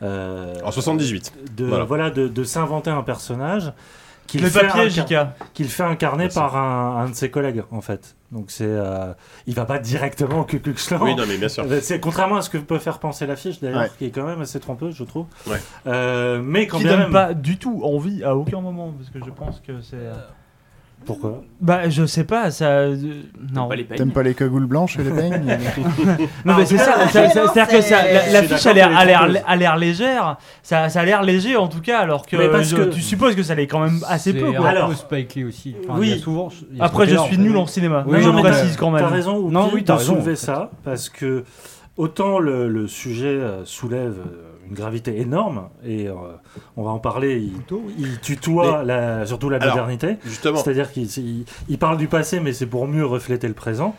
Speaker 9: euh,
Speaker 2: En 78.
Speaker 9: De,
Speaker 2: Voilà.
Speaker 9: voilà. de, de s'inventer un personnage. Qu'il
Speaker 3: Le
Speaker 9: fait,
Speaker 3: papier,
Speaker 9: incar-
Speaker 3: JK.
Speaker 9: qu'il fait incarner par un, un de ses collègues, en fait. Donc c'est, euh, il va pas directement au Ku Klux Klan.
Speaker 2: Oui, non, mais bien sûr.
Speaker 9: Euh, C'est contrairement à ce que peut faire penser l'affiche, d'ailleurs,
Speaker 2: Ouais.
Speaker 9: qui est quand même assez trompeuse, je trouve.
Speaker 2: Ouais.
Speaker 9: Euh, mais quand
Speaker 3: Qui
Speaker 9: bien
Speaker 3: donne
Speaker 9: même.
Speaker 3: pas du tout envie à aucun moment, parce que je pense que c'est. euh,
Speaker 9: Pourquoi
Speaker 3: Bah, je sais pas, ça. euh, Non.
Speaker 6: T'aimes pas les cagoules blanches et les peignes
Speaker 2: Ah,
Speaker 3: Non, mais c'est ça, ça- ça- c'est-à-dire que ça- la-
Speaker 6: Je suis
Speaker 3: l'affiche a
Speaker 6: d'accord
Speaker 3: l'air-
Speaker 6: qu'elle est
Speaker 3: a l'air
Speaker 6: trompeuse.
Speaker 3: a l'air légère, ça, ça a l'air léger en tout cas, alors que,
Speaker 7: Mais parce
Speaker 3: je-
Speaker 7: que-
Speaker 3: tu supposes que ça l'est quand même assez
Speaker 7: C'est
Speaker 3: peu.
Speaker 7: un
Speaker 3: Quoi.
Speaker 7: peu Spike Lee aussi. Enfin, il y a souvent- il y a ce
Speaker 3: Après, je
Speaker 7: côté-là, en
Speaker 3: suis
Speaker 7: fait.
Speaker 3: nul en cinéma,
Speaker 7: Oui,
Speaker 3: je
Speaker 7: non, mais
Speaker 3: précise
Speaker 7: t'as-
Speaker 3: quand même.
Speaker 9: T'as raison, ou
Speaker 7: Non, oui, t'as
Speaker 9: de
Speaker 7: raison,
Speaker 9: soulever
Speaker 7: en fait.
Speaker 9: ça, parce que autant le, le sujet euh, soulève euh, une gravité énorme, et euh, on va en parler, il, il tutoie la- surtout la
Speaker 2: Alors,
Speaker 9: modernité.
Speaker 2: justement.
Speaker 9: C'est-à-dire qu'il il- il parle du passé, mais c'est pour mieux refléter le présent.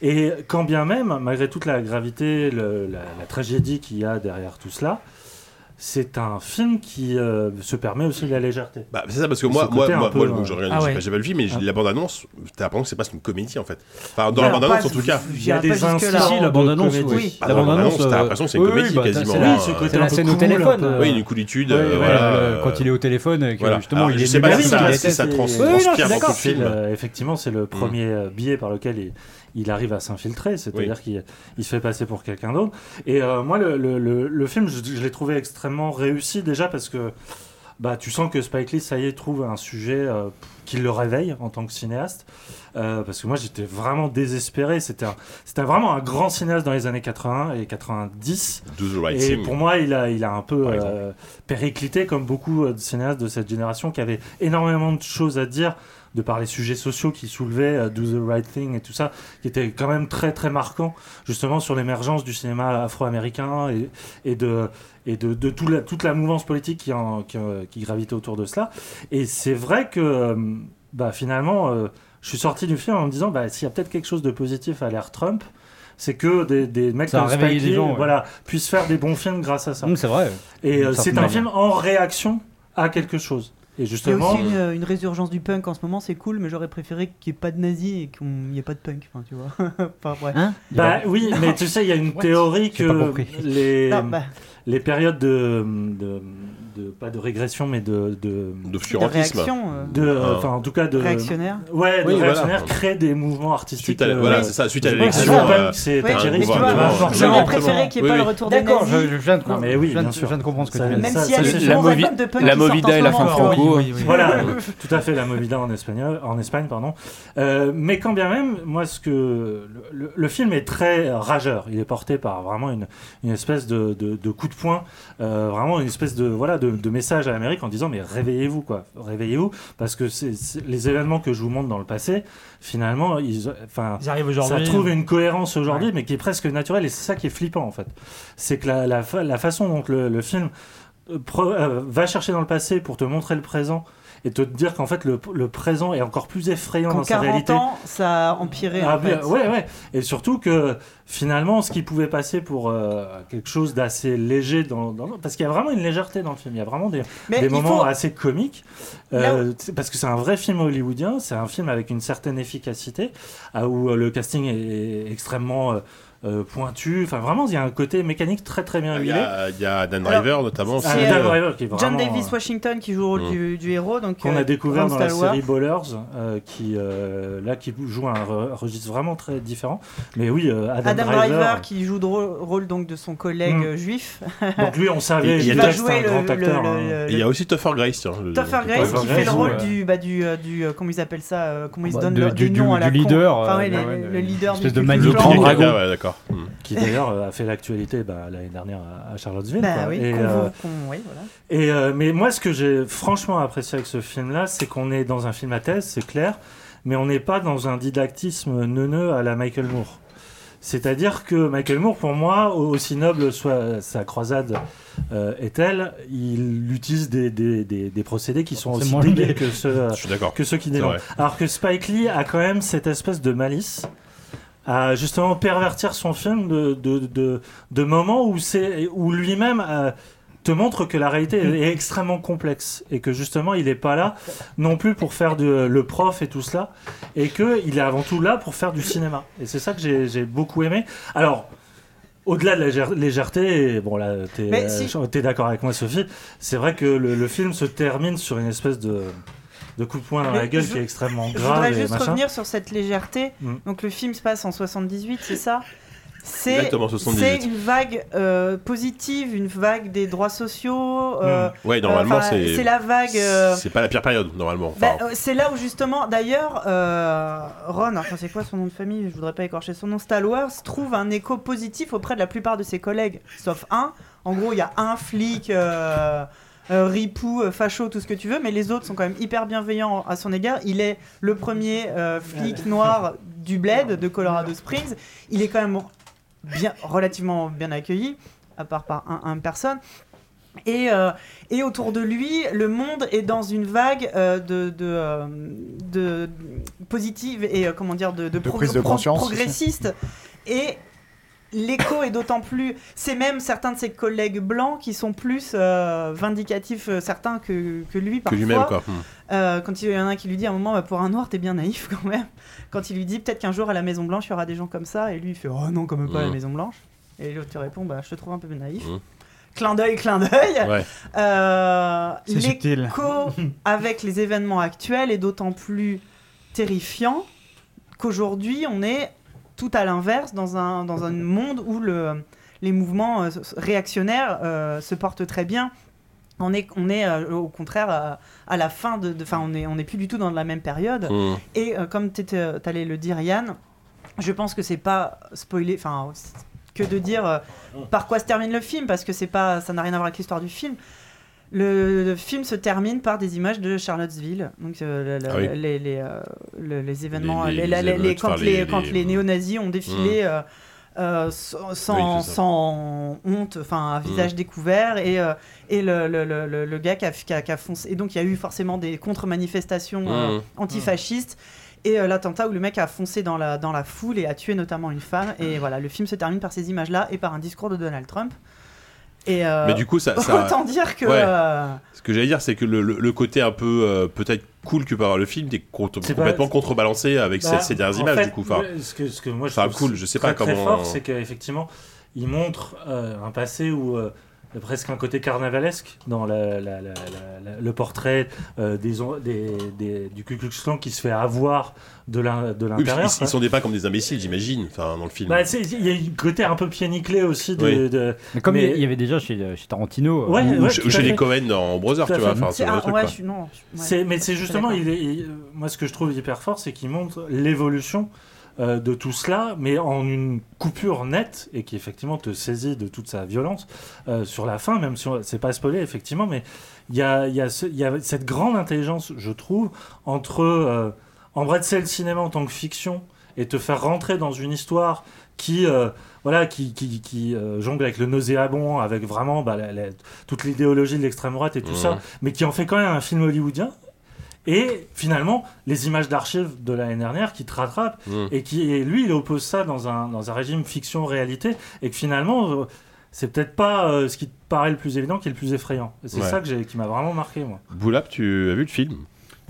Speaker 9: Et quand bien même, malgré toute la gravité, le- la, la tragédie qu'il y a derrière tout cela, c'est un film qui euh, se permet aussi de la légèreté.
Speaker 2: Bah, c'est ça parce que
Speaker 9: Ce
Speaker 2: moi, moi,
Speaker 9: côté un
Speaker 2: moi,
Speaker 9: peu,
Speaker 2: moi,
Speaker 9: euh,
Speaker 2: je- je regarde-
Speaker 9: ah
Speaker 2: j'ai
Speaker 9: ouais.
Speaker 2: pas- j'ai pas le film, mais j'ai-
Speaker 9: Ah.
Speaker 2: la bande-annonce, t'as l'impression que c'est pas une comédie en fait. Enfin, dans
Speaker 9: Non,
Speaker 2: la bande-annonce
Speaker 9: pas-
Speaker 2: en tout cas.
Speaker 9: il y a des instants
Speaker 7: Si, si, la
Speaker 9: de
Speaker 7: bande-annonce,
Speaker 9: comédie.
Speaker 7: oui.
Speaker 2: Bah,
Speaker 7: La
Speaker 2: dans la
Speaker 7: bande-annonce,
Speaker 2: bande-annonce, t'as
Speaker 7: euh,
Speaker 2: l'impression que c'est une
Speaker 7: oui, oui,
Speaker 2: comédie,
Speaker 7: bah, t'as-
Speaker 2: quasiment,
Speaker 7: c'est-
Speaker 2: hein.
Speaker 7: c'est
Speaker 2: C'est
Speaker 7: la
Speaker 2: un peu
Speaker 7: scène au
Speaker 2: cool,
Speaker 7: téléphone.
Speaker 2: un peu.
Speaker 7: euh.
Speaker 2: Oui, une coolitude,
Speaker 7: Ouais,
Speaker 2: euh,
Speaker 7: ouais,
Speaker 2: voilà,
Speaker 7: euh,
Speaker 2: euh,
Speaker 7: Quand il est au téléphone, et que
Speaker 2: voilà.
Speaker 7: justement,
Speaker 2: Alors,
Speaker 7: il
Speaker 2: je
Speaker 7: est
Speaker 2: sais pas
Speaker 7: lunaire,
Speaker 2: si ça-
Speaker 7: Bah il est-
Speaker 2: si ça trans-
Speaker 7: Oui, oui, non, je suis
Speaker 2: transpire dans Mm.
Speaker 7: d'accord.
Speaker 2: tout le film.
Speaker 9: Euh, effectivement, c'est le premier euh, biais par lequel il, il arrive à s'infiltrer, c'est-à-dire qu'il il se fait passer pour quelqu'un d'autre. Et euh, moi, le, le- le- le film, je, je l'ai trouvé extrêmement réussi déjà parce que bah, tu sens que Spike Lee, ça y est, trouve un sujet euh, qui le réveille en tant que cinéaste. Euh, parce que moi, j'étais vraiment désespéré. C'était un- c'était vraiment un grand cinéaste dans les années 80 et 90.
Speaker 2: Do the right
Speaker 9: et
Speaker 2: thing.
Speaker 9: pour moi, il a, il a un peu euh, périclité, comme beaucoup euh, de cinéastes de cette génération, qui avaient énormément de choses à dire de par les sujets sociaux qui soulevaient, euh, Do the Right Thing et tout ça, qui était quand même très très marquant, justement sur l'émergence du cinéma afro-américain et, et de et de, de tout la- toute la mouvance politique qui, en- qui, euh, qui gravitait autour de cela. Et c'est vrai que euh, bah, finalement, euh, je suis sorti du film en me disant, bah, s'il y a peut-être quelque chose de positif à l'ère Trump, c'est que des, des mecs
Speaker 7: Ça a
Speaker 9: comme
Speaker 7: réveillé
Speaker 9: Spike
Speaker 7: des
Speaker 9: Lee,
Speaker 7: gens, ouais.
Speaker 9: voilà, puissent faire des bons films grâce à ça.
Speaker 7: Mm, c'est vrai.
Speaker 9: Et
Speaker 7: D'une
Speaker 9: euh,
Speaker 7: certaine
Speaker 9: c'est un
Speaker 7: manière.
Speaker 9: film en réaction à quelque chose. Et
Speaker 5: Il y a
Speaker 9: justement,
Speaker 5: aussi une, une résurgence du punk en ce moment, c'est cool, mais j'aurais préféré qu'il n'y ait pas de nazis et qu'il n'y ait pas de punk. Enfin, tu vois. Enfin, bref.
Speaker 2: Hein
Speaker 9: Bah oui, mais tu sais, il y a une théorie
Speaker 5: J'ai pas
Speaker 9: que
Speaker 5: compris.
Speaker 9: les,
Speaker 5: Non, bah.
Speaker 9: les périodes de, de, de- pas de régression, mais de de, de
Speaker 2: furantisme. De réaction, euh.
Speaker 9: de
Speaker 2: Ah.
Speaker 9: enfin en tout cas de
Speaker 2: Réactionnaire.
Speaker 9: Ouais, de
Speaker 2: Oui, voilà.
Speaker 9: réactionnaire créent des mouvements artistiques.
Speaker 2: Suite à la-
Speaker 9: euh,
Speaker 2: voilà, c'est ça, suite à
Speaker 9: je pense que
Speaker 2: l'élection,
Speaker 9: c'est
Speaker 2: euh,
Speaker 9: pas- C'est
Speaker 2: oui,
Speaker 9: un
Speaker 2: mais
Speaker 9: gériste,
Speaker 2: tu vois,
Speaker 9: évidemment.
Speaker 2: j'aurais
Speaker 9: Forcément.
Speaker 5: préféré qu'il y ait pas le retour des
Speaker 7: D'accord,
Speaker 5: nazis.
Speaker 7: je, je viens de
Speaker 9: Non, mais oui,
Speaker 7: je viens de-
Speaker 9: bien sûr.
Speaker 7: je viens de comprendre ce que
Speaker 9: Ça-
Speaker 7: tu viens de
Speaker 9: Même
Speaker 7: dire.
Speaker 9: s'il y a des La
Speaker 7: movi- la Movida et la
Speaker 3: hein.
Speaker 7: Franco.
Speaker 9: Voilà, tout à fait, la Movida en, espagnol, en Espagne. pardon. Euh, mais quand bien même, moi, ce que le, le- le film est très rageur. Il est porté par vraiment une, une espèce de, de- de coup de poing, euh, vraiment une espèce de, voilà, de, de message à l'Amérique en disant Mais réveillez-vous, quoi, réveillez-vous, parce que c'est- c'est- les événements que je vous montre dans le passé, finalement, ils, enfin,
Speaker 3: Ils arrivent aujourd'hui.
Speaker 9: ça trouve une cohérence aujourd'hui, mais qui est presque naturelle, et c'est ça qui est flippant en fait. C'est que la, la fa- la façon dont le, le film euh, pre- euh, va chercher dans le passé pour te montrer le présent et te dire qu'en fait le, le présent est encore plus effrayant
Speaker 5: Qu'en
Speaker 9: dans sa
Speaker 5: 40
Speaker 9: réalité.
Speaker 5: ans, ça a empiré.
Speaker 9: Ah,
Speaker 5: en fait.
Speaker 9: bien, ouais, ouais. Et surtout que finalement, ce qui pouvait passer pour euh, quelque chose d'assez léger, dans, dans- parce qu'il y a vraiment une légèreté dans le film. Il y a vraiment des,
Speaker 5: Mais
Speaker 9: des
Speaker 5: il
Speaker 9: moments
Speaker 5: faut-
Speaker 9: assez comiques, euh, c'est- parce que c'est un vrai film hollywoodien. C'est un film avec une certaine efficacité, à où euh, le casting est extrêmement euh, euh, pointu. Enfin, vraiment, il y a un côté mécanique très très bien
Speaker 2: Ah, Il
Speaker 9: huilé.
Speaker 2: y a, il y a Dan Driver notamment.
Speaker 9: Ah,
Speaker 2: aussi,
Speaker 9: Dan
Speaker 2: euh,
Speaker 9: Driver qui est
Speaker 5: John
Speaker 9: vraiment,
Speaker 5: Davis Washington qui joue le rôle
Speaker 9: Mm.
Speaker 5: du, du héros. donc,
Speaker 9: qu'on
Speaker 5: euh,
Speaker 9: a découvert dans la
Speaker 5: Lawrence Dalhousie.
Speaker 9: série Ballers, euh, qui euh, là qui joue un re- registre vraiment très différent. Mais oui, euh, Adam,
Speaker 5: Adam
Speaker 9: Driver.
Speaker 5: Driver, qui joue le rôle rôle donc de son collègue
Speaker 2: Hmm.
Speaker 9: Mm.
Speaker 5: euh, juif.
Speaker 9: Donc lui, on savait,
Speaker 5: Il
Speaker 9: il
Speaker 5: va
Speaker 9: était
Speaker 5: jouer
Speaker 9: un grand
Speaker 5: le-
Speaker 9: acteur.
Speaker 5: le-
Speaker 9: hein.
Speaker 5: le-
Speaker 2: Et il y a aussi Topher Grace. tiens, le-
Speaker 5: Topher Grace
Speaker 2: Topher
Speaker 5: qui fait le
Speaker 2: Grace,
Speaker 5: rôle
Speaker 2: ouais.
Speaker 5: du, bah, du, euh, du euh, comment ils appellent ça, euh, comment ils se
Speaker 2: Bah,
Speaker 5: donnent
Speaker 2: de-
Speaker 5: le,
Speaker 2: du-
Speaker 5: des noms
Speaker 2: du-
Speaker 5: à la
Speaker 2: du
Speaker 5: con.
Speaker 2: leader,
Speaker 5: Enfin,
Speaker 2: euh,
Speaker 5: ouais,
Speaker 2: ouais,
Speaker 5: le,
Speaker 2: ouais,
Speaker 5: le leader
Speaker 9: espèce
Speaker 5: du
Speaker 9: de
Speaker 5: Ku
Speaker 9: magnéto-
Speaker 5: Klux Klan.
Speaker 9: Le Grand Dragon.
Speaker 2: ouais, d'accord. Hmm.
Speaker 9: qui d'ailleurs euh, a fait l'actualité bah, l'année dernière à- à Charlottesville.
Speaker 5: Bah
Speaker 9: quoi.
Speaker 5: oui,
Speaker 9: et,
Speaker 5: qu'on
Speaker 9: euh,
Speaker 5: vous- qu'on- oui, voilà.
Speaker 9: et, euh, mais moi, ce que j'ai franchement apprécié avec ce film-là, c'est qu'on est dans un film à thèse, c'est clair, mais on n'est pas dans un didactisme neuneux à la Michael Moore. C'est-à-dire que Michael Moore, pour moi, au- aussi noble soit sa croisade euh, est-elle, il utilise des, des- des- des procédés qui sont aussi
Speaker 2: moins
Speaker 9: dégueux
Speaker 2: l'idée.
Speaker 9: que ceux,
Speaker 2: Je suis d'accord.
Speaker 9: que ceux qui
Speaker 2: C'est
Speaker 9: dénoncent.
Speaker 2: vrai.
Speaker 9: Alors que Spike Lee a quand même cette espèce de malice à justement pervertir son film de, de, de, de moments où, c'est- où lui-même euh, te montre que la réalité est extrêmement complexe et que justement il n'est pas là non plus pour faire de, le prof et tout cela et qu'il est avant tout là pour faire du cinéma. Et c'est ça que j'ai j'ai beaucoup aimé. Alors. Au-delà de la légère- légèreté, et bon là, t'es
Speaker 5: Mais
Speaker 9: euh,
Speaker 5: si-
Speaker 9: je- t'es d'accord avec moi, Sophie, c'est vrai que le, le film se termine sur une espèce de, de coup de poing dans
Speaker 5: Mais
Speaker 9: la gueule
Speaker 5: je-
Speaker 9: qui est extrêmement
Speaker 5: Je
Speaker 9: grave.
Speaker 5: voudrais
Speaker 9: et
Speaker 5: juste
Speaker 9: machin.
Speaker 5: revenir sur cette légèreté.
Speaker 2: Hmm.
Speaker 9: Mm.
Speaker 5: Donc le film se passe en 78, c'est ça c'est
Speaker 2: Exactement, 78.
Speaker 5: c'est une vague euh, positive, une vague des droits sociaux. euh,
Speaker 2: Hmm. Ouais, normalement,
Speaker 5: euh, enfin,
Speaker 2: c'est-
Speaker 5: la vague. euh,
Speaker 2: C'est pas la pire période, normalement.
Speaker 5: bah,
Speaker 2: Enfin,
Speaker 5: euh, c'est là où justement, d'ailleurs, euh, Ron, enfin c'est quoi son nom de famille Je voudrais pas écorcher son nom. Stalwars trouve un écho positif auprès de la plupart de ses collègues, sauf un. En gros, il y a un flic. euh, euh, ripou, euh, facho, tout ce que tu veux, mais les autres sont quand même hyper bienveillants à son égard. Il est le premier euh, flic noir du bled de Colorado Springs. Il est quand même bien, relativement bien accueilli, à part par un, un personne. Et, euh, et autour de lui, le monde est dans une vague euh, de, de, euh, de- positive et euh, comment dire de,
Speaker 6: De prise de conscience.
Speaker 5: progressiste. Et l'écho est d'autant plus. C'est même certains de ses collègues blancs qui sont plus euh, vindicatifs euh, certains que, que lui parfois.
Speaker 2: lui-même, quoi. Hmm.
Speaker 5: Euh, quand il y en a un qui lui dit à un moment, bah, pour un noir, t'es bien naïf quand même. Quand il lui dit, peut-être qu'un jour à la Maison Blanche, il y aura des gens comme ça, et lui il fait, oh non, quand même pas à la
Speaker 2: Mm.
Speaker 5: Maison Blanche. Et l'autre te répond, bah, je te trouve un peu naïf.
Speaker 2: Mm.
Speaker 5: Clin d'œil, clin d'œil.
Speaker 2: Ouais.
Speaker 5: Euh,
Speaker 3: C'est subtil.
Speaker 5: L'écho avec les événements actuels est d'autant plus terrifiant qu'aujourd'hui on est tout à l'inverse dans un, dans un monde où le, les mouvements euh, s- réactionnaires euh, se portent très bien. On est, on est euh, au contraire euh, à la fin de. de- Enfin, on n'est on est plus du tout dans la même période.
Speaker 2: Hmm.
Speaker 11: Mm.
Speaker 5: Et euh, comme tu allais le dire, Yann, je pense que c'est pas spoiler. Enfin, c'est- que de dire euh, par quoi se termine le film, parce que c'est pas, ça n'a rien à voir avec l'histoire du film. Le, le film se termine par des images de Charlottesville, donc euh, le- le-
Speaker 11: Ah oui.
Speaker 5: les, les, euh, le- les événements,
Speaker 11: Les- les-
Speaker 5: les- la-
Speaker 11: les
Speaker 5: les-
Speaker 11: émeutes,
Speaker 5: quand
Speaker 11: enfin,
Speaker 5: les,
Speaker 11: les-
Speaker 5: quand
Speaker 11: les-
Speaker 5: les néo-nazis ont défilé
Speaker 11: Mm.
Speaker 5: euh, euh, sans, sans-
Speaker 11: Oui, c'est ça.
Speaker 5: sans honte, enfin à visage
Speaker 11: Mm.
Speaker 5: découvert, et, euh, et le, le- le- le- le gars qui a, qui a- qui a foncé. Et donc il y a eu forcément des contre-manifestations euh,
Speaker 11: Mm.
Speaker 5: antifascistes. Et euh, l'attentat où le mec a foncé dans la, dans la foule et a tué notamment une femme. Et voilà, le film se termine par ces images-là et par un discours de Donald Trump. Et euh,
Speaker 2: Mais du coup, ça. ça-
Speaker 5: autant dire que.
Speaker 2: Ouais.
Speaker 5: euh,
Speaker 2: Ce que j'allais dire, c'est que le, le- le côté un peu euh, peut-être cool que peut avoir le film est contre-
Speaker 9: C'est
Speaker 2: complètement
Speaker 9: pas-
Speaker 2: contrebalancé avec
Speaker 9: Bah,
Speaker 2: ces, ces dernières
Speaker 9: en
Speaker 2: images,
Speaker 9: fait,
Speaker 2: du coup. Enfin,
Speaker 9: le- ce que, ce que moi je
Speaker 2: enfin,
Speaker 9: trouve
Speaker 2: cool, je sais
Speaker 9: très,
Speaker 2: pas comment.
Speaker 9: Très fort, c'est qu'effectivement, il montre euh, un passé où euh, il y a presque un côté carnavalesque dans la- la- la- la- la- le portrait euh, des, on- des, des- du Ku Klux Klan qui se fait avoir de l'in- de
Speaker 2: Oui, parce
Speaker 9: l'intérieur.
Speaker 2: qu'ils- ils, sont des pas comme des imbéciles, j'imagine, enfin, dans le film.
Speaker 9: Bah, c'est- il y a un côté un peu pied nickelé aussi de.
Speaker 2: Oui.
Speaker 9: de-
Speaker 7: Mais comme
Speaker 9: mais-
Speaker 7: il y avait déjà chez, chez Tarantino. euh,
Speaker 9: Ouais,
Speaker 2: Ou
Speaker 9: ouais,
Speaker 2: chez-
Speaker 9: tout
Speaker 2: ou
Speaker 9: à
Speaker 2: chez
Speaker 9: fait.
Speaker 2: les Cohen dans Brother,
Speaker 9: Tout à
Speaker 2: tu vois.
Speaker 9: fait.
Speaker 2: Enfin, c'est le vrai truc, quoi.
Speaker 9: C'est- mais c'est justement, il est- il- euh, moi ce que je trouve hyper fort, c'est qu'il montre l'évolution euh, de tout cela, mais en une coupure nette et qui effectivement te saisit de toute sa violence euh, sur la fin, même si on- c'est pas spoilé effectivement, mais il y a, il y a ce- il y a cette grande intelligence, je trouve, entre euh, embrasser le cinéma en tant que fiction et te faire rentrer dans une histoire qui euh, voilà qui, qui, qui, euh, jongle avec le nauséabond, avec vraiment bah, la- la- toute l'idéologie de l'extrême droite et tout
Speaker 18: Mhm.
Speaker 9: ça, mais qui en fait quand même un film hollywoodien. Et finalement, les images d'archives de l'année dernière qui te rattrapent
Speaker 2: Hmm.
Speaker 18: Mhm.
Speaker 9: et qui et lui il oppose ça dans un dans un régime fiction réalité et que finalement euh, c'est peut-être pas euh, ce qui te paraît le plus évident qui est le plus effrayant. Et C'est
Speaker 2: Ouais.
Speaker 9: ça que j'ai- qui m'a vraiment marqué moi.
Speaker 2: Boulap, tu as vu le film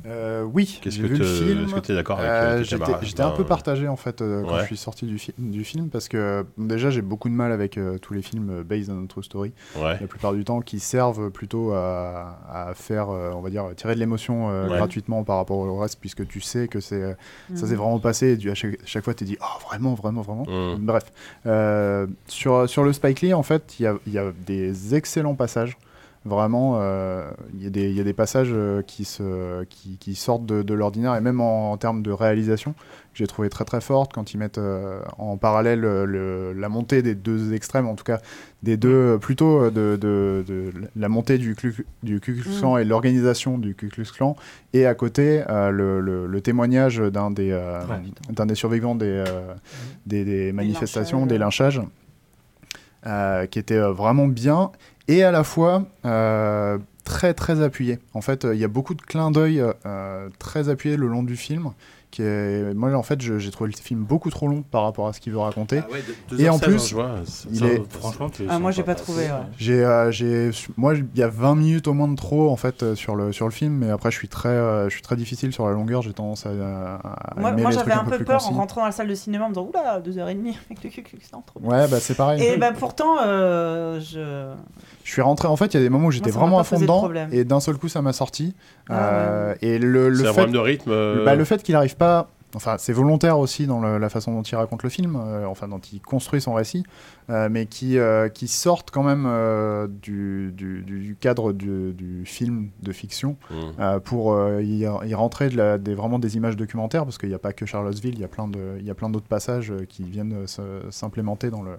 Speaker 6: Euh, oui.
Speaker 2: Qu'est-ce
Speaker 6: j'ai
Speaker 2: que
Speaker 6: vu
Speaker 2: tu
Speaker 6: le film.
Speaker 2: est-ce que t'es d'accord avec
Speaker 6: Euh,
Speaker 2: euh, tes
Speaker 6: j'étais-
Speaker 2: camarades
Speaker 6: J'étais un peu partagé en fait euh, quand
Speaker 2: Ouais.
Speaker 6: je suis sorti du, fi- du film parce que bon, déjà j'ai beaucoup de mal avec euh, tous les films euh, based on true story.
Speaker 2: Ouais.
Speaker 6: La plupart du temps qui servent plutôt à, à faire, euh, on va dire, tirer de l'émotion euh,
Speaker 2: Ouais.
Speaker 6: gratuitement par rapport au reste puisque tu sais que c'est euh, ça
Speaker 2: Mhm.
Speaker 5: Hmm. Mm.
Speaker 6: s'est vraiment passé et tu- à chaque, chaque fois tu dis oh vraiment vraiment vraiment.
Speaker 2: Hmm.
Speaker 6: Bref, Euh, sur sur le Spike Lee en fait il y a- il y a des excellents passages. Vraiment, euh, il y, a des- il y a des passages euh, qui, se, qui, qui sortent de, de l'ordinaire, et même en, en termes de réalisation, que j'ai trouvé très très forte quand ils mettent euh, en parallèle euh, le- la montée des deux extrêmes, en tout cas des deux, plutôt euh, de, de- de la montée du, Clu- du Ku Klux Klan
Speaker 2: Mm.
Speaker 6: et l'organisation du Ku Klux Klan, et à côté euh, le, le- le témoignage d'un des, euh, d'un des survivants des, euh, des, des manifestations, des lynchages euh, qui était euh, vraiment bien et à la fois euh, très très appuyé. En fait, euh, il y a beaucoup de clins d'œil euh, très appuyés le long du film. Qui est... Moi, en fait, je- j'ai trouvé le film beaucoup trop long par rapport à ce qu'il veut raconter.
Speaker 2: Ah ouais, deux- deux
Speaker 6: et
Speaker 2: heures
Speaker 6: en
Speaker 2: seize, hein,
Speaker 6: plus,
Speaker 2: je vois. Ça,
Speaker 6: il
Speaker 2: ça,
Speaker 6: est...
Speaker 2: franchement, tu les Ah, sens moi, j'ai pas pas trouvé, passer. ouais.
Speaker 6: J'ai, euh, j'ai- moi, il y a 20 minutes au moins de trop en fait euh, sur le sur le film, mais après, je suis très, euh, je suis très difficile sur la longueur. J'ai tendance à, à
Speaker 5: Moi,
Speaker 6: aimer
Speaker 5: moi,
Speaker 6: euh, les
Speaker 5: j'avais
Speaker 6: trucs
Speaker 5: un peu
Speaker 6: plus
Speaker 5: peur
Speaker 6: concis.
Speaker 5: en rentrant dans la salle de cinéma en me disant Oula, deux heures et demie avec le cul, cul, cul, c'est trop bien.
Speaker 6: Ouais, bah, c'est pareil.
Speaker 5: Et bah pourtant, euh, je.
Speaker 6: Je suis rentré. En fait, il y a des moments où j'étais
Speaker 5: Moi, ça m'a pas
Speaker 6: vraiment à fond
Speaker 5: posé de
Speaker 6: dedans,
Speaker 5: problème.
Speaker 6: et d'un seul coup, ça m'a sorti.
Speaker 5: Ah,
Speaker 6: Euh, Et le, le
Speaker 2: C'est un
Speaker 6: fait,
Speaker 2: problème de rythme, euh.
Speaker 6: bah, le fait qu'il n'arrive pas. Enfin, c'est volontaire aussi dans le- la façon dont il raconte le film, euh, enfin dont il construit son récit, euh, mais qui euh, qui sorte quand même euh, du, du- du- du cadre du, du film de fiction
Speaker 2: Mm.
Speaker 6: euh, pour euh, y, y rentrer de la- des, vraiment des images documentaires parce qu'il n'y a pas que Charlottesville, il y a plein de il y a plein d'autres passages euh, qui viennent euh, se- s'implémenter dans le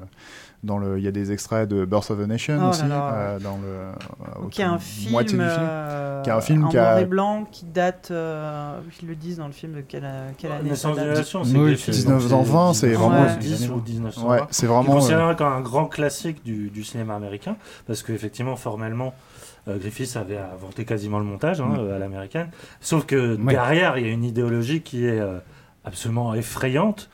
Speaker 6: dans le il y a des extraits de Birth of a Nation
Speaker 5: Oh là
Speaker 6: aussi
Speaker 5: là.
Speaker 6: euh, dans le euh,
Speaker 5: Qui est un
Speaker 6: autour-
Speaker 5: film,
Speaker 6: moitié du film.
Speaker 5: euh,
Speaker 6: qui est un film
Speaker 5: en
Speaker 6: qui a-
Speaker 5: noir et blanc qui date, euh, ils le disent dans le film de quelle, quelle année ça
Speaker 9: Naissance
Speaker 5: date
Speaker 9: d'une nation, c'est
Speaker 6: Oui,
Speaker 9: des
Speaker 6: c'est
Speaker 9: films, donc
Speaker 6: 1920, c'est vraiment-
Speaker 9: 1910 ou 1920.
Speaker 6: Ouais, c'est vraiment, euh,
Speaker 9: Qui est considéré comme un grand classique du, du cinéma américain, parce qu'effectivement, formellement, euh, Griffiths avait inventé quasiment le montage hein,
Speaker 18: Mm.
Speaker 9: euh, à l'américaine. Sauf que
Speaker 18: Ouais.
Speaker 9: derrière, il y a une idéologie qui est euh, absolument effrayante.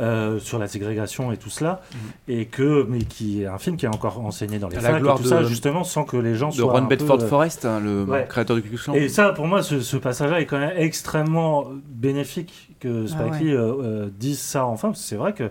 Speaker 9: euh, sur la ségrégation et tout cela et que mais qui est un film qui est encore enseigné dans les
Speaker 4: À la
Speaker 9: facs et
Speaker 4: gloire
Speaker 9: tout
Speaker 4: de-
Speaker 9: ça justement sans que les gens
Speaker 4: de
Speaker 9: soient
Speaker 4: Ron
Speaker 9: un
Speaker 4: Bedford
Speaker 9: peu, euh,
Speaker 4: Forrest, hein, le créateur du Ku Klux Klan.
Speaker 9: et ça pour moi ce, ce passage-là est quand même extrêmement bénéfique
Speaker 6: Ah
Speaker 9: que Spike
Speaker 4: ouais.
Speaker 9: Lee euh, euh, dise ça enfin parce que c'est vrai que il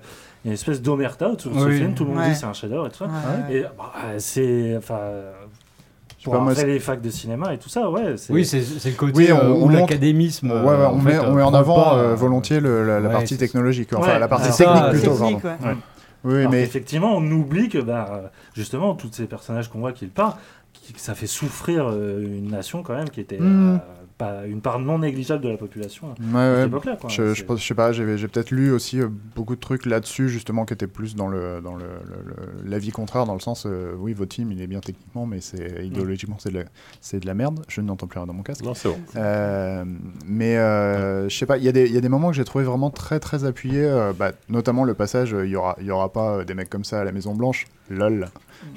Speaker 9: y a une espèce d'omerta autour de ce
Speaker 6: Oui.
Speaker 9: film tout le monde
Speaker 6: Ouais.
Speaker 9: dit c'est un chef-d'œuvre et tout ça
Speaker 6: Ouais.
Speaker 9: et bah, euh, c'est enfin euh,
Speaker 6: sais
Speaker 9: pour
Speaker 6: pas, moi,
Speaker 9: après
Speaker 6: c'est-
Speaker 9: les facs de cinéma et tout ça ouais c'est
Speaker 7: Oui, c'est- c'est le côté,
Speaker 6: Oui, on-
Speaker 7: euh,
Speaker 6: on
Speaker 7: où
Speaker 6: montre-
Speaker 7: l'académisme,
Speaker 6: Ouais, ouais,
Speaker 7: euh, en
Speaker 6: on, met,
Speaker 7: fait,
Speaker 6: on met en
Speaker 7: prend
Speaker 6: avant
Speaker 7: pas,
Speaker 6: euh, volontiers le- la, la
Speaker 9: ouais,
Speaker 6: partie
Speaker 9: c'est-
Speaker 6: technologique, enfin
Speaker 9: Ouais,
Speaker 6: la partie
Speaker 9: alors
Speaker 6: technique
Speaker 9: ça,
Speaker 6: plutôt.
Speaker 9: technique,
Speaker 6: pardon.
Speaker 9: ouais.
Speaker 6: Ouais. Oui,
Speaker 9: Alors
Speaker 6: mais
Speaker 9: effectivement, on oublie que bah, euh, justement, tous ces personnages qu'on voit qui partent, qui- que ça fait souffrir euh, une nation quand même qui était
Speaker 6: Mm.
Speaker 9: euh, pas- une part non négligeable de la population hein,
Speaker 6: Ouais,
Speaker 9: à
Speaker 6: ouais.
Speaker 9: cette époque-là, quoi.
Speaker 6: Je,
Speaker 9: C'est-
Speaker 6: je, pense- je sais pas, j'ai j'ai peut-être lu aussi euh, beaucoup de trucs là-dessus, justement, qui étaient plus dans le dans le, le- le- l'avis contraire, dans le sens, euh, oui, votre film, il est bien techniquement, mais c'est idéologiquement, c'est de la, c'est de la merde. Je n'entends plus rien dans mon casque.
Speaker 2: Non, c'est bon.
Speaker 6: Euh, mais euh, je sais pas, il y, a des- il y a des moments que j'ai trouvé vraiment très très appuyés, euh, bah, notamment le passage, euh, il y aura il y aura pas euh, des mecs comme ça à la Maison Blanche. Lol.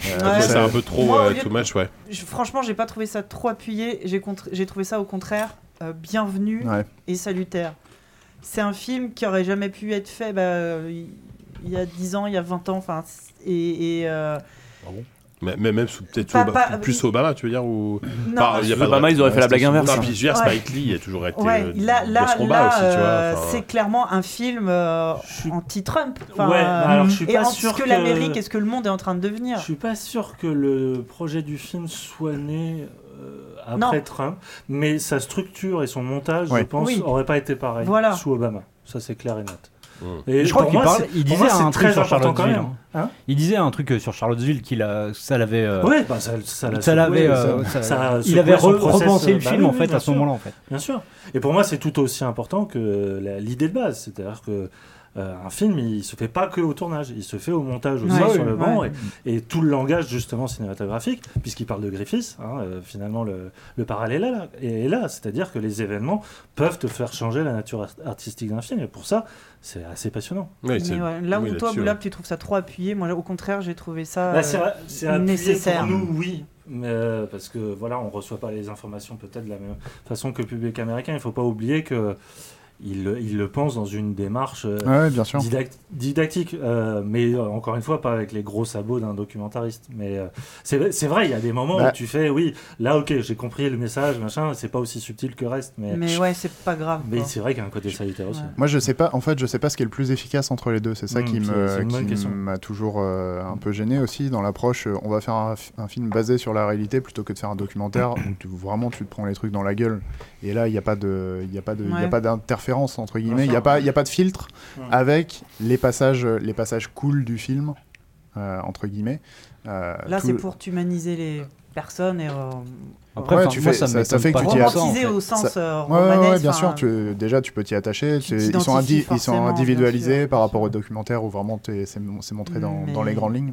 Speaker 6: Euh,
Speaker 5: Ouais.
Speaker 2: c'est un peu trop
Speaker 5: Moi, au
Speaker 2: euh,
Speaker 5: lieu de-
Speaker 2: too much, ouais.
Speaker 5: Je- franchement, j'ai pas trouvé ça trop appuyé. J'ai contr- j'ai trouvé ça au contraire euh, bienvenu
Speaker 6: Ouais.
Speaker 5: et salutaire. C'est un film qui aurait jamais pu être fait bah, euh, il y a 10 ans, il y a 20 ans. Enfin, c- et. et, euh,
Speaker 2: Mais, mais même sous- peut-être sous
Speaker 5: Pas-
Speaker 2: Obama-
Speaker 5: pas-
Speaker 2: plus- plus Obama, tu veux dire ou
Speaker 5: Non,
Speaker 2: Bah,
Speaker 5: non.
Speaker 2: y a pas de-
Speaker 4: Obama, ils auraient fait la blague
Speaker 2: Non,
Speaker 4: inverse. hein.
Speaker 2: puis, je veux dire,
Speaker 5: Ouais.
Speaker 2: Spike Lee a toujours été
Speaker 5: ouais,
Speaker 2: euh,
Speaker 5: là,
Speaker 2: dans
Speaker 5: là,
Speaker 2: ce combat
Speaker 5: là,
Speaker 2: aussi, tu vois,
Speaker 5: euh,
Speaker 2: enfin.
Speaker 5: c'est clairement un film euh, anti-Trump. Enfin,
Speaker 9: Ouais, bah, alors, je suis
Speaker 5: et
Speaker 9: pas
Speaker 5: entre
Speaker 9: sûr
Speaker 5: ce que,
Speaker 9: que-
Speaker 5: l'Amérique et ce que le monde est en train de devenir.
Speaker 9: Je suis pas sûr que le projet du film soit né euh, après
Speaker 5: Non.
Speaker 9: Trump, mais sa structure et son montage,
Speaker 7: Ouais.
Speaker 9: je pense,
Speaker 7: Oui.
Speaker 9: aurait pas été pareil
Speaker 7: Voilà.
Speaker 9: sous Obama. Ça, c'est clair et net.
Speaker 7: je crois
Speaker 9: pour
Speaker 7: qu'il
Speaker 9: moi,
Speaker 7: parle,
Speaker 9: c'est-
Speaker 7: il
Speaker 9: pour
Speaker 7: disait
Speaker 9: moi, c'est
Speaker 7: un truc
Speaker 9: très
Speaker 7: sur
Speaker 9: important quand
Speaker 7: Charlottesville.
Speaker 9: même.
Speaker 7: hein.
Speaker 9: Hein
Speaker 7: il disait un truc euh, sur Charlottesville qu'il a, ça l'avait. euh,
Speaker 9: Ouais, bah, ça- ça l'a secoué,
Speaker 7: l'avait. euh,
Speaker 9: ça-
Speaker 7: ça-
Speaker 9: ça a
Speaker 7: il
Speaker 9: secoué
Speaker 7: avait
Speaker 9: son
Speaker 7: re-
Speaker 9: process,
Speaker 7: repensé
Speaker 9: euh,
Speaker 7: le
Speaker 9: bah
Speaker 7: film
Speaker 9: oui,
Speaker 7: en
Speaker 9: oui,
Speaker 7: fait
Speaker 9: bien
Speaker 7: à ce
Speaker 9: sûr.
Speaker 7: Hein moment-là en fait.
Speaker 9: Bien sûr. Et pour moi, c'est tout aussi important que la- l'idée de base. C'est-à-dire que euh, un film, il se fait pas que au tournage, il se fait au montage aussi
Speaker 7: Ouais,
Speaker 9: sur
Speaker 7: ouais,
Speaker 9: le banc
Speaker 7: ouais.
Speaker 9: et, et tout le langage justement cinématographique, puisqu'il parle de Griffiths, hein, euh, finalement le, le parallèle est là, est là, c'est-à-dire que les événements peuvent te faire changer la nature art- artistique d'un film et pour ça c'est assez passionnant.
Speaker 5: Mais ouais, là où toi, Boulab, tu trouves ça trop appuyé, moi au contraire, j'ai trouvé ça
Speaker 9: Bah, c'est
Speaker 5: euh,
Speaker 9: vrai- c'est appuyé
Speaker 5: nécessaire.
Speaker 9: pour nous, oui. Mais, euh, parce que voilà, on reçoit pas les informations peut-être de la même façon que le public américain. Il faut pas oublier que il, le- il le pense dans une démarche euh,
Speaker 6: Ouais, ouais, bien sûr.
Speaker 9: didact- didactique, euh, mais euh, encore une fois pas avec les gros sabots d'un documentariste. Mais euh, c'est c'est vrai, il y a des moments
Speaker 6: Bah.
Speaker 9: où tu fais, oui, là, ok, j'ai compris le message, machin. C'est pas aussi subtil que reste, mais
Speaker 5: Mais ouais, c'est pas grave.
Speaker 9: mais
Speaker 5: quoi.
Speaker 9: c'est vrai qu'il y a un côté salutaire aussi.
Speaker 6: Moi, je sais pas. En fait, je sais pas ce qui est le plus efficace entre les deux. C'est ça
Speaker 9: Mm,
Speaker 6: qui
Speaker 9: c'est- c'est
Speaker 6: me
Speaker 9: une bonne
Speaker 6: qui
Speaker 9: question.
Speaker 6: m'a toujours euh, un peu gêné aussi dans l'approche. euh, on va faire un, fi- un film basé sur la réalité plutôt que de faire un documentaire où tu- vraiment tu te prends les trucs dans la gueule. Et là, il n'y a pas de, il y a pas de, il y a
Speaker 10: Ouais.
Speaker 6: pas d'interférence entre guillemets.
Speaker 10: Bien
Speaker 6: Il
Speaker 10: sûr.
Speaker 6: y a pas, il y a pas de filtre
Speaker 10: Mm.
Speaker 6: avec les passages, les passages cool du film euh, entre guillemets. Euh,
Speaker 5: Là,
Speaker 6: tout-
Speaker 5: c'est pour humaniser les personnes et. euh,
Speaker 6: Après,
Speaker 5: euh,
Speaker 6: tu fais, ça, ça fait que tu t'y attaches.
Speaker 5: Romantiser au sens
Speaker 6: Ça-
Speaker 5: euh,
Speaker 6: ouais, ouais, ouais,
Speaker 5: romanesque,
Speaker 6: bien
Speaker 5: enfin,
Speaker 6: sûr. Tu, déjà, tu peux t'y attacher. tu- ils, sont
Speaker 5: t'identifies
Speaker 6: indi- ils sont
Speaker 5: forcément, bien
Speaker 6: individualisés par rapport au documentaire où vraiment t'es- c'est mon- c'est
Speaker 5: Mm,
Speaker 6: montré dans, dans les grandes lignes.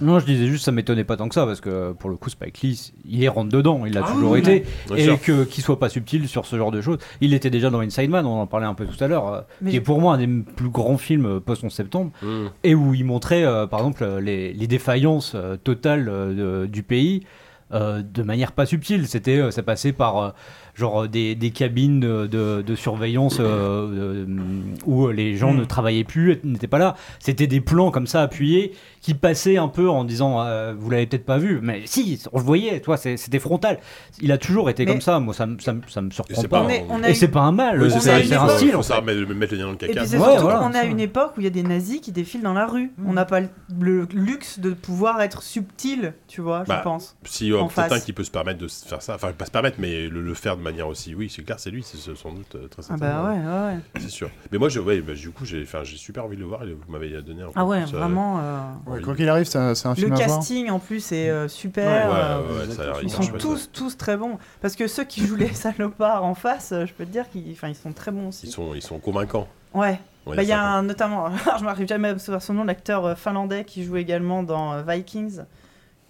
Speaker 7: Non, je disais juste, ça m'étonnait pas tant que ça, parce que pour le coup, Spike Lee, il est rentre dedans, il l'a
Speaker 6: Ah
Speaker 7: toujours
Speaker 6: oui.
Speaker 7: été,
Speaker 6: Bien
Speaker 7: et
Speaker 6: sûr.
Speaker 7: que qu'il soit pas subtil sur ce genre de choses. Il était déjà dans Inside Man, on en parlait un peu tout à l'heure, euh,
Speaker 5: Mais
Speaker 7: qui est
Speaker 5: je-
Speaker 7: pour moi un des m- plus grands films euh, post 11 septembre,
Speaker 2: Hmm.
Speaker 7: et où il montrait, euh, par exemple, euh, les, les défaillances euh, totales euh, de- du pays. euh, de manière pas subtile, c'était euh, ça passait par euh, genre euh, des, des cabines de, de- de surveillance euh, euh, où les gens
Speaker 8: Mm.
Speaker 7: ne travaillaient plus, n'étaient pas là. C'était des plans comme ça appuyés qui passaient un peu en disant euh, vous l'avez peut-être pas vu, mais si, on le voyait, toi, c'est- c'était frontal. Il a toujours été
Speaker 5: Mais-
Speaker 7: comme ça, moi ça, me- ça, me- ça me surprend
Speaker 2: c'est
Speaker 7: pas.
Speaker 2: pas un- On a- on a
Speaker 7: Et c'est
Speaker 2: eu-
Speaker 7: pas un mal,
Speaker 2: Oui, c'est
Speaker 7: c'est
Speaker 2: ça,
Speaker 7: c'est un
Speaker 2: faut-
Speaker 7: style.
Speaker 2: faut
Speaker 7: en fait.
Speaker 2: savoir mettre- mettre le lien dans le caca.
Speaker 5: Et puis c'est
Speaker 7: Ouais,
Speaker 5: surtout,
Speaker 7: voilà.
Speaker 5: on est à une époque où il y a des nazis qui défilent dans la rue.
Speaker 6: Mm.
Speaker 5: On n'a pas le- le luxe de pouvoir être subtil, tu vois,
Speaker 2: Bah,
Speaker 5: je pense.
Speaker 2: Si euh,
Speaker 5: en
Speaker 2: peut-être un
Speaker 5: face.
Speaker 2: qui peut se permettre de se faire ça, enfin pas se permettre, mais le, le faire de manière aussi, oui, c'est clair, c'est lui, c'est c'est sans doute euh, très
Speaker 5: Ah
Speaker 2: certainement.
Speaker 5: bah ouais, ouais, ouais.
Speaker 2: C'est sûr. Mais moi, je, ouais, bah, du coup, j'ai enfin, j'ai super envie de le voir. et Vous m'avez donné un peu
Speaker 5: Ah ouais,
Speaker 2: plus, euh,
Speaker 5: vraiment. euh,
Speaker 2: envie.
Speaker 6: quoi qu'il arrive, c'est un, c'est un film
Speaker 5: Le
Speaker 6: à Ah, voir.
Speaker 5: casting en plus est euh, super.
Speaker 6: Ouais, ouais,
Speaker 5: euh,
Speaker 6: ouais, ça a l'air
Speaker 5: ils
Speaker 6: hyper
Speaker 5: sont
Speaker 6: chouette,
Speaker 5: tous, tous très bons. Parce que ceux qui jouent les salopards en face, euh, je peux te dire qu'ils enfin, ils sont très bons aussi.
Speaker 2: Ils sont, ils sont convaincants.
Speaker 5: Ouais.
Speaker 2: On va
Speaker 5: Bah, Il
Speaker 2: dire
Speaker 5: y a
Speaker 2: ça.
Speaker 5: un, notamment, je m'arrive jamais à savoir son nom, l'acteur euh, finlandais qui joue également dans euh, Vikings,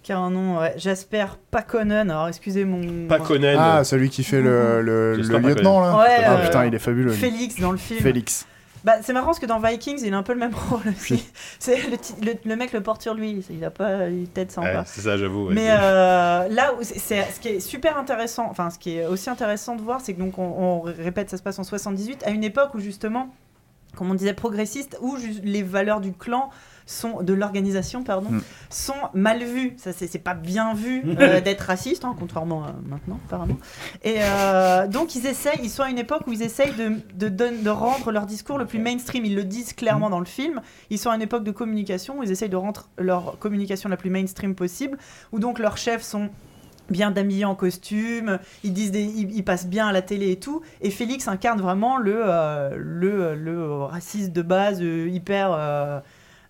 Speaker 5: qui a un nom, ouais, Jasper Pakonen. Alors excusez mon.
Speaker 6: Ah, celui qui fait le, le-
Speaker 2: J'espère
Speaker 6: le
Speaker 2: pas
Speaker 6: lieutenant là.
Speaker 5: Ouais,
Speaker 6: ah
Speaker 5: euh,
Speaker 6: putain, il est fabuleux. lui.
Speaker 5: Félix dans le film.
Speaker 6: Félix.
Speaker 5: Bah, c'est marrant parce que dans Vikings, il a un peu le même rôle aussi. C'est le, ti- le- le mec le porte sur lui, il a pas une tête sans
Speaker 2: Ouais,
Speaker 5: pas.
Speaker 2: c'est ça, j'avoue. ouais.
Speaker 5: Mais euh, là, où c'est- c'est- ce qui est super intéressant, enfin ce qui est aussi intéressant de voir, c'est que donc on, on répète, ça se passe en 78, à une époque où justement, comme on disait, progressiste, où ju- les valeurs du clan sont de l'organisation pardon
Speaker 11: Mm.
Speaker 5: sont mal vues ça c'est c'est pas bien vu euh, d'être raciste hein, contrairement à maintenant apparemment et euh, donc ils essayent ils sont à une époque où ils essayent de de, don- de rendre leur discours le plus mainstream ils le disent
Speaker 2: Mm.
Speaker 5: clairement dans le film ils sont à une époque de communication où ils essayent de rendre leur communication la plus mainstream possible où donc leurs chefs sont bien habillés en costume, ils disent des- ils, ils passent bien à la télé et tout. Et Félix incarne vraiment le euh, le, le raciste de base euh, hyper euh,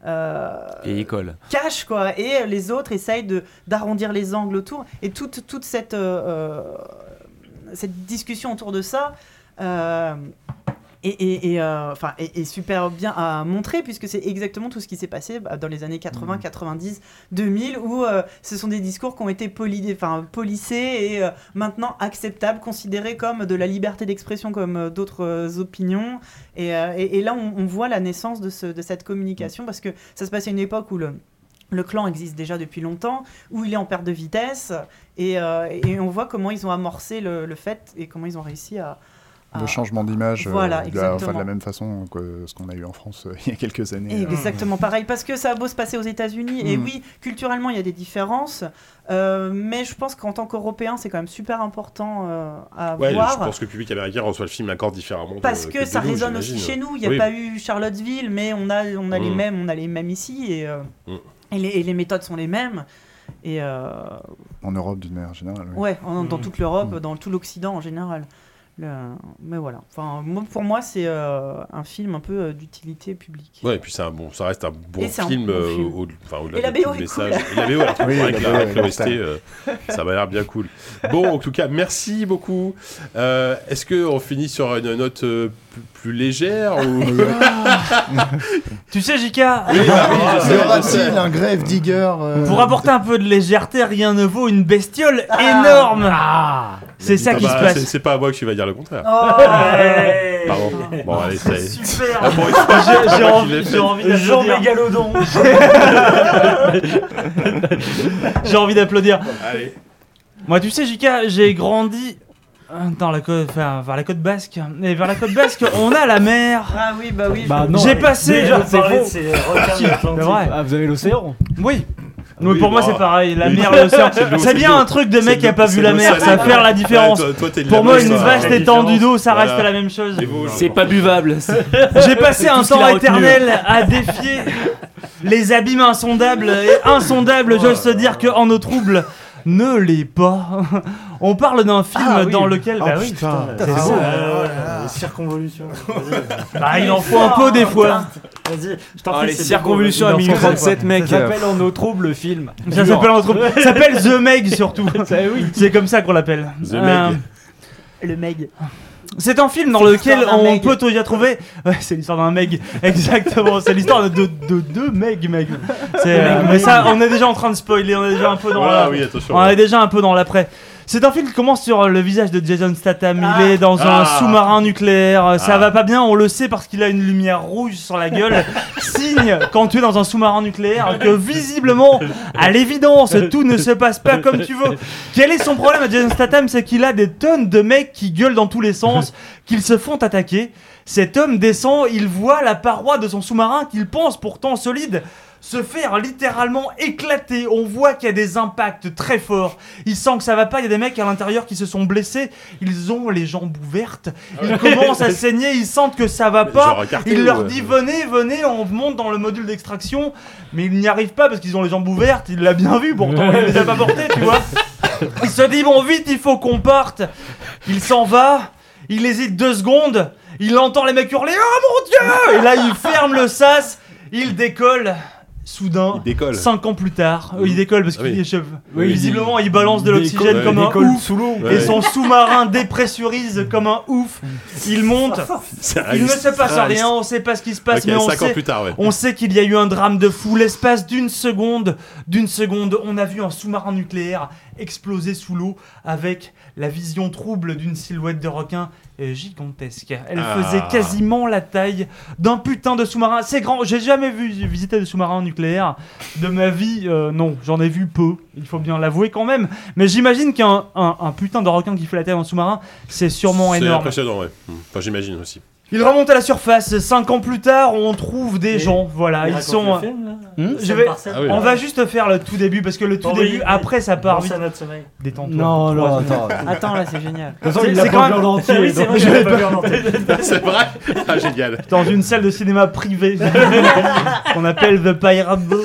Speaker 5: euh,
Speaker 4: Et école.
Speaker 5: cash quoi et euh, les autres essayent de d'arrondir les angles autour et toute toute cette euh, euh, cette discussion autour de ça euh, est- est- est, euh, enfin, est- est super bien à montrer puisque c'est exactement tout ce qui s'est passé bah, dans les années 80, 90, 2000 où euh, ce sont des discours qui ont été poli- enfin, polissés et euh, maintenant acceptables, considérés comme de la liberté d'expression comme euh, d'autres euh, opinions et, euh, et- et là on, on voit la naissance de, ce- de cette communication parce que ça se passait à une époque où le le clan existe déjà depuis longtemps, où il est en perte de vitesse, et, euh, et on voit comment ils ont amorcé le, le fait et comment ils ont réussi à. à-
Speaker 6: Le changement d'image, euh,
Speaker 5: Voilà,
Speaker 6: de, la- enfin, de
Speaker 5: exactement.
Speaker 6: la même façon que ce qu'on a eu en France euh, il y a quelques années.
Speaker 5: Exactement pareil, parce que ça a beau se passer aux États-Unis, et
Speaker 6: Mm.
Speaker 5: oui, culturellement il y a des différences, euh, mais je pense qu'en tant qu'Européen, c'est quand même super important euh, à
Speaker 2: Ouais,
Speaker 5: voir.
Speaker 2: je pense que le public américain reçoit le film encore différemment. de-
Speaker 5: Parce que,
Speaker 2: de
Speaker 5: ça
Speaker 2: nous,
Speaker 5: résonne aussi
Speaker 2: j'imagine.
Speaker 5: chez nous. Il n'y a
Speaker 2: Oui.
Speaker 5: pas eu Charlottesville, mais on a, on a les
Speaker 2: Mm.
Speaker 5: mêmes, on a les mêmes ici, et, euh,
Speaker 2: Mm.
Speaker 5: et les, et les méthodes sont les mêmes. Et euh,
Speaker 6: En Europe, d'une manière générale. oui.
Speaker 2: Mm.
Speaker 5: ouais, en- dans toute l'Europe, dans tout l'Occident en général. Le- Mais voilà. Enfin, moi- pour moi, c'est euh, un film un peu euh, d'utilité publique.
Speaker 2: Ouais, et puis c'est un bon, ça reste un bon
Speaker 5: Et c'est un
Speaker 2: film,
Speaker 5: bon
Speaker 2: euh,
Speaker 5: film.
Speaker 2: au- enfin,
Speaker 5: Et
Speaker 2: au-delà
Speaker 5: la
Speaker 2: de tout
Speaker 5: BO
Speaker 2: le
Speaker 5: est
Speaker 2: message.
Speaker 5: cool.
Speaker 2: Et la BO, alors,
Speaker 6: Oui,
Speaker 2: avec
Speaker 6: la
Speaker 2: la,
Speaker 6: BO,
Speaker 2: avec le
Speaker 6: ouais,
Speaker 2: OST,
Speaker 6: ça.
Speaker 2: euh, ça m'a l'air bien cool. Bon, en tout cas, merci beaucoup. Euh, Est-ce qu'on finit sur une note euh, plus, plus légère ou...
Speaker 3: Tu sais, Jika
Speaker 2: Oui, bah oui, je sais, je
Speaker 6: Y
Speaker 2: sais.
Speaker 6: aura-t-il un grave digger euh,
Speaker 3: Pour apporter un peu de légèreté, rien ne vaut une bestiole énorme. c'est ça
Speaker 2: Ah
Speaker 3: qui
Speaker 2: bah,
Speaker 3: se
Speaker 2: c'est-
Speaker 3: passe.
Speaker 2: C'est pas à moi que tu vas dire le contraire.
Speaker 5: Oh,
Speaker 2: Pardon. Bon, allez, ça y est.
Speaker 3: Super.
Speaker 2: Ah, pour une fois,
Speaker 3: J'ai-
Speaker 2: c'est
Speaker 3: j'ai
Speaker 2: moi qui
Speaker 3: envie-
Speaker 2: l'ai
Speaker 3: j'ai
Speaker 2: fait.
Speaker 3: envie d'applaudir.
Speaker 7: Jean Mégalodon.
Speaker 3: J'ai envie d'applaudir.
Speaker 2: Allez.
Speaker 3: Moi, tu sais, Jika, j'ai grandi euh, dans la côte, enfin, vers la côte basque. Et vers la côte basque, on a la mer.
Speaker 5: Ah oui, bah oui.
Speaker 3: Bah
Speaker 5: je-
Speaker 3: non, J'ai passé-
Speaker 5: Déjà,
Speaker 3: c'est
Speaker 5: parler
Speaker 3: faux.
Speaker 5: de ces requins
Speaker 3: Si,
Speaker 5: de l'Atlantique.
Speaker 3: c'est vrai.
Speaker 7: Ah, vous avez l'océan
Speaker 3: Oui.
Speaker 2: Oui,
Speaker 3: Oui, pour moi
Speaker 2: bah,
Speaker 3: c'est pareil, la
Speaker 2: oui.
Speaker 3: mer, l'océan.
Speaker 2: C'est de l'eau,
Speaker 3: C'est
Speaker 2: c'est
Speaker 3: bien
Speaker 2: de l'eau.
Speaker 3: un truc de
Speaker 2: C'est
Speaker 3: mec
Speaker 2: de
Speaker 3: qui a
Speaker 2: l'eau,
Speaker 3: pas
Speaker 2: c'est
Speaker 3: vu
Speaker 2: de
Speaker 3: la
Speaker 2: l'eau
Speaker 3: mer,
Speaker 2: salée.
Speaker 3: ça va faire la
Speaker 2: Ouais,
Speaker 3: différence.
Speaker 2: Bah, toi- toi, t'es de la
Speaker 3: Pour moi,
Speaker 2: mer,
Speaker 3: une
Speaker 2: ça va.
Speaker 3: vaste
Speaker 2: Ouais,
Speaker 3: étendue d'eau, ça
Speaker 2: Voilà.
Speaker 3: reste la même chose.
Speaker 2: Et vous,
Speaker 3: Ah,
Speaker 4: C'est pas buvable.
Speaker 3: J'ai passé
Speaker 4: C'est
Speaker 3: un
Speaker 4: tout ce qu'il
Speaker 3: temps
Speaker 4: a retenu.
Speaker 3: éternel à défier les abîmes insondables et insondables, j'ose te dire que en eau trouble. Ne l'est pas. On parle d'un film
Speaker 9: Ah oui.
Speaker 3: dans lequel.
Speaker 9: Ah,
Speaker 3: bah oui,
Speaker 9: putain,
Speaker 3: c'est
Speaker 9: ah
Speaker 3: ça.
Speaker 9: ouais, ouais, ouais, les circonvolutions. Vas-y.
Speaker 3: Bah, il en faut un peu, des fois.
Speaker 9: Vas-y, je t'en
Speaker 4: Ah,
Speaker 9: prie.
Speaker 4: les
Speaker 9: c'est
Speaker 4: circonvolutions à
Speaker 9: bon, il en faut
Speaker 4: 1037,
Speaker 9: un.
Speaker 4: mec.
Speaker 7: Ça s'appelle En eau trouble le film.
Speaker 3: Ça
Speaker 7: Dur.
Speaker 3: s'appelle entre... ça s'appelle The Meg surtout. C'est comme ça qu'on l'appelle.
Speaker 7: The
Speaker 3: Euh,
Speaker 7: Meg.
Speaker 5: Le Meg.
Speaker 7: euh,
Speaker 3: C'est un film dans
Speaker 5: C'est
Speaker 3: lequel
Speaker 5: l'histoire d'un
Speaker 3: on
Speaker 5: Meg.
Speaker 3: peut tout y trouver. Ouais, c'est l'histoire d'un Meg. Exactement. C'est l'histoire de de- de deux Meg, mec. C'est, euh, mais ça, on est déjà en train de spoiler. On est déjà un peu dans.
Speaker 2: Voilà,
Speaker 3: la-
Speaker 2: oui, attention.
Speaker 3: on est déjà un peu dans l'après. C'est un film qui commence sur le visage de Jason Statham. Il est dans un
Speaker 2: Ah.
Speaker 3: sous-marin nucléaire. Euh, Ça
Speaker 2: Ah.
Speaker 3: va pas bien, on le sait parce qu'il a une lumière rouge sur la gueule. Signe quand tu es dans un sous-marin nucléaire que visiblement, à l'évidence, tout ne se passe pas comme tu veux. Quel est son problème à Jason Statham C'est qu'il a des tonnes de mecs qui gueulent dans tous les sens, qu'ils se font attaquer. Cet homme descend, il voit la paroi de son sous-marin qu'il pense pourtant solide se faire littéralement éclater. On voit qu'il y a des impacts très forts. Il sent que ça va pas. Il y a des mecs à l'intérieur qui se sont blessés. Ils ont les jambes ouvertes. Ils commencent à saigner. Ils sentent que ça va pas.
Speaker 2: genre un cartel,
Speaker 3: Il
Speaker 2: ouais.
Speaker 3: leur dit venez, venez, on monte dans le module d'extraction. Mais ils n'y arrivent pas parce qu'ils ont les jambes ouvertes. Il l'a bien vu pourtant. Il les a pas portées, tu vois. Il se dit bon vite, il faut qu'on parte. Il s'en va. Il hésite deux secondes. Il entend les mecs hurler Oh mon dieu Et là il ferme le sas. Il décolle. Soudain,
Speaker 2: Il décolle.
Speaker 3: Cinq ans plus tard, euh, il décolle parce
Speaker 2: Ah
Speaker 3: qu'il
Speaker 2: oui.
Speaker 3: est chef.
Speaker 2: Oui,
Speaker 3: Visiblement,
Speaker 2: il-
Speaker 3: il balance de
Speaker 2: il
Speaker 3: l'oxygène
Speaker 2: décolle,
Speaker 3: comme
Speaker 2: il
Speaker 3: un
Speaker 2: décolle
Speaker 3: ouf.
Speaker 2: sous l'eau.
Speaker 3: Et
Speaker 2: Ouais.
Speaker 3: son sous-marin dépressurise comme un ouf. Il monte.
Speaker 2: C'est
Speaker 3: Il ne
Speaker 2: réaliste.
Speaker 3: se passe
Speaker 2: C'est réaliste.
Speaker 3: rien, on sait pas ce qui se passe,
Speaker 2: Ah, Ok,
Speaker 3: mais on
Speaker 2: cinq ans
Speaker 3: sait,
Speaker 2: plus tard, ouais.
Speaker 3: on sait qu'il y a eu un drame de fou. L'espace d'une seconde, d'une seconde, on a vu un sous-marin nucléaire exploser sous l'eau avec la vision trouble d'une silhouette de requin euh, gigantesque. Elle
Speaker 2: Ah.
Speaker 3: faisait quasiment la taille d'un putain de sous-marin. C'est grand, j'ai jamais vu visiter de sous-marin nucléaire de ma vie. euh, non, j'en ai vu peu, il faut bien l'avouer quand même. Mais j'imagine qu'un un- un putain de requin qui fait la taille d'un sous-marin, c'est sûrement
Speaker 2: C'est
Speaker 3: énorme.
Speaker 2: impressionnant, ouais. Hmm. Enfin, j'imagine aussi.
Speaker 3: Il remonte à la surface. Cinq ans plus tard, on trouve des
Speaker 9: Et
Speaker 3: gens. Voilà,
Speaker 9: il
Speaker 3: ils
Speaker 9: raconte
Speaker 3: sont.
Speaker 9: le film, là
Speaker 3: Hmm
Speaker 9: Scène
Speaker 3: Je vais-
Speaker 9: par scène
Speaker 2: Ah oui,
Speaker 3: on
Speaker 2: ouais.
Speaker 3: va juste faire le tout début parce que le tout
Speaker 9: Bon,
Speaker 3: début,
Speaker 9: oui,
Speaker 3: après, ça part
Speaker 9: Pense
Speaker 3: vite.
Speaker 9: à notre sommeil.
Speaker 3: Détends-toi.
Speaker 7: Non, non, attends.
Speaker 5: Attends, là, c'est génial.
Speaker 7: toute façon, il
Speaker 3: C'est-
Speaker 7: l'a
Speaker 3: c'est
Speaker 7: pas
Speaker 3: quand
Speaker 7: vu
Speaker 3: même-
Speaker 7: en entier,
Speaker 9: Oui, c'est
Speaker 7: donc-
Speaker 9: vrai, je l'avais pas vu en entier.
Speaker 2: c'est vrai Ah, génial.
Speaker 3: Dans une salle de cinéma privée qu'on appelle The Pirate Bay.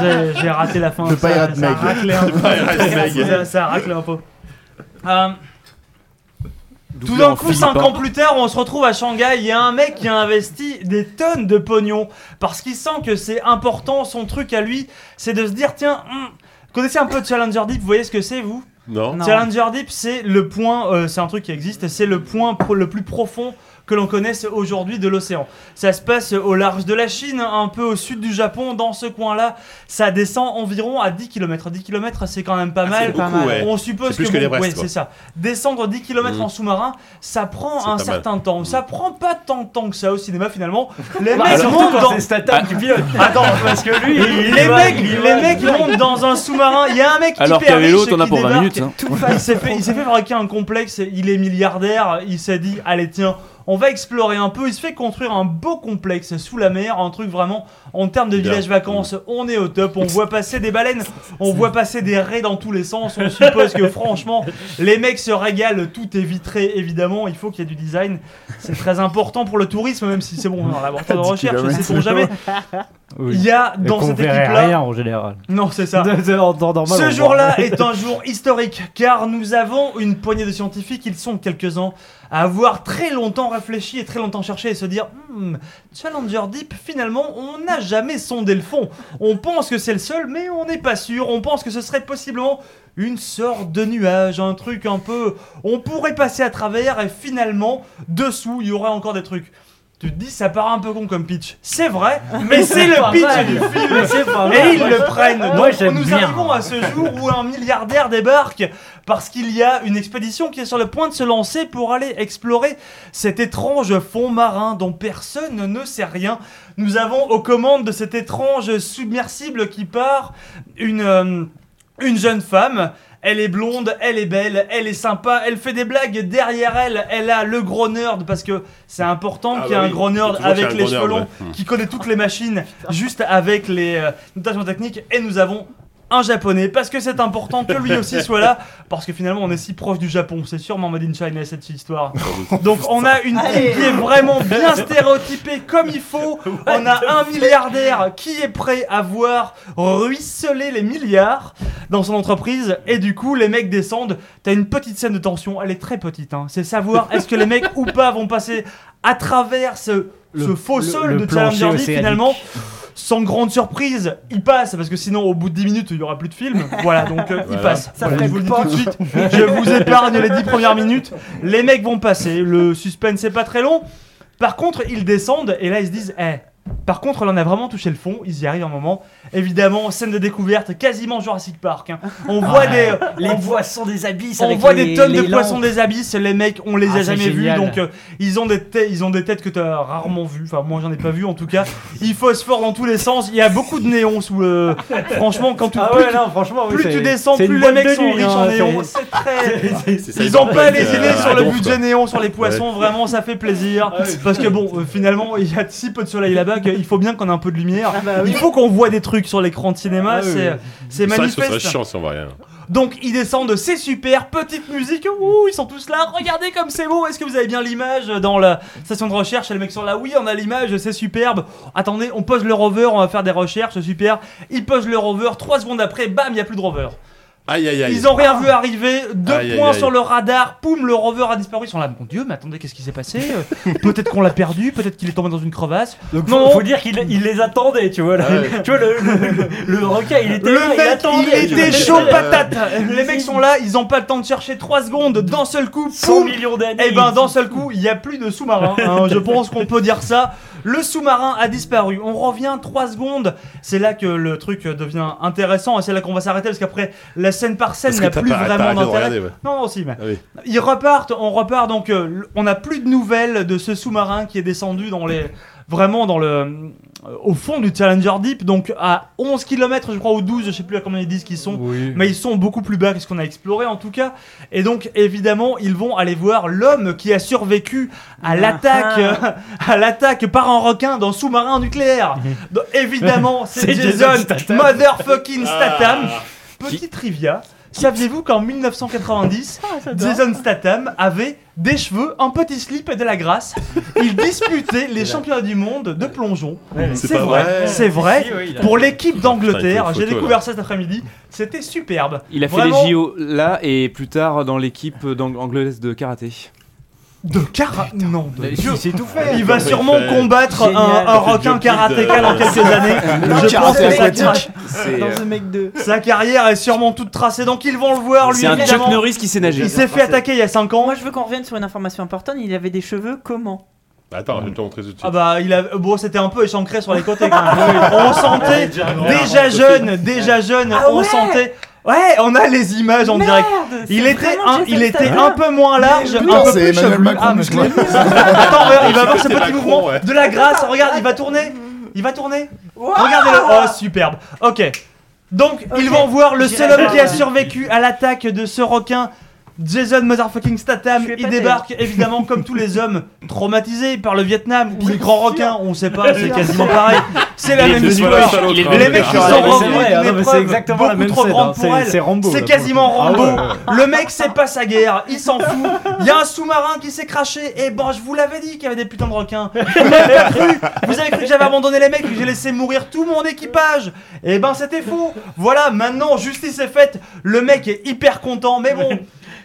Speaker 3: J'ai- J'ai raté la fin.
Speaker 6: The
Speaker 3: ça-
Speaker 6: Pirate
Speaker 3: ça a
Speaker 6: Meg.
Speaker 3: raclé un peu.
Speaker 2: The Pirate Meg.
Speaker 3: Ça- Ça a raclé un peu. Euh, Tout
Speaker 4: Doublé en
Speaker 3: d'un coup, 5
Speaker 4: philippin.
Speaker 3: ans plus tard, on se retrouve à Shanghai. Il y a un mec qui a investi des tonnes de pognon parce qu'il sent que c'est important. Son truc à lui, c'est de se dire tiens, hmm, connaissez un peu Challenger Deep, vous voyez ce que c'est, vous
Speaker 2: Non.
Speaker 3: Challenger Deep, c'est le point, euh, c'est un truc qui existe, c'est le point pro- le plus profond que l'on connaisse aujourd'hui de l'océan. Ça se passe au large de la Chine, un peu au sud du Japon, dans ce coin-là. Ça descend environ à 10 km. 10 km, c'est quand même
Speaker 2: Ah,
Speaker 3: pas
Speaker 2: c'est
Speaker 3: mal.
Speaker 2: beaucoup, Pas mal. ouais.
Speaker 3: On suppose
Speaker 2: C'est plus que
Speaker 3: bon,
Speaker 2: l'Everest,
Speaker 3: ouais,
Speaker 2: quoi.
Speaker 3: c'est ça. Descendre 10 km
Speaker 2: Mhm.
Speaker 3: en sous-marin, ça prend
Speaker 2: C'est
Speaker 3: un
Speaker 2: pas Mm.
Speaker 3: certain temps. Ça prend pas tant de temps que ça au cinéma finalement. Les
Speaker 7: Bah,
Speaker 3: mecs
Speaker 7: surtout
Speaker 3: montent
Speaker 7: quand
Speaker 3: dans
Speaker 7: c'est Statham qui pilote.
Speaker 3: Attends,
Speaker 7: parce que lui, il
Speaker 3: les
Speaker 7: va,
Speaker 3: mecs,
Speaker 7: il
Speaker 3: les
Speaker 7: va.
Speaker 3: mecs montent dans un sous-marin. Il y a un mec
Speaker 4: Alors
Speaker 3: hyper
Speaker 4: qu'à vélo,
Speaker 3: riche
Speaker 4: t'en as
Speaker 3: qui
Speaker 4: pour 20
Speaker 3: débarque.
Speaker 4: minutes, hein.
Speaker 3: Tout fa- Il s'est fait, il s'est fait fabriquer un complexe. Il est milliardaire. Il s'est dit, allez tiens, On va explorer un peu. Il se fait construire un beau complexe sous la mer, un truc vraiment en termes de
Speaker 2: Bien.
Speaker 3: village vacances. On est au top. On voit passer des baleines, on voit passer des raies dans tous les sens. On suppose que franchement, les mecs se régalent. Tout est vitré, évidemment. Il faut qu'il y ait du design. C'est très important pour le tourisme, même si c'est bon dans laboratoire de
Speaker 7: 10
Speaker 3: recherche,
Speaker 7: kilomètres.
Speaker 3: sait-on jamais.
Speaker 7: Oui.
Speaker 3: Il y a
Speaker 7: Et
Speaker 3: dans
Speaker 7: qu'on
Speaker 3: cette
Speaker 7: verrait
Speaker 3: équipe-là.
Speaker 7: rien en général.
Speaker 3: Non, c'est ça.
Speaker 7: De- de- en temps normal, on
Speaker 3: Ce
Speaker 7: voit
Speaker 3: jour-là
Speaker 7: rien.
Speaker 3: est un jour historique car nous avons une poignée de scientifiques, ils sont quelques-uns, à avoir très longtemps réfléchi et très longtemps cherché et se dire Hmm, Challenger Deep, finalement, on n'a jamais sondé le fond. On pense que c'est le seul, mais on n'est pas sûr. On pense que ce serait possiblement une sorte de nuage, un truc un peu. On pourrait passer à travers et finalement, dessous, il y aurait encore des trucs. Tu te dis, ça paraît un peu con comme pitch. C'est vrai, mais c'est le
Speaker 7: Pas
Speaker 3: pitch
Speaker 7: mal.
Speaker 3: du
Speaker 7: Mais c'est pas
Speaker 3: film.
Speaker 7: mal.
Speaker 3: Et ils le prennent.
Speaker 7: Moi,
Speaker 3: Donc,
Speaker 7: j'aime
Speaker 3: nous
Speaker 7: bien.
Speaker 3: arrivons à ce jour où un milliardaire débarque parce qu'il y a une expédition qui est sur le point de se lancer pour aller explorer cet étrange fond marin dont personne ne sait rien. Nous avons aux commandes de cet étrange submersible qui part une, euh, une jeune femme. Elle est blonde, elle est belle, elle est sympa, elle fait des blagues derrière elle, elle a le gros nerd parce que c'est important
Speaker 2: Ah
Speaker 3: qu'il y ait
Speaker 2: bah
Speaker 3: un
Speaker 2: oui,
Speaker 3: gros
Speaker 2: faut toujours
Speaker 3: nerd
Speaker 2: qu'il y ait
Speaker 3: avec
Speaker 2: un
Speaker 3: les
Speaker 2: gros
Speaker 3: cheveux
Speaker 2: nerd,
Speaker 3: longs
Speaker 2: ouais.
Speaker 3: qui connaît toutes les machines juste avec les euh, notations techniques et nous avons un japonais parce que c'est important que lui aussi soit là parce que finalement on est si proche du Japon c'est sûrement Made in China cette histoire
Speaker 7: Ah
Speaker 3: donc on a une
Speaker 1: Allez.
Speaker 3: équipe qui est vraiment bien stéréotypée comme il faut on a un milliardaire qui est prêt à voir ruisseler les milliards dans son entreprise et du coup les mecs descendent t'as une petite scène de tension elle est très petite hein. c'est savoir est-ce que les mecs ou pas vont passer à travers ce, ce faux
Speaker 7: le-
Speaker 3: sol
Speaker 7: le
Speaker 3: de Challenger
Speaker 7: plancher
Speaker 3: Deep
Speaker 7: océanique.
Speaker 3: finalement sans grande surprise, il passe parce que sinon au bout de 10 minutes il n'y aura plus de film. Voilà donc euh, il
Speaker 7: Voilà.
Speaker 3: passe.
Speaker 7: Ça
Speaker 3: Voilà,
Speaker 7: ferait
Speaker 3: je vous le dis
Speaker 7: pas.
Speaker 3: tout de suite. Je vous épargne les 10 premières minutes. Les mecs vont passer. Le suspense n'est pas très long. Par contre, ils descendent et là ils se disent Eh, par contre, là on a vraiment touché le fond. Ils y arrivent un moment. Évidemment, scène de découverte quasiment Jurassic Park. hein. On voit
Speaker 8: Ouais.
Speaker 7: Ah
Speaker 3: des.
Speaker 8: Les
Speaker 3: on voit-
Speaker 8: poissons des abysses
Speaker 3: on
Speaker 8: avec
Speaker 3: voit
Speaker 8: les-
Speaker 3: des tonnes
Speaker 8: les
Speaker 3: de poissons
Speaker 8: lampes.
Speaker 3: des abysses, les mecs, on les
Speaker 8: Ah,
Speaker 3: a
Speaker 8: c'est
Speaker 3: jamais
Speaker 8: génial.
Speaker 3: vus, donc euh, ils, ont des tê- ils ont des têtes que t'as rarement vues, enfin moi j'en ai pas vu en tout cas. Ils phosphorent dans tous les sens, il y a beaucoup de néons sous le... Franchement, quand tu,
Speaker 7: Ah
Speaker 3: plus,
Speaker 7: ouais,
Speaker 3: tu-
Speaker 7: non, franchement, oui,
Speaker 3: plus
Speaker 7: c'est-
Speaker 3: tu descends,
Speaker 7: c'est une
Speaker 3: plus les
Speaker 7: boîte
Speaker 3: mecs
Speaker 7: de
Speaker 3: sont
Speaker 7: nuit,
Speaker 3: riches
Speaker 7: hein,
Speaker 3: en néons,
Speaker 7: c'est-
Speaker 3: c'est très...
Speaker 7: C'est- c'est- c'est
Speaker 3: Ils
Speaker 7: ça,
Speaker 3: ont
Speaker 7: ils
Speaker 3: pas
Speaker 7: ont
Speaker 3: les
Speaker 7: fait,
Speaker 3: idées
Speaker 7: euh,
Speaker 3: sur le
Speaker 7: un
Speaker 3: budget
Speaker 7: gonfle.
Speaker 3: néon, sur les poissons,
Speaker 7: Ouais. Ah
Speaker 3: vraiment ça fait plaisir, parce que bon, euh, finalement il y a si peu de soleil là-bas qu'il faut bien qu'on ait un peu de lumière,
Speaker 7: Ah bah
Speaker 3: il faut qu'on voit des trucs sur l'écran de cinéma,
Speaker 2: Ah oui,
Speaker 3: c'est-
Speaker 2: oui.
Speaker 3: c'est
Speaker 2: vrai hein. que ce
Speaker 3: manifeste.
Speaker 2: serait chiant si on voit rien.
Speaker 3: Donc ils descendent, c'est super, petite musique, ouh, ils sont tous là, regardez comme c'est beau, est-ce que vous avez bien l'image dans la station de recherche Et les mecs sont là, oui, on a l'image, c'est superbe, attendez, on pose le rover, on va faire des recherches, super, ils posent le rover, 3 secondes après, bam, il n'y a plus de rover.
Speaker 2: Aïe aïe aïe.
Speaker 3: Ils ont rien vu arriver, deux
Speaker 2: Aïe, aïe,
Speaker 3: points
Speaker 2: aïe.
Speaker 3: sur le radar, poum, le rover a disparu, ils sont là, mon dieu, mais attendez, qu'est-ce qui s'est passé Euh, Peut-être qu'on l'a perdu, peut-être qu'il est tombé dans une crevasse.
Speaker 7: Donc
Speaker 3: Non,
Speaker 7: faut,
Speaker 3: non.
Speaker 7: faut dire qu'il il les attendait, tu vois.
Speaker 2: Ah,
Speaker 7: là.
Speaker 3: Ouais.
Speaker 7: tu vois le, le, le requin, il était
Speaker 3: Le
Speaker 7: là, il
Speaker 3: mec,
Speaker 7: attendait.
Speaker 3: il
Speaker 7: tu vois. Euh,
Speaker 3: était chaud patate. Les mecs sont là, ils ont pas le temps de chercher 3 secondes. D'un seul coup, 100
Speaker 7: millions d'années.
Speaker 3: Et ben, d'un seul coup, il y a plus de sous-marin. hein, je pense qu'on peut dire ça. Le sous-marin a disparu. On revient 3 secondes. C'est là que le truc devient intéressant et c'est là qu'on va s'arrêter parce qu'après, la scène par scène
Speaker 2: Parce
Speaker 3: n'a
Speaker 2: que t'as
Speaker 3: plus
Speaker 2: pas- t'as
Speaker 3: vraiment
Speaker 2: arrêté de
Speaker 3: d'intérêt.
Speaker 2: regarder, ouais.
Speaker 3: Non, non, si, mais.
Speaker 2: Ah oui.
Speaker 3: Ils repartent, on repart donc. euh, l- on n'a plus de nouvelles de ce sous-marin qui est descendu dans les. Vraiment dans le. euh, Au fond du Challenger Deep, donc à 11 km, je crois, ou 12, je sais plus à combien ils disent qu'ils sont. Mais ils sont beaucoup plus bas que ce qu'on a exploré en tout cas. Et donc, évidemment, ils vont aller voir l'homme qui a survécu à l'attaque. euh, à l'attaque par un requin dans sous-marin nucléaire. Donc, évidemment, c'est
Speaker 7: C'est
Speaker 3: Jason,
Speaker 7: Jason Statham.
Speaker 3: motherfucking Statham.
Speaker 7: Ah.
Speaker 3: Petite trivia. Saviez-vous qu'en 1990,
Speaker 7: j'adore.
Speaker 3: Jason Statham avait des cheveux, un petit slip et de la grâce Il disputait les championnats du monde de plongeon.
Speaker 2: Ouais, c'est
Speaker 3: C'est
Speaker 2: pas
Speaker 3: vrai,
Speaker 2: vrai.
Speaker 3: c'est vrai.
Speaker 2: Si, oui, il a-
Speaker 3: Pour l'équipe
Speaker 2: Putain, il
Speaker 3: d'Angleterre,
Speaker 2: faut
Speaker 3: j'ai
Speaker 2: une photo,
Speaker 3: découvert
Speaker 2: là.
Speaker 3: ça cet après-midi. C'était superbe.
Speaker 4: Il a fait
Speaker 3: Vraiment,
Speaker 4: les JO là et plus tard dans l'équipe d'ang- anglaise de karaté.
Speaker 3: De cara... Non, de
Speaker 4: Mais
Speaker 3: Dieu.
Speaker 4: il s'est tout fait.
Speaker 3: Il va
Speaker 4: Il
Speaker 3: sûrement
Speaker 4: fait.
Speaker 3: combattre un,
Speaker 4: Génial.
Speaker 3: un
Speaker 4: Il fait
Speaker 3: requin
Speaker 4: le job de-
Speaker 3: karatéka dans quelques années.
Speaker 4: Non,
Speaker 3: Je pense
Speaker 4: karaté
Speaker 3: que ça
Speaker 4: aquatique.
Speaker 3: crache.
Speaker 4: C'est, Dans euh, The
Speaker 5: Mec 2.
Speaker 3: Sa carrière est sûrement toute tracée, donc ils vont le voir Oh, lui.
Speaker 4: C'est un
Speaker 3: évidemment.
Speaker 4: Chuck Norris qui s'est nagé.
Speaker 3: Il s'est fait attaquer il y a 5 ans.
Speaker 5: Moi, je veux qu'on revienne sur une information importante. Il avait des cheveux comment
Speaker 2: Bah, Attends, je vais te montrer tout de suite.
Speaker 3: Ah bah il a bon c'était un peu échancré sur les côtés quand même. on sentait
Speaker 2: Déjà grand.
Speaker 3: déjà jeune, déjà jeune,
Speaker 5: Ah
Speaker 3: on
Speaker 5: ouais
Speaker 3: sentait Ouais, on a les images en direct. Il
Speaker 5: c'est
Speaker 3: était
Speaker 5: vraiment
Speaker 3: un,
Speaker 5: Jason
Speaker 3: il était
Speaker 5: Statham.
Speaker 3: un peu moins large,
Speaker 5: Mais
Speaker 3: un
Speaker 5: putain,
Speaker 3: peu
Speaker 5: c'est
Speaker 3: plus
Speaker 5: Emmanuel
Speaker 3: chevelu.
Speaker 5: Macron
Speaker 3: Ah, mais-
Speaker 5: musclé.
Speaker 3: Attends, regarde, il va avoir ce
Speaker 5: C'était
Speaker 3: petit
Speaker 5: Macron,
Speaker 3: mouvement
Speaker 5: ouais.
Speaker 3: de la grâce. Regarde, il va tourner. Il va tourner. Regardez-le. Oh, superbe. OK. Donc, ils vont voir le seul homme qui a survécu à l'attaque de ce requin Jason motherfucking Statham, il
Speaker 8: épaté.
Speaker 3: débarque évidemment comme tous les hommes traumatisés par le Vietnam ou les grands requins, on sait pas, c'est
Speaker 8: Bien
Speaker 3: quasiment
Speaker 8: sûr.
Speaker 3: pareil. C'est la
Speaker 8: Il est
Speaker 3: même
Speaker 8: devenu
Speaker 3: histoire.
Speaker 8: méchant, l'autre,
Speaker 3: Les
Speaker 8: hein, le
Speaker 3: mecs
Speaker 8: gars.
Speaker 3: qui
Speaker 8: Ah,
Speaker 3: sont
Speaker 8: mais c'est vrai, ah,
Speaker 3: rendus
Speaker 8: non, mais
Speaker 3: d'une
Speaker 8: c'est
Speaker 3: épreuve
Speaker 8: exactement la
Speaker 3: beaucoup
Speaker 8: même
Speaker 3: trop
Speaker 8: scène,
Speaker 3: grande
Speaker 8: hein,
Speaker 3: pour
Speaker 8: c'est-
Speaker 3: elle.
Speaker 8: c'est Rambo,
Speaker 3: C'est
Speaker 8: là,
Speaker 3: quasiment
Speaker 8: pour le coup.
Speaker 3: Rambo.
Speaker 8: Ah ouais,
Speaker 3: Le mec c'est pas sa guerre, il s'en fout. Il y a un sous-marin qui s'est craché. Et ben je vous l'avais dit qu'il y avait des putains de requins. Vous m'avez pas cru. Vous avez cru que j'avais abandonné les mecs, que j'ai laissé mourir tout mon équipage. Et ben c'était faux. Voilà, maintenant justice est faite. Le mec est hyper content, mais bon.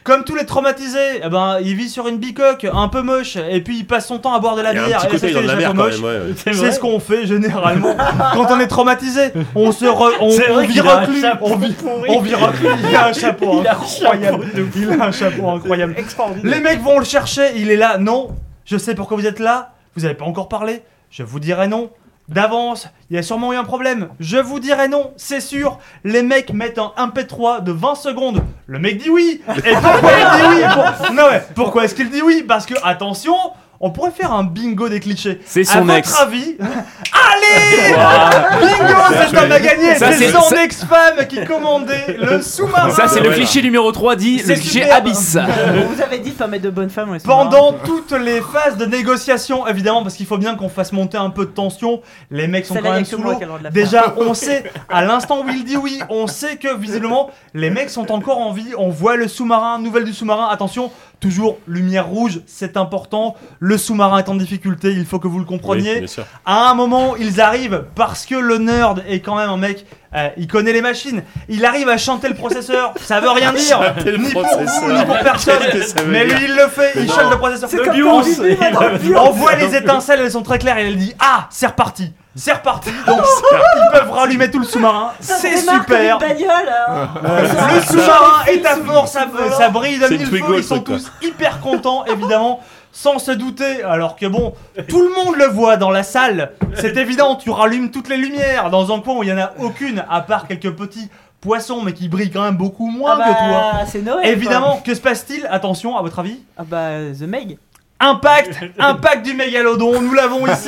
Speaker 3: Comme tous les traumatisés, eh ben, il vit sur une bicoque un peu moche et puis il passe son temps à boire de la
Speaker 2: Il y a un
Speaker 3: bière
Speaker 2: petit
Speaker 3: et à
Speaker 2: côté
Speaker 3: s'acheter
Speaker 2: dans
Speaker 3: des
Speaker 2: la
Speaker 3: jeux
Speaker 2: mer, quand
Speaker 3: moches.
Speaker 2: même, ouais, ouais.
Speaker 3: C'est
Speaker 2: C'est vrai
Speaker 3: ce qu'on fait généralement quand on est traumatisé. On se re- on,
Speaker 8: C'est
Speaker 3: on
Speaker 8: vrai
Speaker 3: vit
Speaker 8: qu'il a un
Speaker 3: reclus,
Speaker 8: chapeau
Speaker 3: on vit,
Speaker 8: pourri.
Speaker 3: on vit reclus. Il a un chapeau
Speaker 8: Il a un
Speaker 3: incroyable.
Speaker 8: chapeau de fou.
Speaker 3: Il a un chapeau incroyable. Les mecs vont le chercher. Il est là. Non, je sais pourquoi vous êtes là. Vous avez pas encore parlé. Je vous dirai non. D'avance, il y a sûrement eu un problème. Je vous dirai non, c'est sûr. Les mecs mettent un 1p3 de 20 secondes. Le mec dit oui. Et pourquoi il dit oui Pour- Non, ouais, Pourquoi est-ce qu'il dit oui Parce que attention, on pourrait faire un bingo des clichés.
Speaker 4: C'est son
Speaker 3: à votre
Speaker 4: ex.
Speaker 3: avis Allez
Speaker 4: Wow.
Speaker 3: Bingo,
Speaker 4: C'est
Speaker 3: c'est un
Speaker 4: joli.
Speaker 3: à gagner.
Speaker 4: Ça,
Speaker 3: C'est
Speaker 4: c'est-
Speaker 3: son
Speaker 4: ça-
Speaker 3: ex-femme qui commandait le sous-marin.
Speaker 4: Ça,
Speaker 7: Ah,
Speaker 4: c'est le cliché numéro 3 dit le
Speaker 3: C'est
Speaker 4: cliché
Speaker 3: superbe.
Speaker 4: Abyss.
Speaker 5: On vous avait dit de pas mettre de bonnes femmes. ouais, c'est
Speaker 3: Pendant toutes les phases de négociation, évidemment, parce qu'il faut bien qu'on fasse monter un peu de tension, les mecs sont
Speaker 5: Celle-là,
Speaker 3: quand
Speaker 5: y a
Speaker 3: même
Speaker 5: que
Speaker 3: sous
Speaker 5: moi
Speaker 3: l'eau.
Speaker 5: qui ai le droit de la faire.
Speaker 3: Déjà, on sait, à l'instant où il dit oui, on sait que visiblement, les mecs sont encore en vie. On voit le sous-marin, nouvelle du sous-marin. Attention, toujours lumière rouge, c'est important. Le sous-marin est en difficulté, il faut que vous le compreniez.
Speaker 2: Oui, bien sûr.
Speaker 3: À un moment, ils arrivent parce que le nerd est quand même un mec. euh, il connaît les machines. Il arrive à chanter le processeur. Ça veut rien dire.
Speaker 2: Chanter le
Speaker 3: Ni pour vous,
Speaker 2: processeur.
Speaker 3: ni pour personne.
Speaker 2: Qu'est-ce que ça veut
Speaker 3: Mais
Speaker 2: dire
Speaker 3: lui, il le fait.
Speaker 2: Mais
Speaker 3: Il
Speaker 2: non.
Speaker 3: chante le processeur.
Speaker 2: C'est Le comme Beyoncé. quand on dit, dans le Beyoncé.
Speaker 3: On voit les étincelles. Elles sont très claires. Et elle dit Ah, c'est reparti. C'est reparti. Donc, ils peuvent rallumer tout le sous-marin.
Speaker 5: Ça
Speaker 3: C'est
Speaker 5: démarre comme
Speaker 3: super.
Speaker 5: une bagnole, hein.
Speaker 3: Le sous-marin est à fond, ça, ça brille de
Speaker 2: C'est
Speaker 3: mille
Speaker 2: Twigo,
Speaker 3: feux,
Speaker 2: le
Speaker 3: ils sont
Speaker 2: truc,
Speaker 3: tous hyper contents, évidemment, sans se douter, alors que bon, tout le monde le voit dans la salle, c'est évident, tu rallumes toutes les lumières, dans un coin où il n'y en a aucune, à part quelques petits poissons, mais qui brillent quand même beaucoup moins
Speaker 5: Ah bah,
Speaker 3: que toi.
Speaker 5: c'est Noël, quoi.
Speaker 3: Évidemment, que se passe-t-il Attention, à votre avis
Speaker 5: Ah bah, The Meg.
Speaker 3: Impact, impact du mégalodon, nous l'avons ici.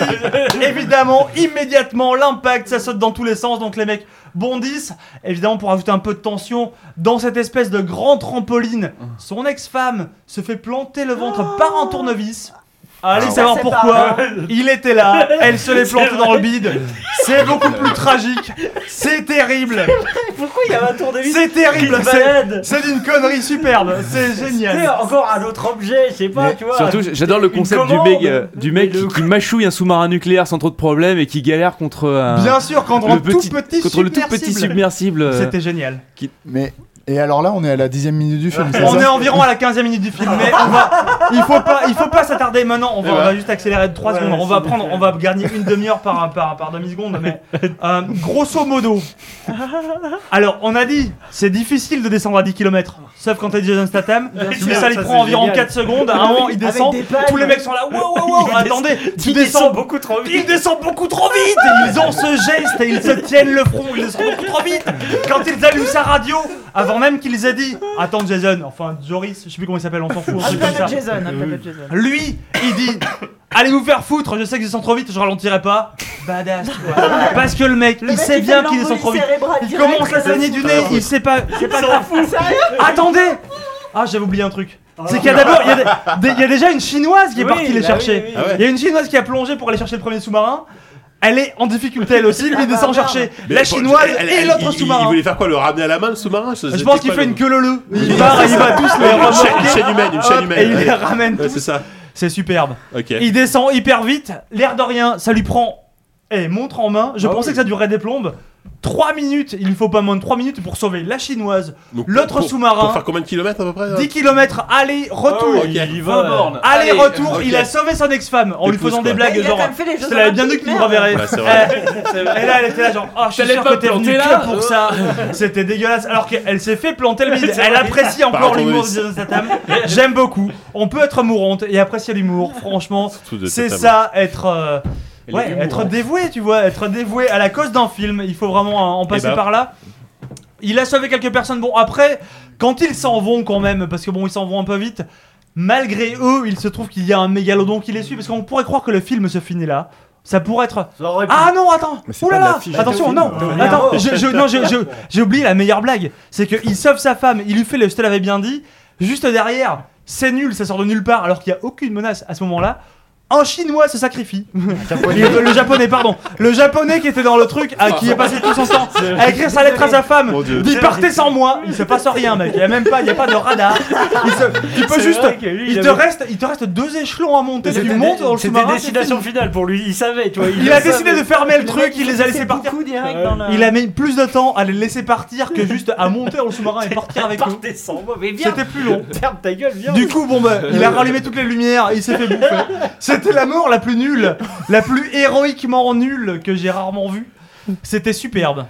Speaker 3: Évidemment, immédiatement, l'impact, ça saute dans tous les sens, donc les mecs bondissent. Évidemment, pour ajouter un peu de tension, dans cette espèce de grand trampoline, son ex-femme se fait planter le ventre par un tournevis. Allez
Speaker 8: Ah ouais.
Speaker 3: savoir
Speaker 8: C'est
Speaker 3: pourquoi.
Speaker 8: pas mal.
Speaker 3: Il était là, elle se les
Speaker 8: C'est
Speaker 3: plante
Speaker 8: vrai.
Speaker 3: dans le bide. C'est beaucoup plus tragique. C'est terrible.
Speaker 8: Pourquoi il y avait un tournevis
Speaker 3: C'est terrible.
Speaker 8: qui se
Speaker 3: c'est-
Speaker 8: balade
Speaker 3: C'est d'une connerie superbe. C'est
Speaker 8: C'était
Speaker 3: génial.
Speaker 8: encore un autre objet, je sais pas,
Speaker 4: Mais
Speaker 8: tu vois.
Speaker 4: Surtout, j'adore le
Speaker 8: Une
Speaker 4: concept du
Speaker 8: commande.
Speaker 4: mec, euh, du mec qui, qui mâchouille un sous-marin nucléaire sans trop de problèmes et qui galère contre un.
Speaker 6: Bien sûr, contre
Speaker 4: le
Speaker 6: un tout petit
Speaker 4: contre le tout petit
Speaker 6: submersible.
Speaker 4: submersible. euh,
Speaker 3: C'était génial.
Speaker 6: Mais et alors là, on est à la dixième minute du film. c'est
Speaker 3: On
Speaker 6: ça
Speaker 3: est environ à la 15 e minute du film, mais on va, il faut pas, il faut pas s'attarder maintenant. On va,
Speaker 6: Eh ben.
Speaker 3: on va juste accélérer de 3
Speaker 6: Ouais,
Speaker 3: secondes. On
Speaker 6: c'est
Speaker 3: va
Speaker 6: bien.
Speaker 3: prendre, on va gagner une demi-heure par, par, par demi-seconde, mais euh, grosso modo. Alors, on a dit, c'est difficile de descendre à 10 km, sauf quand t'es Jason Statham.
Speaker 8: Bien
Speaker 3: Mais
Speaker 8: sûr,
Speaker 3: ça lui
Speaker 8: ça,
Speaker 3: prend
Speaker 8: c'est
Speaker 3: environ
Speaker 8: génial.
Speaker 3: 4 secondes. À un moment, il
Speaker 8: Avec
Speaker 3: descend.
Speaker 8: des palmes.
Speaker 3: Tous les mecs sont là. Wow, wow, wow,
Speaker 8: Il
Speaker 3: attendez,
Speaker 8: descend-
Speaker 3: tu
Speaker 8: il
Speaker 3: descends
Speaker 8: descend beaucoup trop vite.
Speaker 3: Il descend beaucoup trop vite. Ils ont ce geste et ils se tiennent le front. Ils descendent beaucoup trop vite. Quand ils allument sa radio, avant même qu'ils aient dit Attends, Jason, enfin Joris, je sais plus comment il s'appelle, on s'en fout. un truc comme ça.
Speaker 5: Appelle-le Ah, Jason, appelle-le Jason.
Speaker 3: Lui, il dit Allez vous faire foutre, je sais que je descends trop vite, je ralentirai pas. Badass, tu vois. Parce que le mec,
Speaker 8: Le
Speaker 3: il
Speaker 8: mec,
Speaker 3: sait
Speaker 8: il
Speaker 3: bien
Speaker 8: fait
Speaker 3: qu'il descend trop vite.
Speaker 8: l'embolie
Speaker 3: Il
Speaker 8: cérébrale
Speaker 3: commence à
Speaker 8: direct.
Speaker 3: saigner du
Speaker 8: Il s'en
Speaker 3: nez,
Speaker 8: fout.
Speaker 3: il sait pas. C'est pas
Speaker 8: Il s'en
Speaker 3: grave.
Speaker 8: fout. Sérieux
Speaker 3: Attendez Ah, j'avais oublié un truc. C'est qu'il y a d'abord, il y a des- des- il y a déjà une chinoise qui est
Speaker 8: Oui,
Speaker 3: partie les
Speaker 8: bah
Speaker 3: chercher.
Speaker 8: oui, oui, oui.
Speaker 3: Il y a une chinoise qui a plongé pour aller chercher le premier sous-marin. Elle est en difficulté elle aussi, lui il descend chercher
Speaker 2: Mais
Speaker 3: la
Speaker 2: bon,
Speaker 3: chinoise
Speaker 2: elle-
Speaker 3: et
Speaker 2: elle-
Speaker 3: l'autre
Speaker 2: il- il-
Speaker 3: sous-marin.
Speaker 2: Il voulait faire quoi Le ramener à la main, le sous-marin
Speaker 3: Je pense qu'il fait une queue leu Il part et il va tous les
Speaker 2: Une chaîne-
Speaker 3: remorquer.
Speaker 2: une chaîne humaine, une chaîne
Speaker 3: Hop,
Speaker 2: humaine,
Speaker 3: Et il
Speaker 2: ouais.
Speaker 3: les ramène
Speaker 2: Ouais,
Speaker 3: tous.
Speaker 2: c'est ça.
Speaker 3: C'est superbe.
Speaker 2: Ok.
Speaker 3: Il descend hyper vite, l'air de rien, ça lui prend. Et montre en main,
Speaker 2: Ah
Speaker 3: je pensais que ça durerait des plombes. 3 minutes, il ne faut pas moins de 3 minutes pour sauver la chinoise,
Speaker 2: Donc,
Speaker 3: l'autre
Speaker 2: pour-
Speaker 3: sous-marin.
Speaker 2: Pour faire combien de kilomètres à peu près
Speaker 3: 10 km, aller, retour.
Speaker 2: Ah oui, il y va.
Speaker 3: Aller,
Speaker 2: Allez,
Speaker 3: retour,
Speaker 2: ok.
Speaker 3: il a sauvé son ex-femme en lui
Speaker 2: Épouse,
Speaker 3: faisant des
Speaker 2: quoi.
Speaker 3: blagues
Speaker 2: Il a
Speaker 3: genre.
Speaker 2: quand même fait les
Speaker 3: je
Speaker 2: Jeux
Speaker 3: te l'avais bien dit que tu me reverrais.
Speaker 2: Bah, c'est vrai.
Speaker 3: Eh, Et là, elle était là genre, oh, je suis
Speaker 8: T'allais
Speaker 3: sûr
Speaker 8: pas
Speaker 3: que t'es venu
Speaker 8: planter
Speaker 3: que
Speaker 8: là
Speaker 3: pour ça. C'était dégueulasse. Alors qu'elle s'est fait planter le bide.
Speaker 8: C'est
Speaker 3: Elle
Speaker 8: vrai.
Speaker 3: apprécie
Speaker 8: Par
Speaker 3: encore
Speaker 8: un
Speaker 3: l'humour de
Speaker 8: tournevis.
Speaker 3: Jason Statham. J'aime beaucoup. On peut être mourante et apprécier l'humour. Franchement,
Speaker 2: Surtout de
Speaker 3: c'est
Speaker 2: Statham.
Speaker 3: ça être. euh,
Speaker 2: Elle est
Speaker 3: Ouais,
Speaker 2: humour,
Speaker 3: être
Speaker 2: hein.
Speaker 3: dévoué, tu vois, être dévoué à la cause d'un film, il faut vraiment en en passer
Speaker 2: ben.
Speaker 3: par là. Il a sauvé quelques personnes. Bon, après, quand ils s'en vont quand même, parce que bon, ils s'en vont un peu vite, malgré eux, il se trouve qu'il y a un mégalodon qui les suit, parce qu'on pourrait croire que le film se finit là. Ça pourrait être. Ah non, attends
Speaker 8: Mais c'est
Speaker 3: Oh là
Speaker 8: pas de
Speaker 3: là
Speaker 8: l'affiche.
Speaker 3: Attention,
Speaker 8: Film.
Speaker 3: non
Speaker 8: Ouais.
Speaker 3: Attends,
Speaker 8: Ouais.
Speaker 3: je- je- non, je- je- j'ai oublié la meilleure blague. C'est qu'il sauve sa femme, il lui fait le je te l'avais bien dit. Juste derrière, c'est nul, ça sort de nulle part, alors qu'il n'y a aucune menace à ce moment-là. Un chinois se sacrifie. le, le japonais, pardon. Le japonais qui était dans le truc, à, qui est passé tout son temps à écrire sa lettre à sa femme.
Speaker 2: Dieu.
Speaker 3: Dit partez sans moi. Il se passe rien, mec. Il n'y a même pas, il y a pas de radar. Il se- tu peux
Speaker 9: C'est
Speaker 3: juste.
Speaker 9: vrai que lui, il
Speaker 3: il, te
Speaker 9: avait-
Speaker 3: reste, il te reste deux échelons à monter. Tu montes dans le
Speaker 9: C'était
Speaker 3: sous-marin, c'est
Speaker 9: destination
Speaker 3: fini.
Speaker 9: finale pour lui, il savait, tu vois.
Speaker 3: Il a décidé de fermer le truc, il les a laissés partir. Il a mis plus de temps à les laisser partir que juste à monter dans le sous-marin et partir avec eux. C'était plus long.
Speaker 7: Ferme ta gueule, viens.
Speaker 3: Du coup, bon bah, il a rallumé toutes les lumières, il s'est fait bouffer. C'était la mort la plus nulle, la plus héroïquement nulle que j'ai rarement vue. C'était superbe.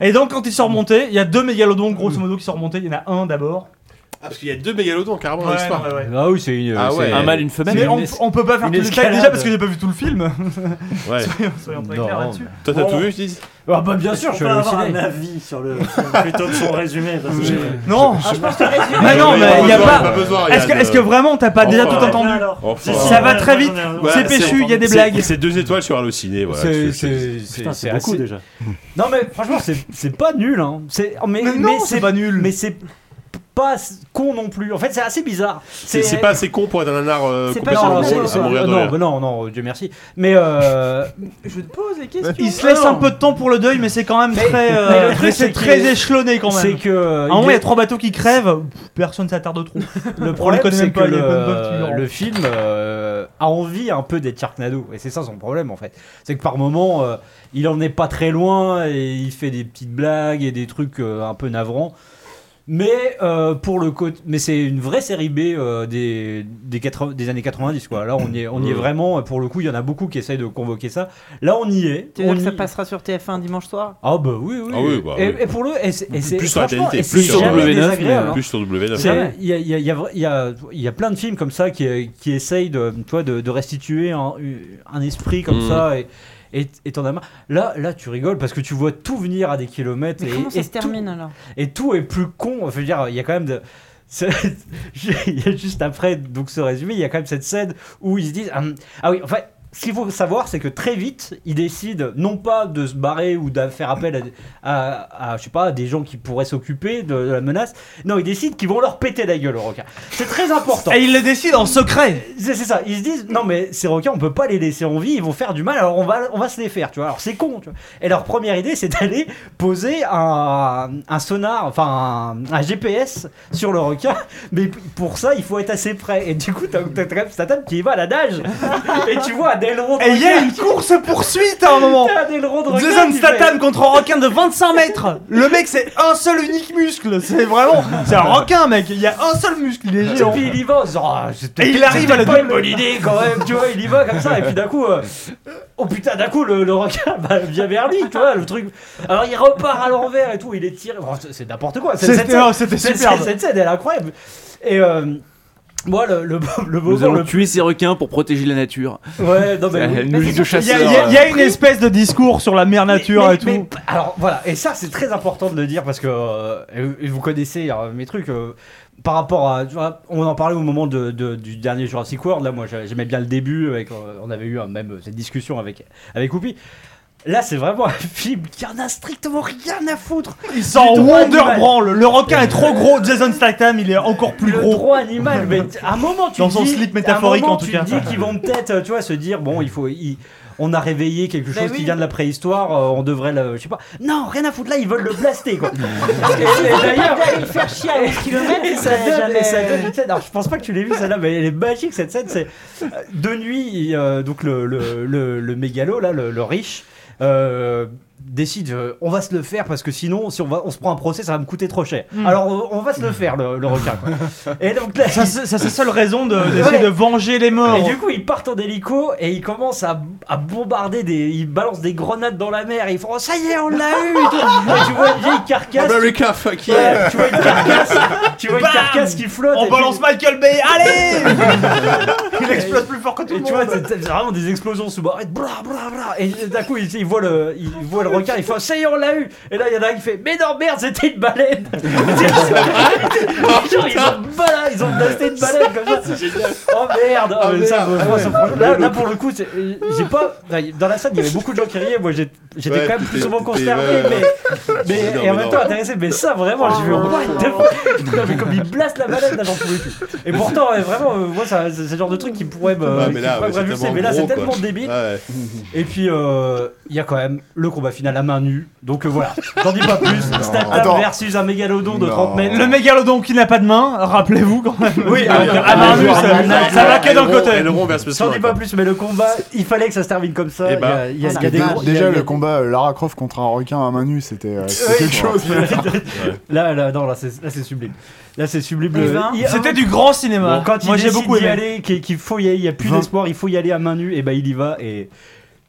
Speaker 3: Et donc, quand ils sont remontés, il y a deux mégalodons grosso modo qui sont remontés. Il y en a un d'abord.
Speaker 2: Ah, parce qu'il y a deux mégalodons carrément dans
Speaker 3: Ouais,
Speaker 2: l'histoire.
Speaker 3: ouais, ouais.
Speaker 7: Ah oui, c'est une-
Speaker 2: Ah
Speaker 7: c'est
Speaker 2: ouais.
Speaker 7: un mâle, une femelle.
Speaker 3: Mais
Speaker 7: Une
Speaker 3: on,
Speaker 7: es-
Speaker 3: on peut pas faire
Speaker 7: une
Speaker 3: tout le détail
Speaker 7: escalade.
Speaker 3: déjà parce que j'ai pas vu tout le film.
Speaker 2: Ouais.
Speaker 3: Soyons, soyons très
Speaker 2: Non,
Speaker 3: clairs là-dessus.
Speaker 2: Toi, t'as tout vu, je dis
Speaker 7: Ah bah bien sûr, je suis allé au
Speaker 9: avoir un
Speaker 7: ciné.
Speaker 9: avis sur le plutôt que son résumé. Parce que...
Speaker 3: Non.
Speaker 9: je pense que
Speaker 3: Mais non, mais il y a pas.
Speaker 2: besoin,
Speaker 7: Ah,
Speaker 3: Est-ce que,
Speaker 2: Yann.
Speaker 3: est-ce
Speaker 7: euh,
Speaker 3: que vraiment t'as pas déjà
Speaker 7: oh,
Speaker 2: Enfin,
Speaker 3: tout entendu
Speaker 2: Enfin.
Speaker 3: Ça va très vite, c'est péchu, il y a des
Speaker 2: C'est-
Speaker 3: blagues.
Speaker 2: C'est deux étoiles sur Allociné, voilà.
Speaker 7: C'est-
Speaker 2: je- je-
Speaker 7: c'est-
Speaker 2: je-
Speaker 7: c'est- c'est assez- Non mais franchement, c'est- c'est pas nul. Hein. C'est- Mais,
Speaker 3: Mais non, c'est
Speaker 7: pas nul. Mais c'est pas con non plus. En fait, c'est assez bizarre.
Speaker 2: C'est c'est pas assez con pour être un nanar euh,
Speaker 7: C'est pas
Speaker 2: complètement
Speaker 7: genre-
Speaker 2: drôle
Speaker 7: c'est-
Speaker 2: à mourir de
Speaker 7: Ah, non,
Speaker 2: rire.
Speaker 7: mais non, non, Dieu merci. Mais euh,
Speaker 5: Je te pose les questions.
Speaker 3: Il se laisse un peu de temps pour le deuil, mais c'est quand même très, euh,
Speaker 7: mais le truc,
Speaker 3: mais c'est
Speaker 7: c'est
Speaker 3: très
Speaker 7: qu'il-
Speaker 3: échelonné quand même.
Speaker 7: c'est que,
Speaker 3: À
Speaker 7: euh,
Speaker 3: un moment,
Speaker 7: il
Speaker 3: il y
Speaker 7: est-
Speaker 3: a trois bateaux qui crèvent, pff, personne s'attarde au trou.
Speaker 7: le problème, c'est que
Speaker 3: il y a pas de bof qui
Speaker 7: le,
Speaker 3: meurt.
Speaker 7: le film euh, a envie un peu d'être Sharknado, et c'est ça son problème en fait. C'est que par moment, euh, il en est pas très loin et il fait des petites blagues et des trucs euh, un peu navrants. Mais euh, pour le côté, mais c'est une vraie série B euh, des des, 80 des années 90 quoi. Là, on y est, on y est
Speaker 5: Mm.
Speaker 7: vraiment. et Pour le coup, il y en a beaucoup qui essayent de convoquer ça. Là, on y est.
Speaker 5: Tu veux
Speaker 7: on
Speaker 5: dire que ça
Speaker 7: y-
Speaker 5: passera sur TF1 dimanche soir
Speaker 7: Ah bah oui, oui.
Speaker 2: Ah oui, bah
Speaker 7: et,
Speaker 2: oui.
Speaker 7: et pour le, et c'est- et c'est-
Speaker 2: Plus sur la
Speaker 7: franchement,
Speaker 2: TNT,
Speaker 7: et
Speaker 2: plus
Speaker 7: c'est
Speaker 2: sur
Speaker 7: jamais
Speaker 2: W9,
Speaker 7: désagréable,
Speaker 2: mais
Speaker 7: hein.
Speaker 2: plus sur W9.
Speaker 7: C'est-
Speaker 2: Jamais.
Speaker 7: Il y a, il y a- il y a vra- il y a- il y a plein de films comme ça qui, euh, qui essayent de, toi, de, de restituer un, un esprit comme
Speaker 2: Mm.
Speaker 7: ça et et- et t'en as marre. Là, là, tu rigoles parce que tu vois tout venir à des kilomètres.
Speaker 5: Mais
Speaker 7: et,
Speaker 5: comment ça
Speaker 7: et
Speaker 5: se
Speaker 7: tout-
Speaker 5: termine alors
Speaker 7: et tout est plus con. Enfin, Je veux dire, il y a quand même de. c'est- Il y a juste après donc ce résumé, il y a quand même cette scène où ils se disent hum, ah oui, enfin. Ce qu'il faut savoir, c'est que très vite, ils décident non pas de se barrer ou de faire appel à, à- à, je sais pas, à des gens qui pourraient s'occuper de, de la menace. Non, ils décident qu'ils vont leur péter la gueule aux requins. C'est très important.
Speaker 3: Et ils le décident en secret.
Speaker 7: C'est c'est ça. Ils se disent non mais ces requins, on peut pas les laisser en vie. Ils vont faire du mal. Alors on va, on va se les faire. Tu vois. Alors c'est con. Tu vois. Et leur première idée, c'est d'aller poser un, un sonar, enfin un, un GPS sur le requin. Mais p- pour ça, il faut être assez près. Et du coup, t'as t'as- t'as Statham qui y va à la nage. Et tu vois un aileron. de
Speaker 3: Et il y a
Speaker 7: requin
Speaker 3: une course poursuite à un moment.
Speaker 7: T'as un aileron de requin
Speaker 3: Jason
Speaker 7: qui
Speaker 3: Statham
Speaker 7: fait-
Speaker 3: contre un requin de 25 mètres. Le mec, c'est un seul unique muscle. C'est vraiment, c'est un requin, mec. Il y a un seul muscle. Il est
Speaker 7: Et
Speaker 3: géant.
Speaker 7: puis il y va, en se disant, Ah, c'était-
Speaker 3: Et il arrive
Speaker 7: c'était
Speaker 3: à la
Speaker 7: pas
Speaker 3: dou-
Speaker 7: une bonne idée quand même, tu vois, il y va comme ça, et puis d'un coup, euh, oh putain, d'un coup le, le requin bah, vient vers lui, tu vois, le truc. Alors il repart à l'envers et tout, il est tiré, Oh, c'est- c'est n'importe quoi. cette-
Speaker 3: C'était-
Speaker 7: cette scène-
Speaker 3: oh, c'était
Speaker 7: cette-
Speaker 3: superbe.
Speaker 7: Cette, cette scène, elle est incroyable. Et euh, moi, le, le, le beau
Speaker 4: Nous
Speaker 7: le,
Speaker 4: allons tuer ces requins pour protéger la nature.
Speaker 7: Ouais, non, mais
Speaker 4: C'est
Speaker 7: oui.
Speaker 4: une
Speaker 7: Mais
Speaker 4: logique
Speaker 7: c'est
Speaker 4: de
Speaker 7: surtout
Speaker 3: Il y
Speaker 4: chasseur.
Speaker 3: a, il y a- il y a une espèce de discours sur la mère nature
Speaker 7: Mais-
Speaker 3: et tout.
Speaker 7: mais- alors voilà, et ça c'est très important de le dire parce que euh, et vous- et vous connaissez euh, mes trucs euh, par rapport à. tu vois, on en parlait au moment de- de- du dernier Jurassic World. Là, moi j'a- j'aimais bien le début. Avec, euh, on avait eu euh, même euh, cette discussion avec, avec Whoopi. Là, c'est vraiment un film qui en a strictement rien à foutre.
Speaker 3: Il sent Wonder Branle. Le requin est trop gros. Jason Statham, il est encore plus
Speaker 7: Le
Speaker 3: gros.
Speaker 7: droit animal, mais t- à un moment tu
Speaker 3: Dans
Speaker 7: te
Speaker 3: son
Speaker 7: dis,
Speaker 3: slip
Speaker 7: à un
Speaker 3: métaphorique,
Speaker 7: moment,
Speaker 3: en tout
Speaker 7: tu
Speaker 3: cas.
Speaker 7: te dis qu'ils vont peut-être, euh, tu vois, se dire bon, il faut, il- on a réveillé quelque chose qui vient de la préhistoire, euh, on devrait le, je sais pas. Non, rien à foutre là, ils veulent le blaster quoi. Parce que,
Speaker 5: Ils
Speaker 7: et
Speaker 5: vont pas
Speaker 7: d'ailleurs,
Speaker 5: aller le faire chier à 11 kilomètres,
Speaker 7: et ça
Speaker 5: ça,
Speaker 7: donne,
Speaker 5: jamais.
Speaker 7: et ça donne une scène. Alors je pense pas que tu l'aies vu celle-là, mais elle est magique cette scène. C'est euh, de nuit, il, euh, donc le le, le, le mégalo là, le, le riche. euh, décide euh, on va se le faire parce que sinon si on va on se prend un procès ça va me coûter trop cher
Speaker 3: Mm.
Speaker 7: alors on, on va se le faire le, le requin quoi. Et donc là,
Speaker 3: Ça, c'est ça, c'est la seule raison de- d'essayer de venger les morts.
Speaker 7: Et du coup, ils partent en hélico et ils commencent à, à bombarder des. Ils balancent des grenades dans la mer. Et ils font oh, ça y est, on l'a eu Et Tu vois une vieille carcasse.
Speaker 2: America, fuck
Speaker 7: Ouais,
Speaker 2: yeah.
Speaker 7: Tu vois une carcasse, tu vois une
Speaker 3: Bam
Speaker 7: carcasse qui flotte.
Speaker 3: On
Speaker 7: et
Speaker 3: balance
Speaker 7: puis-
Speaker 3: Michael Bay, allez Il explose plus fort que tout
Speaker 7: et
Speaker 3: le
Speaker 7: tu vois,
Speaker 3: monde.
Speaker 7: c'est c'est vraiment des explosions sous bas bla bla bla. Et d'un coup, il, il voit le, il voit le requin, il fait Oh, ça y est, on l'a eu. Et là, il y en a un qui fait mais non, merde, c'était une baleine. Genre, hein, ils ont, voilà, ils ont blasté te balades comme ça. Oh merde, oh,
Speaker 8: Ah,
Speaker 7: mais ça,
Speaker 8: merde.
Speaker 7: moi, ça me prend-
Speaker 8: Ah, ouais.
Speaker 7: là, là, pour le coup, c'est- euh, j'ai pas. Dans la salle, il y avait beaucoup de gens qui riaient. Moi, j'ai- j'étais
Speaker 8: Ouais,
Speaker 7: quand même plus
Speaker 8: t'étais-
Speaker 7: souvent
Speaker 8: t'étais,
Speaker 7: consterné,
Speaker 8: ouais,
Speaker 7: mais,
Speaker 8: ouais.
Speaker 7: mais-
Speaker 8: Non,
Speaker 7: et en
Speaker 8: mais
Speaker 7: même
Speaker 8: non.
Speaker 7: temps intéressé. Mais ça, vraiment, j'ai
Speaker 2: Oh.
Speaker 7: vu. What the fuck Non, mais comme il blasse la balade, là, j'en pouvais plus. Et pourtant, ouais, vraiment, euh, moi, ça- c'est le genre de truc qui pourrait me.
Speaker 2: Ah, mais
Speaker 7: qui
Speaker 2: là,
Speaker 7: pourrait
Speaker 2: ouais,
Speaker 7: me
Speaker 2: c'est
Speaker 7: révulser.
Speaker 2: tellement
Speaker 7: Mais là, c'est
Speaker 2: gros,
Speaker 7: tellement
Speaker 2: quoi.
Speaker 7: débile. Et puis, euh, il y a quand même le combat final à main nue. Donc euh, voilà, j'en dis pas plus. Statam
Speaker 3: Attends.
Speaker 7: versus un mégalodon de 30 mètres.
Speaker 3: Le mégalodon qui n'a pas de main, rappelez-vous quand même.
Speaker 7: Oui,
Speaker 3: Ah,
Speaker 7: alors,
Speaker 3: ah,
Speaker 7: alors,
Speaker 3: non,
Speaker 7: alors,
Speaker 3: ça-
Speaker 7: alors,
Speaker 3: ça va que d'un
Speaker 7: alors,
Speaker 3: côté.
Speaker 7: alors, J'en
Speaker 3: ah,
Speaker 7: dis
Speaker 2: hein.
Speaker 7: pas plus, mais le combat, il fallait que ça se termine comme ça.
Speaker 2: Eh
Speaker 7: Il y a-
Speaker 2: ben,
Speaker 7: il y a, il y a
Speaker 6: Parce que
Speaker 7: des
Speaker 6: dé-
Speaker 7: gros- il y a-
Speaker 6: déjà
Speaker 7: il y a-
Speaker 6: le combat euh, Lara Croft contre un requin à main nue, c'était euh, c'était quelque chose.
Speaker 7: Là, là, non, là, c'est là, c'est sublime. Là, c'est sublime.
Speaker 3: Et
Speaker 7: Le-
Speaker 3: vingt.
Speaker 7: il-
Speaker 3: C'était du grand cinéma.
Speaker 7: hein. Bon, quand
Speaker 3: Moi,
Speaker 7: il
Speaker 3: j'ai
Speaker 7: décide
Speaker 3: beaucoup
Speaker 7: d'y
Speaker 3: aimé.
Speaker 7: aller, qu'il qu'il faut y aller, il y a plus
Speaker 6: Vingt.
Speaker 7: d'espoir, il faut y aller à main nue, et ben il y va et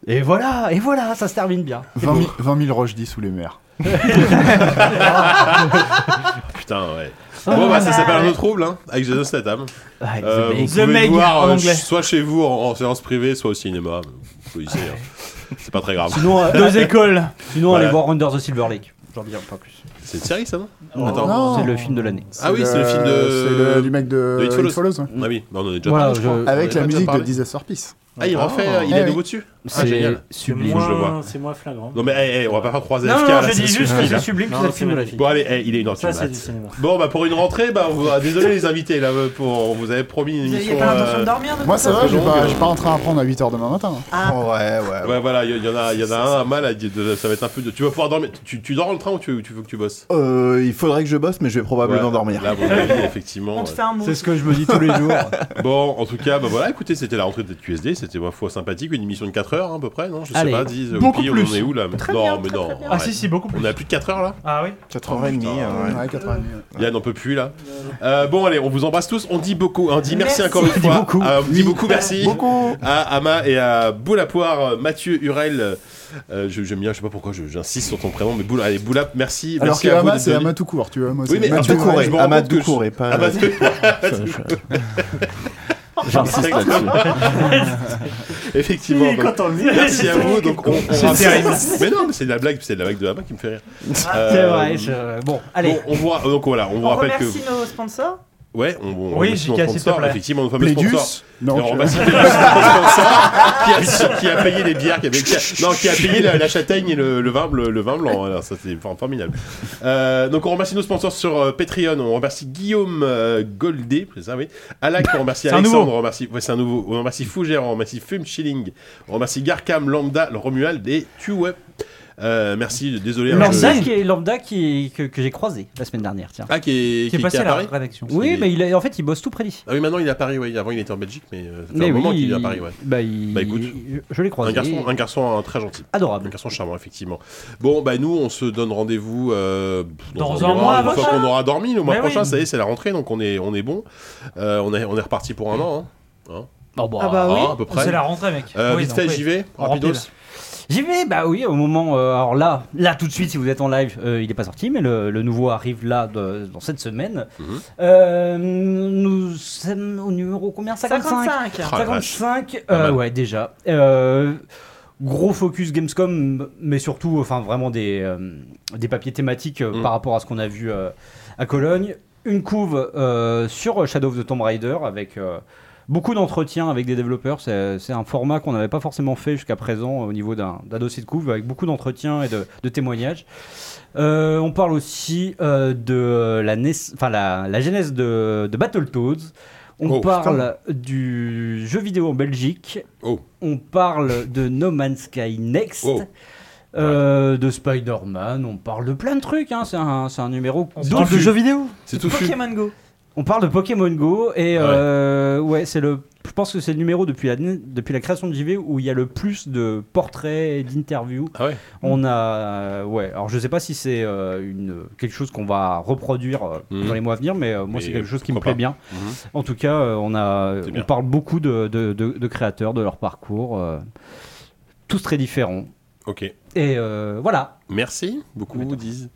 Speaker 7: et voilà, et voilà, ça se termine bien. C'est
Speaker 6: 20
Speaker 7: beau.
Speaker 6: 000, 20 000 roches dits sous les mers.
Speaker 2: Putain, ouais.
Speaker 6: Ah,
Speaker 2: bon, bah, ça
Speaker 6: ouais.
Speaker 2: s'appelle un autre trouble, hein, avec Jason Statham.
Speaker 7: The
Speaker 2: Euh, vous
Speaker 7: Meg.
Speaker 2: pouvez
Speaker 7: The
Speaker 2: le
Speaker 7: Meg,
Speaker 2: voir
Speaker 7: en
Speaker 2: euh,
Speaker 7: anglais.
Speaker 2: soit chez vous en, en séance privée, soit au cinéma. mais Vous choisissez, hein. C'est pas très grave.
Speaker 7: Sinon, euh, Sinon,
Speaker 2: Voilà.
Speaker 7: allez voir Under the Silver Lake. J'en dirai pas plus.
Speaker 2: C'est une série, ça, non
Speaker 7: Non.
Speaker 2: Attends.
Speaker 6: Oh.
Speaker 7: Non. C'est le film de l'année.
Speaker 2: Ah oui, c'est
Speaker 6: C'est
Speaker 2: le film
Speaker 6: le-
Speaker 2: de.
Speaker 6: c'est le- du mec de-
Speaker 2: It Follows.
Speaker 6: It Follows, ouais.
Speaker 2: Ah oui, non, on en a déjà
Speaker 6: Voilà,
Speaker 2: parlé, je
Speaker 6: je-
Speaker 2: crois. On
Speaker 6: avec
Speaker 2: en a
Speaker 6: la
Speaker 2: déjà
Speaker 6: musique de
Speaker 2: parlé.
Speaker 6: Disaster Peace.
Speaker 2: Ah, il refait,
Speaker 6: Ah,
Speaker 2: il est à
Speaker 6: oui.
Speaker 2: nouveau dessus
Speaker 7: C'est
Speaker 2: Ah, génial.
Speaker 7: sublime.
Speaker 2: Faut que je le
Speaker 9: Moins-
Speaker 2: vois.
Speaker 9: c'est moins flagrant.
Speaker 2: Non, mais hey, hey, on va pas faire 3 AFK.
Speaker 9: Non, non,
Speaker 2: là,
Speaker 9: je
Speaker 2: c'est
Speaker 9: dis juste
Speaker 2: sublime,
Speaker 9: que c'est
Speaker 2: là.
Speaker 9: sublime, que c'est le film de la vie.
Speaker 2: Bon, allez, hey, il est énorme.
Speaker 9: Ça,
Speaker 2: tu me
Speaker 9: c'est
Speaker 2: mates.
Speaker 9: du cinéma.
Speaker 2: Bon, bah, pour une rentrée, bah, on vous... ah, désolé les invités, là, pour... on vous avait promis une
Speaker 5: Vous
Speaker 2: émission. euh,
Speaker 5: aviez pas l'intention de dormir, de
Speaker 6: Moi
Speaker 5: toute
Speaker 6: ça va,
Speaker 5: façon
Speaker 6: j'ai pas,
Speaker 2: longue.
Speaker 6: j'ai pas un train à prendre à 8h demain matin. hein.
Speaker 2: Ouais, ouais. Ouais, voilà, il y, en a, il y en a un à mal, à dire- de- ça va être un peu. De... Tu vas pouvoir dormir. Tu, tu dors dans le train ou tu, tu veux que tu bosses
Speaker 10: Euh, il faudrait que je bosse, mais je vais probablement
Speaker 2: Ouais,
Speaker 10: dormir.
Speaker 2: Là, à mon avis, effectivement.
Speaker 10: On te
Speaker 2: ouais.
Speaker 10: fait un mot. C'est ce que je me dis tous les jours.
Speaker 2: bon, en tout cas, bah voilà, écoutez, c'était la rentrée de QSD, c'était ma foi sympathique, une émission de 4 heures hein, à peu près, non Je
Speaker 3: Allez.
Speaker 2: sais pas, 10
Speaker 3: Beaucoup
Speaker 2: au pire, on
Speaker 3: plus.
Speaker 2: en est où là
Speaker 3: Très
Speaker 2: Non,
Speaker 3: bien,
Speaker 2: mais
Speaker 3: très,
Speaker 2: non.
Speaker 3: très bien.
Speaker 2: ouais.
Speaker 3: Ah, si, si, beaucoup
Speaker 2: On a plus de 4 heures là
Speaker 3: Ah oui
Speaker 10: 4h30.
Speaker 6: hein, Ouais, 4h30.
Speaker 2: Yann, on peut plus là. Euh, bon, allez, on vous embrasse tous. On dit beaucoup. hein. On dit merci,
Speaker 6: Merci.
Speaker 2: encore une
Speaker 6: On dit
Speaker 2: fois.
Speaker 6: beaucoup.
Speaker 2: Euh, on dit beaucoup merci
Speaker 6: Beaucoup.
Speaker 2: à Ama et à Boulapoire, Mathieu Hurel. Euh, je- J'aime bien, je sais pas pourquoi, je- j'insiste sur ton prénom, mais Boula, allez, Boulap, merci.
Speaker 6: Alors
Speaker 2: merci
Speaker 6: que
Speaker 2: à vous
Speaker 6: Ama,
Speaker 2: d'être
Speaker 6: c'est
Speaker 2: venus. Ah,
Speaker 6: Ama tout court, tu vois. Moi,
Speaker 2: Oui, mais
Speaker 6: Mathieu
Speaker 2: Ama Doucouré,
Speaker 6: Couré,
Speaker 10: Ah,
Speaker 2: Ama
Speaker 10: Doucouré, pas-
Speaker 3: Ah, bah,
Speaker 2: Ama Doucouré.
Speaker 10: J'insiste
Speaker 2: là-dessus. Effectivement.
Speaker 9: Il est
Speaker 2: donc,
Speaker 9: content de lui.
Speaker 2: merci à vous. Donc, on, on
Speaker 9: C'est
Speaker 2: rappelle-
Speaker 9: terrible.
Speaker 2: Mais non, mais c'est de la blague, c'est de la blague de Ama qui me fait rire. Euh,
Speaker 5: Ah,
Speaker 7: c'est vrai,
Speaker 3: Euh,
Speaker 7: je- bon, allez.
Speaker 2: on voit. Donc voilà, on vous
Speaker 5: On
Speaker 2: rappelle que.
Speaker 5: remercie nos sponsors.
Speaker 2: Ouais, on, on
Speaker 3: Oui,
Speaker 2: remercie
Speaker 3: JK,
Speaker 2: nos
Speaker 3: s'il te
Speaker 2: sponsors,
Speaker 3: plaît.
Speaker 2: effectivement, nos fameux
Speaker 3: Plédus
Speaker 2: sponsors.
Speaker 3: Non,
Speaker 2: Alors, on
Speaker 3: je-
Speaker 2: va citer Plédus, notre sponsor, qui a, qui a payé les bières, qui, avait, qui a, non, qui a payé la, la châtaigne et le, le vin, bleu- le vin blanc. Alors, ça, c'est for- formidable. Euh, donc, on remercie nos sponsors sur euh, Patreon. On remercie Guillaume euh, Goldé, c'est ça, oui. Alak, on remercie
Speaker 3: C'est un
Speaker 2: Alexandre.
Speaker 3: nouveau.
Speaker 2: On remercie, ouais, c'est un nouveau. On remercie Fougère, on remercie Fume Chilling. On remercie Garcam, Lambda, le Romuald et Tuweb. Euh, merci, désolé. hein,
Speaker 7: Lambda,
Speaker 6: Euh,
Speaker 2: je-
Speaker 7: qui est- Lambda qui est- que, que j'ai croisé la semaine dernière, tiens.
Speaker 2: Ah, qui est,
Speaker 7: Qui est passé à la
Speaker 2: Paris
Speaker 7: rédaction. Oui, mais il est- en fait, il bosse tout près d'ici.
Speaker 2: Ah oui, maintenant il est à Paris, oui. Avant il était en Belgique, mais euh, ça fait
Speaker 7: Mais
Speaker 2: un
Speaker 7: oui,
Speaker 2: moment qu'il est à
Speaker 7: il-
Speaker 2: Paris, ouais.
Speaker 7: Bah, il-
Speaker 2: écoute,
Speaker 7: je l'ai croisé.
Speaker 2: Un garçon, un garçon euh, très gentil.
Speaker 7: Adorable.
Speaker 2: Un garçon charmant, effectivement. Bon, bah nous, on se donne rendez-vous euh,
Speaker 3: Dans un mois
Speaker 2: une fois
Speaker 3: prochain.
Speaker 2: qu'on aura dormi, le mois
Speaker 3: Mais
Speaker 2: prochain,
Speaker 3: oui.
Speaker 2: ça y est, c'est la rentrée, donc on est, on est bon. Euh, on, est, on est reparti pour un an, hein. Hein
Speaker 7: bah,
Speaker 3: Ah bah oui.
Speaker 2: à peu près.
Speaker 3: C'est la rentrée, mec.
Speaker 2: Euh,
Speaker 7: Oui,
Speaker 2: vite
Speaker 7: donc,
Speaker 2: fait,
Speaker 7: oui.
Speaker 2: j'y vais,
Speaker 7: Rapide.
Speaker 2: rapidos.
Speaker 7: J'y vais, bah oui, au moment. euh, alors là, là tout de suite, si vous êtes en live, euh, il n'est pas sorti, mais le, le nouveau arrive là de- dans cette semaine.
Speaker 2: Mhm.
Speaker 7: Euh, nous sommes au numéro combien
Speaker 5: 55.
Speaker 2: Ah,
Speaker 5: Oh la vache.
Speaker 7: 55,
Speaker 5: Pas
Speaker 7: euh,
Speaker 5: mal.
Speaker 7: ouais, déjà. Euh, gros focus Gamescom, mais surtout, enfin, vraiment des, euh, des papiers thématiques euh,
Speaker 2: Mhm.
Speaker 7: par rapport à ce qu'on a vu euh, à Cologne. Une couve euh, sur Shadow of the Tomb Raider avec. euh, Beaucoup d'entretiens avec des développeurs, c'est c'est un format qu'on n'avait pas forcément fait jusqu'à présent au niveau d'un d'un dossier de couve, avec beaucoup d'entretiens et de, de témoignages. Euh, on parle aussi euh, de la, naiss- enfin, la, la genèse de, de Battletoads. On
Speaker 2: Oh,
Speaker 7: parle du jeu vidéo en Belgique. On parle de No Man's Sky Next.
Speaker 2: Oh.
Speaker 7: euh, de Spider-Man, on parle de plein de trucs, hein, c'est un, c'est un numéro.
Speaker 3: On parle de
Speaker 7: fut.
Speaker 3: jeux vidéo
Speaker 2: C'est
Speaker 3: tout fut.
Speaker 5: Pokémon Go.
Speaker 7: On parle de Pokémon Go et euh, ouais, c'est le. Je pense que c'est le numéro depuis la, depuis la création de JV où il y a le plus de portraits, et
Speaker 2: Mm.
Speaker 7: d'interviews.
Speaker 2: Ah
Speaker 7: On a euh, ouais. Alors je sais pas si c'est euh, une quelque chose qu'on va reproduire euh,
Speaker 2: Mhm.
Speaker 7: dans les mois à venir, mais euh, moi
Speaker 2: Mais
Speaker 7: c'est quelque chose qui me
Speaker 2: pourquoi
Speaker 7: plaît
Speaker 2: pas.
Speaker 7: bien.
Speaker 2: Mhm.
Speaker 7: En tout cas, euh, on a on
Speaker 2: bien.
Speaker 7: parle beaucoup de, de- de- de créateurs, de leur parcours, euh, tous très différents.
Speaker 2: Ok.
Speaker 7: Et euh, voilà.
Speaker 2: Merci beaucoup, vous disent.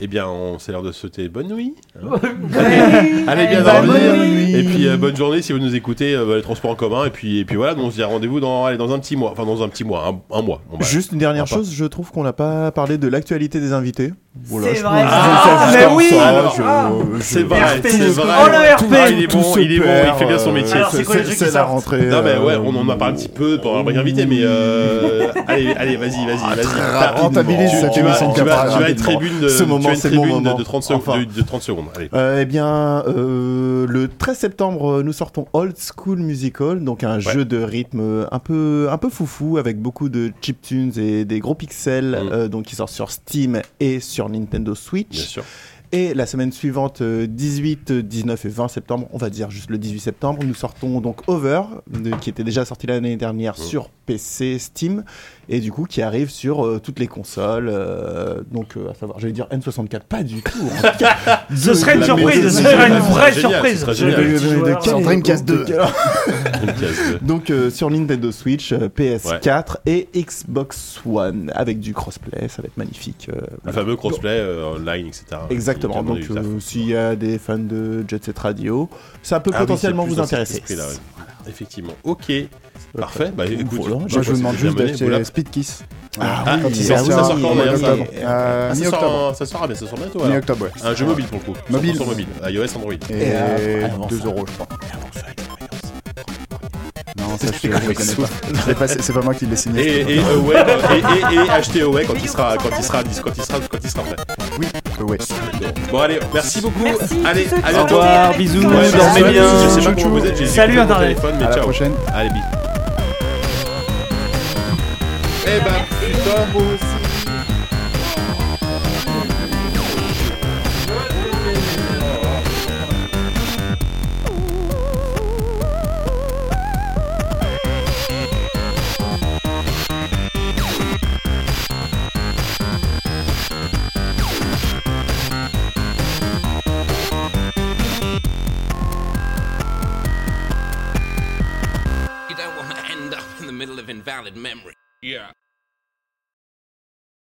Speaker 2: Eh bien, on s'est l'air de sauter bonne nuit. hein.
Speaker 7: nuit.
Speaker 2: Allez bien
Speaker 7: Eh
Speaker 5: bah,
Speaker 7: ben,
Speaker 2: dormir.
Speaker 7: bonne nuit.
Speaker 2: Et puis, euh, bonne journée si vous nous écoutez, euh, les transports en commun. Et puis, et puis voilà, donc on se dit rendez-vous dans, allez, dans un petit mois. Enfin, dans un petit mois, un, un mois. Bon, bah,
Speaker 10: euh, Juste une
Speaker 2: on
Speaker 10: dernière
Speaker 2: va pas-
Speaker 10: chose, je trouve qu'on n'a pas parlé de l'actualité des invités. Voilà, je
Speaker 2: vrai.
Speaker 10: trouve que
Speaker 2: Ah,
Speaker 10: c'est
Speaker 2: mais
Speaker 10: comme
Speaker 2: oui.
Speaker 10: ça, je-
Speaker 2: Ah.
Speaker 10: je-
Speaker 2: C'est vrai,
Speaker 10: Tout-
Speaker 2: c'est
Speaker 10: tout-
Speaker 2: vrai.
Speaker 10: tout-
Speaker 2: Oh, le RP.
Speaker 10: Ah, il est
Speaker 2: Tout
Speaker 10: bon,
Speaker 2: se
Speaker 10: il est bon,
Speaker 2: perd,
Speaker 10: il fait bien son
Speaker 2: euh,
Speaker 10: métier.
Speaker 2: alors, c'est quoi les jeux qui
Speaker 10: C'est la
Speaker 2: sortent
Speaker 10: rentrée.
Speaker 2: Non, mais
Speaker 10: euh,
Speaker 2: ouais, on en a parlé un petit peu pendant la break invité, mais euh, allez, allez, vas-y, vas-y, vas-y. T'as-
Speaker 10: rentabilise
Speaker 2: tu-
Speaker 10: Ah, cette
Speaker 2: tu vas-
Speaker 10: émission
Speaker 2: Tu vas,
Speaker 10: Capra,
Speaker 2: tu vas être
Speaker 10: rapidement.
Speaker 2: tribune de,
Speaker 10: Ce
Speaker 2: tu vas
Speaker 10: moment,
Speaker 2: être
Speaker 10: c'est mon
Speaker 2: tribune de-
Speaker 10: moment.
Speaker 2: de 30 secondes.
Speaker 10: Enfin.
Speaker 2: de- de 30 secondes, allez.
Speaker 10: Euh, eh bien, euh, le 13 septembre, euh, nous sortons Old School Musical, donc un jeu de rythme euh, un peu, un peu foufou avec beaucoup de chiptunes et des gros pixels, euh, donc qui sort sur Steam et sur Nintendo Switch.
Speaker 2: Bien sûr.
Speaker 10: Et la semaine suivante, euh, 18, euh, 19 et 20 septembre, on va dire juste le 18 septembre, nous sortons donc Over, de- qui était déjà sorti l'année dernière
Speaker 2: Oh.
Speaker 10: sur PC, Steam, et du coup qui arrive sur euh, toutes les consoles, euh, donc euh, à savoir, j'allais dire N64, pas du tout. hein. en tout cas.
Speaker 2: Ce serait une
Speaker 10: La
Speaker 2: surprise,
Speaker 10: maison-
Speaker 2: ce serait une
Speaker 10: Ah,
Speaker 2: vraie
Speaker 10: génial,
Speaker 2: surprise.
Speaker 10: ce serait
Speaker 2: Je-
Speaker 10: génial.
Speaker 2: de-
Speaker 10: De- de-
Speaker 2: de-
Speaker 10: de-
Speaker 2: sur
Speaker 10: quel-
Speaker 2: Dreamcast
Speaker 10: de-
Speaker 2: 2.
Speaker 10: quel- Donc euh, sur Nintendo Switch, euh, PS4 et Xbox One avec du crossplay, ça va être magnifique. euh,
Speaker 2: Le
Speaker 10: voilà.
Speaker 2: fameux crossplay euh, online, etc.
Speaker 10: Exactement.
Speaker 2: Ah, Nickel, on a
Speaker 10: Donc,
Speaker 2: eu ça.
Speaker 10: euh, s'il y a des fans de Jet Set Radio, ça peut
Speaker 2: Ah oui,
Speaker 10: potentiellement
Speaker 2: c'est plus
Speaker 10: vous Euh,
Speaker 2: dans cet
Speaker 10: intéresser.
Speaker 2: esprit-là, ouais. Effectivement. Ok. Parfait. Bah,
Speaker 10: Voilà.
Speaker 2: écoute,
Speaker 10: Moi,
Speaker 2: bah,
Speaker 10: hein. je vous demande
Speaker 2: c'est
Speaker 10: juste
Speaker 2: bien mené,
Speaker 10: d'acheter
Speaker 2: voilà.
Speaker 10: Speed Kiss.
Speaker 2: Ah,
Speaker 10: Ah,
Speaker 2: oui,
Speaker 10: quand il
Speaker 2: ça,
Speaker 10: sort,
Speaker 2: ça sort
Speaker 10: oui,
Speaker 2: quand
Speaker 10: oui,
Speaker 2: d'ailleurs, ça
Speaker 10: oui.
Speaker 2: Ah,
Speaker 10: Euh,
Speaker 2: ça, Ah,
Speaker 10: mi-octobre.
Speaker 2: sort, en- ça sort, ah, mais ça sort bientôt. alors.
Speaker 10: Mi-octobre, ouais.
Speaker 2: Un jeu mobile pour le coup.
Speaker 10: Mobile.
Speaker 2: Sur mobile. iOS, Android.
Speaker 10: Et euh,
Speaker 2: avant
Speaker 10: 2
Speaker 2: ça.
Speaker 10: euros, je crois. Non,
Speaker 6: ça, je- je
Speaker 2: Comment
Speaker 6: connais
Speaker 2: il
Speaker 6: pas.
Speaker 2: souffle.
Speaker 6: Je l'ai pas- c'est- c'est pas moi qui l'ai signé,
Speaker 2: Et,
Speaker 6: je
Speaker 2: et,
Speaker 6: peux pas.
Speaker 2: Away, euh, et, et, et acheter Away quand il sera, quand il sera, dis- quand il sera, quand il sera prêt.
Speaker 6: Oui, ouais.
Speaker 2: Bon allez, merci beaucoup. allez,
Speaker 6: tous ceux qui
Speaker 2: à
Speaker 6: sont
Speaker 2: bientôt.
Speaker 6: revoir, bisous,
Speaker 2: Ouais,
Speaker 6: dormez
Speaker 2: salut,
Speaker 6: bien.
Speaker 2: Je sais pas
Speaker 6: Chou,
Speaker 2: comment
Speaker 6: chou.
Speaker 2: vous êtes. j'ai- j'ai
Speaker 6: Salut,
Speaker 2: écouté mon
Speaker 6: Internet.
Speaker 2: téléphone, mais
Speaker 6: À la
Speaker 2: ciao.
Speaker 6: prochaine.
Speaker 2: Allez, bisous. Eh bah putain, moi aussi.
Speaker 18: You don't want to end up in the middle of invalid memory. Yeah.